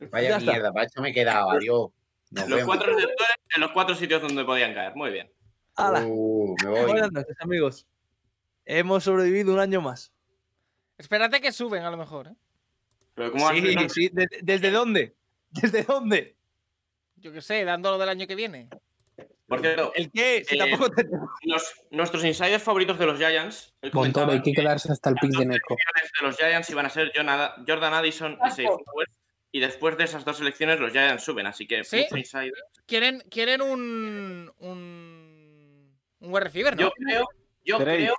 [SPEAKER 5] Ya
[SPEAKER 3] Vaya
[SPEAKER 5] está.
[SPEAKER 3] mierda, para esto me quedaba, adiós. Nos
[SPEAKER 2] Los
[SPEAKER 3] vemos.
[SPEAKER 2] cuatro receptores en los cuatro sitios donde podían caer. Muy bien.
[SPEAKER 5] ¡Hala!
[SPEAKER 3] Uh, me voy.
[SPEAKER 5] Buenas noches, amigos. Hemos sobrevivido un año más.
[SPEAKER 1] Espérate que suben, a lo mejor, ¿eh?
[SPEAKER 2] Pero ¿cómo
[SPEAKER 5] Sí,
[SPEAKER 2] vas a-
[SPEAKER 5] sí. ¿de- ¿Desde dónde? ¿Desde dónde?
[SPEAKER 1] Yo qué sé, dándolo del año que viene.
[SPEAKER 2] Por cierto,
[SPEAKER 5] ¿El qué? Si
[SPEAKER 2] Eh,
[SPEAKER 5] tampoco te-
[SPEAKER 2] los- nuestros insiders favoritos de los Giants hoy
[SPEAKER 9] Montoro,
[SPEAKER 2] comentaban
[SPEAKER 9] hay que
[SPEAKER 2] que
[SPEAKER 9] quedarse hasta el pic de Neko.
[SPEAKER 2] selecciones de los Giants iban a ser Jona- Jordan Addison y Safe Flowers. Y después de esas dos selecciones, los Giants suben. Así que,
[SPEAKER 1] ¿Sí?
[SPEAKER 2] mucho insider.
[SPEAKER 1] ¿Quieren, quieren un, un. Un wide receiver, ¿no?
[SPEAKER 2] yo creo, yo
[SPEAKER 7] Trade,
[SPEAKER 2] creo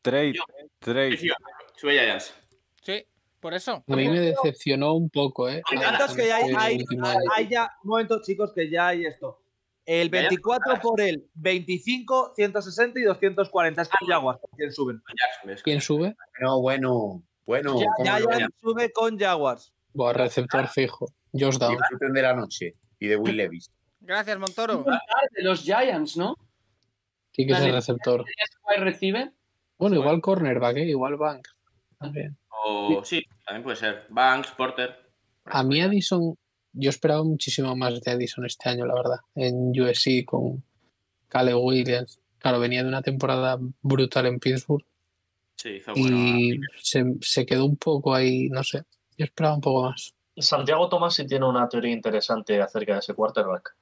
[SPEAKER 7] trade,
[SPEAKER 2] Yo-
[SPEAKER 7] trade.
[SPEAKER 2] que sí, sube Giants.
[SPEAKER 1] Sí, por eso.
[SPEAKER 9] A mí me decepcionó un poco, ¿eh?
[SPEAKER 5] Momentos que ya hay, hay- hay ya, un momento, chicos, que ya hay esto. El
[SPEAKER 2] Ya, ya.
[SPEAKER 5] 24 por el 25, 160 y 240. Es
[SPEAKER 2] Ah,
[SPEAKER 5] que Jaguars, ¿quién suben?
[SPEAKER 2] Jackson, es que-
[SPEAKER 9] ¿Quién sube?
[SPEAKER 3] No, bueno, bueno.
[SPEAKER 5] Ya,
[SPEAKER 3] ¿cómo
[SPEAKER 5] ya,
[SPEAKER 3] no?
[SPEAKER 5] ya sube con Jaguars.
[SPEAKER 9] Buah,
[SPEAKER 5] Ah.
[SPEAKER 9] receptor fijo. Josh Down.
[SPEAKER 3] Disfruten de la noche y de Will Levis.
[SPEAKER 1] Gracias, Montoro.
[SPEAKER 4] de los Giants, ¿no?
[SPEAKER 9] Sí que es el receptor.
[SPEAKER 4] Wide receiver.
[SPEAKER 9] Bueno, igual cornerback, ¿eh? Igual bank.
[SPEAKER 2] O sí, también puede ser. Banks, Porter.
[SPEAKER 9] A mí Addison, yo esperaba muchísimo más de Addison este año, la verdad, en USC con Caleb Williams. Claro, venía de una temporada brutal en Pittsburgh
[SPEAKER 2] Sí, hizo bueno.
[SPEAKER 9] y se, se quedó un poco ahí, no sé, yo esperaba un poco más.
[SPEAKER 6] Santiago Tomás sí tiene una teoría interesante acerca de ese quarterback.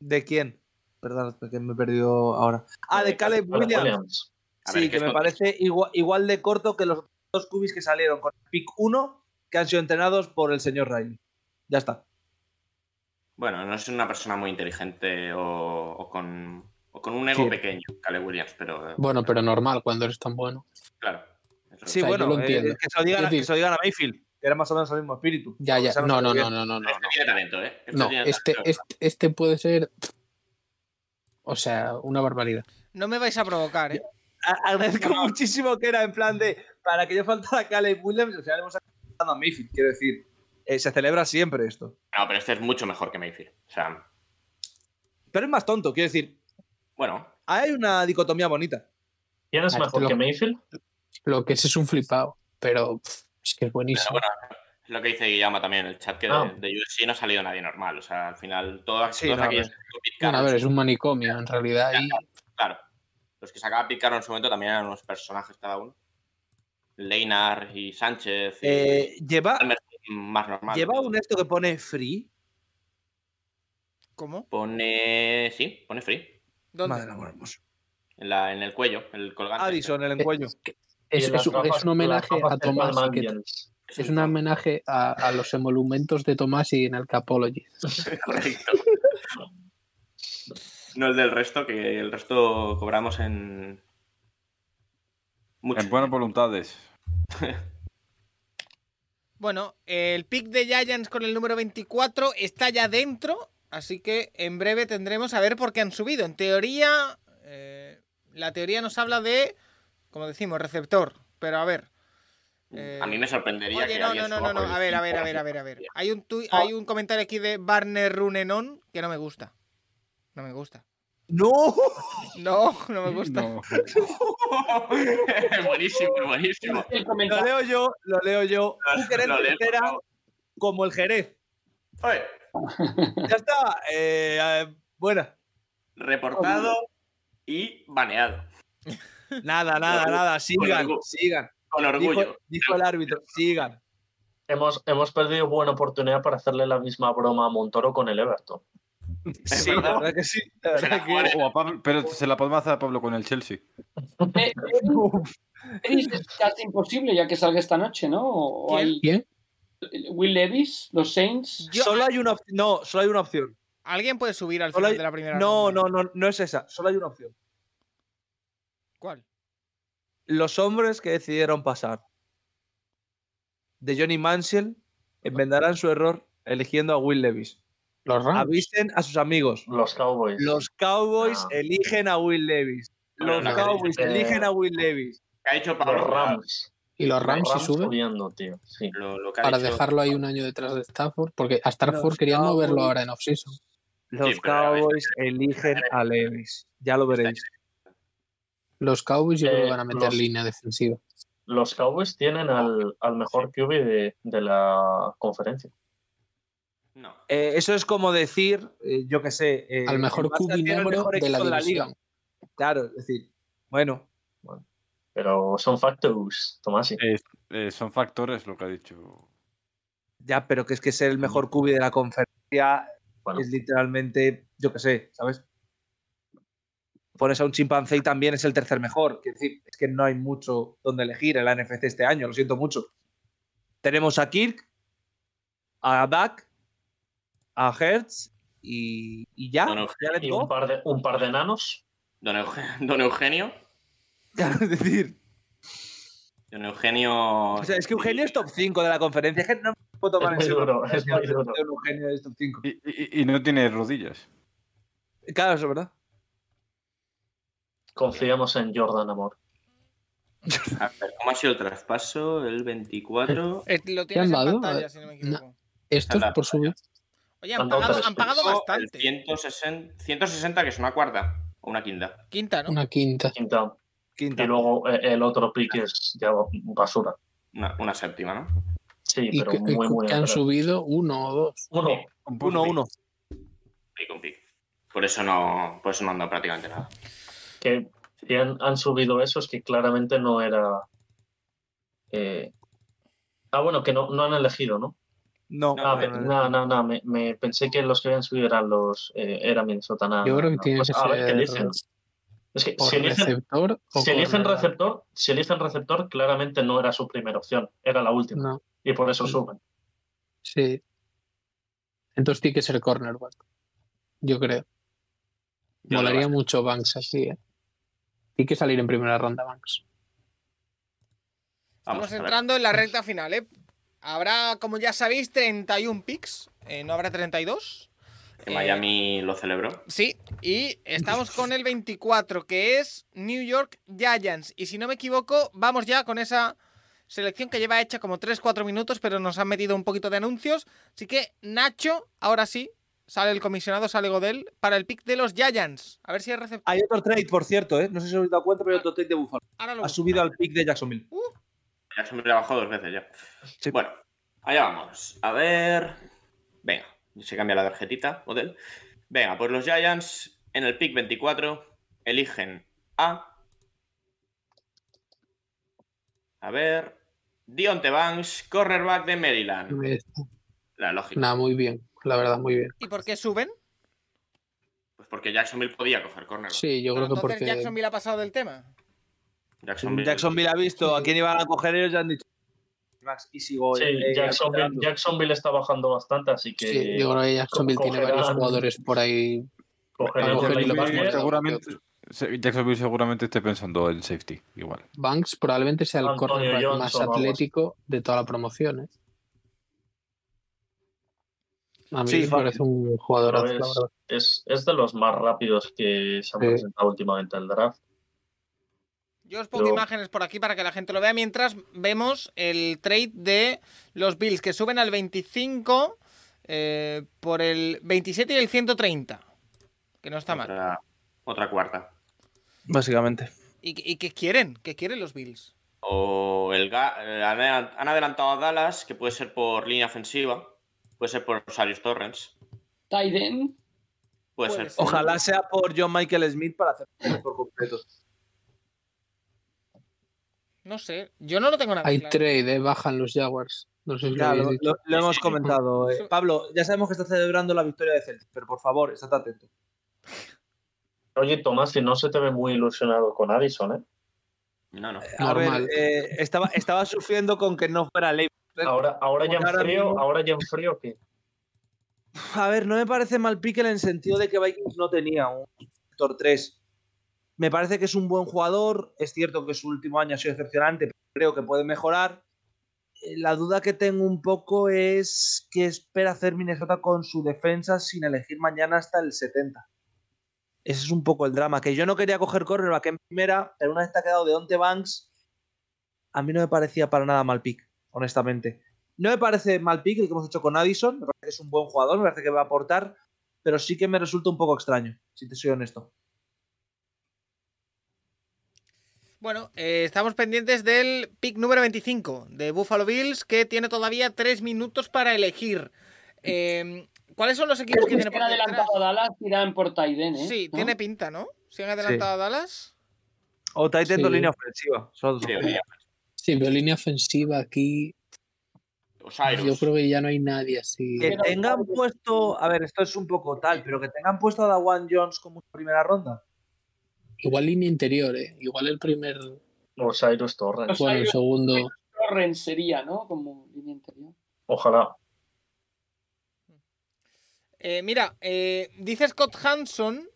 [SPEAKER 5] ¿De quién? Perdón, que me he perdido ahora. Ah, de
[SPEAKER 2] Eh,
[SPEAKER 5] Caleb
[SPEAKER 6] Caleb
[SPEAKER 5] Williams.
[SPEAKER 6] Williams.
[SPEAKER 2] A
[SPEAKER 5] Sí,
[SPEAKER 2] ver,
[SPEAKER 5] que
[SPEAKER 2] ¿qué
[SPEAKER 5] me
[SPEAKER 2] es-
[SPEAKER 5] parece igual, igual de corto que los dos cubis que salieron con el pick 1 que han sido entrenados por el señor Riley. Ya está.
[SPEAKER 2] Bueno, no es una persona muy inteligente o, o con, o con un ego
[SPEAKER 5] Sí.
[SPEAKER 2] pequeño, Caleb Williams, pero. eh,
[SPEAKER 9] Bueno, pero normal cuando eres tan bueno.
[SPEAKER 2] Claro. Eso-
[SPEAKER 5] Sí,
[SPEAKER 9] sea, yo
[SPEAKER 5] bueno,
[SPEAKER 9] lo
[SPEAKER 5] eh,
[SPEAKER 9] entiendo.
[SPEAKER 5] que, se lo digan,
[SPEAKER 9] Es decir-
[SPEAKER 5] que se lo digan a Mayfield, que era más o menos el mismo espíritu.
[SPEAKER 9] Ya, ya, no, no, no, no, no, no.
[SPEAKER 2] Este tiene talento, ¿eh? Este
[SPEAKER 9] No,
[SPEAKER 2] tiene
[SPEAKER 9] este,
[SPEAKER 2] talento.
[SPEAKER 9] este, este puede ser, o sea, una barbaridad.
[SPEAKER 1] No me vais a provocar, ¿eh?
[SPEAKER 5] A- Agradezco muchísimo que era en plan de para que yo faltara a Caleb Williams, al final hemos sacado a Mayfield, quiero decir. eh, se celebra siempre esto.
[SPEAKER 2] No, pero este es mucho mejor que Mayfield. O sea,
[SPEAKER 5] Pero es más tonto, quiero decir,
[SPEAKER 2] bueno.
[SPEAKER 5] hay una dicotomía bonita.
[SPEAKER 6] ¿Quién es
[SPEAKER 9] Ah,
[SPEAKER 6] mejor
[SPEAKER 9] lo-
[SPEAKER 6] que Mayfield?
[SPEAKER 9] Lo que es es un flipado, pero pff, es que es buenísimo.
[SPEAKER 2] Es lo que dice Guillama también en el chat, que
[SPEAKER 6] Ah.
[SPEAKER 2] de, de UFC no ha salido nadie normal. O sea, al final, todo,
[SPEAKER 5] Sí,
[SPEAKER 2] todos
[SPEAKER 5] no, a
[SPEAKER 2] aquellos
[SPEAKER 5] ver.
[SPEAKER 2] que
[SPEAKER 9] Bueno, a
[SPEAKER 2] picaron,
[SPEAKER 9] ver, es un manicomio en realidad y
[SPEAKER 2] Claro. Los que sacaba Picaro en su momento también eran unos personajes cada uno. Leinar y Sánchez. y
[SPEAKER 5] Eh, lleva,
[SPEAKER 2] Palmer, más normal.
[SPEAKER 5] lleva un esto que pone free.
[SPEAKER 1] ¿Cómo?
[SPEAKER 2] Pone. Sí, pone free.
[SPEAKER 1] ¿Dónde?
[SPEAKER 5] Madre pues. amor hermoso.
[SPEAKER 2] en, la- en el cuello, el colgante.
[SPEAKER 5] Addison,
[SPEAKER 1] Eh,
[SPEAKER 5] el encuello.
[SPEAKER 9] Es,
[SPEAKER 6] Y las
[SPEAKER 9] es un-
[SPEAKER 6] gafas-
[SPEAKER 9] es un homenaje
[SPEAKER 6] las gafas
[SPEAKER 9] a
[SPEAKER 6] de
[SPEAKER 9] Tomás.
[SPEAKER 6] Batman
[SPEAKER 9] que-
[SPEAKER 6] Begins.
[SPEAKER 9] es un homenaje a, a los emolumentos de Tomás y en el Capology.
[SPEAKER 2] Correcto. No el del resto, que el resto cobramos en. Mucho.
[SPEAKER 7] En buenas voluntades.
[SPEAKER 1] Bueno, el pick de Giants con el número 24 está ya dentro, así que en breve tendremos a ver por qué han subido. En teoría, eh, la teoría nos habla de, como decimos, receptor, pero a ver. eh,
[SPEAKER 2] A mí me sorprendería
[SPEAKER 1] Oye,
[SPEAKER 2] que.
[SPEAKER 1] no,
[SPEAKER 2] alguien
[SPEAKER 1] no, no,
[SPEAKER 2] suba
[SPEAKER 1] no, no,
[SPEAKER 2] por el
[SPEAKER 1] a ver, a ver,
[SPEAKER 2] tipo.
[SPEAKER 1] a ver, a ver, a ver. Hay un, tui- hay un comentario aquí de Barner Runenon que no me gusta. No me gusta.
[SPEAKER 5] ¡No!
[SPEAKER 1] No, no me gusta.
[SPEAKER 7] No.
[SPEAKER 2] buenísimo, buenísimo.
[SPEAKER 4] El
[SPEAKER 5] Lo
[SPEAKER 4] comentario.
[SPEAKER 5] leo yo, lo leo yo. Bucarest
[SPEAKER 2] Lo lees, por
[SPEAKER 5] tercera
[SPEAKER 2] favor.
[SPEAKER 5] como el Jerez.
[SPEAKER 2] Oye,
[SPEAKER 5] Ya está. eh, eh, buena.
[SPEAKER 2] reportado y baneado.
[SPEAKER 5] Nada, nada, nada. Sigan,
[SPEAKER 2] digo,
[SPEAKER 5] sigan.
[SPEAKER 2] Con orgullo.
[SPEAKER 5] Dijo, dijo el árbitro, sigan.
[SPEAKER 6] Hemos, hemos perdido buena oportunidad para hacerle la misma broma a Montoro con el Everton.
[SPEAKER 5] Sí,
[SPEAKER 2] verdad.
[SPEAKER 5] la verdad que sí. la verdad
[SPEAKER 2] Será
[SPEAKER 5] que-
[SPEAKER 2] Juan.
[SPEAKER 7] O a Pablo- pero se la podemos hacer a Pablo con el Chelsea.
[SPEAKER 4] Eh, Levis es casi imposible ya que salga esta noche, ¿no? O
[SPEAKER 1] ¿Quién?
[SPEAKER 4] hay-
[SPEAKER 9] ¿Quién?
[SPEAKER 4] Will Levis, los Saints.
[SPEAKER 1] Yo-
[SPEAKER 5] Solo hay una opción. No, solo hay una opción.
[SPEAKER 1] ¿Alguien puede subir al
[SPEAKER 5] Solo
[SPEAKER 1] final
[SPEAKER 5] hay-
[SPEAKER 1] de la primera
[SPEAKER 5] No,
[SPEAKER 1] ronda?
[SPEAKER 5] no, no, no es esa. Solo hay una opción.
[SPEAKER 1] ¿Cuál?
[SPEAKER 5] Los hombres que decidieron pasar de Johnny Mansell enmendarán su error eligiendo a Will Levis.
[SPEAKER 9] Los Rams.
[SPEAKER 5] Avisen a sus amigos.
[SPEAKER 6] Los Cowboys.
[SPEAKER 5] Los Cowboys
[SPEAKER 6] No.
[SPEAKER 5] eligen a Will Levis.
[SPEAKER 2] Bueno,
[SPEAKER 5] Los
[SPEAKER 2] la verdad
[SPEAKER 5] Cowboys
[SPEAKER 6] es que-
[SPEAKER 5] eligen a Will Levis.
[SPEAKER 2] que ha hecho Pablo
[SPEAKER 6] Los
[SPEAKER 2] Ramos.
[SPEAKER 6] Rams.
[SPEAKER 9] Y los Rams si suben
[SPEAKER 6] jodiendo, tío. Sí.
[SPEAKER 2] Lo, lo que ha
[SPEAKER 9] para
[SPEAKER 2] dicho-
[SPEAKER 9] dejarlo ahí un año detrás de Stafford, porque a Stafford
[SPEAKER 5] Los
[SPEAKER 9] querían moverlo
[SPEAKER 5] Cowboys.
[SPEAKER 9] ahora en offseason.
[SPEAKER 5] Los
[SPEAKER 2] Sí, pero ya ves.
[SPEAKER 5] Cowboys eligen a Levis. Ya lo veréis.
[SPEAKER 9] Los Cowboys yo
[SPEAKER 6] Eh,
[SPEAKER 9] creo que van a meter
[SPEAKER 6] los-
[SPEAKER 9] línea defensiva.
[SPEAKER 6] Los Cowboys tienen al, al mejor QB de, de la conferencia.
[SPEAKER 2] No.
[SPEAKER 5] Eh, eso es como decir, eh, yo qué sé. eh,
[SPEAKER 9] Al mejor
[SPEAKER 5] el Barça
[SPEAKER 9] QB
[SPEAKER 5] tiene el
[SPEAKER 9] negro
[SPEAKER 5] mejor
[SPEAKER 9] de la
[SPEAKER 5] equipo
[SPEAKER 9] división.
[SPEAKER 5] Claro, es decir, bueno,
[SPEAKER 6] Pero son factors, Tomás.
[SPEAKER 7] Eh, eh, son factores lo que ha dicho.
[SPEAKER 5] ya, pero que es que ser el
[SPEAKER 9] Mm.
[SPEAKER 5] mejor QB de la conferencia
[SPEAKER 6] Bueno.
[SPEAKER 5] es literalmente, yo qué sé, ¿sabes? Pones a un chimpancé y también es el tercer mejor. Quiero decir, es que no hay mucho donde elegir en la NFC este año, lo siento mucho. Tenemos a Kirk, a Dak, a Hertz y, y ya.
[SPEAKER 2] No, no,
[SPEAKER 5] ya le
[SPEAKER 6] Y un
[SPEAKER 5] tocó.
[SPEAKER 6] par de, un par de enanos.
[SPEAKER 2] Don, Euge- don Eugenio.
[SPEAKER 5] Claro, es decir,
[SPEAKER 2] Don Eugenio.
[SPEAKER 5] o sea, es que Eugenio es top 5 de la conferencia. Es que no me puedo tomar
[SPEAKER 6] Es muy
[SPEAKER 5] en serio.
[SPEAKER 6] duro, es muy duro.
[SPEAKER 5] Eugenio es top 5.
[SPEAKER 7] Y, y- y no tiene rodillas.
[SPEAKER 5] Claro, eso es verdad.
[SPEAKER 6] Confiamos en Jordan Amor.
[SPEAKER 2] A ver, ¿Cómo ha sido el traspaso? El 24.
[SPEAKER 1] Eh, Lo tienes en
[SPEAKER 9] dado?
[SPEAKER 1] pantalla,
[SPEAKER 9] Eh,
[SPEAKER 1] si no me
[SPEAKER 9] na-
[SPEAKER 1] equivoco.
[SPEAKER 9] Esto es
[SPEAKER 2] Anda,
[SPEAKER 9] por subir.
[SPEAKER 1] Oye, han
[SPEAKER 6] Han dado
[SPEAKER 1] pagado,
[SPEAKER 6] tres
[SPEAKER 1] han pagado
[SPEAKER 2] Eso,
[SPEAKER 1] bastante.
[SPEAKER 2] el 160, 160, que es una cuarta o una quinta.
[SPEAKER 1] Quinta, ¿no?
[SPEAKER 9] Una quinta.
[SPEAKER 6] Quinta. Y
[SPEAKER 5] Quinta.
[SPEAKER 6] luego eh, el otro pick es ya basura.
[SPEAKER 2] Una, una séptima, ¿no?
[SPEAKER 6] Sí,
[SPEAKER 9] Y
[SPEAKER 6] pero
[SPEAKER 9] que, y
[SPEAKER 6] muy, muy
[SPEAKER 9] que han
[SPEAKER 6] atrás.
[SPEAKER 9] subido uno o dos.
[SPEAKER 6] Uno.
[SPEAKER 5] Uno, uno.
[SPEAKER 2] Pick un pick. Por eso no, por eso no han dado prácticamente nada.
[SPEAKER 6] que si han, han subido esos que claramente no era. eh, Ah, bueno, que no, no han elegido, ¿no?
[SPEAKER 5] No,
[SPEAKER 6] Ah,
[SPEAKER 5] no,
[SPEAKER 6] pe-
[SPEAKER 5] no,
[SPEAKER 6] No,
[SPEAKER 5] no.
[SPEAKER 6] no, no, me, me pensé que los que habían subido eran los. eh, era Minnesota, nada,
[SPEAKER 9] Yo
[SPEAKER 6] nada,
[SPEAKER 9] creo que
[SPEAKER 6] nada.
[SPEAKER 9] tiene
[SPEAKER 6] Pues,
[SPEAKER 9] que
[SPEAKER 6] a ver, ¿qué
[SPEAKER 9] ser
[SPEAKER 6] eligen? Es que
[SPEAKER 9] por
[SPEAKER 6] si eligen,
[SPEAKER 9] receptor o
[SPEAKER 6] si eligen
[SPEAKER 9] corredor.
[SPEAKER 6] receptor, si eligen receptor, claramente no era su primera opción, era la última.
[SPEAKER 9] No,
[SPEAKER 6] Y por eso
[SPEAKER 9] Sí.
[SPEAKER 6] suben.
[SPEAKER 9] sí. Entonces tiene que ser cornerback. Yo creo.
[SPEAKER 2] Yo
[SPEAKER 9] Molaría
[SPEAKER 2] creo
[SPEAKER 9] mucho Banks así, ¿eh? Tiene que salir en primera ronda Banks.
[SPEAKER 2] Vamos
[SPEAKER 1] Estamos
[SPEAKER 2] a ver.
[SPEAKER 1] entrando en la recta final, ¿eh? Habrá, como ya sabéis, 31 picks. eh, no habrá 32.
[SPEAKER 2] Que
[SPEAKER 1] Eh,
[SPEAKER 2] Miami lo celebró.
[SPEAKER 1] Sí, y estamos con el 24, que es New York Giants. Y si no me equivoco, vamos ya con esa selección que lleva hecha como 3-4 minutos, pero nos han metido un poquito de anuncios. Así que, Nacho, ahora sí, sale el comisionado, sale Godel, para el pick de los Giants. A ver si es receptor.
[SPEAKER 5] Hay otro trade, por cierto, ¿eh? No sé si os habéis dado cuenta, pero hay otro trade de Buffalo.
[SPEAKER 1] Ahora lo
[SPEAKER 5] Ha
[SPEAKER 1] busco. Uh,
[SPEAKER 5] subido al pick de Jacksonville.
[SPEAKER 2] Ya se me la bajó dos veces ya.
[SPEAKER 5] Sí.
[SPEAKER 2] Bueno, allá vamos. A ver. Venga, se cambia la tarjetita, model. Venga, pues los Giants en el pick 24 eligen a A ver. Dionte Banks, cornerback de Maryland. La lógica.
[SPEAKER 9] Eh, Nada, muy bien. La verdad, muy bien.
[SPEAKER 1] ¿Y por qué suben?
[SPEAKER 2] Pues porque Jacksonville podía coger cornerback.
[SPEAKER 9] Sí, yo creo que
[SPEAKER 1] Entonces
[SPEAKER 9] porque.
[SPEAKER 1] Jacksonville ha pasado del tema.
[SPEAKER 2] Jacksonville.
[SPEAKER 5] Jacksonville ha visto a quién iban a coger ellos y han dicho. Max Easy Go.
[SPEAKER 6] Sí,
[SPEAKER 5] eh,
[SPEAKER 6] Jacksonville,
[SPEAKER 5] eh,
[SPEAKER 6] Jacksonville está bajando bastante, así que.
[SPEAKER 9] Sí, yo creo que Jacksonville tiene
[SPEAKER 6] Eh, cogerán-
[SPEAKER 9] varios jugadores por ahí.
[SPEAKER 6] cogerán
[SPEAKER 9] a
[SPEAKER 6] otro
[SPEAKER 9] coger y lo
[SPEAKER 6] linebacker.
[SPEAKER 9] más muerto.
[SPEAKER 7] seguramente, se- Jacksonville seguramente esté pensando en safety, igual.
[SPEAKER 9] Banks probablemente sea el
[SPEAKER 6] Antonio
[SPEAKER 9] cornerback
[SPEAKER 6] Johnson,
[SPEAKER 9] más
[SPEAKER 6] vamos.
[SPEAKER 9] atlético de toda la promoción. ¿eh? A mí
[SPEAKER 5] Sí,
[SPEAKER 9] me parece un jugador.
[SPEAKER 6] Pero es, Pues, es- es de los más rápidos que se han
[SPEAKER 9] Sí.
[SPEAKER 6] presentado últimamente al draft.
[SPEAKER 1] Yo os pongo
[SPEAKER 6] Yo-
[SPEAKER 1] imágenes por aquí para que la gente lo vea mientras vemos el trade de los Bills que suben al 25 eh, por el 27 y el 130. Que no está mal.
[SPEAKER 2] Otra, otra cuarta.
[SPEAKER 5] Básicamente.
[SPEAKER 1] ¿Y, y qué quieren? ¿Qué quieren los Bills?
[SPEAKER 2] O el Ga- eh, han adel- han adelantado a Dallas, que puede ser por línea ofensiva, puede ser por Osarius Torrens,
[SPEAKER 4] Tyden,
[SPEAKER 1] Puede
[SPEAKER 2] puede, ser.
[SPEAKER 1] ser.
[SPEAKER 2] por-
[SPEAKER 5] Ojalá sea por John Michael Smith para hacer por completo.
[SPEAKER 1] No sé. Yo no lo tengo nada
[SPEAKER 9] Hay
[SPEAKER 1] claro.
[SPEAKER 9] trade, ¿eh? bajan los Jaguars. No sé si
[SPEAKER 5] Ya,
[SPEAKER 9] lo
[SPEAKER 5] lo,
[SPEAKER 9] habéis dicho.
[SPEAKER 5] lo- lo hemos comentado. eh.
[SPEAKER 1] Eso-
[SPEAKER 5] Pablo, ya sabemos que estás celebrando la victoria de Celtic, pero por favor, estate atento.
[SPEAKER 6] Oye, Tomás, si no se te ve muy ilusionado con Addison, ¿eh?
[SPEAKER 2] No, no.
[SPEAKER 5] A
[SPEAKER 9] Normal.
[SPEAKER 5] ver, eh, estaba, estaba sufriendo con que no fuera Levi.
[SPEAKER 6] Ahora, ahora ya en
[SPEAKER 5] Ahora
[SPEAKER 6] frío,
[SPEAKER 5] mismo-
[SPEAKER 6] ahora ya en frío, ¿qué?
[SPEAKER 5] A ver, no me parece mal pick en el sentido de que Vikings no tenía un sector 3. Me parece que es un buen jugador. Es cierto que su último año ha sido excepcionante, pero creo que puede mejorar. Eh, La duda que tengo un poco es qué espera hacer Minnesota con su defensa sin elegir mañana hasta el 70. Ese es un poco el drama. Que yo no quería coger cornerback en primera, pero una vez que ha quedado de Onte Banks, a mí no me parecía para nada mal pick, honestamente. No me parece mal pick el que hemos hecho con Addison. Me parece que es un buen jugador, me parece que va a aportar, pero sí que me resulta un poco extraño, si te soy honesto.
[SPEAKER 1] Bueno, eh, estamos pendientes del pick número 25 de Buffalo Bills, que tiene todavía tres minutos para elegir. Eh, ¿Cuáles son los equipos que
[SPEAKER 4] que
[SPEAKER 1] tienen
[SPEAKER 4] han
[SPEAKER 1] por detrás?
[SPEAKER 4] adelantado a Dallas, irán por Tyden, ¿eh?
[SPEAKER 1] Sí,
[SPEAKER 4] ¿No?
[SPEAKER 1] tiene pinta, ¿no? ¿Se han adelantado a Dallas?
[SPEAKER 5] O Titan
[SPEAKER 9] Sí.
[SPEAKER 5] de línea ofensiva. son los dos.
[SPEAKER 2] Teoría.
[SPEAKER 9] Sí, pero línea ofensiva aquí.
[SPEAKER 2] Osiris.
[SPEAKER 9] Yo creo que ya no hay nadie así.
[SPEAKER 5] Que tengan puesto, a ver, esto es un poco tal, pero que tengan puesto a Dawan Jones como primera ronda.
[SPEAKER 9] Igual línea interior, ¿eh? Igual el primer.
[SPEAKER 6] Osiris Torrens.
[SPEAKER 9] Bueno, el segundo.
[SPEAKER 4] Torrens sería, ¿no? Como línea interior.
[SPEAKER 6] Ojalá.
[SPEAKER 1] Eh, mira, eh, dice Scott Hanson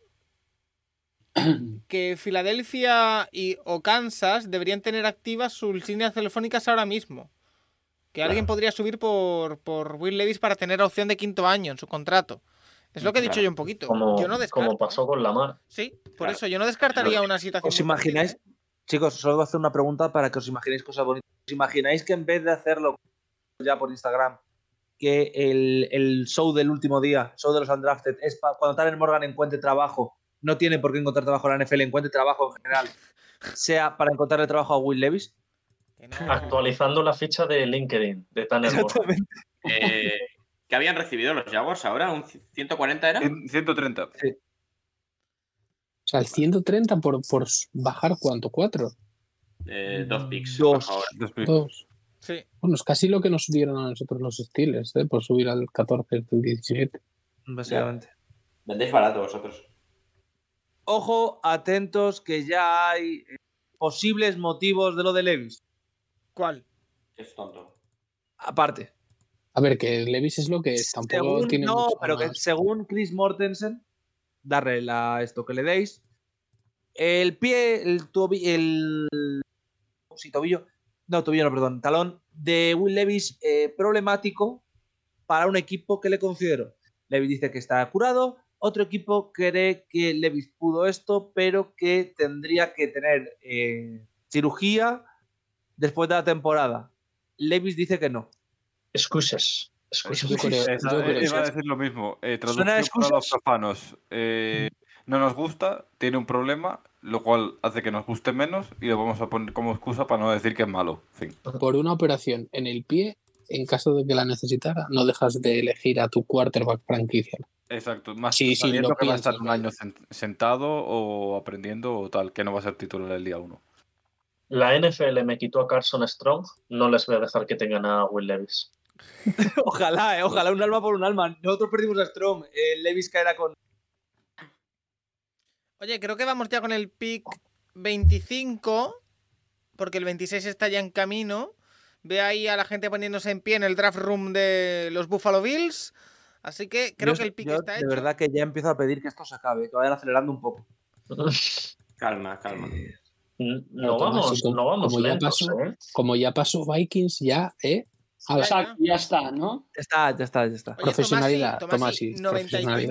[SPEAKER 1] que Filadelfia y o Kansas deberían tener activas sus líneas telefónicas ahora mismo. Que alguien podría subir por, por Will Levis para tener opción de quinto año en su contrato. Es lo que he dicho
[SPEAKER 2] Claro.
[SPEAKER 1] yo un poquito.
[SPEAKER 6] Como,
[SPEAKER 1] yo no descarto.
[SPEAKER 6] como pasó con Lamar.
[SPEAKER 1] Sí, por
[SPEAKER 2] Claro.
[SPEAKER 1] eso yo no descartaría una situación.
[SPEAKER 5] ¿Os
[SPEAKER 1] muy parecida,
[SPEAKER 5] imagináis?
[SPEAKER 1] ¿eh?
[SPEAKER 5] Chicos, solo voy a hacer una pregunta para que os imaginéis cosas bonitas. ¿Os imagináis que en vez de hacerlo ya por Instagram, que el, el show del último día, show de los undrafted, es pa- cuando Tanner Morgan encuentre trabajo, no tiene por qué encontrar trabajo en la NFL, encuentre trabajo en general, sea para encontrarle trabajo a Will Levis?
[SPEAKER 1] Que no.
[SPEAKER 6] Actualizando la ficha de LinkedIn de Tanner Morgan.
[SPEAKER 2] Eh, ¿Qué habían recibido los Jaguars ahora? ¿Un c- 140 era?
[SPEAKER 7] En 130.
[SPEAKER 9] O sea, el 130 por, por bajar cuánto? ¿Cuatro?
[SPEAKER 2] Eh, dos picks.
[SPEAKER 5] Dos.
[SPEAKER 2] por favor.
[SPEAKER 7] Dos mil.
[SPEAKER 9] ¿Dos?
[SPEAKER 1] Sí.
[SPEAKER 9] Bueno, es casi lo que nos dieron a nosotros los Steelers, ¿eh? por subir al 14 del 17.
[SPEAKER 5] Básicamente.
[SPEAKER 2] Vendéis barato vosotros.
[SPEAKER 5] Ojo, atentos, que ya hay eh, posibles motivos de lo de Levis.
[SPEAKER 1] ¿Cuál?
[SPEAKER 2] Es tonto.
[SPEAKER 5] Aparte.
[SPEAKER 9] A ver, que Levis es lo que es, tampoco
[SPEAKER 5] Según-
[SPEAKER 9] tiene.
[SPEAKER 5] no,
[SPEAKER 9] mucho
[SPEAKER 5] pero que
[SPEAKER 9] más.
[SPEAKER 5] según Chris Mortensen, darle la, esto que le deis, el pie, el tobillo, el. Sí, tobillo. No, tobillo, no, perdón, talón de Will Levis eh, problemático para un equipo que le considero. Levis dice que está curado, otro equipo cree que Levis pudo esto, pero que tendría que tener eh, cirugía después de la temporada. Levis dice que no.
[SPEAKER 6] Excuses. Excuses.
[SPEAKER 9] Yo creo,
[SPEAKER 7] Esa-
[SPEAKER 9] yo creo
[SPEAKER 7] eh, iba a
[SPEAKER 9] que
[SPEAKER 7] decir lo mismo. Eh,
[SPEAKER 5] ¿Suena
[SPEAKER 7] traducción
[SPEAKER 5] excusas?
[SPEAKER 7] para los profanos. Eh, no nos gusta, tiene un problema, lo cual hace que nos guste menos y lo vamos a poner como excusa para no decir que es malo. Fin.
[SPEAKER 9] por una operación en el pie, en caso de que la necesitara, no dejas de elegir a tu quarterback franquicia.
[SPEAKER 7] Exacto. Más
[SPEAKER 9] Sí, sí,
[SPEAKER 7] sabiendo
[SPEAKER 9] lo
[SPEAKER 7] que va a
[SPEAKER 9] pienso,
[SPEAKER 7] estar un año sen- sentado o aprendiendo o tal, que no va a ser titular el día uno.
[SPEAKER 6] La NFL me quitó a Carson Strong, no les voy a dejar que tengan a Will Levis.
[SPEAKER 5] Ojalá, eh, ojalá un alma por un alma. Nosotros perdimos a Strom. eh, Levis caerá con.
[SPEAKER 1] Oye, creo que vamos ya con el pick 25, porque el 26 está ya en camino. Ve ahí a la gente poniéndose en pie en el draft room de los Buffalo Bills. Así que creo
[SPEAKER 5] Yo-
[SPEAKER 1] que el pick
[SPEAKER 5] yo
[SPEAKER 1] está
[SPEAKER 5] de
[SPEAKER 1] hecho.
[SPEAKER 5] verdad que ya empiezo a pedir que esto se acabe, que vayan acelerando un poco.
[SPEAKER 2] Calma, calma.
[SPEAKER 5] Eh,
[SPEAKER 6] No
[SPEAKER 9] Tomás,
[SPEAKER 6] vamos,
[SPEAKER 9] y como-
[SPEAKER 6] no vamos
[SPEAKER 9] como ya
[SPEAKER 6] lentos,
[SPEAKER 9] pasó-
[SPEAKER 6] ¿eh?
[SPEAKER 9] Como ya pasó Vikings, ya, ¿eh? A la
[SPEAKER 4] Exacto, ya está, ¿no?
[SPEAKER 5] Ya está, ya está, ya está.
[SPEAKER 1] Oye,
[SPEAKER 9] profesionalidad,
[SPEAKER 1] Tomasi, Tomasi,
[SPEAKER 9] Tomasi,
[SPEAKER 1] 95,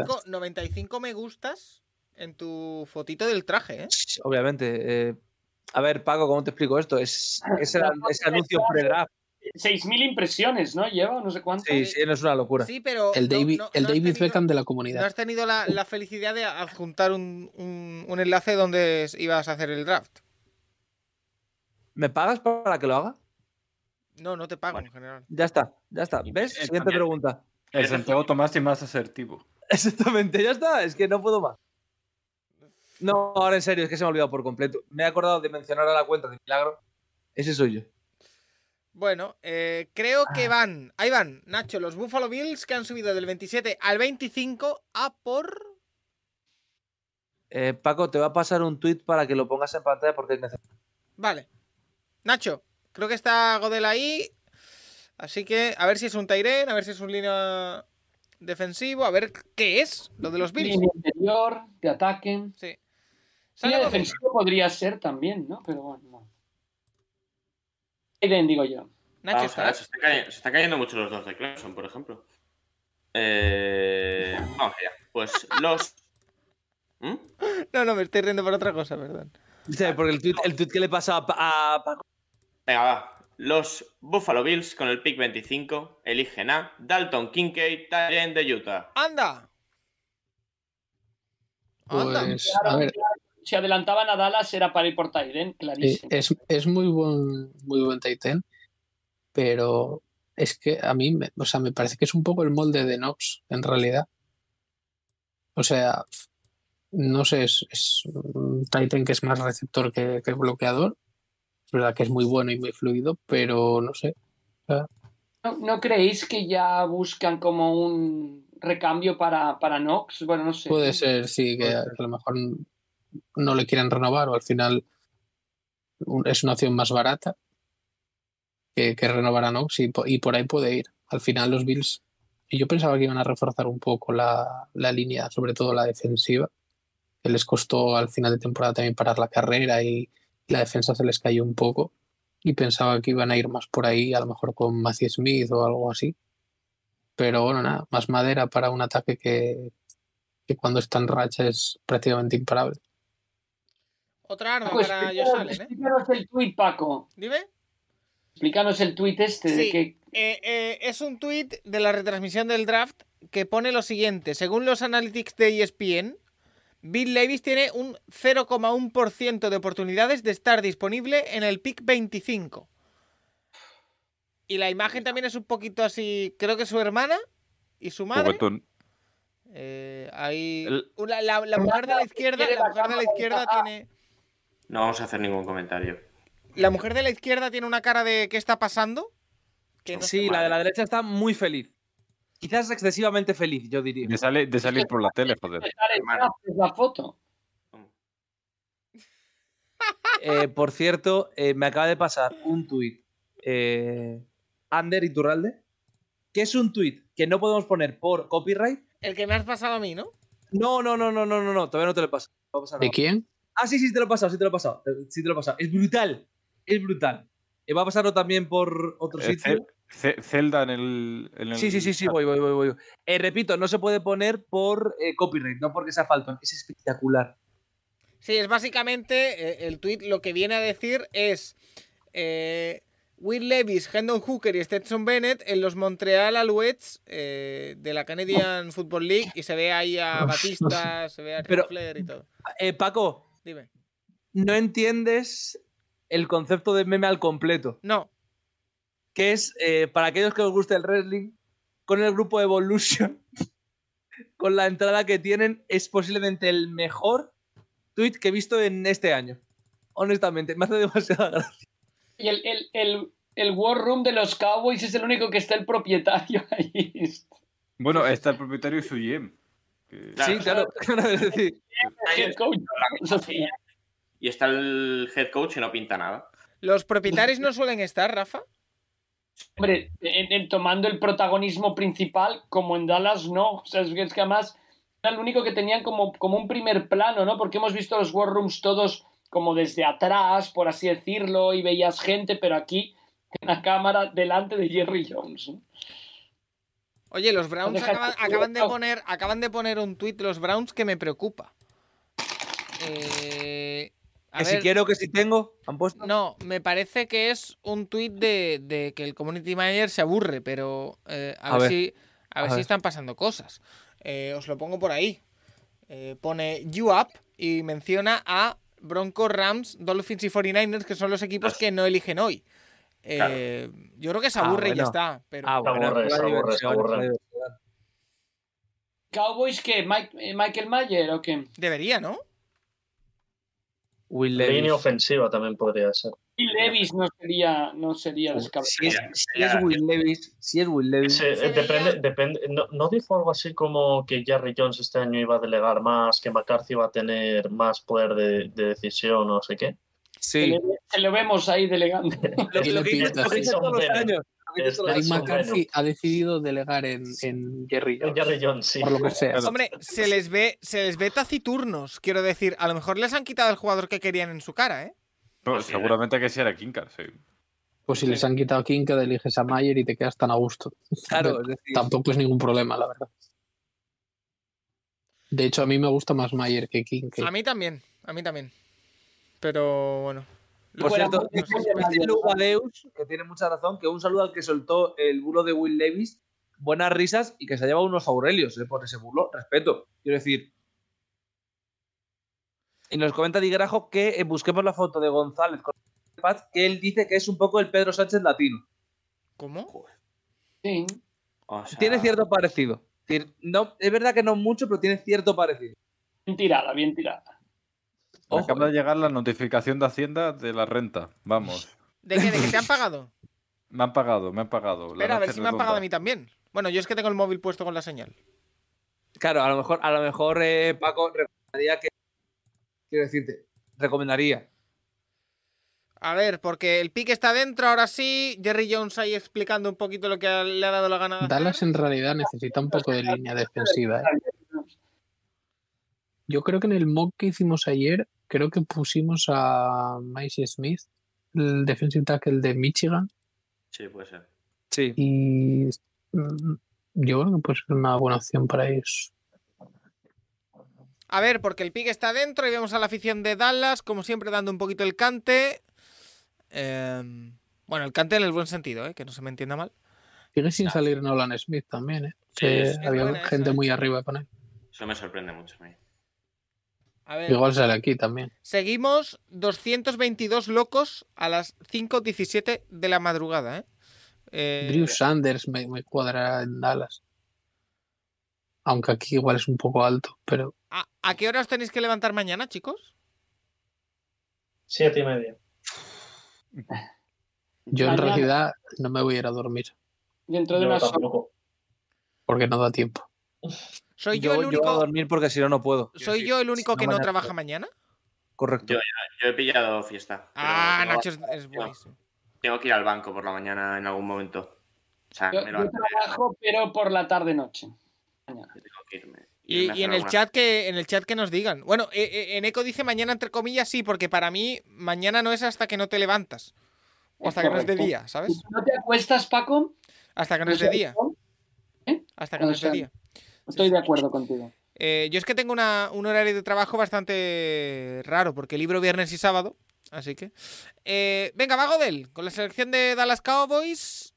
[SPEAKER 9] profesionalidad.
[SPEAKER 1] 95 me gustas en tu fotito del traje, ¿eh?
[SPEAKER 5] Obviamente. eh, a ver, Paco, ¿cómo te explico esto? Es,
[SPEAKER 1] Ah,
[SPEAKER 5] es el- ese anuncio pre-draft.
[SPEAKER 4] 6.000 impresiones, ¿no? Lleva, no sé cuánto.
[SPEAKER 5] Sí, sí, no es una locura.
[SPEAKER 1] Sí, pero.
[SPEAKER 9] El
[SPEAKER 1] no-
[SPEAKER 9] David,
[SPEAKER 1] no-
[SPEAKER 9] el
[SPEAKER 1] no has
[SPEAKER 9] David
[SPEAKER 1] tenido-
[SPEAKER 9] Beckham de la
[SPEAKER 1] No
[SPEAKER 9] comunidad.
[SPEAKER 1] has tenido la, la felicidad de adjuntar un, un- un enlace donde ibas a hacer el draft.
[SPEAKER 5] ¿Me pagas para que lo haga?
[SPEAKER 1] No, no te pago en general.
[SPEAKER 5] Ya está, ya está. ¿Ves?
[SPEAKER 7] Eh,
[SPEAKER 5] Siguiente
[SPEAKER 7] también.
[SPEAKER 5] pregunta.
[SPEAKER 7] El Santiago Tomás y más asertivo.
[SPEAKER 5] Exactamente, ya está. Es que no puedo más. No, ahora en serio, es que se me ha olvidado por completo. Me he acordado de mencionar a la cuenta de Milagro. Ese soy yo.
[SPEAKER 1] Bueno, eh, creo
[SPEAKER 5] Ah.
[SPEAKER 1] que van. Ahí van, Nacho, los Buffalo Bills que han subido del 27 al 25 a por.
[SPEAKER 5] Eh, Paco, te va a pasar un tweet para que lo pongas en pantalla porque es necesario.
[SPEAKER 1] Vale. Nacho, creo que está Godel ahí. Así que a ver si es un Tyren, a ver si es un línea defensivo, a ver qué es lo de los Bills.
[SPEAKER 4] Línea interior, de ataque.
[SPEAKER 1] Sí. Sale
[SPEAKER 4] Línea
[SPEAKER 1] Godel.
[SPEAKER 4] defensiva podría ser también, ¿no? Pero bueno, no. Aiden, digo yo.
[SPEAKER 1] Nacho,
[SPEAKER 2] Vamos a ver,
[SPEAKER 1] ¿estás?
[SPEAKER 2] se están cayendo, se están cayendo mucho los dos de Clemson, por ejemplo. Eh, vamos allá. Pues los. ¿Mm?
[SPEAKER 1] No, no, me estoy riendo por otra cosa, perdón.
[SPEAKER 5] Sí, Porque el tweet, el tweet que le pasa a, Pa- a Paco.
[SPEAKER 2] Venga, va. Los Buffalo Bills con el pick 25 eligen a Dalton Kincaid, Tyrant de Utah.
[SPEAKER 1] ¡Anda! ¡Anda!
[SPEAKER 9] Pues,
[SPEAKER 4] Claro,
[SPEAKER 9] a ver,
[SPEAKER 4] claro, si adelantaban a Dallas era para ir por Tyden,
[SPEAKER 9] eh,
[SPEAKER 4] clarísimo.
[SPEAKER 9] es, es muy buen, muy buen tight end, pero es que a mí, me, o sea, me parece que es un poco el molde de Knox, en realidad. O sea, no sé, es, es un tight end que es más receptor que, que bloqueador. Es verdad que es muy bueno y muy fluido, pero no sé.
[SPEAKER 4] ¿No, no creéis que ya buscan como un recambio para, para Knox? Bueno, no sé.
[SPEAKER 9] Puede ser, sí, que,
[SPEAKER 5] Puede ser.
[SPEAKER 9] que a lo mejor no le quieren renovar o al final un- es una opción más barata que, que renovar a Knox y, po- y por ahí puede ir. Al final los Bills, y yo pensaba que iban a reforzar un poco la, la línea, sobre todo la defensiva, que les costó al final de temporada también parar la carrera y la defensa se les cayó un poco y pensaba que iban a ir más por ahí, a lo mejor con Matthew Smith o algo así. Pero bueno, nada, más madera para un ataque que, que cuando está en racha es prácticamente imparable.
[SPEAKER 1] Otra arma
[SPEAKER 4] Paco,
[SPEAKER 1] para Josh
[SPEAKER 4] explícanos,
[SPEAKER 1] Allen, ¿eh?
[SPEAKER 4] explícanos el tuit, Paco.
[SPEAKER 1] Dime.
[SPEAKER 4] Explícanos el tuit este. de
[SPEAKER 1] Sí.
[SPEAKER 4] que-
[SPEAKER 1] Eh, eh, es un tuit de la retransmisión del draft que pone lo siguiente. Según los analytics de E ESPN, Bill Levis tiene un 0,1% de oportunidades de estar disponible en el pick 25. Y la imagen también es un poquito así, creo que su hermana y su madre.
[SPEAKER 7] Juguetón.
[SPEAKER 1] Eh, ahí-
[SPEAKER 7] El-
[SPEAKER 1] una- la, la mujer de la izquierda, la mujer de la izquierda tiene...
[SPEAKER 2] No vamos a hacer ningún comentario.
[SPEAKER 1] La mujer de la izquierda tiene una cara de ¿qué está pasando? Que no
[SPEAKER 5] Sí, la de la derecha está muy feliz. Quizás excesivamente feliz, yo diría.
[SPEAKER 7] De, sale- de salir por la tele, joder.
[SPEAKER 4] Dar el
[SPEAKER 2] Hermano.
[SPEAKER 4] draft, es la foto.
[SPEAKER 5] Eh, por cierto, eh, me acaba de pasar un tuit. Eh, Ander Iturralde. Que es un tuit que no podemos poner por copyright.
[SPEAKER 1] El que me has pasado a mí, ¿no?
[SPEAKER 5] No, no, no, no, no, no, no. Todavía no te lo he pasado. No pasa
[SPEAKER 9] ¿De
[SPEAKER 5] nada.
[SPEAKER 9] quién?
[SPEAKER 5] Ah, sí, sí, te lo he pasado, sí te lo he pasado. te- Sí te lo he pasado. Es brutal. Es brutal. Eh, va a pasarlo también por otro
[SPEAKER 7] Eh,
[SPEAKER 5] sitio.
[SPEAKER 7] Cel- Ce- Zelda en el. en el
[SPEAKER 5] Sí, sí, sí, sí,
[SPEAKER 7] chat.
[SPEAKER 5] voy, voy, voy, voy. Eh, repito, no se puede poner por eh, copyright, no porque sea Falcon. Es espectacular.
[SPEAKER 1] Sí, es básicamente eh, el tweet lo que viene a decir es eh, Will Levis, Hendon Hooker y Stetson Bennett en los Montreal Alouettes eh, de la Canadian Football League y se ve ahí a Batista, se ve a Ric
[SPEAKER 5] Pero-
[SPEAKER 1] Flair y todo.
[SPEAKER 5] Eh, Paco,
[SPEAKER 1] Dime.
[SPEAKER 5] no entiendes el concepto de meme al completo,
[SPEAKER 1] No,
[SPEAKER 5] que es, eh, para aquellos que os guste el wrestling, con el grupo Evolution, con la entrada que tienen, es posiblemente el mejor tweet que he visto en este año. honestamente, me hace demasiada gracia.
[SPEAKER 4] Y el, el, el, el War Room de los Cowboys es el único que está el propietario ahí.
[SPEAKER 7] Bueno, está el propietario y su GM. que-
[SPEAKER 5] Sí, claro. claro, es decir,
[SPEAKER 4] Head coach. Eso sí.
[SPEAKER 2] Y está el head coach y no pinta nada.
[SPEAKER 1] ¿Los propietarios no suelen estar, Rafa?
[SPEAKER 4] Hombre, en- en tomando el protagonismo principal, como en Dallas, no. O sea, es que es que además era el único que tenían como, como un primer plano, ¿no? Porque hemos visto los War Rooms todos como desde atrás, por así decirlo, y veías gente, pero aquí, en la cámara, delante de Jerry Jones. ¿no?
[SPEAKER 1] Oye, los Browns
[SPEAKER 4] Deja-
[SPEAKER 1] acaban, acaban de poner, acaban de poner un tuit los Browns que me preocupa. Eh, a
[SPEAKER 5] que si
[SPEAKER 1] ver,
[SPEAKER 5] quiero, que si tengo, han puesto.
[SPEAKER 1] No, me parece que es un tuit de, de que el community manager se aburre, pero eh, a,
[SPEAKER 5] A
[SPEAKER 1] ver,
[SPEAKER 5] ver,
[SPEAKER 1] si, a,
[SPEAKER 5] a
[SPEAKER 1] ver si
[SPEAKER 5] ver.
[SPEAKER 1] están pasando cosas. Eh, os lo pongo por ahí. Eh, pone You Up y menciona a Broncos, Rams, Dolphins y 49ers, que son los equipos que no eligen hoy. Eh, Yo creo que se
[SPEAKER 5] Ah,
[SPEAKER 1] aburre y ya
[SPEAKER 5] bueno.
[SPEAKER 1] está. Pero...
[SPEAKER 5] Ah, bueno,
[SPEAKER 6] aburre,
[SPEAKER 5] es la
[SPEAKER 6] se aburre,
[SPEAKER 5] diversión,
[SPEAKER 6] se aburre.
[SPEAKER 5] es la diversión.
[SPEAKER 4] ¿Cowboys qué? Mike- eh, ¿Michael Mayer o qué?
[SPEAKER 1] Debería, ¿no?
[SPEAKER 5] Will
[SPEAKER 6] Línea
[SPEAKER 5] Levis.
[SPEAKER 6] ofensiva también podría ser.
[SPEAKER 4] Phil Levis no sería, no sería descabellado.
[SPEAKER 5] Si es, si es Will Levis, si es Will Levis.
[SPEAKER 6] Se-
[SPEAKER 1] Se
[SPEAKER 6] eh, depende,
[SPEAKER 1] veía-
[SPEAKER 6] depende, no, ¿no dijo algo así como que Jerry Jones este año iba a delegar más, que McCarthy iba a tener más poder de, de decisión o no sé qué?
[SPEAKER 4] Se
[SPEAKER 5] Sí.
[SPEAKER 4] le- se lo vemos ahí delegando.
[SPEAKER 5] Lo, lo que
[SPEAKER 9] Tiene
[SPEAKER 5] dices
[SPEAKER 9] pinta,
[SPEAKER 5] lo que
[SPEAKER 9] sí.
[SPEAKER 5] dices todos los
[SPEAKER 6] Son
[SPEAKER 5] años. lo que dices todos los
[SPEAKER 6] Mike
[SPEAKER 9] Mike
[SPEAKER 5] años.
[SPEAKER 9] McCarthy ha decidido delegar en, en Jerry
[SPEAKER 6] En
[SPEAKER 9] Jones,
[SPEAKER 6] Jerry Jones, sí.
[SPEAKER 9] por lo que sea.
[SPEAKER 1] Hombre, se les ve, se les ve taciturnos. Quiero decir, a lo mejor les han quitado el jugador que querían en su cara, ¿eh?
[SPEAKER 7] Pero seguramente que sí era Kinkar, sí.
[SPEAKER 9] Pues si les han quitado a King, que eliges a Mayer y te quedas tan a gusto.
[SPEAKER 5] Claro, es decir,
[SPEAKER 9] Tampoco es ningún problema, la verdad. De hecho, a mí me gusta más Mayer que King. que-
[SPEAKER 1] A mí también, a mí también. Pero bueno.
[SPEAKER 5] Por
[SPEAKER 4] Fuera-
[SPEAKER 5] cierto,
[SPEAKER 4] no sé,
[SPEAKER 5] dice dice
[SPEAKER 4] Mayer.
[SPEAKER 5] Luba Deus, que tiene mucha razón, que un saludo al que soltó el bulo de Will Levis, buenas risas y que se ha llevado unos aurelios eh, por ese burlo. Respeto, quiero decir. Y nos comenta Di Grajo que eh, busquemos la foto de González con el pad, que él dice que es un poco el Pedro Sánchez latino.
[SPEAKER 1] ¿Cómo?
[SPEAKER 4] Sí.
[SPEAKER 2] O sea,
[SPEAKER 5] Tiene cierto parecido. Es decir, No, es verdad que no mucho, pero tiene cierto parecido.
[SPEAKER 4] Bien tirada, bien tirada.
[SPEAKER 7] Me
[SPEAKER 5] Ojo,
[SPEAKER 7] acaba
[SPEAKER 5] eh.
[SPEAKER 7] de llegar la notificación de Hacienda de la renta. Vamos.
[SPEAKER 1] ¿De qué? ¿De que te han pagado?
[SPEAKER 7] Me han pagado, me han pagado. La
[SPEAKER 1] Espera, a ver
[SPEAKER 7] noche
[SPEAKER 1] si me han
[SPEAKER 7] redonda.
[SPEAKER 1] pagado a mí también. Bueno, yo es que tengo el móvil puesto con la señal.
[SPEAKER 5] Claro, a lo mejor, a lo mejor eh, Paco recomendaría que. Quiero decirte, recomendaría.
[SPEAKER 1] A ver, porque el pique está dentro, ahora sí. Jerry Jones ahí explicando un poquito lo que ha- le ha dado la gana. de
[SPEAKER 9] Dallas
[SPEAKER 1] hacer.
[SPEAKER 9] en realidad necesita un poco de línea defensiva. ¿eh? Yo creo que en el mock que hicimos ayer, creo que pusimos a Maisie Smith, el defensive tackle de Michigan,
[SPEAKER 2] Sí, puede ser.
[SPEAKER 5] Sí.
[SPEAKER 9] y mm, yo creo que puede ser una buena opción para ellos.
[SPEAKER 1] A ver, porque el pique está dentro y vemos a la afición de Dallas, como siempre, dando un poquito el cante. Eh, bueno, el cante en el buen sentido, ¿eh? que no se me entienda mal.
[SPEAKER 9] Sigue sin salir Nolan Smith también, ¿eh?
[SPEAKER 2] Sí,
[SPEAKER 9] Que
[SPEAKER 2] sí,
[SPEAKER 1] es
[SPEAKER 9] había
[SPEAKER 1] buena esa,
[SPEAKER 9] gente
[SPEAKER 1] ¿eh?
[SPEAKER 9] muy arriba con él.
[SPEAKER 2] Eso me sorprende mucho a mí.
[SPEAKER 1] A ver.
[SPEAKER 9] Igual sale aquí también.
[SPEAKER 1] Seguimos 222 locos a las 5.17 de la madrugada, ¿eh? Eh,
[SPEAKER 9] Drew Sanders me, me cuadra en Dallas. Aunque aquí igual es un poco alto, pero
[SPEAKER 1] ¿a, a qué hora os tenéis que levantar mañana, chicos?
[SPEAKER 6] Siete y media.
[SPEAKER 9] yo en
[SPEAKER 4] Mañana.
[SPEAKER 9] realidad no me voy a ir a dormir
[SPEAKER 4] Dentro de
[SPEAKER 6] Yo
[SPEAKER 4] unas horas.
[SPEAKER 6] tampoco.
[SPEAKER 9] porque no da tiempo.
[SPEAKER 1] ¿Soy yo, el
[SPEAKER 5] yo voy a
[SPEAKER 1] único,
[SPEAKER 5] dormir porque si no, no puedo.
[SPEAKER 1] ¿soy yo el único
[SPEAKER 5] no,
[SPEAKER 1] que no
[SPEAKER 5] mañana
[SPEAKER 1] trabaja
[SPEAKER 5] no.
[SPEAKER 1] mañana?
[SPEAKER 5] Correcto.
[SPEAKER 2] Yo- Yo he pillado fiesta. pero
[SPEAKER 1] Ah,
[SPEAKER 2] tengo-
[SPEAKER 1] Nacho es, es buenísimo.
[SPEAKER 2] Tengo que ir al banco por la mañana en algún momento. O sea,
[SPEAKER 4] Yo,
[SPEAKER 2] me lo
[SPEAKER 4] yo trabajo, pero por la tarde-noche.
[SPEAKER 2] tengo que irme.
[SPEAKER 1] Y,
[SPEAKER 2] irme a
[SPEAKER 1] y en
[SPEAKER 2] hacer
[SPEAKER 1] el
[SPEAKER 2] alguna-
[SPEAKER 1] chat que en el chat que nos digan. Bueno, eh, eh, en Eco dice mañana entre comillas sí, porque para mí mañana no es hasta que no te levantas. O
[SPEAKER 4] Es
[SPEAKER 1] hasta que no es de
[SPEAKER 4] correcto.
[SPEAKER 1] día, ¿sabes?
[SPEAKER 4] ¿No te acuestas, Paco?
[SPEAKER 1] Hasta que no es de día. Hasta que no
[SPEAKER 4] ¿eh? O
[SPEAKER 1] es de
[SPEAKER 4] sea,
[SPEAKER 1] día.
[SPEAKER 4] Estoy de acuerdo contigo.
[SPEAKER 1] Eh, yo es que tengo una- un horario de trabajo bastante raro, porque libro viernes y sábado. Así que. Eh, venga, va Godel, con la selección de Dallas Cowboys.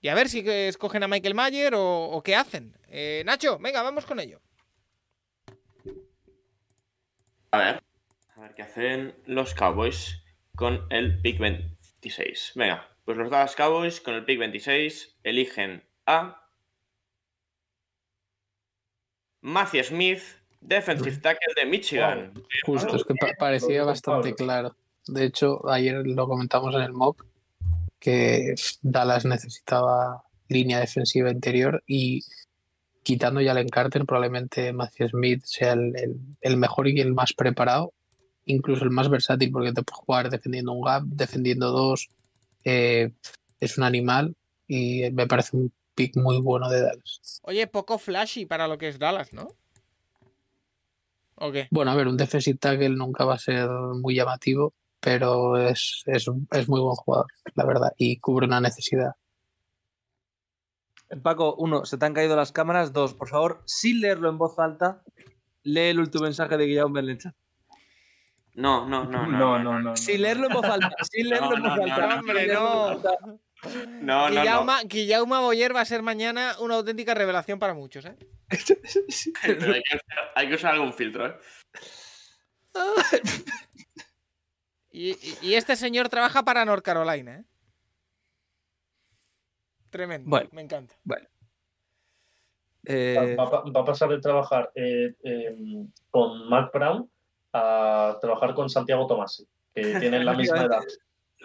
[SPEAKER 1] Y a ver si que escogen a Michael Mayer o, o qué hacen. Eh, Nacho, venga, vamos con ello.
[SPEAKER 2] A ver. A ver qué hacen los Cowboys con el pick 26. Venga, pues los Dallas Cowboys con el pick 26 eligen a Matthew Smith, defensive tackle de Michigan.
[SPEAKER 9] Justo, es que pa- parecía bastante claro. De hecho, ayer lo comentamos en el mock que Dallas necesitaba línea defensiva interior y quitando ya Allen Carter, probablemente Matthew Smith sea el, el- el mejor y el más preparado, incluso el más versátil, porque te puede jugar defendiendo un gap, defendiendo dos, eh, es un animal y me parece un pick muy bueno de Dallas.
[SPEAKER 1] Oye, poco flashy para lo que es Dallas, ¿no? ¿O qué?
[SPEAKER 9] Bueno, a ver, un defensive tackle nunca va a ser muy llamativo, pero es, es, un- es muy buen jugador, la verdad, y cubre una necesidad.
[SPEAKER 5] Paco, uno, se te han caído las cámaras. Dos, por favor, sin leerlo en voz alta, lee el último mensaje de Guillaume Berlencha.
[SPEAKER 2] No, no, no,
[SPEAKER 6] No,
[SPEAKER 2] no.
[SPEAKER 6] no, no.
[SPEAKER 5] Sin leerlo en voz alta, sin leerlo en
[SPEAKER 2] No,
[SPEAKER 5] voz
[SPEAKER 2] no,
[SPEAKER 5] alta.
[SPEAKER 2] no,
[SPEAKER 1] hombre,
[SPEAKER 5] sin leerlo en
[SPEAKER 1] no.
[SPEAKER 5] voz alta.
[SPEAKER 2] No, no, no.
[SPEAKER 1] Guillauma, Guillauma Boyer va a ser mañana una auténtica revelación para muchos, ¿eh?
[SPEAKER 2] Pero hay, que usar, hay que usar algún filtro, ¿eh?
[SPEAKER 1] Y, y- y este señor trabaja para North Carolina, ¿eh? Tremendo.
[SPEAKER 5] Bueno.
[SPEAKER 1] Me encanta.
[SPEAKER 5] Eh,
[SPEAKER 6] Va, va- va a pasar de trabajar eh, eh, con Mark Brown a trabajar con Santiago Tomasi, que tienen la misma edad.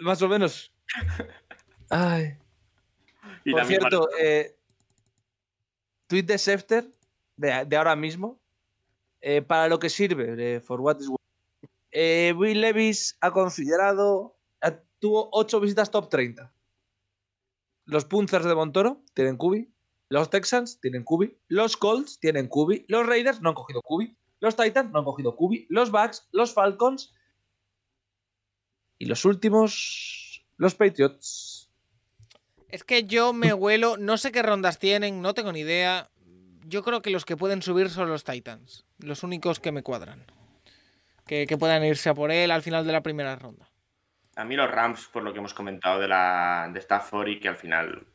[SPEAKER 5] más o menos. Ay.
[SPEAKER 2] Y
[SPEAKER 5] Por
[SPEAKER 2] la misma-
[SPEAKER 5] cierto, eh, tweet de Sefter, de, de ahora mismo, eh, para lo que sirve, eh, for what is worth. Eh, Will Levis ha considerado, ha- tuvo 8 visitas top 30. Los Punzers de Montoro tienen Cubi, los Texans tienen Cubi, los Colts tienen Cubi, los Raiders no han cogido Cubi, los Titans no han cogido Cubi, los Bucks, los Falcons y los últimos, los Patriots.
[SPEAKER 1] Es que yo me huelo, no sé qué rondas tienen, no tengo ni idea. Yo creo que los que pueden subir son los Titans, los únicos que me cuadran. Que, que puedan irse a por él al final de la primera ronda.
[SPEAKER 2] A mí los Rams, por lo que hemos comentado de, la, de Stafford y que al final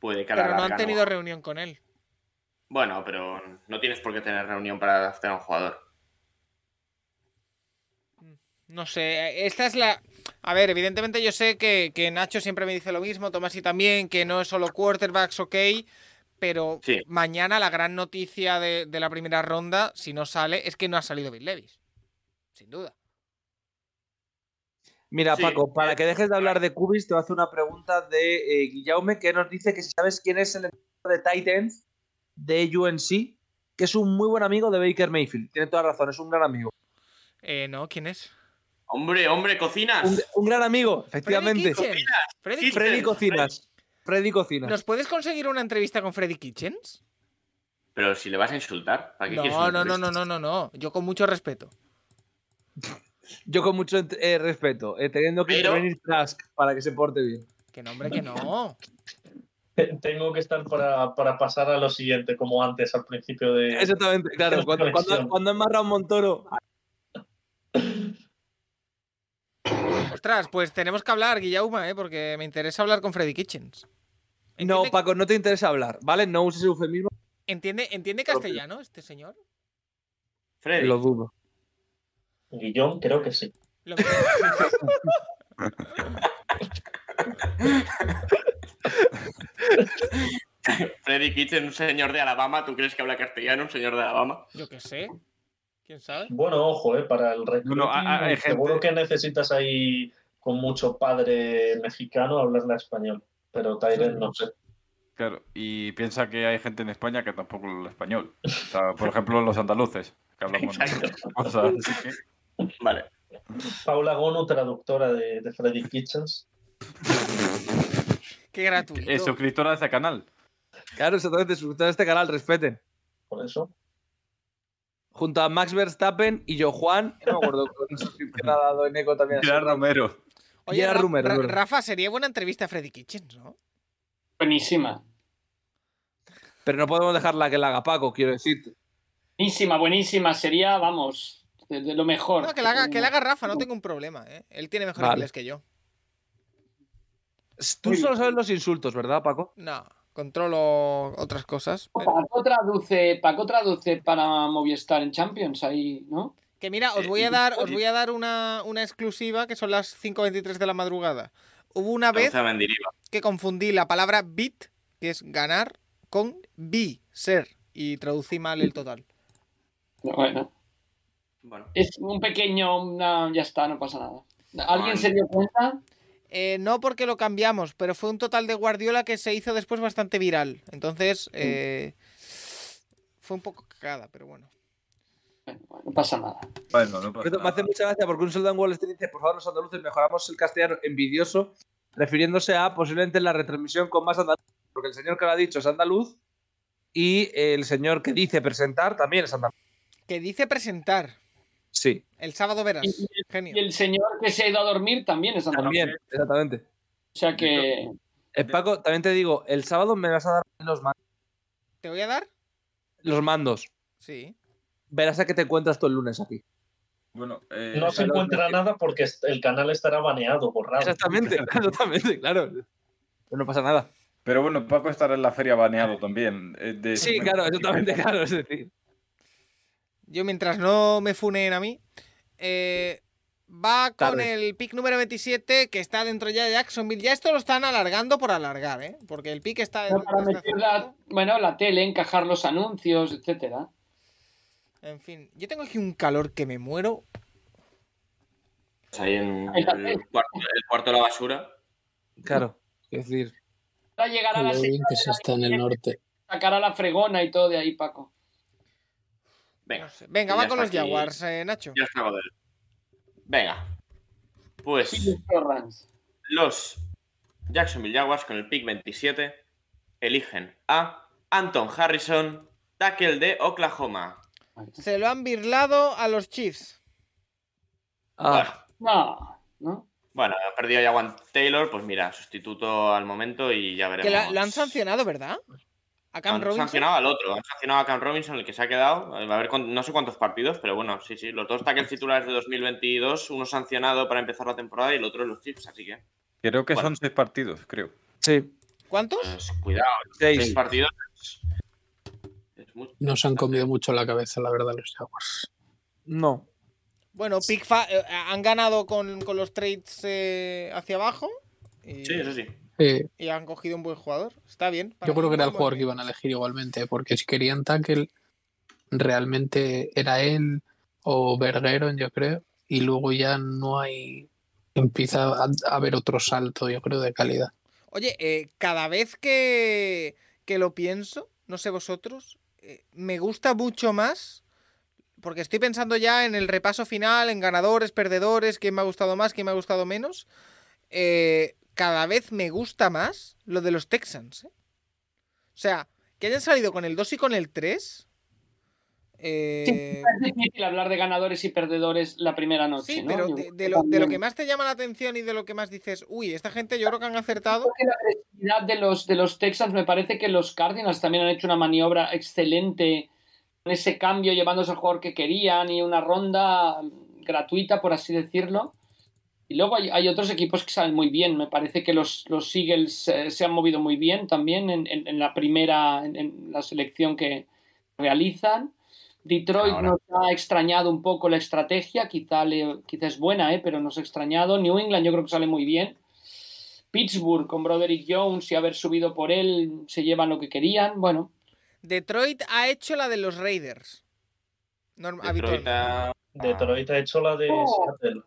[SPEAKER 2] puede que a la
[SPEAKER 1] Pero no han
[SPEAKER 2] larga
[SPEAKER 1] tenido reunión con él.
[SPEAKER 2] Bueno, pero no tienes por qué tener reunión para hacer a un jugador.
[SPEAKER 1] No sé, eh, esta es la... A ver, evidentemente yo sé que, que Nacho siempre me dice lo mismo, Tomasi también, que no es solo quarterbacks, ok, pero
[SPEAKER 2] Sí.
[SPEAKER 1] mañana la gran noticia de, de la primera ronda, si no sale, es que no ha salido Bill Levis. Sin duda.
[SPEAKER 5] Mira,
[SPEAKER 2] Sí.
[SPEAKER 5] Paco, para que dejes de hablar de Cubis, te voy a hacer una pregunta de eh, Guillaume que nos dice que si sabes quién es el entrenador de Titans de UNC, que es un muy buen amigo de Baker Mayfield. Tiene toda razón, es un gran amigo.
[SPEAKER 1] Eh, no, ¿quién es?
[SPEAKER 2] Hombre, hombre, cocinas.
[SPEAKER 5] Un, un gran amigo,
[SPEAKER 1] Freddy
[SPEAKER 5] efectivamente.
[SPEAKER 1] Kitchens. Freddy
[SPEAKER 2] Kitchens.
[SPEAKER 5] Freddy Cocinas. Freddy Cocinas.
[SPEAKER 1] ¿Nos puedes conseguir una entrevista con Freddy Kitchens?
[SPEAKER 2] Pero si le vas a insultar, ¿para qué quieres
[SPEAKER 1] No, no,
[SPEAKER 2] insultar?
[SPEAKER 1] no, no, no, no, no. Yo con mucho respeto.
[SPEAKER 5] Yo con mucho ent- eh, respeto, eh, teniendo que
[SPEAKER 2] Pero-
[SPEAKER 5] intervenir Trask para que se porte bien.
[SPEAKER 1] Que no, hombre, que no.
[SPEAKER 6] Te- Tengo que estar para, para pasar a lo siguiente, como antes, al principio de.
[SPEAKER 5] Exactamente, claro. Cuando, cuando, cuando amarra un Montoro,
[SPEAKER 1] Ostras, pues tenemos que hablar, Guillauma, ¿eh? porque me interesa hablar con Freddy Kitchens.
[SPEAKER 5] no,
[SPEAKER 1] Entiende-
[SPEAKER 5] Paco, no te interesa hablar, ¿vale? No uses eufemismo,
[SPEAKER 1] ¿Entiende, ¿Entiende castellano este señor?
[SPEAKER 2] Freddy,
[SPEAKER 5] lo dudo.
[SPEAKER 6] Guillón, creo que sí.
[SPEAKER 1] Lo que-
[SPEAKER 2] Freddy Kitchen, un señor de Alabama. ¿Tú crees que habla castellano, un señor de Alabama?
[SPEAKER 1] Yo qué sé. ¿Quién sabe?
[SPEAKER 6] Bueno, ojo, eh, para el recruiting,
[SPEAKER 7] No, no, a- a- hay
[SPEAKER 6] seguro
[SPEAKER 7] gente-
[SPEAKER 6] que necesitas ahí con mucho padre mexicano hablarle a español, pero Tyren no sé.
[SPEAKER 7] Claro, y piensa que hay gente en España que tampoco habla español. O sea, por ejemplo, los andaluces, que hablan con
[SPEAKER 2] Exacto.
[SPEAKER 7] o sea, así que-
[SPEAKER 2] Vale.
[SPEAKER 6] Paula Gonu, traductora de, de Freddy Kitchens.
[SPEAKER 1] Qué gratuito.
[SPEAKER 7] Eh, suscriptora de este canal.
[SPEAKER 5] Claro, exactamente, suscriptores de este canal, respeten.
[SPEAKER 6] Por eso,
[SPEAKER 5] junto a Max Verstappen y yo Juan. No me acuerdo con suscripción ha dado Eneco también.
[SPEAKER 7] Pilar Romero.
[SPEAKER 1] Oye,
[SPEAKER 5] era
[SPEAKER 1] Ra-
[SPEAKER 5] Rumero,
[SPEAKER 1] Ra-
[SPEAKER 5] es verdad.
[SPEAKER 1] Rafa, sería buena entrevista a Freddy Kitchens, ¿no?
[SPEAKER 4] Buenísima.
[SPEAKER 5] Pero no podemos dejarla que la haga Paco, quiero decirte.
[SPEAKER 4] Buenísima, buenísima. Sería, vamos, de, de lo mejor.
[SPEAKER 1] No, que la haga, que la haga Rafa, no tengo un problema, ¿eh? Él tiene mejor
[SPEAKER 5] Vale.
[SPEAKER 1] inglés que yo.
[SPEAKER 5] Tú solo sabes los insultos, ¿verdad, Paco?
[SPEAKER 1] No, controlo ¿eh? otras cosas. pero-
[SPEAKER 4] Paco traduce, Paco traduce para Movistar en Champions ahí, ¿no?
[SPEAKER 1] Que mira, os
[SPEAKER 2] Eh,
[SPEAKER 1] voy
[SPEAKER 2] y-
[SPEAKER 1] a dar, os
[SPEAKER 2] y-
[SPEAKER 1] voy a dar una, una exclusiva que son las 5.23 de la madrugada. Hubo una vez
[SPEAKER 2] Lanza Mendiriba.
[SPEAKER 1] que confundí la palabra bit, que es ganar, con bi, ser, y traducí mal el total.
[SPEAKER 4] Bueno,
[SPEAKER 2] Bueno.
[SPEAKER 4] Es un pequeño, una- ya está, no pasa nada. ¿Alguien
[SPEAKER 2] Vale.
[SPEAKER 4] se dio cuenta?
[SPEAKER 1] Eh, no porque lo cambiamos, pero fue un total de Guardiola que se hizo después bastante viral. Entonces,
[SPEAKER 4] Mm.
[SPEAKER 1] eh, fue un poco cagada, pero bueno.
[SPEAKER 4] No pasa nada.
[SPEAKER 7] Bueno,
[SPEAKER 4] Pues
[SPEAKER 7] no pasa
[SPEAKER 5] Pero Me
[SPEAKER 7] nada.
[SPEAKER 5] hace mucha gracia porque un soldado en Wall Street dice, por favor, los andaluces mejoramos el castellano envidioso, refiriéndose a posiblemente la retransmisión con más andaluz, porque el señor que lo ha dicho es andaluz y el señor que dice presentar también es andaluz.
[SPEAKER 1] Que dice presentar.
[SPEAKER 5] Sí,
[SPEAKER 1] El sábado verás.
[SPEAKER 4] Y- y-
[SPEAKER 1] Genio.
[SPEAKER 4] Y el señor que se ha ido a dormir también es andaluz.
[SPEAKER 5] también, exactamente.
[SPEAKER 4] O sea que.
[SPEAKER 5] Eh, Paco, también te digo, el sábado me vas a dar los, ma-
[SPEAKER 1] ¿Te voy a dar?
[SPEAKER 5] los mandos.
[SPEAKER 1] Sí.
[SPEAKER 5] Verás a qué te encuentras tú el lunes aquí.
[SPEAKER 7] Bueno, eh,
[SPEAKER 6] No se
[SPEAKER 5] claro,
[SPEAKER 6] encuentra
[SPEAKER 5] no.
[SPEAKER 6] nada porque est- el canal estará baneado, borrado.
[SPEAKER 5] Exactamente, exactamente, claro. Pero no pasa nada.
[SPEAKER 7] pero bueno, Paco estará en la feria baneado también. eh, de-
[SPEAKER 5] Sí, claro, exactamente, claro. Es decir,
[SPEAKER 1] Yo mientras no me funen a mí. eh, va con
[SPEAKER 5] Tarde.
[SPEAKER 1] el pick número 27 que está dentro ya de Jacksonville. Ya esto lo están alargando por alargar, ¿eh? Porque el pick está...
[SPEAKER 4] Era Para
[SPEAKER 1] está
[SPEAKER 4] meter la,
[SPEAKER 1] cerrado.
[SPEAKER 4] bueno, la tele, encajar los anuncios, etcétera.
[SPEAKER 1] En fin, yo tengo aquí un calor que me muero.
[SPEAKER 2] Pues ahí en
[SPEAKER 4] Ahí está.
[SPEAKER 2] el cuarto, el cuarto de la basura.
[SPEAKER 5] claro. Es decir,
[SPEAKER 4] Ahora llegará la
[SPEAKER 9] Lo bien
[SPEAKER 4] señora
[SPEAKER 9] que se está en el norte.
[SPEAKER 4] sacará la fregona y todo de ahí, Paco.
[SPEAKER 2] Venga,
[SPEAKER 1] Venga,
[SPEAKER 2] Ya
[SPEAKER 1] va con
[SPEAKER 2] está
[SPEAKER 1] los
[SPEAKER 2] aquí.
[SPEAKER 1] Jaguars, eh, Nacho.
[SPEAKER 2] ya está. Godel. Venga. Pues
[SPEAKER 4] Silvio Rans.
[SPEAKER 2] los Jacksonville Jaguars con el pick 27 eligen a Anton Harrison, tackle de Oklahoma.
[SPEAKER 1] Se lo han birlado a los Chiefs.
[SPEAKER 5] ah,
[SPEAKER 4] No, ¿no?
[SPEAKER 2] Bueno, ha perdido ya Juan Taylor, pues mira, sustituto al momento y ya veremos.
[SPEAKER 1] Que la- lo han sancionado, ¿verdad? A Cam
[SPEAKER 2] han
[SPEAKER 1] Robinson.
[SPEAKER 2] sancionado al otro, han sancionado a Cam Robinson, el que se ha quedado. eh, Va a haber cuán- no sé cuántos partidos, pero bueno, sí, sí. Los dos tackles titulares de 2022, uno sancionado para empezar la temporada y el otro en los chips, así que.
[SPEAKER 7] Creo que
[SPEAKER 2] Bueno.
[SPEAKER 7] son seis partidos, creo.
[SPEAKER 5] sí,
[SPEAKER 1] ¿Cuántos?
[SPEAKER 2] pues, cuidado,
[SPEAKER 5] seis.
[SPEAKER 2] seis partidos. es- es mucho.
[SPEAKER 9] Nos han comido mucho la cabeza, la verdad, los Jaguars.
[SPEAKER 5] No.
[SPEAKER 1] Bueno, Pick Fa- eh, han ganado con, con los trades eh, hacia abajo. Y,
[SPEAKER 2] Sí, eso sí.
[SPEAKER 9] Eh,
[SPEAKER 1] y han cogido un buen jugador. Está bien. para
[SPEAKER 9] yo
[SPEAKER 1] mí,
[SPEAKER 9] creo que era el
[SPEAKER 1] muy
[SPEAKER 9] jugador que
[SPEAKER 1] bueno.
[SPEAKER 9] iban a elegir igualmente, porque si querían tackle, realmente era él o Bergeron, yo creo, y luego ya no hay. Empieza a a haber otro salto, yo creo, de calidad.
[SPEAKER 1] Oye, eh, cada vez que, que lo pienso, no sé vosotros, eh, me gusta mucho más. Porque estoy pensando ya en el repaso final, en ganadores, perdedores, quién me ha gustado más, quién me ha gustado menos. Eh, cada vez me gusta más lo de los Texans. ¿eh? O sea, que hayan salido con el 2 y con el 3.
[SPEAKER 4] Sí, Eh, es difícil hablar de ganadores y perdedores la primera noche.
[SPEAKER 1] Sí,
[SPEAKER 4] ¿no?
[SPEAKER 1] pero
[SPEAKER 4] Yo
[SPEAKER 1] de,
[SPEAKER 4] creo
[SPEAKER 1] de lo, de lo que
[SPEAKER 4] también.
[SPEAKER 1] más te llama la atención y de lo que más dices, uy, esta gente yo creo que han acertado.
[SPEAKER 4] Creo que la agresividad de los, de los Texans me parece que los Cardinals también han hecho una maniobra excelente con ese cambio, llevándose al jugador que querían y una ronda gratuita, por así decirlo. Y luego hay, hay otros equipos que saben muy bien. Me parece que los, los Eagles eh, se han movido muy bien también en, en- en la primera, en, en la selección que realizan. Detroit
[SPEAKER 2] Ahora.
[SPEAKER 4] nos ha extrañado un poco la estrategia, quizá, le, quizá es buena, ¿eh? pero nos ha extrañado. New England yo creo que sale muy bien. Pittsburgh con Broderick Jones y haber subido por él, se llevan lo que querían. Bueno,
[SPEAKER 1] Detroit ha hecho la de los Raiders. Norm-
[SPEAKER 2] Detroit
[SPEAKER 1] habitual.
[SPEAKER 7] ah,
[SPEAKER 2] ha-
[SPEAKER 6] Detroit ha hecho la de
[SPEAKER 4] Ah. Oh.
[SPEAKER 6] Seattle.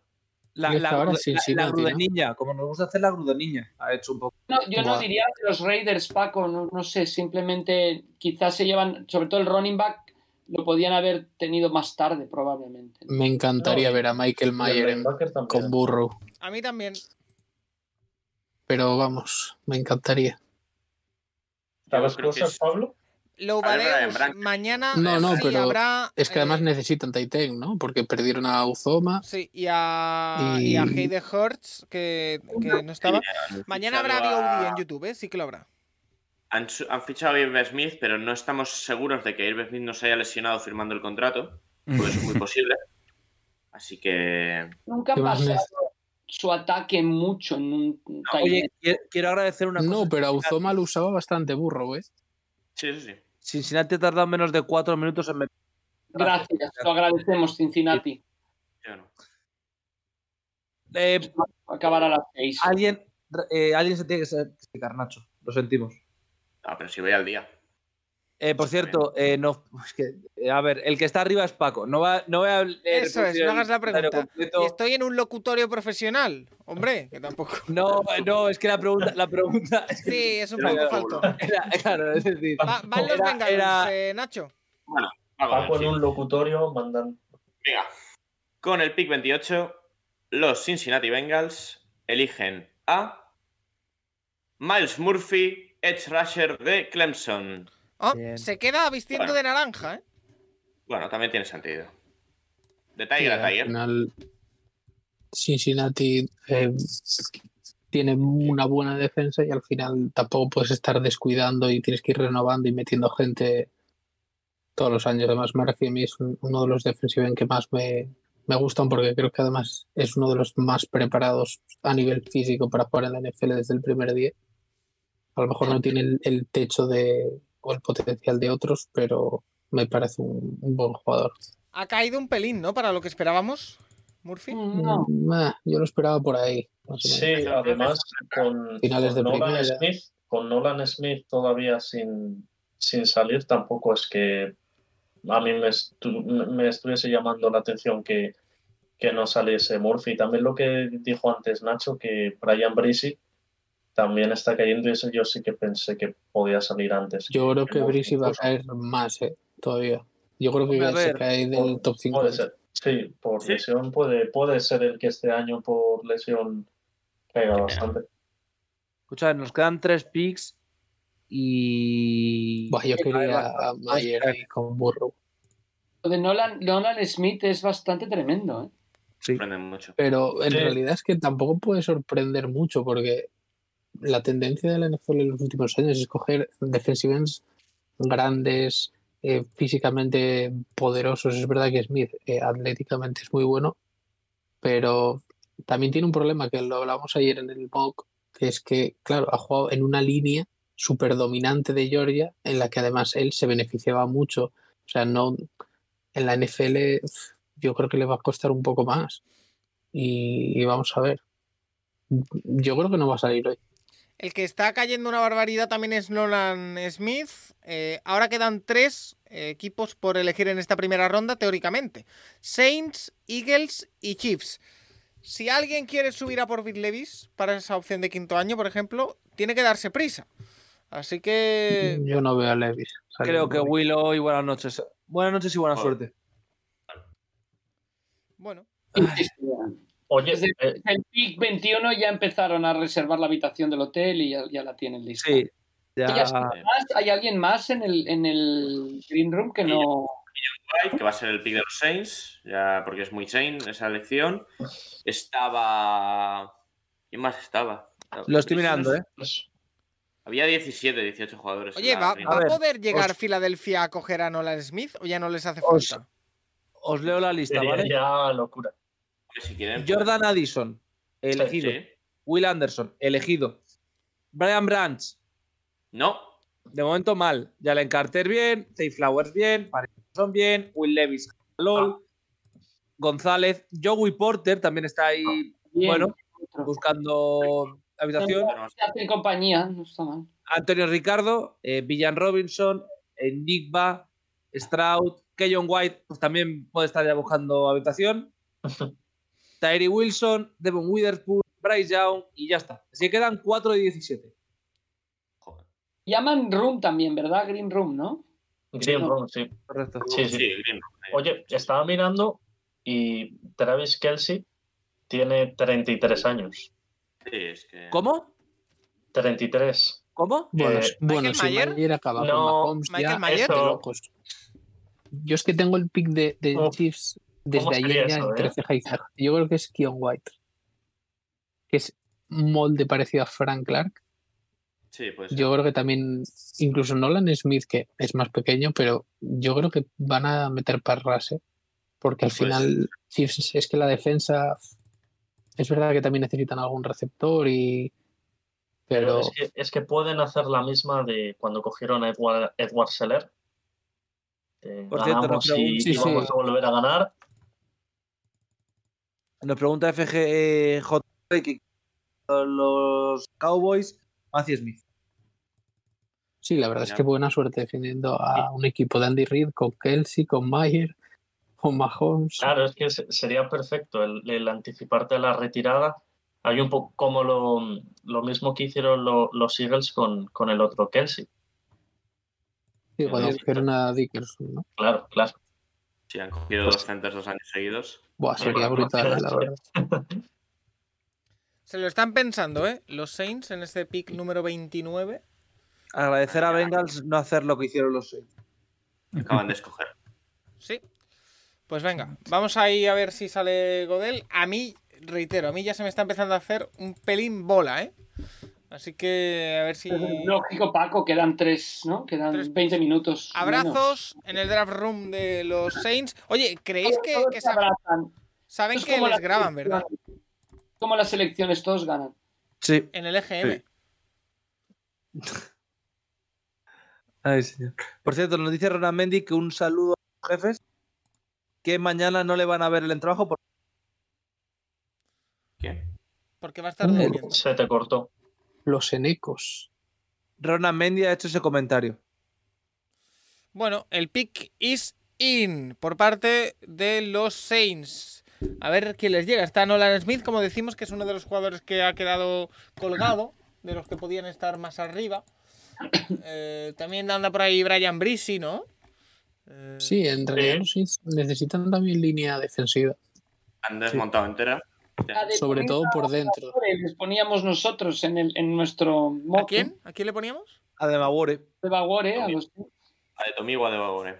[SPEAKER 5] La,
[SPEAKER 9] Y hasta
[SPEAKER 5] la,
[SPEAKER 9] ahora
[SPEAKER 5] grude- la,
[SPEAKER 9] Cincinnati,
[SPEAKER 5] la grude
[SPEAKER 9] ¿no?
[SPEAKER 5] niña, como nos gusta hacer la grude niña, ha hecho un poco.
[SPEAKER 4] no, yo no
[SPEAKER 9] Buah.
[SPEAKER 4] diría que los Raiders, Paco, no, no sé, simplemente quizás se llevan, sobre todo el running back, lo podían haber tenido más tarde probablemente.
[SPEAKER 9] Me encantaría
[SPEAKER 6] No, y-
[SPEAKER 9] ver a Michael
[SPEAKER 6] Y el
[SPEAKER 9] Mayer en-
[SPEAKER 6] linebacker también.
[SPEAKER 9] con Burrow,
[SPEAKER 1] A mí también.
[SPEAKER 9] pero vamos, me encantaría.
[SPEAKER 6] ¿Sabes
[SPEAKER 2] Yo creo que
[SPEAKER 6] cosas,
[SPEAKER 2] es-
[SPEAKER 6] Pablo?
[SPEAKER 1] Lo
[SPEAKER 2] Habrá
[SPEAKER 1] Badeus,
[SPEAKER 2] Brian Branch.
[SPEAKER 1] mañana.
[SPEAKER 9] No, no,
[SPEAKER 1] sí,
[SPEAKER 9] pero
[SPEAKER 1] habrá,
[SPEAKER 9] Es que
[SPEAKER 1] eh,
[SPEAKER 9] además necesitan Taiten, ¿no? Porque perdieron a Uzoma.
[SPEAKER 1] Sí, y a, y... a
[SPEAKER 9] Y-
[SPEAKER 1] Heide Hertz, que, que no estaba. Mañana habrá
[SPEAKER 2] fichado a-
[SPEAKER 1] VOD en YouTube, ¿eh? sí que lo habrá.
[SPEAKER 2] Han, su- han fichado a Irv Smith, pero no estamos seguros de que Irv Smith no se haya lesionado firmando el contrato. Pues es muy posible. Así que.
[SPEAKER 4] Nunca ha
[SPEAKER 9] ¿Qué más
[SPEAKER 4] pasado su ataque mucho en un un tight
[SPEAKER 5] Oye,
[SPEAKER 4] end.
[SPEAKER 5] qui- quiero agradecer una cosa.
[SPEAKER 9] No, pero a Uzoma lo usaba bastante burro, ¿eh?
[SPEAKER 2] Sí, eso sí.
[SPEAKER 5] Cincinnati ha tardado menos de cuatro minutos en meter.
[SPEAKER 4] Gracias, lo agradecemos, Cincinnati.
[SPEAKER 2] Yo no.
[SPEAKER 5] Eh,
[SPEAKER 4] Acabará a las seis.
[SPEAKER 5] alguien, eh, alguien se tiene que sacrificar, Nacho. Lo sentimos.
[SPEAKER 2] Ah, pero si voy al día.
[SPEAKER 5] Eh, por cierto, eh, no, es que, eh, a ver, el que está arriba es Paco. No, va, no voy a leer
[SPEAKER 1] Eso es,
[SPEAKER 5] el-
[SPEAKER 1] no hagas la pregunta.
[SPEAKER 5] completo.
[SPEAKER 1] ¿Y estoy en un locutorio profesional? Hombre, que tampoco.
[SPEAKER 5] No, no, es que la pregunta, la pregunta
[SPEAKER 1] Sí, es un
[SPEAKER 5] Pero
[SPEAKER 1] poco
[SPEAKER 5] ya,
[SPEAKER 1] falto.
[SPEAKER 5] era, claro, es decir,
[SPEAKER 1] Va- van los
[SPEAKER 5] era-
[SPEAKER 1] Bengals,
[SPEAKER 5] era-
[SPEAKER 1] eh, Nacho.
[SPEAKER 7] ah,
[SPEAKER 6] Paco en un locutorio mandando.
[SPEAKER 2] Venga. Con el pick 28, los Cincinnati Bengals eligen a Miles Murphy, edge rusher de Clemson.
[SPEAKER 1] Ah, se queda vistiendo
[SPEAKER 2] Bueno.
[SPEAKER 1] de naranja, ¿eh?
[SPEAKER 2] Bueno, también tiene sentido. De
[SPEAKER 9] Sí,
[SPEAKER 2] Tiger a
[SPEAKER 9] al
[SPEAKER 2] Tiger.
[SPEAKER 9] final, Cincinnati eh, tiene una buena defensa y al final tampoco puedes estar descuidando y tienes que ir renovando y metiendo gente todos los años. Además, Murphy a mí es un- uno de los defensivos en que más me, me gustan porque creo que además es uno de los más preparados a nivel físico para jugar en la NFL desde el primer día. A lo mejor no tiene el, el techo de, o el potencial de otros, pero me parece un- un buen jugador.
[SPEAKER 1] Ha caído un pelín, ¿no? Para lo que esperábamos, Murphy.
[SPEAKER 9] Mm, ah, yo lo esperaba por ahí. más o menos.
[SPEAKER 6] Sí, además con,
[SPEAKER 9] Finales de
[SPEAKER 6] con Nolan
[SPEAKER 9] primera.
[SPEAKER 6] Smith, con Nolan Smith todavía sin, sin salir, tampoco es que a mí me, estu- me- me estuviese llamando la atención que, que no saliese Murphy. También lo que dijo antes Nacho, que Brian Brisi también está cayendo y eso yo sí que pensé que podía salir antes.
[SPEAKER 9] Yo creo que
[SPEAKER 6] Murphy,
[SPEAKER 9] Brice va a
[SPEAKER 6] pues,
[SPEAKER 9] caer más eh, todavía. Yo creo que
[SPEAKER 5] Hombre, a
[SPEAKER 9] se
[SPEAKER 5] ver,
[SPEAKER 9] cae del top 5.
[SPEAKER 6] Puede ser, sí, por
[SPEAKER 2] Sí.
[SPEAKER 6] lesión puede, puede ser el que este año por lesión caiga bastante.
[SPEAKER 5] Escuchad, nos quedan tres picks y.
[SPEAKER 9] yo
[SPEAKER 5] Hay
[SPEAKER 9] quería a
[SPEAKER 5] bastantes.
[SPEAKER 9] Mayer ahí con Burrow.
[SPEAKER 4] Lo de Nolan, Nolan Smith es bastante tremendo, ¿eh?
[SPEAKER 2] Sorprenden mucho.
[SPEAKER 9] Pero en
[SPEAKER 6] Sí.
[SPEAKER 9] realidad es que tampoco puede sorprender mucho porque la tendencia de la NFL en los últimos años es coger defensive ends grandes, eh, físicamente poderosos. Es verdad que Smith eh, atléticamente es muy bueno, pero también tiene un problema que lo hablamos ayer en el mock, que es que, claro, ha jugado en una línea súper dominante de Georgia, en la que además él se beneficiaba mucho. O sea, no en la NFL uf, yo creo que le va a costar un poco más. Y, y vamos a ver. Yo creo que no va a salir hoy.
[SPEAKER 1] El que está cayendo una barbaridad también es Nolan Smith. Eh, ahora quedan tres eh, equipos por elegir en esta primera ronda, teóricamente. Saints, Eagles y Chiefs. Si alguien quiere subir a por Big Levis para esa opción de quinto año, por ejemplo, tiene que darse prisa. Así que...
[SPEAKER 9] Yo no veo a Levis.
[SPEAKER 5] Eh, Creo
[SPEAKER 9] saliendo
[SPEAKER 5] que
[SPEAKER 9] hoy.
[SPEAKER 5] Willow y buenas noches. Buenas noches y buena
[SPEAKER 2] Joder.
[SPEAKER 5] suerte.
[SPEAKER 1] Bueno,
[SPEAKER 6] Oye,
[SPEAKER 4] Desde-
[SPEAKER 6] eh,
[SPEAKER 4] El PIC 21 ya empezaron a reservar la habitación del hotel y ya, ya la tienen lista.
[SPEAKER 5] Sí.
[SPEAKER 4] Y
[SPEAKER 5] Ya.
[SPEAKER 4] ya está. Además, ¿Hay alguien más en el, en el green room que no...?
[SPEAKER 2] White, que va a ser el pick de los Saints, ya porque es muy Saints esa elección. Estaba. ¿Quién más estaba?
[SPEAKER 5] Lo estoy mirando, ¿eh?
[SPEAKER 2] Había 17, 18 jugadores. en
[SPEAKER 1] oye,
[SPEAKER 2] Pues la
[SPEAKER 1] ¿va,
[SPEAKER 2] línea.
[SPEAKER 1] va a
[SPEAKER 5] ver,
[SPEAKER 1] poder llegar
[SPEAKER 5] os-
[SPEAKER 1] Filadelfia a coger a Nolan Smith o ya no les hace
[SPEAKER 5] Os-
[SPEAKER 1] falta?
[SPEAKER 5] Os leo la lista,
[SPEAKER 6] sería
[SPEAKER 5] ¿vale?
[SPEAKER 6] ya locura.
[SPEAKER 2] Pues Si quieren,
[SPEAKER 5] Jordan Addison, elegido.
[SPEAKER 2] sí.
[SPEAKER 5] Will Anderson, elegido. Brian Branch,
[SPEAKER 2] No,
[SPEAKER 5] de momento mal. Jalen Carter bien, Tay Flowers bien, Parkinson bien, Will Levis, LOL,
[SPEAKER 4] Ah.
[SPEAKER 5] González, Joey Porter también está ahí,
[SPEAKER 4] Bien.
[SPEAKER 5] bueno, buscando habitación.
[SPEAKER 4] Se hacen compañía, no está mal.
[SPEAKER 5] Antonio Ricardo, eh, Villan Robinson, eh, Nigba, Stroud, Keyon White, pues también puede estar ya buscando habitación. Tyree Wilson, Devon Witherspoon, Bryce Young y ya está. Se quedan 4 de 17.
[SPEAKER 4] Llaman room también, ¿verdad? Green room, ¿no?
[SPEAKER 6] Green
[SPEAKER 4] no.
[SPEAKER 6] Room, sí.
[SPEAKER 5] Correcto.
[SPEAKER 6] Sí,
[SPEAKER 2] sí,
[SPEAKER 6] sí.
[SPEAKER 2] bien.
[SPEAKER 6] Oye, estaba mirando y Travis Kelsey tiene 33 años.
[SPEAKER 2] Sí, es que-
[SPEAKER 5] ¿Cómo?
[SPEAKER 6] 33.
[SPEAKER 5] ¿Cómo?
[SPEAKER 9] Bueno,
[SPEAKER 6] Eh,
[SPEAKER 9] si- bueno, si
[SPEAKER 1] Mayer?
[SPEAKER 9] Mayer acaba
[SPEAKER 6] No,
[SPEAKER 9] con Mahomes,
[SPEAKER 1] Michael
[SPEAKER 9] ya,
[SPEAKER 1] Mayer.
[SPEAKER 9] de locos. Yo es que tengo el pick de, de
[SPEAKER 6] Uf,
[SPEAKER 9] Chiefs desde
[SPEAKER 6] Oh, ¿cómo sería
[SPEAKER 9] ayer ya
[SPEAKER 6] eso,
[SPEAKER 9] entre
[SPEAKER 6] eh?
[SPEAKER 9] ceja y ceja. Yo creo que es Keon White. Que es un molde parecido a Frank Clark.
[SPEAKER 2] Sí, pues.
[SPEAKER 9] Yo creo que también, incluso Nolan Smith, que es más pequeño, pero yo creo que van a meter parras, ¿eh? porque al
[SPEAKER 2] Pues-
[SPEAKER 9] final Chiefs es que la defensa es verdad que también necesitan algún receptor y pero
[SPEAKER 6] Es, que, es que pueden hacer la misma de cuando cogieron a Edward, Edward Seller. Eh,
[SPEAKER 5] Por cierto,
[SPEAKER 6] ganamos
[SPEAKER 5] no pregun-
[SPEAKER 6] y,
[SPEAKER 9] sí,
[SPEAKER 6] y vamos
[SPEAKER 9] sí.
[SPEAKER 6] a volver a ganar.
[SPEAKER 5] Nos pregunta E FGJ que los Cowboys, Matthew Smith.
[SPEAKER 9] Sí, la verdad es que buena suerte defendiendo a un equipo de Andy Reid con Kelsey, con Mayer, con Mahomes.
[SPEAKER 6] Claro, es que se- sería perfecto el, el anticiparte a la retirada. Hay un poco como lo, lo mismo que hicieron lo- los Eagles con, con el otro Kelsey.
[SPEAKER 9] Sí, cuando cogieron a Dickerson, ¿no?
[SPEAKER 6] Claro, claro.
[SPEAKER 2] Si han cogido dos centers dos años seguidos.
[SPEAKER 9] Pues- Buah, sería brutal, la verdad.
[SPEAKER 1] Se lo están pensando, ¿eh? Los Saints en este pick número 29.
[SPEAKER 5] Agradecer a Bengals no hacer lo que hicieron los Saints.
[SPEAKER 2] Acaban de escoger.
[SPEAKER 1] Sí. Pues venga, vamos ahí a ver si sale Godel. A mí, reitero, a mí ya se me está empezando a hacer un pelín bola, ¿eh? Así que a ver si.
[SPEAKER 4] Lógico, Paco, quedan tres, ¿no? Quedan 20 minutos. menos.
[SPEAKER 1] Abrazos en el draft room de los Saints. Oye, ¿creéis que, que sab- saben
[SPEAKER 4] Esto es
[SPEAKER 1] que
[SPEAKER 4] como
[SPEAKER 1] les
[SPEAKER 4] las
[SPEAKER 1] graban, verdad?
[SPEAKER 4] Como las elecciones, todos ganan.
[SPEAKER 5] Sí.
[SPEAKER 1] En el EGM.
[SPEAKER 5] Sí. Ay, señor. Por cierto, nos dice Ronan Mendy que un saludo a los jefes que mañana no le van a ver el trabajo porque
[SPEAKER 1] Porque va a estar durmiendo.
[SPEAKER 6] Se te cortó.
[SPEAKER 9] Los enecos.
[SPEAKER 5] Ronan Mendy ha hecho ese comentario.
[SPEAKER 1] Bueno, el pick is in por parte de los Saints. A ver quién les llega. Está Nolan Smith, como decimos, que es uno de los jugadores que ha quedado colgado, de los que podían estar más arriba. Eh, también anda por ahí Brian Brisi, ¿no?
[SPEAKER 9] Sí, en realidad
[SPEAKER 6] Eh.
[SPEAKER 9] los Saints necesitan también línea defensiva,
[SPEAKER 2] Han desmontado entera.
[SPEAKER 9] sobre todo por dentro.
[SPEAKER 4] Les poníamos nosotros en, el, en nuestro mock. ¿A quién?
[SPEAKER 1] ¿A quién le poníamos?
[SPEAKER 5] A De Maguire.
[SPEAKER 4] De Maguire, a los...
[SPEAKER 2] A de Tommy o a de Bagore.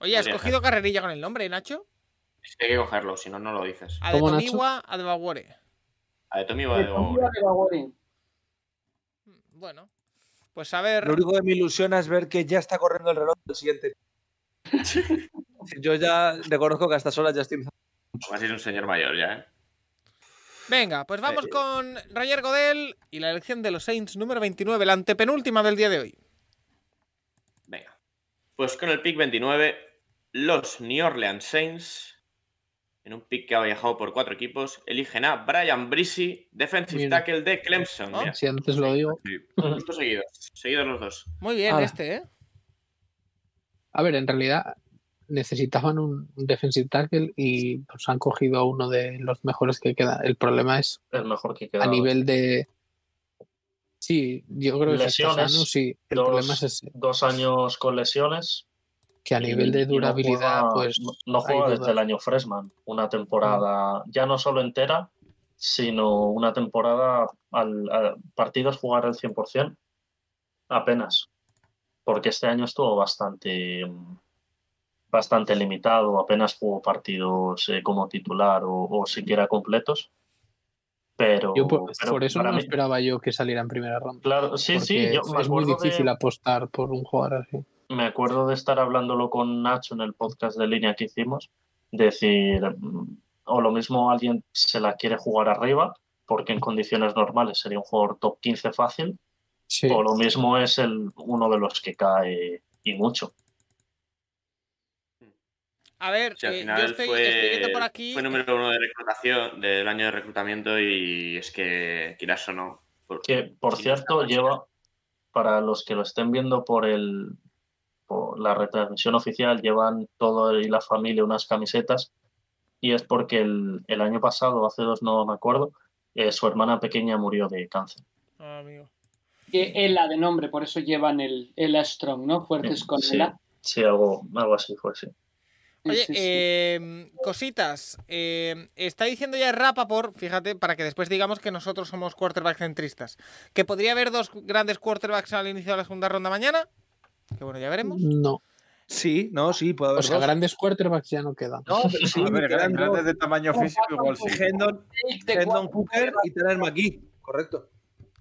[SPEAKER 1] Oye, has
[SPEAKER 2] Podría
[SPEAKER 1] cogido carrerilla con el nombre, Nacho.
[SPEAKER 2] Es que hay que cogerlo, si no, no lo dices.
[SPEAKER 1] A de Tomiwa, a de Baguore.
[SPEAKER 2] A de Tommy o a de Bagore.
[SPEAKER 1] Mm, Bueno, pues a ver.
[SPEAKER 5] Lo único que me ilusiona es ver que ya está corriendo el reloj del siguiente. Yo ya reconozco que a estas horas ya estoy.
[SPEAKER 2] Va a ser un señor mayor ya, ¿eh?
[SPEAKER 1] Venga, pues vamos
[SPEAKER 2] Eh,
[SPEAKER 1] con Roger Godel y la elección de los Saints número 29, la antepenúltima del día de hoy.
[SPEAKER 2] Venga. Pues con el pick 29, los New Orleans Saints, en un pick que ha viajado por cuatro equipos, eligen a Brian Brisi, defensive
[SPEAKER 9] Mira.
[SPEAKER 2] tackle de Clemson. Mira,
[SPEAKER 9] Si antes lo digo.
[SPEAKER 2] justo seguidos, seguidos los dos.
[SPEAKER 1] Muy bien
[SPEAKER 9] Ala.
[SPEAKER 1] este, ¿eh?
[SPEAKER 9] A ver, en realidad necesitaban un un defensive tackle y pues han cogido a uno de los mejores que queda. El problema es
[SPEAKER 6] El mejor que queda.
[SPEAKER 9] a nivel de. Sí, yo creo que si está
[SPEAKER 6] Lesiones,
[SPEAKER 9] sano, sí. El
[SPEAKER 6] dos,
[SPEAKER 9] problema es ese,
[SPEAKER 6] dos años con lesiones.
[SPEAKER 9] que a
[SPEAKER 6] y-
[SPEAKER 9] nivel de
[SPEAKER 6] y no
[SPEAKER 9] durabilidad,
[SPEAKER 6] juega-
[SPEAKER 9] pues.
[SPEAKER 6] no- No
[SPEAKER 9] hay
[SPEAKER 6] juega desde
[SPEAKER 9] dudas.
[SPEAKER 6] el año Freshman. Una temporada,
[SPEAKER 9] Mm.
[SPEAKER 6] ya no solo entera, sino una temporada al, a partidos jugar al 100% apenas. Porque este año estuvo bastante mm, bastante limitado, apenas jugó partidos eh, como titular o, o siquiera completos. Pero,
[SPEAKER 9] Yo Pues, por,
[SPEAKER 6] pero
[SPEAKER 9] por eso
[SPEAKER 6] para
[SPEAKER 9] no
[SPEAKER 6] mí-
[SPEAKER 9] esperaba yo que saliera en primera ronda.
[SPEAKER 6] Claro, sí, sí,
[SPEAKER 9] porque
[SPEAKER 6] yo me
[SPEAKER 9] es muy
[SPEAKER 6] acuerdo de-
[SPEAKER 9] difícil apostar por un jugador así.
[SPEAKER 6] me acuerdo de estar hablándolo con Nacho en el podcast de línea que hicimos, decir, mm, o lo mismo alguien se la quiere jugar arriba, porque en condiciones normales sería un jugador top 15 fácil,
[SPEAKER 9] Sí.
[SPEAKER 6] o lo mismo es el, uno de los que cae y mucho.
[SPEAKER 1] A ver,
[SPEAKER 2] Sí, al
[SPEAKER 1] eh,
[SPEAKER 2] final
[SPEAKER 1] yo estoy,
[SPEAKER 2] fue,
[SPEAKER 1] estoy viendo por aquí.
[SPEAKER 2] fue número uno de reclutación, del año de reclutamiento y es que, quieras o no. por-
[SPEAKER 6] Que, por
[SPEAKER 2] sí,
[SPEAKER 6] cierto, lleva, para los que lo estén viendo por, el, por la retransmisión oficial, llevan todo él y la familia unas camisetas. Y es porque el, el año pasado, hace dos no me acuerdo, eh, su hermana pequeña murió de cáncer.
[SPEAKER 1] Ah, amigo.
[SPEAKER 4] Que el A de nombre, por eso llevan el, el A strong, ¿no? Fuertes con
[SPEAKER 6] Sí,
[SPEAKER 4] el A.
[SPEAKER 6] Eh, sí, algo, algo así fue, sí.
[SPEAKER 1] Oye, eh, cositas. eh, está diciendo ya Rapaport, fíjate, para que después digamos que nosotros somos quarterback centristas. Que podría haber dos grandes quarterbacks al inicio de la segunda ronda mañana. Que bueno, ya veremos.
[SPEAKER 6] Mm.
[SPEAKER 9] No.
[SPEAKER 5] Sí, no, sí, puede haber.
[SPEAKER 9] O sea,
[SPEAKER 5] dos.
[SPEAKER 9] grandes quarterbacks ya no quedan.
[SPEAKER 5] No, pero sí,
[SPEAKER 7] A ver,
[SPEAKER 5] quedan
[SPEAKER 7] grandes
[SPEAKER 5] dos.
[SPEAKER 7] de tamaño físico igual sí.
[SPEAKER 5] Hendon,
[SPEAKER 4] Take de
[SPEAKER 5] Hendon
[SPEAKER 4] cuarto.
[SPEAKER 5] Cooper y Tanner McGee. Correcto.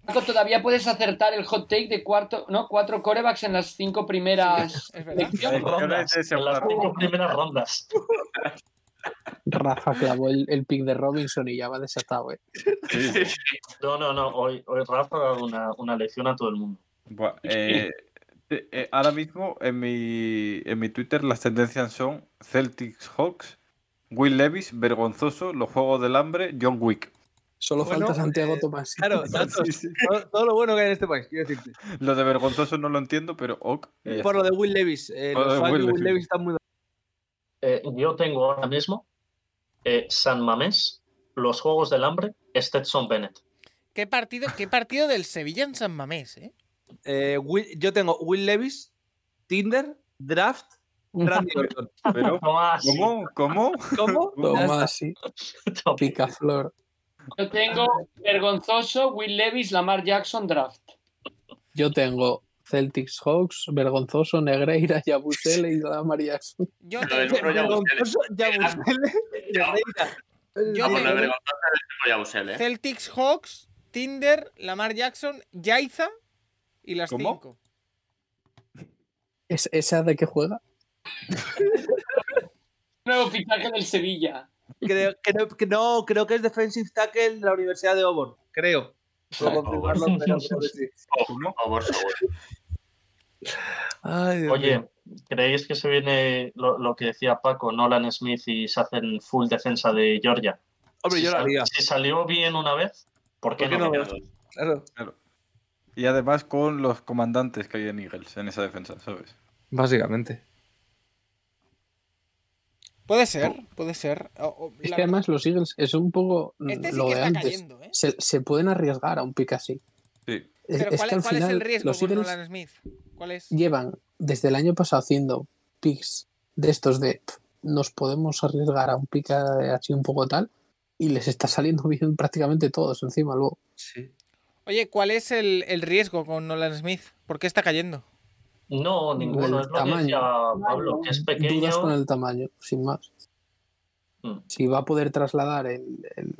[SPEAKER 4] Paco, todavía puedes acertar el hot take de cuarto, ¿no? Cuatro corebacks en las cinco primeras
[SPEAKER 1] Es verdad.
[SPEAKER 4] elecciones.
[SPEAKER 6] Rondas, en las cinco primeras rondas.
[SPEAKER 9] Rafa clavó el, el pick de Robinson y ya va desatado, ¿eh?
[SPEAKER 6] No, no, no, hoy, hoy Rafa ha dado una, una lección a todo el mundo.
[SPEAKER 7] Buah, eh, te- eh, ahora mismo en mi, en mi Twitter las tendencias son Celtics Hawks, Will Levis, vergonzoso, los Juegos del Hambre, John Wick.
[SPEAKER 9] Solo
[SPEAKER 5] Bueno,
[SPEAKER 9] falta Santiago
[SPEAKER 5] eh,
[SPEAKER 9] Tomás.
[SPEAKER 5] Claro, datos. Todo, todo lo bueno que hay en este país, quiero decirte.
[SPEAKER 7] Lo de vergonzoso no lo entiendo, pero ok. y ya
[SPEAKER 5] Por lo de Will Levis. eh,
[SPEAKER 7] Por lo de
[SPEAKER 5] los fans de
[SPEAKER 7] Ah, Will
[SPEAKER 5] Will,
[SPEAKER 7] Levis.
[SPEAKER 5] Levis están muy.
[SPEAKER 6] Eh, yo tengo ahora mismo eh, San Mamés, los Juegos del Hambre, Stetson Bennett.
[SPEAKER 1] ¿Qué partido, qué partido del Sevilla en San Mamés, eh?
[SPEAKER 5] Eh, Will- yo tengo Will Levis, Tinder, Draft, Randy Orton.
[SPEAKER 7] está. Pero,
[SPEAKER 6] Tomás,
[SPEAKER 7] ¿Cómo? ¿Cómo?
[SPEAKER 5] ¿Cómo?
[SPEAKER 9] Tomás, sí.
[SPEAKER 6] Tomás.
[SPEAKER 9] Picaflor.
[SPEAKER 4] Yo tengo vergonzoso Will Levis, Lamar Jackson, draft.
[SPEAKER 9] Yo tengo Celtics Hawks, Vergonzoso, Negreira, Yabusele y la María.
[SPEAKER 1] Yo
[SPEAKER 2] Lo del
[SPEAKER 1] tengo,
[SPEAKER 2] burro ya
[SPEAKER 5] Vergonzoso, Yabusele,
[SPEAKER 1] yo
[SPEAKER 2] Vamos, la
[SPEAKER 1] tengo
[SPEAKER 2] vergonzosa del Royal Usel, ¿eh?
[SPEAKER 1] Celtics Hawks, Tinder, Lamar Jackson, Yaiza y las
[SPEAKER 7] ¿Cómo?
[SPEAKER 1] cinco.
[SPEAKER 9] ¿Es, ¿Esa de qué juega?
[SPEAKER 4] Nuevo fichaje del Sevilla.
[SPEAKER 5] Creo, creo, que no, creo que es defensive tackle de la Universidad de Auburn. Creo. Puedo confirmarlo, pero creo que sí.
[SPEAKER 7] ¿Cómo?
[SPEAKER 2] Por favor, seguro.
[SPEAKER 5] Ay, Dios mío.
[SPEAKER 6] Oye, ¿creéis que se viene lo, lo que decía Paco, Nolan Smith y se hacen full defensa de Georgia?
[SPEAKER 5] Hombre,
[SPEAKER 6] si,
[SPEAKER 5] yo la
[SPEAKER 6] sal-
[SPEAKER 5] haría.
[SPEAKER 6] si salió bien una vez, ¿por qué,
[SPEAKER 5] ¿Por qué
[SPEAKER 6] no?
[SPEAKER 5] no?
[SPEAKER 6] Mira,
[SPEAKER 5] Claro.
[SPEAKER 7] Y además con los comandantes que hay en Eagles, en esa defensa, ¿sabes?
[SPEAKER 5] Básicamente.
[SPEAKER 1] Puede ser, puede ser. O- o-
[SPEAKER 9] Es
[SPEAKER 1] la
[SPEAKER 9] que
[SPEAKER 1] verdad-
[SPEAKER 9] además los Eagles es un poco
[SPEAKER 1] este sí
[SPEAKER 9] lo
[SPEAKER 1] que
[SPEAKER 9] de
[SPEAKER 1] está
[SPEAKER 9] antes.
[SPEAKER 1] cayendo, ¿eh?
[SPEAKER 9] Se, se pueden arriesgar a un pick así.
[SPEAKER 7] Sí.
[SPEAKER 9] Es-
[SPEAKER 1] Pero
[SPEAKER 9] es
[SPEAKER 1] ¿cuál,
[SPEAKER 9] que al
[SPEAKER 1] cuál es el
[SPEAKER 9] final
[SPEAKER 1] riesgo
[SPEAKER 9] los
[SPEAKER 1] con
[SPEAKER 9] Eagles
[SPEAKER 1] Nolan Smith? ¿Cuál es?
[SPEAKER 9] llevan desde el año pasado haciendo picks de estos de "Pf, nos podemos arriesgar a un pick a- así un poco tal y les está saliendo bien prácticamente todos encima luego.
[SPEAKER 1] Oye, ¿cuál es el, el riesgo con Nolan Smith? ¿Por qué está cayendo?
[SPEAKER 6] No, ninguno.
[SPEAKER 9] El
[SPEAKER 6] Es lo que decía Pablo, que es
[SPEAKER 9] Dudas con
[SPEAKER 6] pequeño.
[SPEAKER 9] el tamaño, sin más.
[SPEAKER 6] Mm.
[SPEAKER 9] Si va a poder trasladar el- el-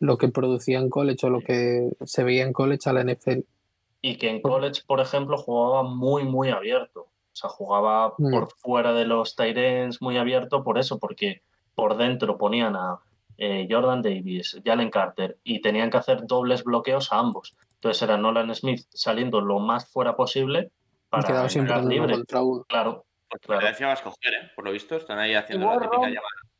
[SPEAKER 9] lo que producía en college o lo que se veía en college a la NFL.
[SPEAKER 6] Y que en college, por ejemplo, jugaba muy, muy abierto. O sea, jugaba
[SPEAKER 9] Mm.
[SPEAKER 6] por fuera de los Tyrens muy abierto por eso, porque por dentro ponían a eh, Jordan Davis, Jalen Carter y tenían que hacer dobles bloqueos a ambos. Entonces era Nolan Smith saliendo lo más fuera posible
[SPEAKER 9] Y
[SPEAKER 6] para
[SPEAKER 9] quedaba siempre
[SPEAKER 6] entrar
[SPEAKER 9] en uno
[SPEAKER 6] libre.
[SPEAKER 9] contra uno.
[SPEAKER 6] Claro,
[SPEAKER 2] Pues
[SPEAKER 6] Claro.
[SPEAKER 2] la vas a coger, ¿eh? Por lo visto, están ahí haciendo
[SPEAKER 4] Igual,
[SPEAKER 2] la típica
[SPEAKER 4] Ron.
[SPEAKER 2] llamada.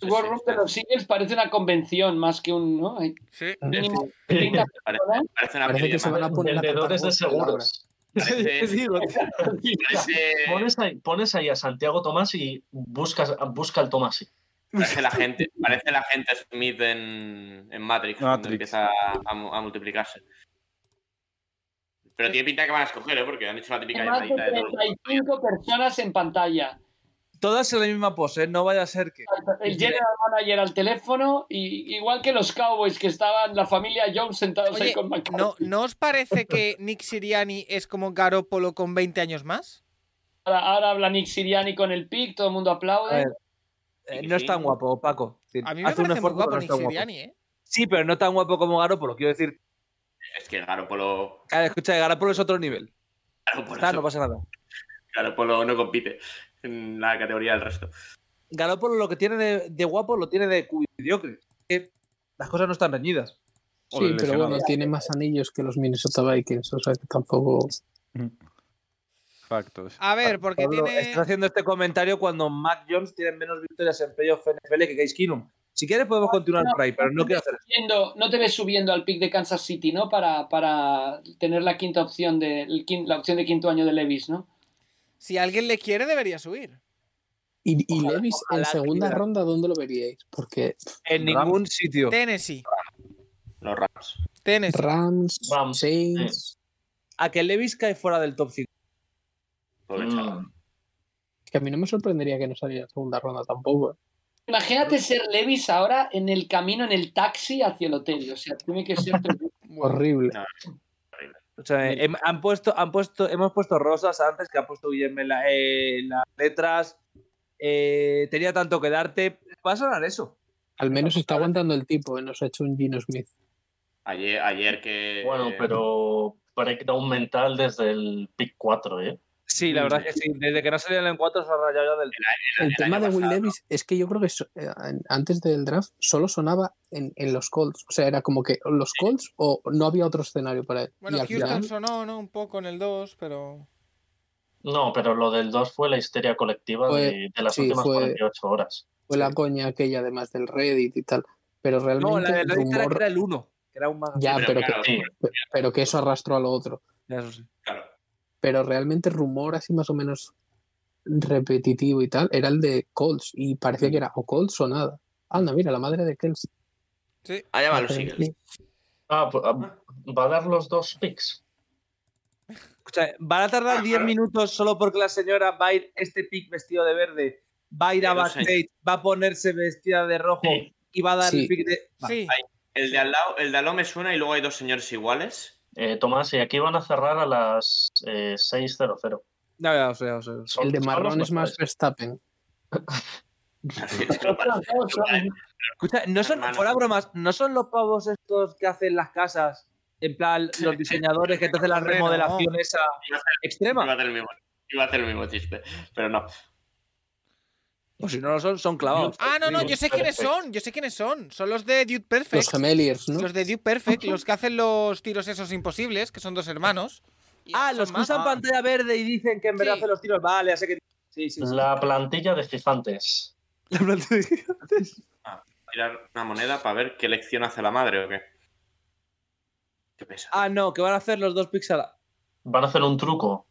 [SPEAKER 2] Sí,
[SPEAKER 4] War
[SPEAKER 2] sí,
[SPEAKER 4] Room
[SPEAKER 2] está-
[SPEAKER 4] de los Eagles parece una convención más que un. ¿no? Hay
[SPEAKER 1] Sí.
[SPEAKER 4] mínimo
[SPEAKER 6] Sí.
[SPEAKER 4] 30
[SPEAKER 2] Pare-
[SPEAKER 4] personas.
[SPEAKER 2] Parece una
[SPEAKER 9] Parece que se van
[SPEAKER 2] videollamada.
[SPEAKER 9] a poner a
[SPEAKER 6] vendedores de
[SPEAKER 9] catar golpes ahora.
[SPEAKER 6] seguros.
[SPEAKER 2] Parece-
[SPEAKER 5] Sí, digo, tío.
[SPEAKER 2] parece-
[SPEAKER 6] Pones ahí, pones ahí a Santiago Tomás y buscas, busca al Tomás.
[SPEAKER 2] Parece la gente, parece la gente Smith en, en Matrix, cuando
[SPEAKER 7] Matrix.
[SPEAKER 2] empieza a, mu- a multiplicarse. Pero tiene pinta que van a escoger, ¿eh? Porque han hecho la típica
[SPEAKER 4] Más de
[SPEAKER 2] llamadita de todo.
[SPEAKER 4] 35 personas en pantalla.
[SPEAKER 5] Todas en la misma pose, ¿eh? no vaya a ser que.
[SPEAKER 4] El general manager al teléfono, y, igual que los Cowboys que estaban la familia Jones sentados
[SPEAKER 1] Oye,
[SPEAKER 4] ahí con McCarthy.
[SPEAKER 1] ¿No, ¿No os parece que Nick Siriani es como Garópolo con 20 años más?
[SPEAKER 4] Ahora, ahora habla Nick Siriani con el pick, todo el mundo
[SPEAKER 5] A
[SPEAKER 4] aplaude.
[SPEAKER 5] ver, eh, no es tan guapo, Paco. Es decir,
[SPEAKER 1] A mí me
[SPEAKER 5] hace un
[SPEAKER 1] parece muy
[SPEAKER 5] esfuerzo,
[SPEAKER 1] guapo
[SPEAKER 5] pero no es
[SPEAKER 1] Nick
[SPEAKER 5] tan guapo.
[SPEAKER 1] Siriani, ¿eh?
[SPEAKER 5] Sí, pero no tan guapo como Garopolo. Quiero decir,
[SPEAKER 2] Es que Garopolo,
[SPEAKER 5] claro, escucha, Garopolo es otro nivel.
[SPEAKER 2] Garopolo,
[SPEAKER 5] Está,
[SPEAKER 2] es-
[SPEAKER 5] no pasa nada.
[SPEAKER 2] Garopolo no compite en la categoría del resto.
[SPEAKER 5] Garopolo lo que tiene de, de guapo lo tiene de cu- mediocre. Que las cosas no están reñidas.
[SPEAKER 7] O
[SPEAKER 9] Sí,
[SPEAKER 7] de
[SPEAKER 9] pero
[SPEAKER 7] lesionado.
[SPEAKER 9] bueno, tiene más anillos que los Minnesota Vikings, o sea que tampoco.
[SPEAKER 7] Factos.
[SPEAKER 1] A ver, porque
[SPEAKER 5] Pablo,
[SPEAKER 1] tiene.
[SPEAKER 5] Estás haciendo este comentario cuando Mac Jones tiene menos victorias en playoff NFL que Case Keenum. Si quieres podemos continuar por ahí, pero no quiero hacer eso.
[SPEAKER 4] Yendo- no te ves subiendo al pick de Kansas City, ¿no? Para, para tener la quinta opción de el quin- la opción de quinto año de Levis, ¿no?
[SPEAKER 1] Si alguien le quiere, debería subir.
[SPEAKER 9] Y, y Levis en
[SPEAKER 5] ojalá
[SPEAKER 9] segunda
[SPEAKER 5] quiera.
[SPEAKER 9] ronda, ¿dónde lo veríais? Porque
[SPEAKER 5] En
[SPEAKER 7] Rams.
[SPEAKER 5] ningún sitio.
[SPEAKER 1] Tennessee.
[SPEAKER 2] Los Rams.
[SPEAKER 1] Tennessee.
[SPEAKER 9] Rams,
[SPEAKER 6] Rams,
[SPEAKER 9] Saints,
[SPEAKER 5] A que Levis cae fuera del top 5.
[SPEAKER 2] Pobre
[SPEAKER 6] Mm.
[SPEAKER 2] chaval.
[SPEAKER 9] que a mí no me sorprendería que no saliera en segunda ronda tampoco. ¿eh?
[SPEAKER 4] Imagínate ser Levis ahora en el camino, en el taxi hacia el hotel. O sea, tiene que ser tremendo.
[SPEAKER 9] Horrible.
[SPEAKER 5] O sea, hem- han puesto, han puesto, hemos puesto rosas antes que ha puesto Guillermo en la- eh, en las letras. Eh, tenía tanto que darte. Va a sonar eso.
[SPEAKER 9] Al menos está aguantando el tipo, ¿eh? nos ha hecho un Gino Smith.
[SPEAKER 2] Ayer, ayer que. eh,
[SPEAKER 6] Bueno, pero breakdown mental desde el pick 4, ¿eh?
[SPEAKER 5] Sí, la verdad es que sí. Desde que no salía en 4 se ha rayado ya del.
[SPEAKER 9] El
[SPEAKER 2] el
[SPEAKER 9] tema
[SPEAKER 2] año
[SPEAKER 9] de Will
[SPEAKER 2] pasado,
[SPEAKER 9] Levis es que yo creo que so- eh, an- antes del draft solo sonaba en, en los Colts. O sea, era como que los Colts o no había otro escenario para él.
[SPEAKER 1] Bueno,
[SPEAKER 9] y al
[SPEAKER 1] Houston
[SPEAKER 9] final,
[SPEAKER 1] sonó, ¿no? Un poco en el 2, pero.
[SPEAKER 6] No, pero lo del 2 fue la histeria colectiva
[SPEAKER 9] Fue-
[SPEAKER 6] de, de las
[SPEAKER 9] sí,
[SPEAKER 6] últimas
[SPEAKER 9] fue-
[SPEAKER 6] 48 horas.
[SPEAKER 9] fue la coña aquella además del Reddit y tal. Pero realmente.
[SPEAKER 5] No, la de
[SPEAKER 9] el
[SPEAKER 5] Lloyd era que
[SPEAKER 9] rumor-
[SPEAKER 5] era el 1, que era un magazine.
[SPEAKER 9] Ya, pero, que, pero que eso arrastró a lo otro.
[SPEAKER 5] Eso sí.
[SPEAKER 9] Pero realmente el rumor así más o menos repetitivo y tal era el de Colts y parecía que era o Colts o nada. Anda, mira, la madre de Kelsey.
[SPEAKER 2] Allá van los
[SPEAKER 9] Sí.
[SPEAKER 2] Eagles.
[SPEAKER 6] Ah, pues, ah, va a dar los dos picks.
[SPEAKER 5] Escucha, van a tardar 10 minutos solo porque la señora va a ir este pick vestido de verde, va a ir a
[SPEAKER 2] Pero,
[SPEAKER 5] backstage, va a ponerse vestida de rojo
[SPEAKER 6] Sí.
[SPEAKER 5] y va a dar
[SPEAKER 9] Sí.
[SPEAKER 5] el pick de. Va.
[SPEAKER 1] Sí.
[SPEAKER 2] Ahí. El de al lado, el de al lado me suena y luego hay dos señores iguales.
[SPEAKER 6] Eh, Tomás, y aquí van a cerrar a las eh, 6.00.
[SPEAKER 5] Ya, ya lo sé, ya lo sé.
[SPEAKER 6] Son-
[SPEAKER 9] El de
[SPEAKER 6] son
[SPEAKER 9] marrón
[SPEAKER 6] los
[SPEAKER 9] es más Verstappen.
[SPEAKER 2] Así es, lo parece.
[SPEAKER 5] Escucha, no son,
[SPEAKER 2] Hermano.
[SPEAKER 5] fuera bromas, no son los pavos estos que hacen las casas, en plan, los diseñadores que te hacen la
[SPEAKER 1] Hombre, no.
[SPEAKER 5] remodelación esa
[SPEAKER 2] Iba a
[SPEAKER 5] extrema.
[SPEAKER 2] hacer el mismo, iba a hacer el mismo chiste, pero no.
[SPEAKER 5] Pues si no lo son, son clavados.
[SPEAKER 1] Ah, no, no,
[SPEAKER 6] Dude
[SPEAKER 1] yo sé quiénes
[SPEAKER 6] Perfect.
[SPEAKER 1] son, yo sé quiénes son. Son los de Dude Perfect.
[SPEAKER 9] Los gemeliers, ¿no?
[SPEAKER 1] Los de Dude Perfect, los que hacen los tiros esos imposibles, que son dos hermanos. Y
[SPEAKER 5] Ah,
[SPEAKER 1] son
[SPEAKER 5] los que
[SPEAKER 1] más.
[SPEAKER 5] usan pantalla verde y dicen que en verdad
[SPEAKER 1] Sí.
[SPEAKER 5] hacen los tiros. Vale, así que. Sí, sí, sí.
[SPEAKER 6] La plantilla de gigantes.
[SPEAKER 5] La plantilla.
[SPEAKER 2] Tirar una moneda para ver qué lección hace la madre o qué. Qué pesa.
[SPEAKER 5] Ah, no, que van a hacer los dos picks a la-
[SPEAKER 6] Van a hacer un truco.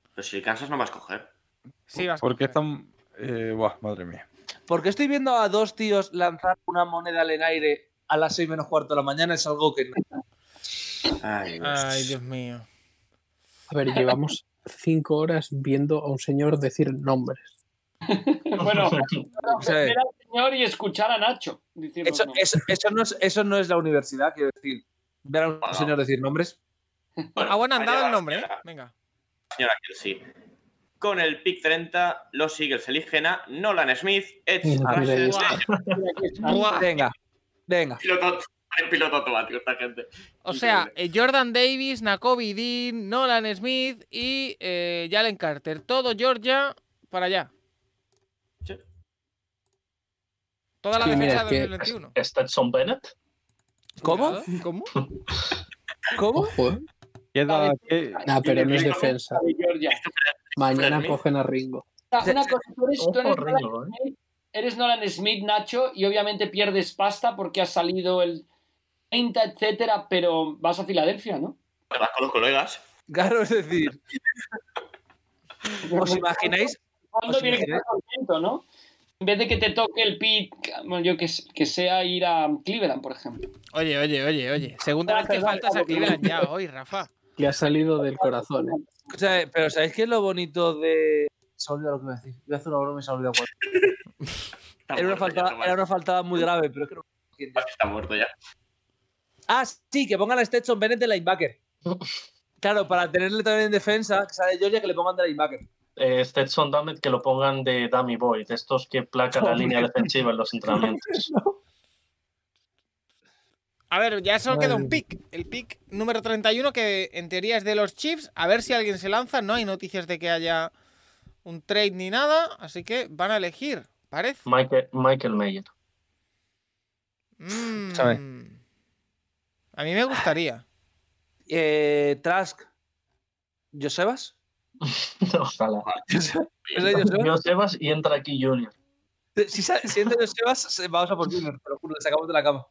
[SPEAKER 2] Pero Pues si cansas no vas a coger.
[SPEAKER 1] Sí, vas-
[SPEAKER 7] Porque están. Eh, buah, madre mía.
[SPEAKER 5] Porque estoy viendo a dos tíos lanzar una moneda al aire a las 6 menos cuarto de la mañana. Es algo que. no-
[SPEAKER 2] Ay,
[SPEAKER 1] Ay, Dios mío.
[SPEAKER 9] A ver, llevamos cinco horas viendo a un señor decir nombres.
[SPEAKER 4] bueno,
[SPEAKER 5] o sea,
[SPEAKER 4] ver al señor y escuchar a Nacho. decirnos
[SPEAKER 5] eso,
[SPEAKER 4] nombres.
[SPEAKER 5] eso- eso no es, eso no es la universidad, quiero decir. Ver a un
[SPEAKER 2] Bueno.
[SPEAKER 5] señor decir nombres.
[SPEAKER 2] Bueno,
[SPEAKER 1] Ah, bueno, han
[SPEAKER 2] ahí
[SPEAKER 1] dado
[SPEAKER 2] va
[SPEAKER 1] el
[SPEAKER 2] la
[SPEAKER 1] nombre, ¿eh?
[SPEAKER 2] señora-
[SPEAKER 1] Venga.
[SPEAKER 2] señora Kelsey. Con el pick 30, los Eagles eligen a Nolan Smith, Edge
[SPEAKER 9] Mira,
[SPEAKER 2] Russell,
[SPEAKER 9] mira,
[SPEAKER 4] Mira, aquí está.
[SPEAKER 1] Buah.
[SPEAKER 5] Venga, venga.
[SPEAKER 2] piloto, hay piloto automático esta gente.
[SPEAKER 1] O sea, eh, Jordan Davis, Nakobe Dean, Nolan Smith y eh, Jalen Carter. Todo Georgia para allá.
[SPEAKER 2] Sí.
[SPEAKER 1] Toda la
[SPEAKER 9] Sí, mira,
[SPEAKER 1] defensa
[SPEAKER 9] es que-
[SPEAKER 1] de 2021.
[SPEAKER 6] Stetson Bennett.
[SPEAKER 5] ¿Cómo?
[SPEAKER 1] Cuidado, ¿Cómo?
[SPEAKER 5] ¿Cómo?
[SPEAKER 9] Ojo, ¿eh?
[SPEAKER 7] Queda.
[SPEAKER 4] Vale.
[SPEAKER 7] ¿qué?
[SPEAKER 9] Nah, pero no es
[SPEAKER 2] Ringo.
[SPEAKER 9] defensa.
[SPEAKER 4] De Georgia.
[SPEAKER 9] Mañana
[SPEAKER 2] Fermín.
[SPEAKER 9] cogen a Ringo.
[SPEAKER 4] Una cosa, tú eres- tú
[SPEAKER 6] Ojo,
[SPEAKER 4] eres Nolan
[SPEAKER 6] Ringo, ¿eh?
[SPEAKER 4] eres Nolan Smith, Nacho, y obviamente pierdes pasta porque ha salido el 30, etcétera, pero vas a Filadelfia, ¿no?
[SPEAKER 2] Te vas con los colegas.
[SPEAKER 5] Claro, es decir. ¿Os imagináis?
[SPEAKER 4] Cuando
[SPEAKER 5] Os
[SPEAKER 4] tiene que estar contento, ¿no? En vez de que te toque el pit, bueno, yo que, s- que sea ir a Cleveland, por ejemplo.
[SPEAKER 1] Oye, oye, oye, oye. Segunda
[SPEAKER 4] Ah,
[SPEAKER 1] vez que
[SPEAKER 4] perdón,
[SPEAKER 1] faltas a
[SPEAKER 4] perdón.
[SPEAKER 1] Cleveland ya hoy, Rafa.
[SPEAKER 9] Le ha salido del corazón. ¿eh?
[SPEAKER 5] O sea, pero ¿sabéis qué es lo bonito de.? Se me ha olvidado lo que iba a decir. Iba a hacer una broma y se me ha olvidado cuál. Era una,
[SPEAKER 2] muerto ya,
[SPEAKER 5] faltada,
[SPEAKER 2] Tomás.
[SPEAKER 5] era una faltada muy grave, pero es que no.
[SPEAKER 2] Pues Está muerto ya.
[SPEAKER 5] Ah, sí, que pongan a Stetson Bennett de linebacker. Claro, para tenerle también en defensa, que sea de Georgia, que le pongan de linebacker.
[SPEAKER 6] Eh, Stetson Bennett que lo pongan de Dummy Boy, de estos que placan la
[SPEAKER 5] Hombre.
[SPEAKER 6] línea defensiva en los entrenamientos.
[SPEAKER 1] A ver, ya solo queda un
[SPEAKER 9] Madre
[SPEAKER 1] pick. El pick número 31, que en teoría es de los Chiefs. A ver si alguien se lanza. No hay noticias de que haya un trade ni nada. Así que van a elegir, parece.
[SPEAKER 6] Michael, Michael Mayer.
[SPEAKER 1] Mm.
[SPEAKER 5] Escúchame.
[SPEAKER 1] A mí me gustaría.
[SPEAKER 5] Eh, Trask. ¿Josebas?
[SPEAKER 6] Ojalá.
[SPEAKER 5] ¿Es de Josebas?
[SPEAKER 6] Josebas y entra aquí Junior.
[SPEAKER 5] Si, sa- si entra Josebas, se- vamos a por Junior, te lo juro, le sacamos de la cama.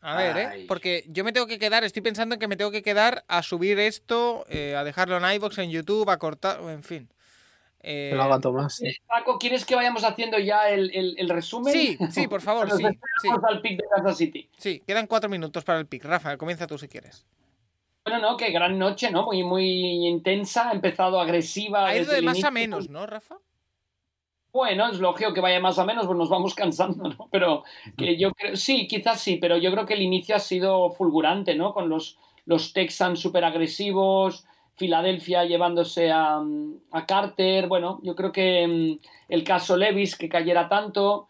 [SPEAKER 1] A ver, ¿eh?
[SPEAKER 2] Ay.
[SPEAKER 1] Porque yo me tengo que quedar, estoy pensando en que me tengo que quedar a subir esto, eh, a dejarlo en iBox, en YouTube, a cortar, en fin. Eh,
[SPEAKER 9] Que lo haga Tomás.
[SPEAKER 4] Paco, ¿quieres que vayamos haciendo ya el, el- el resumen?
[SPEAKER 1] sí, sí, por favor,
[SPEAKER 4] Nos
[SPEAKER 1] sí, sí,
[SPEAKER 4] Vamos al pick de Kansas City.
[SPEAKER 1] sí. Quedan cuatro minutos para el pick. Rafa, comienza tú si quieres.
[SPEAKER 4] Bueno, no, que gran noche, ¿no? Muy, muy intensa, ha empezado agresiva.
[SPEAKER 1] Ha ido
[SPEAKER 4] desde
[SPEAKER 1] de
[SPEAKER 4] el
[SPEAKER 1] más a
[SPEAKER 4] inicio.
[SPEAKER 1] menos, ¿no, Rafa?
[SPEAKER 4] Bueno, es lógico que vaya más a menos, pues nos vamos cansando, ¿no? Pero que yo creo, sí, quizás sí, pero yo creo que el inicio ha sido fulgurante, ¿no? Con los, los Texans súper agresivos, Filadelfia llevándose a, mm, a Carter, bueno, yo creo que mm, el caso Levis que cayera tanto,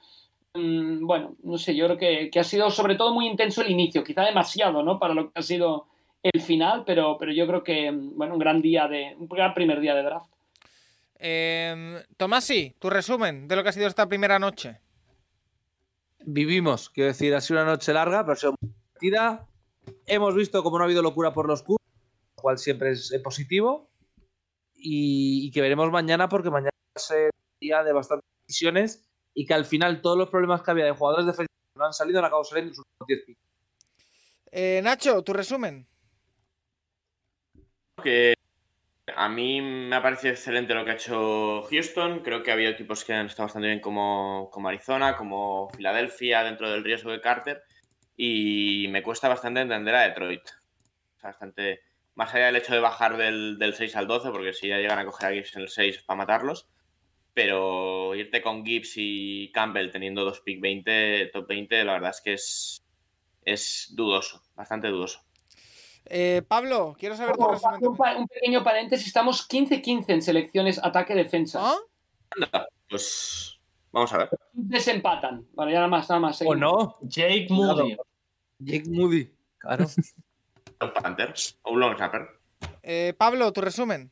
[SPEAKER 4] mm, bueno, no sé, yo creo que, que ha sido sobre todo muy intenso el inicio, quizá demasiado, ¿no? Para lo que ha sido el final, pero, pero yo creo que, mm, bueno, un gran día de, un gran primer día de draft.
[SPEAKER 1] Eh, Tomás, sí, tu resumen de lo que ha sido esta primera noche.
[SPEAKER 5] Vivimos, quiero decir, ha sido una noche larga, pero ha sido muy divertida. Hemos visto como no ha habido locura por los Q, lo cual siempre es eh, positivo. Y, y que veremos mañana, porque mañana va a ser un día de bastantes decisiones y que al final todos los problemas que había de jugadores defensivos que no han salido han acabado saliendo en sus 10 picks.
[SPEAKER 1] Eh, Nacho, tu resumen.
[SPEAKER 2] que a mí me ha parecido excelente lo que ha hecho Houston. Creo que ha habido equipos que han estado bastante bien como, como Arizona, como Filadelfia, dentro del riesgo de Carter. Y me cuesta bastante entender a Detroit. O sea, Bastante, más allá del hecho de bajar del, del 6 al 12, porque si ya llegan a coger a Gibbs en el 6 para matarlos. Pero irte con Gibbs y Campbell teniendo dos pick 20, top 20, la verdad es que es, es dudoso, bastante dudoso.
[SPEAKER 1] Eh, Pablo, quiero saber tu
[SPEAKER 4] Ojo,
[SPEAKER 1] resumen.
[SPEAKER 4] un, pa- un pequeño paréntesis, estamos 15-15 en selecciones ataque-defensa.
[SPEAKER 1] ¿Ah?
[SPEAKER 2] Anda, pues vamos a ver.
[SPEAKER 4] Desempatan. Vale, ya nada más, nada más.
[SPEAKER 5] ¿O no?
[SPEAKER 6] Oh, Jake Moody.
[SPEAKER 5] Jake Moody. Claro.
[SPEAKER 2] Los Panthers o un long snapper.
[SPEAKER 1] Eh, Pablo, tu resumen.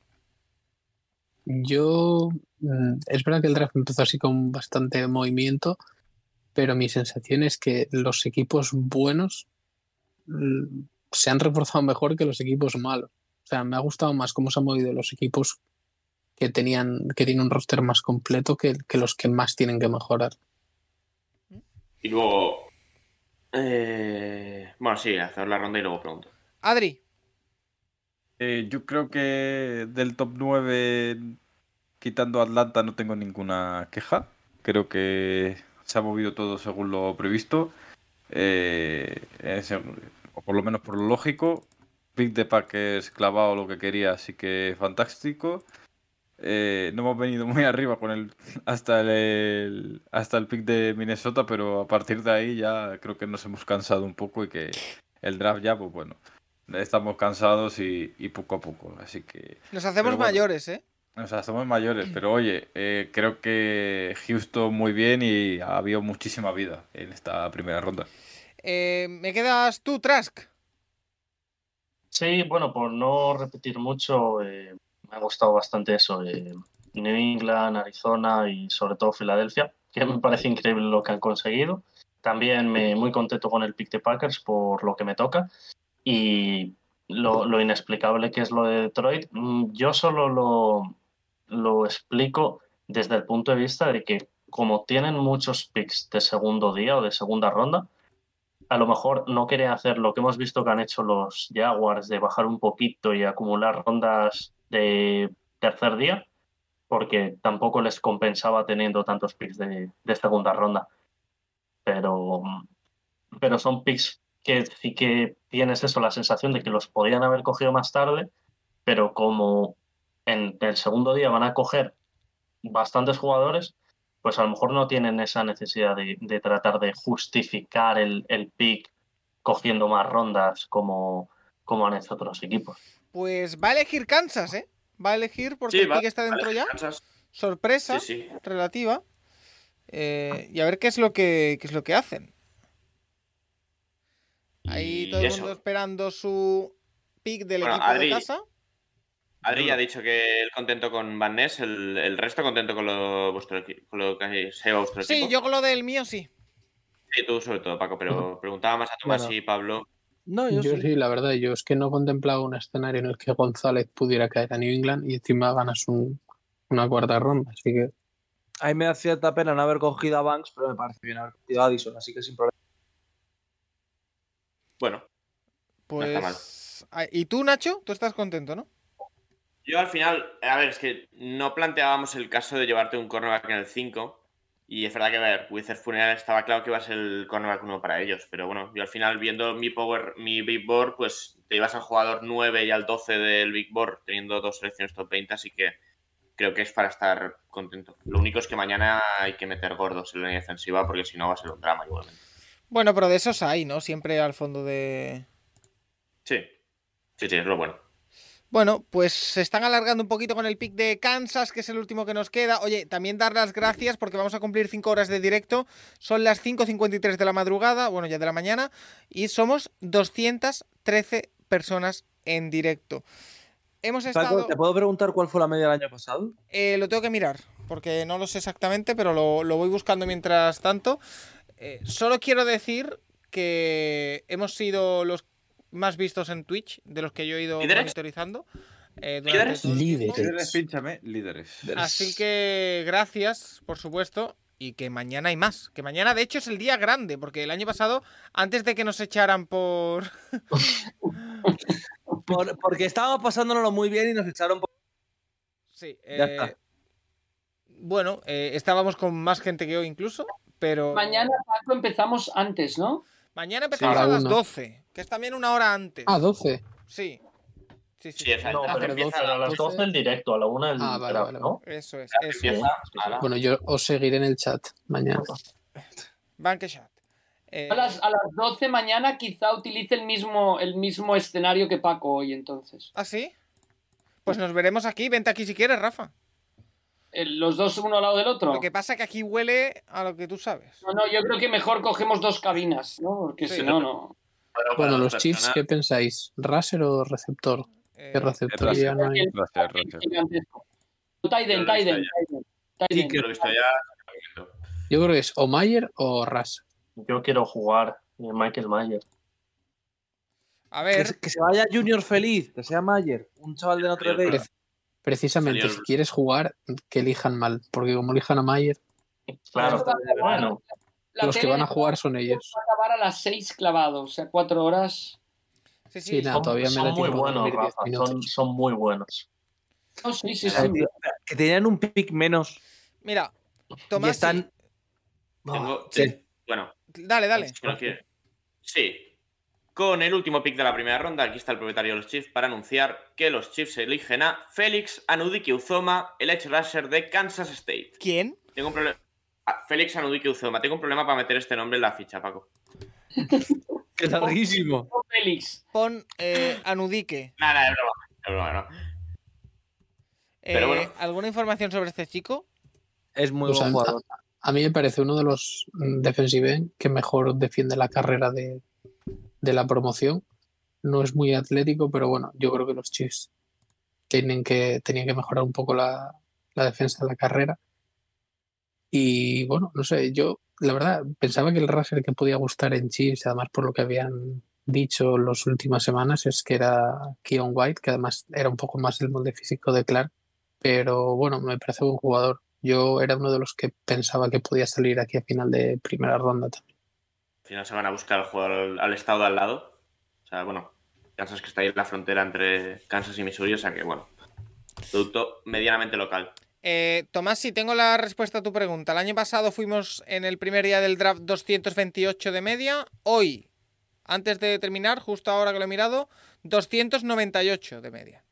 [SPEAKER 9] Yo. mm, Es verdad que el draft empezó así con bastante movimiento, pero mi sensación es que los equipos buenos mm, se han reforzado mejor que los equipos malos. O sea, me ha gustado más cómo se han movido los equipos que tenían, que tienen un roster más completo que, que los que más tienen que mejorar.
[SPEAKER 2] Y luego. eh, bueno, sí, hacer la ronda y luego pregunto.
[SPEAKER 1] Adri.
[SPEAKER 7] Eh, yo creo que del top 9, quitando Atlanta, no tengo ninguna queja. Creo que se ha movido todo según lo previsto. Eh, eh, se- o por lo menos por lo lógico. Pick de Packers clavado lo que quería, así que fantástico. Eh, no hemos venido muy arriba con el hasta el, el- hasta el pick de Minnesota, pero a partir de ahí ya creo que nos hemos cansado un poco y que el draft ya, pues bueno, estamos cansados y, y poco a poco. Así que
[SPEAKER 1] Nos hacemos
[SPEAKER 7] Pero bueno.
[SPEAKER 1] mayores, ¿eh?
[SPEAKER 7] o sea, somos mayores, pero oye, eh, creo que Houston muy bien y ha habido muchísima vida en esta primera ronda.
[SPEAKER 1] Eh, ¿Me quedas tú, Trask?
[SPEAKER 6] Sí, bueno, por no repetir mucho, eh, me ha gustado bastante eso. eh, New England, Arizona y sobre todo Filadelfia, que me parece increíble lo que han conseguido. También me muy contento con el pick de Packers por lo que me toca. Y lo, lo inexplicable que es lo de Detroit, mm, yo solo lo, lo explico desde el punto de vista de que como tienen muchos picks de segundo día o de segunda ronda, a lo mejor no quiere hacer lo que hemos visto que han hecho los Jaguars de bajar un poquito y acumular rondas de tercer día, porque tampoco les compensaba teniendo tantos picks de, de segunda ronda. Pero, pero son picks que sí que tienes eso, la sensación de que los podían haber cogido más tarde, pero como en el segundo día van a coger bastantes jugadores, pues a lo mejor no tienen esa necesidad de, de tratar de justificar el, el pick cogiendo más rondas como, como han hecho otros equipos.
[SPEAKER 1] Pues va a elegir Kansas, ¿eh? Va a elegir porque
[SPEAKER 2] Sí,
[SPEAKER 1] el
[SPEAKER 2] va-
[SPEAKER 1] pick está dentro
[SPEAKER 2] vale,
[SPEAKER 1] ya.
[SPEAKER 2] Kansas.
[SPEAKER 1] Sorpresa
[SPEAKER 2] Sí, sí.
[SPEAKER 1] relativa. Eh, y a ver qué es lo que qué es lo que hacen. Ahí
[SPEAKER 2] Y
[SPEAKER 1] todo el
[SPEAKER 2] eso.
[SPEAKER 1] mundo esperando su pick del
[SPEAKER 2] Bueno,
[SPEAKER 1] equipo
[SPEAKER 2] Adri.
[SPEAKER 1] de casa.
[SPEAKER 2] Adri ya ha dicho que él contento con Van Ness, el, el resto contento con lo, vuestro, equi- con lo que sea vuestro
[SPEAKER 1] Sí,
[SPEAKER 2] equipo.
[SPEAKER 1] yo con lo del mío sí.
[SPEAKER 2] Sí, tú sobre todo, Paco, pero preguntaba más a Tomás
[SPEAKER 9] Bueno.
[SPEAKER 2] y Pablo.
[SPEAKER 5] No,
[SPEAKER 9] Yo
[SPEAKER 5] yo, sí.
[SPEAKER 9] sí, la verdad, yo es que no contemplaba un escenario en el que González pudiera caer a New England y encima ganas un- una cuarta ronda, así que
[SPEAKER 5] A mí me da cierta pena no haber cogido a Banks, pero me parece bien haber cogido a Addison, así que sin problema.
[SPEAKER 2] Bueno, está mal.
[SPEAKER 1] Pues. ah, ¿Y tú, Nacho? Tú estás contento, ¿no?
[SPEAKER 2] Yo al final, a ver, es que no planteábamos el caso de llevarte un cornerback en el 5. Y es verdad que, a ver, Funeral estaba claro que iba a ser el cornerback 1 para ellos. Pero bueno, yo al final, viendo mi power, mi big board, pues te ibas al jugador 9 y al 12 del big board, teniendo dos selecciones top 20. Así que creo que es para estar contento. Lo único es que mañana hay que meter gordos en la línea defensiva, porque si no va a ser un drama igualmente.
[SPEAKER 1] Bueno, pero de esos hay, ¿no? Siempre al fondo de.
[SPEAKER 2] Sí, sí, sí, es lo bueno.
[SPEAKER 1] Bueno, pues se están alargando un poquito con el pick de Kansas, que es el último que nos queda. Oye, también dar las gracias porque vamos a cumplir 5 horas de directo. Son las 5.53 de la madrugada, bueno, ya de la mañana, y somos 213 personas en directo. Hemos
[SPEAKER 5] Paco,
[SPEAKER 1] estado...
[SPEAKER 5] ¿te puedo preguntar cuál fue la media del año pasado?
[SPEAKER 1] eh, lo tengo que mirar, porque no lo sé exactamente, pero lo, lo voy buscando mientras tanto. Eh, solo quiero decir que hemos sido los más vistos en Twitch, de los que yo he ido
[SPEAKER 2] ¿Líderes?
[SPEAKER 1] monitorizando. eh, durante
[SPEAKER 2] ¿Líderes?
[SPEAKER 1] todo el tiempo.
[SPEAKER 9] Líderes.
[SPEAKER 7] Líderes, pínchame, líderes.
[SPEAKER 1] Así que gracias, por supuesto. y que mañana hay más. Que mañana, de hecho, es el día grande, porque el año pasado, antes de que nos echaran por.
[SPEAKER 5] Por- porque estábamos pasándonos muy bien y nos echaron por.
[SPEAKER 1] Sí,
[SPEAKER 5] Ya
[SPEAKER 1] eh,
[SPEAKER 5] está.
[SPEAKER 1] Bueno, eh, estábamos con más gente que hoy incluso, pero.
[SPEAKER 4] Mañana, Paco, empezamos antes, ¿no?
[SPEAKER 1] Mañana empezamos
[SPEAKER 4] Sí.
[SPEAKER 1] a las
[SPEAKER 4] Cada uno.
[SPEAKER 1] 12, que es también una hora antes.
[SPEAKER 9] Ah, 12.
[SPEAKER 1] Sí. Sí, sí.
[SPEAKER 2] Sí, exacto.
[SPEAKER 6] No,
[SPEAKER 9] Ah,
[SPEAKER 6] pero
[SPEAKER 9] pero
[SPEAKER 6] empieza
[SPEAKER 9] 12,
[SPEAKER 6] a
[SPEAKER 4] Pues,
[SPEAKER 6] las 12 el directo, a la 1 el
[SPEAKER 9] Ah, vale,
[SPEAKER 6] draft,
[SPEAKER 9] vale,
[SPEAKER 6] ¿no?
[SPEAKER 1] Eso es, eso es.
[SPEAKER 2] Empieza a
[SPEAKER 5] Ah.
[SPEAKER 2] la-
[SPEAKER 9] Bueno, yo os seguiré en el chat mañana.
[SPEAKER 1] Bank Shot. Eh,
[SPEAKER 4] A las, a las 12 mañana quizá utilice el mismo, el mismo escenario que Paco hoy, entonces.
[SPEAKER 1] ¿Ah, sí? Pues nos veremos aquí. Vente aquí si quieres, Rafa.
[SPEAKER 4] Eh, Los dos uno al lado del otro.
[SPEAKER 1] Lo que pasa es que aquí huele a lo que tú sabes.
[SPEAKER 4] No, no, yo creo que mejor cogemos dos cabinas, ¿no? Porque
[SPEAKER 1] Sí.
[SPEAKER 4] si no, no.
[SPEAKER 2] Bueno, para
[SPEAKER 9] Bueno,
[SPEAKER 2] las
[SPEAKER 9] los Chiefs,
[SPEAKER 2] personas-
[SPEAKER 9] ¿qué pensáis? ¿Raser o receptor?
[SPEAKER 1] Eh,
[SPEAKER 9] ¿Qué receptor
[SPEAKER 7] Raser.
[SPEAKER 9] ya no hay?
[SPEAKER 7] Gracias, gracias.
[SPEAKER 4] Gigantesco. Tyden,
[SPEAKER 2] Yo lo he visto
[SPEAKER 4] Tyden, Tyden.
[SPEAKER 2] Sí,
[SPEAKER 4] Tyden.
[SPEAKER 2] que lo he visto ya.
[SPEAKER 9] Yo creo que es o Mayer o Raser.
[SPEAKER 6] Yo quiero jugar eh, Michael Mayer.
[SPEAKER 1] a
[SPEAKER 5] Que,
[SPEAKER 1] ver,
[SPEAKER 5] se- que se vaya Junior feliz, que sea Mayer, un chaval de Notre
[SPEAKER 2] Junior
[SPEAKER 5] Dame.
[SPEAKER 9] feliz. Precisamente,
[SPEAKER 2] Señor-
[SPEAKER 9] si quieres jugar, que elijan mal, porque como elijan a Mayer,
[SPEAKER 6] Claro, bueno,
[SPEAKER 4] La
[SPEAKER 9] los que
[SPEAKER 4] tele
[SPEAKER 9] van a
[SPEAKER 4] va
[SPEAKER 9] jugar son ellos.
[SPEAKER 4] a acabar a las 6 clavado, o sea, 4 horas.
[SPEAKER 1] sí, sí.
[SPEAKER 9] Sí, nada,
[SPEAKER 6] son,
[SPEAKER 9] todavía me
[SPEAKER 6] son
[SPEAKER 9] da
[SPEAKER 6] muy
[SPEAKER 9] tiempo de
[SPEAKER 6] buenos,
[SPEAKER 9] dormir 10
[SPEAKER 6] Rafa, son,
[SPEAKER 9] minutos.
[SPEAKER 6] son muy buenos.
[SPEAKER 4] No, Ah, sí, sí, sí.
[SPEAKER 5] Sí, tío, Que tenían un pick menos
[SPEAKER 1] Mira,
[SPEAKER 5] y
[SPEAKER 1] Tomás.
[SPEAKER 5] están.
[SPEAKER 2] Tengo-
[SPEAKER 5] Sí.
[SPEAKER 2] te- Bueno,
[SPEAKER 1] Dale, dale.
[SPEAKER 2] si no quiere- Sí. Con el último pick de la primera ronda, aquí está el propietario de los Chiefs para anunciar que los Chiefs eligen a Félix Anudike Uzoma, el edge rusher de Kansas State.
[SPEAKER 1] ¿Quién?
[SPEAKER 2] Tengo un problema. Félix Anudike Uzoma, tengo un problema para meter este nombre en la ficha, Paco.
[SPEAKER 5] Que larguísimo.
[SPEAKER 4] No, Félix.
[SPEAKER 1] Pon eh, Anudique.
[SPEAKER 2] Nada, es broma. Es broma, ¿no?
[SPEAKER 1] Eh,
[SPEAKER 2] Pero bueno.
[SPEAKER 1] ¿Alguna información sobre este chico?
[SPEAKER 5] Es muy
[SPEAKER 9] O sea,
[SPEAKER 5] buen
[SPEAKER 9] a,
[SPEAKER 5] jugador.
[SPEAKER 9] a mí me parece uno de los mm, defensive end que mejor defiende la carrera de, de la promoción. No es muy atlético, pero bueno, yo creo que los Chiefs tienen que, tenían que mejorar un poco la, la defensa de la carrera. Y bueno, no sé, yo la verdad pensaba que el Raser que podía gustar en Chiefs, además por lo que habían dicho las últimas semanas, es que era Keon White, que además era un poco más el molde físico de Clark, pero bueno, me parece buen jugador. Yo era uno de los que pensaba que podía salir aquí a final de primera ronda también.
[SPEAKER 2] Al final se van a buscar al jugador al estado de al lado. O sea, bueno, Kansas que está ahí en la frontera entre Kansas y Missouri, o sea que bueno. Producto medianamente local.
[SPEAKER 1] Eh, Tomás, si tengo la respuesta a tu pregunta. El año pasado fuimos en el primer día del draft 228 de media. Hoy, antes de terminar, justo ahora que lo he mirado, 298 de media.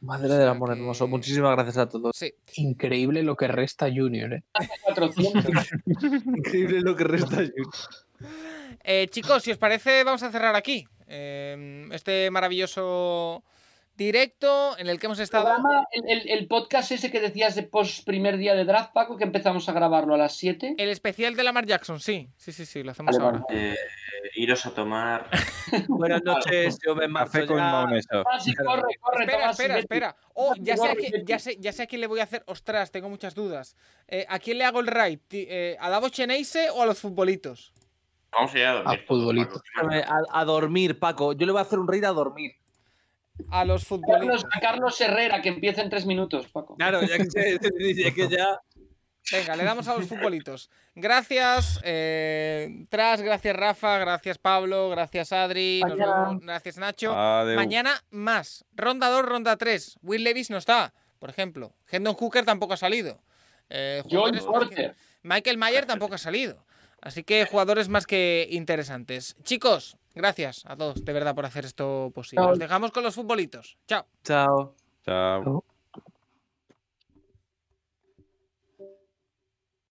[SPEAKER 5] Madre del amor
[SPEAKER 1] O sea que-
[SPEAKER 5] hermoso. Muchísimas gracias a todos.
[SPEAKER 1] Sí.
[SPEAKER 9] Increíble lo que resta Junior, ¿eh?
[SPEAKER 4] 400.
[SPEAKER 5] Increíble lo que resta. Junior.
[SPEAKER 1] Eh, chicos, si os parece, vamos a cerrar aquí. eh, este maravilloso directo en el que hemos estado.
[SPEAKER 4] Programa, el, el- el podcast ese que decías de post primer día de draft, Paco, que empezamos a grabarlo a las 7.
[SPEAKER 1] El especial de Lamar Jackson, sí. Sí, sí, sí, lo hacemos
[SPEAKER 4] Vale,
[SPEAKER 1] ahora.
[SPEAKER 2] Eh, iros a tomar.
[SPEAKER 5] Buenas noches, yo me marcho
[SPEAKER 7] Café con
[SPEAKER 5] ya.
[SPEAKER 7] maonesa.
[SPEAKER 4] Ah, sí, corre, corre,
[SPEAKER 1] Espera,
[SPEAKER 4] Tomás,
[SPEAKER 1] espera,
[SPEAKER 4] sigue.
[SPEAKER 1] espera. Oh,
[SPEAKER 4] Tomás
[SPEAKER 1] ya sé, a
[SPEAKER 4] Ibarra y
[SPEAKER 1] quién- ya, sé, ya sé a quién le voy a hacer. Ostras, tengo muchas dudas. Eh, ¿A quién le hago el raid? Ti- eh, ¿A Davos Cheneise o a los futbolitos?
[SPEAKER 2] Vamos a ir a dormir.
[SPEAKER 9] A futbolito.
[SPEAKER 5] A, eh, a dormir, Paco. Yo le voy a hacer un raid a dormir.
[SPEAKER 1] A los futbolitos.
[SPEAKER 4] Carlos, a Carlos Herrera, que empieza en 3 minutos, Paco.
[SPEAKER 5] Claro, ya que, ya que ya.
[SPEAKER 1] Venga, le damos a los futbolitos. Gracias, eh, Tras, gracias Rafa, gracias Pablo, gracias Adri, nos
[SPEAKER 4] Mañana.
[SPEAKER 1] vemos, gracias Nacho.
[SPEAKER 7] Adeu.
[SPEAKER 1] Mañana más. Ronda 2, ronda 3. Will Levis no está, por ejemplo. Hendon Hooker tampoco ha salido. Eh,
[SPEAKER 4] John
[SPEAKER 1] jugadores más que-
[SPEAKER 4] Porter.
[SPEAKER 1] Michael Mayer tampoco ha salido. Así que jugadores más que interesantes. Chicos, gracias a todos de verdad por hacer esto posible.
[SPEAKER 4] Chao.
[SPEAKER 1] Os dejamos con los futbolitos. Chao.
[SPEAKER 5] Chao.
[SPEAKER 7] Chao.